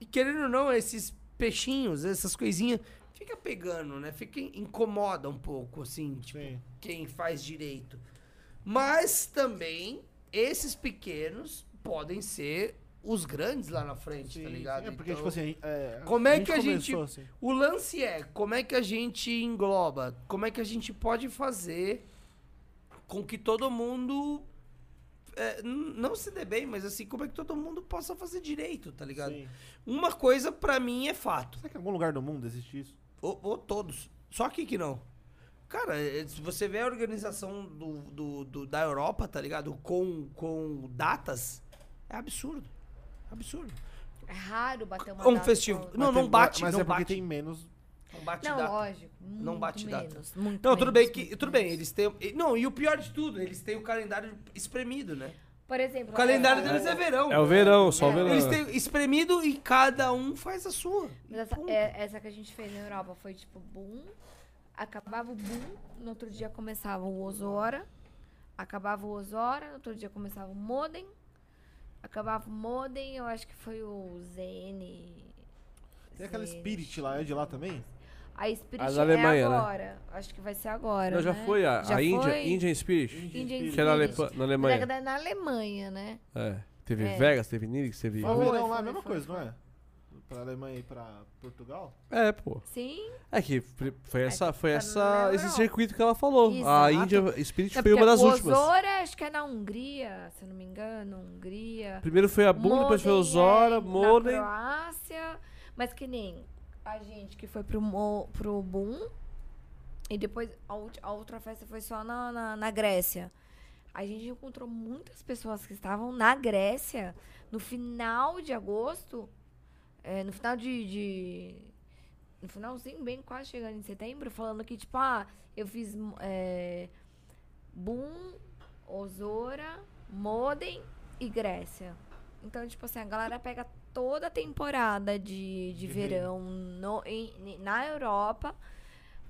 Speaker 5: E querendo ou não, esses peixinhos, essas coisinhas, fica pegando, né? Fica incomoda um pouco, assim, tipo,
Speaker 2: Sim.
Speaker 5: quem faz direito. Mas também esses pequenos podem ser os grandes lá na frente,
Speaker 2: Sim,
Speaker 5: tá ligado?
Speaker 2: sim, É porque,
Speaker 5: Então-
Speaker 2: tipo assim, é,
Speaker 5: Como é que a gente-
Speaker 2: começou assim.
Speaker 5: o lance é como é que a gente engloba, como é que a gente pode fazer com que todo mundo é, n- não se dê bem, mas assim, como é que todo mundo possa fazer direito, tá ligado?
Speaker 2: Sim.
Speaker 5: Uma coisa pra mim é fato,
Speaker 2: Será que em algum lugar do mundo existe isso?
Speaker 5: ou, ou todos, só aqui que não. Cara, é, se você vê a organização do, do- do- da Europa, tá ligado? Com, com datas, é absurdo. Absurdo.
Speaker 4: É raro bater uma
Speaker 5: Um
Speaker 4: data
Speaker 5: festival.
Speaker 4: com a outra.
Speaker 5: Não,
Speaker 2: Mas
Speaker 5: não
Speaker 2: tem-
Speaker 5: bate,
Speaker 2: Mas
Speaker 5: não
Speaker 2: é porque
Speaker 5: bate.
Speaker 2: tem menos.
Speaker 5: Não bate
Speaker 4: Não,
Speaker 5: data.
Speaker 4: lógico. muito
Speaker 5: bate data.
Speaker 4: menos, muito
Speaker 5: Não, tudo
Speaker 4: menos,
Speaker 5: bem que
Speaker 4: muito
Speaker 5: tudo bem,
Speaker 4: menos.
Speaker 5: eles têm e- não, e o pior de tudo, eles têm o calendário espremido, né?
Speaker 4: Por exemplo,
Speaker 5: O calendário
Speaker 4: é,
Speaker 5: deles é verão.
Speaker 1: É o verão, só o
Speaker 4: É.
Speaker 1: verão.
Speaker 5: Eles têm espremido e cada um faz a sua.
Speaker 4: Mas essa,
Speaker 5: Ponto.
Speaker 4: é- essa que a gente fez na Europa foi tipo boom, acabava o boom, no outro dia começava o Ozora, Acabava o Osora, no outro dia começava o Modem. Acabava o Modem, eu acho que foi o ZN.
Speaker 2: Tem aquela
Speaker 4: ZN.
Speaker 2: Spirit lá, é de lá também?
Speaker 4: A Spirit
Speaker 1: As
Speaker 4: é
Speaker 1: Alemanha, né?
Speaker 4: agora. Acho que vai ser agora.
Speaker 1: Não, já
Speaker 4: né?
Speaker 1: foi a,
Speaker 4: Já
Speaker 1: a Índia,
Speaker 4: foi?
Speaker 1: Indian Spirit,
Speaker 4: Indian
Speaker 1: que é na,
Speaker 4: Spirit.
Speaker 1: Alepa- na
Speaker 4: Na
Speaker 1: Alemanha.
Speaker 4: verdade, Na Alemanha, né?
Speaker 1: É. Teve
Speaker 4: É.
Speaker 1: Vegas, teve Nix, teve...
Speaker 2: Mas o
Speaker 4: Foi,
Speaker 2: verão lá é a
Speaker 4: foi,
Speaker 2: mesma
Speaker 4: foi,
Speaker 2: coisa,
Speaker 4: foi.
Speaker 2: não é? Pra Alemanha e pra Portugal?
Speaker 1: É, pô.
Speaker 4: Sim.
Speaker 1: É que fri- foi essa, foi
Speaker 4: tá
Speaker 1: essa,
Speaker 4: na
Speaker 1: esse
Speaker 4: Europa.
Speaker 1: circuito que ela falou. A
Speaker 4: Exato.
Speaker 1: Índia Spirit
Speaker 4: É
Speaker 1: foi uma
Speaker 4: porque
Speaker 1: das
Speaker 4: o
Speaker 1: últimas.
Speaker 4: Osora, acho que é na Hungria, se eu não me engano, Hungria.
Speaker 1: Primeiro foi a Boom, depois foi o
Speaker 4: Modem,
Speaker 1: Zora,
Speaker 4: é,
Speaker 1: Modem.
Speaker 4: Na Croácia, mas que nem a gente que foi pro, Mo- pro Boom. E depois a, ulti- a outra festa foi só na, na, na Grécia. A gente encontrou muitas pessoas que estavam na Grécia no final de agosto. é, no final de, de- No finalzinho, bem quase chegando em setembro, falando que, tipo, ah, eu fiz. é, Boom, Osora, Modem e Grécia. Então, tipo assim, a galera pega toda a temporada de, de verão no- em- na Europa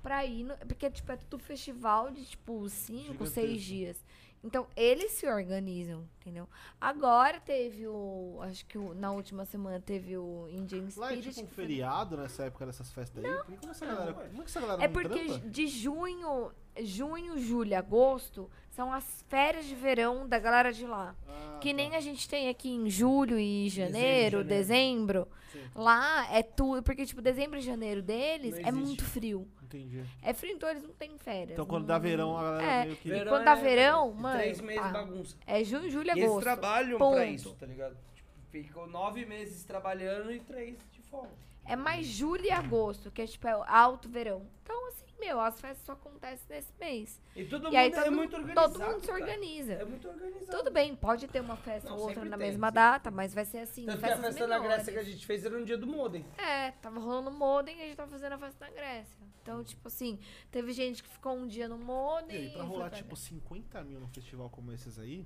Speaker 4: pra ir. No, porque, tipo, é tudo festival de, tipo, cinco, seis dias. Então, eles se organizam, entendeu? Agora teve o. Acho que o- na última semana teve o Indian Spirit.
Speaker 2: Lá é tipo um
Speaker 4: que foi-
Speaker 2: feriado nessa época dessas festas aí? Por que Como, essa galera, como é que essa galera
Speaker 4: é
Speaker 2: não
Speaker 4: porque
Speaker 2: trampa?
Speaker 4: de junho, junho, julho, agosto são as férias de verão da galera de lá.
Speaker 2: Ah,
Speaker 4: Que
Speaker 2: tá.
Speaker 4: nem a gente tem aqui em julho e janeiro,
Speaker 5: janeiro.
Speaker 4: dezembro.
Speaker 2: Sim.
Speaker 4: Lá é tudo. Porque, tipo, dezembro e janeiro deles
Speaker 2: Não
Speaker 4: é
Speaker 2: existe.
Speaker 4: muito frio.
Speaker 2: Entendi.
Speaker 4: É frio, então eles não têm férias.
Speaker 2: Então quando dá
Speaker 4: Não-
Speaker 2: verão, a galera
Speaker 4: É.
Speaker 2: meio que...
Speaker 4: Verão. Quando dá verão,
Speaker 5: é
Speaker 4: mano,
Speaker 5: Três meses
Speaker 4: pá.
Speaker 5: bagunça.
Speaker 4: É junho, julho e
Speaker 5: E eles
Speaker 4: agosto.
Speaker 5: trabalham
Speaker 4: Ponto.
Speaker 5: pra isso, tá ligado? Tipo, ficam nove meses trabalhando e três de folga.
Speaker 4: É mais julho e agosto, que é tipo é alto verão. Então, assim, meu, as festas só acontecem nesse mês.
Speaker 5: E todo
Speaker 4: e
Speaker 5: mundo
Speaker 4: aí
Speaker 5: é
Speaker 4: todo, mundo-
Speaker 5: muito organizado.
Speaker 4: todo mundo se
Speaker 5: cara.
Speaker 4: organiza.
Speaker 5: É muito organizado.
Speaker 4: Tudo bem, pode ter uma festa
Speaker 5: Não,
Speaker 4: ou outra
Speaker 5: sempre
Speaker 4: na
Speaker 5: tem,
Speaker 4: mesma
Speaker 5: sempre
Speaker 4: data, mas vai ser assim.
Speaker 5: Tanto que a
Speaker 4: festas
Speaker 5: festa da Grécia que a
Speaker 4: menores.
Speaker 5: gente fez era no dia do Modem.
Speaker 4: É, tava rolando Modem e a gente tava fazendo a festa na Grécia. Então, tipo assim, teve gente que ficou um dia no
Speaker 2: E
Speaker 4: Modem.
Speaker 2: aí, pra
Speaker 4: foi
Speaker 2: rolar,
Speaker 4: pra-
Speaker 2: tipo, 50 mil num festival como esses aí,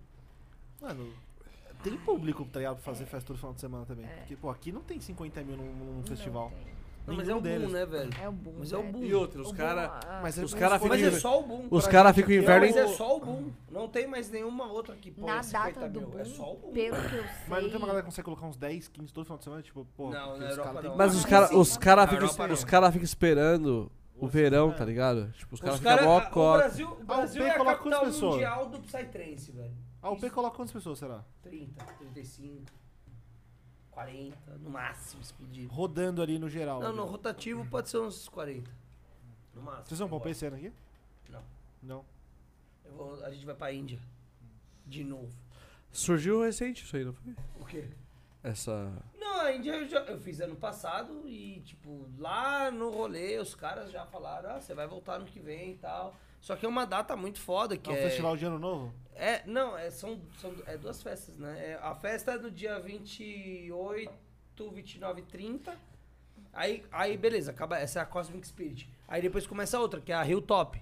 Speaker 2: mano, tem público, tá ligado, pra fazer festa todo final de semana também. Porque, pô, aqui não tem 50 mil num, num festival.
Speaker 4: É. Não tem.
Speaker 5: Não, mas
Speaker 2: Nenhum
Speaker 5: é o boom,
Speaker 2: deles.
Speaker 5: né, velho?
Speaker 4: É o boom.
Speaker 5: Mas é o
Speaker 4: velho.
Speaker 5: boom.
Speaker 1: E outra, os
Speaker 4: O boom,
Speaker 1: caras
Speaker 4: ah,
Speaker 2: Mas é-
Speaker 1: os cara
Speaker 2: mas
Speaker 5: Mas
Speaker 1: ficam
Speaker 5: é só o boom.
Speaker 1: os
Speaker 5: pra
Speaker 1: cara
Speaker 5: gente
Speaker 1: ficam
Speaker 5: aqui,
Speaker 1: inverno
Speaker 5: Mas
Speaker 1: em-
Speaker 5: é só o boom. Não tem mais nenhuma outra que põe
Speaker 4: na
Speaker 5: 50
Speaker 4: data do
Speaker 5: mil.
Speaker 4: boom,
Speaker 5: É só o boom.
Speaker 4: pelo que eu sei.
Speaker 2: Mas não tem uma galera que consegue colocar uns 10, 15 todo final de semana? Tipo, pô,
Speaker 5: Não,
Speaker 2: porque
Speaker 5: na
Speaker 2: os
Speaker 5: Europa
Speaker 2: caras têm
Speaker 5: não. né?
Speaker 1: Mas os
Speaker 4: Sim,
Speaker 1: caras
Speaker 4: sim.
Speaker 1: os cara
Speaker 5: Na
Speaker 1: ficam
Speaker 5: Europa
Speaker 1: os
Speaker 5: não.
Speaker 1: cara fica esperando o
Speaker 2: Os-
Speaker 1: verão,
Speaker 2: é.
Speaker 1: tá ligado? Tipo, os caras
Speaker 5: Os
Speaker 1: ficam
Speaker 5: cara, é
Speaker 1: mó
Speaker 5: a- o
Speaker 1: cota.
Speaker 5: Brasil, o
Speaker 2: Ah, o
Speaker 5: Brasil
Speaker 2: P
Speaker 5: é a
Speaker 2: coloca quantas
Speaker 5: capital
Speaker 2: pessoas?
Speaker 5: mundial do Psytrance, velho.
Speaker 2: Ah, o P coloca quantas pessoas, será?
Speaker 5: 30, 35, 40, no máximo, se pedir.
Speaker 2: Rodando ali no geral.
Speaker 5: Não,
Speaker 2: ali.
Speaker 5: não, rotativo pode ser uns 40. No máximo.
Speaker 2: Vocês são
Speaker 5: agora.
Speaker 2: palpite esse ano aqui?
Speaker 5: Não.
Speaker 2: Não.
Speaker 5: Eu vou- a gente vai pra Índia. De novo.
Speaker 1: Surgiu recente isso aí, não foi?
Speaker 5: O quê?
Speaker 1: Essa
Speaker 5: Não, a Índia eu, já- eu fiz ano passado e, tipo, lá no rolê os caras já falaram, ah, você vai voltar ano que vem e tal. Só que é uma data muito foda que
Speaker 2: É um
Speaker 5: é...
Speaker 2: festival de ano novo?
Speaker 5: É, não, é, são, são é duas festas, né? É, a festa é no dia 28, 29 e 30. Aí, aí, beleza, acaba. Essa é a Cosmic Spirit. Aí depois começa a outra, que é a Hilltop.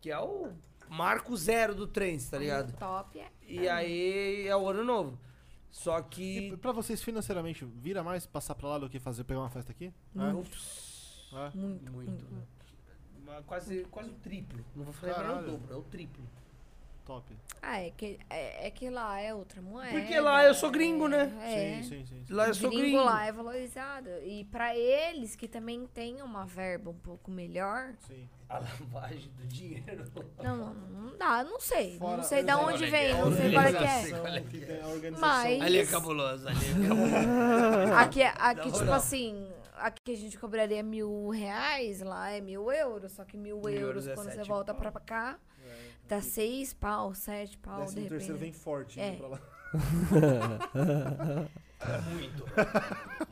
Speaker 5: Que é o marco zero do trance, tá ligado?
Speaker 4: Top é.
Speaker 5: E aí é o ano novo. Só
Speaker 2: E
Speaker 5: que.
Speaker 2: pra vocês, financeiramente, vira mais passar pra lá do que fazer pegar uma festa aqui? É?
Speaker 5: Ups,
Speaker 2: É?
Speaker 5: muito, muito. né? Uma- Quase, quase o triplo. Não vou falar não é o
Speaker 2: Caralho.
Speaker 5: dobro, é o triplo.
Speaker 2: Top.
Speaker 4: Ah, é que, é, é que lá é outra moeda.
Speaker 5: Porque lá eu sou gringo, né?
Speaker 4: É.
Speaker 2: Sim, sim, sim. sim.
Speaker 5: Lá eu sou
Speaker 4: gringo,
Speaker 5: gringo.
Speaker 4: lá é valorizado. E pra eles que também tem uma verba um pouco melhor.
Speaker 2: sim.
Speaker 5: A lavagem do dinheiro.
Speaker 4: Não, não, não dá, não sei.
Speaker 2: Fora-
Speaker 4: não sei de
Speaker 2: Não
Speaker 4: onde
Speaker 5: sei
Speaker 4: vem,
Speaker 5: qual é.
Speaker 4: não sei qual é que é.
Speaker 5: Organização. Olha
Speaker 2: que
Speaker 5: que
Speaker 2: tem a
Speaker 4: Mas.
Speaker 2: organização.
Speaker 5: Ali é cabuloso, ali é cabuloso.
Speaker 4: Aqui, aqui
Speaker 5: Não,
Speaker 4: tipo
Speaker 5: não.
Speaker 4: assim, aqui a gente cobraria mil reais, lá é mil euros, só que mil,
Speaker 5: Mil
Speaker 4: euros
Speaker 5: euros é
Speaker 4: quando você
Speaker 5: sete
Speaker 4: volta
Speaker 5: pau. É,
Speaker 4: pra cá, dá seis pau, sete pau, de
Speaker 2: Décimo terceiro vem
Speaker 4: repente.
Speaker 2: forte
Speaker 4: É.
Speaker 2: né, pra lá.
Speaker 5: muito.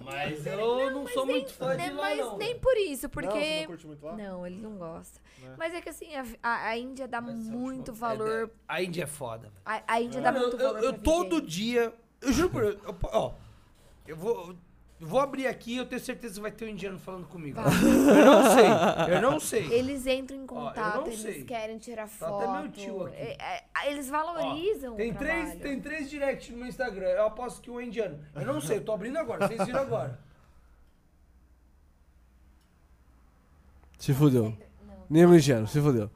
Speaker 5: Mas eu não, sou muito fã
Speaker 4: Né,
Speaker 5: Tá de lá,
Speaker 4: mas
Speaker 5: não.
Speaker 4: nem por isso,
Speaker 2: Não, você não
Speaker 4: porque...
Speaker 2: curte muito lá?
Speaker 4: Não, ele não gosta.
Speaker 2: Né?
Speaker 4: Mas é que assim, a, a- a Índia dá
Speaker 5: Mas são,
Speaker 4: muito
Speaker 5: tipo, é
Speaker 4: valor.
Speaker 5: de- a Índia é foda. velho.
Speaker 4: A, a Índia dá
Speaker 5: Mano,
Speaker 4: muito
Speaker 5: eu, eu,
Speaker 4: valor.
Speaker 5: eu
Speaker 4: pra
Speaker 5: todo
Speaker 4: videogame.
Speaker 5: dia. Eu juro por. Eu, ó, eu vou. eu vou abrir aqui eu tenho certeza que vai ter um indiano falando comigo. Eu não sei. Eu não sei.
Speaker 4: Eles entram em contato,
Speaker 5: não
Speaker 4: eles
Speaker 5: sei.
Speaker 4: querem tirar
Speaker 5: Tá
Speaker 4: foto.
Speaker 5: até meu tio aqui.
Speaker 4: é- é- eles
Speaker 5: Ó,
Speaker 4: valorizam
Speaker 5: tem
Speaker 4: o
Speaker 5: três,
Speaker 4: um trabalho.
Speaker 5: tem três directs no meu Instagram. Eu aposto que um é indiano. Eu não sei, eu tô abrindo agora, vocês viram agora.
Speaker 1: se fudeu. Nenhum indiano, se fudeu.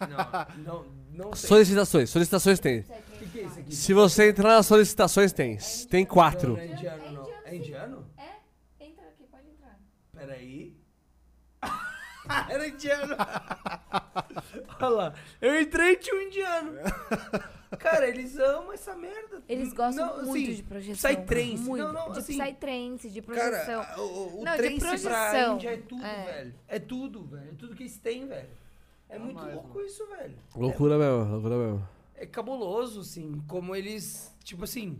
Speaker 5: Não, não, não sei.
Speaker 1: Solicitações, solicitações tem.
Speaker 5: O que, que é isso aqui?
Speaker 1: Se você entrar nas solicitações, tem. Tem quatro.
Speaker 5: Não, não é indiano, não. É indiano?
Speaker 4: Entra aqui, pode entrar.
Speaker 5: Peraí. Era indiano. Olha lá. Eu entrei e tinha um indiano. Cara, eles amam essa merda.
Speaker 4: Eles gostam
Speaker 5: Não,
Speaker 4: muito
Speaker 5: assim,
Speaker 4: de projeção.
Speaker 5: psytrance.
Speaker 4: Muito. Tipo,
Speaker 5: Não, não,
Speaker 4: de
Speaker 5: assim-
Speaker 4: psytrance, de projeção.
Speaker 5: Cara, o, o
Speaker 4: Não, de
Speaker 5: trance pra
Speaker 4: projeção.
Speaker 5: Índia é tudo,
Speaker 4: É.
Speaker 5: velho. É tudo, velho. É tudo que eles têm, velho. É muito louco isso, velho.
Speaker 1: Loucura mesmo, loucura mesmo.
Speaker 5: É cabuloso, assim, como eles. Tipo assim.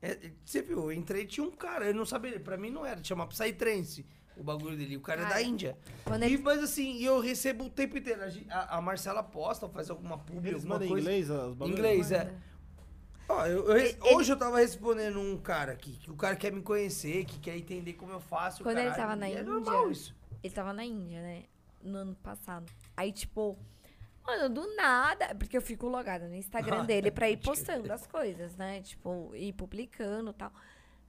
Speaker 5: é- é- você viu, eu entrei e tinha um cara, eu não sabia, pra mim não era, chama Psytrance o bagulho dele, o cara é da
Speaker 4: Cara,
Speaker 5: Índia.
Speaker 4: quando
Speaker 5: E,
Speaker 4: ele-
Speaker 5: mas assim, e eu recebo o tempo inteiro, a, gen- a- a Marcela posta, faz alguma pub,
Speaker 2: Eles
Speaker 5: alguma
Speaker 2: mandam em
Speaker 5: coisa.
Speaker 2: inglês as
Speaker 5: Em
Speaker 2: bagulhos?
Speaker 5: inglês, é.
Speaker 4: Manda.
Speaker 5: Ó, eu- eu res-
Speaker 4: E- ele-
Speaker 5: Hoje eu tava respondendo um cara aqui, que o cara quer me conhecer, que quer entender como eu faço.
Speaker 4: Quando ele
Speaker 5: caralho,
Speaker 4: tava na
Speaker 5: e É
Speaker 4: Índia-
Speaker 5: normal isso.
Speaker 4: Ele tava na Índia, né? No ano passado. Aí, tipo, mano, do nada. Porque eu fico logada no Instagram dele pra ir postando as coisas, né? Tipo, ir publicando e tal.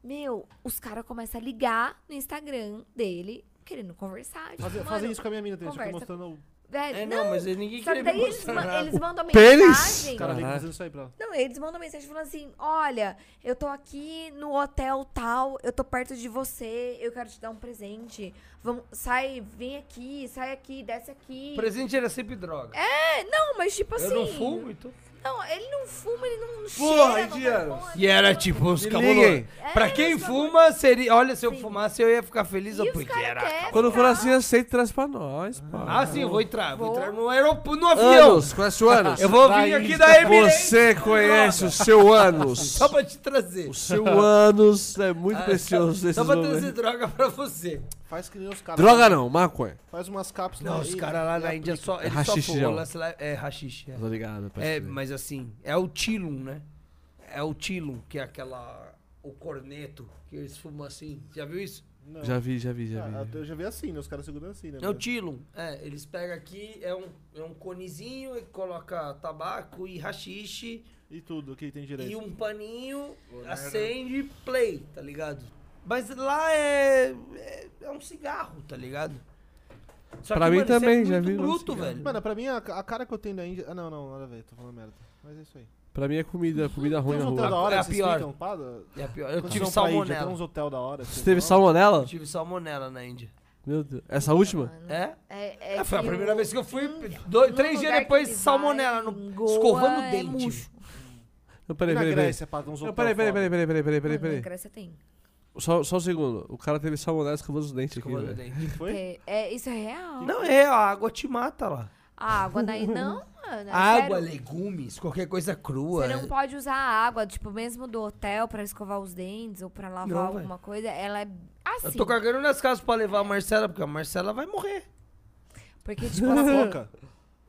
Speaker 4: Meu, os caras começam a ligar no Instagram dele, querendo conversar. Tipo,
Speaker 2: Fazer,
Speaker 4: mano,
Speaker 2: fazer isso com a minha mina também, só que
Speaker 4: conversa.
Speaker 2: mostrando o
Speaker 4: Velho,
Speaker 5: É,
Speaker 4: não,
Speaker 5: não, mas ninguém
Speaker 4: Só
Speaker 5: quer
Speaker 4: que
Speaker 5: me
Speaker 4: daí eles,
Speaker 5: mostrar
Speaker 4: ma-
Speaker 5: nada.
Speaker 4: eles mandam
Speaker 1: Pênis?
Speaker 4: mensagem.
Speaker 2: cara fica
Speaker 1: Caraca.
Speaker 2: fazendo isso aí pra ela.
Speaker 4: Não, eles mandam mensagem falando assim: olha, eu tô aqui no hotel tal, eu tô perto de você, eu quero te dar um presente. Vamos, sai, vem aqui, sai aqui, desce aqui.
Speaker 5: Presente era sempre droga.
Speaker 4: É, não, mas tipo assim.
Speaker 5: eu não fumo, então.
Speaker 4: Não, ele não fuma, ele não
Speaker 1: Porra,
Speaker 4: cheira. não
Speaker 1: indiano.
Speaker 4: pergunta,
Speaker 5: E era
Speaker 4: não-
Speaker 5: tipo os
Speaker 1: Me
Speaker 5: cabulosos.
Speaker 1: liguem.
Speaker 5: Pra
Speaker 4: É,
Speaker 5: quem
Speaker 4: os
Speaker 5: fuma, seria. Olha, se eu
Speaker 4: Sim.
Speaker 5: fumasse, eu ia ficar feliz,
Speaker 4: E os
Speaker 5: porque
Speaker 4: cara
Speaker 5: era.
Speaker 4: quer
Speaker 1: Quando for
Speaker 4: ficar-
Speaker 1: assim, aceita e traz pra nós, pô.
Speaker 5: Ah, sim, eu vou entrar. Vou
Speaker 4: Vou.
Speaker 5: entrar no aeroporto, no avião.
Speaker 1: Anos, conhece o Anos?
Speaker 5: Eu vou
Speaker 2: Da
Speaker 5: vir aqui
Speaker 2: Índia.
Speaker 5: da Emirates.
Speaker 1: Você conhece o seu Anos.
Speaker 5: Só pra te trazer.
Speaker 1: O seu Anos é muito
Speaker 5: Ah,
Speaker 1: precioso
Speaker 5: Só,
Speaker 1: nesses
Speaker 5: só pra trazer
Speaker 1: momentos.
Speaker 5: droga pra você.
Speaker 11: Faz que nem os caras.
Speaker 1: Droga não, maconha.
Speaker 11: Faz umas cápsulas.
Speaker 5: Não, os caras
Speaker 2: é
Speaker 5: lá na Índia só. Eles só
Speaker 1: hashish,
Speaker 5: fumam.
Speaker 1: não.
Speaker 5: lá, sei lá, É rachixe.
Speaker 1: Tô ligado, pode
Speaker 5: É,
Speaker 1: crer.
Speaker 5: mas assim, é o Tilum, né? É o Tilum, que é aquela. O corneto, que eles fumam assim. Já viu isso?
Speaker 2: Não.
Speaker 1: Já vi, já vi, já
Speaker 2: Ah,
Speaker 1: vi.
Speaker 2: eu já vi assim, né? Os caras segurando assim, né?
Speaker 5: É o Tilum. É, eles pegam aqui, é um, é um conezinho, e coloca tabaco e rachixe
Speaker 2: E tudo que tem direito.
Speaker 5: e um paninho,
Speaker 2: né?
Speaker 5: acende e play, tá ligado? Mas lá é. É, é um cigarro, tá ligado? Só
Speaker 1: Pra mim
Speaker 5: isso é
Speaker 1: também, já
Speaker 5: muito
Speaker 1: vi lá um
Speaker 5: bruto,
Speaker 1: cigarro.
Speaker 5: velho.
Speaker 2: é Mano, pra mim, a, a cara que eu tenho da Índia... Ah, não, não, nada a ver, tô falando merda. Mas é isso aí.
Speaker 1: Pra mim é comida, comida ruim
Speaker 2: Tem
Speaker 1: na
Speaker 2: uns hotel da
Speaker 1: rua.
Speaker 2: hora
Speaker 5: É a
Speaker 2: que vocês
Speaker 5: pior.
Speaker 2: ficam, pá, da-
Speaker 5: É pior. Eu
Speaker 2: Quando
Speaker 5: tive
Speaker 2: vocês vão pra Índia,
Speaker 5: salmonela.
Speaker 2: Tem uns hotel da hora. que
Speaker 1: Você
Speaker 2: vocês
Speaker 1: teve
Speaker 2: vão.
Speaker 5: Eu
Speaker 1: salmonela?
Speaker 5: tive salmonela na Índia.
Speaker 1: Meu Deus. Essa última?
Speaker 4: Mano,
Speaker 5: É?
Speaker 4: É, é
Speaker 5: É, foi a
Speaker 4: que
Speaker 5: primeira
Speaker 4: o-
Speaker 5: vez que eu fui.
Speaker 4: Índia,
Speaker 5: dois-
Speaker 4: no
Speaker 5: três dias
Speaker 4: lugar
Speaker 5: depois,
Speaker 4: que ele
Speaker 5: salmonela.
Speaker 4: vai,
Speaker 5: No,
Speaker 4: Goa,
Speaker 5: escovando o
Speaker 4: é
Speaker 5: dente.
Speaker 4: murcho.
Speaker 1: Não,
Speaker 2: E
Speaker 1: peraí,
Speaker 2: na
Speaker 1: peraí, peraí.
Speaker 2: Grécia, pá, tem uns
Speaker 1: Não,
Speaker 2: hotel
Speaker 1: peraí, peraí,
Speaker 2: foda.
Speaker 1: peraí, peraí, peraí, peraí, peraí,
Speaker 4: Mano, na
Speaker 1: peraí.
Speaker 4: Grécia tem.
Speaker 1: Só, só um segundo. O cara teve salmonela escovando os dentes aqui,
Speaker 5: Escovando o
Speaker 1: velho.
Speaker 5: dente.
Speaker 2: Foi?
Speaker 4: É, é, isso é real.
Speaker 5: Não é, a água te mata lá.
Speaker 4: A água daí não, mano. é
Speaker 5: Água,
Speaker 4: sério.
Speaker 5: legumes, qualquer coisa crua. É.
Speaker 4: Você não pode usar a água, tipo, mesmo do hotel pra escovar os dentes ou pra lavar
Speaker 5: Não,
Speaker 4: alguma coisa. Ela é assim.
Speaker 5: Eu tô cagando nas casas pra levar a Marcela, porque a Marcela vai morrer.
Speaker 4: Porque, tipo, assim,
Speaker 2: Coca.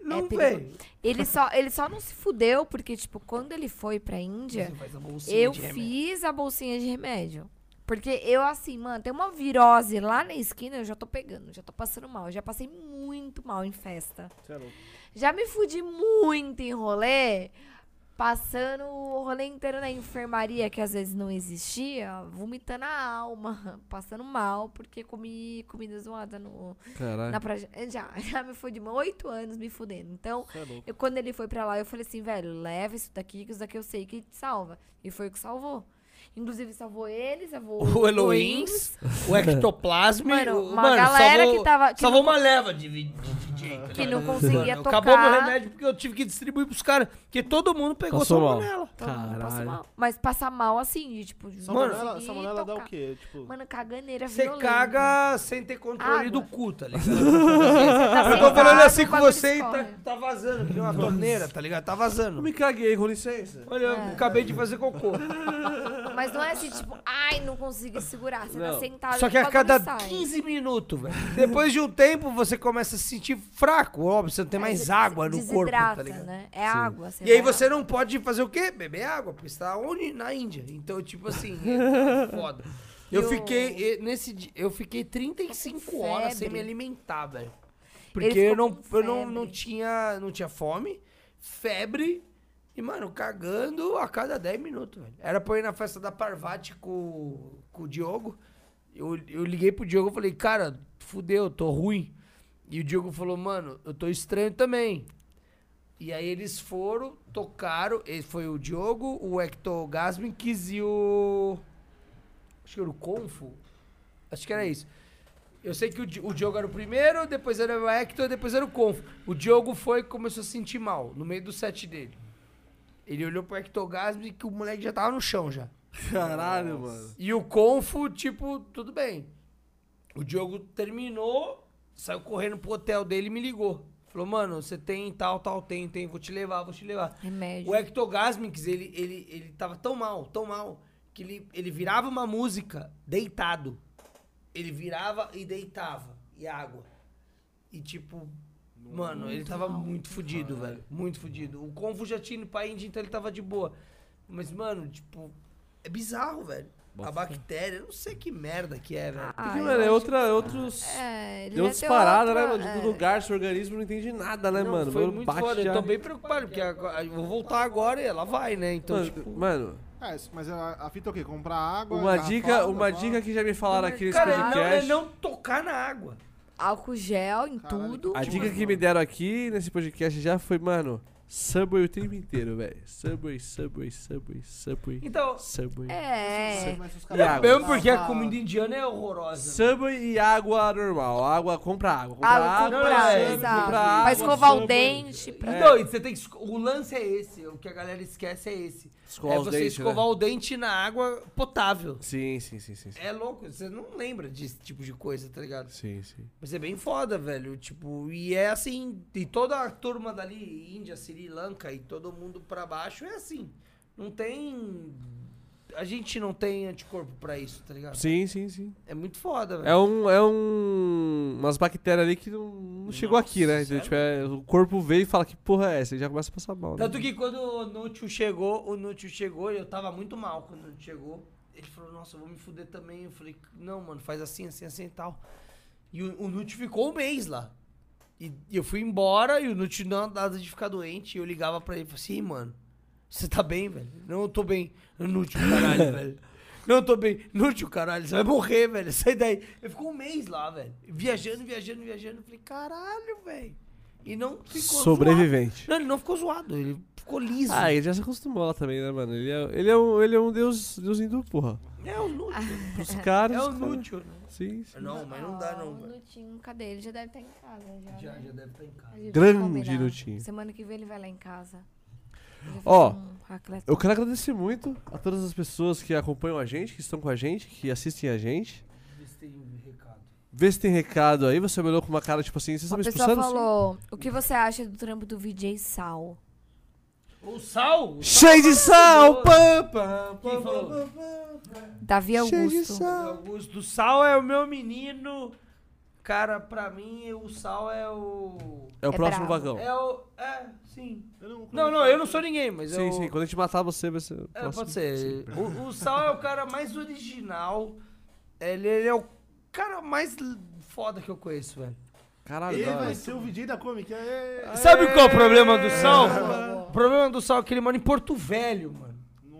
Speaker 5: Não,
Speaker 4: perigo-
Speaker 5: velho.
Speaker 4: ele só, ele só não se fudeu porque, tipo, quando ele foi pra Índia,
Speaker 5: Faz a bolsinha
Speaker 4: eu
Speaker 5: de
Speaker 4: fiz
Speaker 5: remédio.
Speaker 4: a bolsinha de remédio. Porque eu, assim, mano, tem uma virose lá na esquina, eu já tô pegando, já tô passando mal. Eu já passei muito mal em festa.
Speaker 2: Você é louco.
Speaker 4: Já me fudi muito em rolê, passando o rolê inteiro na enfermaria, que às vezes não existia, vomitando a alma, passando mal, porque comi comida zoada no,
Speaker 5: É.
Speaker 4: na
Speaker 1: Caralho.
Speaker 4: praia. Já, já me fudi oito anos me fudendo. Então,
Speaker 2: Você é louco.
Speaker 4: eu, quando ele foi pra lá, eu falei assim, velho, leva isso daqui, que isso daqui eu sei que te salva. E foi o que salvou. Inclusive, salvou ele, salvou
Speaker 5: O
Speaker 4: o
Speaker 5: Elohim, o ectoplasma.
Speaker 4: Mano,
Speaker 5: o-
Speaker 4: uma galera
Speaker 5: salvou,
Speaker 4: que tava- que
Speaker 5: salvou
Speaker 4: não-
Speaker 5: uma leva de, vi- de DJ. tá
Speaker 4: Que
Speaker 5: ligado?
Speaker 4: não conseguia
Speaker 5: Mano, Acabou meu
Speaker 4: tocar.
Speaker 5: remédio porque eu tive que distribuir pros caras. Porque todo mundo pegou
Speaker 1: Passou mal.
Speaker 5: salmonela.
Speaker 4: Todo mundo passou
Speaker 1: Caralho.
Speaker 4: mal. Mas passar mal assim, de, tipo, de não
Speaker 2: Salmonela,
Speaker 4: conseguir
Speaker 2: salmonela dá o
Speaker 4: tocar.
Speaker 2: quê? Tipo,
Speaker 4: Mano, caganeira
Speaker 5: Você
Speaker 4: violenta.
Speaker 5: caga sem ter controle
Speaker 4: Água.
Speaker 5: do cu, tá ligado? eu tô falando
Speaker 4: Tá sentado,
Speaker 5: assim
Speaker 4: o
Speaker 5: com
Speaker 4: bagulho
Speaker 5: você e tá,
Speaker 4: escorre.
Speaker 5: tá vazando. Tem uma torneira, tá ligado? Tá
Speaker 2: é
Speaker 5: vazando.
Speaker 1: Me caguei, com licença.
Speaker 5: Olha,
Speaker 4: É.
Speaker 5: eu acabei de fazer cocô. então.
Speaker 4: Mas não é assim, tipo, ai, não consegui segurar. Você tá
Speaker 1: Não.
Speaker 4: sentado
Speaker 5: Só que
Speaker 4: o
Speaker 5: a
Speaker 4: bagulho
Speaker 5: cada
Speaker 4: sai.
Speaker 5: 15 minutos, velho. Depois de um tempo, você começa a se sentir fraco, óbvio. Você não tem
Speaker 4: Aí
Speaker 5: mais
Speaker 4: você
Speaker 5: água no corpo,
Speaker 4: desidrata,
Speaker 5: tá ligado?
Speaker 4: Né? É água.
Speaker 5: E aí
Speaker 4: vai-
Speaker 5: você não pode fazer o quê? Beber água, porque você tá onde? Na Índia. Então, tipo assim, é foda. Eu
Speaker 4: Eu-
Speaker 5: fiquei, eh, nesse dia, eu fiquei 35
Speaker 4: Tô com
Speaker 5: horas sem
Speaker 4: febre.
Speaker 5: me alimentar, velho.
Speaker 4: Ele
Speaker 5: Porque
Speaker 4: ficou
Speaker 5: eu não,
Speaker 4: com
Speaker 5: eu não, não
Speaker 4: febre.
Speaker 5: tinha, não tinha fome, febre e, mano, cagando a cada 10 minutos, velho. Era pra eu ir na festa da Parvati com, com o Diogo. Eu, eu liguei pro Diogo e falei, cara, fudeu, tô ruim. E o Diogo falou, mano, eu tô estranho também. E aí eles foram, tocaram. e Foi o Diogo, o Hector Gasminks e o. Acho que era o Confo. Acho que era isso. Eu sei que o, Di- o Diogo era o primeiro, depois era o Hector, depois era o Confo. O Diogo foi e começou a se sentir mal no meio do set dele. Ele olhou pro Hector Gasmin que o moleque já tava no chão já.
Speaker 1: Caralho, mano.
Speaker 5: E o Confo, tipo, tudo bem. O Diogo terminou, saiu correndo pro hotel dele e me ligou. Falou, mano, você tem tal, tal, tem, tem, vou te levar, vou te levar.
Speaker 4: Remédio.
Speaker 5: O é Hector Gasmix, ele, ele, ele tava tão mal, tão mal, que ele, ele virava uma música deitado. Ele virava e deitava, e água. E tipo, mano, ele tava muito fudido, velho. Muito fudido. O Convo já tinha ido pra Índia, então ele tava de boa. Mas, mano, tipo, é bizarro, velho.
Speaker 1: Bota
Speaker 5: A
Speaker 1: fé.
Speaker 5: bactéria, eu não sei que merda que é, velho.
Speaker 4: Ah,
Speaker 1: Porque,
Speaker 4: eu
Speaker 1: mano, é
Speaker 4: acho
Speaker 1: outra, outros,
Speaker 4: É, ele
Speaker 1: é outras
Speaker 4: meteu
Speaker 1: paradas, né,
Speaker 4: outra-
Speaker 1: mano? De todo
Speaker 4: é.
Speaker 1: lugar, seu organismo não entende nada, né,
Speaker 5: Não,
Speaker 1: mano?
Speaker 5: foi
Speaker 1: Mano,
Speaker 5: muito
Speaker 1: bate
Speaker 5: foda. Eu
Speaker 1: já-
Speaker 5: tô bem preocupado, porque agora, eu vou voltar agora e ela vai, né? Então,
Speaker 1: Mano,
Speaker 5: tipo.
Speaker 1: mano,
Speaker 2: É, isso- mas a, a fita é o quê? Comprar água?
Speaker 1: uma
Speaker 2: garrafada,
Speaker 1: dica, uma
Speaker 2: pá?
Speaker 1: dica que já me falaram aqui nesse
Speaker 5: Cara, não, é
Speaker 1: podcast.
Speaker 5: não tocar na água.
Speaker 4: é, Álcool gel em
Speaker 2: Caralho,
Speaker 4: tudo.
Speaker 1: A dica que me deram aqui nesse podcast já foi, mano, Subway o tempo inteiro, velho. Subway, Subway, Subway, Subway,
Speaker 5: Então,
Speaker 1: Subway.
Speaker 4: É.
Speaker 2: Mas os
Speaker 1: E
Speaker 2: caras...
Speaker 1: água.
Speaker 5: mesmo porque a comida indiana é horrorosa.
Speaker 1: Subway e água normal. Água, compra água. Compra
Speaker 4: Água
Speaker 1: água,
Speaker 4: com
Speaker 5: não, não,
Speaker 4: prazo,
Speaker 5: é,
Speaker 1: Subway,
Speaker 4: exato.
Speaker 1: compra
Speaker 4: Pra
Speaker 1: água, um
Speaker 4: escovar o
Speaker 1: Subway.
Speaker 4: dente.
Speaker 1: É,
Speaker 4: Pra...
Speaker 5: Então, e você tem que esco- o lance é esse, o que a galera esquece é esse.
Speaker 1: Escovar
Speaker 5: é
Speaker 1: os
Speaker 5: você
Speaker 1: dentes, né?
Speaker 5: escovar o dente na água potável.
Speaker 1: Sim, sim, sim, sim. sim.
Speaker 5: É louco, você não lembra desse tipo de coisa, tá ligado?
Speaker 1: Sim, sim.
Speaker 5: Mas é bem foda, velho. Tipo, e é assim, e toda a turma dali, Índia, Sri Lanka e todo mundo pra baixo é assim. Não tem. A gente não tem anticorpo pra isso, tá ligado?
Speaker 1: Sim, sim, sim.
Speaker 5: É muito foda, velho.
Speaker 1: É um. É um. Umas bactérias ali que não, não chegou
Speaker 5: Nossa,
Speaker 1: aqui, né? Então,
Speaker 5: sério?
Speaker 1: tipo, é, o corpo veio e fala que porra é essa? E já começa a passar mal. Né?
Speaker 5: Tanto que quando o Nútil chegou, o Nútil chegou e eu tava muito mal quando ele chegou. Ele falou, nossa, eu vou me fuder também. Eu falei, não, mano, faz assim, assim, assim e tal. E o, o Nútil ficou um mês lá. E, e eu fui embora e o Nútil não nada de ficar doente. E eu ligava pra ele e falei assim, "Ih, mano, você tá bem, velho? Não, eu tô bem. Nútil, caralho, velho. Não, eu tô bem. Nútil, caralho, você vai morrer, velho. Sai daí. Ele ficou um mês lá, velho. Viajando, viajando, viajando. Eu falei, caralho, velho. E não ficou zoado.
Speaker 1: Sobrevivente.
Speaker 5: Não, ele não ficou zoado, ele ficou liso.
Speaker 1: Ah, ele já se acostumou lá também, né, mano? Ele é, ele é, um, ele é um deus, deus hindu, porra.
Speaker 5: É o nútil.
Speaker 1: Pros caras.
Speaker 5: É o
Speaker 1: os caras-
Speaker 5: nútil. né?
Speaker 1: Sim, sim.
Speaker 5: Não, mas não dá não,
Speaker 4: Ah, o
Speaker 5: velho.
Speaker 4: Nutinho, cadê? Ele já deve estar em casa. Já,
Speaker 5: Já,
Speaker 4: né?
Speaker 5: já deve estar em casa.
Speaker 4: A gente
Speaker 1: Grande
Speaker 4: vai combinar.
Speaker 1: Nutinho.
Speaker 4: Semana que vem ele vai lá em casa. Ele vai
Speaker 1: Ó,
Speaker 4: fazer um raclette.
Speaker 1: Eu quero agradecer muito a todas as pessoas que acompanham a gente, que estão com a gente, que assistem a gente.
Speaker 5: Vê se tem um recado.
Speaker 1: Vê se tem recado aí. Você me olhou com uma cara tipo assim, vocês estão
Speaker 4: Uma
Speaker 1: me
Speaker 4: pessoa
Speaker 1: expulsando?
Speaker 4: falou: O que você acha do trampo do VJ Sal?
Speaker 5: O sal? o sal
Speaker 1: Cheio de sal! Pam,
Speaker 5: maravilhoso.
Speaker 1: pam,
Speaker 5: Quem
Speaker 1: pam,
Speaker 5: falou?
Speaker 1: pam,
Speaker 4: Davi
Speaker 1: pam, Cheio de
Speaker 4: Augusto.
Speaker 1: sal!
Speaker 5: Augusto, o sal é o meu menino. Cara, pra mim, o sal é o...
Speaker 1: É o
Speaker 4: É
Speaker 1: próximo
Speaker 4: bravo.
Speaker 1: vagão.
Speaker 5: É o... É, sim.
Speaker 2: Eu não,
Speaker 5: Não, não, eu não sou ninguém, mas
Speaker 1: Sim,
Speaker 5: eu...
Speaker 1: sim. Quando a gente matar você, vai ser. o
Speaker 5: É,
Speaker 1: próximo.
Speaker 5: pode ser. O, o Sal é o cara mais original. Ele, ele é o cara mais l- foda que eu conheço, velho.
Speaker 1: Caralho, né?
Speaker 2: Ele
Speaker 1: da hora.
Speaker 2: vai ser o VJ da Comic. aê!
Speaker 5: Sabe qual é o problema do Sal? O problema do Sal é que ele mora em Porto Velho, mano.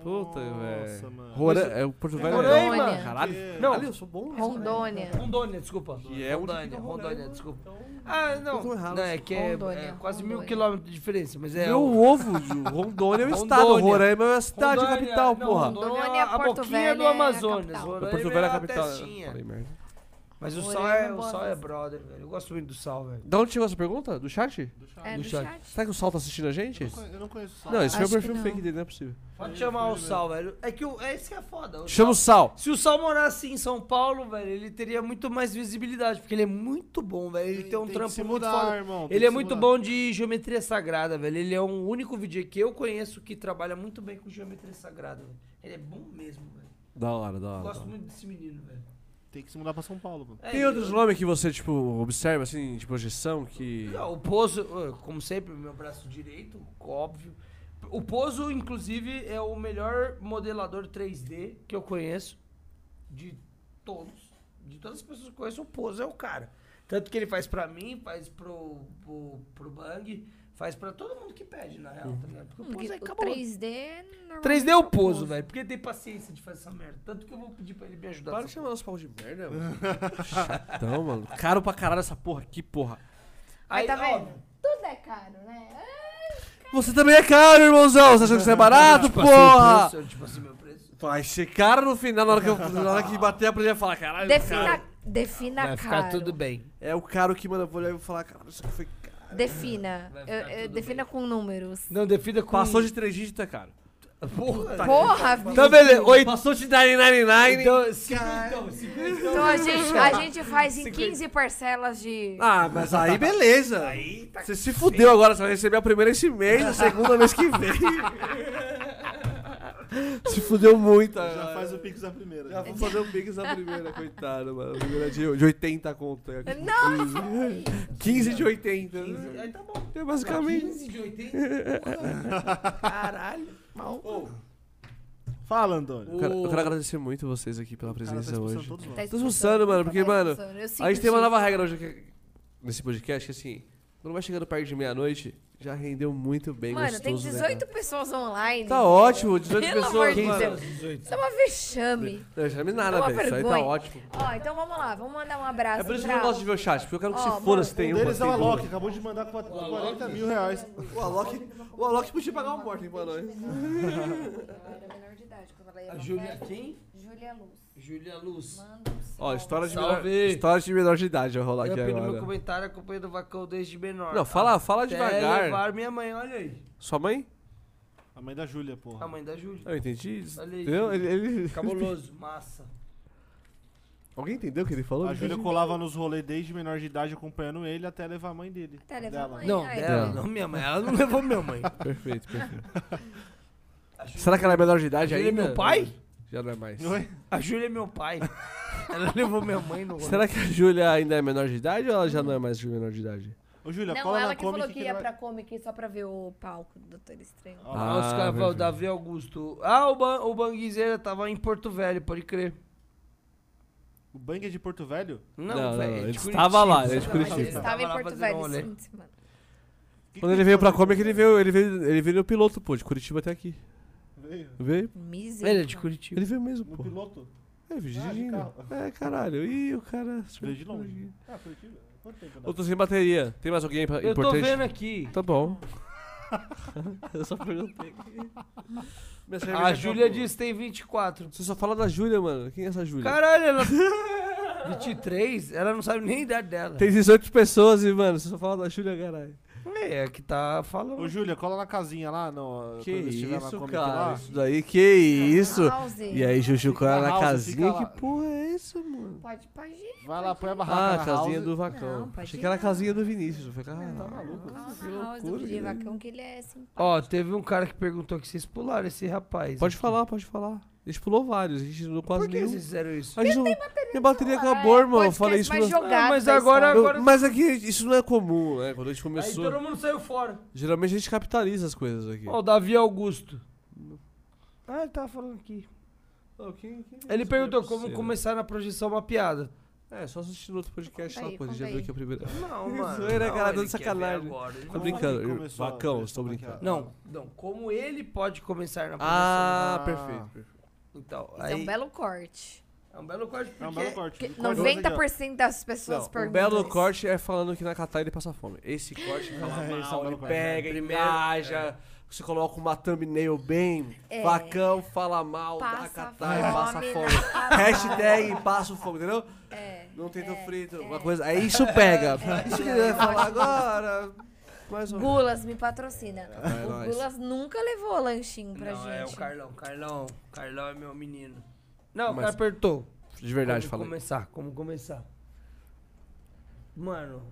Speaker 1: Puta,
Speaker 2: Nossa,
Speaker 1: velho.
Speaker 2: mano.
Speaker 1: Roran... É o Porto Velho.
Speaker 5: Roraima.
Speaker 4: Rondônia.
Speaker 1: Caralho.
Speaker 5: Não.
Speaker 1: Caralho, eu sou bom.
Speaker 4: Rondônia.
Speaker 5: Rondônia, desculpa.
Speaker 1: E é onde
Speaker 5: Rondônia,
Speaker 1: fica
Speaker 5: Rondônia,
Speaker 1: Rondônia.
Speaker 5: desculpa. Ah, não.
Speaker 1: tô errado.
Speaker 5: Não, é que é,
Speaker 4: Rondônia,
Speaker 5: é quase mil
Speaker 4: Rondônia.
Speaker 5: quilômetros de diferença, mas é.
Speaker 1: Meu
Speaker 5: o-
Speaker 1: ovo, Ju. Rondônia é o estado.
Speaker 5: Rondônia.
Speaker 1: Roraima é a cidade, a
Speaker 5: Rondônia,
Speaker 1: capital,
Speaker 5: não,
Speaker 1: porra.
Speaker 5: Rondônia é
Speaker 4: Rondônia,
Speaker 5: a, a
Speaker 4: Porto
Speaker 5: boquinha
Speaker 4: Velho
Speaker 5: do
Speaker 4: é a
Speaker 5: Amazonas.
Speaker 4: capital.
Speaker 1: É
Speaker 5: Rondônia
Speaker 1: Porto Velho é
Speaker 5: é
Speaker 1: a
Speaker 5: a
Speaker 1: capital.
Speaker 5: testinha.
Speaker 1: Falei merda.
Speaker 5: Mas o
Speaker 4: Roraima
Speaker 5: Sal é,
Speaker 4: é
Speaker 5: o
Speaker 4: Boa
Speaker 5: Sal é
Speaker 4: Vista.
Speaker 5: brother, velho. Eu gosto muito do Sal, velho.
Speaker 1: Da onde chegou essa pergunta? Do chat?
Speaker 4: É,
Speaker 5: Do
Speaker 4: do
Speaker 5: chat.
Speaker 4: chat.
Speaker 1: Será que o Sal tá assistindo a gente?
Speaker 2: Eu não conhe- Eu não conheço o Sal.
Speaker 1: Não, esse foi o
Speaker 4: Acho que
Speaker 1: perfil
Speaker 4: não.
Speaker 1: fake dele, não é possível.
Speaker 5: Pode chamar o Sal, velho. É que o, é isso que é foda. o
Speaker 1: Chama o Sal.
Speaker 5: Se o Sal morasse em São Paulo, velho, ele teria muito mais visibilidade, porque ele é muito bom, velho. Ele tem, um
Speaker 2: que
Speaker 5: trampo
Speaker 2: se
Speaker 5: muito
Speaker 2: mudar,
Speaker 5: foda.
Speaker 2: irmão, tem
Speaker 5: Ele é
Speaker 2: que se
Speaker 5: muito
Speaker 2: mudar.
Speaker 5: bom de geometria sagrada, velho. Ele é um único VJ que eu conheço que trabalha muito bem com geometria sagrada, velho. Ele é bom mesmo, velho.
Speaker 1: Da hora,
Speaker 2: Ah,
Speaker 1: da hora. da
Speaker 2: tá.
Speaker 5: Gosto
Speaker 1: hora.
Speaker 5: muito desse menino, velho.
Speaker 2: Tem que se mudar pra São Paulo, mano.
Speaker 5: É,
Speaker 1: Tem
Speaker 5: ele-
Speaker 1: outros nomes que você, tipo, observa, assim, de projeção que...
Speaker 5: Não, o Pozo, eh, como sempre, meu braço direito, óbvio. O Pozo, inclusive, é o melhor modelador 3D que eu conheço. De todos. De todas as pessoas que eu conheço, o Pozo é o cara. Tanto que ele faz pra mim, faz pro, pro, pro Bang, faz pra todo mundo que pede, na real, tá ligado? Porque o Pozo é
Speaker 4: O
Speaker 5: cabuloso.
Speaker 4: 3D. normalmente
Speaker 5: 3D é o Pozo,
Speaker 4: Pozo.
Speaker 5: velho, porque ele tem paciência de fazer essa merda. Tanto que eu vou pedir pra ele me ajudar.
Speaker 1: Para de
Speaker 5: nessa
Speaker 1: chamar os pau de merda, mano. Chatão, mano. Caro pra caralho essa porra aqui, porra.
Speaker 5: porra.
Speaker 4: Aí,
Speaker 5: Aí,
Speaker 4: tá vendo?
Speaker 5: óbvio,
Speaker 4: Tudo é caro, né?
Speaker 1: Você também é caro, irmãozão. Você acha que você é barato, porra?
Speaker 5: Preço, eu, tipo assim, meu preço.
Speaker 1: Vai ser caro no final, na hora que, eu- na hora que bater a primeira, falar, caralho,
Speaker 4: Defina,
Speaker 1: cara.
Speaker 4: defina
Speaker 5: Vai ficar
Speaker 4: caro.
Speaker 5: tudo bem.
Speaker 1: É o caro que, mano, eu vou olhar e vou falar, caralho, isso aqui foi caro.
Speaker 4: Defina.
Speaker 5: Vai
Speaker 4: Eu-
Speaker 5: ficar
Speaker 4: eu-
Speaker 5: tudo
Speaker 4: defina com números.
Speaker 5: Não, defina com...
Speaker 1: Passou de 3 dígitos, é caro.
Speaker 5: Porra.
Speaker 4: Porra, Vitor.
Speaker 1: Então, beleza. Oi. Passou de 999.
Speaker 5: Então, cinquentão, cinquentão.
Speaker 4: Então a gente, a gente faz em 15 parcelas de.
Speaker 1: Ah, mas aí beleza. Você se fudeu agora, você vai receber a primeira esse mês, a segunda mês que vem. se fudeu muito.
Speaker 9: Já faz o Pix da primeira.
Speaker 1: Já vou fazer o Pix na primeira, coitado, mano. A Primeira de, de 80 conto.
Speaker 4: Não!
Speaker 1: 15 de 80. né?
Speaker 5: Aí tá bom.
Speaker 1: É basicamente.
Speaker 5: 15 de 80. Caralho. Mal.
Speaker 2: Fala, Antônio.
Speaker 1: Eu quero, eu quero agradecer muito vocês aqui pela
Speaker 2: é
Speaker 1: presença é hoje.
Speaker 2: todos nós.
Speaker 4: Tá
Speaker 1: Tô expulsando, mano, porque, mano,
Speaker 4: Eu sinto
Speaker 1: A gente tem uma
Speaker 4: isso.
Speaker 1: nova regra hoje aqui, nesse podcast, que assim, quando vai chegando perto de meia-noite, já rendeu muito bem,
Speaker 4: Mano,
Speaker 1: gostoso.
Speaker 4: tem
Speaker 1: né,
Speaker 4: 18
Speaker 1: cara?
Speaker 4: pessoas online.
Speaker 1: Tá ótimo, 18
Speaker 4: Pelo amor
Speaker 1: pessoas.
Speaker 4: de
Speaker 1: mano.
Speaker 4: Deus. Isso é uma vexame.
Speaker 1: Não, já me
Speaker 4: É
Speaker 1: nada,
Speaker 4: uma
Speaker 1: velho. Isso aí tá
Speaker 4: vergonha.
Speaker 1: ótimo.
Speaker 4: Ó, então vamos lá, vamos mandar um abraço.
Speaker 1: É por isso que
Speaker 4: pra...
Speaker 1: eu não gosto de ver o chat, porque eu quero que
Speaker 4: Ó,
Speaker 1: se foda
Speaker 4: mano,
Speaker 1: se tem
Speaker 9: Um
Speaker 1: uma.
Speaker 9: deles é o
Speaker 1: tem duas.
Speaker 9: Alok, acabou de mandar quatro-
Speaker 11: é
Speaker 9: 40 mil
Speaker 5: É.
Speaker 9: reais.
Speaker 1: O Alok, o Alok podia pagar uma morte, hein, pra nós.
Speaker 4: Ela era menor de idade quando ela ia
Speaker 5: A
Speaker 4: no
Speaker 5: Júlia
Speaker 4: médico.
Speaker 5: quem?
Speaker 4: Júlia Luz.
Speaker 5: Júlia Luz.
Speaker 4: Manda um
Speaker 1: Ó,
Speaker 4: salve.
Speaker 1: história de,
Speaker 5: Salve.
Speaker 1: menor, história de menor de idade, vai rolar
Speaker 5: Eu
Speaker 1: aqui
Speaker 5: pedi no meu
Speaker 1: agora.
Speaker 5: comentário, acompanhando o Vacão desde menor. tá?
Speaker 1: Não, fala, fala
Speaker 5: Até
Speaker 1: devagar.
Speaker 5: levar minha mãe, olha aí.
Speaker 1: Sua mãe?
Speaker 2: A mãe da Júlia,
Speaker 5: A
Speaker 2: porra.
Speaker 5: mãe da Júlia.
Speaker 1: Eu entendi.
Speaker 5: Olha aí,
Speaker 1: Entendeu? Ele, ele-
Speaker 5: Cabuloso, massa.
Speaker 1: Alguém entendeu o que ele falou?
Speaker 2: A Júlia colava nos rolês desde menor de idade acompanhando ele até levar a mãe dele.
Speaker 4: Até levar a
Speaker 2: Dela.
Speaker 4: mãe.
Speaker 5: Não,
Speaker 4: Ai,
Speaker 5: dela,
Speaker 1: Dela.
Speaker 5: não minha mãe. Ela não levou minha mãe.
Speaker 1: Perfeito, perfeito.
Speaker 5: A Júlia-
Speaker 1: Será que ela é menor de idade
Speaker 5: Júlia é
Speaker 1: ainda?
Speaker 5: meu pai?
Speaker 1: Já não é mais.
Speaker 2: Oi?
Speaker 5: A Júlia é meu pai. Ela levou minha mãe no
Speaker 1: Será que a Júlia ainda é menor de idade ou ela já não é mais de menor de idade?
Speaker 2: Ô, Júlia,
Speaker 4: Não,
Speaker 2: cola
Speaker 4: ela
Speaker 2: na
Speaker 4: que falou
Speaker 2: Comic
Speaker 4: que ia
Speaker 2: vai-
Speaker 4: pra Comic só pra ver o palco do Doutor Estranho.
Speaker 2: Ó,
Speaker 1: Ah,
Speaker 5: Ah, os caras falam,
Speaker 1: perfeito.
Speaker 5: o Davi Augusto. Ah, o, ban o Banguizeira tava em Porto Velho, pode crer.
Speaker 2: O Bang é de Porto Velho?
Speaker 5: Não,
Speaker 1: Não, não,
Speaker 5: velho. é
Speaker 1: ele
Speaker 5: de
Speaker 1: estava lá, ele é de
Speaker 4: Não,
Speaker 5: Curitiba.
Speaker 4: mas
Speaker 1: Curitiba.
Speaker 4: ele estava em
Speaker 5: Tava lá
Speaker 4: Porto
Speaker 5: fazendo
Speaker 4: Velho
Speaker 5: um rolê.
Speaker 4: esse fim de semana.
Speaker 2: Que é
Speaker 1: Quando ele veio pra Comic, ele veio, ele veio, ele veio no piloto, pô, de Curitiba até aqui.
Speaker 2: Veio.
Speaker 1: Veio?
Speaker 4: Misericórdia.
Speaker 5: Ele é de Curitiba.
Speaker 1: Ele veio mesmo,
Speaker 9: No
Speaker 1: pô.
Speaker 9: piloto?
Speaker 1: É, dirigindo.
Speaker 9: carro.
Speaker 1: é, caralho. Ih, o cara.
Speaker 2: Veio de longe.
Speaker 9: Ah, Curitiba? Quanto tempo dá?
Speaker 1: Eu tô sem bateria. Tem mais alguém pra-
Speaker 5: Eu tô
Speaker 1: importante?
Speaker 5: vendo aqui.
Speaker 1: Tá bom. Eu só perguntei. Minha cerveja
Speaker 5: A Júlia
Speaker 1: acabou.
Speaker 5: diz que tem 24.
Speaker 1: Você só fala da Júlia, mano. Quem é essa Júlia?
Speaker 5: Caralho, ela. 23? Ela não sabe nem a idade dela.
Speaker 1: Tem 18 pessoas e, mano, você só fala da Júlia, caralho.
Speaker 5: É, que tá falando.
Speaker 2: Ô, Júlia, cola na casinha lá. No,
Speaker 1: Que
Speaker 2: quando estiver na
Speaker 1: isso,
Speaker 2: Comic
Speaker 1: cara.
Speaker 2: lá.
Speaker 1: Isso daí, que
Speaker 5: é
Speaker 1: isso.
Speaker 4: House.
Speaker 1: E aí, Juju
Speaker 2: Fica na
Speaker 1: Cola na
Speaker 2: house,
Speaker 1: casinha?
Speaker 2: fica lá.
Speaker 1: Que porra é isso, mano?
Speaker 4: Pode, pode ir.
Speaker 2: Vai lá, põe a barraca
Speaker 1: Ah,
Speaker 2: na
Speaker 1: a casinha
Speaker 2: house.
Speaker 1: do Vacão.
Speaker 4: Não, pode
Speaker 1: Achei
Speaker 4: ir
Speaker 1: que era a
Speaker 4: não.
Speaker 1: casinha do Vinícius. Eu falei, cara, tá maluco.
Speaker 4: Fala
Speaker 1: que
Speaker 4: na House do
Speaker 1: loucura,
Speaker 4: DJ
Speaker 1: velho.
Speaker 4: Vacão que ele é simpático.
Speaker 5: Ó, teve um cara que perguntou que vocês pularam esse rapaz.
Speaker 1: Pode
Speaker 5: aqui.
Speaker 1: falar, pode falar. A gente pulou vários, a gente não quase
Speaker 5: Por que
Speaker 1: nenhum.
Speaker 5: vocês fizeram isso?
Speaker 1: A gente não... Minha bateria
Speaker 4: celular,
Speaker 1: acabou,
Speaker 4: é
Speaker 1: irmão. Eu
Speaker 4: podcast
Speaker 1: falei isso
Speaker 4: mais
Speaker 1: no-
Speaker 4: jogado
Speaker 5: Ah, mas
Speaker 4: da
Speaker 5: agora-
Speaker 1: Eu- Mas aqui, isso não é comum, né? Quando a gente
Speaker 5: Aí
Speaker 1: começou.
Speaker 5: todo mundo saiu fora.
Speaker 1: Geralmente a gente capitaliza as coisas aqui.
Speaker 5: Ó, o Davi Augusto. Ah, ele tava falando aqui.
Speaker 4: é
Speaker 5: é Ele perguntou como começar na projeção uma piada.
Speaker 1: É, só assistir no outro podcast
Speaker 4: Conta
Speaker 1: lá,
Speaker 4: aí,
Speaker 1: pô. Ele já
Speaker 4: conta
Speaker 1: viu
Speaker 4: aí.
Speaker 1: aqui a primeira.
Speaker 5: Não,
Speaker 1: Que
Speaker 5: mano.
Speaker 1: zoeira,
Speaker 5: não,
Speaker 1: cara,
Speaker 5: ele
Speaker 1: dando
Speaker 5: quer ver
Speaker 1: sacanagem.
Speaker 5: agora, ele
Speaker 1: Tô
Speaker 5: não-
Speaker 1: brincando.
Speaker 2: Como é que
Speaker 1: eu-
Speaker 2: começou a
Speaker 1: Vacão,
Speaker 2: coisa?
Speaker 1: estou
Speaker 2: Como é que
Speaker 1: brincando.
Speaker 2: é?
Speaker 5: Não, não. Como ele pode começar na projeção?
Speaker 1: Ah,
Speaker 2: Ah.
Speaker 1: perfeito, perfeito.
Speaker 5: Então,
Speaker 4: Isso
Speaker 5: aí,
Speaker 4: é um belo corte.
Speaker 5: é um belo corte, porque...
Speaker 2: É um belo corte.
Speaker 4: Porque
Speaker 2: Um corte
Speaker 4: 90% das pessoas
Speaker 1: Não, o
Speaker 4: perguntam.
Speaker 1: belo
Speaker 4: isso.
Speaker 1: corte é falando que na Catar ele passa fome. Esse corte fala
Speaker 2: É, esse é um
Speaker 1: mal, ele
Speaker 2: belo corte. é.
Speaker 1: pega, ele
Speaker 5: Primeiro,
Speaker 1: viaja, você coloca uma thumbnail bem,
Speaker 4: É.
Speaker 1: vacão, fala mal, é da
Speaker 4: Passa
Speaker 1: Catar e passa
Speaker 4: fome
Speaker 5: né?
Speaker 1: fome.
Speaker 4: na Catar.
Speaker 1: Hashtag passa fome, entendeu?
Speaker 4: É.
Speaker 1: Não tem tão
Speaker 4: É,
Speaker 1: frito,
Speaker 4: é.
Speaker 1: uma coisa. Aí isso pega.
Speaker 5: É.
Speaker 1: Isso que ele vai falar agora. Mais ou menos.
Speaker 4: Gulas me patrocina.
Speaker 1: É,
Speaker 4: o
Speaker 1: nóis.
Speaker 4: Gulas nunca levou lanchinho pra
Speaker 5: não, é
Speaker 4: gente.
Speaker 5: o Carlão. Carlão, Carlão é meu menino. Não,
Speaker 1: Mas-
Speaker 5: o cara apertou.
Speaker 1: De verdade,
Speaker 5: como
Speaker 1: falei.
Speaker 5: começar, como começar. Mano,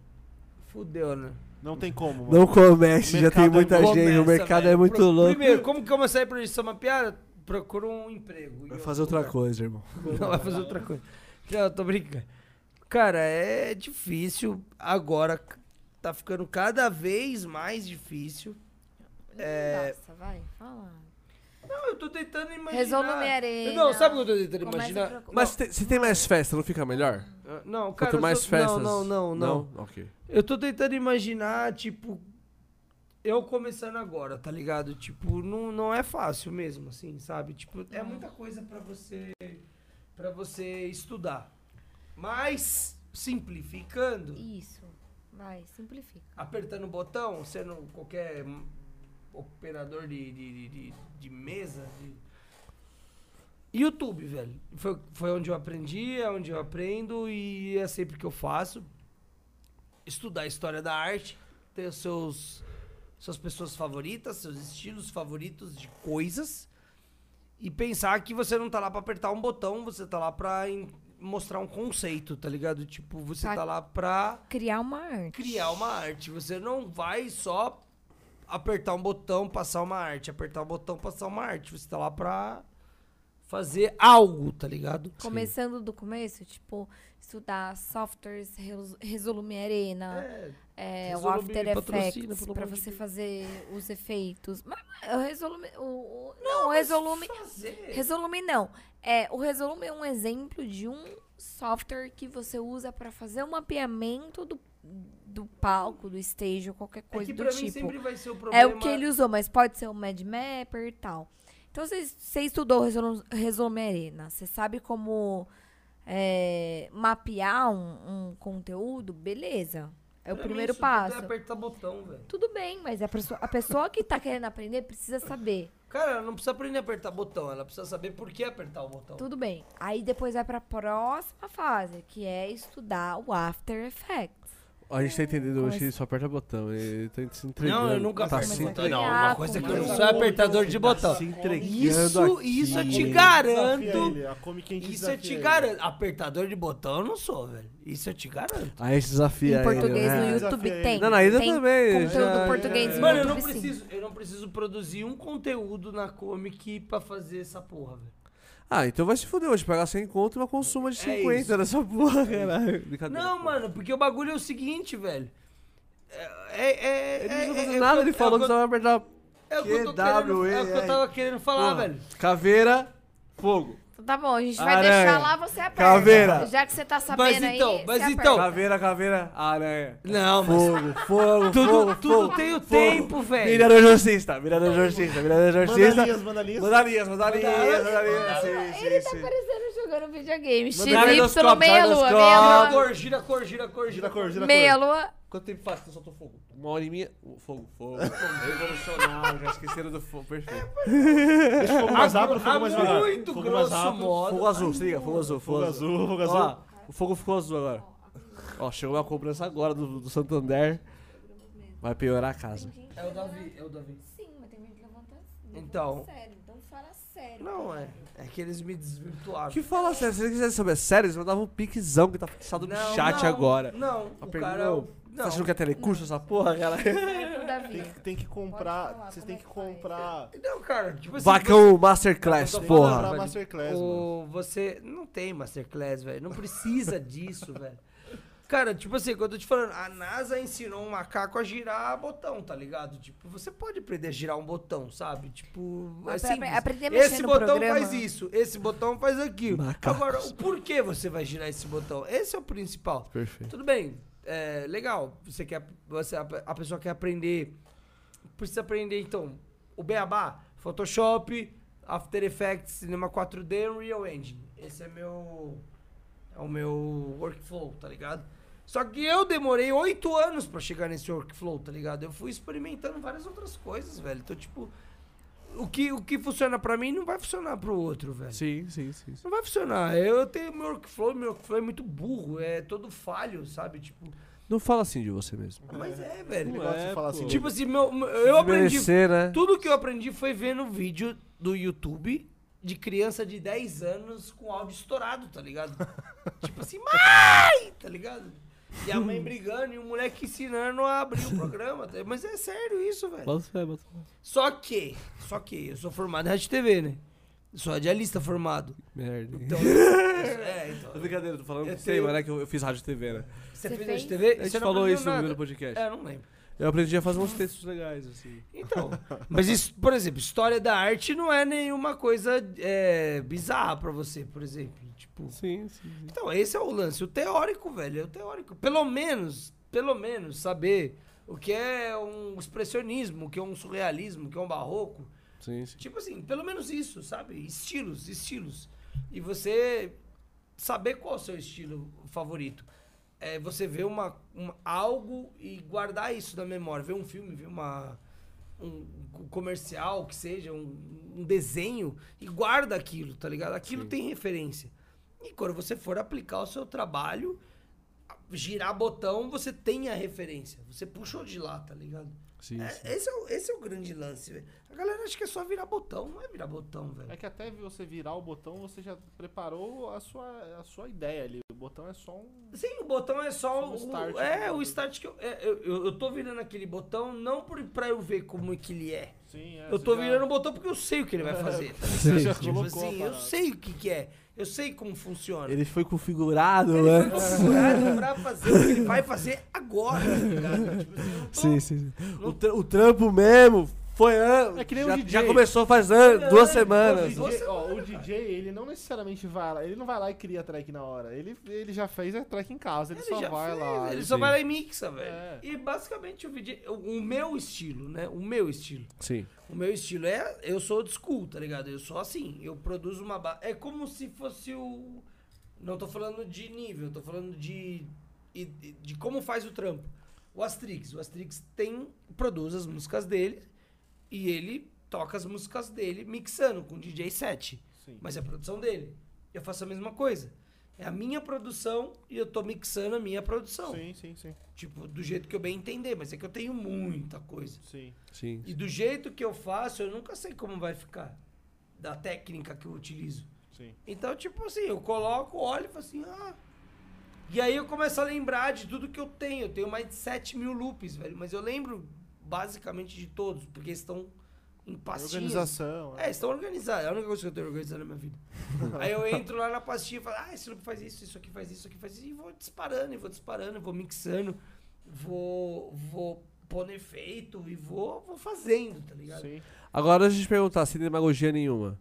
Speaker 5: fudeu, né?
Speaker 2: Não tem como, mano.
Speaker 1: Não comece, já
Speaker 2: Mercado
Speaker 1: tem muita
Speaker 2: é
Speaker 1: gente, o
Speaker 5: Começa,
Speaker 1: mercado
Speaker 5: velho.
Speaker 1: é muito
Speaker 5: Pro-
Speaker 1: louco.
Speaker 5: Primeiro, como que eu comecei a projeção uma piada? Procura um emprego. em
Speaker 1: Vai
Speaker 5: outro
Speaker 1: fazer outra
Speaker 5: lugar.
Speaker 1: coisa, irmão.
Speaker 5: Não, vai fazer outra coisa. Não, eu tô brincando. Cara, é difícil. Agora c- tá ficando cada vez mais difícil. É.
Speaker 4: Nossa, vai, fala.
Speaker 5: Não, eu tô tentando imaginar.
Speaker 4: Resolve minha arena.
Speaker 5: Não, sabe o que eu tô tentando
Speaker 4: Começa a
Speaker 5: imaginar?
Speaker 4: procurar-
Speaker 1: Mas te- se tem mais festa, não fica melhor?
Speaker 5: Ah, Não, cara,
Speaker 1: Quanto
Speaker 5: eu
Speaker 1: mais
Speaker 5: tô-
Speaker 1: festas.
Speaker 5: Não, não, não, não.
Speaker 1: Ok.
Speaker 5: Eu tô tentando imaginar, tipo, eu começando agora, tá ligado? Tipo, não, não é fácil mesmo, assim, sabe? Tipo, é muita coisa pra você para você estudar. Mas simplificando,
Speaker 4: Isso. Vai, simplifica.
Speaker 5: apertando o botão, sendo qualquer operador de, de, de- de- de mesa. de- YouTube, velho. Foi, foi onde eu aprendi, é onde eu aprendo e é sempre que eu faço. Estudar a história da arte, ter os seus, suas pessoas favoritas, seus estilos favoritos de coisas. E pensar que você não tá lá pra apertar um botão, você tá lá pra en- mostrar um conceito, tá ligado? Tipo, você
Speaker 4: Tá.
Speaker 5: tá lá pra
Speaker 4: Criar uma arte.
Speaker 5: criar uma arte. Você não vai só apertar um botão, passar uma arte, apertar um botão, passar uma arte. Você tá lá pra fazer algo, tá ligado?
Speaker 4: Começando do começo, tipo, estudar softwares, res- Resolume Arena,
Speaker 5: É,
Speaker 4: é, o
Speaker 5: Resolume
Speaker 4: After
Speaker 5: me patrocina,
Speaker 4: Effects,
Speaker 5: pelo
Speaker 4: pra
Speaker 5: amor de
Speaker 4: você fazer os efeitos. Mas, mas, o Resolume... O, o- não, o Resolume...
Speaker 5: fazer.
Speaker 4: Resolume não. É, o Resolume é um exemplo de um software que você usa pra fazer o mapeamento do, do palco, do stage ou qualquer
Speaker 5: É
Speaker 4: coisa
Speaker 5: que
Speaker 4: do
Speaker 5: pra mim
Speaker 4: tipo.
Speaker 5: sempre vai ser o problema.
Speaker 4: É o que ele usou, mas pode ser o Mad Mapper e tal. Então você- você estudou Resolu- Resume Arena, você sabe como é, mapear um, um conteúdo, beleza. É o
Speaker 5: Pra mim,
Speaker 4: primeiro
Speaker 5: isso tudo
Speaker 4: passo.
Speaker 5: É apertar botão, velho.
Speaker 4: Tudo bem, mas a pessoa, a pessoa que tá querendo aprender precisa saber.
Speaker 5: Cara, ela não precisa aprender a apertar botão, ela precisa saber por que apertar o botão.
Speaker 4: Tudo bem. Aí depois vai pra próxima fase, que é estudar o After Effects.
Speaker 1: A gente tá entendendo hoje
Speaker 4: Começa-
Speaker 1: que ele só aperta botão. Ele tá se entregando.
Speaker 5: Não, eu nunca
Speaker 1: tá
Speaker 5: aperto
Speaker 1: se
Speaker 5: botão.
Speaker 4: Não, uma coisa
Speaker 5: que eu não sou apertador de botão.
Speaker 1: Tá se entregando
Speaker 5: Isso,
Speaker 1: aqui.
Speaker 5: isso eu te
Speaker 2: Desafia
Speaker 5: garanto.
Speaker 2: ele, a é Comic Con
Speaker 5: Isso
Speaker 2: desafia
Speaker 5: eu te
Speaker 2: ele.
Speaker 5: garanto. Apertador de botão eu não sou, velho. Isso eu te garanto.
Speaker 1: Aí a gente desafia
Speaker 4: Em português
Speaker 1: ele, né?
Speaker 4: no
Speaker 2: Desafia
Speaker 4: YouTube
Speaker 2: ele.
Speaker 4: tem.
Speaker 1: Não, na ida
Speaker 4: tem
Speaker 1: também,
Speaker 4: Conteúdo
Speaker 1: já-
Speaker 4: português no
Speaker 5: Mano, eu não
Speaker 4: YouTube, sim.
Speaker 5: preciso, eu não preciso produzir um conteúdo na Comic pra fazer essa porra, velho.
Speaker 1: Ah, então vai se fuder hoje. Pagar 100 conto e uma consuma de
Speaker 5: É
Speaker 1: 50
Speaker 5: isso.
Speaker 1: nessa porra, caralho. Brincadeira.
Speaker 5: Não, mano, porque o bagulho é o seguinte, velho. É, é, é,
Speaker 1: Ele
Speaker 5: é,
Speaker 1: não
Speaker 5: é-
Speaker 1: fez
Speaker 5: é
Speaker 1: nada,
Speaker 5: o
Speaker 1: ele
Speaker 5: eu-
Speaker 1: falou
Speaker 5: é
Speaker 1: que
Speaker 5: o
Speaker 1: só vai apertar
Speaker 5: é o que eu tô querendo, é o que eu tava querendo falar,
Speaker 1: Porra.
Speaker 5: velho.
Speaker 1: caveira, fogo.
Speaker 4: Então tá bom, a gente vai
Speaker 1: Aranha.
Speaker 4: deixar lá você aperta.
Speaker 1: Caveira.
Speaker 4: Já que você tá
Speaker 5: Mas
Speaker 4: sabendo
Speaker 5: então,
Speaker 4: aí.
Speaker 5: mas
Speaker 4: você
Speaker 5: então.
Speaker 4: aperta.
Speaker 1: Caveira, caveira, aranha.
Speaker 5: Não, mas
Speaker 1: Fogo, fogo,
Speaker 5: tudo,
Speaker 1: fogo,
Speaker 5: tudo
Speaker 1: fogo.
Speaker 5: tem o
Speaker 1: fogo.
Speaker 5: tempo, velho.
Speaker 1: Mirador Jorcista, Mirador Jorcista, Mirador Jorcista.
Speaker 2: Mandalias, mandalias.
Speaker 1: Mandalias, mandalias, mandalias. Sim, sim,
Speaker 4: Tá
Speaker 1: sim.
Speaker 4: parecendo jogando videogame. XY,
Speaker 1: Kaleidoscópio,
Speaker 4: meia lua,
Speaker 1: Kaleidoscópio.
Speaker 4: meia
Speaker 5: Gira a
Speaker 4: lua.
Speaker 5: cor, gira a cor, gira a cor, gira
Speaker 2: Gira
Speaker 5: a
Speaker 2: a
Speaker 5: cor.
Speaker 2: cor, gira a
Speaker 4: Meia
Speaker 2: cor.
Speaker 4: lua.
Speaker 1: Quanto tempo faz que eu solto fogo? Uma hora e meia. Fogo, fogo. Revolucionário, já esqueceram do fogo,
Speaker 5: É,
Speaker 1: perfeito.
Speaker 2: Deixa o fogo mais rápido, o fogo mais
Speaker 5: Ah,
Speaker 2: devagar.
Speaker 5: muito
Speaker 2: Fogo mais
Speaker 5: grosso
Speaker 2: rápido.
Speaker 5: modo.
Speaker 1: Fogo azul, se liga, fogo azul, fogo
Speaker 2: Fogo
Speaker 1: azul.
Speaker 2: azul, fogo
Speaker 1: Ó
Speaker 2: azul.
Speaker 1: lá, o fogo ficou azul agora. Ó, chegou uma cobrança agora do, do Santander. Vai piorar a casa.
Speaker 5: É o Davi, é o Davi.
Speaker 4: Sim, mas tem gente que levanta assim.
Speaker 5: Então.
Speaker 4: Sério, então fala sério.
Speaker 5: Não, é. É que eles me desvirtuaram.
Speaker 1: Que fala sério, se você quiser saber sério, você mandava um piquezão que tá fixado no
Speaker 5: Não,
Speaker 1: chat
Speaker 5: não,
Speaker 1: agora.
Speaker 5: Não,
Speaker 1: A
Speaker 5: o
Speaker 1: pergunta-
Speaker 5: cara. um-
Speaker 1: não, Você
Speaker 5: Não,
Speaker 1: tá achando que é telecurso essa porra, cara?
Speaker 4: Sério pro Davi.
Speaker 2: Tem, que- tem que
Speaker 4: Pode falar,
Speaker 2: comprar. Vocês
Speaker 4: como
Speaker 2: têm
Speaker 4: é
Speaker 2: que
Speaker 4: que faz?
Speaker 2: comprar.
Speaker 5: não cara. Tipo assim,
Speaker 1: Vacão é um Masterclass,
Speaker 5: Eu tô falando
Speaker 1: porra.
Speaker 2: Comprar Masterclass, mano.
Speaker 5: O, você não tem masterclass, velho. Não precisa disso, velho. Cara, tipo assim, quando eu tô te falando, a NASA ensinou um macaco a girar botão, tá ligado? Tipo, você pode aprender a girar um botão, sabe? Tipo, é
Speaker 4: Mas pra-
Speaker 5: simples.
Speaker 4: aprender a mexer
Speaker 5: Esse
Speaker 4: no
Speaker 5: botão
Speaker 4: programa. né?
Speaker 5: faz isso, esse botão faz aquilo.
Speaker 1: Macacos.
Speaker 5: Agora, o porquê você vai girar esse botão? Esse é o principal.
Speaker 1: Perfeito.
Speaker 5: Tudo bem, é legal. Você quer, você, a, a pessoa quer aprender, precisa aprender então o beabá, Photoshop, After Effects, Cinema 4D, Unreal Engine. Esse é meu é o meu workflow, tá ligado? Só que eu demorei oito anos pra chegar nesse workflow, tá ligado? Eu fui experimentando várias outras coisas, velho. Então, tipo, o que, o que funciona pra mim não vai funcionar pro outro, velho.
Speaker 1: Sim, sim, sim. sim.
Speaker 5: Não vai funcionar. Eu tenho meu workflow, meu workflow é muito burro, é todo falho, sabe? Tipo,
Speaker 1: Não fala assim de você mesmo.
Speaker 5: mas é, velho.
Speaker 2: Ele gosta de falar
Speaker 1: pô.
Speaker 2: assim.
Speaker 5: Tipo assim, meu, meu- eu aprendi.
Speaker 1: Desmerecer, né?
Speaker 5: Tudo que eu aprendi foi vendo vídeo do YouTube de criança de 10 anos com áudio estourado, tá ligado? tipo assim, mãe! Tá ligado? E a mãe brigando e o moleque ensinando a abrir o programa. tá- Mas é sério isso, velho.
Speaker 1: Bota fé, bota fé.
Speaker 5: Só que, só que, eu sou formado em Rádio e TV, né? Sou radialista formado.
Speaker 1: Merda.
Speaker 5: Então, é, então.
Speaker 1: Brincadeira, tô falando
Speaker 5: Eu
Speaker 1: com você,
Speaker 5: tenho-
Speaker 1: mas é que eu, eu fiz rádio e TV, né?
Speaker 4: Você
Speaker 5: Você fez
Speaker 4: fez?
Speaker 5: Rádio e TV?
Speaker 1: A gente
Speaker 5: Você não
Speaker 1: falou
Speaker 5: aprendeu
Speaker 1: isso no
Speaker 5: nada.
Speaker 1: primeiro podcast.
Speaker 5: É, eu não lembro.
Speaker 1: Eu aprendi a fazer uns textos legais, assim.
Speaker 5: Então, mas isso, por exemplo, história da arte não é nenhuma coisa é, bizarra pra você, por exemplo. Tipo,
Speaker 1: Sim, sim.
Speaker 5: então, esse é o lance. O teórico, velho, é o teórico. Pelo menos, pelo menos, saber o que é um expressionismo, o que é um surrealismo, o que é um barroco.
Speaker 1: Sim, sim.
Speaker 5: Tipo assim, pelo menos isso, sabe? Estilos, estilos. E você saber qual é o seu estilo favorito. É você ver um uma, uma- algo e guardar isso na memória. Ver um filme, ver uma, um comercial, que seja, um, um desenho, e guarda aquilo, tá ligado? Aquilo tem referência. E quando você for aplicar o seu trabalho, girar botão, você tem a referência. Você puxou de lá, tá ligado?
Speaker 1: Sim,
Speaker 5: É, esse, é o, esse é o grande lance, velho. A galera acha que é só virar botão, não é virar botão, velho.
Speaker 7: É que até você virar o botão, você já preparou a sua, a sua ideia ali. O botão é só um.
Speaker 5: Sim, o botão é só,
Speaker 7: Só um
Speaker 5: o,
Speaker 7: start.
Speaker 5: É, o start que eu, é, eu, eu- eu tô virando aquele botão não por, pra eu ver como é que ele é.
Speaker 7: Sim, é,
Speaker 5: Eu
Speaker 7: você
Speaker 5: tô
Speaker 7: já-
Speaker 5: virando o botão porque eu sei o que ele vai fazer. tá
Speaker 7: Você já
Speaker 5: ligado? tipo
Speaker 7: colocou a
Speaker 5: assim, eu
Speaker 7: parada.
Speaker 5: sei o que que é. Eu sei como funciona.
Speaker 10: Ele foi configurado,
Speaker 5: Ele
Speaker 10: né?
Speaker 5: foi configurado pra fazer o que ele vai fazer agora, tá ligado? Tipo assim, eu não tô-
Speaker 10: Sim, sim. O, tra- o trampo mesmo foi ano.
Speaker 7: É que
Speaker 1: um
Speaker 7: nem o
Speaker 10: já,
Speaker 7: DJ.
Speaker 10: já começou faz
Speaker 1: É,
Speaker 10: ano, duas semanas.
Speaker 7: O DJ, ó, o DJ, ele não necessariamente vai lá, ele não vai lá e cria a track na hora. Ele, ele já fez a track em casa, ele,
Speaker 5: Ele
Speaker 7: só
Speaker 5: já
Speaker 7: vai
Speaker 5: fez,
Speaker 7: lá.
Speaker 5: Ele só vai lá e mixa, velho.
Speaker 7: É.
Speaker 5: E basicamente o vídeo. O, o meu estilo, né? O meu estilo.
Speaker 1: Sim.
Speaker 5: O meu estilo é. Eu sou old school, tá ligado? Eu sou assim. Eu produzo uma. Ba... É como se fosse o. Não tô falando de nível, tô falando de. e- e- De como faz o trampo. O Astrix. O Astrix tem. Produz as músicas dele. E ele toca as músicas dele mixando com DJ set.
Speaker 7: Sim.
Speaker 5: Mas é a produção dele. Eu faço a mesma coisa. É a minha produção e eu tô mixando a minha produção.
Speaker 7: Sim, sim, sim.
Speaker 5: Tipo, do jeito que eu bem entender, mas é que eu tenho muita coisa.
Speaker 7: Sim.
Speaker 1: Sim.
Speaker 5: E do jeito que eu faço, eu nunca sei como vai ficar. Da técnica que eu utilizo.
Speaker 7: Sim.
Speaker 5: Então, tipo assim, eu coloco, olho e falo assim, ah. E aí eu começo a lembrar de tudo que eu tenho. Eu tenho mais de 7 mil loops, velho. Mas eu lembro basicamente de todos, porque estão em pastinhas.
Speaker 7: Organização.
Speaker 2: né?
Speaker 5: É, estão organizados. É a única coisa que eu tenho organizado na minha vida. Aí eu entro lá na pastinha e falo, ah, esse loop faz isso, isso aqui faz isso, isso aqui faz isso. E vou disparando, e vou disparando, e vou mixando, vou, vou pondo efeito e vou, vou fazendo, tá ligado?
Speaker 7: Sim.
Speaker 1: Agora deixa eu te perguntar, sem demagogia nenhuma.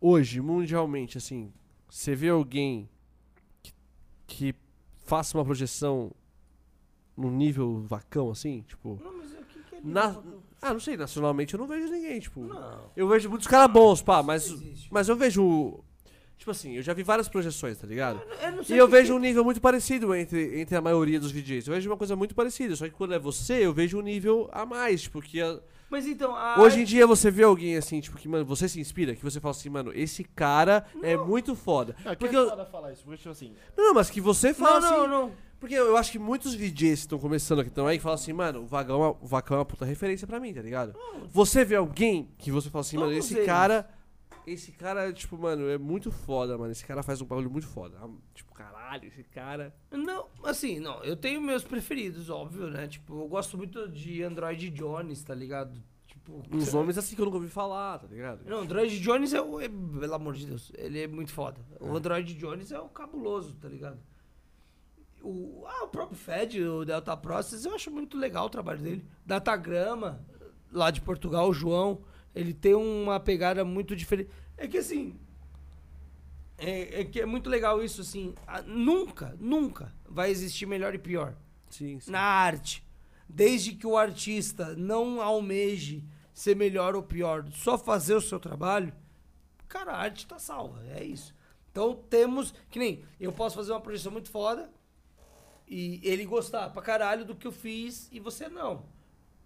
Speaker 1: Hoje, mundialmente, assim, você vê alguém que, que faça uma projeção num nível vacão, assim? Tipo.
Speaker 5: Não, mas o que, que é
Speaker 1: na-
Speaker 5: nível vacão?
Speaker 1: Ah, não sei, nacionalmente eu não vejo ninguém, tipo.
Speaker 5: Não.
Speaker 1: Eu vejo muitos caras bons, pá, mas,
Speaker 5: existe.
Speaker 1: mas eu vejo. Tipo assim, eu já vi várias projeções, tá ligado?
Speaker 5: Eu Ah, não
Speaker 1: E
Speaker 5: sei
Speaker 1: eu
Speaker 5: o que
Speaker 1: vejo um
Speaker 5: que-
Speaker 1: nível muito parecido entre, entre a maioria dos DJs. Eu vejo uma coisa muito parecida, só que quando é você, eu vejo um nível a mais, tipo, que a-
Speaker 5: Mas então, a
Speaker 1: Hoje em dia você vê alguém assim, tipo, que, mano, você se inspira, que você fala assim, mano, esse cara é muito foda.
Speaker 7: Não,
Speaker 1: porque
Speaker 2: é
Speaker 7: porque
Speaker 1: eu-
Speaker 7: eu... falar isso, porque tipo assim,
Speaker 2: Tá
Speaker 1: Não, não, mas que você fala
Speaker 5: é Não, não,
Speaker 1: assim.
Speaker 5: não.
Speaker 1: Porque eu acho que muitos DJs que estão começando aqui estão aí que falam assim, mano, o Vagão é, o Vacão é uma puta referência pra mim, tá ligado? Você vê alguém que você fala assim, mano,
Speaker 5: Hum. Todos
Speaker 1: esse
Speaker 5: eles.
Speaker 1: cara. Esse cara, tipo, mano, é muito foda, mano. Esse cara faz um bagulho muito foda. Ah, Tipo, caralho, esse cara.
Speaker 5: Não, assim, não. Eu tenho meus preferidos, óbvio, né? Tipo, eu gosto muito de Android Jones, tá ligado? Tipo.
Speaker 1: Uns nomes assim que eu nunca ouvi falar, tá ligado?
Speaker 5: Não, Android Jones é o. é- pelo amor de Deus, ele é muito foda. O Android Jones é o cabuloso, tá ligado? O, ah, o próprio Fed, o Delta Process, eu acho muito legal o trabalho dele. Datagrama, lá de Portugal, o João, ele tem uma pegada muito diferente. É que assim. É, é que é muito legal isso, assim. a- nunca, nunca vai existir melhor e pior
Speaker 1: Sim, sim.
Speaker 5: na arte. Desde que o artista não almeje ser melhor ou pior, só fazer o seu trabalho, cara, a arte tá salva, é isso. Então temos, que nem, eu posso fazer uma projeção muito foda e ele gostar pra caralho do que eu fiz e você não.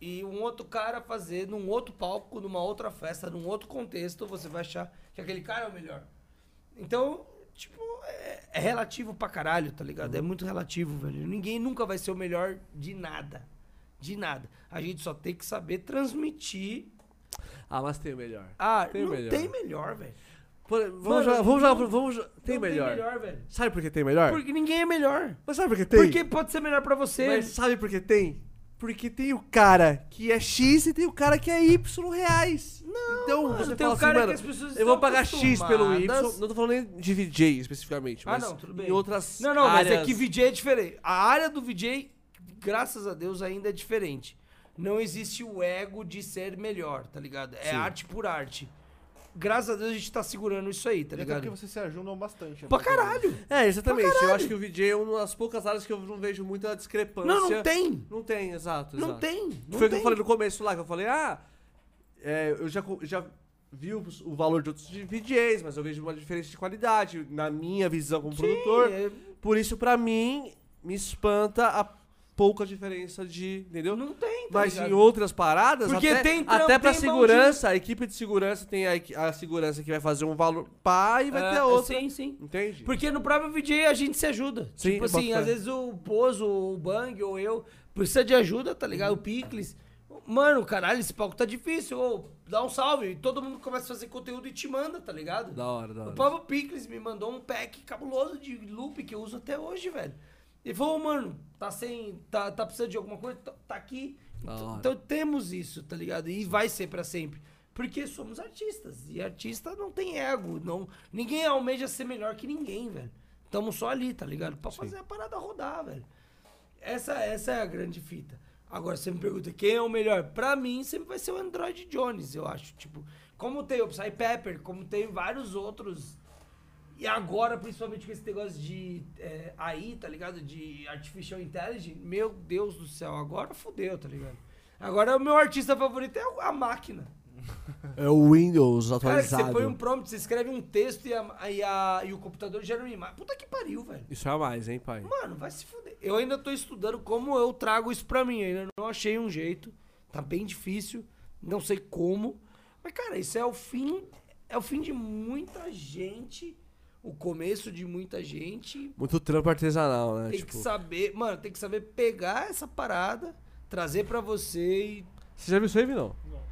Speaker 5: E um outro cara fazer num outro palco, numa outra festa, num outro contexto, você vai achar que aquele cara é o melhor. Então, tipo, é, é relativo pra caralho, tá ligado? É muito relativo, velho. Ninguém nunca vai ser o melhor de nada. De nada. A gente só tem que saber transmitir.
Speaker 1: Ah, mas tem o melhor.
Speaker 5: Ah,
Speaker 1: Tem
Speaker 5: não
Speaker 1: melhor.
Speaker 5: tem melhor, velho.
Speaker 1: Pô,
Speaker 5: Mano,
Speaker 1: vamos já, vamos já,
Speaker 5: não-
Speaker 1: vamos já. Tem
Speaker 5: Não
Speaker 1: melhor.
Speaker 5: Tem melhor, velho.
Speaker 1: Sabe por que tem melhor?
Speaker 5: Porque ninguém é melhor.
Speaker 1: Mas sabe por que tem?
Speaker 5: Porque pode ser melhor pra você.
Speaker 1: Mas sabe por que tem? Porque tem o cara que é X e tem o cara que é Y reais. Não, então
Speaker 5: mano,
Speaker 1: você
Speaker 5: tem
Speaker 1: fala
Speaker 5: o cara
Speaker 1: assim,
Speaker 5: que as
Speaker 1: mano,
Speaker 5: pessoas
Speaker 1: eu vou
Speaker 5: estão
Speaker 1: pagar X pelo Y.
Speaker 5: acostumadas.
Speaker 1: Não tô falando nem de VJ especificamente,
Speaker 5: Ah,
Speaker 1: mas
Speaker 5: não, tudo bem.
Speaker 1: em Tipo, outras
Speaker 5: Não, não,
Speaker 1: áreas.
Speaker 5: mas é que VJ é diferente. A área do VJ, graças a Deus, ainda é diferente. Não existe o ego de ser melhor, tá ligado? É
Speaker 1: Sim.
Speaker 5: arte por arte. Graças a Deus a gente tá segurando isso aí,
Speaker 2: é
Speaker 5: tá
Speaker 7: e até porque
Speaker 5: ligado?
Speaker 7: vocês se ajudam bastante. né,
Speaker 5: Pra
Speaker 7: fazer isso.
Speaker 5: caralho!
Speaker 1: É, exatamente. Eu acho que o VJ é uma das poucas áreas que eu não vejo muita discrepância.
Speaker 5: Não, não tem!
Speaker 1: Não tem, exato,
Speaker 5: Não
Speaker 1: exato.
Speaker 5: tem! Não
Speaker 1: Foi o que
Speaker 5: tem.
Speaker 1: eu falei no começo lá, que eu falei, ah, é, eu já, co- já vi os- o valor de outros DJs, mas eu vejo uma diferença de qualidade, na minha visão como produtor.
Speaker 5: É,
Speaker 1: Por isso, pra mim, me espanta a pouca diferença de. Entendeu?
Speaker 5: Não tem, tá
Speaker 1: Mas
Speaker 5: ligado?
Speaker 1: em outras paradas,
Speaker 5: Porque
Speaker 1: até,
Speaker 5: tem trampo,
Speaker 1: até pra
Speaker 5: tem
Speaker 1: segurança, a equipe de segurança tem a, equi- a segurança que vai fazer um valor pá e vai
Speaker 5: É,
Speaker 1: ter a outra.
Speaker 5: Sim, sim.
Speaker 1: Entende?
Speaker 5: Porque no próprio VJ a gente se ajuda.
Speaker 1: Sim,
Speaker 5: tipo assim,
Speaker 1: bota fé.
Speaker 5: às vezes o Pozo, o Bang ou eu precisa de ajuda, tá ligado? O Picles. Mano, caralho, esse palco tá difícil. Ô, dá um salve. E todo mundo começa a fazer conteúdo e te manda, tá ligado?
Speaker 1: Da hora, da
Speaker 5: O
Speaker 1: hora.
Speaker 5: Pablo Picles me mandou um pack cabuloso de loop que eu uso até hoje, velho. Ele falou, "Ô, mano, tá sem. Tá, tá precisando de alguma coisa? Tá, tá aqui.
Speaker 1: Da
Speaker 5: Então,
Speaker 1: hora.
Speaker 5: então temos isso, tá ligado? E vai ser pra sempre. Porque somos artistas. E artista não tem ego. Não, ninguém almeja ser melhor que ninguém, velho. Tamo só ali, tá ligado? Pra fazer a parada rodar, velho. Essa, essa é a grande fita. Agora você me pergunta quem é o melhor? Pra mim sempre vai ser o Android Jones, eu acho. Tipo, como tem o Psy Pepper, como tem vários outros. E agora, principalmente com esse negócio de é, AI, tá ligado? De Artificial Intelligence, meu Deus do céu, agora fodeu, tá ligado? Agora o meu artista favorito é o- a máquina.
Speaker 10: É o Windows
Speaker 5: Cara, que você
Speaker 10: atualizado.
Speaker 5: põe um prompt, você escreve um texto e, a, e, a- e o computador gera uma imagem. Puta que pariu, velho.
Speaker 1: Isso é a mais, hein, pai?
Speaker 5: Mano, vai se fuder. Eu ainda tô estudando como eu trago isso pra mim. Ainda não achei um jeito. Tá bem difícil. Não sei como. Mas, cara, isso é o fim. É o fim de muita gente. O começo de muita gente.
Speaker 1: Muito trampo artesanal, né?
Speaker 5: Tem
Speaker 1: tipo,
Speaker 5: que saber. Mano, tem que saber pegar essa parada, trazer pra você e.
Speaker 1: Você já viu isso aí, Vinão? Não.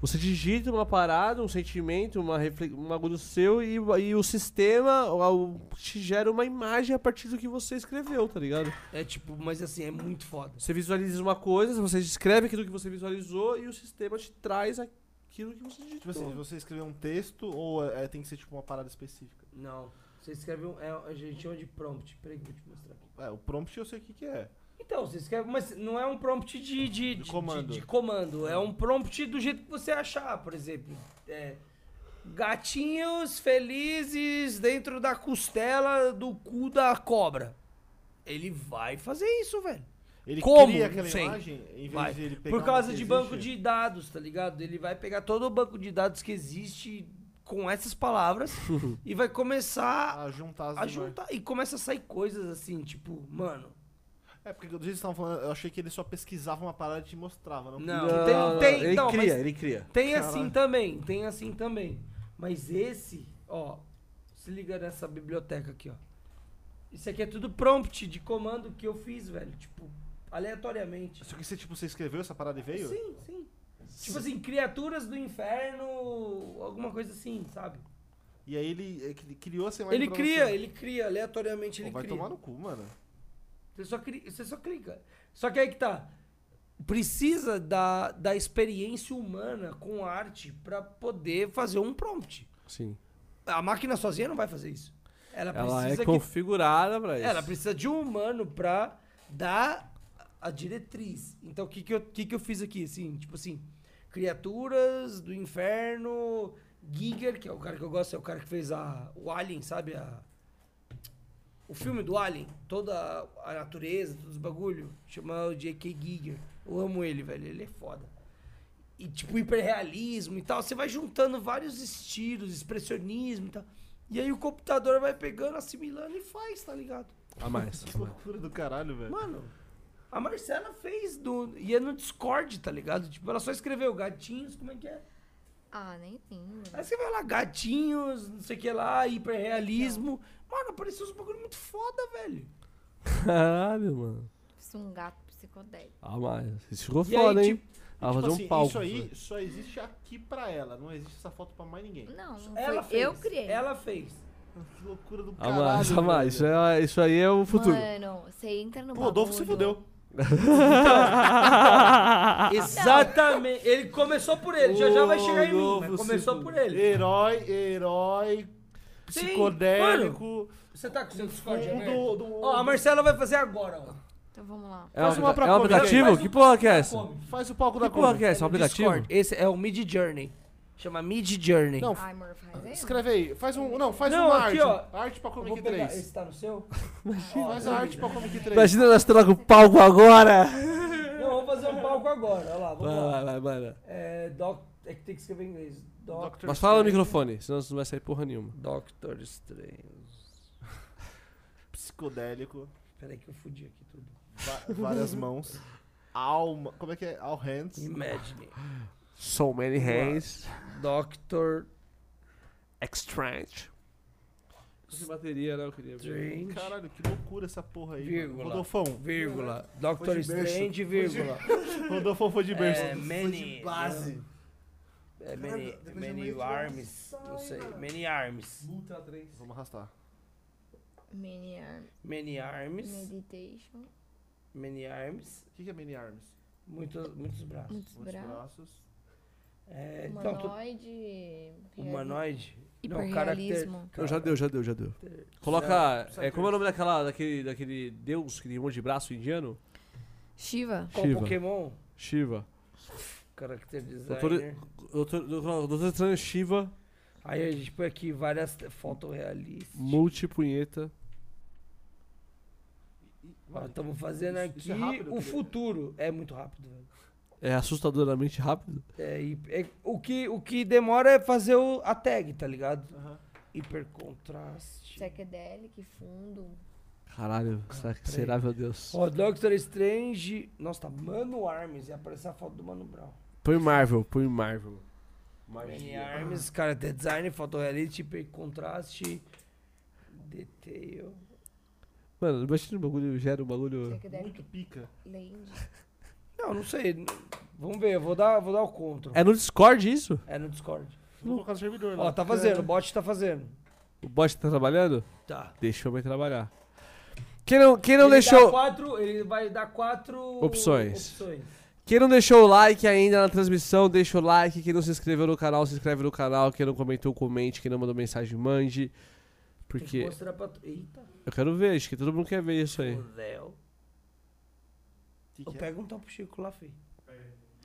Speaker 1: Você digita uma parada, um sentimento, uma refle- um bagulho seu e, e o sistema o- o- te gera uma imagem a partir do que você escreveu, tá ligado?
Speaker 5: É tipo, mas assim, é muito foda.
Speaker 1: Você visualiza uma coisa, você escreve aquilo que você visualizou e o sistema te traz aquilo que você digitou.
Speaker 2: Tipo assim, você escrever um texto ou é, tem que ser tipo uma parada específica?
Speaker 5: Não. Você escreve um. É, a gente chama de prompt. Peraí que eu vou te mostrar aqui.
Speaker 2: É, o prompt eu sei o que, que é.
Speaker 5: Então, você escreve. Mas não é um prompt de. De, de-
Speaker 2: comando.
Speaker 5: de- de comando. É um prompt do jeito que você achar, por exemplo. É, Gatinhos felizes dentro da costela do cu da cobra. Ele vai fazer isso, velho.
Speaker 2: Ele
Speaker 5: Como?
Speaker 2: cria aquela
Speaker 5: Não sei.
Speaker 2: imagem em vez
Speaker 5: Vai.
Speaker 2: de ele pegar
Speaker 5: Por causa
Speaker 2: uma que
Speaker 5: de banco
Speaker 2: existe?
Speaker 5: de dados, tá ligado? Ele vai pegar todo o banco de dados que existe com essas palavras e vai começar
Speaker 2: a juntar as
Speaker 5: a
Speaker 2: imagens.
Speaker 5: juntar. E começa a sair coisas assim, tipo, mano.
Speaker 2: É, porque do jeito que vocês estavam falando, eu achei que ele só pesquisava uma parada e te mostrava. Não,
Speaker 5: Não,
Speaker 2: Porque-
Speaker 5: tem- tem-
Speaker 1: ele
Speaker 5: não,
Speaker 1: cria,
Speaker 5: mas-
Speaker 1: ele cria.
Speaker 5: Tem assim também, tem assim também. Mas esse, ó, se liga nessa biblioteca aqui, ó. Isso aqui é tudo prompt de comando que eu fiz, velho. Tipo, aleatoriamente.
Speaker 2: Só que você, tipo, você escreveu essa parada e veio?
Speaker 5: Sim, sim. Tipo assim, criaturas do inferno, alguma coisa assim, sabe?
Speaker 2: E aí ele, é, cri- criou essa imagem
Speaker 5: Ele
Speaker 2: pra
Speaker 5: cria,
Speaker 2: você.
Speaker 5: ele cria, aleatoriamente ele
Speaker 2: Pô, vai
Speaker 5: cria.
Speaker 2: tomar no cu, mano.
Speaker 5: Você, só cri- você só clica. Só que aí que tá. Precisa da, da experiência humana com arte pra poder fazer um prompt.
Speaker 1: Sim.
Speaker 5: A máquina sozinha não vai fazer isso. Ela precisa,
Speaker 1: Ela é
Speaker 5: que-
Speaker 1: configurada pra É isso.
Speaker 5: ela precisa de um humano pra dar a diretriz. Então o que que eu, que que eu fiz aqui? Assim, tipo assim, criaturas do inferno, Giger, que é o cara que eu gosto, é o cara que fez a, o Alien, sabe? A, o filme do Alien, toda a natureza, todos os bagulho, chama o J.K. Giger. Eu amo ele, velho, ele é foda. E tipo, hiperrealismo e tal, você vai juntando vários estilos, expressionismo e tal. E aí o computador vai pegando, assimilando e faz, tá ligado?
Speaker 1: A mais. a
Speaker 2: Que
Speaker 1: mais.
Speaker 2: loucura do caralho, velho.
Speaker 5: Mano, a Marcela fez do. E é no Discord, tá ligado? Tipo, ela só escreveu gatinhos, como é que é?
Speaker 4: Ah, nem entendo.
Speaker 5: Aí escreveu lá gatinhos, não sei o que lá, hiperrealismo. Mano, apareceu uns bagulho muito foda, velho.
Speaker 1: Caralho, mano.
Speaker 4: Preciso um gato psicodélico.
Speaker 1: Ah, A mais. Isso ficou
Speaker 5: E aí,
Speaker 1: foda, hein?
Speaker 5: tipo,
Speaker 1: Ela vai
Speaker 2: Tipo
Speaker 1: fazer
Speaker 2: assim,
Speaker 1: um palco.
Speaker 2: Isso aí
Speaker 1: velho.
Speaker 2: só existe aqui pra ela. Não existe essa foto pra mais ninguém.
Speaker 4: Não, não
Speaker 5: Ela
Speaker 4: Então foi-
Speaker 5: fez.
Speaker 4: eu criei.
Speaker 5: Ela fez.
Speaker 2: Que loucura do
Speaker 1: A
Speaker 2: caralho.
Speaker 1: mais, a mais. Isso,
Speaker 2: velho.
Speaker 1: é- isso aí é o futuro.
Speaker 4: Mano, você entra no
Speaker 2: Pô, Rodolfo se
Speaker 4: bagulho.
Speaker 2: fudeu. Ah,
Speaker 5: Exatamente. Ele começou por ele. Já já vai chegar em mim, mas
Speaker 1: Rodolfo
Speaker 5: começou
Speaker 1: Silva.
Speaker 5: por ele.
Speaker 2: Herói, herói,
Speaker 5: Sim,
Speaker 2: psicodélico,
Speaker 5: Você tá com seu Discord aberto?
Speaker 2: fundo do...
Speaker 5: Ó, a Marcela vai fazer agora, ó.
Speaker 4: Então vamos lá.
Speaker 1: É, um
Speaker 2: Faz uma
Speaker 1: apli-
Speaker 2: pra
Speaker 1: é um
Speaker 2: comer.
Speaker 1: aplicativo?
Speaker 5: Faz um
Speaker 1: Que porra que é essa?
Speaker 5: Come.
Speaker 2: Faz o palco da
Speaker 1: Que porra que
Speaker 2: Kombi.
Speaker 1: é essa? É um aplicativo?
Speaker 5: Discord. Esse é o Mid Journey. Chama Mid Journey.
Speaker 2: Não,
Speaker 4: Ai, amor, faz aí.
Speaker 2: Escreve aí. Faz um... Não, faz
Speaker 5: Não,
Speaker 2: uma
Speaker 5: aqui,
Speaker 2: arte.
Speaker 5: ó.
Speaker 2: Arte pra
Speaker 5: Eu vou
Speaker 2: Comic
Speaker 5: pegar.
Speaker 2: 3.
Speaker 5: Esse tá no seu?
Speaker 2: Faz a é arte pra Comic 3.
Speaker 1: Imagina nós trocamos o palco agora.
Speaker 5: Não, vamos fazer um palco agora. Olha lá,
Speaker 1: Vai,
Speaker 5: vamos lá.
Speaker 1: vai, vai, vai.
Speaker 5: É, doc... é que tem que escrever em inglês. Doc...
Speaker 1: Mas fala no microfone, senão não vai sair porra nenhuma.
Speaker 5: Doctor Strange.
Speaker 2: Psicodélico.
Speaker 5: Peraí que eu fudi aqui tudo.
Speaker 9: va- várias mãos. Alma. Como é que é? All hands.
Speaker 5: Imagine.
Speaker 1: So many hands.
Speaker 5: Doctor
Speaker 1: Extrange.
Speaker 10: Que bateria, né? Eu queria ver.
Speaker 5: Strange,
Speaker 9: Caralho, que loucura essa porra aí. mano.
Speaker 5: Vírgula.
Speaker 9: Rodolfão.
Speaker 5: vírgula. Doctor
Speaker 9: de berço.
Speaker 5: Strange, vírgula.
Speaker 9: Rodolfão foi de berço.
Speaker 5: É, many.
Speaker 7: Base.
Speaker 5: É, many,
Speaker 7: depois de
Speaker 5: many
Speaker 7: meio dia
Speaker 5: arms. Não sei. Many arms.
Speaker 9: Vamos arrastar.
Speaker 4: Mini
Speaker 5: Many arms.
Speaker 4: meditation.
Speaker 5: Many arms.
Speaker 9: O que que é mini arms?
Speaker 5: Muitos, muitos braços.
Speaker 4: Muitos
Speaker 9: Os
Speaker 4: braços.
Speaker 9: braços.
Speaker 5: É, Doctor
Speaker 4: Humanoide.
Speaker 5: humanoide. Não, caráter.
Speaker 4: Hiperrealismo.
Speaker 1: Não, já deu, já deu, já deu.
Speaker 10: Coloca. É, como é o nome daquela, daquele, daquele deus que tem um monte de braço indiano?
Speaker 4: Shiva.
Speaker 5: Com
Speaker 1: Shiva.
Speaker 5: Pokémon.
Speaker 1: Shiva.
Speaker 5: Character
Speaker 1: Doutor-
Speaker 5: designer.
Speaker 1: Doutor, doutor, doutor Estranho Shiva,
Speaker 5: Aí a gente põe aqui várias te- fotorrealistas.
Speaker 1: multipunheta.
Speaker 5: Estamos fazendo aqui
Speaker 9: isso é rápido,
Speaker 5: o
Speaker 9: querido?
Speaker 5: futuro. É muito rápido, velho.
Speaker 1: É assustadoramente rápido.
Speaker 5: É, hi- é- o, que, o que demora é fazer o- a tag, tá ligado? Hipercontraste.
Speaker 4: Psychedelic, fundo.
Speaker 1: Caralho, será que será, meu Deus?
Speaker 5: Ó, Doctor Strange. Nossa, tá Mano Arms. Ia aparecer a foto do Mano Brown.
Speaker 1: Põe Marvel, põe Marvel.
Speaker 5: Mano Arms, character design, fotorrealista, hipercontraste. Detail.
Speaker 1: Mano, imagina o bagulho, gera um bagulho.
Speaker 4: Psychedelic
Speaker 9: Pica.
Speaker 4: land.
Speaker 5: Não, não sei. n- Vamos ver, eu vou dar, vou dar o control.
Speaker 1: É no Discord isso?
Speaker 5: É no Discord.
Speaker 9: Vou colocar no servidor
Speaker 5: Ó,
Speaker 9: lá.
Speaker 5: tá fazendo, o bot tá fazendo.
Speaker 1: O bot tá trabalhando?
Speaker 5: Tá.
Speaker 1: Deixa o homem trabalhar. Quem não, quem não
Speaker 5: Ele dá
Speaker 1: deixou.
Speaker 5: quatro- ele vai dar quatro
Speaker 1: Opções.
Speaker 5: opções.
Speaker 1: Quem não deixou o like ainda na transmissão, deixa o like. Quem não se inscreveu no canal, se inscreve no canal. Quem não comentou, comente. Quem não mandou mensagem, mande.
Speaker 5: Tem que
Speaker 1: Porque
Speaker 5: mostrar pra tu- Eita,
Speaker 1: eu quero ver, acho que todo mundo quer ver isso aí.
Speaker 5: Léo. Eu pego um topo chico lá, filho.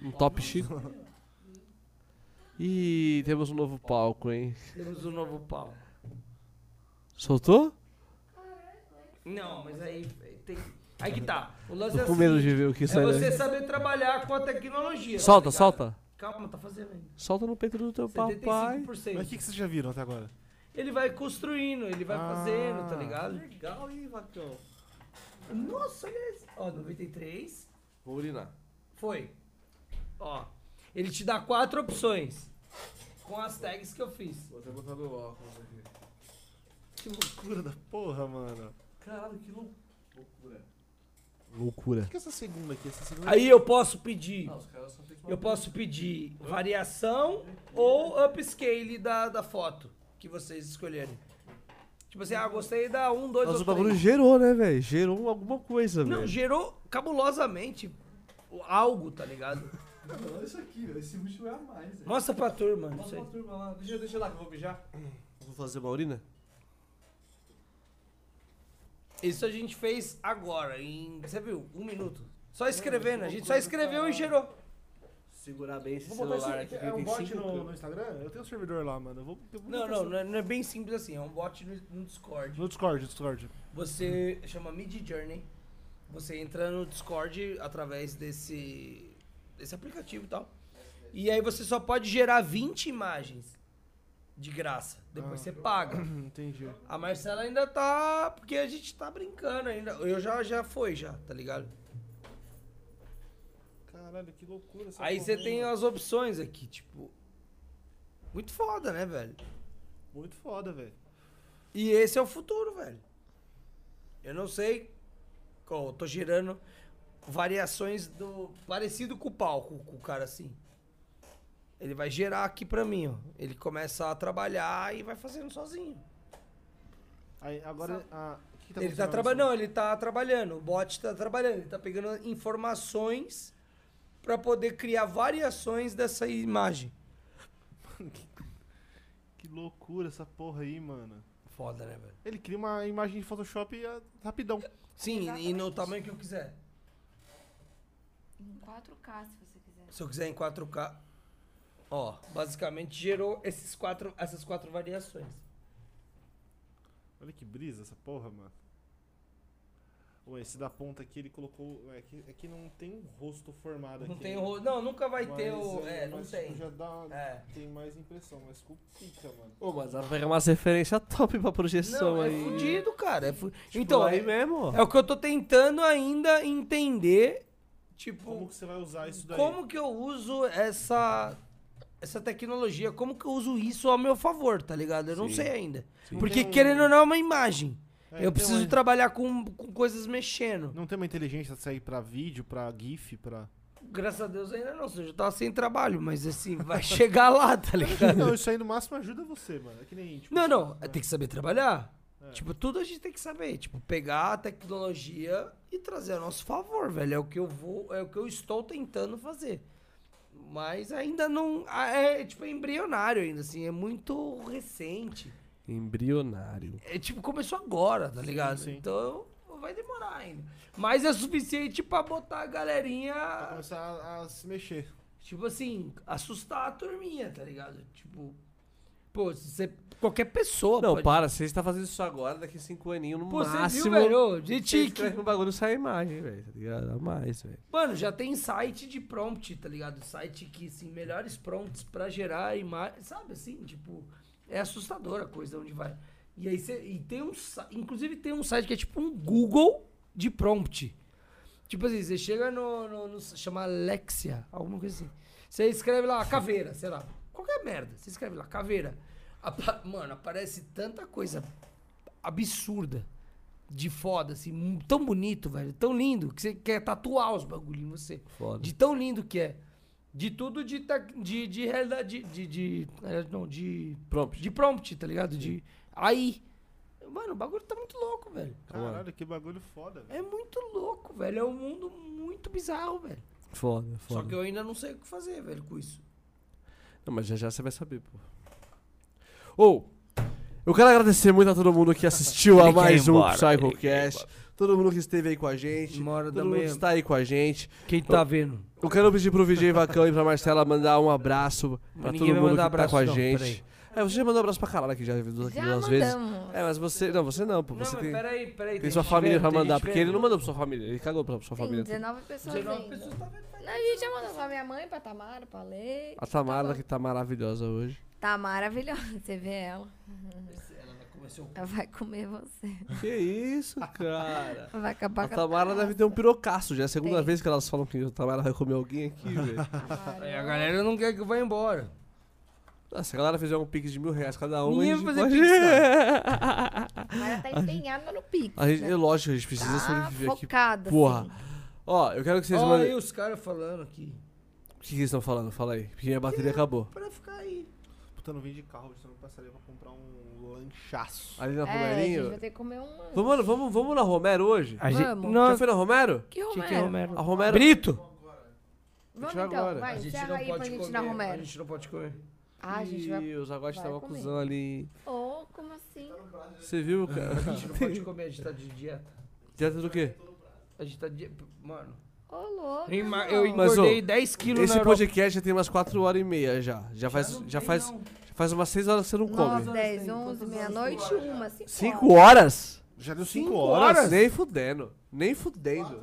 Speaker 1: Um top chico. Ih, temos um novo palco, hein?
Speaker 5: Temos um novo pau.
Speaker 1: Soltou?
Speaker 5: Não, mas aí tem. Aí que tá. O lance
Speaker 1: Tô
Speaker 5: é
Speaker 1: com medo
Speaker 5: assim,
Speaker 1: de ver o que
Speaker 5: é
Speaker 1: sai
Speaker 5: você
Speaker 1: daí.
Speaker 5: saber trabalhar com a tecnologia. tá
Speaker 1: Solta,
Speaker 5: ligado?
Speaker 1: solta.
Speaker 5: Calma, tá fazendo ainda.
Speaker 1: Solta no peito do teu papai.
Speaker 5: 75%.
Speaker 9: Mas o que, que vocês já viram até agora?
Speaker 5: Ele vai construindo, ele vai
Speaker 9: Ah.
Speaker 5: fazendo, tá ligado?
Speaker 9: Legal, hein, Vacão?
Speaker 5: Nossa, olha esse. Ó, 93.
Speaker 1: Vou urinar.
Speaker 5: Foi. Ó. Ele te dá quatro opções. Com as tags que eu fiz.
Speaker 1: Vou até botar no óculos aqui.
Speaker 9: Que loucura da porra, mano.
Speaker 1: Caralho, que loucura. Loucura.
Speaker 9: O que, que é essa segunda aqui? Essa segunda
Speaker 5: Aí eu posso pedir.
Speaker 1: Ah, os caras só tem que
Speaker 5: Eu posso pedir variação
Speaker 1: Hum.
Speaker 5: ou upscale da, da foto que vocês escolherem. Tipo assim, ah, gostei da 1, 2
Speaker 1: Nossa, o
Speaker 5: ou
Speaker 1: bagulho né?
Speaker 5: 3.
Speaker 1: gerou, né, velho? Gerou alguma coisa,
Speaker 5: Não,
Speaker 1: velho.
Speaker 5: gerou cabulosamente o- algo, tá ligado?
Speaker 1: Olha isso aqui, velho. Esse último é a mais, velho.
Speaker 5: Mostra pra turma, não sei.
Speaker 1: turma lá. Deixa, deixa lá que eu vou mijar. Vou fazer uma urina?
Speaker 5: Isso a gente fez agora, em. Você viu? Um minuto. Só escrevendo, a gente só escreveu e gerou.
Speaker 10: Segurar bem esse
Speaker 9: Vou botar
Speaker 10: celular
Speaker 9: esse,
Speaker 10: aqui.
Speaker 9: é um
Speaker 10: tem
Speaker 9: bot
Speaker 10: cinco
Speaker 9: no,
Speaker 10: câmeras.
Speaker 9: no Instagram? Eu tenho um servidor lá, mano. Eu vou, eu vou
Speaker 5: Não,
Speaker 9: botar
Speaker 5: não,
Speaker 9: esse-
Speaker 5: não é, não é bem simples assim, é um bot no, no Discord.
Speaker 9: No Discord, Discord.
Speaker 5: Você chama Mid Journey. Você entra no Discord através desse, desse aplicativo e tal. E aí você só pode gerar 20 imagens de graça.
Speaker 9: Ah.
Speaker 5: Depois você paga.
Speaker 9: Hum, Entendi.
Speaker 5: A Marcela ainda tá. Porque a gente tá brincando ainda. Eu já, já foi, já, tá ligado?
Speaker 9: Caralho, que loucura essa
Speaker 5: Aí
Speaker 9: porra,
Speaker 5: você
Speaker 9: hein,
Speaker 5: tem
Speaker 9: mano.
Speaker 5: as opções aqui, tipo. Muito foda, né, velho?
Speaker 9: Muito foda, velho.
Speaker 5: E esse é o futuro, velho. Eu não sei. Ó, eu tô girando variações do. Parecido com o palco, com o cara assim. Ele vai gerar aqui pra mim, ó. Ele começa a trabalhar e vai fazendo sozinho.
Speaker 9: Aí, agora... a- o que que
Speaker 2: Então
Speaker 5: ele tá
Speaker 9: acontecendo
Speaker 5: trabalhando.
Speaker 9: nessa-
Speaker 5: Não, ele tá trabalhando. O bot tá trabalhando. Ele tá pegando informações pra poder criar variações dessa imagem.
Speaker 9: Que loucura essa porra aí, mano.
Speaker 5: Foda, né, velho?
Speaker 9: Ele cria uma imagem de Photoshop e é rapidão.
Speaker 5: Sim, e no tamanho que eu quiser.
Speaker 4: Em 4K, se você quiser.
Speaker 5: Se eu quiser em 4K. Ó, basicamente gerou esses quatro, essas quatro variações.
Speaker 9: Olha que brisa essa porra, mano. O
Speaker 2: Pô, esse da ponta aqui, ele colocou... É que, é que não tem um rosto formado
Speaker 5: Não
Speaker 2: aqui.
Speaker 5: tem o. Não, nunca vai
Speaker 2: Mas,
Speaker 5: ter o. É,
Speaker 2: é,
Speaker 5: não
Speaker 2: mas,
Speaker 5: tem.
Speaker 2: tipo, Já dá,
Speaker 5: É.
Speaker 2: tem mais impressão, mas com pica, mano.
Speaker 1: Ô, mas ela vai ganhar umas referências top pra projeção
Speaker 5: Não, é
Speaker 1: aí.
Speaker 5: fudido, cara. é fu-
Speaker 1: Tipo,
Speaker 5: Então,
Speaker 1: aí
Speaker 5: é-
Speaker 1: mesmo, ó.
Speaker 5: É o que eu tô tentando ainda entender, tipo,
Speaker 2: Como
Speaker 5: como,
Speaker 2: que você vai usar isso daí?
Speaker 5: que eu uso essa essa tecnologia, como que eu uso isso ao meu favor, tá ligado? Eu não sei ainda. Porque
Speaker 2: Não tem um-
Speaker 5: querendo ou não é uma imagem.
Speaker 2: É,
Speaker 5: eu
Speaker 2: então,
Speaker 5: preciso
Speaker 2: é.
Speaker 5: trabalhar com, com coisas mexendo.
Speaker 2: Não tem uma inteligência de sair pra vídeo, pra GIF, pra.
Speaker 5: Graças a Deus ainda não, eu já tava sem trabalho, mas assim, vai chegar lá, tá ligado?
Speaker 2: Não, isso aí no máximo ajuda você, mano. É que nem. Tipo,
Speaker 5: Não, não, tem que saber trabalhar.
Speaker 2: É.
Speaker 5: Tipo, tudo a gente tem que saber. Tipo, pegar a tecnologia e trazer a nosso favor, velho. É o que eu vou, é o que eu estou tentando fazer. Mas ainda não. ah, É, tipo, é embrionário ainda, assim. É muito recente.
Speaker 1: Embrionário.
Speaker 5: É tipo, começou agora, tá ligado?
Speaker 2: sim.
Speaker 5: Então vai demorar ainda. Mas é suficiente pra botar a
Speaker 2: Pra
Speaker 5: galerinha.
Speaker 2: começar a, a se mexer.
Speaker 5: Tipo assim, assustar a turminha, tá ligado? Tipo. Pô, se você, qualquer pessoa.
Speaker 1: Não,
Speaker 5: pode-
Speaker 1: para, você está fazendo isso agora, daqui cinco aninhos no
Speaker 5: Pô,
Speaker 1: máximo.
Speaker 5: você viu, velho? De
Speaker 1: Você
Speaker 5: tique.
Speaker 1: escreve um bagulho sai a imagem, velho. Tá ligado? A mais, velho.
Speaker 5: Mano, já tem site de prompt, tá ligado? Site que, assim, melhores prompts pra gerar imagem. Sabe assim? Tipo, é assustadora a coisa onde vai. E aí você. E tem um. sa- Inclusive tem um site que é tipo um Google de prompt. Tipo assim, você chega no. no, no- chama Alexia, alguma coisa assim. Você escreve lá, caveira, sei lá. Qualquer merda. Você escreve lá, caveira. Apa- Mano, aparece tanta coisa absurda de foda, assim, um- tão bonito, velho, tão lindo, que você quer tatuar os bagulho em você.
Speaker 1: Foda.
Speaker 5: De tão lindo que é. De tudo de, tec- de, de realidade. De, de, de- eh, Não, de.
Speaker 1: Prompt.
Speaker 5: De prompt, tá ligado? De. Aí. Mano, o bagulho tá muito louco, velho.
Speaker 2: Caralho, que bagulho foda, velho.
Speaker 5: É muito louco, velho. É um mundo muito bizarro, velho.
Speaker 1: Foda,
Speaker 5: Só
Speaker 1: foda.
Speaker 5: que eu ainda não sei o que fazer, velho, com isso.
Speaker 1: Não, mas já já você vai saber, pô. Ou, eu quero agradecer muito a todo mundo que assistiu a
Speaker 13: Ele quer ir
Speaker 1: mais um
Speaker 13: embora,
Speaker 1: Psychocast. Todo mundo que esteve aí com a gente.
Speaker 5: Uma hora da
Speaker 1: todo mundo que
Speaker 5: manhã.
Speaker 1: está aí com a gente.
Speaker 5: Quem tá vendo?
Speaker 1: Eu quero pedir pro VJ Vacão e pra Marcela mandar um abraço pra
Speaker 5: ninguém
Speaker 1: todo
Speaker 5: vai
Speaker 1: mundo que
Speaker 5: mandar
Speaker 1: tá
Speaker 5: abraço,
Speaker 1: com a
Speaker 5: não,
Speaker 1: gente.
Speaker 5: peraí.
Speaker 1: É, você já mandou um abraço pra caralho aqui já, aqui duas
Speaker 4: Já
Speaker 1: vezes.
Speaker 4: mandamos.
Speaker 1: É, mas você. Não, você não, pô.
Speaker 5: Não,
Speaker 1: Você
Speaker 5: mas
Speaker 1: tem,
Speaker 5: peraí, peraí.
Speaker 1: tem sua família pra mandar, porque ele não
Speaker 5: manda.
Speaker 1: mandou pra sua família. Ele cagou pra sua
Speaker 4: Tem
Speaker 1: família.
Speaker 4: 19 pessoas
Speaker 5: 19
Speaker 4: ainda.
Speaker 5: pessoas tá vendo.
Speaker 4: Não, a gente já mandou pra minha mãe, pra Tamara, pra Lei.
Speaker 1: A Tamara, que tá maravilhosa hoje.
Speaker 4: Tá maravilhosa, você vê ela.
Speaker 5: Ela vai comer seu
Speaker 4: Ela vai comer você.
Speaker 1: Que isso, cara?
Speaker 4: Ela Vai acabar
Speaker 1: A
Speaker 4: com
Speaker 1: Tamara deve ter um pirocaço, já é a segunda
Speaker 4: Tem.
Speaker 1: vez que elas falam que a Tamara vai comer alguém aqui, velho.
Speaker 4: Tamara.
Speaker 5: Aí a galera não quer que eu vá embora.
Speaker 1: Ah, Se a galera fizer um pix de mil reais cada um,
Speaker 5: Ninguém
Speaker 1: a gente
Speaker 5: vai fazer
Speaker 1: pode...
Speaker 5: pix,
Speaker 4: Tamara tá empenhada no Pix.
Speaker 1: A gente,
Speaker 4: né?
Speaker 1: é lógico, a gente precisa
Speaker 4: tá
Speaker 1: sobreviver aqui.
Speaker 4: focada.
Speaker 1: Porra.
Speaker 4: assim.
Speaker 1: Ó, eu quero que vocês
Speaker 5: Olha
Speaker 1: mandem...
Speaker 5: aí os caras falando aqui.
Speaker 1: O que que eles estão falando? Fala aí. Porque minha bateria acabou.
Speaker 5: Pra ficar aí.
Speaker 2: Puta, não vim de carro, senão eu passaria pra comprar um lanchaço.
Speaker 1: Ali na
Speaker 4: É, tá a gente vai
Speaker 1: Romerinho.
Speaker 4: ter que comer uma.
Speaker 1: tá Vamos, mano, vamos, vamos na Romero hoje?
Speaker 5: A
Speaker 4: gente-
Speaker 5: gente.
Speaker 4: Vamos.
Speaker 1: Já foi na Romero?
Speaker 4: Que
Speaker 5: Tinha
Speaker 4: Romero?
Speaker 5: que ir Romero.
Speaker 1: A Romero...
Speaker 5: Brito!
Speaker 4: Vamos
Speaker 1: Deixa eu
Speaker 4: então,
Speaker 1: agora.
Speaker 4: vai,
Speaker 5: A gente
Speaker 4: encerra
Speaker 5: não
Speaker 4: aí pra
Speaker 5: pode
Speaker 4: gente
Speaker 5: comer.
Speaker 4: ir na Romero.
Speaker 5: A gente não pode comer.
Speaker 4: Ah, a gente vai.
Speaker 1: Ih, o Zagote
Speaker 4: vai
Speaker 1: tava
Speaker 4: comer.
Speaker 1: cuzão ali.
Speaker 4: Ô, como assim?
Speaker 1: Você viu, cara?
Speaker 5: A gente não pode comer, a gente tá de dieta.
Speaker 1: Dieta do quê?
Speaker 5: A gente tá de. Mano.
Speaker 4: Ô, louco.
Speaker 5: Eu, ima-
Speaker 4: irmão.
Speaker 5: eu
Speaker 1: Mas, ô,
Speaker 5: engordei 10 quilos
Speaker 1: Esse
Speaker 5: na Europa.
Speaker 1: podcast já tem umas 4 horas e meia já. Já faz, já faz, já faz umas 6 horas que você não come.
Speaker 4: 9, 10, 11, meia-noite, 1, 5
Speaker 1: 5 horas?
Speaker 2: Já deu 5
Speaker 1: horas?
Speaker 2: horas?
Speaker 1: Nem fudendo. Nem fudendo.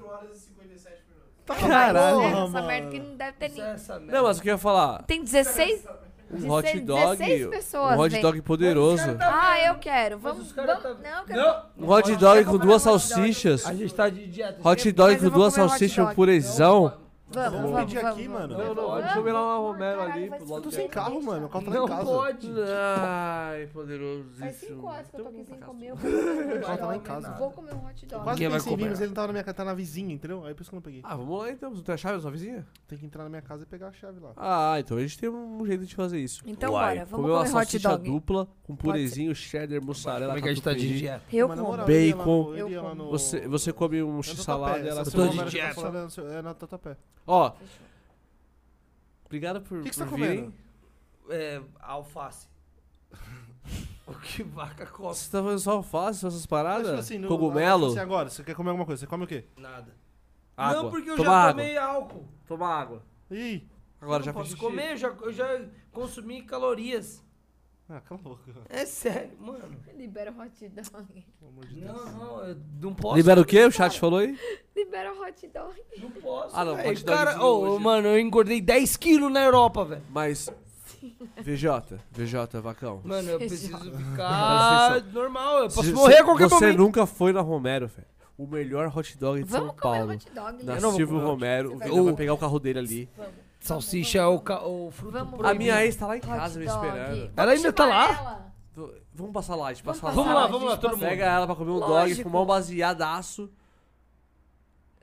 Speaker 1: Tá
Speaker 4: Caralho.
Speaker 2: Porra,
Speaker 4: Essa merda
Speaker 2: mano.
Speaker 4: que não deve ter
Speaker 5: Isso é
Speaker 4: nem.
Speaker 5: essa merda.
Speaker 1: Não, mas o que eu ia falar?
Speaker 4: Tem 16?
Speaker 1: Um hot dog.
Speaker 4: 16 pessoas,
Speaker 1: um hot dog poderoso.
Speaker 5: Mas os caras
Speaker 4: Ah, eu quero. Vamos.
Speaker 5: os caras
Speaker 4: vamos...
Speaker 5: tá-
Speaker 4: Não, eu quero.
Speaker 5: Não!
Speaker 1: Um hot dog com duas salsichas.
Speaker 5: A gente tá de dieta.
Speaker 1: Hot
Speaker 4: Mas
Speaker 1: dog
Speaker 4: eu
Speaker 1: com
Speaker 4: vou
Speaker 1: duas
Speaker 4: comer hot
Speaker 1: salsichas e um
Speaker 4: dog.
Speaker 1: purezão.
Speaker 4: Vamos,
Speaker 2: Vamos
Speaker 4: vamos.
Speaker 2: pedir
Speaker 4: vamos,
Speaker 2: aqui,
Speaker 4: vamos.
Speaker 2: mano.
Speaker 1: Não, não, a gente
Speaker 4: Vamos.
Speaker 1: comeu lá uma Romero
Speaker 4: Caralho,
Speaker 1: ali
Speaker 4: vai
Speaker 1: pro
Speaker 4: se
Speaker 1: lado
Speaker 2: Eu tô
Speaker 4: fuder.
Speaker 1: do
Speaker 2: sem carro, mano. O carro tá lá
Speaker 5: Não
Speaker 2: em casa.
Speaker 5: pode.
Speaker 1: Ai, poderoso.
Speaker 4: Faz 5 horas que eu tô
Speaker 5: Então
Speaker 4: aqui sem comer. eu
Speaker 5: assim.
Speaker 2: O carro tá lá em
Speaker 4: vou-
Speaker 2: casa.
Speaker 4: Vou comer um hot
Speaker 2: Eu
Speaker 4: dog.
Speaker 2: quase
Speaker 5: Ninguém
Speaker 2: pensei
Speaker 5: vai
Speaker 2: em vir,
Speaker 5: comprar.
Speaker 2: mas ele não tava na minha casa, tá na vizinha, entendeu? Aí por isso que eu não peguei.
Speaker 1: Ah, vamos lá então. Você não tem a chave da sua vizinha?
Speaker 2: Tem que entrar na minha casa e pegar a chave lá.
Speaker 1: Ah, então a gente tem um jeito de fazer isso.
Speaker 4: Então,
Speaker 1: Uai.
Speaker 4: bora. Vamos
Speaker 1: Comeu uma
Speaker 4: comer hot
Speaker 1: salsicha
Speaker 4: dog.
Speaker 1: dupla com
Speaker 4: Pode
Speaker 1: purezinho, cheddar, mussarela,
Speaker 5: Como é que a gente tá de
Speaker 1: catupiry.
Speaker 5: dieta?
Speaker 4: Eu
Speaker 2: Mas, na
Speaker 4: como.
Speaker 2: moral, eu ia lá
Speaker 1: Bacon.
Speaker 2: no- eu ia lá no-
Speaker 1: Você, você come um
Speaker 2: É no
Speaker 1: x-salada
Speaker 2: Tatuapé,
Speaker 1: e ela come
Speaker 2: essa semana
Speaker 1: um
Speaker 2: que eu
Speaker 5: dieta.
Speaker 2: falava era no seu- É na Tatuapé.
Speaker 1: Ó. Obrigado por,
Speaker 2: O que que você
Speaker 1: por
Speaker 2: tá
Speaker 1: virem.
Speaker 2: comendo?
Speaker 5: É, alface. o que vaca come?
Speaker 1: Você tá fazendo só alface, só essas
Speaker 2: Mas,
Speaker 1: paradas?
Speaker 2: tipo assim, no-
Speaker 1: Cogumelo?
Speaker 2: assim, agora, você quer comer alguma coisa? Você come o quê?
Speaker 5: Nada.
Speaker 1: água.
Speaker 5: Não, porque eu
Speaker 1: Toma
Speaker 5: já
Speaker 1: água.
Speaker 5: tomei álcool.
Speaker 1: Toma água.
Speaker 2: Ih,
Speaker 1: Agora
Speaker 5: eu
Speaker 1: já
Speaker 5: não posso
Speaker 1: fez xixi.
Speaker 5: comer, eu já, eu já consumi calorias.
Speaker 2: Ah, cala a boca.
Speaker 5: É sério, mano.
Speaker 4: Libera o hot dog.
Speaker 2: Pelo amor de Deus.
Speaker 5: Não, não, eu não posso.
Speaker 1: Libera o quê? O chat falou aí?
Speaker 4: Libera o hot dog.
Speaker 5: Não posso.
Speaker 1: Ah, não,
Speaker 5: velho.
Speaker 1: pode dar
Speaker 5: Cara,
Speaker 1: livre
Speaker 5: ô,
Speaker 1: hoje.
Speaker 5: mano, eu engordei 10 quilos na Europa, velho.
Speaker 1: Mas. VJ, VJ, vacão.
Speaker 5: Mano, eu preciso
Speaker 1: Presta
Speaker 5: ficar normal. Eu posso
Speaker 1: Você-
Speaker 5: morrer a qualquer
Speaker 1: você
Speaker 5: momento.
Speaker 1: nunca foi na Romero, velho. O melhor hot dog de
Speaker 4: Vamos
Speaker 1: São
Speaker 4: comer o
Speaker 1: Paulo.
Speaker 4: hot dog,
Speaker 1: Na
Speaker 4: né?
Speaker 5: não vou
Speaker 1: Silvio
Speaker 5: comer hot-
Speaker 1: Romero, o
Speaker 4: Você
Speaker 1: Vila
Speaker 5: vai-
Speaker 1: vai pegar o carro dele ali.
Speaker 5: Salsicha é o, ca... o fruto
Speaker 4: Vamos
Speaker 1: A
Speaker 5: proibido.
Speaker 1: minha
Speaker 4: Proibido.
Speaker 1: ex tá lá em
Speaker 4: Hot
Speaker 1: casa me
Speaker 4: dog.
Speaker 1: esperando.
Speaker 5: Ela ainda tá lá?
Speaker 4: chamar ela?
Speaker 1: V- Vamos passar lá, a gente passa lá.
Speaker 4: passar Vamos lá, lá,
Speaker 5: vamos lá, todo mundo.
Speaker 1: Pega ela pra comer um dog,
Speaker 4: Lógico.
Speaker 1: fumar um baseadaço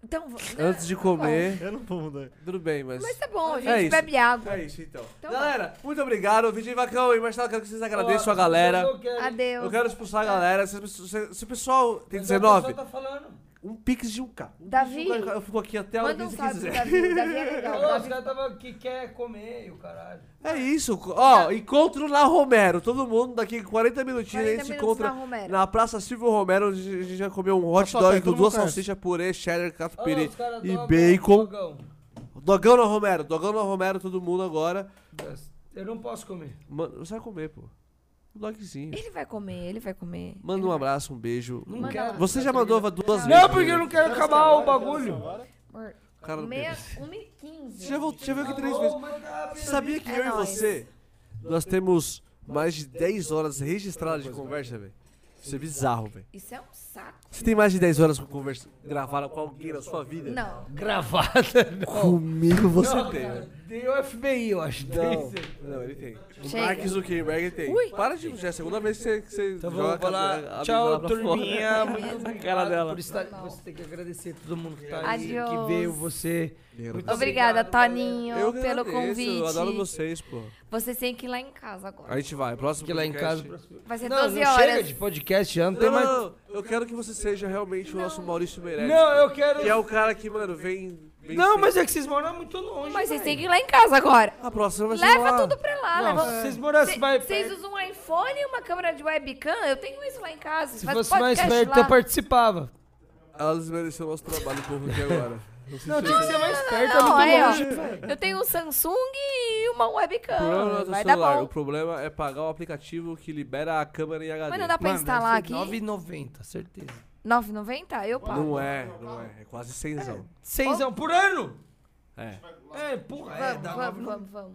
Speaker 4: Então, v-
Speaker 1: antes de
Speaker 4: tá bom.
Speaker 1: comer.
Speaker 2: Eu não vou mudar.
Speaker 1: Tudo bem, mas.
Speaker 4: Mas tá bom, a
Speaker 1: É
Speaker 4: gente
Speaker 1: isso.
Speaker 4: bebe água.
Speaker 1: É isso então.
Speaker 4: Então
Speaker 1: Galera, muito obrigado. Vitinho e Vacão e Marcelo, quero que vocês
Speaker 5: Ó,
Speaker 1: agradeçam a galera.
Speaker 5: eu quero-
Speaker 4: Adeus.
Speaker 1: Eu quero expulsar a galera. Se, se- se o pessoal tem
Speaker 5: Mas a pessoa
Speaker 1: 19,
Speaker 5: tá falando.
Speaker 1: um pix de 1k. Um
Speaker 4: Davi,
Speaker 1: pix de 1K, Eu fico aqui até a hora que
Speaker 4: Manda um
Speaker 1: você
Speaker 4: salve pro
Speaker 1: quiser.
Speaker 4: Davi. O Davi é
Speaker 5: Ô,
Speaker 4: legal.
Speaker 5: Os
Speaker 4: Davi-
Speaker 5: caras tava que quer comer e o caralho.
Speaker 1: É isso. Ó, encontro na Romero. Todo mundo daqui 40 minutinhos
Speaker 4: 40
Speaker 1: a gente se
Speaker 4: minutos
Speaker 1: encontra
Speaker 4: na Romero.
Speaker 1: Na Praça Silvio Romero, onde a gente já comeu um hot
Speaker 2: só
Speaker 1: dog
Speaker 2: tá,
Speaker 1: com
Speaker 2: todo
Speaker 1: duas
Speaker 2: mundo conhece.
Speaker 1: salsichas, purê, cheddar,
Speaker 5: Olha lá,
Speaker 1: catupiry
Speaker 5: os caras
Speaker 1: e
Speaker 5: dobram o
Speaker 1: bacon.
Speaker 5: fogão.
Speaker 1: Dogão na Romero, dogão na Romero, todo mundo agora.
Speaker 5: Eu não posso comer.
Speaker 1: Mano, você vai comer, pô. Um dogzinho.
Speaker 4: Ele vai comer, ele vai comer.
Speaker 1: Manda um abraço, um beijo.
Speaker 5: Não
Speaker 4: Manda
Speaker 5: quero. Tá
Speaker 4: lá.
Speaker 1: Você já mandou duas vezes.
Speaker 5: Não, porque eu não quero acabar o bagulho.
Speaker 4: Amor,
Speaker 1: Cara, não
Speaker 4: meia-
Speaker 1: pega.
Speaker 4: 1h15.
Speaker 1: Você já, voltou, já veio aqui três vezes. Você sabia que
Speaker 4: É
Speaker 1: eu e
Speaker 4: nóis.
Speaker 1: você, nós temos mais de 10 horas registradas de conversa, velho? Isso é bizarro, velho.
Speaker 4: Isso é um saco.
Speaker 1: Você tem mais de 10 horas com conversa gravada com alguém na sua vida?
Speaker 4: Não.
Speaker 5: Gravada.
Speaker 1: Comigo você
Speaker 5: Não,
Speaker 1: tem,
Speaker 5: cara,
Speaker 1: velho.
Speaker 5: Tem o FBI, eu acho.
Speaker 1: Não, não, ele tem. O
Speaker 4: Chega.
Speaker 1: Mark Zuckerberg tem.
Speaker 4: Ui.
Speaker 1: Para de. Já é a segunda vez que você, que você
Speaker 5: Então
Speaker 1: joga
Speaker 5: vamos falar. Tchau, turminha. Muito obrigado
Speaker 1: Cara dela.
Speaker 5: por estar. Você tem que agradecer a todo mundo que tá aí, que
Speaker 4: Adiós.
Speaker 5: veio você.
Speaker 1: tá
Speaker 5: Muito
Speaker 4: Obrigada,
Speaker 5: obrigado, galera.
Speaker 4: Toninho, pelo convite.
Speaker 1: Eu adoro vocês, pô.
Speaker 4: Vocês têm que ir lá em casa
Speaker 1: A
Speaker 4: agora.
Speaker 1: gente vai. Próximo
Speaker 5: Que é lá em casa.
Speaker 1: podcast.
Speaker 4: Vai ser
Speaker 5: Não,
Speaker 4: 12
Speaker 5: não chega
Speaker 4: É horas.
Speaker 5: de podcast, já não tem
Speaker 1: Não,
Speaker 5: mais.
Speaker 1: não, não. Eu quero que você seja realmente o nosso Maurício Meirelles.
Speaker 5: Não, eu quero.
Speaker 1: Que é o cara que, mano, vem. vem
Speaker 5: Não,
Speaker 1: sempre.
Speaker 5: mas é que vocês moram muito longe.
Speaker 4: Mas vocês têm
Speaker 5: velho.
Speaker 4: que ir lá em casa agora.
Speaker 1: A próxima vai ser.
Speaker 4: Leva
Speaker 1: lá.
Speaker 4: tudo pra lá.
Speaker 5: Não,
Speaker 4: leva-
Speaker 5: se vocês morassem
Speaker 4: Cê-
Speaker 5: mais
Speaker 4: Vocês
Speaker 5: perto.
Speaker 4: usam um iPhone e uma câmera de webcam? Eu tenho isso lá em casa.
Speaker 5: Se
Speaker 4: Faz
Speaker 5: fosse mais
Speaker 4: é, podcast
Speaker 5: perto, um
Speaker 4: lá.
Speaker 5: eu participava.
Speaker 1: Ela desmereceu o nosso trabalho, povo, aqui agora. Não sei
Speaker 5: Não,
Speaker 1: se
Speaker 5: tinha que ser mais perto, é
Speaker 4: Ah, Não,
Speaker 5: muito
Speaker 4: aí, ó.
Speaker 5: longe.
Speaker 4: Eu tenho um Samsung e uma webcam.
Speaker 1: O problema não é do
Speaker 4: Ah, Vai dar
Speaker 1: celular, o
Speaker 4: bom.
Speaker 1: problema é pagar o aplicativo que libera a câmera em HD.
Speaker 4: Mas não dá pra instalar aqui.
Speaker 5: 9,90, certeza.
Speaker 4: 9,90? Eu pago.
Speaker 1: Não é, não é. É quase cenzão.
Speaker 5: Seisão por ano?
Speaker 1: É.
Speaker 5: É, porra, é,
Speaker 4: Vamos,
Speaker 5: dá
Speaker 4: vamos,
Speaker 5: 9,90.
Speaker 4: vamos, vamos.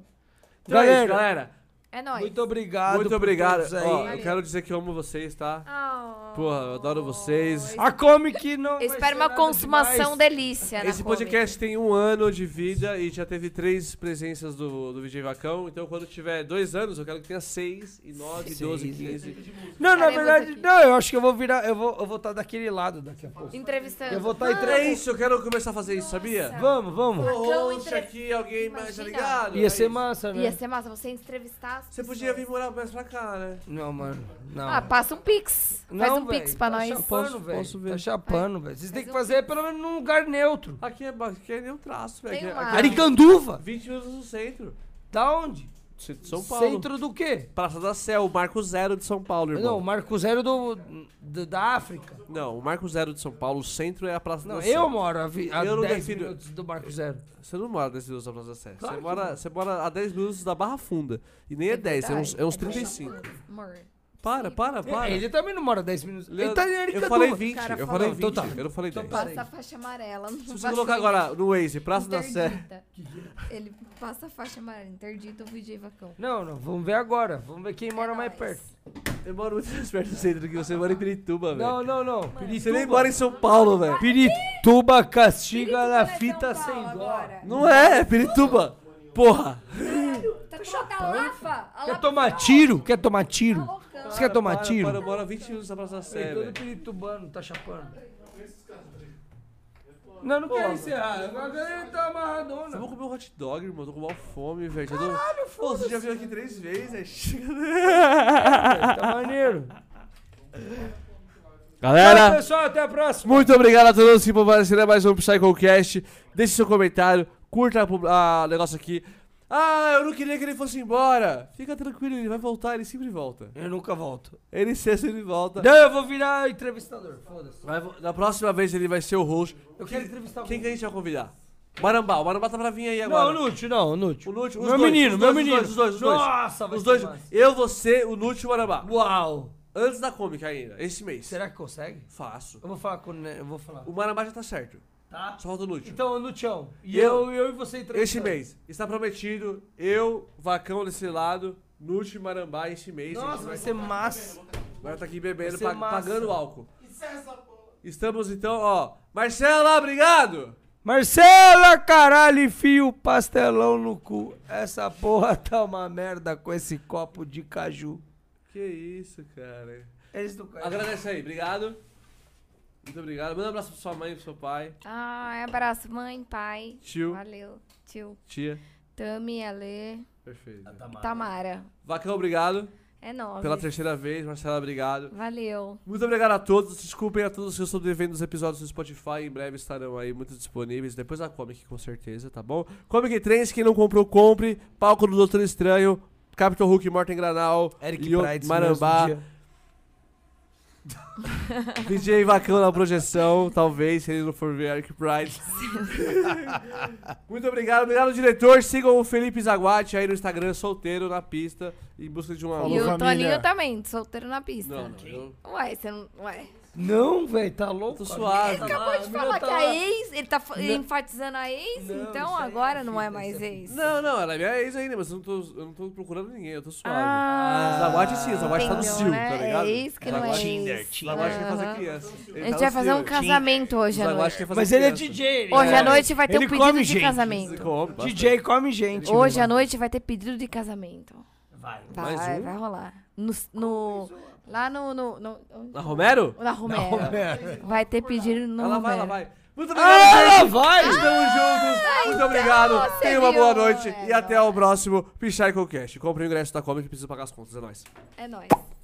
Speaker 1: Então é isso,
Speaker 5: Galera,
Speaker 1: galera.
Speaker 4: É nóis.
Speaker 5: Muito obrigado.
Speaker 1: Muito
Speaker 5: por
Speaker 1: obrigado.
Speaker 5: todos
Speaker 1: Ó,
Speaker 5: aí.
Speaker 1: eu quero dizer que eu amo vocês, tá?
Speaker 4: Ah.
Speaker 1: Porra, eu adoro vocês.
Speaker 5: A Comic não. vai
Speaker 4: Eu espero
Speaker 5: ser
Speaker 4: uma
Speaker 5: nada
Speaker 4: consumação
Speaker 5: demais.
Speaker 4: delícia. na
Speaker 1: é Esse
Speaker 4: Kombi.
Speaker 1: podcast tem um ano de vida e já teve três presenças do, do VJ Vacão. Então, quando tiver dois anos, eu quero que tenha seis, e nove,
Speaker 5: Seis,
Speaker 1: doze,
Speaker 5: né?
Speaker 1: quinze.
Speaker 5: Não, na
Speaker 4: Estaremos
Speaker 5: verdade,
Speaker 4: aqui.
Speaker 5: não, eu acho que eu vou virar. Eu vou estar eu vou tá daquele lado daqui a pouco.
Speaker 4: Entrevistando.
Speaker 5: Eu vou estar tá
Speaker 1: É
Speaker 5: entre.
Speaker 1: isso, eu quero começar a fazer isso, sabia?
Speaker 4: Nossa.
Speaker 5: Vamos, vamos.
Speaker 1: Um
Speaker 4: Vacão
Speaker 1: host
Speaker 4: entre-
Speaker 1: aqui, alguém mais, tá
Speaker 4: Imagina.
Speaker 1: ligado? É
Speaker 5: Ia ser
Speaker 1: isso.
Speaker 5: massa, né?
Speaker 4: Ia ser massa você entrevistar. as
Speaker 1: Você
Speaker 4: pessoas.
Speaker 1: podia vir morar mais pra cá, né?
Speaker 5: Não, mano. Não.
Speaker 4: Ah, passa um pix. Faz um pix
Speaker 5: véi,
Speaker 4: pra
Speaker 5: tá
Speaker 4: nós.
Speaker 5: Chapando,
Speaker 1: Posso-
Speaker 5: velho.
Speaker 1: posso ver.
Speaker 5: Tá chapando, velho. Vocês têm
Speaker 4: Faz
Speaker 5: que
Speaker 4: um
Speaker 5: fazer pelo menos num lugar neutro.
Speaker 1: Aqui é, ba- aqui é nenhum traço, velho.
Speaker 4: Tem
Speaker 1: Aqui-
Speaker 4: uma-
Speaker 1: aqui é
Speaker 5: Aricanduva?
Speaker 1: 20 minutos no centro.
Speaker 5: Da onde?
Speaker 1: Centro de São Paulo.
Speaker 5: Centro do quê?
Speaker 1: Praça da Céu, o Marco Zero de São Paulo,
Speaker 5: Não,
Speaker 1: irmão.
Speaker 5: Marco Zero do, do- da África.
Speaker 1: Não, o Marco Zero de São Paulo, o centro é a Praça
Speaker 5: Não,
Speaker 1: da Sé.
Speaker 5: eu moro a, vi, a
Speaker 1: Eu não
Speaker 5: 10
Speaker 1: defino-
Speaker 5: minutos do Marco Zero.
Speaker 1: Você não mora a 10 minutos da Praça da Sé.
Speaker 5: Claro
Speaker 1: você,
Speaker 5: que
Speaker 1: mora, você mora a 10 minutos da Barra Funda. E nem é,
Speaker 4: É
Speaker 1: 10, é uns, é
Speaker 4: verdade,
Speaker 1: uns
Speaker 4: é
Speaker 1: 35.
Speaker 4: Amor.
Speaker 1: Para, para,
Speaker 4: É,
Speaker 1: para.
Speaker 5: É, Ele também não mora 10 minutos.
Speaker 1: Leandro,
Speaker 5: ele tá em Aricanduva.
Speaker 1: eu falei 20,
Speaker 4: Cara,
Speaker 1: eu
Speaker 4: falou.
Speaker 1: falei 20.
Speaker 5: Então tá.
Speaker 1: Eu não falei 10.
Speaker 5: Então
Speaker 1: Se
Speaker 5: passa.
Speaker 4: Passa a faixa amarela. Se
Speaker 1: você colocar agora no Waze, Praça da Sé.
Speaker 4: Ele passa a faixa amarela. Interdito o VJ Vacão.
Speaker 5: Não, não, vamos ver agora. Vamos ver quem mora
Speaker 4: É nóis.
Speaker 5: mais perto.
Speaker 1: Eu moro muito mais perto do centro que você mora em Pirituba,
Speaker 5: Não,
Speaker 1: velho.
Speaker 5: não, não.
Speaker 1: Você nem mora em São Paulo, velho.
Speaker 5: Pirituba castiga
Speaker 4: Pirituba
Speaker 5: na
Speaker 4: é São
Speaker 5: fita
Speaker 4: Paulo
Speaker 5: sem dó.
Speaker 4: agora.
Speaker 1: Não é, é Pirituba. Porra.
Speaker 4: Tá toda a Lapa? A
Speaker 5: Quer
Speaker 4: Lapa
Speaker 5: tomar
Speaker 4: tá
Speaker 5: tiro? Quer tomar tiro?
Speaker 4: loucão.
Speaker 5: Você quer tomar
Speaker 1: Para,
Speaker 5: tiro?
Speaker 1: Para, eu moro a 20 minutos da Praça da Sé,
Speaker 5: É, todo
Speaker 1: velho.
Speaker 5: piritubano tá chapando. Não, não quero encerrar. Agora ele tá
Speaker 1: Eu vou
Speaker 5: amarradona.
Speaker 1: comer um hot dog, irmão. Tô com mal fome, velho. Já deu- Pô, você já veio aqui três vezes, é
Speaker 5: Tá maneiro. Tchau,
Speaker 1: Galera,
Speaker 5: pessoal. Até a próxima.
Speaker 1: muito obrigado a todos que compareceram mais um PsychoCast. Deixe seu comentário, curta a pub- a- o negócio aqui. Ah, eu não queria que ele fosse embora. Fica tranquilo, ele vai voltar, ele sempre volta.
Speaker 5: Eu nunca volto.
Speaker 1: Ele sempre ele volta.
Speaker 5: Não, eu vou virar entrevistador. Foda-se.
Speaker 1: Vai vo- na próxima vez ele vai ser o host.
Speaker 5: Eu quero entrevistar
Speaker 1: Quem que a gente vai convidar? Marambá, o Marambá tá pra vir aí agora.
Speaker 5: Não, Nute, não, Nute.
Speaker 1: O Lute, os
Speaker 5: Meu
Speaker 1: dois,
Speaker 5: menino,
Speaker 1: os
Speaker 5: meu
Speaker 1: dois,
Speaker 5: menino.
Speaker 1: Os dois, os dois, os dois.
Speaker 5: Nossa, vai
Speaker 1: Os
Speaker 5: ser
Speaker 1: dois,
Speaker 5: massa.
Speaker 1: eu, você, o Lute e o Marambá.
Speaker 5: Uau.
Speaker 1: Antes da Comic ainda, esse mês.
Speaker 5: Será que consegue?
Speaker 1: Faço.
Speaker 5: Eu vou falar com o Ne- Eu vou falar.
Speaker 1: O Marambá já tá certo.
Speaker 5: Tá?
Speaker 1: Só falta o Lute.
Speaker 5: Então, Nutião. E
Speaker 1: Eu-
Speaker 5: eu, eu e você entrevistando.
Speaker 1: Este mês, está prometido, eu, Vacão desse lado, Nute e Marambá este mês. a
Speaker 5: Nossa,
Speaker 1: gente
Speaker 5: vai ser massa.
Speaker 1: Agora tá aqui bebendo,
Speaker 5: Vai ser
Speaker 1: pag-
Speaker 5: massa.
Speaker 1: pagando álcool. Estamos então, ó. Marcela, obrigado!
Speaker 5: Marcela, caralho, enfia o pastelão no cu. Essa porra tá uma merda com esse copo de caju.
Speaker 1: Que isso, cara.
Speaker 5: Eles não conhecem.
Speaker 1: Agradece aí, obrigado. Muito obrigado. Manda um abraço pra sua mãe, pro seu pai,
Speaker 4: Ah, abraço, mãe, pai.
Speaker 1: tio,
Speaker 4: Valeu, tio.
Speaker 1: tia.
Speaker 4: Tami, Ale
Speaker 1: Perfeito.
Speaker 4: e Tamara.
Speaker 1: Vacão, obrigado
Speaker 4: É nóis.
Speaker 1: pela terceira vez. Marcela, obrigado.
Speaker 4: Valeu.
Speaker 1: Muito obrigado a todos. Desculpem a todos que eu estou devendo os episódios no Spotify. Em breve estarão aí muito disponíveis. Depois da Comic, com certeza, tá bom? Comic Trends, quem não comprou, compre. Palco do Doutor Estranho. Capitão Hulk, Morten Granal.
Speaker 5: Eric
Speaker 1: Leo-
Speaker 5: Prides,
Speaker 1: Marambá.
Speaker 5: mesmo um dia.
Speaker 1: DJ Vacão na projeção, talvez, se ele não for ver Eric Price. Muito obrigado, obrigado, diretor. Sigam o Felipe Zaguate aí no Instagram, solteiro, na pista, em busca de uma.
Speaker 2: Falou,
Speaker 4: e o
Speaker 2: família.
Speaker 4: Toninho também, solteiro na pista.
Speaker 1: Não, não, eu
Speaker 4: Ué, você não. Ué.
Speaker 5: Não, velho, tá
Speaker 1: tô
Speaker 5: louco? a
Speaker 1: suave.
Speaker 5: mina tá lá,
Speaker 4: Acabou de
Speaker 5: mina
Speaker 4: falar
Speaker 5: tá
Speaker 4: que
Speaker 5: lá.
Speaker 4: a ex, ele tá fa-
Speaker 5: Não.
Speaker 4: enfatizando a ex,
Speaker 5: Não,
Speaker 4: então
Speaker 5: isso aí
Speaker 4: agora
Speaker 5: é
Speaker 4: não é
Speaker 5: fita,
Speaker 4: mais
Speaker 5: isso é
Speaker 4: ex.
Speaker 1: Não, não, ela é minha ex ainda, mas eu não tô, eu não tô procurando ninguém, eu tô suave.
Speaker 4: Ah,
Speaker 1: Zaguate sim, Zaguate tá no
Speaker 4: entendeu,
Speaker 1: Sil,
Speaker 4: né?
Speaker 1: tá ligado?
Speaker 4: É ex que não é
Speaker 1: Zaguate-
Speaker 4: ex.
Speaker 1: Zaguate quer fazer
Speaker 4: Aham.
Speaker 1: criança. Ele
Speaker 4: A
Speaker 1: tá no
Speaker 4: gente vai fazer um
Speaker 1: Sil.
Speaker 4: casamento hoje à
Speaker 1: Zaguate
Speaker 4: noite.
Speaker 1: quer fazer
Speaker 5: Mas ele é
Speaker 1: criança.
Speaker 5: DJ. ele
Speaker 4: Hoje
Speaker 5: é-
Speaker 4: à noite vai ter
Speaker 5: Ele
Speaker 4: um pedido
Speaker 5: come
Speaker 4: de
Speaker 5: gente.
Speaker 4: casamento.
Speaker 1: Come, bastante.
Speaker 5: DJ come gente.
Speaker 4: Hoje à noite vai ter pedido de casamento.
Speaker 5: Vai.
Speaker 4: Vai,
Speaker 1: Mais um?
Speaker 4: vai rolar. No, no- lá no. no, no- onde-
Speaker 1: Na Romero?
Speaker 4: Na Romero. Vai ter pedido no
Speaker 1: ela vai,
Speaker 4: Romero.
Speaker 1: ela vai. Muito obrigado, gente!
Speaker 5: Ah, vai!
Speaker 1: Estamos juntos, muito obrigado,
Speaker 4: então você
Speaker 1: tenha uma
Speaker 4: viu,
Speaker 1: boa noite
Speaker 4: é
Speaker 1: e até
Speaker 4: nóis.
Speaker 1: o próximo Pichai Cast. Compre o ingresso da Comic, precisa pagar as contas, é nóis.
Speaker 4: É nóis.